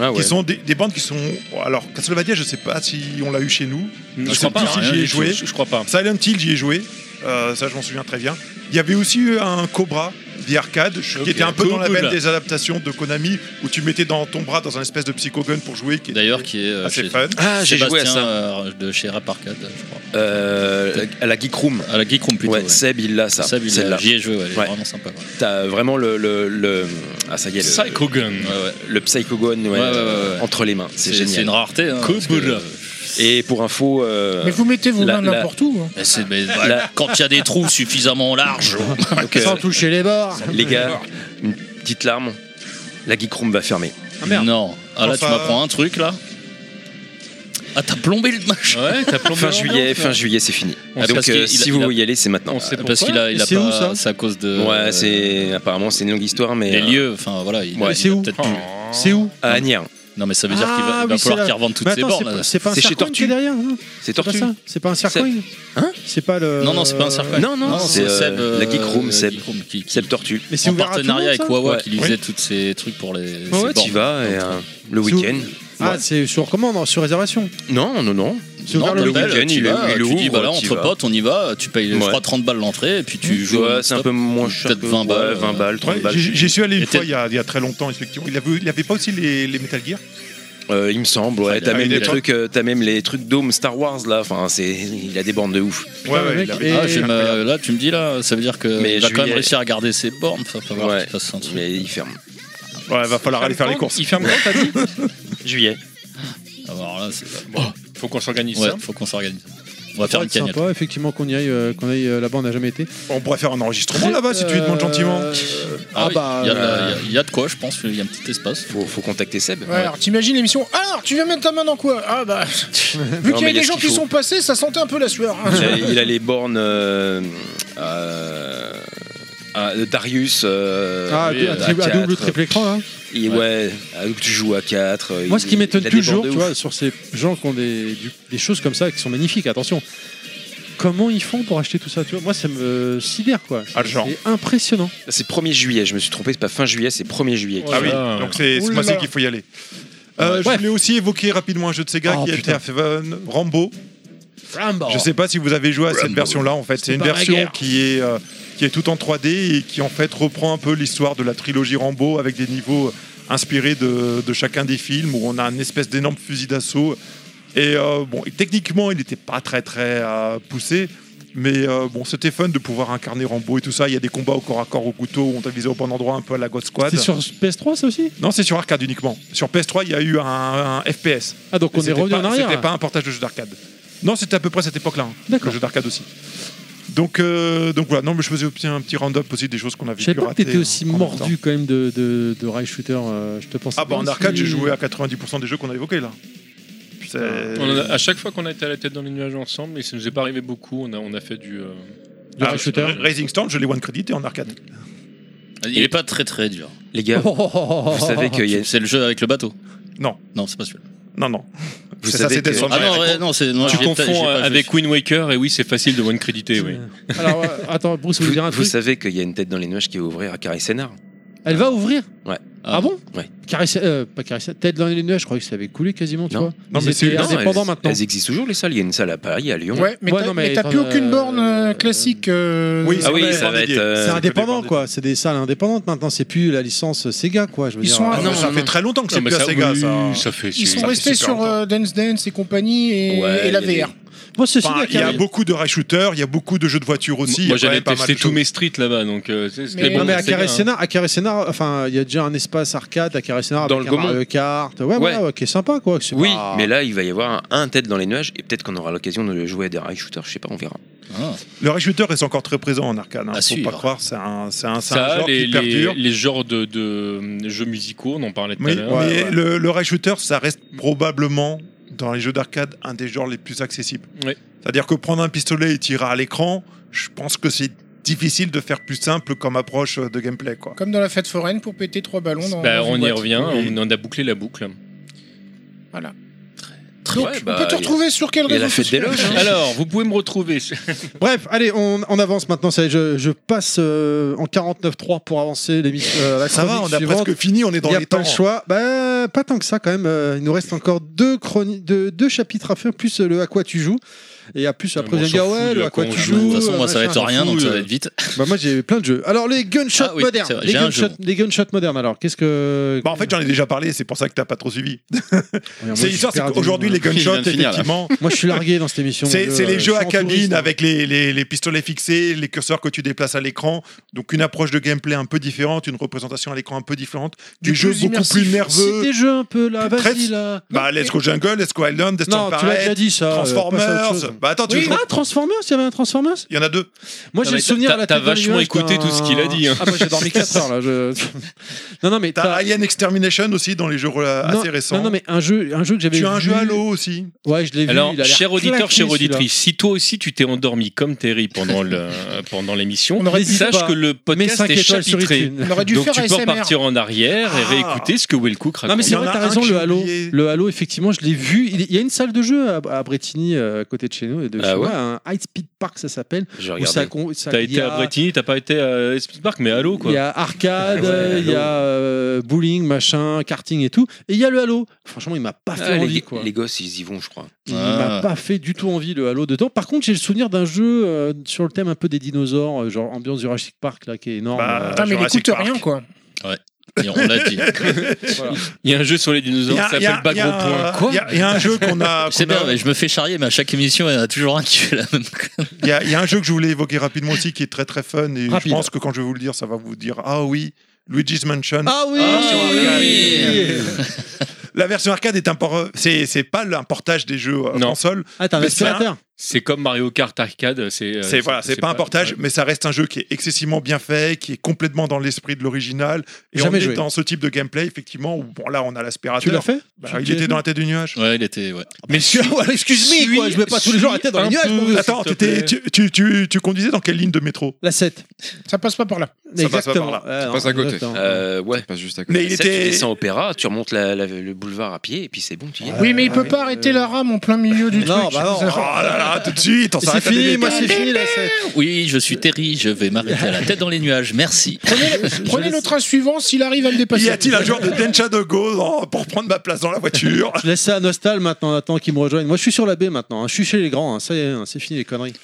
Speaker 8: Ah ouais.
Speaker 2: qui sont des, des bandes qui sont. Alors, Castlevania, je sais pas si on l'a eu chez nous.
Speaker 20: Je
Speaker 2: sais
Speaker 20: crois pas,
Speaker 2: plus
Speaker 20: hein,
Speaker 2: si j'y ai
Speaker 20: je-
Speaker 2: joué.
Speaker 20: je- je crois pas.
Speaker 2: Silent Hill, j'y ai joué. Euh, ça, je m'en souviens très bien. Il y avait aussi eu un Cobra via arcade je-
Speaker 7: Ok,
Speaker 2: qui était un peu dans la
Speaker 7: cool.
Speaker 2: veine des adaptations de Konami où tu mettais dans ton bras dans un espèce de psychogun pour jouer. qui était-
Speaker 7: D'ailleurs, qui est euh,
Speaker 2: Assez
Speaker 7: chez-
Speaker 2: fun. Ah, j'ai joué à
Speaker 7: Sébastien,
Speaker 2: ça.
Speaker 7: euh, de chez Rap Arcade, je crois.
Speaker 8: Euh, à la Geek Room.
Speaker 7: À la Geek Room plutôt.
Speaker 8: Ouais,
Speaker 7: ouais.
Speaker 8: Seb, il l'a ça.
Speaker 7: Seb, il l'a.
Speaker 8: Celle-là.
Speaker 7: J'y ai joué, ouais, elle est vraiment sympa, ouais.
Speaker 8: T'as vraiment le, le, le- Ah, ça y est. Le,
Speaker 7: Psycho Gun.
Speaker 8: Le Psycho Gun, ouais,
Speaker 7: Ouais, ouais, ouais, ouais.
Speaker 8: entre les mains. C'est
Speaker 7: C'est-
Speaker 8: génial.
Speaker 7: c'est une rareté, hein,
Speaker 8: Parce que-
Speaker 7: Cobra.
Speaker 8: Et pour info. euh,
Speaker 6: Mais vous mettez vos
Speaker 8: la-
Speaker 6: mains
Speaker 8: la-
Speaker 6: n'importe où. hein.
Speaker 7: Mais c'est- mais voilà, quand il y a des trous suffisamment larges.
Speaker 8: Donc, euh,
Speaker 1: Sans toucher les bords.
Speaker 8: Les Ah, gars, une petite larme. La Geek Room va fermer.
Speaker 7: Non. Ah là, tu
Speaker 8: Enfin-
Speaker 7: m'apprends un truc là Ah, t'as plombé le machin
Speaker 1: Ah
Speaker 20: Ouais, t'as plombé
Speaker 8: Fin juillet, fin juillet, c'est fini.
Speaker 7: On
Speaker 8: Ah,
Speaker 7: sait
Speaker 8: donc
Speaker 7: parce
Speaker 8: euh,
Speaker 7: qu'il a-
Speaker 8: si
Speaker 7: il
Speaker 8: vous
Speaker 7: a-
Speaker 8: voulez y aller, c'est maintenant.
Speaker 7: on
Speaker 1: Ah,
Speaker 7: sait Parce pourquoi. qu'il a- il a
Speaker 8: Et c'est
Speaker 7: pas-
Speaker 8: où, ça
Speaker 7: c'est à cause de-
Speaker 8: Ouais, c'est apparemment c'est une longue histoire, mais
Speaker 7: Les
Speaker 8: euh,
Speaker 7: lieux, enfin voilà. il-
Speaker 8: Ouais.
Speaker 7: il
Speaker 8: C'est
Speaker 7: a
Speaker 8: où
Speaker 1: Oh.
Speaker 7: peut-être plus-
Speaker 1: C'est où
Speaker 8: à Agnières.
Speaker 7: Non, mais ça veut dire
Speaker 1: Ah
Speaker 7: qu'il va, il va falloir qu'il revende toutes ses bornes. là.
Speaker 1: C'est pas un Circoin qui est derrière non
Speaker 8: C'est
Speaker 1: pas
Speaker 8: Tortue.
Speaker 1: ça C'est pas un Circoin
Speaker 8: Hein
Speaker 1: C'est pas le.
Speaker 7: Non, non, c'est pas un cercle.
Speaker 8: Non, non, c'est euh, la Geek Room, Seb.
Speaker 7: qui-
Speaker 8: Seb Tortue.
Speaker 1: Mais c'est
Speaker 7: en
Speaker 1: ouvert à tout le
Speaker 7: partenariat
Speaker 1: monde, ça
Speaker 7: avec Wawa qui
Speaker 1: Ouais.
Speaker 7: lui faisait
Speaker 1: Oui.
Speaker 7: tous ces trucs pour les.
Speaker 1: Ouais,
Speaker 7: ses
Speaker 1: ouais,
Speaker 7: bornes.
Speaker 8: T'y vas et euh, le week-end.
Speaker 1: Ah, c'est sur commande, non, sur réservation.
Speaker 8: Non, non, non.
Speaker 1: C'est ouvert
Speaker 7: Non,
Speaker 1: le
Speaker 7: t'appelles,
Speaker 8: week-end,
Speaker 7: tu
Speaker 8: il est-
Speaker 7: vas,
Speaker 8: il est
Speaker 7: tu
Speaker 8: ouvert,
Speaker 7: dis, bah là,
Speaker 8: tu
Speaker 7: entre
Speaker 8: vas.
Speaker 7: potes, on y va, tu payes, je
Speaker 8: Ouais.
Speaker 7: crois, 30 balles l'entrée, et puis tu joues.
Speaker 8: Ouais, c'est un peu moins cher
Speaker 7: Peut-être
Speaker 8: que-
Speaker 7: 20 balles. euh,
Speaker 8: ouais, 20 balles, 30
Speaker 2: Ouais,
Speaker 8: balles.
Speaker 2: j'y j'y suis allé une
Speaker 8: Et t'es-
Speaker 2: fois il y, a, il y a très longtemps, effectivement. Il avait, il avait pas aussi les, les Metal Gear
Speaker 8: Euh, il me semble, ouais.
Speaker 2: il a-
Speaker 8: T'as même,
Speaker 2: il
Speaker 8: les
Speaker 2: est pas-
Speaker 8: trucs, euh, t'as même les trucs Dome Star Wars là. Enfin, c'est, il a des bornes de ouf.
Speaker 2: Ouais, ouais, il avait-
Speaker 7: Ah, j'ai ma- là, tu me dis, là, ça veut dire
Speaker 8: Mais
Speaker 7: qu'il va quand
Speaker 8: je lui
Speaker 7: même
Speaker 8: ai-
Speaker 7: réussir à garder ses bornes. Enfin, faut voir qu'il fasse un truc.
Speaker 8: Mais il ferme.
Speaker 2: Ouais, va falloir aller faire les
Speaker 3: quand
Speaker 2: courses.
Speaker 3: Il ferme quand, t'as dit
Speaker 8: Juillet.
Speaker 7: Ah, bah, Alors là, c'est.
Speaker 1: Ah,
Speaker 3: Faut qu'on s'organise
Speaker 7: Ouais,
Speaker 3: ça.
Speaker 7: faut qu'on s'organise. On va faire une
Speaker 1: C'est
Speaker 7: cagnotte.
Speaker 1: sympa, effectivement, qu'on y aille, euh, qu'on aille euh, là-bas, on n'a jamais été.
Speaker 2: On pourrait faire un enregistrement là-bas si tu lui demandes gentiment.
Speaker 1: Ah,
Speaker 7: Ah, oui,
Speaker 1: bah.
Speaker 7: il y a de
Speaker 1: euh,
Speaker 7: la- il y a- il y a de quoi, je pense, il y a un petit espace.
Speaker 8: Faut, faut contacter Seb.
Speaker 6: Ouais, Alors t'imagines l'émission Alors tu viens mettre ta main dans quoi Ah bah vu
Speaker 8: Non,
Speaker 6: qu'il y
Speaker 8: mais
Speaker 6: a
Speaker 8: il y a
Speaker 6: des
Speaker 8: ce
Speaker 6: gens
Speaker 8: qu'il
Speaker 6: qui
Speaker 8: faut.
Speaker 6: sont passés, ça sentait un peu la sueur. hein.
Speaker 8: Il a, il a les bornes. euh, euh, à- de Darius. euh,
Speaker 1: Ah,
Speaker 8: oui,
Speaker 1: à,
Speaker 8: euh,
Speaker 1: tri- à
Speaker 8: A4.
Speaker 1: double, triple écran, là.
Speaker 8: Et ouais, à- où tu joues à euh, 4.
Speaker 1: Moi, ce qui m'étonne toujours, tu vois, sur ces gens qui ont des, du- des choses comme ça, qui sont magnifiques, attention. Comment ils font pour acheter tout ça tu vois Moi, ça me sidère, quoi.
Speaker 2: Ah, le genre.
Speaker 1: C'est impressionnant.
Speaker 8: C'est 1er juillet, je me suis trompé, c'est pas fin juillet, c'est 1er juillet.
Speaker 2: Ah oui, donc c'est ce
Speaker 1: Oulala.
Speaker 2: mois-ci qu'il faut y aller. Euh, je voulais aussi évoquer rapidement un jeu de Sega
Speaker 1: Oh,
Speaker 2: qui a été
Speaker 1: putain.
Speaker 2: à Feven, Rambo.
Speaker 1: Rambo.
Speaker 2: Je sais pas si vous avez joué à cette version-là. En fait, c'est une
Speaker 1: pas la
Speaker 2: version
Speaker 1: guerre.
Speaker 2: qui est euh, qui est tout en 3D et qui en fait reprend un peu l'histoire de la trilogie Rambo avec des niveaux inspirés de, de chacun des films où on a une espèce d'énorme fusil d'assaut. Et euh, bon, et techniquement, il n'était pas très très euh, poussé. Mais euh, bon, c'était fun de pouvoir incarner Rambo et tout ça. Il y a des combats au corps à corps au couteau où on t'a visé au bon endroit un peu à la God Squad.
Speaker 1: C'est sur PS3, ça aussi
Speaker 2: Non, c'est sur arcade uniquement. Sur PS3, il y a eu un, un FPS.
Speaker 1: Ah, donc
Speaker 2: Et
Speaker 1: on est
Speaker 2: c'était
Speaker 1: revenu
Speaker 2: pas-
Speaker 1: en arrière.
Speaker 2: C'était pas un portage de jeu d'arcade. Non, c'était à peu près cette époque-là. hein,
Speaker 1: D'accord.
Speaker 2: le jeu d'arcade aussi. Donc, euh, donc voilà, non, mais je faisais aussi un petit round-up aussi des choses qu'on avait
Speaker 1: Je savais
Speaker 2: pu
Speaker 1: pas que
Speaker 2: rater
Speaker 1: t'étais aussi
Speaker 2: en même temps.
Speaker 1: mordu quand même de, de, de rail shooter. euh, je te pensais.
Speaker 2: Ah bah
Speaker 1: pas
Speaker 2: en
Speaker 1: aussi.
Speaker 2: arcade, j'ai joué à 90% des jeux qu'on a évoqués là. C'est-
Speaker 3: On en a- à chaque fois qu'on a été à la tête dans les nuages ensemble, mais ça nous est pas arrivé beaucoup, on a, on a fait du. euh,
Speaker 1: Du rail
Speaker 2: Ah,
Speaker 1: shooter.
Speaker 2: Raising Storm, je l'ai one credité en arcade.
Speaker 7: Ah, Il est pas très très dur.
Speaker 8: Les gars,
Speaker 1: Oh, oh, oh, oh, oh,
Speaker 8: vous savez
Speaker 1: oh.
Speaker 8: qu'il y a.
Speaker 7: C'est le jeu avec le bateau.
Speaker 2: Non,
Speaker 7: Non, c'est pas celui-là.
Speaker 2: non, non.
Speaker 8: Vous
Speaker 2: C'est ça,
Speaker 8: savez
Speaker 2: c'était
Speaker 8: que-
Speaker 2: sur le
Speaker 7: Ah non,
Speaker 2: jeu. euh,
Speaker 7: ouais, non, c'est. non,
Speaker 3: tu
Speaker 7: j'ai peut-être- j'ai
Speaker 3: confonds
Speaker 7: pas-
Speaker 3: avec Wind Waker, et oui, c'est facile de one créditer, oui.
Speaker 1: Alors, ouais, attends, Bruce, vous voulez
Speaker 8: Vous,
Speaker 1: dire un
Speaker 8: vous
Speaker 1: truc
Speaker 8: savez qu'il y a une tête dans les nuages qui va ouvrir à Carré Sénard
Speaker 1: Elle va ouvrir
Speaker 8: Ouais.
Speaker 1: Ah, bon
Speaker 8: Ouais.
Speaker 1: Carissa- euh, pas Carissa, Ted dans les nuages, je croyais que ça avait coulé quasiment, tu
Speaker 8: Non.
Speaker 1: vois.
Speaker 2: Non,
Speaker 1: Ils
Speaker 2: mais c'est-
Speaker 1: étaient
Speaker 2: non,
Speaker 1: indépendants
Speaker 8: elles,
Speaker 1: maintenant.
Speaker 8: elles existent toujours les salles. Il y a une salle à Paris, à Lyon.
Speaker 6: Ouais, mais
Speaker 1: Ouais,
Speaker 6: t'as
Speaker 1: non, mais
Speaker 6: mais t'as
Speaker 1: t'en
Speaker 6: plus
Speaker 1: as-
Speaker 6: aucune borne euh, classique. euh,
Speaker 2: Oui,
Speaker 8: Ah oui,
Speaker 2: Ouais,
Speaker 8: ça va
Speaker 2: dédié.
Speaker 8: être. euh,
Speaker 1: C'est indépendant
Speaker 2: dépendant.
Speaker 1: quoi, c'est des salles indépendantes maintenant, c'est plus la licence Sega quoi, je veux
Speaker 6: Ils
Speaker 1: dire.
Speaker 6: sont à-
Speaker 2: Ah non, ça fait très longtemps que c'est
Speaker 3: Non, mais
Speaker 2: plus à
Speaker 3: ça,
Speaker 2: Sega
Speaker 3: oui,
Speaker 2: ça.
Speaker 3: ça fait.
Speaker 6: Ils
Speaker 3: c'est-
Speaker 6: sont restés
Speaker 2: super
Speaker 6: sur
Speaker 2: longtemps.
Speaker 6: euh, Dance Dance et compagnie et,
Speaker 8: Ouais,
Speaker 6: et la
Speaker 8: il y a
Speaker 6: VR.
Speaker 1: Moi c'est
Speaker 2: Enfin,
Speaker 1: Sega
Speaker 2: il y
Speaker 1: qui
Speaker 2: a
Speaker 1: a-
Speaker 2: beaucoup de rail shooter, il y a beaucoup de jeux de voiture aussi. il y a
Speaker 3: Moi,
Speaker 2: quand
Speaker 3: j'allais
Speaker 2: même pas mal
Speaker 3: tester
Speaker 2: de
Speaker 3: tous
Speaker 2: choses.
Speaker 3: mes streets là-bas, donc. euh, c'est- c'était
Speaker 6: Mais-
Speaker 3: bon,
Speaker 1: Non mais à
Speaker 3: c'est
Speaker 2: hein.
Speaker 3: bien, hein.
Speaker 1: Carré-Sénard, à Carré-Sénard, enfin il y a déjà un espace arcade à Carré-Sénard
Speaker 8: Dans
Speaker 1: avec
Speaker 8: le
Speaker 1: un
Speaker 8: Gaumont.
Speaker 1: Mario Kart, ouais, voilà, ouais, qui est sympa quoi. que c'est
Speaker 8: Oui,
Speaker 1: pas-
Speaker 8: Ah. mais là il va y avoir un, un tête dans les nuages et peut-être qu'on aura l'occasion de jouer à des rail shooters. Je sais pas, on verra.
Speaker 7: Ah.
Speaker 2: Le rail shooter est encore très présent en arcade. Hein,
Speaker 7: À
Speaker 2: faut
Speaker 7: suivre.
Speaker 2: pas croire, c'est un, c'est un, c'est un
Speaker 3: Ça,
Speaker 2: genre
Speaker 3: les,
Speaker 2: qui
Speaker 3: les-
Speaker 2: perdure.
Speaker 3: les genres de, de jeux musicaux, on en parlait tout
Speaker 2: Mais,
Speaker 3: à l'heure.
Speaker 1: Ouais,
Speaker 2: mais
Speaker 1: ouais.
Speaker 2: Le, le rail shooter, ça reste probablement dans les jeux d'arcade un des genres les plus accessibles.
Speaker 3: Ouais.
Speaker 2: C'est-à-dire que prendre un pistolet et tirer à l'écran, je pense que c'est difficile de faire plus simple comme approche euh, de gameplay. Quoi.
Speaker 6: Comme dans la fête foraine pour péter trois ballons. Dans,
Speaker 3: Bah,
Speaker 6: dans une
Speaker 3: on y
Speaker 6: boîte.
Speaker 3: revient,
Speaker 2: Oui.
Speaker 3: on en a bouclé la boucle.
Speaker 6: Voilà. Donc,
Speaker 3: bah,
Speaker 6: on peut te retrouver sur quel réseau social Hein
Speaker 3: Alors, vous pouvez me retrouver.
Speaker 1: Bref, allez, on, on avance maintenant. Ça y est, je, je passe euh, en 49.3 pour avancer l'émission. euh, la
Speaker 2: Ça va,
Speaker 1: chronique
Speaker 2: on a
Speaker 1: suivante.
Speaker 2: presque fini, on est dans
Speaker 1: Il y a
Speaker 2: les
Speaker 1: pas
Speaker 2: temps.
Speaker 1: le choix. Bah, pas tant que ça quand même. Euh, Il nous reste encore deux, chroni- deux, deux chapitres à faire, plus euh, le à quoi tu joues. Et à plus après,
Speaker 7: on
Speaker 1: vous allez me
Speaker 7: s'en
Speaker 1: dire,
Speaker 7: fout
Speaker 1: ouais,
Speaker 7: du
Speaker 1: le
Speaker 7: à
Speaker 1: à quoi
Speaker 7: quoi on
Speaker 1: tu
Speaker 7: joue. De
Speaker 1: joues.
Speaker 7: toute façon, moi, ça va
Speaker 1: machin,
Speaker 7: être rien,
Speaker 1: on s'en
Speaker 7: donc
Speaker 1: fout,
Speaker 7: ça va
Speaker 1: euh.
Speaker 7: être vite.
Speaker 1: Bah, moi, j'ai plein de jeux. Alors, les gunshots
Speaker 7: Ah oui,
Speaker 1: modernes.
Speaker 7: c'est vrai,
Speaker 1: les,
Speaker 7: j'ai un jeu,
Speaker 1: gunshots, les gunshots modernes, alors, qu'est-ce que.
Speaker 2: Bah, en fait, j'en ai déjà parlé, c'est pour ça que t'as pas trop suivi.
Speaker 1: moi, je
Speaker 2: c'est l'histoire,
Speaker 1: suis
Speaker 2: c'est
Speaker 1: perdu,
Speaker 2: qu'aujourd'hui,
Speaker 1: moi.
Speaker 2: les
Speaker 1: Il vient
Speaker 2: gunshots,
Speaker 1: de finir, là.
Speaker 2: effectivement.
Speaker 1: hein. Moi, je suis largué dans cette émission.
Speaker 2: C'est
Speaker 1: mon
Speaker 2: c'est
Speaker 1: jeu, euh,
Speaker 2: les jeux
Speaker 1: je
Speaker 2: à
Speaker 1: suis en touriste,
Speaker 2: cabine
Speaker 1: hein.
Speaker 2: avec les, les- les pistolets fixés, les curseurs que tu déplaces à l'écran. Donc, une approche de gameplay un peu différente, une représentation à l'écran un peu différente, du, jeu beaucoup plus nerveux.
Speaker 1: C'est des jeux un peu là,
Speaker 2: Très-
Speaker 1: vas-y là.
Speaker 2: Bah, Let's Go Jungle, Let's Go Island, Death
Speaker 1: Non, tu l'as déjà dit ça. euh, passe à autre
Speaker 2: Transformers.
Speaker 1: chose.
Speaker 2: Bah, attends, tu
Speaker 1: Oui,
Speaker 2: veux que je-
Speaker 1: Ah, Transformers, il y avait un Transformers
Speaker 2: Il y en a deux.
Speaker 1: Moi, j'ai le souvenir à la tête dans les nuages d'un- Ah, moi, j'ai dormi 4 heures là. je- Non, non, mais
Speaker 2: t'as Alien Extermination aussi dans les jeux euh,
Speaker 1: Non,
Speaker 2: assez récents.
Speaker 1: Non, non, mais un jeu, un jeu que j'avais.
Speaker 2: Tu as un
Speaker 1: vu-
Speaker 2: jeu Halo aussi.
Speaker 1: Ouais, je l'ai vu.
Speaker 3: Alors,
Speaker 1: il a l'air
Speaker 3: cher auditeur,
Speaker 1: claqué,
Speaker 3: chère
Speaker 1: celui-là.
Speaker 3: auditrice, si toi aussi tu t'es endormi comme Terry pendant le pendant l'émission,
Speaker 1: On aurait dû-
Speaker 3: sache
Speaker 1: pas.
Speaker 3: que le
Speaker 1: Mets
Speaker 3: podcast
Speaker 1: cinq
Speaker 3: est
Speaker 1: étoiles sur
Speaker 3: chapitré.
Speaker 1: iTunes. On aurait dû
Speaker 3: Donc
Speaker 1: faire
Speaker 3: tu peux
Speaker 1: ASMR.
Speaker 3: repartir en arrière et réécouter ce que Will Cook raconte.
Speaker 1: Ah. Non mais c'est vrai, t'as raison, le Halo, le Halo, effectivement, je l'ai vu. Il il y a une salle de jeu à, à Bretigny, euh, à côté de chez nous, et de
Speaker 3: Ah
Speaker 1: chez
Speaker 3: ouais
Speaker 1: moi, un High Speed Park, ça s'appelle.
Speaker 3: J'ai
Speaker 1: où
Speaker 3: regardé.
Speaker 1: ça con- ça-
Speaker 3: T'as
Speaker 1: il y
Speaker 3: été à
Speaker 1: a-
Speaker 3: Bretigny, t'as pas été à Speedpark, mais Halo quoi.
Speaker 1: Il y a arcade, euh, il y a euh, bowling, machin, karting et tout. Et il y a le Halo. Franchement, il m'a pas fait
Speaker 8: Ah,
Speaker 1: envie,
Speaker 8: les,
Speaker 1: quoi.
Speaker 8: les gosses, ils y vont, je crois.
Speaker 1: Il
Speaker 2: Ah.
Speaker 1: m'a pas fait du tout envie le Halo dedans. Par contre, j'ai le souvenir d'un jeu euh, sur le thème un peu des dinosaures, euh, genre ambiance Jurassic Park là, qui est énorme.
Speaker 2: Bah,
Speaker 1: Euh,
Speaker 6: Putain, Ah, mais il écoute rien, quoi.
Speaker 7: Ouais. Et on l'a dit.
Speaker 1: Voilà.
Speaker 3: Il y a un jeu sur les
Speaker 2: Il y
Speaker 3: dinosaures
Speaker 2: a-
Speaker 3: qui
Speaker 2: il y a-
Speaker 3: s'appelle
Speaker 2: il y a-
Speaker 3: Bagro Point.
Speaker 2: il y a- il y a un jeu qu'on a-
Speaker 7: C'est
Speaker 2: qu'on a-
Speaker 7: bien, mais je me fais charrier, mais à chaque émission, il y en a toujours un qui fait la même.
Speaker 2: Il y, a- il y a un jeu que je voulais évoquer rapidement aussi qui est très très fun et
Speaker 1: Rapide.
Speaker 2: je pense que quand je vais vous le dire, ça va vous dire Ah oui, Luigi's Mansion.
Speaker 1: Ah oui,
Speaker 2: La version arcade est un por- c'est c'est pas un portage des jeux euh,
Speaker 3: Non.
Speaker 2: console.
Speaker 1: Ah, t'as un
Speaker 2: mais c'est un-
Speaker 1: aspirateur
Speaker 3: C'est comme Mario Kart arcade, c'est euh,
Speaker 2: C'est voilà, c'est pas un portage, mais ça reste un jeu qui est excessivement bien fait, qui est complètement dans l'esprit de l'original. Et
Speaker 1: Jamais
Speaker 2: on
Speaker 1: joué.
Speaker 2: est dans ce type de gameplay effectivement. Où, bon là, on a l'aspirateur.
Speaker 1: Tu l'as fait
Speaker 2: Bah,
Speaker 1: Tu-
Speaker 2: Il
Speaker 1: tu l'as
Speaker 2: était dans
Speaker 1: fait
Speaker 2: la tête du nuage.
Speaker 7: Ouais, il était. Ouais.
Speaker 1: Ah, Mais excuse-moi, quoi, je mets pas tous les jours la tête dans les nuages. mon vieux.
Speaker 2: Attends, t'étais- tu, tu, tu, tu conduisais dans quelle ligne de métro
Speaker 1: La 7.
Speaker 6: Ça passe pas par là.
Speaker 2: Ça passe pas par là.
Speaker 1: Ouais, non, exactement.
Speaker 8: Euh, ouais.
Speaker 5: Pas juste à
Speaker 2: côté. Mais il
Speaker 8: Ça, tu
Speaker 2: était-
Speaker 8: descends au Opéra, tu remontes la- la- le boulevard à pied et puis c'est bon, tu y es.
Speaker 6: Euh, Oui, mais
Speaker 2: Ah,
Speaker 6: il peut pas arrêter la rame en plein milieu du
Speaker 1: Non,
Speaker 6: truc.
Speaker 1: bah non.
Speaker 2: Oh là là, tout de suite, on
Speaker 1: C'est
Speaker 2: s'arrête à des
Speaker 1: fini, moi c'est
Speaker 2: détails.
Speaker 1: fini la 7.
Speaker 7: Oui, je suis Terry, je vais m'arrêter à la tête dans les nuages, merci.
Speaker 6: Prenez le train suivant s'il arrive à le dépasser.
Speaker 2: Y a-t-il un joueur de Dencha de Go dans- pour prendre ma place dans la voiture
Speaker 1: Je laisse ça à Nostal maintenant, attends qu'ils me rejoignent. Moi je suis sur la baie maintenant, hein. je suis chez les grands, hein. ça y est, hein, c'est fini les conneries.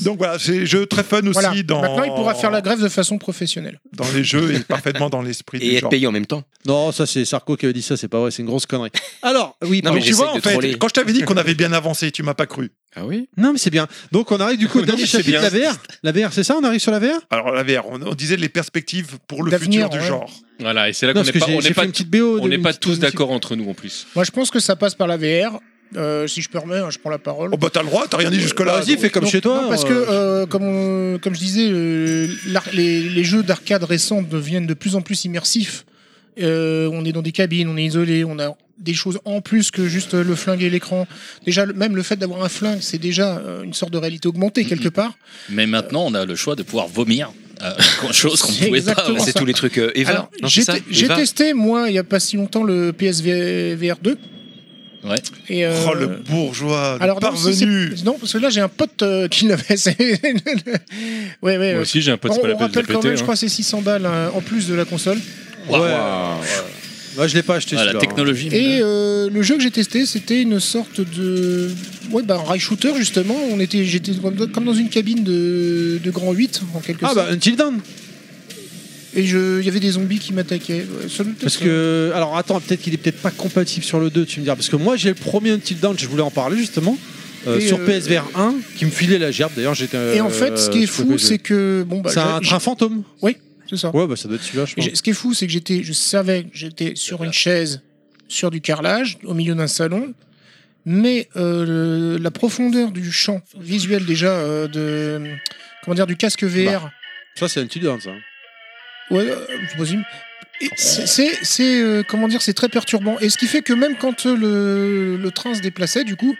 Speaker 2: Donc voilà, c'est un jeu très fun aussi
Speaker 6: Voilà.
Speaker 2: dans,
Speaker 6: Maintenant, il pourra faire la grève de façon professionnelle.
Speaker 2: dans les jeux et parfaitement dans l'esprit
Speaker 8: Et
Speaker 2: du
Speaker 8: être
Speaker 2: genre.
Speaker 8: payé en même temps.
Speaker 1: Non, ça c'est Sarko qui avait dit ça, c'est pas vrai, c'est une grosse connerie. Alors, oui,
Speaker 8: Non,
Speaker 1: pardon.
Speaker 8: mais
Speaker 2: Tu
Speaker 8: j'essaie
Speaker 2: vois, en
Speaker 8: de
Speaker 2: fait,
Speaker 8: troller.
Speaker 2: quand je t'avais dit qu'on avait bien avancé, tu m'as pas cru.
Speaker 8: Ah oui
Speaker 1: Non, mais c'est bien. Donc on arrive du coup au dernier
Speaker 3: mais c'est
Speaker 1: chapitre, la VR. La VR, c'est ça On arrive sur la VR
Speaker 2: Alors la VR, on, on disait les perspectives pour le
Speaker 6: D'avenir,
Speaker 2: futur du
Speaker 6: ouais.
Speaker 2: genre.
Speaker 3: Voilà, et c'est là
Speaker 1: Non,
Speaker 3: qu'on
Speaker 1: parce
Speaker 3: n'est
Speaker 1: que
Speaker 3: pas,
Speaker 1: j'ai
Speaker 3: on
Speaker 1: j'ai fait
Speaker 3: n'est pas,
Speaker 1: une petite BO.
Speaker 3: on n'est
Speaker 1: une
Speaker 3: pas
Speaker 1: petite
Speaker 3: tous
Speaker 1: musique.
Speaker 3: d'accord entre nous en plus.
Speaker 6: Moi, je pense que ça passe par la VR. Euh, si je peux remettre, je prends la parole.
Speaker 2: Oh bah t'as le droit, t'as rien dit jusque-là.
Speaker 1: Vas-y, fais comme
Speaker 6: Non,
Speaker 1: chez toi.
Speaker 6: non, parce que,
Speaker 1: euh,
Speaker 6: euh, comme, on- comme je disais, euh, l'ar- les, les jeux d'arcade récents deviennent de plus en plus immersifs. Euh, on est dans des cabines, on est isolé, on a des choses en plus que juste euh, le flingue et l'écran. Déjà, le- même le fait d'avoir un flingue, c'est déjà euh, une sorte de réalité augmentée quelque part.
Speaker 7: Mais maintenant, on a le choix de pouvoir vomir. Euh, chose qu'on
Speaker 6: C'est
Speaker 7: pouvait pas.
Speaker 6: exactement
Speaker 7: avant.
Speaker 8: C'est
Speaker 6: ça.
Speaker 8: tous les trucs euh, Eva.
Speaker 6: Alors,
Speaker 8: non, c'est
Speaker 6: j'ai
Speaker 8: ça,
Speaker 6: te- j'ai
Speaker 8: Eva
Speaker 6: testé, moi, il n'y a pas si longtemps, le PSVR 2.
Speaker 7: Ouais.
Speaker 6: Et, euh,
Speaker 2: Oh le
Speaker 1: Ah,
Speaker 2: bourgeois, le
Speaker 6: alors, non, si c'est-
Speaker 2: parvenu.
Speaker 6: non, parce que là, j'ai un pote euh, qui l'avait. c'est- ouais, ouais,
Speaker 3: Moi
Speaker 6: ouais.
Speaker 3: aussi, j'ai un pote, c'est pas
Speaker 6: on,
Speaker 3: la
Speaker 6: on
Speaker 3: peine de
Speaker 6: rappelle
Speaker 3: le
Speaker 6: quand même,
Speaker 3: péter,
Speaker 6: je
Speaker 3: hein.
Speaker 6: crois, c'est 600 balles hein, en plus de la console.
Speaker 1: Ouais. Bah, je l'ai pas acheté
Speaker 7: Ah, la
Speaker 1: celui-là, hein.
Speaker 7: technologie.
Speaker 6: Et euh, le jeu que j'ai testé, c'était une sorte de. Ouais, bah, un rail shooter, justement. On était, j'étais comme dans- comme dans une cabine de, de grand 8, en quelque
Speaker 1: Ah
Speaker 6: sorte.
Speaker 1: bah Until Dawn
Speaker 6: Et je- il y avait des zombies qui m'attaquaient. Ouais, ça me-
Speaker 1: Parce que, alors attends, peut-être qu'il est peut-être pas compatible sur le 2, tu me diras. Parce que moi, j'ai le premier Until Dawn, je voulais en parler justement, euh,
Speaker 6: Et,
Speaker 1: sur
Speaker 6: euh,
Speaker 1: PSVR 1, qui me filait la gerbe. D'ailleurs, j'étais. euh,
Speaker 6: Et en fait,
Speaker 3: euh,
Speaker 6: ce qui est fou, c'est que. Bon, bah,
Speaker 1: C'est un
Speaker 6: j'ai-
Speaker 1: train fantôme.
Speaker 6: j'ai- c'est ça.
Speaker 1: Ouais, bah ça doit être celui-là, je pense.
Speaker 6: J'ai- Ce qui est fou, c'est que j'étais, je savais que j'étais sur une chaise, sur du carrelage, au milieu d'un salon, mais euh, le- la profondeur du champ visuel déjà euh, de comment dire du casque VR,
Speaker 1: Ça, c'est Until Dawn, ça. Bah.
Speaker 6: ouais, euh, c'est possible. Et C'est, c'est- c'est, euh, comment dire, c'est très perturbant. Et ce qui fait que même quand euh, le, le train se déplaçait, du coup,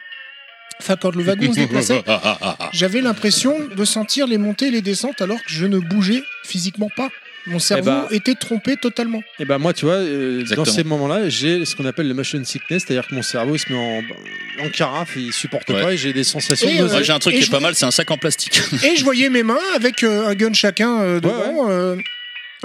Speaker 6: enfin quand le wagon se déplaçait,
Speaker 7: Ah,
Speaker 6: j'avais l'impression de sentir les montées et les descentes alors que je ne bougeais physiquement pas. Mon cerveau
Speaker 1: bah-
Speaker 6: était trompé totalement.
Speaker 1: Et ben moi, tu vois, euh, dans
Speaker 6: Exactement.
Speaker 1: ces moments-là, j'ai ce qu'on appelle le motion sickness, c'est-à-dire que mon cerveau il se met en, en carafe, il supporte
Speaker 7: Ouais.
Speaker 1: pas et j'ai des sensations.
Speaker 6: Et,
Speaker 1: de-
Speaker 6: euh,
Speaker 7: Moi, j'ai un truc
Speaker 6: et
Speaker 7: qui est
Speaker 6: je
Speaker 7: pas
Speaker 6: voulais-
Speaker 7: mal, c'est un sac en plastique.
Speaker 6: Et je voyais mes mains avec euh, un gun chacun euh, devant. euh,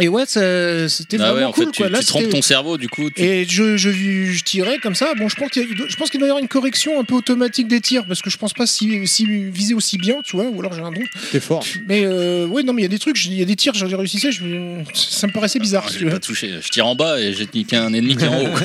Speaker 6: et ouais, ça- c'était
Speaker 7: Ah
Speaker 6: vraiment
Speaker 7: ouais, en
Speaker 6: cool.
Speaker 7: fait, tu,
Speaker 6: quoi. Là,
Speaker 7: tu trompes
Speaker 6: c'était-
Speaker 7: ton cerveau, du coup. tu-
Speaker 6: Et je, je, je tirais comme ça. Bon, je pense qu'il y a- il doit- je pense qu'il doit y avoir une correction un peu automatique des tirs parce que je pense pas si, si viser aussi bien, tu vois, ou alors j'ai un don.
Speaker 1: T'es fort.
Speaker 6: Mais euh, ouais, non, mais il y a des trucs, il y a des tirs, j'en ai réussi, ça, je- ça me paraissait bizarre.
Speaker 7: Ah,
Speaker 6: si
Speaker 7: je
Speaker 6: tu
Speaker 7: l'ai
Speaker 6: veux.
Speaker 7: pas touché. Je tire en bas et j'ai niqué un ennemi qui est en haut. quoi.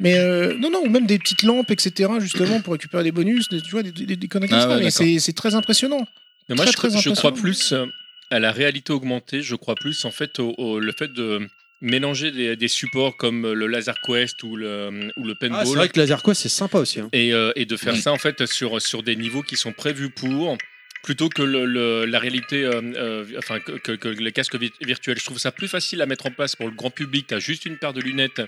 Speaker 6: Mais euh, non, non, ou même des petites lampes, etc., justement, pour récupérer des bonus, des, tu vois, des, des, des conneries
Speaker 3: Ah
Speaker 6: comme ça.
Speaker 3: ouais,
Speaker 6: Mais
Speaker 3: d'accord.
Speaker 6: c'est c'est très impressionnant.
Speaker 3: Mais moi,
Speaker 6: Très,
Speaker 3: je, crois-
Speaker 6: très
Speaker 3: je crois
Speaker 6: impressionnant.
Speaker 3: plus euh, à la réalité augmentée. Je crois plus en fait au, au- le fait de mélanger des, des supports comme le Laser Quest ou le, euh, ou le
Speaker 1: Ah, c'est
Speaker 3: Paintball
Speaker 1: vrai que laser quoi, c'est sympa aussi. hein.
Speaker 3: et, euh, et de faire
Speaker 1: Oui.
Speaker 3: ça en fait sur, sur des niveaux qui sont prévus pour plutôt que le- le- la réalité, euh, euh, enfin que, que- que les casques vi- virtuels. Je trouve ça plus facile à mettre en place pour le grand public. Tu as juste une paire de lunettes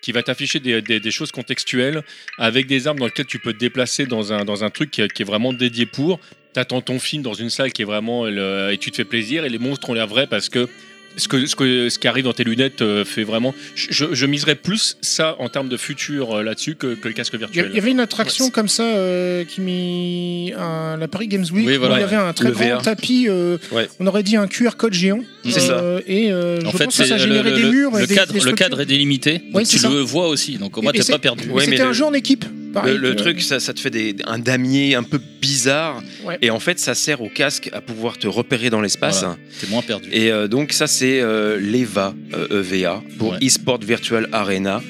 Speaker 3: qui va t'afficher des, des- des choses contextuelles avec des armes dans lesquelles tu peux te déplacer dans un, dans un truc qui, qui est vraiment dédié pour. T'attends ton film dans une salle qui est vraiment le- et tu te fais plaisir et les monstres ont l'air vrais parce que ce, que, ce, que, ce qui arrive dans tes lunettes euh, fait vraiment. Je, je, je miserais plus ça en termes de futur euh, là-dessus que, que le casque
Speaker 6: Il y a-
Speaker 3: virtuel.
Speaker 6: il y avait une attraction
Speaker 3: Ouais.
Speaker 6: comme ça euh, qui mit à la Paris Games Week.
Speaker 3: Oui, voilà,
Speaker 6: où il y avait un
Speaker 3: ouais.
Speaker 6: très
Speaker 3: Le
Speaker 6: grand
Speaker 3: VR.
Speaker 6: tapis, euh,
Speaker 7: Ouais.
Speaker 6: on aurait dit un QR code géant.
Speaker 7: C'est
Speaker 6: Euh, Et euh, je
Speaker 7: En fait,
Speaker 6: pense que
Speaker 7: c'est
Speaker 6: ça
Speaker 7: le,
Speaker 6: générait
Speaker 7: le-
Speaker 6: des
Speaker 7: le-
Speaker 6: murs. et
Speaker 7: le
Speaker 6: des-
Speaker 7: cadre,
Speaker 6: des
Speaker 7: le
Speaker 6: structures.
Speaker 7: cadre est délimité. donc
Speaker 6: Ouais,
Speaker 7: tu
Speaker 6: c'est ça.
Speaker 7: le vois aussi. Donc au moins,
Speaker 6: Et- et
Speaker 7: t'es
Speaker 6: c'est-
Speaker 7: pas perdu.
Speaker 6: mais C'était un jeu en équipe. pareil.
Speaker 8: Le, le
Speaker 6: Ouais.
Speaker 8: truc, ça, ça te fait des, un damier un peu bizarre.
Speaker 6: Ouais.
Speaker 8: Et en fait, ça sert au casque à pouvoir te repérer dans l'espace.
Speaker 7: Voilà, T'es moins perdu.
Speaker 8: Et euh, donc, ça, c'est euh, l'EVA, euh, EVA, pour
Speaker 7: Ouais.
Speaker 8: eSport Virtual Arena.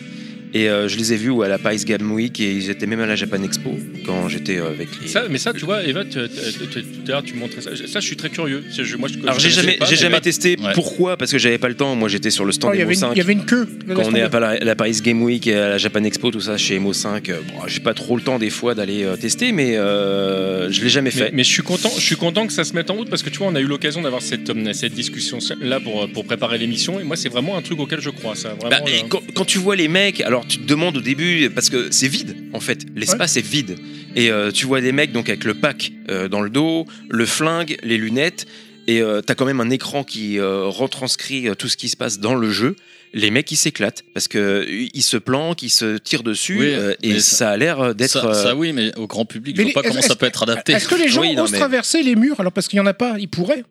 Speaker 8: Et euh, je les ai vus ouais, à la Paris Game Week et ils étaient même à la Japan Expo quand j'étais euh, avec les.
Speaker 3: Ça, mais ça, tu vois, Eva, tu- tu- tu- tout à l'heure, tu montrais ça. Ça, je suis très curieux. C'est- je- moi, je-
Speaker 8: Alors,
Speaker 3: je
Speaker 8: j'ai
Speaker 3: connaissais
Speaker 8: jamais,
Speaker 3: pas,
Speaker 8: j'ai
Speaker 3: mais- bah,
Speaker 8: jamais testé. Pourquoi Parce que j'avais pas le temps. Moi, j'étais sur le
Speaker 6: Oh,
Speaker 8: stand
Speaker 6: il, y avait une,
Speaker 8: MO5.
Speaker 6: il y avait une queue.
Speaker 8: Quand on est à
Speaker 6: pas
Speaker 8: la, la Paris Game Week, et à la Japan Expo, tout ça, chez MO5, euh, bon, j'ai pas trop le temps des fois d'aller euh, tester, mais euh, je l'ai jamais fait.
Speaker 3: Mais, mais je suis content, je suis content que ça se mette en route parce que tu vois, on a eu l'occasion d'avoir cette, euh, cette discussion là pour, euh, pour préparer l'émission et moi, c'est vraiment un truc auquel je crois. Ça, vraiment, euh,
Speaker 8: Bah, et
Speaker 3: là.
Speaker 8: quand, quand tu vois les mecs, alors tu te demandes au début, parce que c'est vide en fait, l'espace est vide. Et euh, tu vois des mecs donc avec le pack euh, dans le dos, le flingue, les lunettes, et euh, t'as quand même un écran qui euh, retranscrit euh, tout ce qui se passe dans le jeu. Les mecs ils s'éclatent parce que euh, ils se planquent, ils se tirent dessus,
Speaker 7: Oui,
Speaker 8: euh, et
Speaker 7: mais
Speaker 8: ça,
Speaker 7: ça-
Speaker 8: a l'air euh, d'être.
Speaker 7: Ça, ça,
Speaker 8: euh,
Speaker 7: oui, mais au grand public, je
Speaker 6: Mais
Speaker 7: vois pas
Speaker 6: les-
Speaker 7: comment
Speaker 6: est-ce-
Speaker 7: ça peut être adapté.
Speaker 6: Est-ce que les gens
Speaker 7: Oui, non,
Speaker 6: osent
Speaker 7: mais-
Speaker 6: traverser les murs alors parce qu'il y en a pas Ils pourraient.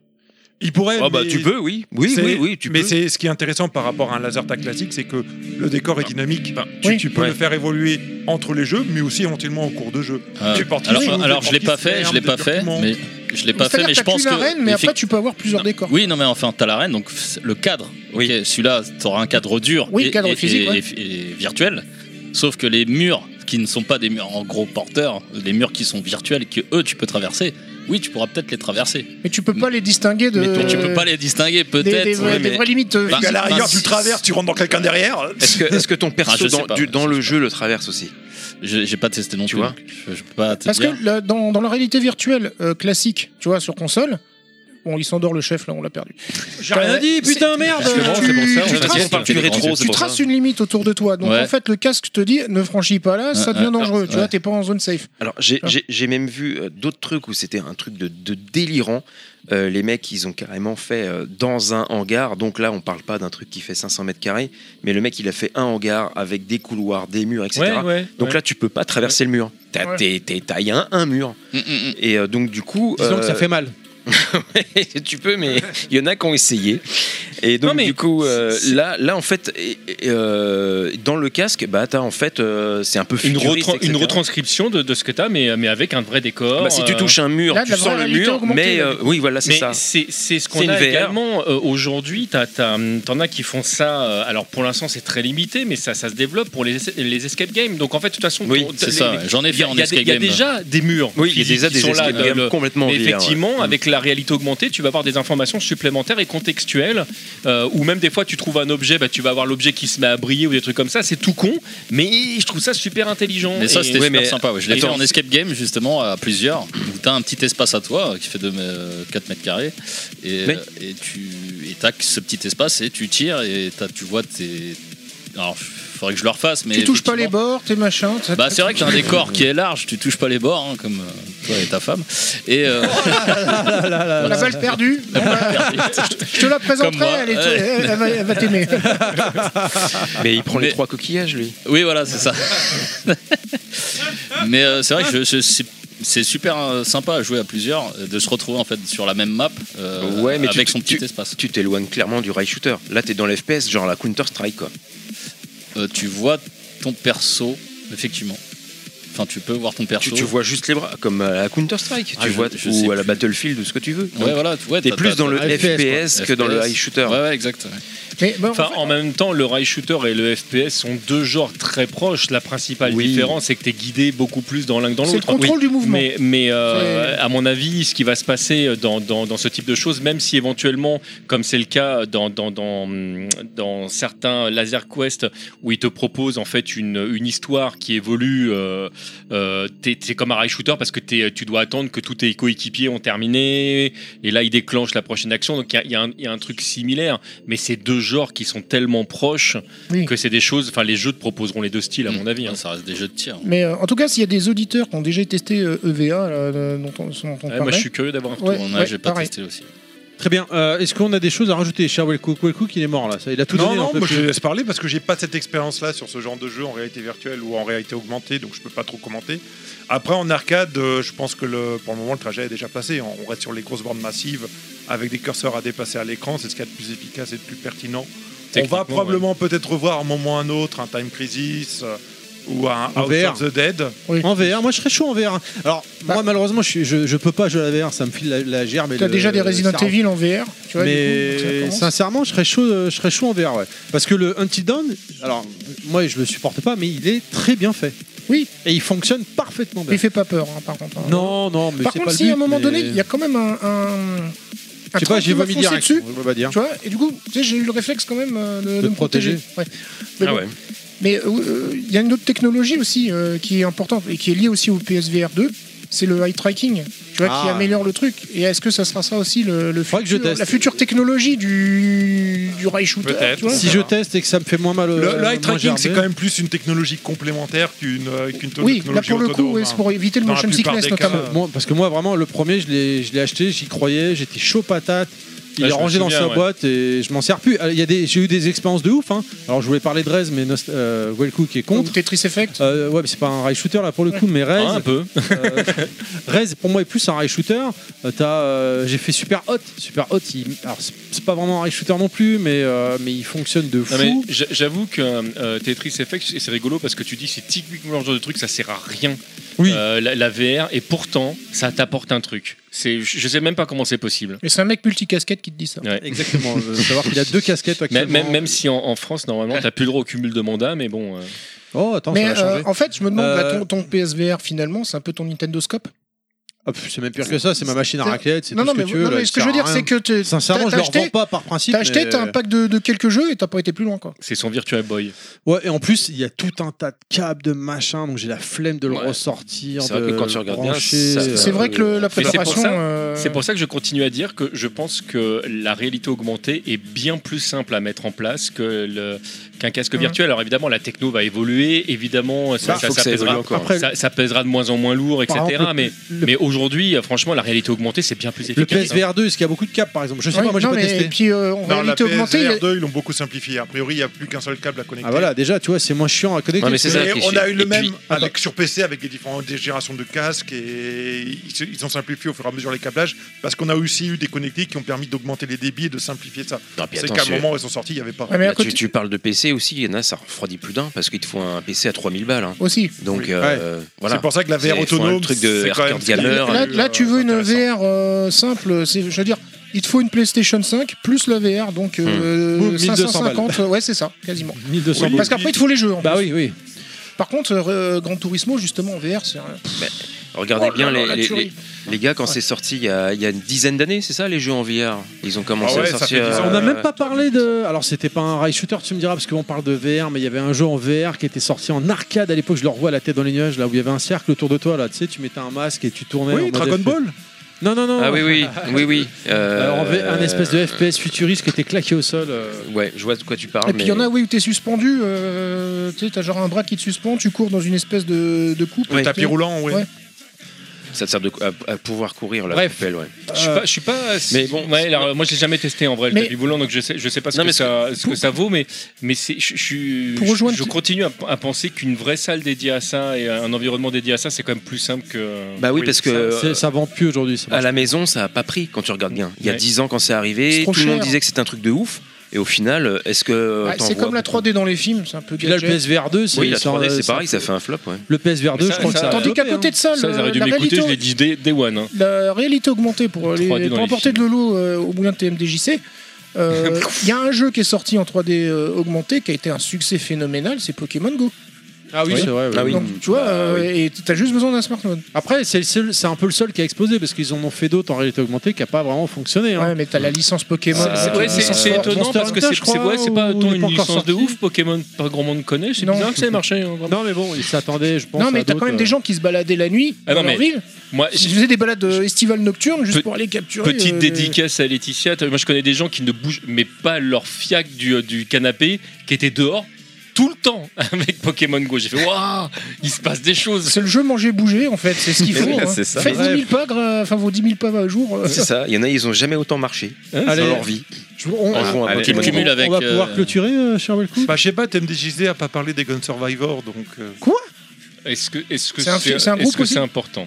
Speaker 2: Il pourrait.
Speaker 8: Ah bah,
Speaker 2: mais-
Speaker 8: tu peux, oui. Oui,
Speaker 2: C'est-
Speaker 8: oui, oui, tu
Speaker 2: mais
Speaker 8: peux.
Speaker 2: c'est ce qui est intéressant par rapport à un laser tag classique, c'est que le décor est dynamique.
Speaker 7: Bah,
Speaker 2: tu, tu peux le faire évoluer entre les jeux, mais aussi éventuellement au cours de jeu.
Speaker 7: Euh,
Speaker 2: Tu portes-
Speaker 7: alors,
Speaker 2: tu
Speaker 7: alors, je l'ai
Speaker 2: portes
Speaker 7: pas fait, je l'ai
Speaker 2: des
Speaker 7: pas fait,
Speaker 2: documents.
Speaker 7: mais je l'ai pas fait,
Speaker 6: C'est-à-dire
Speaker 7: mais je
Speaker 6: t'as
Speaker 7: pense que.
Speaker 6: qu'une arène, mais après
Speaker 7: effectivement-
Speaker 6: tu peux avoir plusieurs décors.
Speaker 7: Oui, non, mais enfin, t'as l'arène, donc c'est- le cadre. Oui. celui-là, t'auras un cadre dur.
Speaker 6: Oui, cadre physique, ouais.
Speaker 7: et- et virtuel. Sauf que les murs, qui ne sont pas des murs en gros porteurs, les murs qui sont virtuels, que eux, tu peux traverser, oui, tu pourras peut-être les traverser.
Speaker 6: Mais tu peux pas les distinguer de.
Speaker 7: Mais tu peux pas les distinguer,
Speaker 6: des-
Speaker 7: peut-être.
Speaker 6: des vraies-
Speaker 7: oui, mais-
Speaker 6: des vraies limites, euh,
Speaker 7: Bah,
Speaker 6: physiques.
Speaker 7: bah, si-
Speaker 2: traverses, tu rentres dans quelqu'un derrière.
Speaker 8: Est-ce que, est-ce que ton perso
Speaker 7: Ah, je sais
Speaker 8: dans,
Speaker 7: pas,
Speaker 8: du-
Speaker 7: je
Speaker 8: dans le jeu le traverse aussi
Speaker 7: Je- J'ai pas testé non
Speaker 8: Tu
Speaker 7: plus.
Speaker 8: vois
Speaker 7: je, je peux pas te
Speaker 6: Parce
Speaker 7: dire.
Speaker 6: que là, dans, dans la réalité virtuelle euh, classique, tu vois, sur console, bon, il s'endort le chef, là, on l'a perdu.
Speaker 1: J'ai rien
Speaker 6: Euh,
Speaker 1: dit, putain,
Speaker 6: c'est-
Speaker 1: merde
Speaker 6: Tu- tu
Speaker 7: on va
Speaker 6: traces-
Speaker 7: dire, on parle
Speaker 6: tu-
Speaker 7: plus rétro,
Speaker 6: tu-
Speaker 7: c'est
Speaker 6: Tu
Speaker 7: pour
Speaker 6: traces
Speaker 7: ça.
Speaker 6: une limite autour de toi. Donc
Speaker 8: Ouais.
Speaker 6: en fait, le casque te dit ne franchis pas là, ça
Speaker 8: Ah,
Speaker 6: devient
Speaker 8: ah,
Speaker 6: dangereux.
Speaker 8: ah,
Speaker 6: Tu vois,
Speaker 8: ouais.
Speaker 6: t'es pas en zone safe.
Speaker 8: Alors, j'ai-
Speaker 3: Ah.
Speaker 8: j'ai j'ai même vu euh, d'autres trucs où c'était un truc de, de délirant. Euh, les mecs, ils ont carrément fait euh, dans un hangar. Donc là, on parle pas d'un truc qui fait 500 mètres carrés, mais le mec, il a fait un hangar avec des couloirs, des murs, etc.
Speaker 3: Ouais, ouais,
Speaker 8: donc
Speaker 3: ouais.
Speaker 8: là, tu peux pas traverser le mur. T'as
Speaker 3: Ouais.
Speaker 8: t'es- t'es- t'as- il y a un, un mur. Et euh, donc, du coup.
Speaker 1: Disons que ça fait mal.
Speaker 8: Ouais, tu peux, mais il y en a qui ont essayé. Et donc, du coup, euh, là, là, en fait, et- et, euh, dans le casque, bah, t'as en fait, euh, c'est un peu
Speaker 3: une,
Speaker 8: futuriste,
Speaker 3: retran- une
Speaker 8: etc.
Speaker 3: retranscription de, de ce que t'as, mais, mais avec un vrai décor.
Speaker 8: Bah, si tu
Speaker 3: euh,
Speaker 8: touches un mur, tu sens le mur, mais euh, oui, voilà, c'est
Speaker 3: Mais
Speaker 8: ça.
Speaker 3: C'est c'est ce
Speaker 8: C'est
Speaker 3: qu'on
Speaker 8: une
Speaker 3: a
Speaker 8: VR.
Speaker 3: également euh, aujourd'hui. t'as- t'as, hum, T'en as qui font ça. euh, alors pour l'instant, c'est très limité, mais ça, ça se développe pour les, es- les escape games. Donc en fait, de toute façon,
Speaker 7: Oui,
Speaker 3: ton-
Speaker 7: c'est
Speaker 3: les-
Speaker 7: ça,
Speaker 3: les-
Speaker 7: j'en ai
Speaker 3: il y a-
Speaker 7: fait en
Speaker 3: il y a des-
Speaker 7: escape
Speaker 3: Il y a
Speaker 7: game.
Speaker 3: déjà des murs.
Speaker 7: Oui, il y a
Speaker 3: physiques
Speaker 7: déjà
Speaker 3: qui
Speaker 7: des
Speaker 3: sont là,
Speaker 7: escape games
Speaker 3: le-
Speaker 7: complètement
Speaker 3: mais
Speaker 7: VR, ouais. Mm.
Speaker 3: Effectivement, avec la réalité augmentée, tu vas avoir des informations supplémentaires et contextuelles. euh, Ou même des fois, tu trouves un objet, bah, tu vas avoir l'objet qui se met à briller ou des trucs comme ça. C'est tout con, mais je trouve ça super intelligent.
Speaker 7: Mais ça,
Speaker 3: Et-
Speaker 7: c'était
Speaker 3: Ouais,
Speaker 7: super
Speaker 3: mais-
Speaker 7: sympa. ouais. Je l'ai
Speaker 3: et
Speaker 7: fait
Speaker 3: non,
Speaker 7: en escape game, justement, à plusieurs, où t'as un petit espace à toi euh, qui fait de, euh, 4 mètres carrés. Et, euh,
Speaker 8: Mais-
Speaker 7: et tu et t'as que ce petit espace et tu tires et t'as- tu vois tes. Alors, faudrait que je le refasse, mais.
Speaker 6: tu touches pas les bords, t'es machin. ça-
Speaker 7: Bah, c'est vrai que t'as un décor qui est large, tu touches pas les bords, hein, comme. euh, toi et ta femme. Et euh,
Speaker 6: La balle perdue. Je te la
Speaker 7: Comme
Speaker 6: présenterai,
Speaker 7: moi.
Speaker 6: elle, est-
Speaker 7: Ouais.
Speaker 6: elle- elle va- elle va t'aimer.
Speaker 8: Mais il prend les trois coquillages, lui.
Speaker 7: Oui, voilà, c'est ça. Mais euh, c'est vrai que je- je- c'est- c'est super euh, sympa à jouer à plusieurs, euh, de se retrouver en fait sur la même map euh,
Speaker 8: ouais, mais tu-
Speaker 7: avec
Speaker 8: tu,
Speaker 7: son petit
Speaker 8: tu-
Speaker 7: espace.
Speaker 8: Tu t'éloignes clairement du rail shooter. Là, t'es dans l'FPS, genre la Counter Strike, quoi.
Speaker 7: Euh, tu vois ton perso, effectivement. Enfin, tu peux voir ton perso.
Speaker 8: Tu, tu vois juste les bras, comme à la Counter Strike.
Speaker 7: Ah,
Speaker 8: tu
Speaker 7: je-
Speaker 8: vois,
Speaker 7: je
Speaker 8: ou
Speaker 7: sais
Speaker 8: à la
Speaker 7: plus.
Speaker 8: Battlefield, ou ce que tu veux.
Speaker 7: Ouais,
Speaker 8: Donc,
Speaker 7: voilà, ouais,
Speaker 8: t'es
Speaker 7: t'as-
Speaker 8: plus
Speaker 7: t'as-
Speaker 8: dans le
Speaker 7: t'as-
Speaker 8: FPS, que dans le
Speaker 7: FPS.
Speaker 8: high shooter.
Speaker 7: Ouais, ouais, exact. ouais.
Speaker 3: Enfin, en même temps, le rail shooter et le FPS sont deux genres très proches. La principale différence, c'est que tu es guidé beaucoup plus dans l'un que dans
Speaker 6: C'est
Speaker 3: l'autre.
Speaker 6: le contrôle du mouvement.
Speaker 3: Mais, mais, euh, à mon avis, ce qui va se passer dans, dans- dans ce type de choses, même si éventuellement, comme c'est le cas dans, dans, dans, dans certains Laser Quest, où ils te proposent en fait une, une histoire qui évolue, euh, euh, t'es- c'est comme un rail shooter parce que t'es- tu dois attendre que tous tes coéquipiers ont terminé, et là ils déclenchent la prochaine action. Donc il y a- il y, a un- il y a un truc similaire, mais c'est deux genres qui sont tellement proches
Speaker 6: Oui.
Speaker 3: que c'est des choses. Enfin, les jeux te proposeront les deux styles à mon avis. hein. Ça
Speaker 7: Mm. Ah, reste des jeux de tir.
Speaker 6: Mais euh, en tout cas, s'il y a des auditeurs qui ont déjà testé euh, EVA, là, de- dont on, dont on
Speaker 3: moi
Speaker 6: parlait,
Speaker 3: je suis curieux d'avoir un retour.
Speaker 6: Ouais,
Speaker 7: On a-
Speaker 6: ouais,
Speaker 7: j'ai pas
Speaker 6: pareil.
Speaker 7: testé aussi.
Speaker 1: Très bien. Euh, Est-ce qu'on a des choses à rajouter Cher Wellcook, Wellcook, il est mort là. Ça, il a tout
Speaker 2: non,
Speaker 1: donné.
Speaker 2: non,
Speaker 1: on peut
Speaker 2: moi
Speaker 1: plus.
Speaker 2: je laisse parler parce que j'ai pas cette expérience-là sur ce genre de jeu en réalité virtuelle ou en réalité augmentée, donc je peux pas trop commenter. Après, en arcade, euh, je pense que le, pour le moment, le trajet est déjà passé. On on reste sur les grosses bornes massives avec des curseurs à dépasser à l'écran, c'est ce qu'il y a de plus efficace et de plus pertinent. On va
Speaker 21: Techniquement,
Speaker 2: probablement peut-être revoir à un moment ou à un autre un Time Crisis euh, ou un
Speaker 1: En
Speaker 2: House
Speaker 1: VR.
Speaker 2: of the
Speaker 3: Euh,
Speaker 2: Dead.
Speaker 1: En VR, moi je serais chaud en VR. Alors,
Speaker 6: Bah.
Speaker 1: moi malheureusement, je, suis- je, je peux pas jouer à la VR, ça me file la, la gerbe. et
Speaker 6: tu as
Speaker 1: le-
Speaker 6: déjà des
Speaker 1: le
Speaker 6: Resident
Speaker 1: cerveau.
Speaker 6: Evil en VR, tu vois, du coup, donc ça
Speaker 1: mais
Speaker 6: commence.
Speaker 1: sincèrement, je serais chaud, euh, je serais chaud en VR, ouais. Parce que le Until Dawn, alors moi je le supporte pas, mais il est très bien fait.
Speaker 6: Oui.
Speaker 1: Et il fonctionne parfaitement bien.
Speaker 6: Il fait pas peur, hein, par contre. hein.
Speaker 1: Bah. Non, non, mais
Speaker 6: Par
Speaker 1: c'est
Speaker 6: contre,
Speaker 1: pas le
Speaker 6: si
Speaker 1: but,
Speaker 6: à un moment
Speaker 1: mais-
Speaker 6: donné, il y a quand même un. un...
Speaker 1: Je
Speaker 6: un
Speaker 1: sais
Speaker 6: train
Speaker 1: pas,
Speaker 6: qui
Speaker 1: j'ai
Speaker 6: va
Speaker 1: vomi
Speaker 6: foncer
Speaker 1: direct.
Speaker 6: dessus,
Speaker 1: on va pas dire.
Speaker 6: tu vois, et du coup, tu sais, j'ai eu le réflexe quand même euh, de,
Speaker 1: De
Speaker 6: de
Speaker 1: te
Speaker 6: me protéger. Ouais.
Speaker 2: Ah
Speaker 6: Mais bon. Mais euh, euh, il y a une autre technologie aussi euh, qui est importante et qui est liée aussi au PSVR 2, c'est le eye tracking, tu vois, qui
Speaker 1: Ah.
Speaker 6: améliore le truc. Et est-ce que ça sera ça aussi le, le futur,
Speaker 1: que je teste.
Speaker 6: la future technologie du, du rail shooter
Speaker 2: Peut-être.
Speaker 6: tu vois
Speaker 1: Si je teste et que ça me fait moins mal.
Speaker 2: Le,
Speaker 1: euh,
Speaker 2: le
Speaker 1: moins
Speaker 2: eye tracking,
Speaker 1: gerber.
Speaker 2: c'est quand même plus une technologie complémentaire qu'une euh, qu'une
Speaker 6: Oui,
Speaker 2: technologie
Speaker 6: là pour le coup,
Speaker 2: autonome,
Speaker 6: oui,
Speaker 2: hein.
Speaker 6: c'est pour éviter le
Speaker 2: Dans la
Speaker 6: motion
Speaker 2: plupart
Speaker 6: sickness
Speaker 2: des cas,
Speaker 6: notamment.
Speaker 2: euh,
Speaker 1: Moi, parce que moi, vraiment, le premier, je l'ai, je l'ai acheté, j'y croyais, j'étais chaud patate. Il
Speaker 2: Ouais,
Speaker 1: est
Speaker 2: je me
Speaker 1: rangé dans
Speaker 2: souviens,
Speaker 1: sa
Speaker 2: ouais.
Speaker 1: boîte et je m'en sers plus. Alors, il y a des, j'ai eu des expériences de ouf. hein. Alors je voulais parler de Rez, mais Nost- euh, Wellcook est contre. Euh,
Speaker 6: Tetris Effect.
Speaker 1: ouais, mais c'est pas un rail shooter là pour le coup, mais Rez.
Speaker 3: Ah, un peu.
Speaker 1: euh, Rez pour moi est plus un rail shooter. Euh, t'as, euh, j'ai fait super hot, super hot. il- alors c'est- c'est pas vraiment un rail shooter non plus, mais euh, mais il fonctionne de fou.
Speaker 3: Non, mais j'a- j'avoue que euh, Tetris Effect, c'est c'est rigolo parce que tu dis c'est typiquement le genre de truc, ça sert à rien. Euh, la, la VR, et pourtant, ça t'apporte un truc. C'est, je je sais même pas comment c'est possible.
Speaker 6: Mais c'est un mec multicasquette qui te dit ça.
Speaker 3: Ouais.
Speaker 1: Exactement. euh, savoir qu'il a deux casquettes
Speaker 3: Même,
Speaker 1: actuellement.
Speaker 3: même, même si en, en France, normalement, t'as plus le droit au cumul de mandats, mais bon. euh,
Speaker 1: Oh attends,
Speaker 6: Mais
Speaker 1: ça va changer.
Speaker 6: euh, en fait, je me demande,
Speaker 1: Euh,
Speaker 6: bah, ton, ton PSVR finalement, c'est un peu ton Nintendo Scope
Speaker 1: Ah, pff, c'est même pire que ça, c'est ma machine à raclette, c'est
Speaker 6: Non,
Speaker 1: tout
Speaker 6: non,
Speaker 1: ce
Speaker 6: mais,
Speaker 1: que tu veux.
Speaker 6: non,
Speaker 1: là,
Speaker 6: mais
Speaker 1: il
Speaker 6: ce que je
Speaker 1: sert
Speaker 6: veux
Speaker 1: à
Speaker 6: dire,
Speaker 1: rien.
Speaker 6: c'est que tu-
Speaker 1: Sincèrement,
Speaker 6: t'as-
Speaker 1: je
Speaker 6: t'as
Speaker 1: leur
Speaker 6: acheté-
Speaker 1: vends pas par principe.
Speaker 6: T'as acheté,
Speaker 1: mais- euh,
Speaker 6: t'as un pack de, de quelques jeux et t'as pas été plus loin quoi.
Speaker 3: C'est son Virtua Boy.
Speaker 1: Ouais, et en plus, il y a tout un tas de câbles, de machins, donc j'ai la flemme de le ressortir.
Speaker 8: C'est vrai
Speaker 1: de
Speaker 8: que quand tu regardes bien,
Speaker 1: brancher,
Speaker 8: ça-
Speaker 1: euh,
Speaker 8: C'est vrai que le- la
Speaker 3: Mais c'est pour
Speaker 6: préparation,
Speaker 3: ça-
Speaker 6: euh,
Speaker 3: C'est pour ça que je continue à dire que je pense que la réalité augmentée est bien plus simple à mettre en place que le- qu'un casque
Speaker 1: Mhm.
Speaker 3: virtuel. Alors évidemment, la techno va évoluer, évidemment, ça,
Speaker 1: Bah,
Speaker 3: ça-
Speaker 1: faut que
Speaker 3: ça
Speaker 1: ça évolue
Speaker 3: pèsera,
Speaker 1: encore. Après-
Speaker 3: ça- ça pèsera de moins en moins lourd, etc.
Speaker 1: Par exemple,
Speaker 3: mais mais aujourd'hui, euh, franchement, la réalité augmentée, c'est bien plus
Speaker 1: Le
Speaker 3: efficace.
Speaker 1: PSVR 2, est-ce qu'il y a beaucoup de câbles par exemple Je sais
Speaker 3: Ouais,
Speaker 1: pas, moi j'ai
Speaker 3: non,
Speaker 1: pas
Speaker 3: mais-
Speaker 1: testé.
Speaker 3: et puis, euh, en
Speaker 2: Non, la
Speaker 3: réalité augmentée, il y a-
Speaker 2: PSVR 2, ils l'ont beaucoup simplifié. A priori, il n'y a plus qu'un seul câble à connecter.
Speaker 1: Ah voilà, déjà, tu vois, c'est moins chiant à connecter.
Speaker 2: Et on a eu le
Speaker 1: Et
Speaker 2: même
Speaker 1: puis- ah,
Speaker 2: avec, sur PC avec les différentes générations de casques et ils, se- ils ont simplifié au fur et à mesure les câblages parce qu'on a aussi eu des connectiques qui ont permis d'augmenter les débits et de simplifier ça.
Speaker 8: Non, puis
Speaker 2: C'est
Speaker 8: attends,
Speaker 2: qu'à un
Speaker 8: c'est-
Speaker 2: moment où ils sont sortis, il n'y avait pas.
Speaker 8: Là, tu, tu parles de PC aussi, il y en a, ça refroidit plus d'un parce qu'il te faut un PC à 3000 balles. hein.
Speaker 6: Aussi.
Speaker 8: Donc
Speaker 2: Oui.
Speaker 8: euh,
Speaker 2: Ouais.
Speaker 8: voilà.
Speaker 2: C'est pour ça que la VR
Speaker 8: C'est- ils font
Speaker 2: autonome,
Speaker 8: un truc
Speaker 2: c'est
Speaker 8: de
Speaker 2: quand même
Speaker 8: hardcore gamer. euh,
Speaker 6: là, là, tu veux une VR euh, simple, c'est- je veux dire, il te faut une PlayStation 5 plus la VR, donc euh,
Speaker 1: Hmm. Boum, 1200 balles.
Speaker 6: 550, euh, ouais c'est ça, quasiment.
Speaker 1: 1200
Speaker 6: Parce qu'après il te faut les jeux. en
Speaker 1: Bah
Speaker 6: plus.
Speaker 1: oui, oui.
Speaker 6: Par contre, euh, Gran Turismo justement en VR, c'est un-
Speaker 8: Mais regardez
Speaker 6: Oh là
Speaker 8: bien
Speaker 6: là,
Speaker 8: les,
Speaker 6: la
Speaker 8: les-
Speaker 6: tuerie.
Speaker 8: les- les gars quand c'est sorti il y, a, il y a une dizaine d'années, c'est ça les jeux en VR Ils ont commencé
Speaker 2: Ah ouais,
Speaker 8: à
Speaker 2: ça
Speaker 8: sortir.
Speaker 2: fait dix ans.
Speaker 1: On
Speaker 8: euh,
Speaker 1: n'a même pas parlé de. Alors, c'était pas un rail shooter, tu me diras, parce qu'on parle de VR, mais il y avait un jeu en VR qui était sorti en arcade à l'époque. Je le revois la tête dans les nuages, là où il y avait un cercle autour de toi, là. Tu sais, tu mettais un masque et tu tournais.
Speaker 2: Oui,
Speaker 1: en mode
Speaker 2: Dragon
Speaker 1: FP.
Speaker 2: Ball
Speaker 1: Non, non, non.
Speaker 8: Ah oui, oui, oui, oui. euh,
Speaker 1: Alors, en V- un espèce de FPS futuriste qui était claqué au sol. euh.
Speaker 8: Ouais, je vois de quoi tu parles.
Speaker 6: Et puis il y en a oui, où t'es suspendu, euh, tu sais, t'as genre un bras qui te suspend, tu cours dans une espèce de, de coupe.
Speaker 2: Le tapis roulant, oui.
Speaker 6: Ouais.
Speaker 8: Ça te sert de, à, à pouvoir courir la
Speaker 3: Bref.
Speaker 8: poupelle, ouais.
Speaker 3: Je suis pas, je suis pas.
Speaker 8: Mais bon,
Speaker 3: ouais, alors, euh, moi je l'ai jamais testé en vrai, le
Speaker 8: Mais-
Speaker 3: tapis roulant, donc je sais, je sais pas ce,
Speaker 8: Non,
Speaker 3: que
Speaker 8: mais
Speaker 3: ça, ce que ça vaut, mais mais c'est, je, je suis,
Speaker 6: Pour
Speaker 3: je-
Speaker 6: rejoindre
Speaker 3: je,
Speaker 6: qui-
Speaker 3: continue à, à penser qu'une vraie salle dédiée à ça et un environnement dédié à ça, c'est quand même plus simple que.
Speaker 8: Bah oui, parce que
Speaker 3: ça-
Speaker 8: euh,
Speaker 3: c'est- ça-
Speaker 1: vend plus aujourd'hui.
Speaker 8: À la maison, ça a pas pris quand tu regardes bien. Il y a
Speaker 3: Ouais.
Speaker 8: 10 ans, quand c'est
Speaker 6: C'est
Speaker 8: arrivé,
Speaker 6: trop
Speaker 8: tout le monde
Speaker 6: cher.
Speaker 8: disait que c'était un truc de ouf. Et au final, euh, est-ce que.
Speaker 6: Ah,
Speaker 8: t'en
Speaker 6: c'est
Speaker 8: vois
Speaker 6: comme la 3D dans les films, c'est un peu
Speaker 8: Puis là, le
Speaker 6: gadget.
Speaker 8: PSVR 2, c'est- Oui, la
Speaker 6: c'est un-
Speaker 8: 3D, c'est
Speaker 6: c'est un
Speaker 8: pareil,
Speaker 6: peu-
Speaker 8: ça fait euh, un flop, ouais.
Speaker 1: Le PSVR 2, je crois que ça. a
Speaker 6: Tandis qu'à
Speaker 1: développé,
Speaker 6: côté de ça,
Speaker 3: ça,
Speaker 6: le-
Speaker 3: ils auraient dû
Speaker 6: la
Speaker 3: m'écouter,
Speaker 6: réalité
Speaker 3: je l'ai dit day, day one. hein.
Speaker 6: la réalité augmentée pour, les-
Speaker 3: 3D dans
Speaker 6: pour
Speaker 3: les
Speaker 6: apporter de l'eau euh, au moulin de TMDJC. euh, Il y a un jeu qui est sorti en 3D euh, augmenté qui a été un succès phénoménal, c'est Pokémon Go.
Speaker 1: Ah oui, c'est vrai. oui.
Speaker 6: Donc tu vois, euh, et t'as juste besoin d'un smartphone.
Speaker 1: Après, c'est le seul- c'est un peu le seul qui a explosé parce qu'ils en ont fait d'autres en réalité augmentée qui a pas vraiment fonctionné. hein.
Speaker 6: Ouais, mais t'as la licence Pokémon.
Speaker 3: C'est- c'est- ouais, c'est- c'est étonnant parce que c'est c'est- ouais, c'est pas autant une licence de ouf Pokémon pas grand monde connaît c'est bizarre que ça ait marché hein, vraiment.
Speaker 1: Non, mais bon, ils s'attendaient, je pense.
Speaker 6: non, mais
Speaker 1: à
Speaker 6: t'as quand
Speaker 1: d'autres, euh,
Speaker 6: même des gens qui se baladaient la nuit
Speaker 3: euh. Ah non,
Speaker 6: dans leur
Speaker 3: mais
Speaker 6: ville.
Speaker 3: moi,
Speaker 6: Ils faisaient des balades euh, estivales nocturnes juste
Speaker 3: Pe-
Speaker 6: pour aller capturer.
Speaker 3: Petite
Speaker 6: euh, les-
Speaker 3: dédicace à Laetitia. T'as- Moi, je connais des gens qui ne bougent, mais pas leur fiac du, euh, du canapé, qui étaient dehors tout le temps avec Pokémon Go. J'ai fait waouh, il se passe des choses.
Speaker 6: C'est le jeu manger bouger en fait, c'est ce qu'il
Speaker 8: Mais
Speaker 6: faut.
Speaker 8: oui,
Speaker 6: hein.
Speaker 8: c'est ça.
Speaker 6: Faites 10 000 pas, gra- euh, enfin vos 10 000 pas par jour. euh.
Speaker 8: C'est ça, il y en a, ils ont jamais autant marché
Speaker 1: Hein Allez.
Speaker 8: dans leur vie.
Speaker 1: Je- on-
Speaker 8: En jouant à
Speaker 1: Allez,
Speaker 8: Pokémon.
Speaker 1: on- on va pouvoir clôturer, euh, cher Welcome
Speaker 2: Bah, je sais pas, TMDJC a pas parlé des Gun Survivor, donc. euh,
Speaker 6: Quoi
Speaker 3: Est-ce que est-ce que
Speaker 2: C'est un
Speaker 3: c'est
Speaker 2: fi- c'est un
Speaker 3: est-ce
Speaker 2: groupe
Speaker 3: que
Speaker 2: aussi
Speaker 3: c'est Ah, important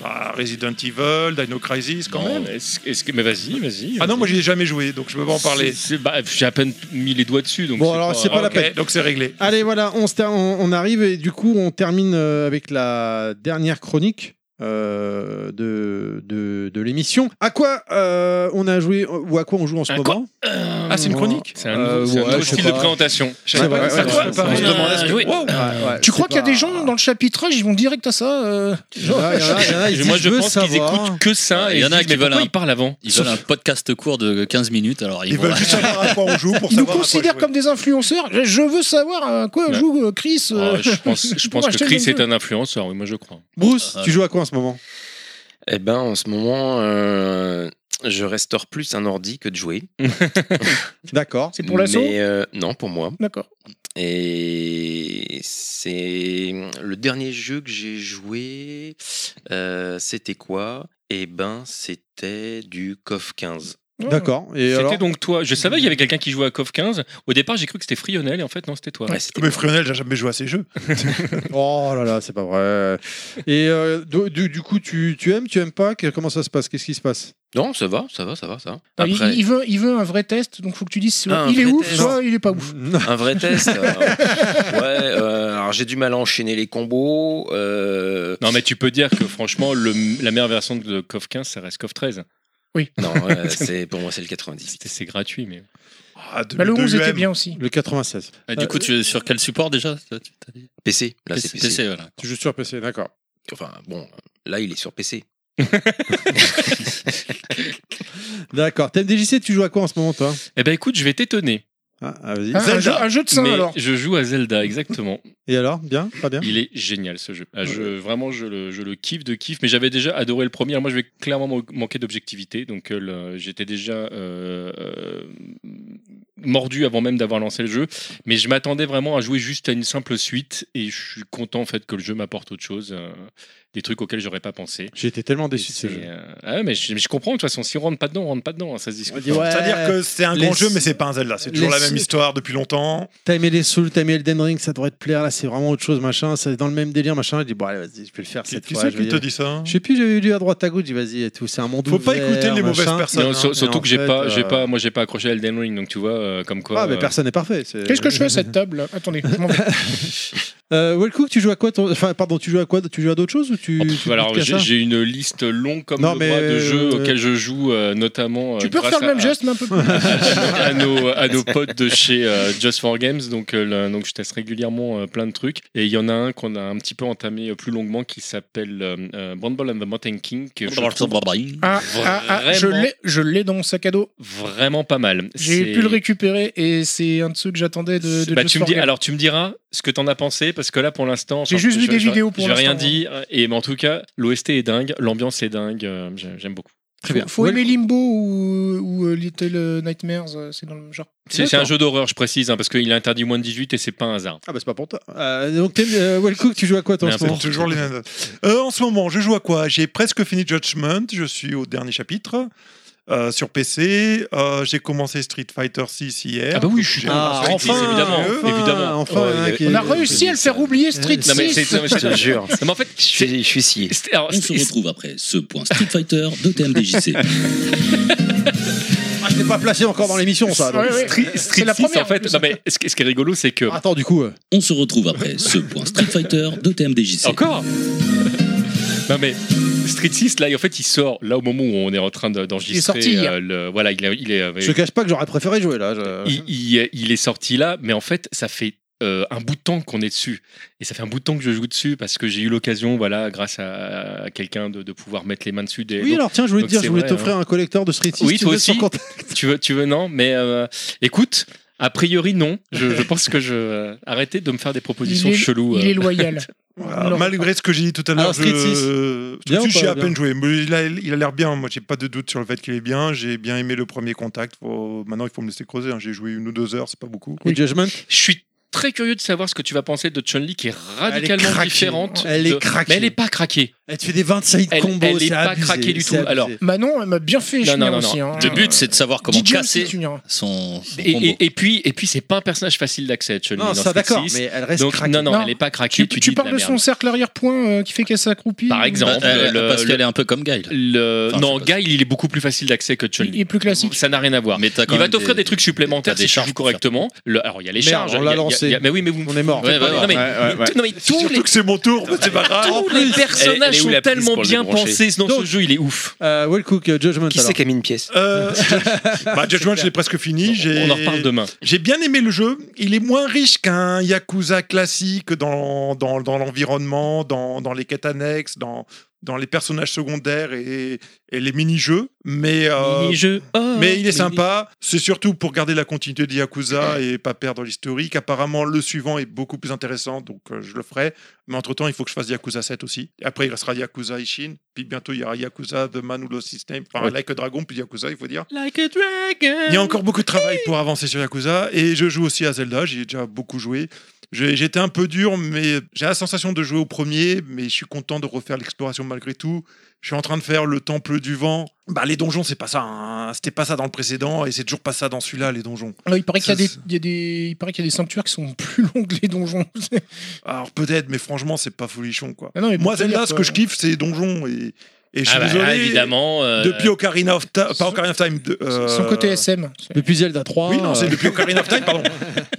Speaker 2: Bah, Resident Evil, Dino Crisis, quand même.
Speaker 3: Est-ce est-ce que mais vas-y, vas-y.
Speaker 2: Ah non, moi j'y ai jamais joué, donc je peux pas en parler.
Speaker 3: C'est- c'est- bah, J'ai à peine mis les doigts dessus, donc
Speaker 1: Bon, alors, c'est pas la
Speaker 3: ok,
Speaker 1: peine.
Speaker 2: Donc c'est réglé.
Speaker 1: Allez, voilà, on, se ter- on- on arrive et du coup, on termine euh, avec la dernière chronique euh, de, de, de l'émission. À quoi euh, on a joué ou à quoi on joue en ce moment Euh,
Speaker 2: Ah, c'est une chronique
Speaker 3: C'est un nouveau, c'est un nouveau style de présentation.
Speaker 1: Je sais pas.
Speaker 3: C'est
Speaker 1: Ouais,
Speaker 3: quoi,
Speaker 1: ouais,
Speaker 3: Paris
Speaker 1: ouais, ouais, ouais.
Speaker 3: Wow.
Speaker 1: Ouais, ouais,
Speaker 6: Tu crois
Speaker 1: c'est
Speaker 6: qu'il y a
Speaker 1: pas-
Speaker 6: des gens dans le chapitrage, ils vont direct à ça euh, genre-
Speaker 1: Ah, il y en a- il y en a, ils
Speaker 3: Moi,
Speaker 1: disent,
Speaker 3: je
Speaker 1: veux
Speaker 3: pense qu'ils
Speaker 1: savoir.
Speaker 3: écoutent que ça.
Speaker 7: Il y en a qui veulent un,
Speaker 3: ils parlent avant.
Speaker 7: Ils veulent un podcast court de 15 minutes, alors ils,
Speaker 2: Ils
Speaker 7: vont-
Speaker 2: veulent juste savoir à quoi on joue pour
Speaker 6: Ils nous
Speaker 2: savoir. à quoi
Speaker 6: considèrent
Speaker 2: jouer.
Speaker 6: comme des influenceurs. Je- Je veux savoir à quoi
Speaker 3: Ouais.
Speaker 6: joue euh, Chris. euh,
Speaker 3: Ah, je pense, je
Speaker 6: pour
Speaker 3: pense que
Speaker 6: acheter le
Speaker 3: Chris
Speaker 6: jeu.
Speaker 3: est un influenceur, Ben oui, moi je crois.
Speaker 1: Bruce,
Speaker 8: Euh,
Speaker 1: tu joues à quoi en ce moment
Speaker 8: Eh ben, en ce moment, euh, je restaure plus un ordi que de jouer.
Speaker 1: D'accord.
Speaker 6: C'est pour l'assaut
Speaker 8: Mais, euh, Non, pour moi.
Speaker 6: D'accord.
Speaker 8: Et c'est le dernier jeu que j'ai joué. euh, c'était quoi Eh ben, c'était du CoF 15.
Speaker 1: D'accord. Et
Speaker 3: C'était
Speaker 1: alors
Speaker 3: donc toi. Je savais qu'il y avait quelqu'un qui jouait à CoF 15. Au départ, j'ai cru que c'était Frionel et en fait, non, c'était toi.
Speaker 8: Ouais, c'était
Speaker 2: Mais Frionel, j'ai jamais joué à ces jeux.
Speaker 1: Oh là là, c'est pas vrai. Et euh, du, du- du coup, tu, tu aimes, tu aimes pas Que- Comment ça se passe Qu'est-ce qui se passe
Speaker 8: Non, ça va, ça va, ça va, ça. va.
Speaker 6: Il-
Speaker 8: Après,
Speaker 6: Il, veut, il veut un vrai test, donc faut que tu dises soit
Speaker 8: Ah, un
Speaker 6: il est
Speaker 8: vrai
Speaker 6: ouf,
Speaker 8: test.
Speaker 6: soit il est pas ouf.
Speaker 8: un vrai test. euh, ouais, euh, alors j'ai du mal à enchaîner les combos. euh,
Speaker 3: Non, mais tu peux dire que franchement, le- la meilleure version de CoF 15, ça reste CoF 13.
Speaker 8: Non, euh, c'est pour moi c'est le 90.
Speaker 3: C'est- C'est gratuit, mais.
Speaker 2: Ah, de-
Speaker 6: Bah, le
Speaker 2: de
Speaker 6: 11 était
Speaker 2: UM.
Speaker 6: bien aussi.
Speaker 1: Le Euh, 96.
Speaker 7: Ah, du coup, tu es sur quel support déjà toi, tu t'as dit
Speaker 8: PC, là c'est PC.
Speaker 7: voilà.
Speaker 1: Tu joues sur PC, d'accord.
Speaker 8: Enfin bon, là il est sur PC.
Speaker 1: D'accord. TMDJC, tu joues à quoi en ce moment, toi
Speaker 3: Eh ben écoute, je vais t'étonner.
Speaker 1: ah, ah, vas-y.
Speaker 6: Ah, un, jeu, un jeu de seins
Speaker 3: Mais
Speaker 6: alors.
Speaker 3: Je joue à Zelda, exactement.
Speaker 1: Et alors Bien Pas bien
Speaker 3: Il est génial ce jeu. Ah, je, vraiment, je le, je le kiffe de kiff. Mais j'avais déjà adoré le premier. Alors, Moi, je vais clairement man- manquer d'objectivité. Donc, euh, le- j'étais déjà euh, euh, mordu avant même d'avoir lancé le jeu. Mais je m'attendais vraiment à jouer juste à une simple suite. Et je suis content en fait que le jeu m'apporte autre chose, euh, des trucs auxquels j'aurais pas pensé.
Speaker 1: J'ai été tellement déçu de ce
Speaker 3: Et,
Speaker 1: jeu.
Speaker 3: euh, ah, mais, je, mais je comprends. De toute façon, si on rentre pas dedans, on rentre pas dedans. hein, ça se discute.
Speaker 1: dit, ouais.
Speaker 2: C'est-à-dire que c'est un grand
Speaker 1: Les-
Speaker 2: jeu, mais c'est pas un Zelda. C'est toujours
Speaker 1: les-
Speaker 2: la même histoire depuis longtemps.
Speaker 1: T'as aimé les Souls, t'as aimé Elden Ring, ça devrait te plaire, là c'est vraiment autre chose, machin, c'est dans le même délire, machin. Je dis, bon, allez, vas-y, je peux le faire
Speaker 2: Qui
Speaker 1: cette
Speaker 2: qui
Speaker 1: fois.
Speaker 2: c'est
Speaker 1: je vais
Speaker 2: qui
Speaker 1: y
Speaker 2: te
Speaker 1: aller.
Speaker 2: dit ça hein
Speaker 1: Je sais plus, j'avais lu à droite à gauche, je dis, vas-y, et tout, c'est un monde
Speaker 2: Faut pas
Speaker 1: ouvert,
Speaker 2: écouter les mauvaises
Speaker 1: machin.
Speaker 2: personnes.
Speaker 3: Non,
Speaker 2: hein.
Speaker 3: sur-
Speaker 1: Et
Speaker 3: surtout
Speaker 1: en
Speaker 3: que j'ai
Speaker 1: fait,
Speaker 3: pas, j'ai
Speaker 1: euh,
Speaker 3: pas, moi j'ai pas accroché à Elden Ring, donc tu vois, euh, comme quoi.
Speaker 1: Ah, mais
Speaker 3: euh,
Speaker 1: personne n'est parfait. c'est-
Speaker 6: Qu'est-ce que je fais à cette table Attendez, je m'en vais.
Speaker 1: Euh, Wellcook, tu joues à quoi ton- Enfin, pardon, tu joues à quoi Tu joues à d'autres choses ou tu.
Speaker 3: Oh,
Speaker 1: tu
Speaker 3: pff,
Speaker 1: te
Speaker 3: alors
Speaker 1: plies qu'à
Speaker 3: j'ai
Speaker 1: ça
Speaker 3: j'ai une liste longue comme
Speaker 1: Non,
Speaker 3: le
Speaker 1: mais,
Speaker 3: bras de
Speaker 1: euh,
Speaker 3: jeux auxquels je joue euh, notamment euh,
Speaker 6: Tu peux
Speaker 3: grâce
Speaker 6: refaire le
Speaker 3: à-
Speaker 6: même geste, mais un peu plus.
Speaker 3: à nos, à nos potes de chez euh, Just for Games donc euh, le- donc je teste régulièrement euh, plein de trucs et il y en a un qu'on a un petit peu entamé euh, plus longuement qui s'appelle euh, euh, Bramble and the Mountain King que je trouve
Speaker 6: Ah, ah, ah, je
Speaker 3: Vraiment.
Speaker 6: l'ai- je l'ai dans mon sac à dos.
Speaker 3: vraiment pas mal
Speaker 6: J'ai
Speaker 3: C'est-
Speaker 6: pu le récupérer et c'est un de ceux que j'attendais de, de
Speaker 3: Bah,
Speaker 6: Just
Speaker 3: tu me dis,
Speaker 6: Forget.
Speaker 3: alors tu me diras ce que t'en as pensé parce que là pour l'instant
Speaker 6: J'ai
Speaker 3: enfin,
Speaker 6: juste vu
Speaker 3: je-
Speaker 6: des
Speaker 3: je-
Speaker 6: vidéos pour
Speaker 3: je vais rien
Speaker 6: l'instant,
Speaker 3: dire et mais en tout cas l'OST est dingue l'ambiance est dingue euh, j'ai- j'aime beaucoup
Speaker 6: Très bien. Faut aimer Limbo ou, ou, euh, Little Nightmares, euh, c'est dans le même genre.
Speaker 3: C'est c'est un jeu d'horreur, je précise, hein, parce qu'il est interdit moins de 18 et c'est pas un hasard.
Speaker 1: Ah bah c'est pas pour toi. Euh, donc t'aimes, euh, Wellcook, tu joues à quoi toi en
Speaker 2: Merde,
Speaker 1: ce moment
Speaker 2: c'est toujours les mêmes. Euh, en ce moment, je joue à quoi J'ai presque fini Judgment, je suis au dernier chapitre. euh, sur PC, Euh, j'ai commencé Street Fighter 6 hier.
Speaker 3: Ah bah oui, je suis
Speaker 1: Ah,
Speaker 3: Street
Speaker 1: enfin,
Speaker 3: Fighter, évidemment,
Speaker 1: enfin,
Speaker 3: évidemment.
Speaker 1: enfin,
Speaker 3: Oh, il
Speaker 1: hein,
Speaker 3: est-
Speaker 1: qui-
Speaker 6: On a réussi à le faire oublier Street
Speaker 4: Non, mais
Speaker 6: 6.
Speaker 4: c'est- non, mais je te jure.
Speaker 3: Non, mais en fait,
Speaker 22: Je suis- je suis scié.
Speaker 3: c'est- alors,
Speaker 4: On se
Speaker 3: c'est-
Speaker 4: retrouve après ce point Street Fighter de TMDJC.
Speaker 1: Ah, je l'ai pas placé encore dans l'émission ça. donc.
Speaker 6: Ouais, ouais.
Speaker 3: Street, Street
Speaker 6: C'est la
Speaker 3: 6,
Speaker 6: première,
Speaker 3: en fait. Non, mais ce qui ce qui est rigolo, c'est que.
Speaker 1: Attends du coup. euh,
Speaker 4: On se retrouve après ce point Street Fighter de TMDJC.
Speaker 3: Encore Non, mais Street 6, là, en fait, il sort là au moment où on est en train de-
Speaker 6: Il est
Speaker 3: d'enregistrer.
Speaker 6: sorti hier.
Speaker 3: euh, le- Voilà, il, est- il est.
Speaker 1: Je te cache pas que j'aurais préféré jouer là. je-
Speaker 3: il, il- il est sorti là, mais en fait, ça fait euh, un bout de temps qu'on est dessus. Et ça fait un bout de temps que je joue dessus parce que j'ai eu l'occasion, voilà, grâce à, à quelqu'un, de, de pouvoir mettre les mains dessus. Des,
Speaker 1: Oui
Speaker 3: donc,
Speaker 1: alors tiens je voulais te
Speaker 3: donc
Speaker 1: dire
Speaker 3: c'est
Speaker 1: je voulais
Speaker 3: vrai, hein.
Speaker 1: t'offrir un collecteur de Street 6.
Speaker 3: Oui,
Speaker 1: tu
Speaker 3: toi
Speaker 1: veux son
Speaker 3: aussi.
Speaker 1: contact
Speaker 3: tu veux, tu veux, non, mais euh, écoute. A priori, non. Je, je pense que je. euh, arrêtez de me faire des propositions
Speaker 6: il est,
Speaker 3: cheloues.
Speaker 6: il
Speaker 3: euh.
Speaker 6: est loyal.
Speaker 2: Voilà,
Speaker 6: Non.
Speaker 2: malgré ce que j'ai dit tout à
Speaker 1: Alors,
Speaker 2: l'heure,
Speaker 1: Street Six.
Speaker 2: je
Speaker 1: Bien
Speaker 2: Street
Speaker 1: ou
Speaker 2: Six, j'ai
Speaker 1: pas
Speaker 2: à peine joué. Mais il a il a l'air bien. Moi, j'ai pas de doute sur le fait qu'il est bien. J'ai bien aimé le premier contact. Faut- Maintenant, il faut me laisser creuser. hein. J'ai joué une ou deux heures, c'est pas beaucoup.
Speaker 1: Et Judgment
Speaker 3: Je suis très curieux de savoir ce que tu vas penser de Chun-Li qui est radicalement
Speaker 1: craquée.
Speaker 3: différente.
Speaker 1: Elle est
Speaker 3: de-
Speaker 1: craquée.
Speaker 3: Mais elle n'est pas craquée.
Speaker 1: Elle te fait des 25
Speaker 3: Elle-
Speaker 1: combos.
Speaker 3: elle est
Speaker 1: c'est
Speaker 3: pas
Speaker 1: abusé,
Speaker 3: craquée du
Speaker 1: c'est
Speaker 3: tout. Alors,
Speaker 1: abusé.
Speaker 6: Manon, elle m'a bien fait
Speaker 3: Non, non,
Speaker 6: Junior
Speaker 3: non, non.
Speaker 6: aussi. hein.
Speaker 7: Le but, c'est de savoir comment
Speaker 6: DJ aussi,
Speaker 7: casser
Speaker 6: Junior.
Speaker 7: son, son
Speaker 3: Et,
Speaker 7: combo.
Speaker 3: et- et puis, et puis c'est pas un personnage facile d'accès, Chun-Li.
Speaker 1: Non
Speaker 3: dans
Speaker 1: ça
Speaker 3: Street
Speaker 1: d'accord
Speaker 3: Six.
Speaker 1: mais elle reste
Speaker 3: Donc,
Speaker 1: craquée.
Speaker 3: non, non,
Speaker 6: Non.
Speaker 3: elle est pas craquée.
Speaker 6: Tu,
Speaker 3: Tu,
Speaker 6: tu
Speaker 3: dis
Speaker 6: parles de
Speaker 3: la
Speaker 6: son
Speaker 3: merde.
Speaker 6: cercle arrière-point euh, qui fait qu'elle s'accroupit.
Speaker 3: Par
Speaker 6: ou-
Speaker 3: exemple.
Speaker 7: Bah, euh,
Speaker 3: le-
Speaker 7: parce
Speaker 3: le-
Speaker 7: qu'elle est un peu comme Guy. là.
Speaker 3: Le...
Speaker 7: Enfin,
Speaker 3: non,
Speaker 7: je sais
Speaker 3: Guy, il est beaucoup plus facile d'accès que
Speaker 6: Il il
Speaker 3: Chun-Li.
Speaker 6: est plus classique.
Speaker 3: Ça n'a rien à voir.
Speaker 7: Mais t'as quand
Speaker 3: Il va
Speaker 7: même
Speaker 3: t'offrir des... trucs supplémentaires
Speaker 7: t'as des
Speaker 3: si tu
Speaker 7: charges
Speaker 3: joues
Speaker 7: pour faire.
Speaker 3: correctement. Le- Alors, il y a les
Speaker 1: Merde,
Speaker 3: charges.
Speaker 1: on
Speaker 3: il y
Speaker 1: l'a
Speaker 3: a- il y a-
Speaker 1: lancé.
Speaker 3: il y a- Mais oui, mais vous.
Speaker 1: On est mort.
Speaker 7: Ouais, ouais,
Speaker 3: Non, mais,
Speaker 23: ouais, ouais.
Speaker 3: non, mais tous
Speaker 2: Surtout
Speaker 3: les,
Speaker 2: que c'est mon tour, mais c'est pas grave.
Speaker 3: tous les
Speaker 7: Elle- elle
Speaker 3: personnages
Speaker 7: est où
Speaker 3: sont
Speaker 7: la prise
Speaker 3: tellement
Speaker 7: pour le
Speaker 3: bien
Speaker 7: débrancher
Speaker 3: pensés dans ce
Speaker 1: Donc-
Speaker 3: jeu, il est ouf.
Speaker 1: Euh, Wellcook euh, Judgment
Speaker 22: Qui
Speaker 1: alors.
Speaker 22: c'est qui a mis une pièce
Speaker 2: Euh, bah, Judgment, je l'ai presque fini. j'ai-
Speaker 3: On en reparle demain.
Speaker 2: J'ai bien aimé le jeu. Il est moins riche qu'un Yakuza classique dans, dans, dans l'environnement, dans, dans les quêtes annexes, dans, dans les personnages secondaires et, et les mini-jeux. Mais, euh,
Speaker 4: Mini-jeu.
Speaker 2: mais il est sympa. C'est surtout pour garder la continuité de Yakuza et pas perdre l'historique. Apparemment, le suivant est beaucoup plus intéressant, donc euh, je le ferai. Mais entre-temps, il faut que je fasse Yakuza 7 aussi. Et après, il restera Yakuza Ishin. Puis bientôt, il y aura Yakuza The Man Who Lost His Name. Enfin, Like a Dragon, puis Yakuza, il faut dire. Il y a encore beaucoup de travail pour avancer sur Yakuza et je joue aussi à Zelda, j'y ai déjà beaucoup joué. J'ai- J'étais un peu dur, mais j'ai la sensation de jouer au premier, mais je suis content de refaire l'exploration malgré tout. Je suis en train de faire le temple du vent. Bah, les donjons, c'est pas ça. hein. C'était pas ça dans le précédent et c'est toujours pas ça dans celui-là, les donjons.
Speaker 6: Alors, Ah, il paraît qu'il y, a
Speaker 2: Ça,
Speaker 6: des-
Speaker 2: c'est-
Speaker 6: il y a des- il paraît qu'il y a des sanctuaires qui sont plus longs que les donjons.
Speaker 2: Alors peut-être, mais franchement, c'est pas folichon quoi.
Speaker 6: Ah non, mais pour
Speaker 2: Moi,
Speaker 6: te
Speaker 2: Zelda,
Speaker 6: dire,
Speaker 2: ce
Speaker 6: quoi.
Speaker 2: que je kiffe, c'est les donjons et, et je suis
Speaker 3: Ah bah,
Speaker 2: désolé.
Speaker 3: évidemment. euh,
Speaker 2: Depuis Ocarina of Time, pas Ocarina of Time. de-
Speaker 6: Son
Speaker 2: euh,
Speaker 6: côté SM.
Speaker 1: Depuis Zelda 3.
Speaker 2: Oui, non, c'est
Speaker 1: euh,
Speaker 2: depuis Ocarina of Time, pardon.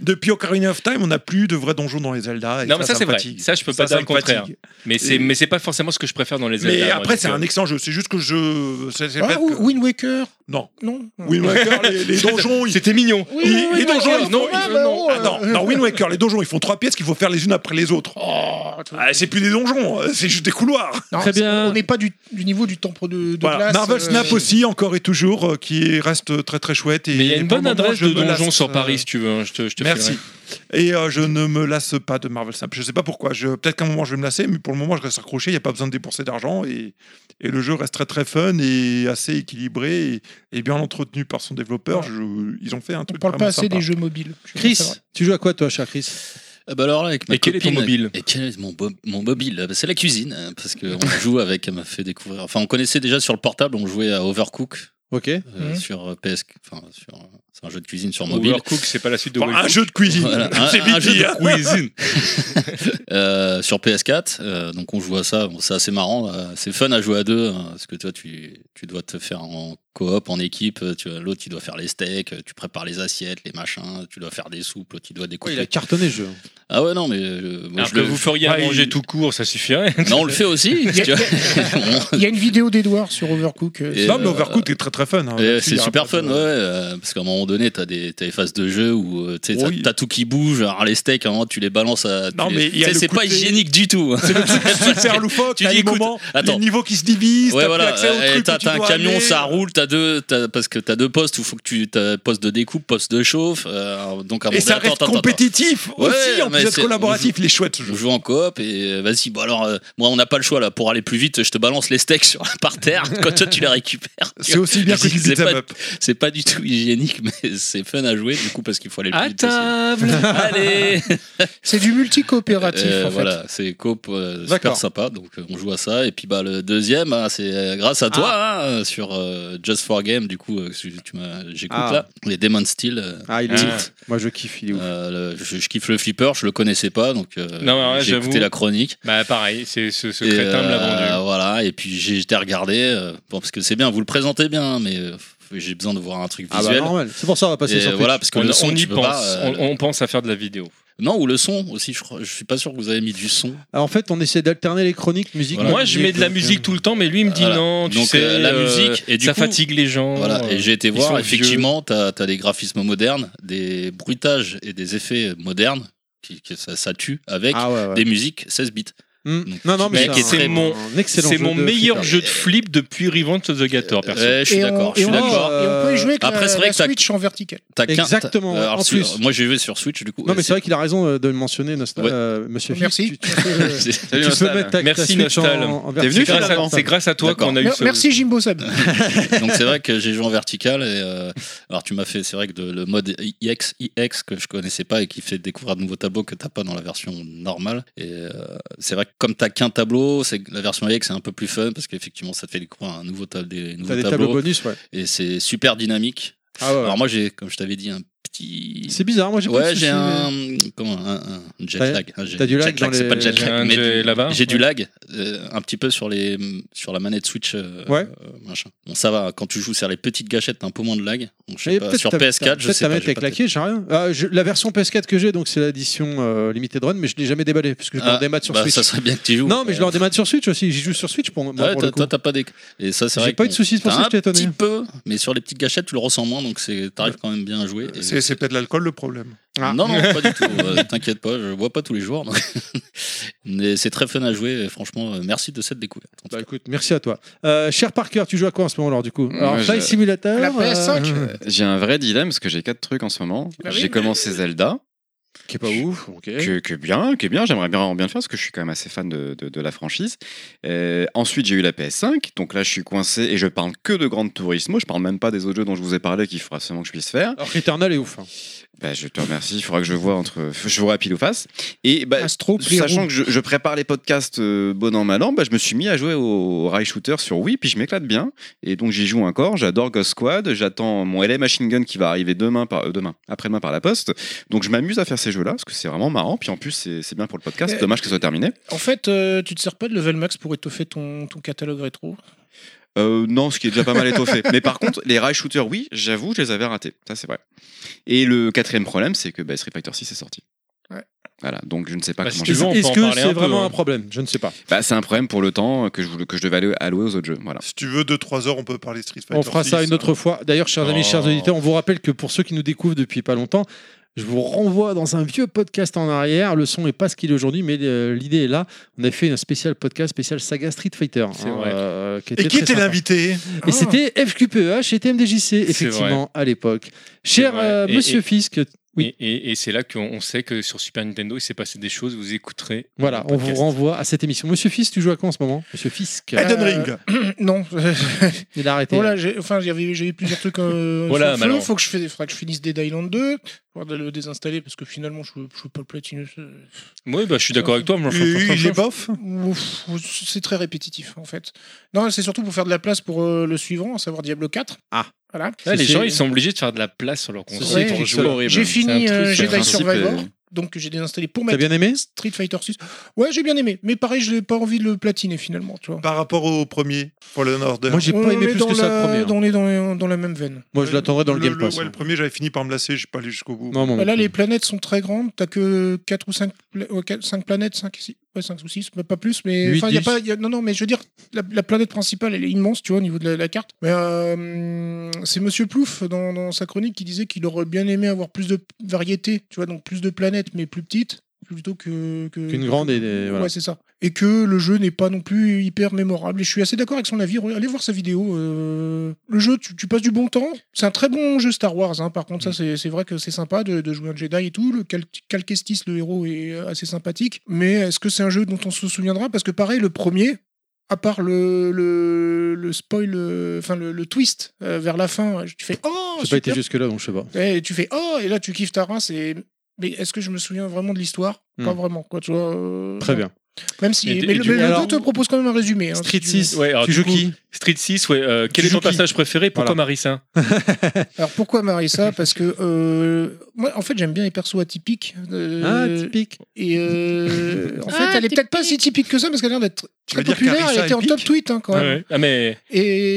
Speaker 2: Depuis Ocarina of Time, on n'a plus de vrais donjons dans les Zelda. et
Speaker 3: Non, mais ça,
Speaker 2: me
Speaker 3: c'est vrai.
Speaker 2: fatigue.
Speaker 3: Ça, je peux pas
Speaker 2: Ah, ça
Speaker 3: dire le
Speaker 2: me
Speaker 3: contraire.
Speaker 2: fatigue.
Speaker 3: Mais c'est
Speaker 2: Et-
Speaker 3: mais c'est pas forcément ce que je préfère dans les Zelda.
Speaker 2: Mais
Speaker 3: moi,
Speaker 2: après,
Speaker 3: donc,
Speaker 2: c'est
Speaker 3: euh,
Speaker 2: un excellent jeu. C'est juste que je. c'est- c'est
Speaker 6: Ah,
Speaker 2: vrai
Speaker 6: ou-
Speaker 2: que-
Speaker 6: Wind Waker
Speaker 2: Non.
Speaker 6: Non
Speaker 2: Wind Waker, les, les donjons. Ils...
Speaker 3: C'était mignon.
Speaker 6: Oui,
Speaker 2: ils-
Speaker 6: oui, oui,
Speaker 2: les donjons,
Speaker 6: Waker,
Speaker 2: ils- non,
Speaker 6: ah,
Speaker 2: ils-
Speaker 6: bah,
Speaker 2: non.
Speaker 6: oh,
Speaker 2: Ah, non,
Speaker 6: euh,
Speaker 2: non, Wind Waker, les donjons, ils font trois pièces qu'il faut faire les unes après les autres. Ah, c'est plus des donjons, euh, c'est juste des couloirs.
Speaker 6: Oh, Non,
Speaker 1: Très bien.
Speaker 6: On n'est pas du, du niveau du temple de, de
Speaker 2: Voilà.
Speaker 6: glace.
Speaker 2: Marvel
Speaker 6: euh,
Speaker 2: Snap aussi, encore et toujours, euh, qui reste très très chouette. Et
Speaker 3: Mais il y a une
Speaker 2: pour le
Speaker 3: bonne
Speaker 2: moment,
Speaker 3: adresse
Speaker 2: je
Speaker 3: de
Speaker 2: me lasse,
Speaker 3: donjon sur
Speaker 2: euh,
Speaker 3: Paris, si tu veux. hein, Je te, je te
Speaker 2: Merci.
Speaker 3: filerai.
Speaker 2: Et euh, je ne me lasse pas de Marvel Snap. Je sais pas pourquoi. Je, peut-être qu'à un moment je vais me lasser, mais pour le moment je reste accroché. Il n'y a pas besoin de dépenser d'argent et, et le jeu reste très très fun et assez équilibré et, et bien entretenu par son développeur. Je- ils ont fait un
Speaker 6: On
Speaker 2: truc.
Speaker 6: parle
Speaker 3: Ah,
Speaker 6: pas
Speaker 2: vraiment
Speaker 6: assez
Speaker 2: sympa.
Speaker 6: des jeux mobiles. Je sais
Speaker 1: Chris
Speaker 6: pas, c'est
Speaker 1: tu joues à quoi toi cher Chris
Speaker 7: Ah bah alors là, avec ma
Speaker 3: Et quel est ton
Speaker 7: copine-
Speaker 3: mobile
Speaker 7: Et quel est mon, bo- mon mobile Bah, C'est la cuisine, hein, parce qu'on joue avec, elle m'a fait découvrir. Enfin, on connaissait déjà sur le portable, on jouait à Overcook
Speaker 1: Ok.
Speaker 7: euh,
Speaker 6: Mhm.
Speaker 7: sur euh, PS. Enfin, sur, euh, c'est un jeu de cuisine sur mobile.
Speaker 3: Overcook, c'est pas la suite de
Speaker 2: Bon, un
Speaker 3: Overcook.
Speaker 2: jeu de cuisine.
Speaker 7: Voilà, un-
Speaker 2: c'est
Speaker 7: un
Speaker 2: vite
Speaker 7: jeu
Speaker 2: dit,
Speaker 7: de
Speaker 2: hein.
Speaker 7: cuisine. Euh, sur PS4, euh, donc on joue à ça, bon, c'est assez marrant, euh, c'est fun à jouer à deux, hein, parce que toi tu, tu dois te faire en coop, en équipe, euh, tu vois, l'autre il doit faire les steaks, euh, tu prépares les assiettes, les machins, tu dois faire des soupes, l'autre il
Speaker 3: Oh,
Speaker 7: doit découper.
Speaker 1: Il a cartonné le jeu.
Speaker 7: Ah ouais non mais euh, moi,
Speaker 3: Alors
Speaker 7: je
Speaker 3: que
Speaker 7: le-
Speaker 3: vous feriez à
Speaker 7: Ouais,
Speaker 3: manger
Speaker 7: il-
Speaker 3: tout court, ça suffirait.
Speaker 7: Non on le fait aussi. tu vois.
Speaker 6: ça. Il y a une vidéo d'Edouard sur Overcook. euh,
Speaker 7: Et,
Speaker 2: Non, mais
Speaker 7: euh,
Speaker 2: Overcooked est très très fun. hein.
Speaker 7: Et
Speaker 2: Là-dessus,
Speaker 7: c'est
Speaker 2: il y a
Speaker 7: super
Speaker 2: pas
Speaker 7: fun,
Speaker 2: de-
Speaker 7: ouais, euh, parce qu'à un moment donné, t'as des, t'as des phases de jeu où euh, tu sais, t'as
Speaker 2: Oui.
Speaker 7: t'as tout qui bouge. Alors les steaks, à un moment, tu les balances à. tu
Speaker 2: Non,
Speaker 7: les-
Speaker 2: mais il y a
Speaker 7: tu sais,
Speaker 2: le
Speaker 7: c'est pas
Speaker 2: côté-
Speaker 7: hygiénique du tout.
Speaker 2: C'est le truc super loufoque.
Speaker 7: Tu
Speaker 2: t'as
Speaker 7: dis,
Speaker 2: les
Speaker 7: écoute,
Speaker 2: moments,
Speaker 7: attends.
Speaker 2: les niveaux qui se divisent,
Speaker 7: Ouais,
Speaker 2: t'as
Speaker 7: voilà,
Speaker 2: plus accès au
Speaker 3: Eh,
Speaker 7: euh,
Speaker 2: truc
Speaker 7: t'as
Speaker 2: où tu
Speaker 7: t'as un
Speaker 2: dois
Speaker 7: camion,
Speaker 2: aller.
Speaker 7: ça roule, t'as deux, t'as- parce que t'as deux postes où faut que tu t'as poste de découpe, poste de chauffe. euh, donc à un
Speaker 2: Et
Speaker 7: moment
Speaker 2: ça
Speaker 7: donné,
Speaker 2: reste
Speaker 7: attends, attends, attends.
Speaker 2: compétitif
Speaker 7: Ouais,
Speaker 2: aussi, en
Speaker 7: mais
Speaker 2: plus d'être
Speaker 7: c'est-
Speaker 2: collaboratif.
Speaker 7: on joue-
Speaker 2: les chouettes.
Speaker 7: On joue en coop et euh, vas-y, bon alors, euh, moi on n'a pas le choix là, pour aller plus vite, je te balance les steaks sur, par terre, quand toi tu les récupères.
Speaker 2: C'est aussi bien que du
Speaker 7: C'est
Speaker 2: beat'em
Speaker 7: pas-
Speaker 2: up.
Speaker 7: C'est pas du tout hygiénique, mais c'est fun à jouer du coup parce qu'il faut aller le plus
Speaker 6: À
Speaker 7: vite. possible.
Speaker 6: table
Speaker 7: Allez
Speaker 6: C'est du multicoopératif,
Speaker 7: Euh,
Speaker 6: en fait.
Speaker 7: Voilà, c'est coop euh, super
Speaker 6: D'accord.
Speaker 7: sympa, donc euh, on joue à ça. Et puis bah, le deuxième, ah, c'est euh, grâce à toi hein, euh, sur euh, Just for Game, du coup, euh, tu- tu m'as- j'écoute
Speaker 1: Ah.
Speaker 7: là, les Demon Steel. euh,
Speaker 1: Ah, il est
Speaker 7: Tilt.
Speaker 1: ouf. Moi, je kiffe, il est ouf.
Speaker 7: Euh, le- je, je kiffe le flipper, je le connaissais pas, donc euh,
Speaker 24: Non, mais ouais,
Speaker 7: j'ai
Speaker 24: j'avoue.
Speaker 7: écouté la chronique.
Speaker 24: Bah pareil, c'est ce, ce
Speaker 7: Et,
Speaker 24: crétin me l'a
Speaker 7: euh,
Speaker 24: vendu.
Speaker 7: Voilà, et puis j'ai- j'étais regardé, euh, bon, parce que c'est bien, vous le présentez bien, hein, mais euh, j'ai besoin de voir un truc
Speaker 1: Ah bah,
Speaker 7: visuel.
Speaker 1: normal. C'est pour ça, on va passer
Speaker 7: Et
Speaker 1: sur Twitch.
Speaker 7: Voilà, parce que
Speaker 1: On-
Speaker 7: le son,
Speaker 1: on y
Speaker 7: tu peux
Speaker 1: pense.
Speaker 7: pas, euh,
Speaker 3: On, on pense à faire de la vidéo.
Speaker 7: Non, ou le son aussi, je, crois, je suis pas sûr que vous avez mis du son.
Speaker 1: Alors, Euh, en fait, on essaie d'alterner les chroniques, musique.
Speaker 3: Moi, je mets de la musique tout le temps, mais lui, il me dit
Speaker 7: Voilà.
Speaker 3: non, tu
Speaker 7: Donc,
Speaker 3: sais,
Speaker 7: euh, la
Speaker 3: euh,
Speaker 7: musique et du
Speaker 3: ça
Speaker 7: coup-
Speaker 3: fatigue les gens.
Speaker 7: Voilà, et j'ai été
Speaker 3: ils sont
Speaker 7: voir,
Speaker 3: vieux.
Speaker 7: effectivement, tu as, des graphismes modernes, des bruitages et des effets modernes, qui, qui- ça, ça tue, avec
Speaker 1: Ah ouais, ouais.
Speaker 7: des musiques 16 bits.
Speaker 1: Hmm. Non, non, mais
Speaker 7: Mec, et
Speaker 1: c'est
Speaker 7: c'est
Speaker 1: un-
Speaker 7: mon-
Speaker 1: un excellent
Speaker 3: C'est
Speaker 1: jeu
Speaker 3: mon
Speaker 1: de
Speaker 3: meilleur
Speaker 1: flipper.
Speaker 3: jeu de flip depuis Revenge of the Gator, perso.
Speaker 7: Euh, Ouais, je suis
Speaker 6: Et on-
Speaker 7: d'accord, je
Speaker 6: et
Speaker 7: suis
Speaker 6: on-
Speaker 7: d'accord.
Speaker 6: Et on peut y jouer avec
Speaker 7: Après,
Speaker 6: la,
Speaker 7: c'est vrai
Speaker 6: la
Speaker 7: que t'as-
Speaker 6: Switch en vertical.
Speaker 7: T'as qu'un-
Speaker 1: Exactement,
Speaker 7: t'as-
Speaker 1: ouais,
Speaker 7: alors,
Speaker 1: en
Speaker 7: sur-
Speaker 1: plus.
Speaker 7: Moi, j'ai joué sur Switch, du coup.
Speaker 1: Non,
Speaker 7: et
Speaker 1: mais c'est vrai qu'il a raison euh, de le mentionner, Nostal.
Speaker 7: Ouais.
Speaker 1: euh, Monsieur Phil,
Speaker 6: Merci.
Speaker 1: tu- tu peux, euh,
Speaker 7: Salut,
Speaker 1: tu peux
Speaker 7: Nostal.
Speaker 1: mettre ta- ta
Speaker 7: Merci,
Speaker 1: Switch en-
Speaker 7: Nostal.
Speaker 1: en
Speaker 7: T'es venu,
Speaker 1: vertical.
Speaker 7: finalement
Speaker 1: D'accord.
Speaker 3: C'est grâce à toi
Speaker 7: D'accord.
Speaker 3: qu'on a eu
Speaker 6: Mer-
Speaker 3: ce.
Speaker 6: Merci Jimbo Sab.
Speaker 7: Donc c'est vrai que j'ai joué en vertical et euh, alors tu m'as fait c'est vrai que de- le mode IX IX que je connaissais pas et qui fait découvrir de nouveaux tableaux que t'as pas dans la version normale et euh, c'est vrai que comme t'as qu'un tableau c'est que la version IX est un peu plus fun parce qu'effectivement ça te fait découvrir un nouveau ta- des nouveaux
Speaker 1: T'as des
Speaker 7: tableaux,
Speaker 1: tableaux bonus, ouais.
Speaker 7: et c'est super dynamique.
Speaker 1: Ah ouais, ouais.
Speaker 7: Alors moi j'ai comme je t'avais dit un petit
Speaker 1: C'est bizarre, moi j'ai pas de
Speaker 7: ouais,
Speaker 1: soucis,
Speaker 7: j'ai un,
Speaker 1: mais-
Speaker 7: comment, un, un jet
Speaker 1: T'as-
Speaker 7: lag. hein, j'ai-
Speaker 1: t'as du lag
Speaker 7: jet
Speaker 1: dans
Speaker 7: c'est
Speaker 1: les-
Speaker 7: pas jet
Speaker 1: J'ai un
Speaker 7: lag, mais
Speaker 3: jet là-bas,
Speaker 7: j'ai du
Speaker 3: ouais.
Speaker 7: lag euh, un petit peu sur les sur la manette Switch. euh,
Speaker 1: Ouais.
Speaker 7: euh, machin. Bon, ça va. Quand tu joues sur les petites gâchettes, t'as un peu moins de lag. Donc, je sais
Speaker 1: Et
Speaker 7: pas,
Speaker 1: peut-être
Speaker 7: Euh, sur
Speaker 1: ta-
Speaker 7: PS4,
Speaker 1: ta-
Speaker 7: je
Speaker 1: peut-être
Speaker 7: sais
Speaker 1: ta
Speaker 7: pas.
Speaker 1: manette
Speaker 7: j'ai
Speaker 1: avec
Speaker 7: pas
Speaker 1: laquelle, j'ai rien. Ah, je- la version PS4 que j'ai, donc c'est l'édition euh, Limited Run, mais je l'ai jamais déballée parce que je
Speaker 7: Ah,
Speaker 1: l'en démat sur
Speaker 7: bah,
Speaker 1: Switch.
Speaker 7: ça serait bien que tu joues. euh.
Speaker 1: Non, mais je l'en démat sur Switch aussi. J'y joue sur Switch pour, moi,
Speaker 7: Ouais,
Speaker 1: pour
Speaker 7: t'as-
Speaker 1: le coup.
Speaker 7: toi, t'as pas des. Et ça, c'est
Speaker 1: J'ai
Speaker 7: vrai.
Speaker 1: pas
Speaker 7: que
Speaker 1: eu de soucis, c'est pour
Speaker 7: t'as
Speaker 1: ça que
Speaker 7: un
Speaker 1: j'étais étonné.
Speaker 7: petit peu, mais sur les petites gâchettes, tu le ressens moins, donc c'est- t'arrives quand même bien à jouer. Et-
Speaker 2: C'est c'est peut-être l'alcool le problème.
Speaker 7: Non, non, pas du tout. Euh, T'inquiète pas, je bois pas tous les jours. donc. Mais c'est très fun à jouer. et Franchement, euh, merci de cette découverte. en tout
Speaker 1: Bah écoute, merci à toi. Euh, cher Parker, tu joues à quoi en ce moment alors du coup Alors
Speaker 5: Moi,
Speaker 1: Flight
Speaker 5: je-
Speaker 1: Simulator.
Speaker 6: La
Speaker 1: euh,
Speaker 6: PS5
Speaker 5: J'ai un vrai dilemme parce que j'ai quatre trucs en ce moment.
Speaker 6: Bah oui,
Speaker 5: j'ai
Speaker 6: mais-
Speaker 5: commencé Zelda.
Speaker 1: Qui est pas ouf, ok.
Speaker 5: que, que bien, que bien. J'aimerais bien, bien le faire parce que je suis quand même assez fan de, de- de la franchise. Euh, ensuite, j'ai eu la PS5, donc là, je suis coincé et je parle que de Grand Turismo. Je parle même pas des autres jeux dont je vous ai parlé qu'il faudra seulement que je puisse faire.
Speaker 1: Alors Returnal est ouf. hein.
Speaker 5: Bah, je te remercie. Il faudra que je vois entre, je vois à pile ou face. Et bah,
Speaker 1: Prirou.
Speaker 5: sachant que je, je prépare les podcasts euh, bon an mal an, bah, je me suis mis à jouer au rail shooter sur Wii, puis je m'éclate bien. Et donc j'y joue encore. J'adore Ghost Squad. J'attends mon LA Machine Gun qui va arriver demain, par, euh, demain, après-demain par la poste. Donc je m'amuse à faire ces jeux-là parce que c'est vraiment marrant. Puis en plus c'est c'est bien pour le podcast.
Speaker 1: Eh.
Speaker 6: Euh,
Speaker 5: Dommage que ce soit terminé.
Speaker 6: En fait, euh, tu te sers pas de level max pour étoffer ton, ton catalogue rétro.
Speaker 5: Euh, non, ce qui est déjà pas mal étoffé. Mais par contre, les rail shooters, oui, j'avoue, je les avais ratés. Ça, c'est vrai. Et le quatrième problème, c'est que bah, Street Fighter 6 est sorti.
Speaker 6: Ouais.
Speaker 5: Voilà, donc je ne sais pas
Speaker 24: Bah,
Speaker 5: comment
Speaker 24: si tu
Speaker 5: je vais
Speaker 24: veux, on
Speaker 5: faire.
Speaker 24: peut en
Speaker 1: Est-ce que
Speaker 24: parler un
Speaker 1: c'est
Speaker 24: peu,
Speaker 1: vraiment
Speaker 24: hein.
Speaker 1: un problème Je ne sais pas.
Speaker 5: Bah, c'est un problème pour le temps que je, voulais- que je devais allouer- allouer aux autres jeux. Voilà.
Speaker 2: Si tu veux, deux, trois heures, on peut parler Street Fighter.
Speaker 1: On fera ça
Speaker 2: 6.
Speaker 1: une autre fois. D'ailleurs, chers amis,
Speaker 2: Oh.
Speaker 1: chers auditeurs, on vous rappelle que pour ceux qui nous découvrent depuis pas longtemps, je vous renvoie dans un vieux podcast en arrière. Le son est pas ce qu'il est aujourd'hui, mais euh, l'idée est là. On a fait un spécial podcast, spécial saga Street Fighter.
Speaker 24: C'est vrai.
Speaker 1: euh, qui
Speaker 2: Et qui
Speaker 1: très
Speaker 2: était
Speaker 1: sympa.
Speaker 2: l'invité Ah.
Speaker 1: Et c'était FQPEH E et TMDJC, effectivement, à l'époque. Cher
Speaker 3: vrai.
Speaker 1: euh,
Speaker 3: Et-
Speaker 1: Monsieur
Speaker 3: et-
Speaker 1: Fisk, oui.
Speaker 3: Et, et- et c'est là qu'on on sait que sur Super Nintendo, il s'est passé des choses, vous écouterez.
Speaker 1: voilà,
Speaker 3: le
Speaker 1: on vous
Speaker 3: podcast.
Speaker 1: renvoie à cette émission. Monsieur Fisk, tu joues à quoi en ce moment Euh, Monsieur Fisk,
Speaker 2: Elden Ring.
Speaker 6: euh, non.
Speaker 1: il a arrêté.
Speaker 6: Voilà, j'ai enfin, j'avais- j'ai eu plusieurs trucs. euh,
Speaker 3: Voilà,
Speaker 6: sur le feu.
Speaker 3: Malin.
Speaker 6: Faut que je fais, faudra que je finisse Dead Island 2, pour le désinstaller parce que finalement, je, je veux pas le platiner.
Speaker 3: Oui, bah, je suis d'accord avec toi. moi, je-
Speaker 2: Et Il est bof
Speaker 6: Ouf, C'est très répétitif en fait. Non, c'est surtout pour faire de la place pour euh, le suivant, à savoir Diablo 4.
Speaker 1: Ah.
Speaker 6: Voilà.
Speaker 3: Ouais, les
Speaker 1: Ceci-
Speaker 3: gens, ils sont obligés de faire de la place sur leur console
Speaker 6: Ouais,
Speaker 3: pour
Speaker 1: j'ai-
Speaker 3: jouer.
Speaker 5: horrible.
Speaker 6: J'ai fini
Speaker 3: bah, C'est un
Speaker 6: euh,
Speaker 3: truc,
Speaker 6: Jedi
Speaker 5: un principe,
Speaker 6: Survivor,
Speaker 5: euh,
Speaker 6: donc que j'ai désinstallé pour
Speaker 1: T'as
Speaker 6: mettre
Speaker 1: bien aimé
Speaker 6: Street Fighter 6. Ouais, j'ai bien aimé, mais pareil, je n'ai pas envie de le platiner finalement, tu vois.
Speaker 2: Par rapport au premier, Fallen Order.
Speaker 1: Moi, j'ai
Speaker 6: On
Speaker 1: pas aimé
Speaker 6: est
Speaker 1: plus
Speaker 6: dans
Speaker 1: que ça le
Speaker 6: la-
Speaker 1: premier. hein.
Speaker 6: On est dans, les- dans la même veine.
Speaker 1: Moi, je l'attendrai dans le, Game
Speaker 2: le,
Speaker 1: Pass. hein.
Speaker 2: ouais, le premier, j'avais fini par me lasser, je suis pas allé jusqu'au bout.
Speaker 1: Non, moi non
Speaker 6: Bah là,
Speaker 1: plus.
Speaker 6: les planètes sont très grandes. T'as que 4 ou 5, planètes, 5 ici. quoi, 5 ou 6, pas plus, mais.
Speaker 1: Huit,
Speaker 6: Enfin, il y a
Speaker 1: dix.
Speaker 6: pas. il y a- non, non, mais je veux dire, la, la planète principale, elle est immense, tu vois, au niveau de la, la carte. Mais euh, c'est Monsieur Plouf, dans, dans sa chronique, qui disait qu'il aurait bien aimé avoir plus de p- variété, tu vois, donc plus de planètes, mais plus petites, plutôt que. que-
Speaker 1: Qu'une grande
Speaker 6: Ouais,
Speaker 1: et. des- voilà.
Speaker 6: c'est ça. Et que le jeu n'est pas non plus hyper mémorable. Et je suis assez d'accord avec son avis. Allez voir sa vidéo. euh, Le jeu, tu, tu passes du bon temps. C'est un très bon jeu Star Wars. hein. Par contre,
Speaker 1: Mm.
Speaker 6: ça, c'est- c'est vrai que c'est sympa de, de jouer un Jedi et tout. Le Cal Cal Kestis, le héros, est euh, assez sympathique. Mais est-ce que c'est un jeu dont on se souviendra Parce que pareil, le premier, à part le, le, le spoil, euh, enfin le, le twist euh, vers la fin, tu fais oh,
Speaker 1: J'ai pas été
Speaker 6: super
Speaker 1: jusque-là, donc je sais pas.
Speaker 6: et tu fais oh et là tu kiffes ta race et mais est-ce que je me souviens vraiment de l'histoire
Speaker 1: Hmm.
Speaker 6: Pas vraiment quoi, tu vois. euh,
Speaker 1: Très
Speaker 6: non.
Speaker 1: bien.
Speaker 6: Même si
Speaker 3: Et-
Speaker 6: mais,
Speaker 3: et
Speaker 6: le-
Speaker 3: du-
Speaker 6: mais le
Speaker 3: alors-
Speaker 6: jeu te propose quand même un résumé. hein, si tu veux.
Speaker 3: Ouais, alors, du coup, Street 6, ouais. euh, quel est ton passage préféré Pourquoi Marissin
Speaker 6: Alors pourquoi Marissa Parce que euh, moi en fait j'aime bien les persos atypiques. euh,
Speaker 1: Ah, typique.
Speaker 6: Et euh, en fait elle est peut-être pas si typique que ça parce qu'elle a l'air d'être très
Speaker 3: veux dire
Speaker 6: populaire. Elle
Speaker 3: qu'Arissa
Speaker 6: était en
Speaker 3: est
Speaker 6: top tweet hein, quand
Speaker 3: Ah
Speaker 6: même.
Speaker 3: ouais. Ah, mais.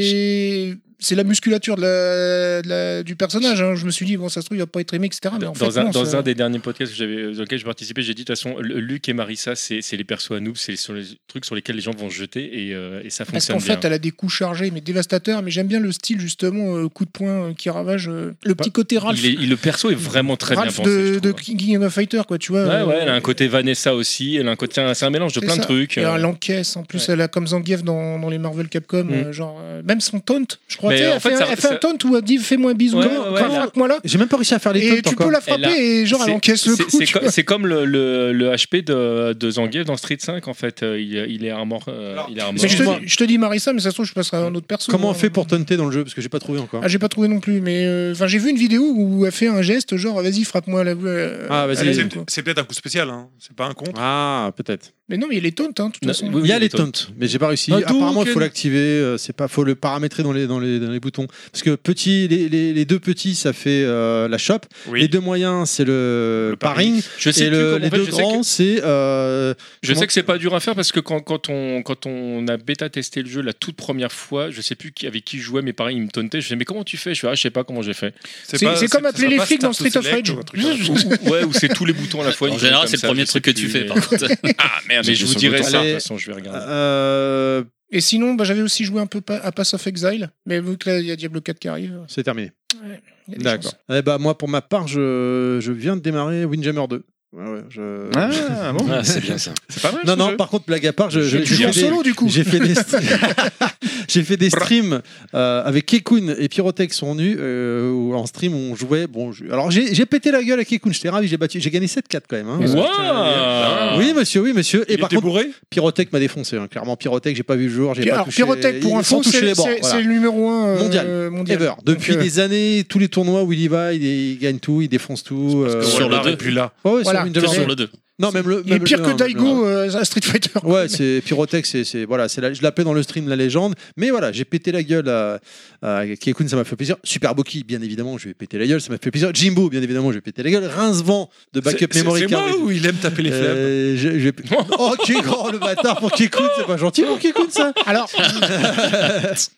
Speaker 6: Et c'est la musculature de la- de la- du personnage. hein. Je me suis dit bon ça se trouve il va pas être aimé etc. Mais en
Speaker 3: dans
Speaker 6: fait,
Speaker 3: un,
Speaker 6: non,
Speaker 3: dans
Speaker 6: ça-
Speaker 3: un des derniers podcasts que j'avais- dans lequel j'ai participé, j'ai dit de toute façon, le- Luc et Marissa, c'est c'est les persos à nous, c'est sur les trucs sur lesquels les gens vont se jeter et, euh, et ça
Speaker 6: Parce
Speaker 3: fonctionne
Speaker 6: qu'en fait,
Speaker 3: bien.
Speaker 6: elle a des coups chargés, mais dévastateurs. Mais j'aime bien le style, justement, euh, coup de poing euh, qui ravage. euh, le petit côté Ralph.
Speaker 3: Il est- il- le perso est vraiment très
Speaker 6: Ralph
Speaker 3: bien pensé.
Speaker 6: de, de King of Fighter, quoi, tu vois.
Speaker 3: Ouais,
Speaker 6: euh,
Speaker 3: ouais, elle a un côté Vanessa aussi, elle a un côté, c'est un mélange de
Speaker 6: c'est
Speaker 3: plein de
Speaker 6: ça.
Speaker 3: trucs.
Speaker 6: Et
Speaker 3: euh.
Speaker 6: elle encaisse. En plus, elle a comme Zangief dans, dans les Marvel Capcom,
Speaker 3: Mm.
Speaker 6: euh, genre, euh, même son taunt, je crois.
Speaker 3: Mais
Speaker 6: tu sais,
Speaker 3: en
Speaker 6: elle
Speaker 3: fait,
Speaker 6: fait, un-
Speaker 3: ça-
Speaker 6: elle fait
Speaker 3: ça-
Speaker 6: un taunt où elle dit fais-moi un bisou.
Speaker 3: Ouais,
Speaker 6: comment-
Speaker 3: ouais,
Speaker 6: comment
Speaker 3: ouais,
Speaker 6: moi là
Speaker 1: J'ai même pas réussi à faire les
Speaker 6: Et
Speaker 1: taunts
Speaker 6: tu peux
Speaker 1: encore.
Speaker 6: la frapper et genre elle
Speaker 3: c'est-
Speaker 6: encaisse le
Speaker 3: c'est-
Speaker 6: coup.
Speaker 3: C'est
Speaker 6: tu
Speaker 3: co-
Speaker 6: vois.
Speaker 3: c'est comme le, le- le HP de, de Zangief dans Street 5 en fait, euh, il, il est armor. euh, il est armor.
Speaker 6: Mais je te, je te dis Marissa, mais ça se trouve, je passerai à un autre perso.
Speaker 1: Comment on
Speaker 6: hein.
Speaker 1: fait pour taunter dans le jeu Parce que j'ai pas trouvé encore.
Speaker 6: Ah, j'ai pas trouvé non plus, mais euh, enfin j'ai vu une vidéo où elle fait un geste genre vas-y frappe-moi à la euh,
Speaker 1: Ah, vas-y.
Speaker 6: à la-
Speaker 1: C'est-
Speaker 2: C'est peut-être un coup spécial, hein. c'est pas un contre.
Speaker 1: Ah, peut-être.
Speaker 6: Mais non, mais il est taunt, hein, de toute façon.
Speaker 1: il y a les taunts, mais j'ai pas réussi.
Speaker 3: Euh,
Speaker 6: Ah, donc,
Speaker 1: Apparemment, il faut
Speaker 6: elle-
Speaker 1: l'activer. euh, C'est pas, faut le paramétrer dans les, dans les, dans les boutons. Parce que petit, les, les- les deux petits, ça fait euh, la chope. Les deux moyens, c'est le, paring.
Speaker 3: Je sais
Speaker 1: et
Speaker 3: plus
Speaker 1: le-
Speaker 3: comment- en
Speaker 1: les
Speaker 3: fait,
Speaker 1: deux
Speaker 3: je sais que-
Speaker 1: grands, c'est. euh,
Speaker 3: Je
Speaker 1: comment-
Speaker 3: sais que c'est pas dur à faire parce que quand, quand on, quand on a bêta testé le jeu la toute première fois, je sais plus qui, avec qui je jouais, mais pareil, ils me tauntaient. Je disais, mais comment tu fais Je fais, ah, je sais pas comment j'ai fait.
Speaker 6: C'est c'est comme appeler les flics dans Street of Rage.
Speaker 3: Ou- ouais, ou c'est tous les boutons à la fois.
Speaker 7: En
Speaker 3: ils
Speaker 7: général,
Speaker 3: font
Speaker 7: c'est
Speaker 3: comme
Speaker 7: le premier
Speaker 3: ça, je
Speaker 7: truc
Speaker 3: sais
Speaker 7: que tu
Speaker 3: plus,
Speaker 7: fais,
Speaker 3: mais-
Speaker 7: par contre.
Speaker 3: Ah merde, mais je vous dirai ça. De
Speaker 1: Allez.
Speaker 3: toute façon, je vais regarder.
Speaker 1: Euh,
Speaker 6: Et sinon, bah, j'avais aussi joué un peu pa- à Pass of Exile, mais vu que là il y a Diablo 4 qui arrive.
Speaker 1: C'est terminé.
Speaker 6: Ouais, il y a des
Speaker 1: D'accord.
Speaker 6: chances.
Speaker 1: Eh bah, moi, pour ma part, je, je viens de démarrer Windjammer 2. Ouais, ouais, je-
Speaker 8: Ah, bon Ah, c'est bien, ça.
Speaker 1: C'est
Speaker 8: pas mal,
Speaker 1: Non,
Speaker 8: ce
Speaker 1: non,
Speaker 8: jeu.
Speaker 1: par contre, blague à part, je-
Speaker 8: Je
Speaker 1: je-
Speaker 8: suis
Speaker 1: j'ai fait,
Speaker 8: en
Speaker 1: des-
Speaker 8: solo, du coup.
Speaker 1: j'ai fait des, j'ai fait des streams euh, avec Kekun et Pyrotech sont venus euh, où en stream on jouait. Bon, je- alors j'ai j'ai pété la gueule à Kekun, j'étais ravi, j'ai battu, j'ai gagné 7-4 quand même. hein.
Speaker 3: Wow
Speaker 1: Euh, Oui, monsieur, oui, monsieur. Et
Speaker 3: Il
Speaker 1: par
Speaker 3: était
Speaker 1: contre,
Speaker 3: bourré
Speaker 1: Pyrotech m'a défoncé. hein. Clairement, Pyrotech, j'ai pas vu le jour, j'ai
Speaker 6: Puis-
Speaker 1: pas
Speaker 6: Alors
Speaker 1: touché.
Speaker 6: Pyrotech, pour
Speaker 1: ils
Speaker 6: info,
Speaker 1: sont touchés
Speaker 6: c'est
Speaker 1: les bords,
Speaker 6: c'est-
Speaker 1: voilà.
Speaker 6: c'est le numéro euh, 1
Speaker 1: mondial, Ever. Depuis
Speaker 6: euh,
Speaker 1: des années, tous les tournois où il y va, il, il gagne tout, il défonce tout. euh,
Speaker 7: Sur le 2.
Speaker 1: Oh, Ouais, ouais,
Speaker 6: Voilà.
Speaker 1: sur, Windjammer
Speaker 7: Que sur
Speaker 1: deux.
Speaker 7: le deux.
Speaker 1: Non, même le.
Speaker 6: Il est
Speaker 1: même
Speaker 6: pire
Speaker 1: le
Speaker 6: que
Speaker 1: un, même le
Speaker 6: Daigo euh, à Street Fighter.
Speaker 1: un. Ouais, c'est Pyrotech, c'est c'est- voilà, c'est la- je l'appelais dans le stream la légende, mais voilà, j'ai pété la gueule à, à Kekun, ça m'a fait plaisir. Super Boki, bien évidemment, je vais péter la gueule, ça m'a fait plaisir. Jimbo, bien évidemment, je vais péter la gueule. Rincevent de Backup
Speaker 2: C'est- c'est-
Speaker 1: Memory
Speaker 2: c'est
Speaker 1: Card.
Speaker 2: moi ou il aime taper les
Speaker 1: Euh, je- je vais- Oh, qui est grand le bâtard pour Kekun, c'est pas gentil pour Kekun ça.
Speaker 6: Alors,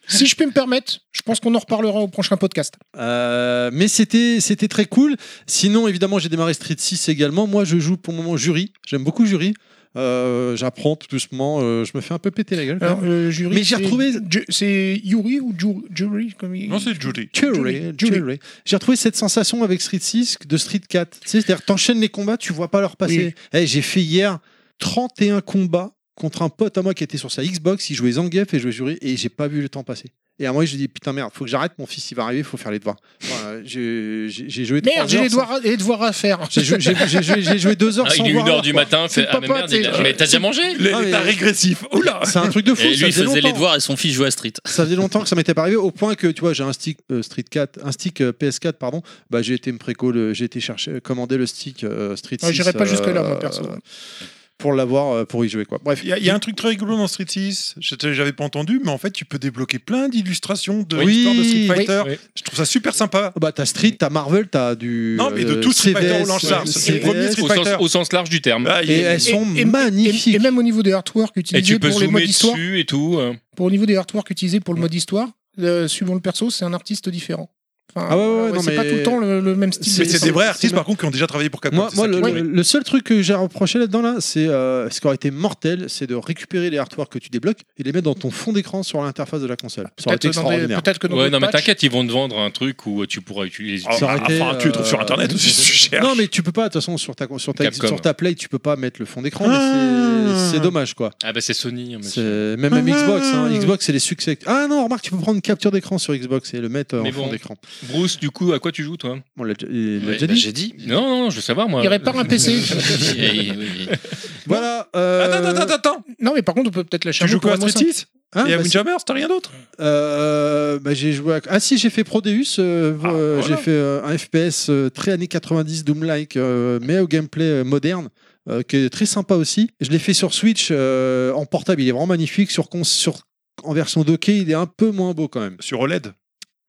Speaker 6: si je peux me permettre, je pense qu'on en reparlera au prochain podcast.
Speaker 1: Euh, mais c'était c'était très cool. Sinon, évidemment, j'ai démarré Street 6 également. Moi, je joue pour le moment Jury. J'aime beaucoup Jury. Euh, J'apprends tout doucement. Euh, je me fais un peu péter la gueule. quand
Speaker 6: Alors,
Speaker 1: même.
Speaker 6: euh, jury,
Speaker 1: mais j'ai
Speaker 6: c'est-
Speaker 1: retrouvé
Speaker 6: Ju- C'est Yuri ou Ju- Jury comme il-
Speaker 2: Non, c'est Judy.
Speaker 1: Jury,
Speaker 6: Jury.
Speaker 1: Jury. J'ai retrouvé cette sensation avec Street 6 de Street 4. Tu sais, C'est-à-dire, t'enchaînes les combats, tu vois pas leur passer. Eh, j'ai fait hier 31 combats contre un pote à moi qui était sur sa Xbox. Il jouait Zangief et jouait Jury et j'ai pas vu le temps passer. Et à moi, j'ai dit putain merde, faut que j'arrête. Mon fils, il va arriver, faut faire les devoirs. Voilà, j'ai j'ai- j'ai joué. trois
Speaker 6: Merde, j'ai
Speaker 1: heures
Speaker 6: les
Speaker 1: sans-
Speaker 6: devoirs, à- les devoirs à faire.
Speaker 1: J'ai joué, j'ai- j'ai joué- j'ai joué deux heures
Speaker 7: Ah,
Speaker 1: sans
Speaker 7: il est
Speaker 1: voir
Speaker 7: 1h
Speaker 1: l'heure,
Speaker 7: du
Speaker 1: quoi.
Speaker 7: matin.
Speaker 1: C'est
Speaker 7: fait, ah, mais
Speaker 1: papa,
Speaker 7: merde,
Speaker 1: t'es-
Speaker 7: il a- mais t'as déjà mangé
Speaker 1: Ah, mais-
Speaker 2: régressif. Oula
Speaker 1: C'est un truc de fou.
Speaker 7: Et
Speaker 1: ça
Speaker 7: lui, il
Speaker 1: faisait
Speaker 7: faisait les
Speaker 1: longtemps.
Speaker 7: devoirs et son fils jouait à Street.
Speaker 1: Ça faisait longtemps que ça m'était pas arrivé au point que tu vois j'ai un stick euh, Street 4 un stick euh, PS4 pardon bah j'ai été me préco le- j'ai été chercher commander le stick euh, Street
Speaker 2: Ah,
Speaker 6: Ouais,
Speaker 1: 6
Speaker 6: j'irai pas
Speaker 1: euh,
Speaker 6: jusque-là, moi, perso.
Speaker 1: pour l'avoir euh, pour y jouer quoi bref
Speaker 2: Il y, a- il y a un truc très rigolo dans Street 6, je te- j'avais pas entendu, mais en fait tu peux débloquer plein d'illustrations de
Speaker 1: Oui.
Speaker 2: l'histoire de Street Fighter.
Speaker 1: Oui.
Speaker 2: Je trouve ça super sympa.
Speaker 1: bah t'as Street t'as Marvel t'as du
Speaker 2: Non, mais de
Speaker 1: euh,
Speaker 2: tout Street Fighter
Speaker 1: CVS,
Speaker 2: au lance large,
Speaker 1: euh,
Speaker 2: c'est le premier Street
Speaker 1: CVS.
Speaker 3: au, sens, au sens large du terme.
Speaker 2: Ah, il
Speaker 1: et elles sont magnifiques
Speaker 6: Et même au niveau des artworks
Speaker 3: Et
Speaker 6: utilisés
Speaker 3: tu peux
Speaker 6: pour les
Speaker 3: zoomer
Speaker 6: modes histoire,
Speaker 3: dessus et tout. euh.
Speaker 6: pour au niveau des artworks utilisés pour le mode histoire, euh, suivant le perso, c'est un artiste différent. Enfin,
Speaker 1: Ah ouais, ouais, ouais,
Speaker 6: alors,
Speaker 1: non,
Speaker 6: c'est pas
Speaker 1: mais-
Speaker 6: tout le temps le, le même style.
Speaker 1: C'est-
Speaker 2: Mais c'est des vrais artistes
Speaker 6: même-
Speaker 2: par contre qui ont déjà travaillé pour Capcom.
Speaker 1: Moi,
Speaker 2: c'est
Speaker 1: moi,
Speaker 2: ça
Speaker 1: le,
Speaker 2: qui-
Speaker 1: le- le seul truc que j'ai reproché là-dedans, là, c'est euh, ce qui aurait été mortel, c'est de récupérer les artworks que tu débloques et les mettre dans ton fond d'écran sur l'interface de la console. Ça aurait été
Speaker 6: Peut-être dans des-
Speaker 1: extraordinaire.
Speaker 6: peut-être que dans
Speaker 3: ouais,
Speaker 6: d'autres
Speaker 3: non, mais
Speaker 6: patchs-
Speaker 3: t'inquiète, ils vont te vendre un truc où tu pourras utiliser.
Speaker 1: Ah, Ça aurait été,
Speaker 3: Ah,
Speaker 2: enfin, tu les trouves sur
Speaker 1: euh,
Speaker 2: Internet aussi, si tu cherches.
Speaker 1: Non, mais tu peux pas, de toute façon, sur ta, sur ta,
Speaker 3: Capcom.
Speaker 1: sur ta Play, tu peux pas mettre le fond d'écran. mais
Speaker 3: Ah.
Speaker 1: c'est- C'est dommage, quoi.
Speaker 3: Ah bah c'est Sony. hein,
Speaker 1: C'est-
Speaker 3: monsieur.
Speaker 1: Même, même Xbox, hein,
Speaker 3: Ah.
Speaker 1: Xbox, c'est les succès. Ah non, remarque, tu peux prendre une capture d'écran sur Xbox et le mettre euh, en
Speaker 3: Mais
Speaker 1: fond
Speaker 3: bon.
Speaker 1: d'écran.
Speaker 3: Bruce, du coup, à quoi tu joues toi
Speaker 1: On l'a déjà il l'a
Speaker 3: Ouais,
Speaker 1: déjà
Speaker 3: bah,
Speaker 1: dit.
Speaker 3: j'ai dit. Non, non, je veux savoir moi.
Speaker 6: Il répare un PC.
Speaker 1: Voilà. euh,
Speaker 6: Attends,
Speaker 2: attends, attends.
Speaker 6: Non, mais par contre, on peut peut-être lâcher
Speaker 1: Tu
Speaker 6: un
Speaker 1: joues
Speaker 6: mot pour
Speaker 1: quoi, à
Speaker 6: Halo
Speaker 1: Street
Speaker 6: 5.
Speaker 1: Eats Hein,
Speaker 2: Et à
Speaker 1: bah,
Speaker 2: Windjammers, t'as rien d'autre
Speaker 1: Euh, bah, j'ai joué à- Ah si, j'ai fait Prodeus. euh,
Speaker 2: Ah,
Speaker 1: euh, J'ai fait euh, un FPS euh, très années 90, Doom-like, euh, mais au gameplay euh, moderne. euh, qui est très sympa aussi. Je l'ai fait sur Switch euh, en portable, il est vraiment magnifique. Sur, cons- sur en version dockée, il est un peu moins beau quand même.
Speaker 2: Sur E OLED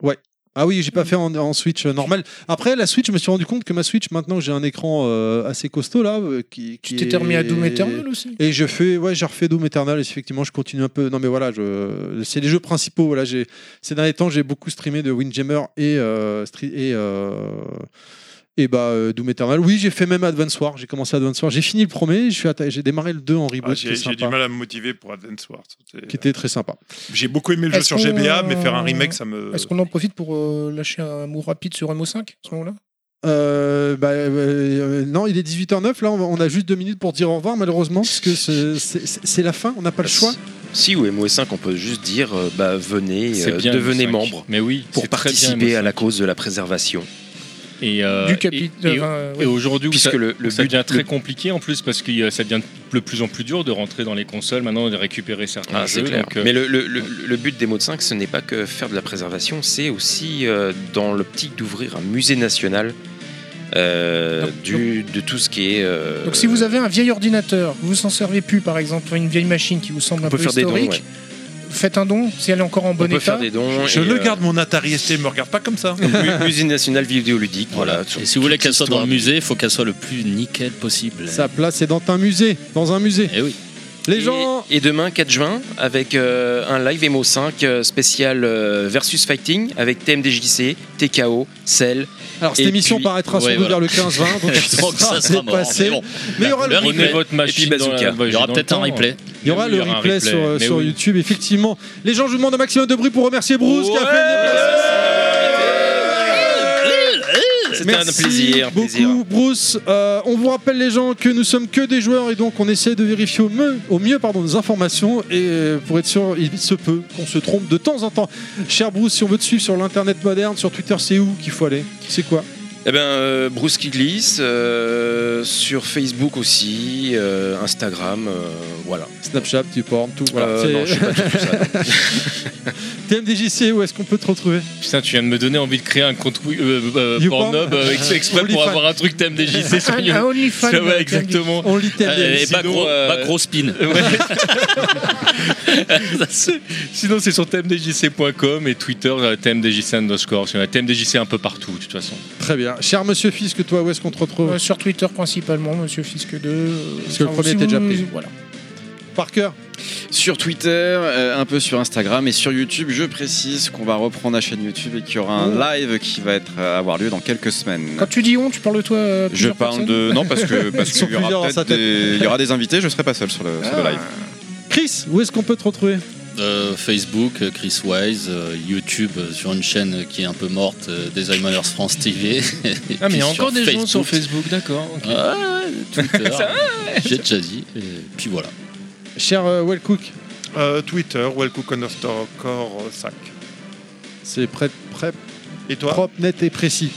Speaker 1: Ouais. Ah oui, j'ai
Speaker 6: Mmh.
Speaker 1: pas fait en, en Switch euh, normal. Après la Switch, je me suis rendu compte que ma Switch maintenant que j'ai un écran euh, assez costaud là euh, qui,
Speaker 6: Tu
Speaker 1: qui
Speaker 6: t'étais remis à
Speaker 1: est-
Speaker 6: Doom Eternal aussi
Speaker 1: et je fais, ouais, j'ai refait Doom Eternal. et effectivement, je continue un peu. Non, mais voilà, je... c'est les jeux principaux. Voilà, j'ai ces derniers temps, j'ai beaucoup streamé de Windjammer et euh, stre- et euh, et bah euh, Doom Eternal. Oui, j'ai fait même Advance War. J'ai commencé Advance War. J'ai fini le premier. Je suis atta- j'ai démarré le 2 en reboot,
Speaker 2: Ah,
Speaker 1: qui, est
Speaker 2: J'ai j'ai
Speaker 1: sympa,
Speaker 2: du mal à me motiver pour Advance Wars. C'est- euh,
Speaker 1: qui était très sympa.
Speaker 2: J'ai beaucoup aimé le jeu
Speaker 6: Est-ce
Speaker 2: sur
Speaker 6: qu'on-
Speaker 2: GBA, mais faire un remake, ça me.
Speaker 6: Est-ce qu'on en profite pour euh, lâcher un mot rapide sur MO5 à ce moment-là
Speaker 1: Euh, bah, euh, euh, non, il est 18h09. Là, on, va- on a juste deux minutes pour dire au revoir, malheureusement, parce que c'est- c'est c'est- c'est la fin. On n'a pas le choix.
Speaker 8: Si, ou MOE5, on peut juste dire euh, bah, venez,
Speaker 3: C'est
Speaker 8: euh,
Speaker 3: bien,
Speaker 8: devenez
Speaker 3: MOE5.
Speaker 8: membre.
Speaker 3: Mais oui,
Speaker 8: Pour
Speaker 3: c'est très bien,
Speaker 8: participer à
Speaker 3: MOE5.
Speaker 8: la cause de la préservation.
Speaker 3: Et, euh,
Speaker 6: Du capi-
Speaker 3: et- et-
Speaker 6: euh,
Speaker 3: et aujourd'hui, où
Speaker 8: Puisque
Speaker 3: ça,
Speaker 8: le- le
Speaker 3: où ça
Speaker 8: but-
Speaker 3: devient très
Speaker 8: le-
Speaker 3: compliqué en plus parce que euh, ça devient de plus en plus dur de rentrer dans les consoles maintenant et de récupérer certains
Speaker 8: Ah, c'est
Speaker 3: jeux.
Speaker 8: clair.
Speaker 3: donc, euh,
Speaker 8: Mais le, le- le- le but des mots de 5, ce n'est pas que faire de la préservation, c'est aussi euh, dans l'optique d'ouvrir un musée national euh, du, de tout ce qui est. euh,
Speaker 6: Donc si vous avez un vieil ordinateur, vous vous en servez plus par exemple, une vieille machine qui vous semble
Speaker 8: on
Speaker 6: un
Speaker 8: peut
Speaker 6: peu
Speaker 8: faire des dons.
Speaker 6: historique,
Speaker 8: ouais.
Speaker 6: faites un don si elle est encore en
Speaker 8: On
Speaker 6: bon
Speaker 8: peut
Speaker 6: état.
Speaker 8: faire des dons.
Speaker 2: Je
Speaker 8: et,
Speaker 2: le
Speaker 8: euh,
Speaker 2: garde mon Atari ST, me regarde pas comme ça.
Speaker 8: mu- musée national vidéoludique. Voilà.
Speaker 7: Et si vous voulez qu'elle soit dans le musée, il faut qu'elle soit le plus nickel possible.
Speaker 1: Sa place est dans un musée, dans un musée.
Speaker 7: Eh oui.
Speaker 1: Les gens.
Speaker 8: Et demain, 4 juin, avec euh, un live MO5 euh, spécial euh, versus fighting avec TMDJC, TKO, Cell.
Speaker 1: Alors, cette
Speaker 8: et
Speaker 1: émission
Speaker 8: puis-
Speaker 1: paraîtra sans doute vers le 15-20, donc
Speaker 8: Donc,
Speaker 1: ça
Speaker 8: ça
Speaker 1: sera
Speaker 8: sera mort,
Speaker 1: dépassé.
Speaker 8: mais bon.
Speaker 1: Mais il y aura le
Speaker 8: Le
Speaker 1: replay.
Speaker 8: replay.
Speaker 3: votre machine dans la-
Speaker 7: Il y aura
Speaker 3: dans
Speaker 7: peut-être
Speaker 3: le
Speaker 7: un
Speaker 3: temps. hein.
Speaker 7: replay.
Speaker 1: Il y aura le replay, sur, euh,
Speaker 3: mais
Speaker 1: sur
Speaker 3: oui.
Speaker 1: YouTube, effectivement. Les gens, je vous demande un maximum de bruit pour remercier Bruce qui a fait le déplacement.
Speaker 8: C'était un
Speaker 1: Merci
Speaker 8: plaisir, un
Speaker 1: beaucoup,
Speaker 8: plaisir.
Speaker 1: Bruce. Euh, on vous rappelle, les gens, que nous sommes que des joueurs et donc on essaie de vérifier au mieux, au mieux pardon, nos informations. Et euh, pour être sûr, il se peut qu'on se trompe de temps en temps. Cher Bruce, si on veut te suivre sur l'internet moderne, sur Twitter, c'est où qu'il faut aller C'est quoi
Speaker 8: Eh ben, euh, Bruce qui glisse, euh, sur Facebook aussi, euh, Instagram, euh, voilà.
Speaker 1: Snapchat, tu porn, tout. Voilà.
Speaker 8: Euh,
Speaker 1: C'est-
Speaker 8: non, je suis pas du tout ça.
Speaker 1: TMDJC, où est-ce qu'on peut te retrouver
Speaker 3: Putain, tu viens de me donner envie de créer un compte oui- euh, euh,
Speaker 1: YouPorn.
Speaker 3: Pornhub euh, ex- exprès pour
Speaker 1: OnlyFans.
Speaker 3: avoir un truc thème DJC sur
Speaker 6: Un- un
Speaker 3: You-
Speaker 6: OnlyFans,
Speaker 3: Ouais,
Speaker 6: euh,
Speaker 3: exactement.
Speaker 1: On lit
Speaker 7: Euh, et
Speaker 3: Sinon,
Speaker 7: pas gros,
Speaker 3: euh,
Speaker 7: pas gros spin.
Speaker 3: Sinon, c'est sur tmdjc.com et Twitter, euh, tmdjc underscore. Il y en a tmdjc un peu partout, de toute façon.
Speaker 1: Très bien. Cher monsieur Fisk, toi, où est-ce qu'on te retrouve
Speaker 6: Euh, sur Twitter principalement, Monsieur Fisque 2. euh,
Speaker 1: Parce que le
Speaker 6: enfin,
Speaker 1: premier
Speaker 6: si
Speaker 1: était déjà
Speaker 6: vous-
Speaker 1: pris.
Speaker 6: Voilà.
Speaker 1: Par cœur
Speaker 5: Sur Twitter, euh, un peu sur Instagram et sur YouTube, je précise qu'on va reprendre la chaîne YouTube et qu'il y aura un
Speaker 6: Oh.
Speaker 5: live qui va être, euh, avoir lieu dans quelques semaines.
Speaker 6: Quand tu dis on, tu parles de toi. euh,
Speaker 5: Je
Speaker 6: plusieurs personnes
Speaker 5: parle de. Non, parce que parce
Speaker 1: Ils sont
Speaker 5: qu'il y, aura
Speaker 1: plusieurs dans
Speaker 5: peut-être
Speaker 1: sa tête.
Speaker 5: des- Euh, il y aura des invités, je serai pas seul sur le, sur le live.
Speaker 1: Chris, où est-ce qu'on peut te retrouver
Speaker 7: Euh, Facebook, euh, Chris Wise, euh, YouTube euh, sur une chaîne qui est un peu morte, euh, Design Manners France TV. Et
Speaker 3: Ah, mais
Speaker 7: puis
Speaker 3: il y a
Speaker 7: sur
Speaker 3: encore des gens
Speaker 7: Facebook.
Speaker 3: sur Facebook, d'accord. ok.
Speaker 7: Ah, Twitter. J'ai déjà dit. Et puis voilà.
Speaker 1: Cher euh, Wellcook,
Speaker 2: Euh, Twitter, Wellcook underscore euh, sac.
Speaker 1: c'est prêt, prêt,
Speaker 2: Et toi
Speaker 1: propre, net et précis.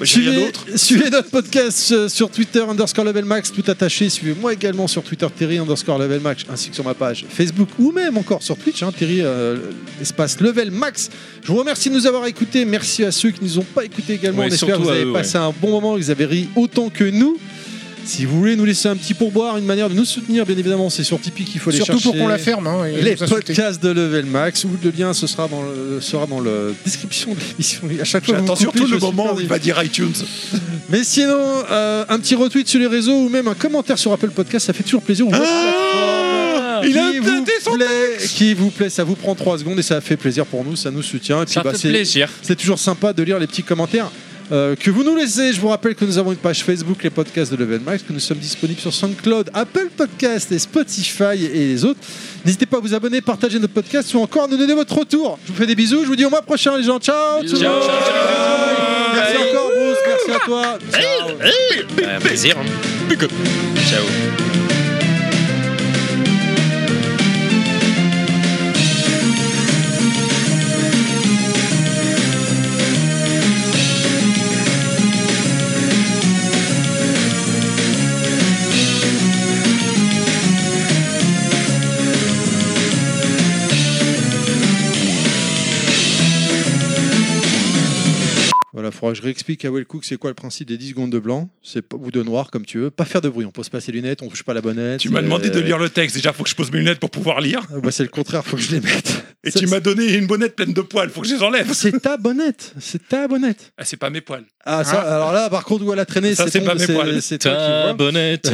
Speaker 2: Bah, J'ai rien
Speaker 1: Suivez-
Speaker 2: d'autre.
Speaker 1: Suivez notre podcast euh, sur Twitter underscore level max tout attaché. Suivez-moi également sur Twitter Terry underscore level max ainsi que sur ma page Facebook ou même encore sur Twitch hein, Terry euh, espace level max. Je vous remercie de nous avoir écoutés. Merci à ceux qui nous ont pas écoutés également.
Speaker 3: Ouais,
Speaker 1: On espère que
Speaker 3: surtout
Speaker 1: vous
Speaker 3: à
Speaker 1: avez
Speaker 3: eux,
Speaker 1: passé un bon moment, que vous avez ri autant que nous. Si vous voulez nous laisser un petit pourboire, une manière de nous soutenir, bien évidemment, c'est sur Tipeee qu'il faut aller
Speaker 6: Surtout
Speaker 1: chercher.
Speaker 6: pour qu'on la ferme. hein, et
Speaker 1: les
Speaker 6: vous insulter.
Speaker 1: podcasts de Level Max où le lien ce sera dans le, sera dans la description de l'émission. À chaque fois, vous me
Speaker 2: J'attends
Speaker 1: coupez,
Speaker 2: surtout
Speaker 1: je
Speaker 2: le
Speaker 1: suis
Speaker 2: moment où
Speaker 1: perdu.
Speaker 2: il va dire iTunes.
Speaker 1: Mais sinon, euh, un petit retweet sur les réseaux ou même un commentaire sur Apple Podcast, ça fait toujours plaisir. On voit
Speaker 2: Ah,
Speaker 1: cette plateforme
Speaker 2: Il
Speaker 1: qui
Speaker 2: a
Speaker 1: vous
Speaker 2: peut-être
Speaker 1: vous plaît, qui vous plaît, ça vous prend 3 secondes et ça fait plaisir pour nous, ça nous soutient. Et puis,
Speaker 25: Ça
Speaker 1: bah,
Speaker 25: fait
Speaker 1: c'est-
Speaker 25: plaisir.
Speaker 1: C'est toujours sympa de lire les petits commentaires. euh, que vous nous laissez, je vous rappelle que nous avons une page Facebook, les podcasts de Level Max, que nous sommes disponibles sur SoundCloud, Apple Podcasts et Spotify et les autres. N'hésitez pas à vous abonner, partager nos podcasts ou encore nous donner votre retour. Je vous fais des bisous, je vous dis au mois prochain les gens, ciao tout le monde. Bye. Merci encore Bruce, merci à toi.
Speaker 8: Un plaisir. hein. Ciao.
Speaker 1: Voilà, faudra que je réexplique à Wellcook c'est quoi le principe des 10 secondes de blanc, c'est pas- ou de noir comme tu veux, pas faire de bruit, on pose pas ses lunettes, on touche pas la bonnette.
Speaker 2: Tu m'as demandé de
Speaker 1: Euh,
Speaker 2: lire le texte. Déjà, faut que je pose mes lunettes pour pouvoir lire.
Speaker 1: Ah bah, c'est le contraire, faut que je les mette.
Speaker 2: Et tu m'as donné une bonnette pleine de poils. Faut que je les enlève.
Speaker 1: C'est ta bonnette, c'est ta bonnette.
Speaker 2: Ah, c'est pas mes poils.
Speaker 1: Ah ça,
Speaker 2: Hein
Speaker 1: alors là par contre où elle a traîné,
Speaker 2: Ça, c'est
Speaker 1: ton-
Speaker 2: pas mes poils.
Speaker 1: c'est toi qui
Speaker 2: Ta
Speaker 1: vois.
Speaker 3: bonnette.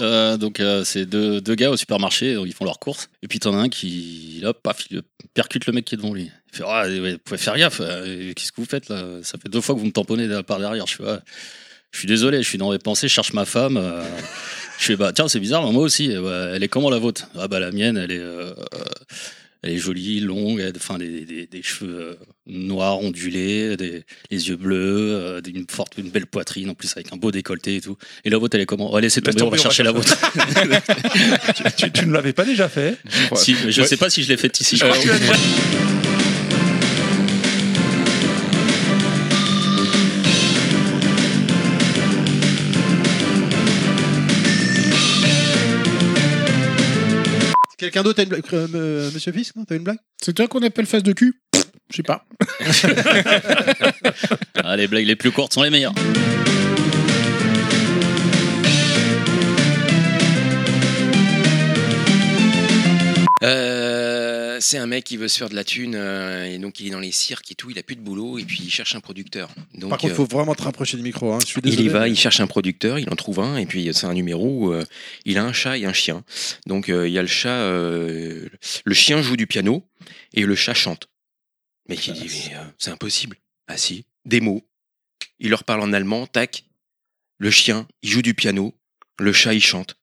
Speaker 7: Euh, donc euh, c'est deux, deux gars au supermarché, donc ils font leurs courses. Et puis t'en as un qui, là, paf, il percute le mec qui est devant lui. Il fait, ah, ouais, vous pouvez faire gaffe, euh, qu'est-ce que vous faites là Ça fait deux fois que vous me tamponnez de- par derrière. Je fais, Ah, je suis désolé, je suis dans mes pensées, je cherche ma femme. euh. je fais, bah tiens, c'est bizarre, mais moi aussi, Eh ben, elle est comment la vôtre Ah bah la mienne, elle est... euh, euh, elle est jolie, longue, elle- enfin des, des- des cheveux euh, noirs ondulés, des, les yeux bleus, euh, des- une forte, une belle poitrine en plus avec un beau décolleté et tout. Et la vôtre elle est comment Oh, Laissez
Speaker 2: Laisse
Speaker 7: tomber, on
Speaker 2: tomber,
Speaker 7: va chercher la vôtre.
Speaker 2: tu, tu ne l'avais pas déjà fait
Speaker 7: Si, mais je
Speaker 2: Ouais.
Speaker 7: sais pas si je l'ai fait ici.
Speaker 2: Je crois que tu l'as déjà-
Speaker 1: Quelqu'un d'autre a une blague Euh, euh, Monsieur Fisk, non T'as une blague
Speaker 6: C'est toi qu'on appelle face de cul Je sais pas.
Speaker 7: Ah, les blagues les plus courtes sont les meilleures.
Speaker 8: Euh, c'est un mec qui veut se faire de la thune euh, et donc il est dans les cirques et tout, il a plus de boulot et puis il cherche un producteur. Donc,
Speaker 1: Par contre,
Speaker 8: euh,
Speaker 1: faut vraiment te rapprocher du micro. hein, Je suis
Speaker 8: il
Speaker 1: désolé.
Speaker 8: y va, il cherche un producteur, il en trouve un et puis c'est un numéro où euh, il a un chat et un chien. Donc euh, il y a le chat, euh, le chien joue du piano et le chat chante. Mais qui dit mais euh, c'est impossible. Ah si, des mots. Il leur parle en allemand, tac. Le chien, il joue du piano, le chat il chante.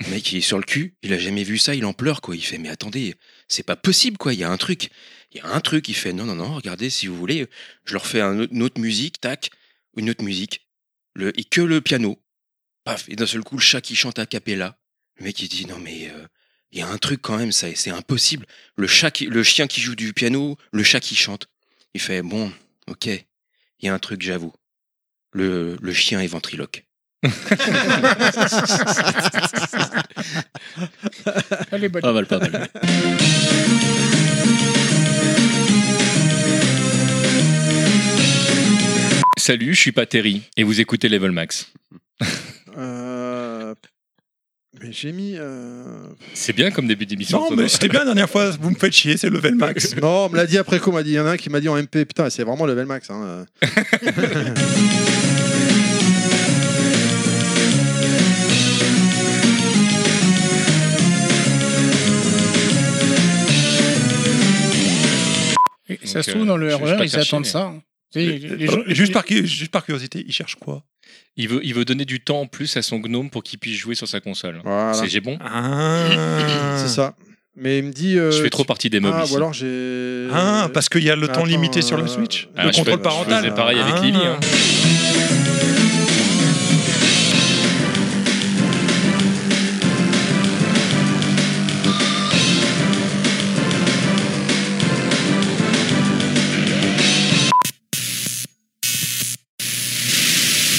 Speaker 8: Le mec, il est sur le cul, il a jamais vu ça, il en pleure, quoi. Il fait, mais attendez, c'est pas possible, quoi. Il y a un truc. Il y a un truc. Il fait, non, non, non, regardez, si vous voulez, je leur fais un autre- une autre musique, tac, une autre musique. Le, et que le piano. Paf. Et d'un seul coup, le chat qui chante a cappella. Le mec, il dit, non, mais euh, il y a un truc quand même, ça, c'est impossible. Le chat qui, le chien qui joue du piano, le chat qui chante. Il fait, bon, ok, il y a un truc, j'avoue. Le, le chien est ventriloque.
Speaker 6: Elle est bonne.
Speaker 7: Pas mal, pas mal.
Speaker 3: Salut, je suis pas Terry et vous écoutez Level Max.
Speaker 1: Euh, Mais j'ai mis. euh,
Speaker 3: C'est bien comme début d'émission.
Speaker 2: Non,
Speaker 3: Thomas.
Speaker 2: mais c'était bien la dernière fois. Vous me faites chier, c'est level max.
Speaker 1: Non, on me l'a dit après qu'on m'a dit. Il y en a un qui m'a dit en MP. Putain, c'est vraiment level max. hein, euh.
Speaker 6: Et ça
Speaker 2: Donc,
Speaker 6: se
Speaker 2: euh,
Speaker 6: trouve, dans le
Speaker 2: je- je suis
Speaker 6: RER,
Speaker 2: pas
Speaker 6: ils
Speaker 2: caché,
Speaker 6: attendent
Speaker 2: mais-
Speaker 6: ça. hein. Tu sais, les- les
Speaker 2: Euh,
Speaker 6: gens-
Speaker 2: juste, par, cu- juste par curiosité, il cherche quoi
Speaker 3: Il veut, il veut donner du temps en plus à son gnome pour qu'il puisse jouer sur sa console.
Speaker 1: Voilà.
Speaker 3: C'est j'ai bon. Ah.
Speaker 1: Ah, C'est ça. Mais il me dit. euh,
Speaker 3: Je fais trop partie des mobs
Speaker 1: Ah,
Speaker 3: ici.
Speaker 1: ou alors j'ai.
Speaker 2: Ah, parce qu'il y a le temps
Speaker 1: Attends,
Speaker 2: limité sur
Speaker 1: euh,
Speaker 2: le Switch.
Speaker 3: Ah,
Speaker 2: le
Speaker 3: je fais-
Speaker 2: contrôle
Speaker 3: je
Speaker 2: parental. Ah.
Speaker 3: faisais pareil avec Lily, hein.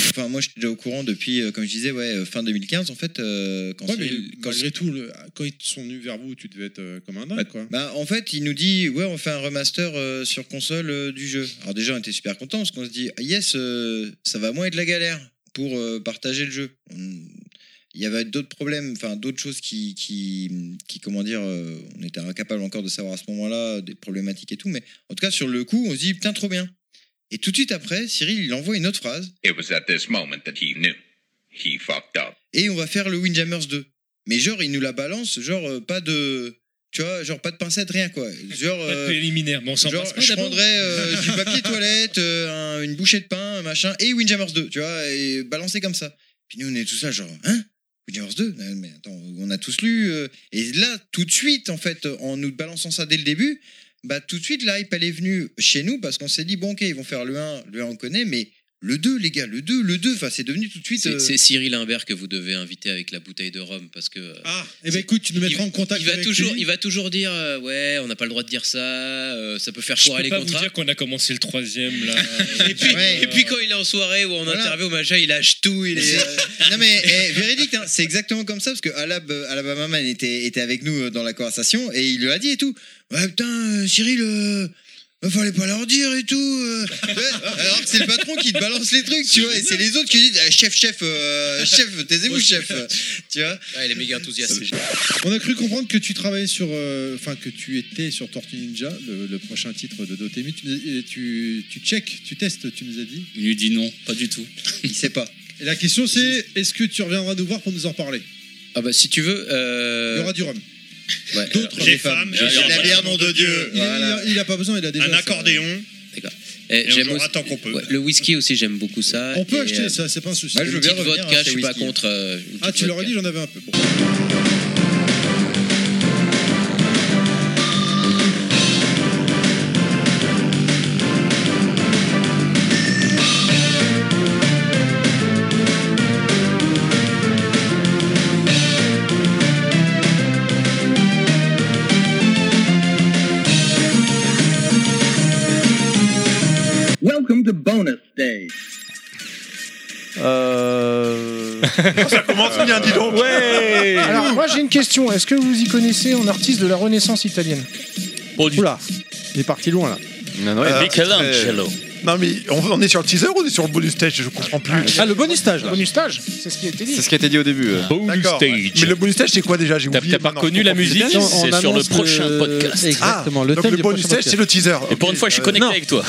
Speaker 13: Enfin, moi, j'étais déjà au courant depuis, euh, comme je disais, ouais, euh, fin 2015, en fait. euh, quand
Speaker 26: Ouais, mais
Speaker 13: Cyril- quand
Speaker 26: malgré tout, le- quand ils sont venus vers vous, tu devais être euh, comme un dingue, quoi.
Speaker 13: Bah, en fait, il nous dit ouais, on fait un remaster euh, sur console euh, du jeu. Alors déjà, on était super contents parce qu'on ah, se dit yes, euh, ça va moins être la galère pour euh, partager le jeu. On- Il Il y avait d'autres problèmes, enfin d'autres choses qui, qui, qui, comment dire, euh, on était incapable encore de savoir à ce moment-là euh, des problématiques et tout. Mais en tout cas, sur le coup, on se dit putain, trop bien. Et tout de suite après, Cyril, il envoie une autre phrase.
Speaker 27: It was at this moment that he knew. He fucked up.
Speaker 13: Et on va faire le Windjammers 2. Mais genre, il nous la balance, genre, euh, pas de. Tu vois, genre, pas de pincette, rien, quoi. Genre. euh,
Speaker 3: Préliminaire, bon, on s'en
Speaker 13: genre,
Speaker 3: passe pas
Speaker 13: je
Speaker 3: d'abord.
Speaker 13: prendrais euh, du papier toilette, euh, un- une bouchée de pain, un machin, et Windjammers 2, tu vois, et balancer comme ça. Puis nous, on est tous là, genre, hein Windjammers 2 Non, Mais attends, on a tous lu. euh, et là, tout de suite, en fait, en nous balançant ça dès le début, bah, tout de suite, la hype, elle est venue chez nous parce qu'on s'est dit, bon, ok, ils vont faire le 1, le 1, on connaît, mais le 2, les gars, le 2, le 2, enfin, c'est devenu tout de suite.
Speaker 28: C'est
Speaker 13: euh,
Speaker 28: c'est Cyril Imbert que vous devez inviter avec la bouteille de rhum parce que. euh,
Speaker 13: Ah,
Speaker 1: Eh ben écoute, tu nous mettras en contact.
Speaker 28: il va,
Speaker 1: avec
Speaker 28: toujours,
Speaker 1: lui.
Speaker 28: il va toujours dire euh, ouais on n'a pas le droit de dire ça euh, ça peut faire
Speaker 3: Je
Speaker 28: foirer
Speaker 3: peux
Speaker 28: les
Speaker 3: pas vous
Speaker 28: contrats
Speaker 3: dire qu'on a commencé le troisième là.
Speaker 28: et puis, et puis quand il est en soirée ou en
Speaker 13: Voilà.
Speaker 28: interview machin il lâche tout il est, euh,
Speaker 13: non mais eh, véridique, hein, c'est exactement comme ça parce que Alab, euh, Alabama Man était, était avec nous euh, dans la conversation et il lui a dit et tout. Ouais putain, euh, Cyril, euh, euh, fallait pas leur dire et tout. euh. Ouais, alors que c'est le patron qui te balance les trucs, tu vois, et c'est les autres qui disent eh, chef, chef, euh, chef, taisez-vous, chef, euh, tu vois.
Speaker 28: ouais, il est méga enthousiaste
Speaker 1: On a cru comprendre que tu travaillais sur, euh, enfin que tu étais sur Tortue Ninja, le, le prochain titre de Dotemu. Tu, nous- et tu, tu check, tu testes, tu nous as dit.
Speaker 7: Il lui dit non, pas du tout.
Speaker 13: Il sait pas.
Speaker 1: Et la question c'est, est-ce que tu reviendras nous voir pour nous en parler
Speaker 28: ah bah si tu veux euh,
Speaker 1: Il y aura du rhum.
Speaker 28: ouais,
Speaker 1: D'autres
Speaker 28: alors-
Speaker 1: J'ai femme, j'ai
Speaker 28: Alors,
Speaker 1: la bière,
Speaker 29: nom de Dieu.
Speaker 1: Il,
Speaker 28: Voilà.
Speaker 1: il, il a pas besoin, il a déjà.
Speaker 29: Un
Speaker 1: ça.
Speaker 29: accordéon.
Speaker 28: eh,
Speaker 29: Et on
Speaker 28: j'aime
Speaker 29: jouera
Speaker 28: aussi-
Speaker 29: tant qu'on peut.
Speaker 28: ouais, le whisky aussi j'aime beaucoup ça
Speaker 1: On peut
Speaker 28: Et,
Speaker 1: acheter
Speaker 28: euh,
Speaker 1: ça, c'est pas un souci.
Speaker 28: une petite vodka hein, je suis pas contre euh, une
Speaker 1: Ah,
Speaker 28: petite
Speaker 1: tu l'aurais
Speaker 28: vodka.
Speaker 1: dit, j'en avais un peu. Bon.
Speaker 9: Welcome to bonus day.
Speaker 16: Ça commence bien, dis donc. Ouais.
Speaker 6: Alors, moi j'ai une question. Est-ce que vous y connaissez en artiste de la Renaissance italienne
Speaker 1: Oula, il est parti loin là.
Speaker 5: Non,
Speaker 6: non, il-
Speaker 16: Michelangelo. Non, mais on, on est sur le teaser ou on est sur le bonus stage Je comprends plus.
Speaker 1: Ah, le bonus stage là.
Speaker 6: Bonus stage, c'est ce qui a été dit.
Speaker 5: C'est ce qui a été dit au début. euh.
Speaker 16: D'accord. Mais le bonus stage, c'est quoi déjà J'ai oublié. T'as pas
Speaker 7: reconnu la musique C'est sur le prochain podcast. Ah,
Speaker 1: Exactement, le
Speaker 16: donc
Speaker 1: thème
Speaker 16: le
Speaker 1: du
Speaker 16: bonus
Speaker 1: prochain
Speaker 16: stage, c'est le teaser.
Speaker 7: Et pour une fois, je suis connecté avec toi.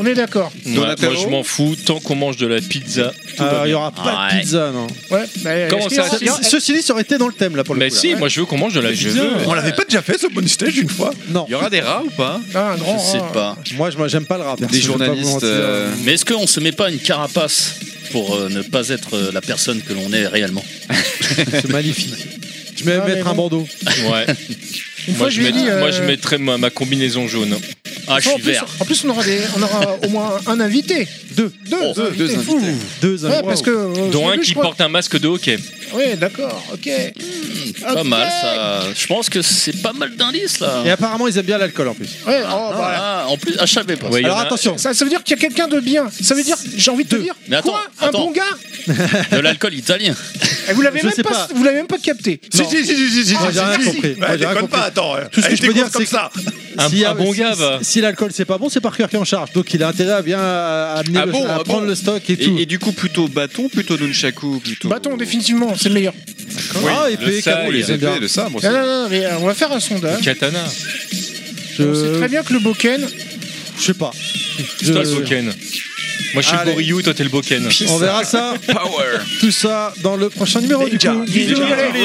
Speaker 6: On est d'accord.
Speaker 3: Moi,
Speaker 7: Donatello
Speaker 3: je m'en fous tant qu'on mange de la pizza.
Speaker 1: Ah,
Speaker 3: tout va
Speaker 1: il y
Speaker 3: bien.
Speaker 1: aura pas de pizza, non.
Speaker 6: Ouais, mais
Speaker 3: Comment
Speaker 6: est-ce
Speaker 3: ça
Speaker 6: qu'il y aura-
Speaker 1: Ce- Ceci dit, ça aurait été dans le thème là pour le
Speaker 3: Mais
Speaker 1: coup, là.
Speaker 3: si,
Speaker 1: Ouais.
Speaker 3: moi je veux qu'on mange de la
Speaker 1: Je
Speaker 3: pizza.
Speaker 1: veux.
Speaker 16: On l'avait pas déjà fait ce bonus stage une fois
Speaker 1: Non.
Speaker 5: Il y aura des rats ou pas
Speaker 6: Ah, un grand
Speaker 5: Je sais
Speaker 6: rat.
Speaker 5: pas.
Speaker 1: Moi, je- moi, j'aime pas le rap.
Speaker 5: Des journalistes. euh,
Speaker 7: Mais est-ce qu'on se met pas une carapace pour euh, ne pas être euh, la personne que l'on est réellement
Speaker 1: C'est magnifique. Je vais
Speaker 6: Ah, mais
Speaker 1: mettre un
Speaker 6: bon.
Speaker 1: bandeau.
Speaker 3: Ouais.
Speaker 6: Une
Speaker 3: moi,
Speaker 6: fois,
Speaker 3: je
Speaker 6: je lui ai
Speaker 3: mets-
Speaker 6: dit, euh,
Speaker 3: moi, je mettrais ma, ma combinaison jaune.
Speaker 7: Ah,
Speaker 6: en, plus, en plus, on aura, des, on aura au moins un invité. Deux. Deux,
Speaker 7: Oh,
Speaker 6: invités. Ouh.
Speaker 1: Deux
Speaker 6: Ouais, parce que. euh,
Speaker 3: Dont
Speaker 6: au
Speaker 3: un
Speaker 6: début,
Speaker 3: qui
Speaker 6: je crois-
Speaker 3: porte un masque de hockey.
Speaker 6: Ouais, d'accord, ok.
Speaker 7: Hmm, Pas mal, ça. Je pense que c'est pas mal d'indices là.
Speaker 1: Et apparemment, ils aiment bien l'alcool en plus.
Speaker 6: Ouais, oh, bah,
Speaker 7: Ah, en plus, ah, je savais pas.
Speaker 1: Alors attention.
Speaker 6: Ça, ça veut dire qu'il y a quelqu'un de bien. Ça veut dire, j'ai envie de te dire,
Speaker 7: Mais attends,
Speaker 6: quoi,
Speaker 7: attends.
Speaker 6: un bon gars
Speaker 7: De l'alcool italien.
Speaker 6: Et vous l'avez
Speaker 1: Je
Speaker 6: même
Speaker 1: sais
Speaker 6: pas,
Speaker 1: pas.
Speaker 6: vous l'avez même pas capté.
Speaker 16: Si, si, si, si, si, si.
Speaker 1: Moi, j'ai
Speaker 16: si,
Speaker 1: rien
Speaker 16: si,
Speaker 1: compris.
Speaker 16: si. Bah,
Speaker 1: Moi, j'ai rien
Speaker 16: déconne
Speaker 1: compris.
Speaker 16: pas, attends.
Speaker 1: Tout ce que je peux dire,
Speaker 16: comme
Speaker 1: c'est
Speaker 16: ça.
Speaker 1: Un,
Speaker 3: un bon gars, va.
Speaker 1: Si, l'alcool c'est pas bon, c'est Parker qui est en charge. Donc il a intérêt à bien euh, amener
Speaker 5: Ah
Speaker 1: le-
Speaker 5: bon,
Speaker 1: à
Speaker 5: ah
Speaker 1: prendre
Speaker 5: bon.
Speaker 1: le stock et tout.
Speaker 5: Et, et du coup, plutôt bâton, plutôt nunchaku, plutôt.
Speaker 6: Bâton, définitivement, c'est le meilleur.
Speaker 1: ah,
Speaker 5: le
Speaker 1: épée,
Speaker 5: sabre,
Speaker 1: canon, les
Speaker 5: les
Speaker 1: aime bien.
Speaker 5: épées, le sabre.
Speaker 6: Non, non, non, mais euh, on va faire un sondage.
Speaker 3: Katana.
Speaker 6: On sait très bien que le Boken,
Speaker 1: Euh, Je sais pas.
Speaker 3: C'est toi le boken. Moi, je suis le
Speaker 1: Allez.
Speaker 3: Gorillou, toi, t'es le boken.
Speaker 1: On verra ça.
Speaker 5: Power.
Speaker 1: Tout ça dans le prochain numéro du coup. Bisous, allez.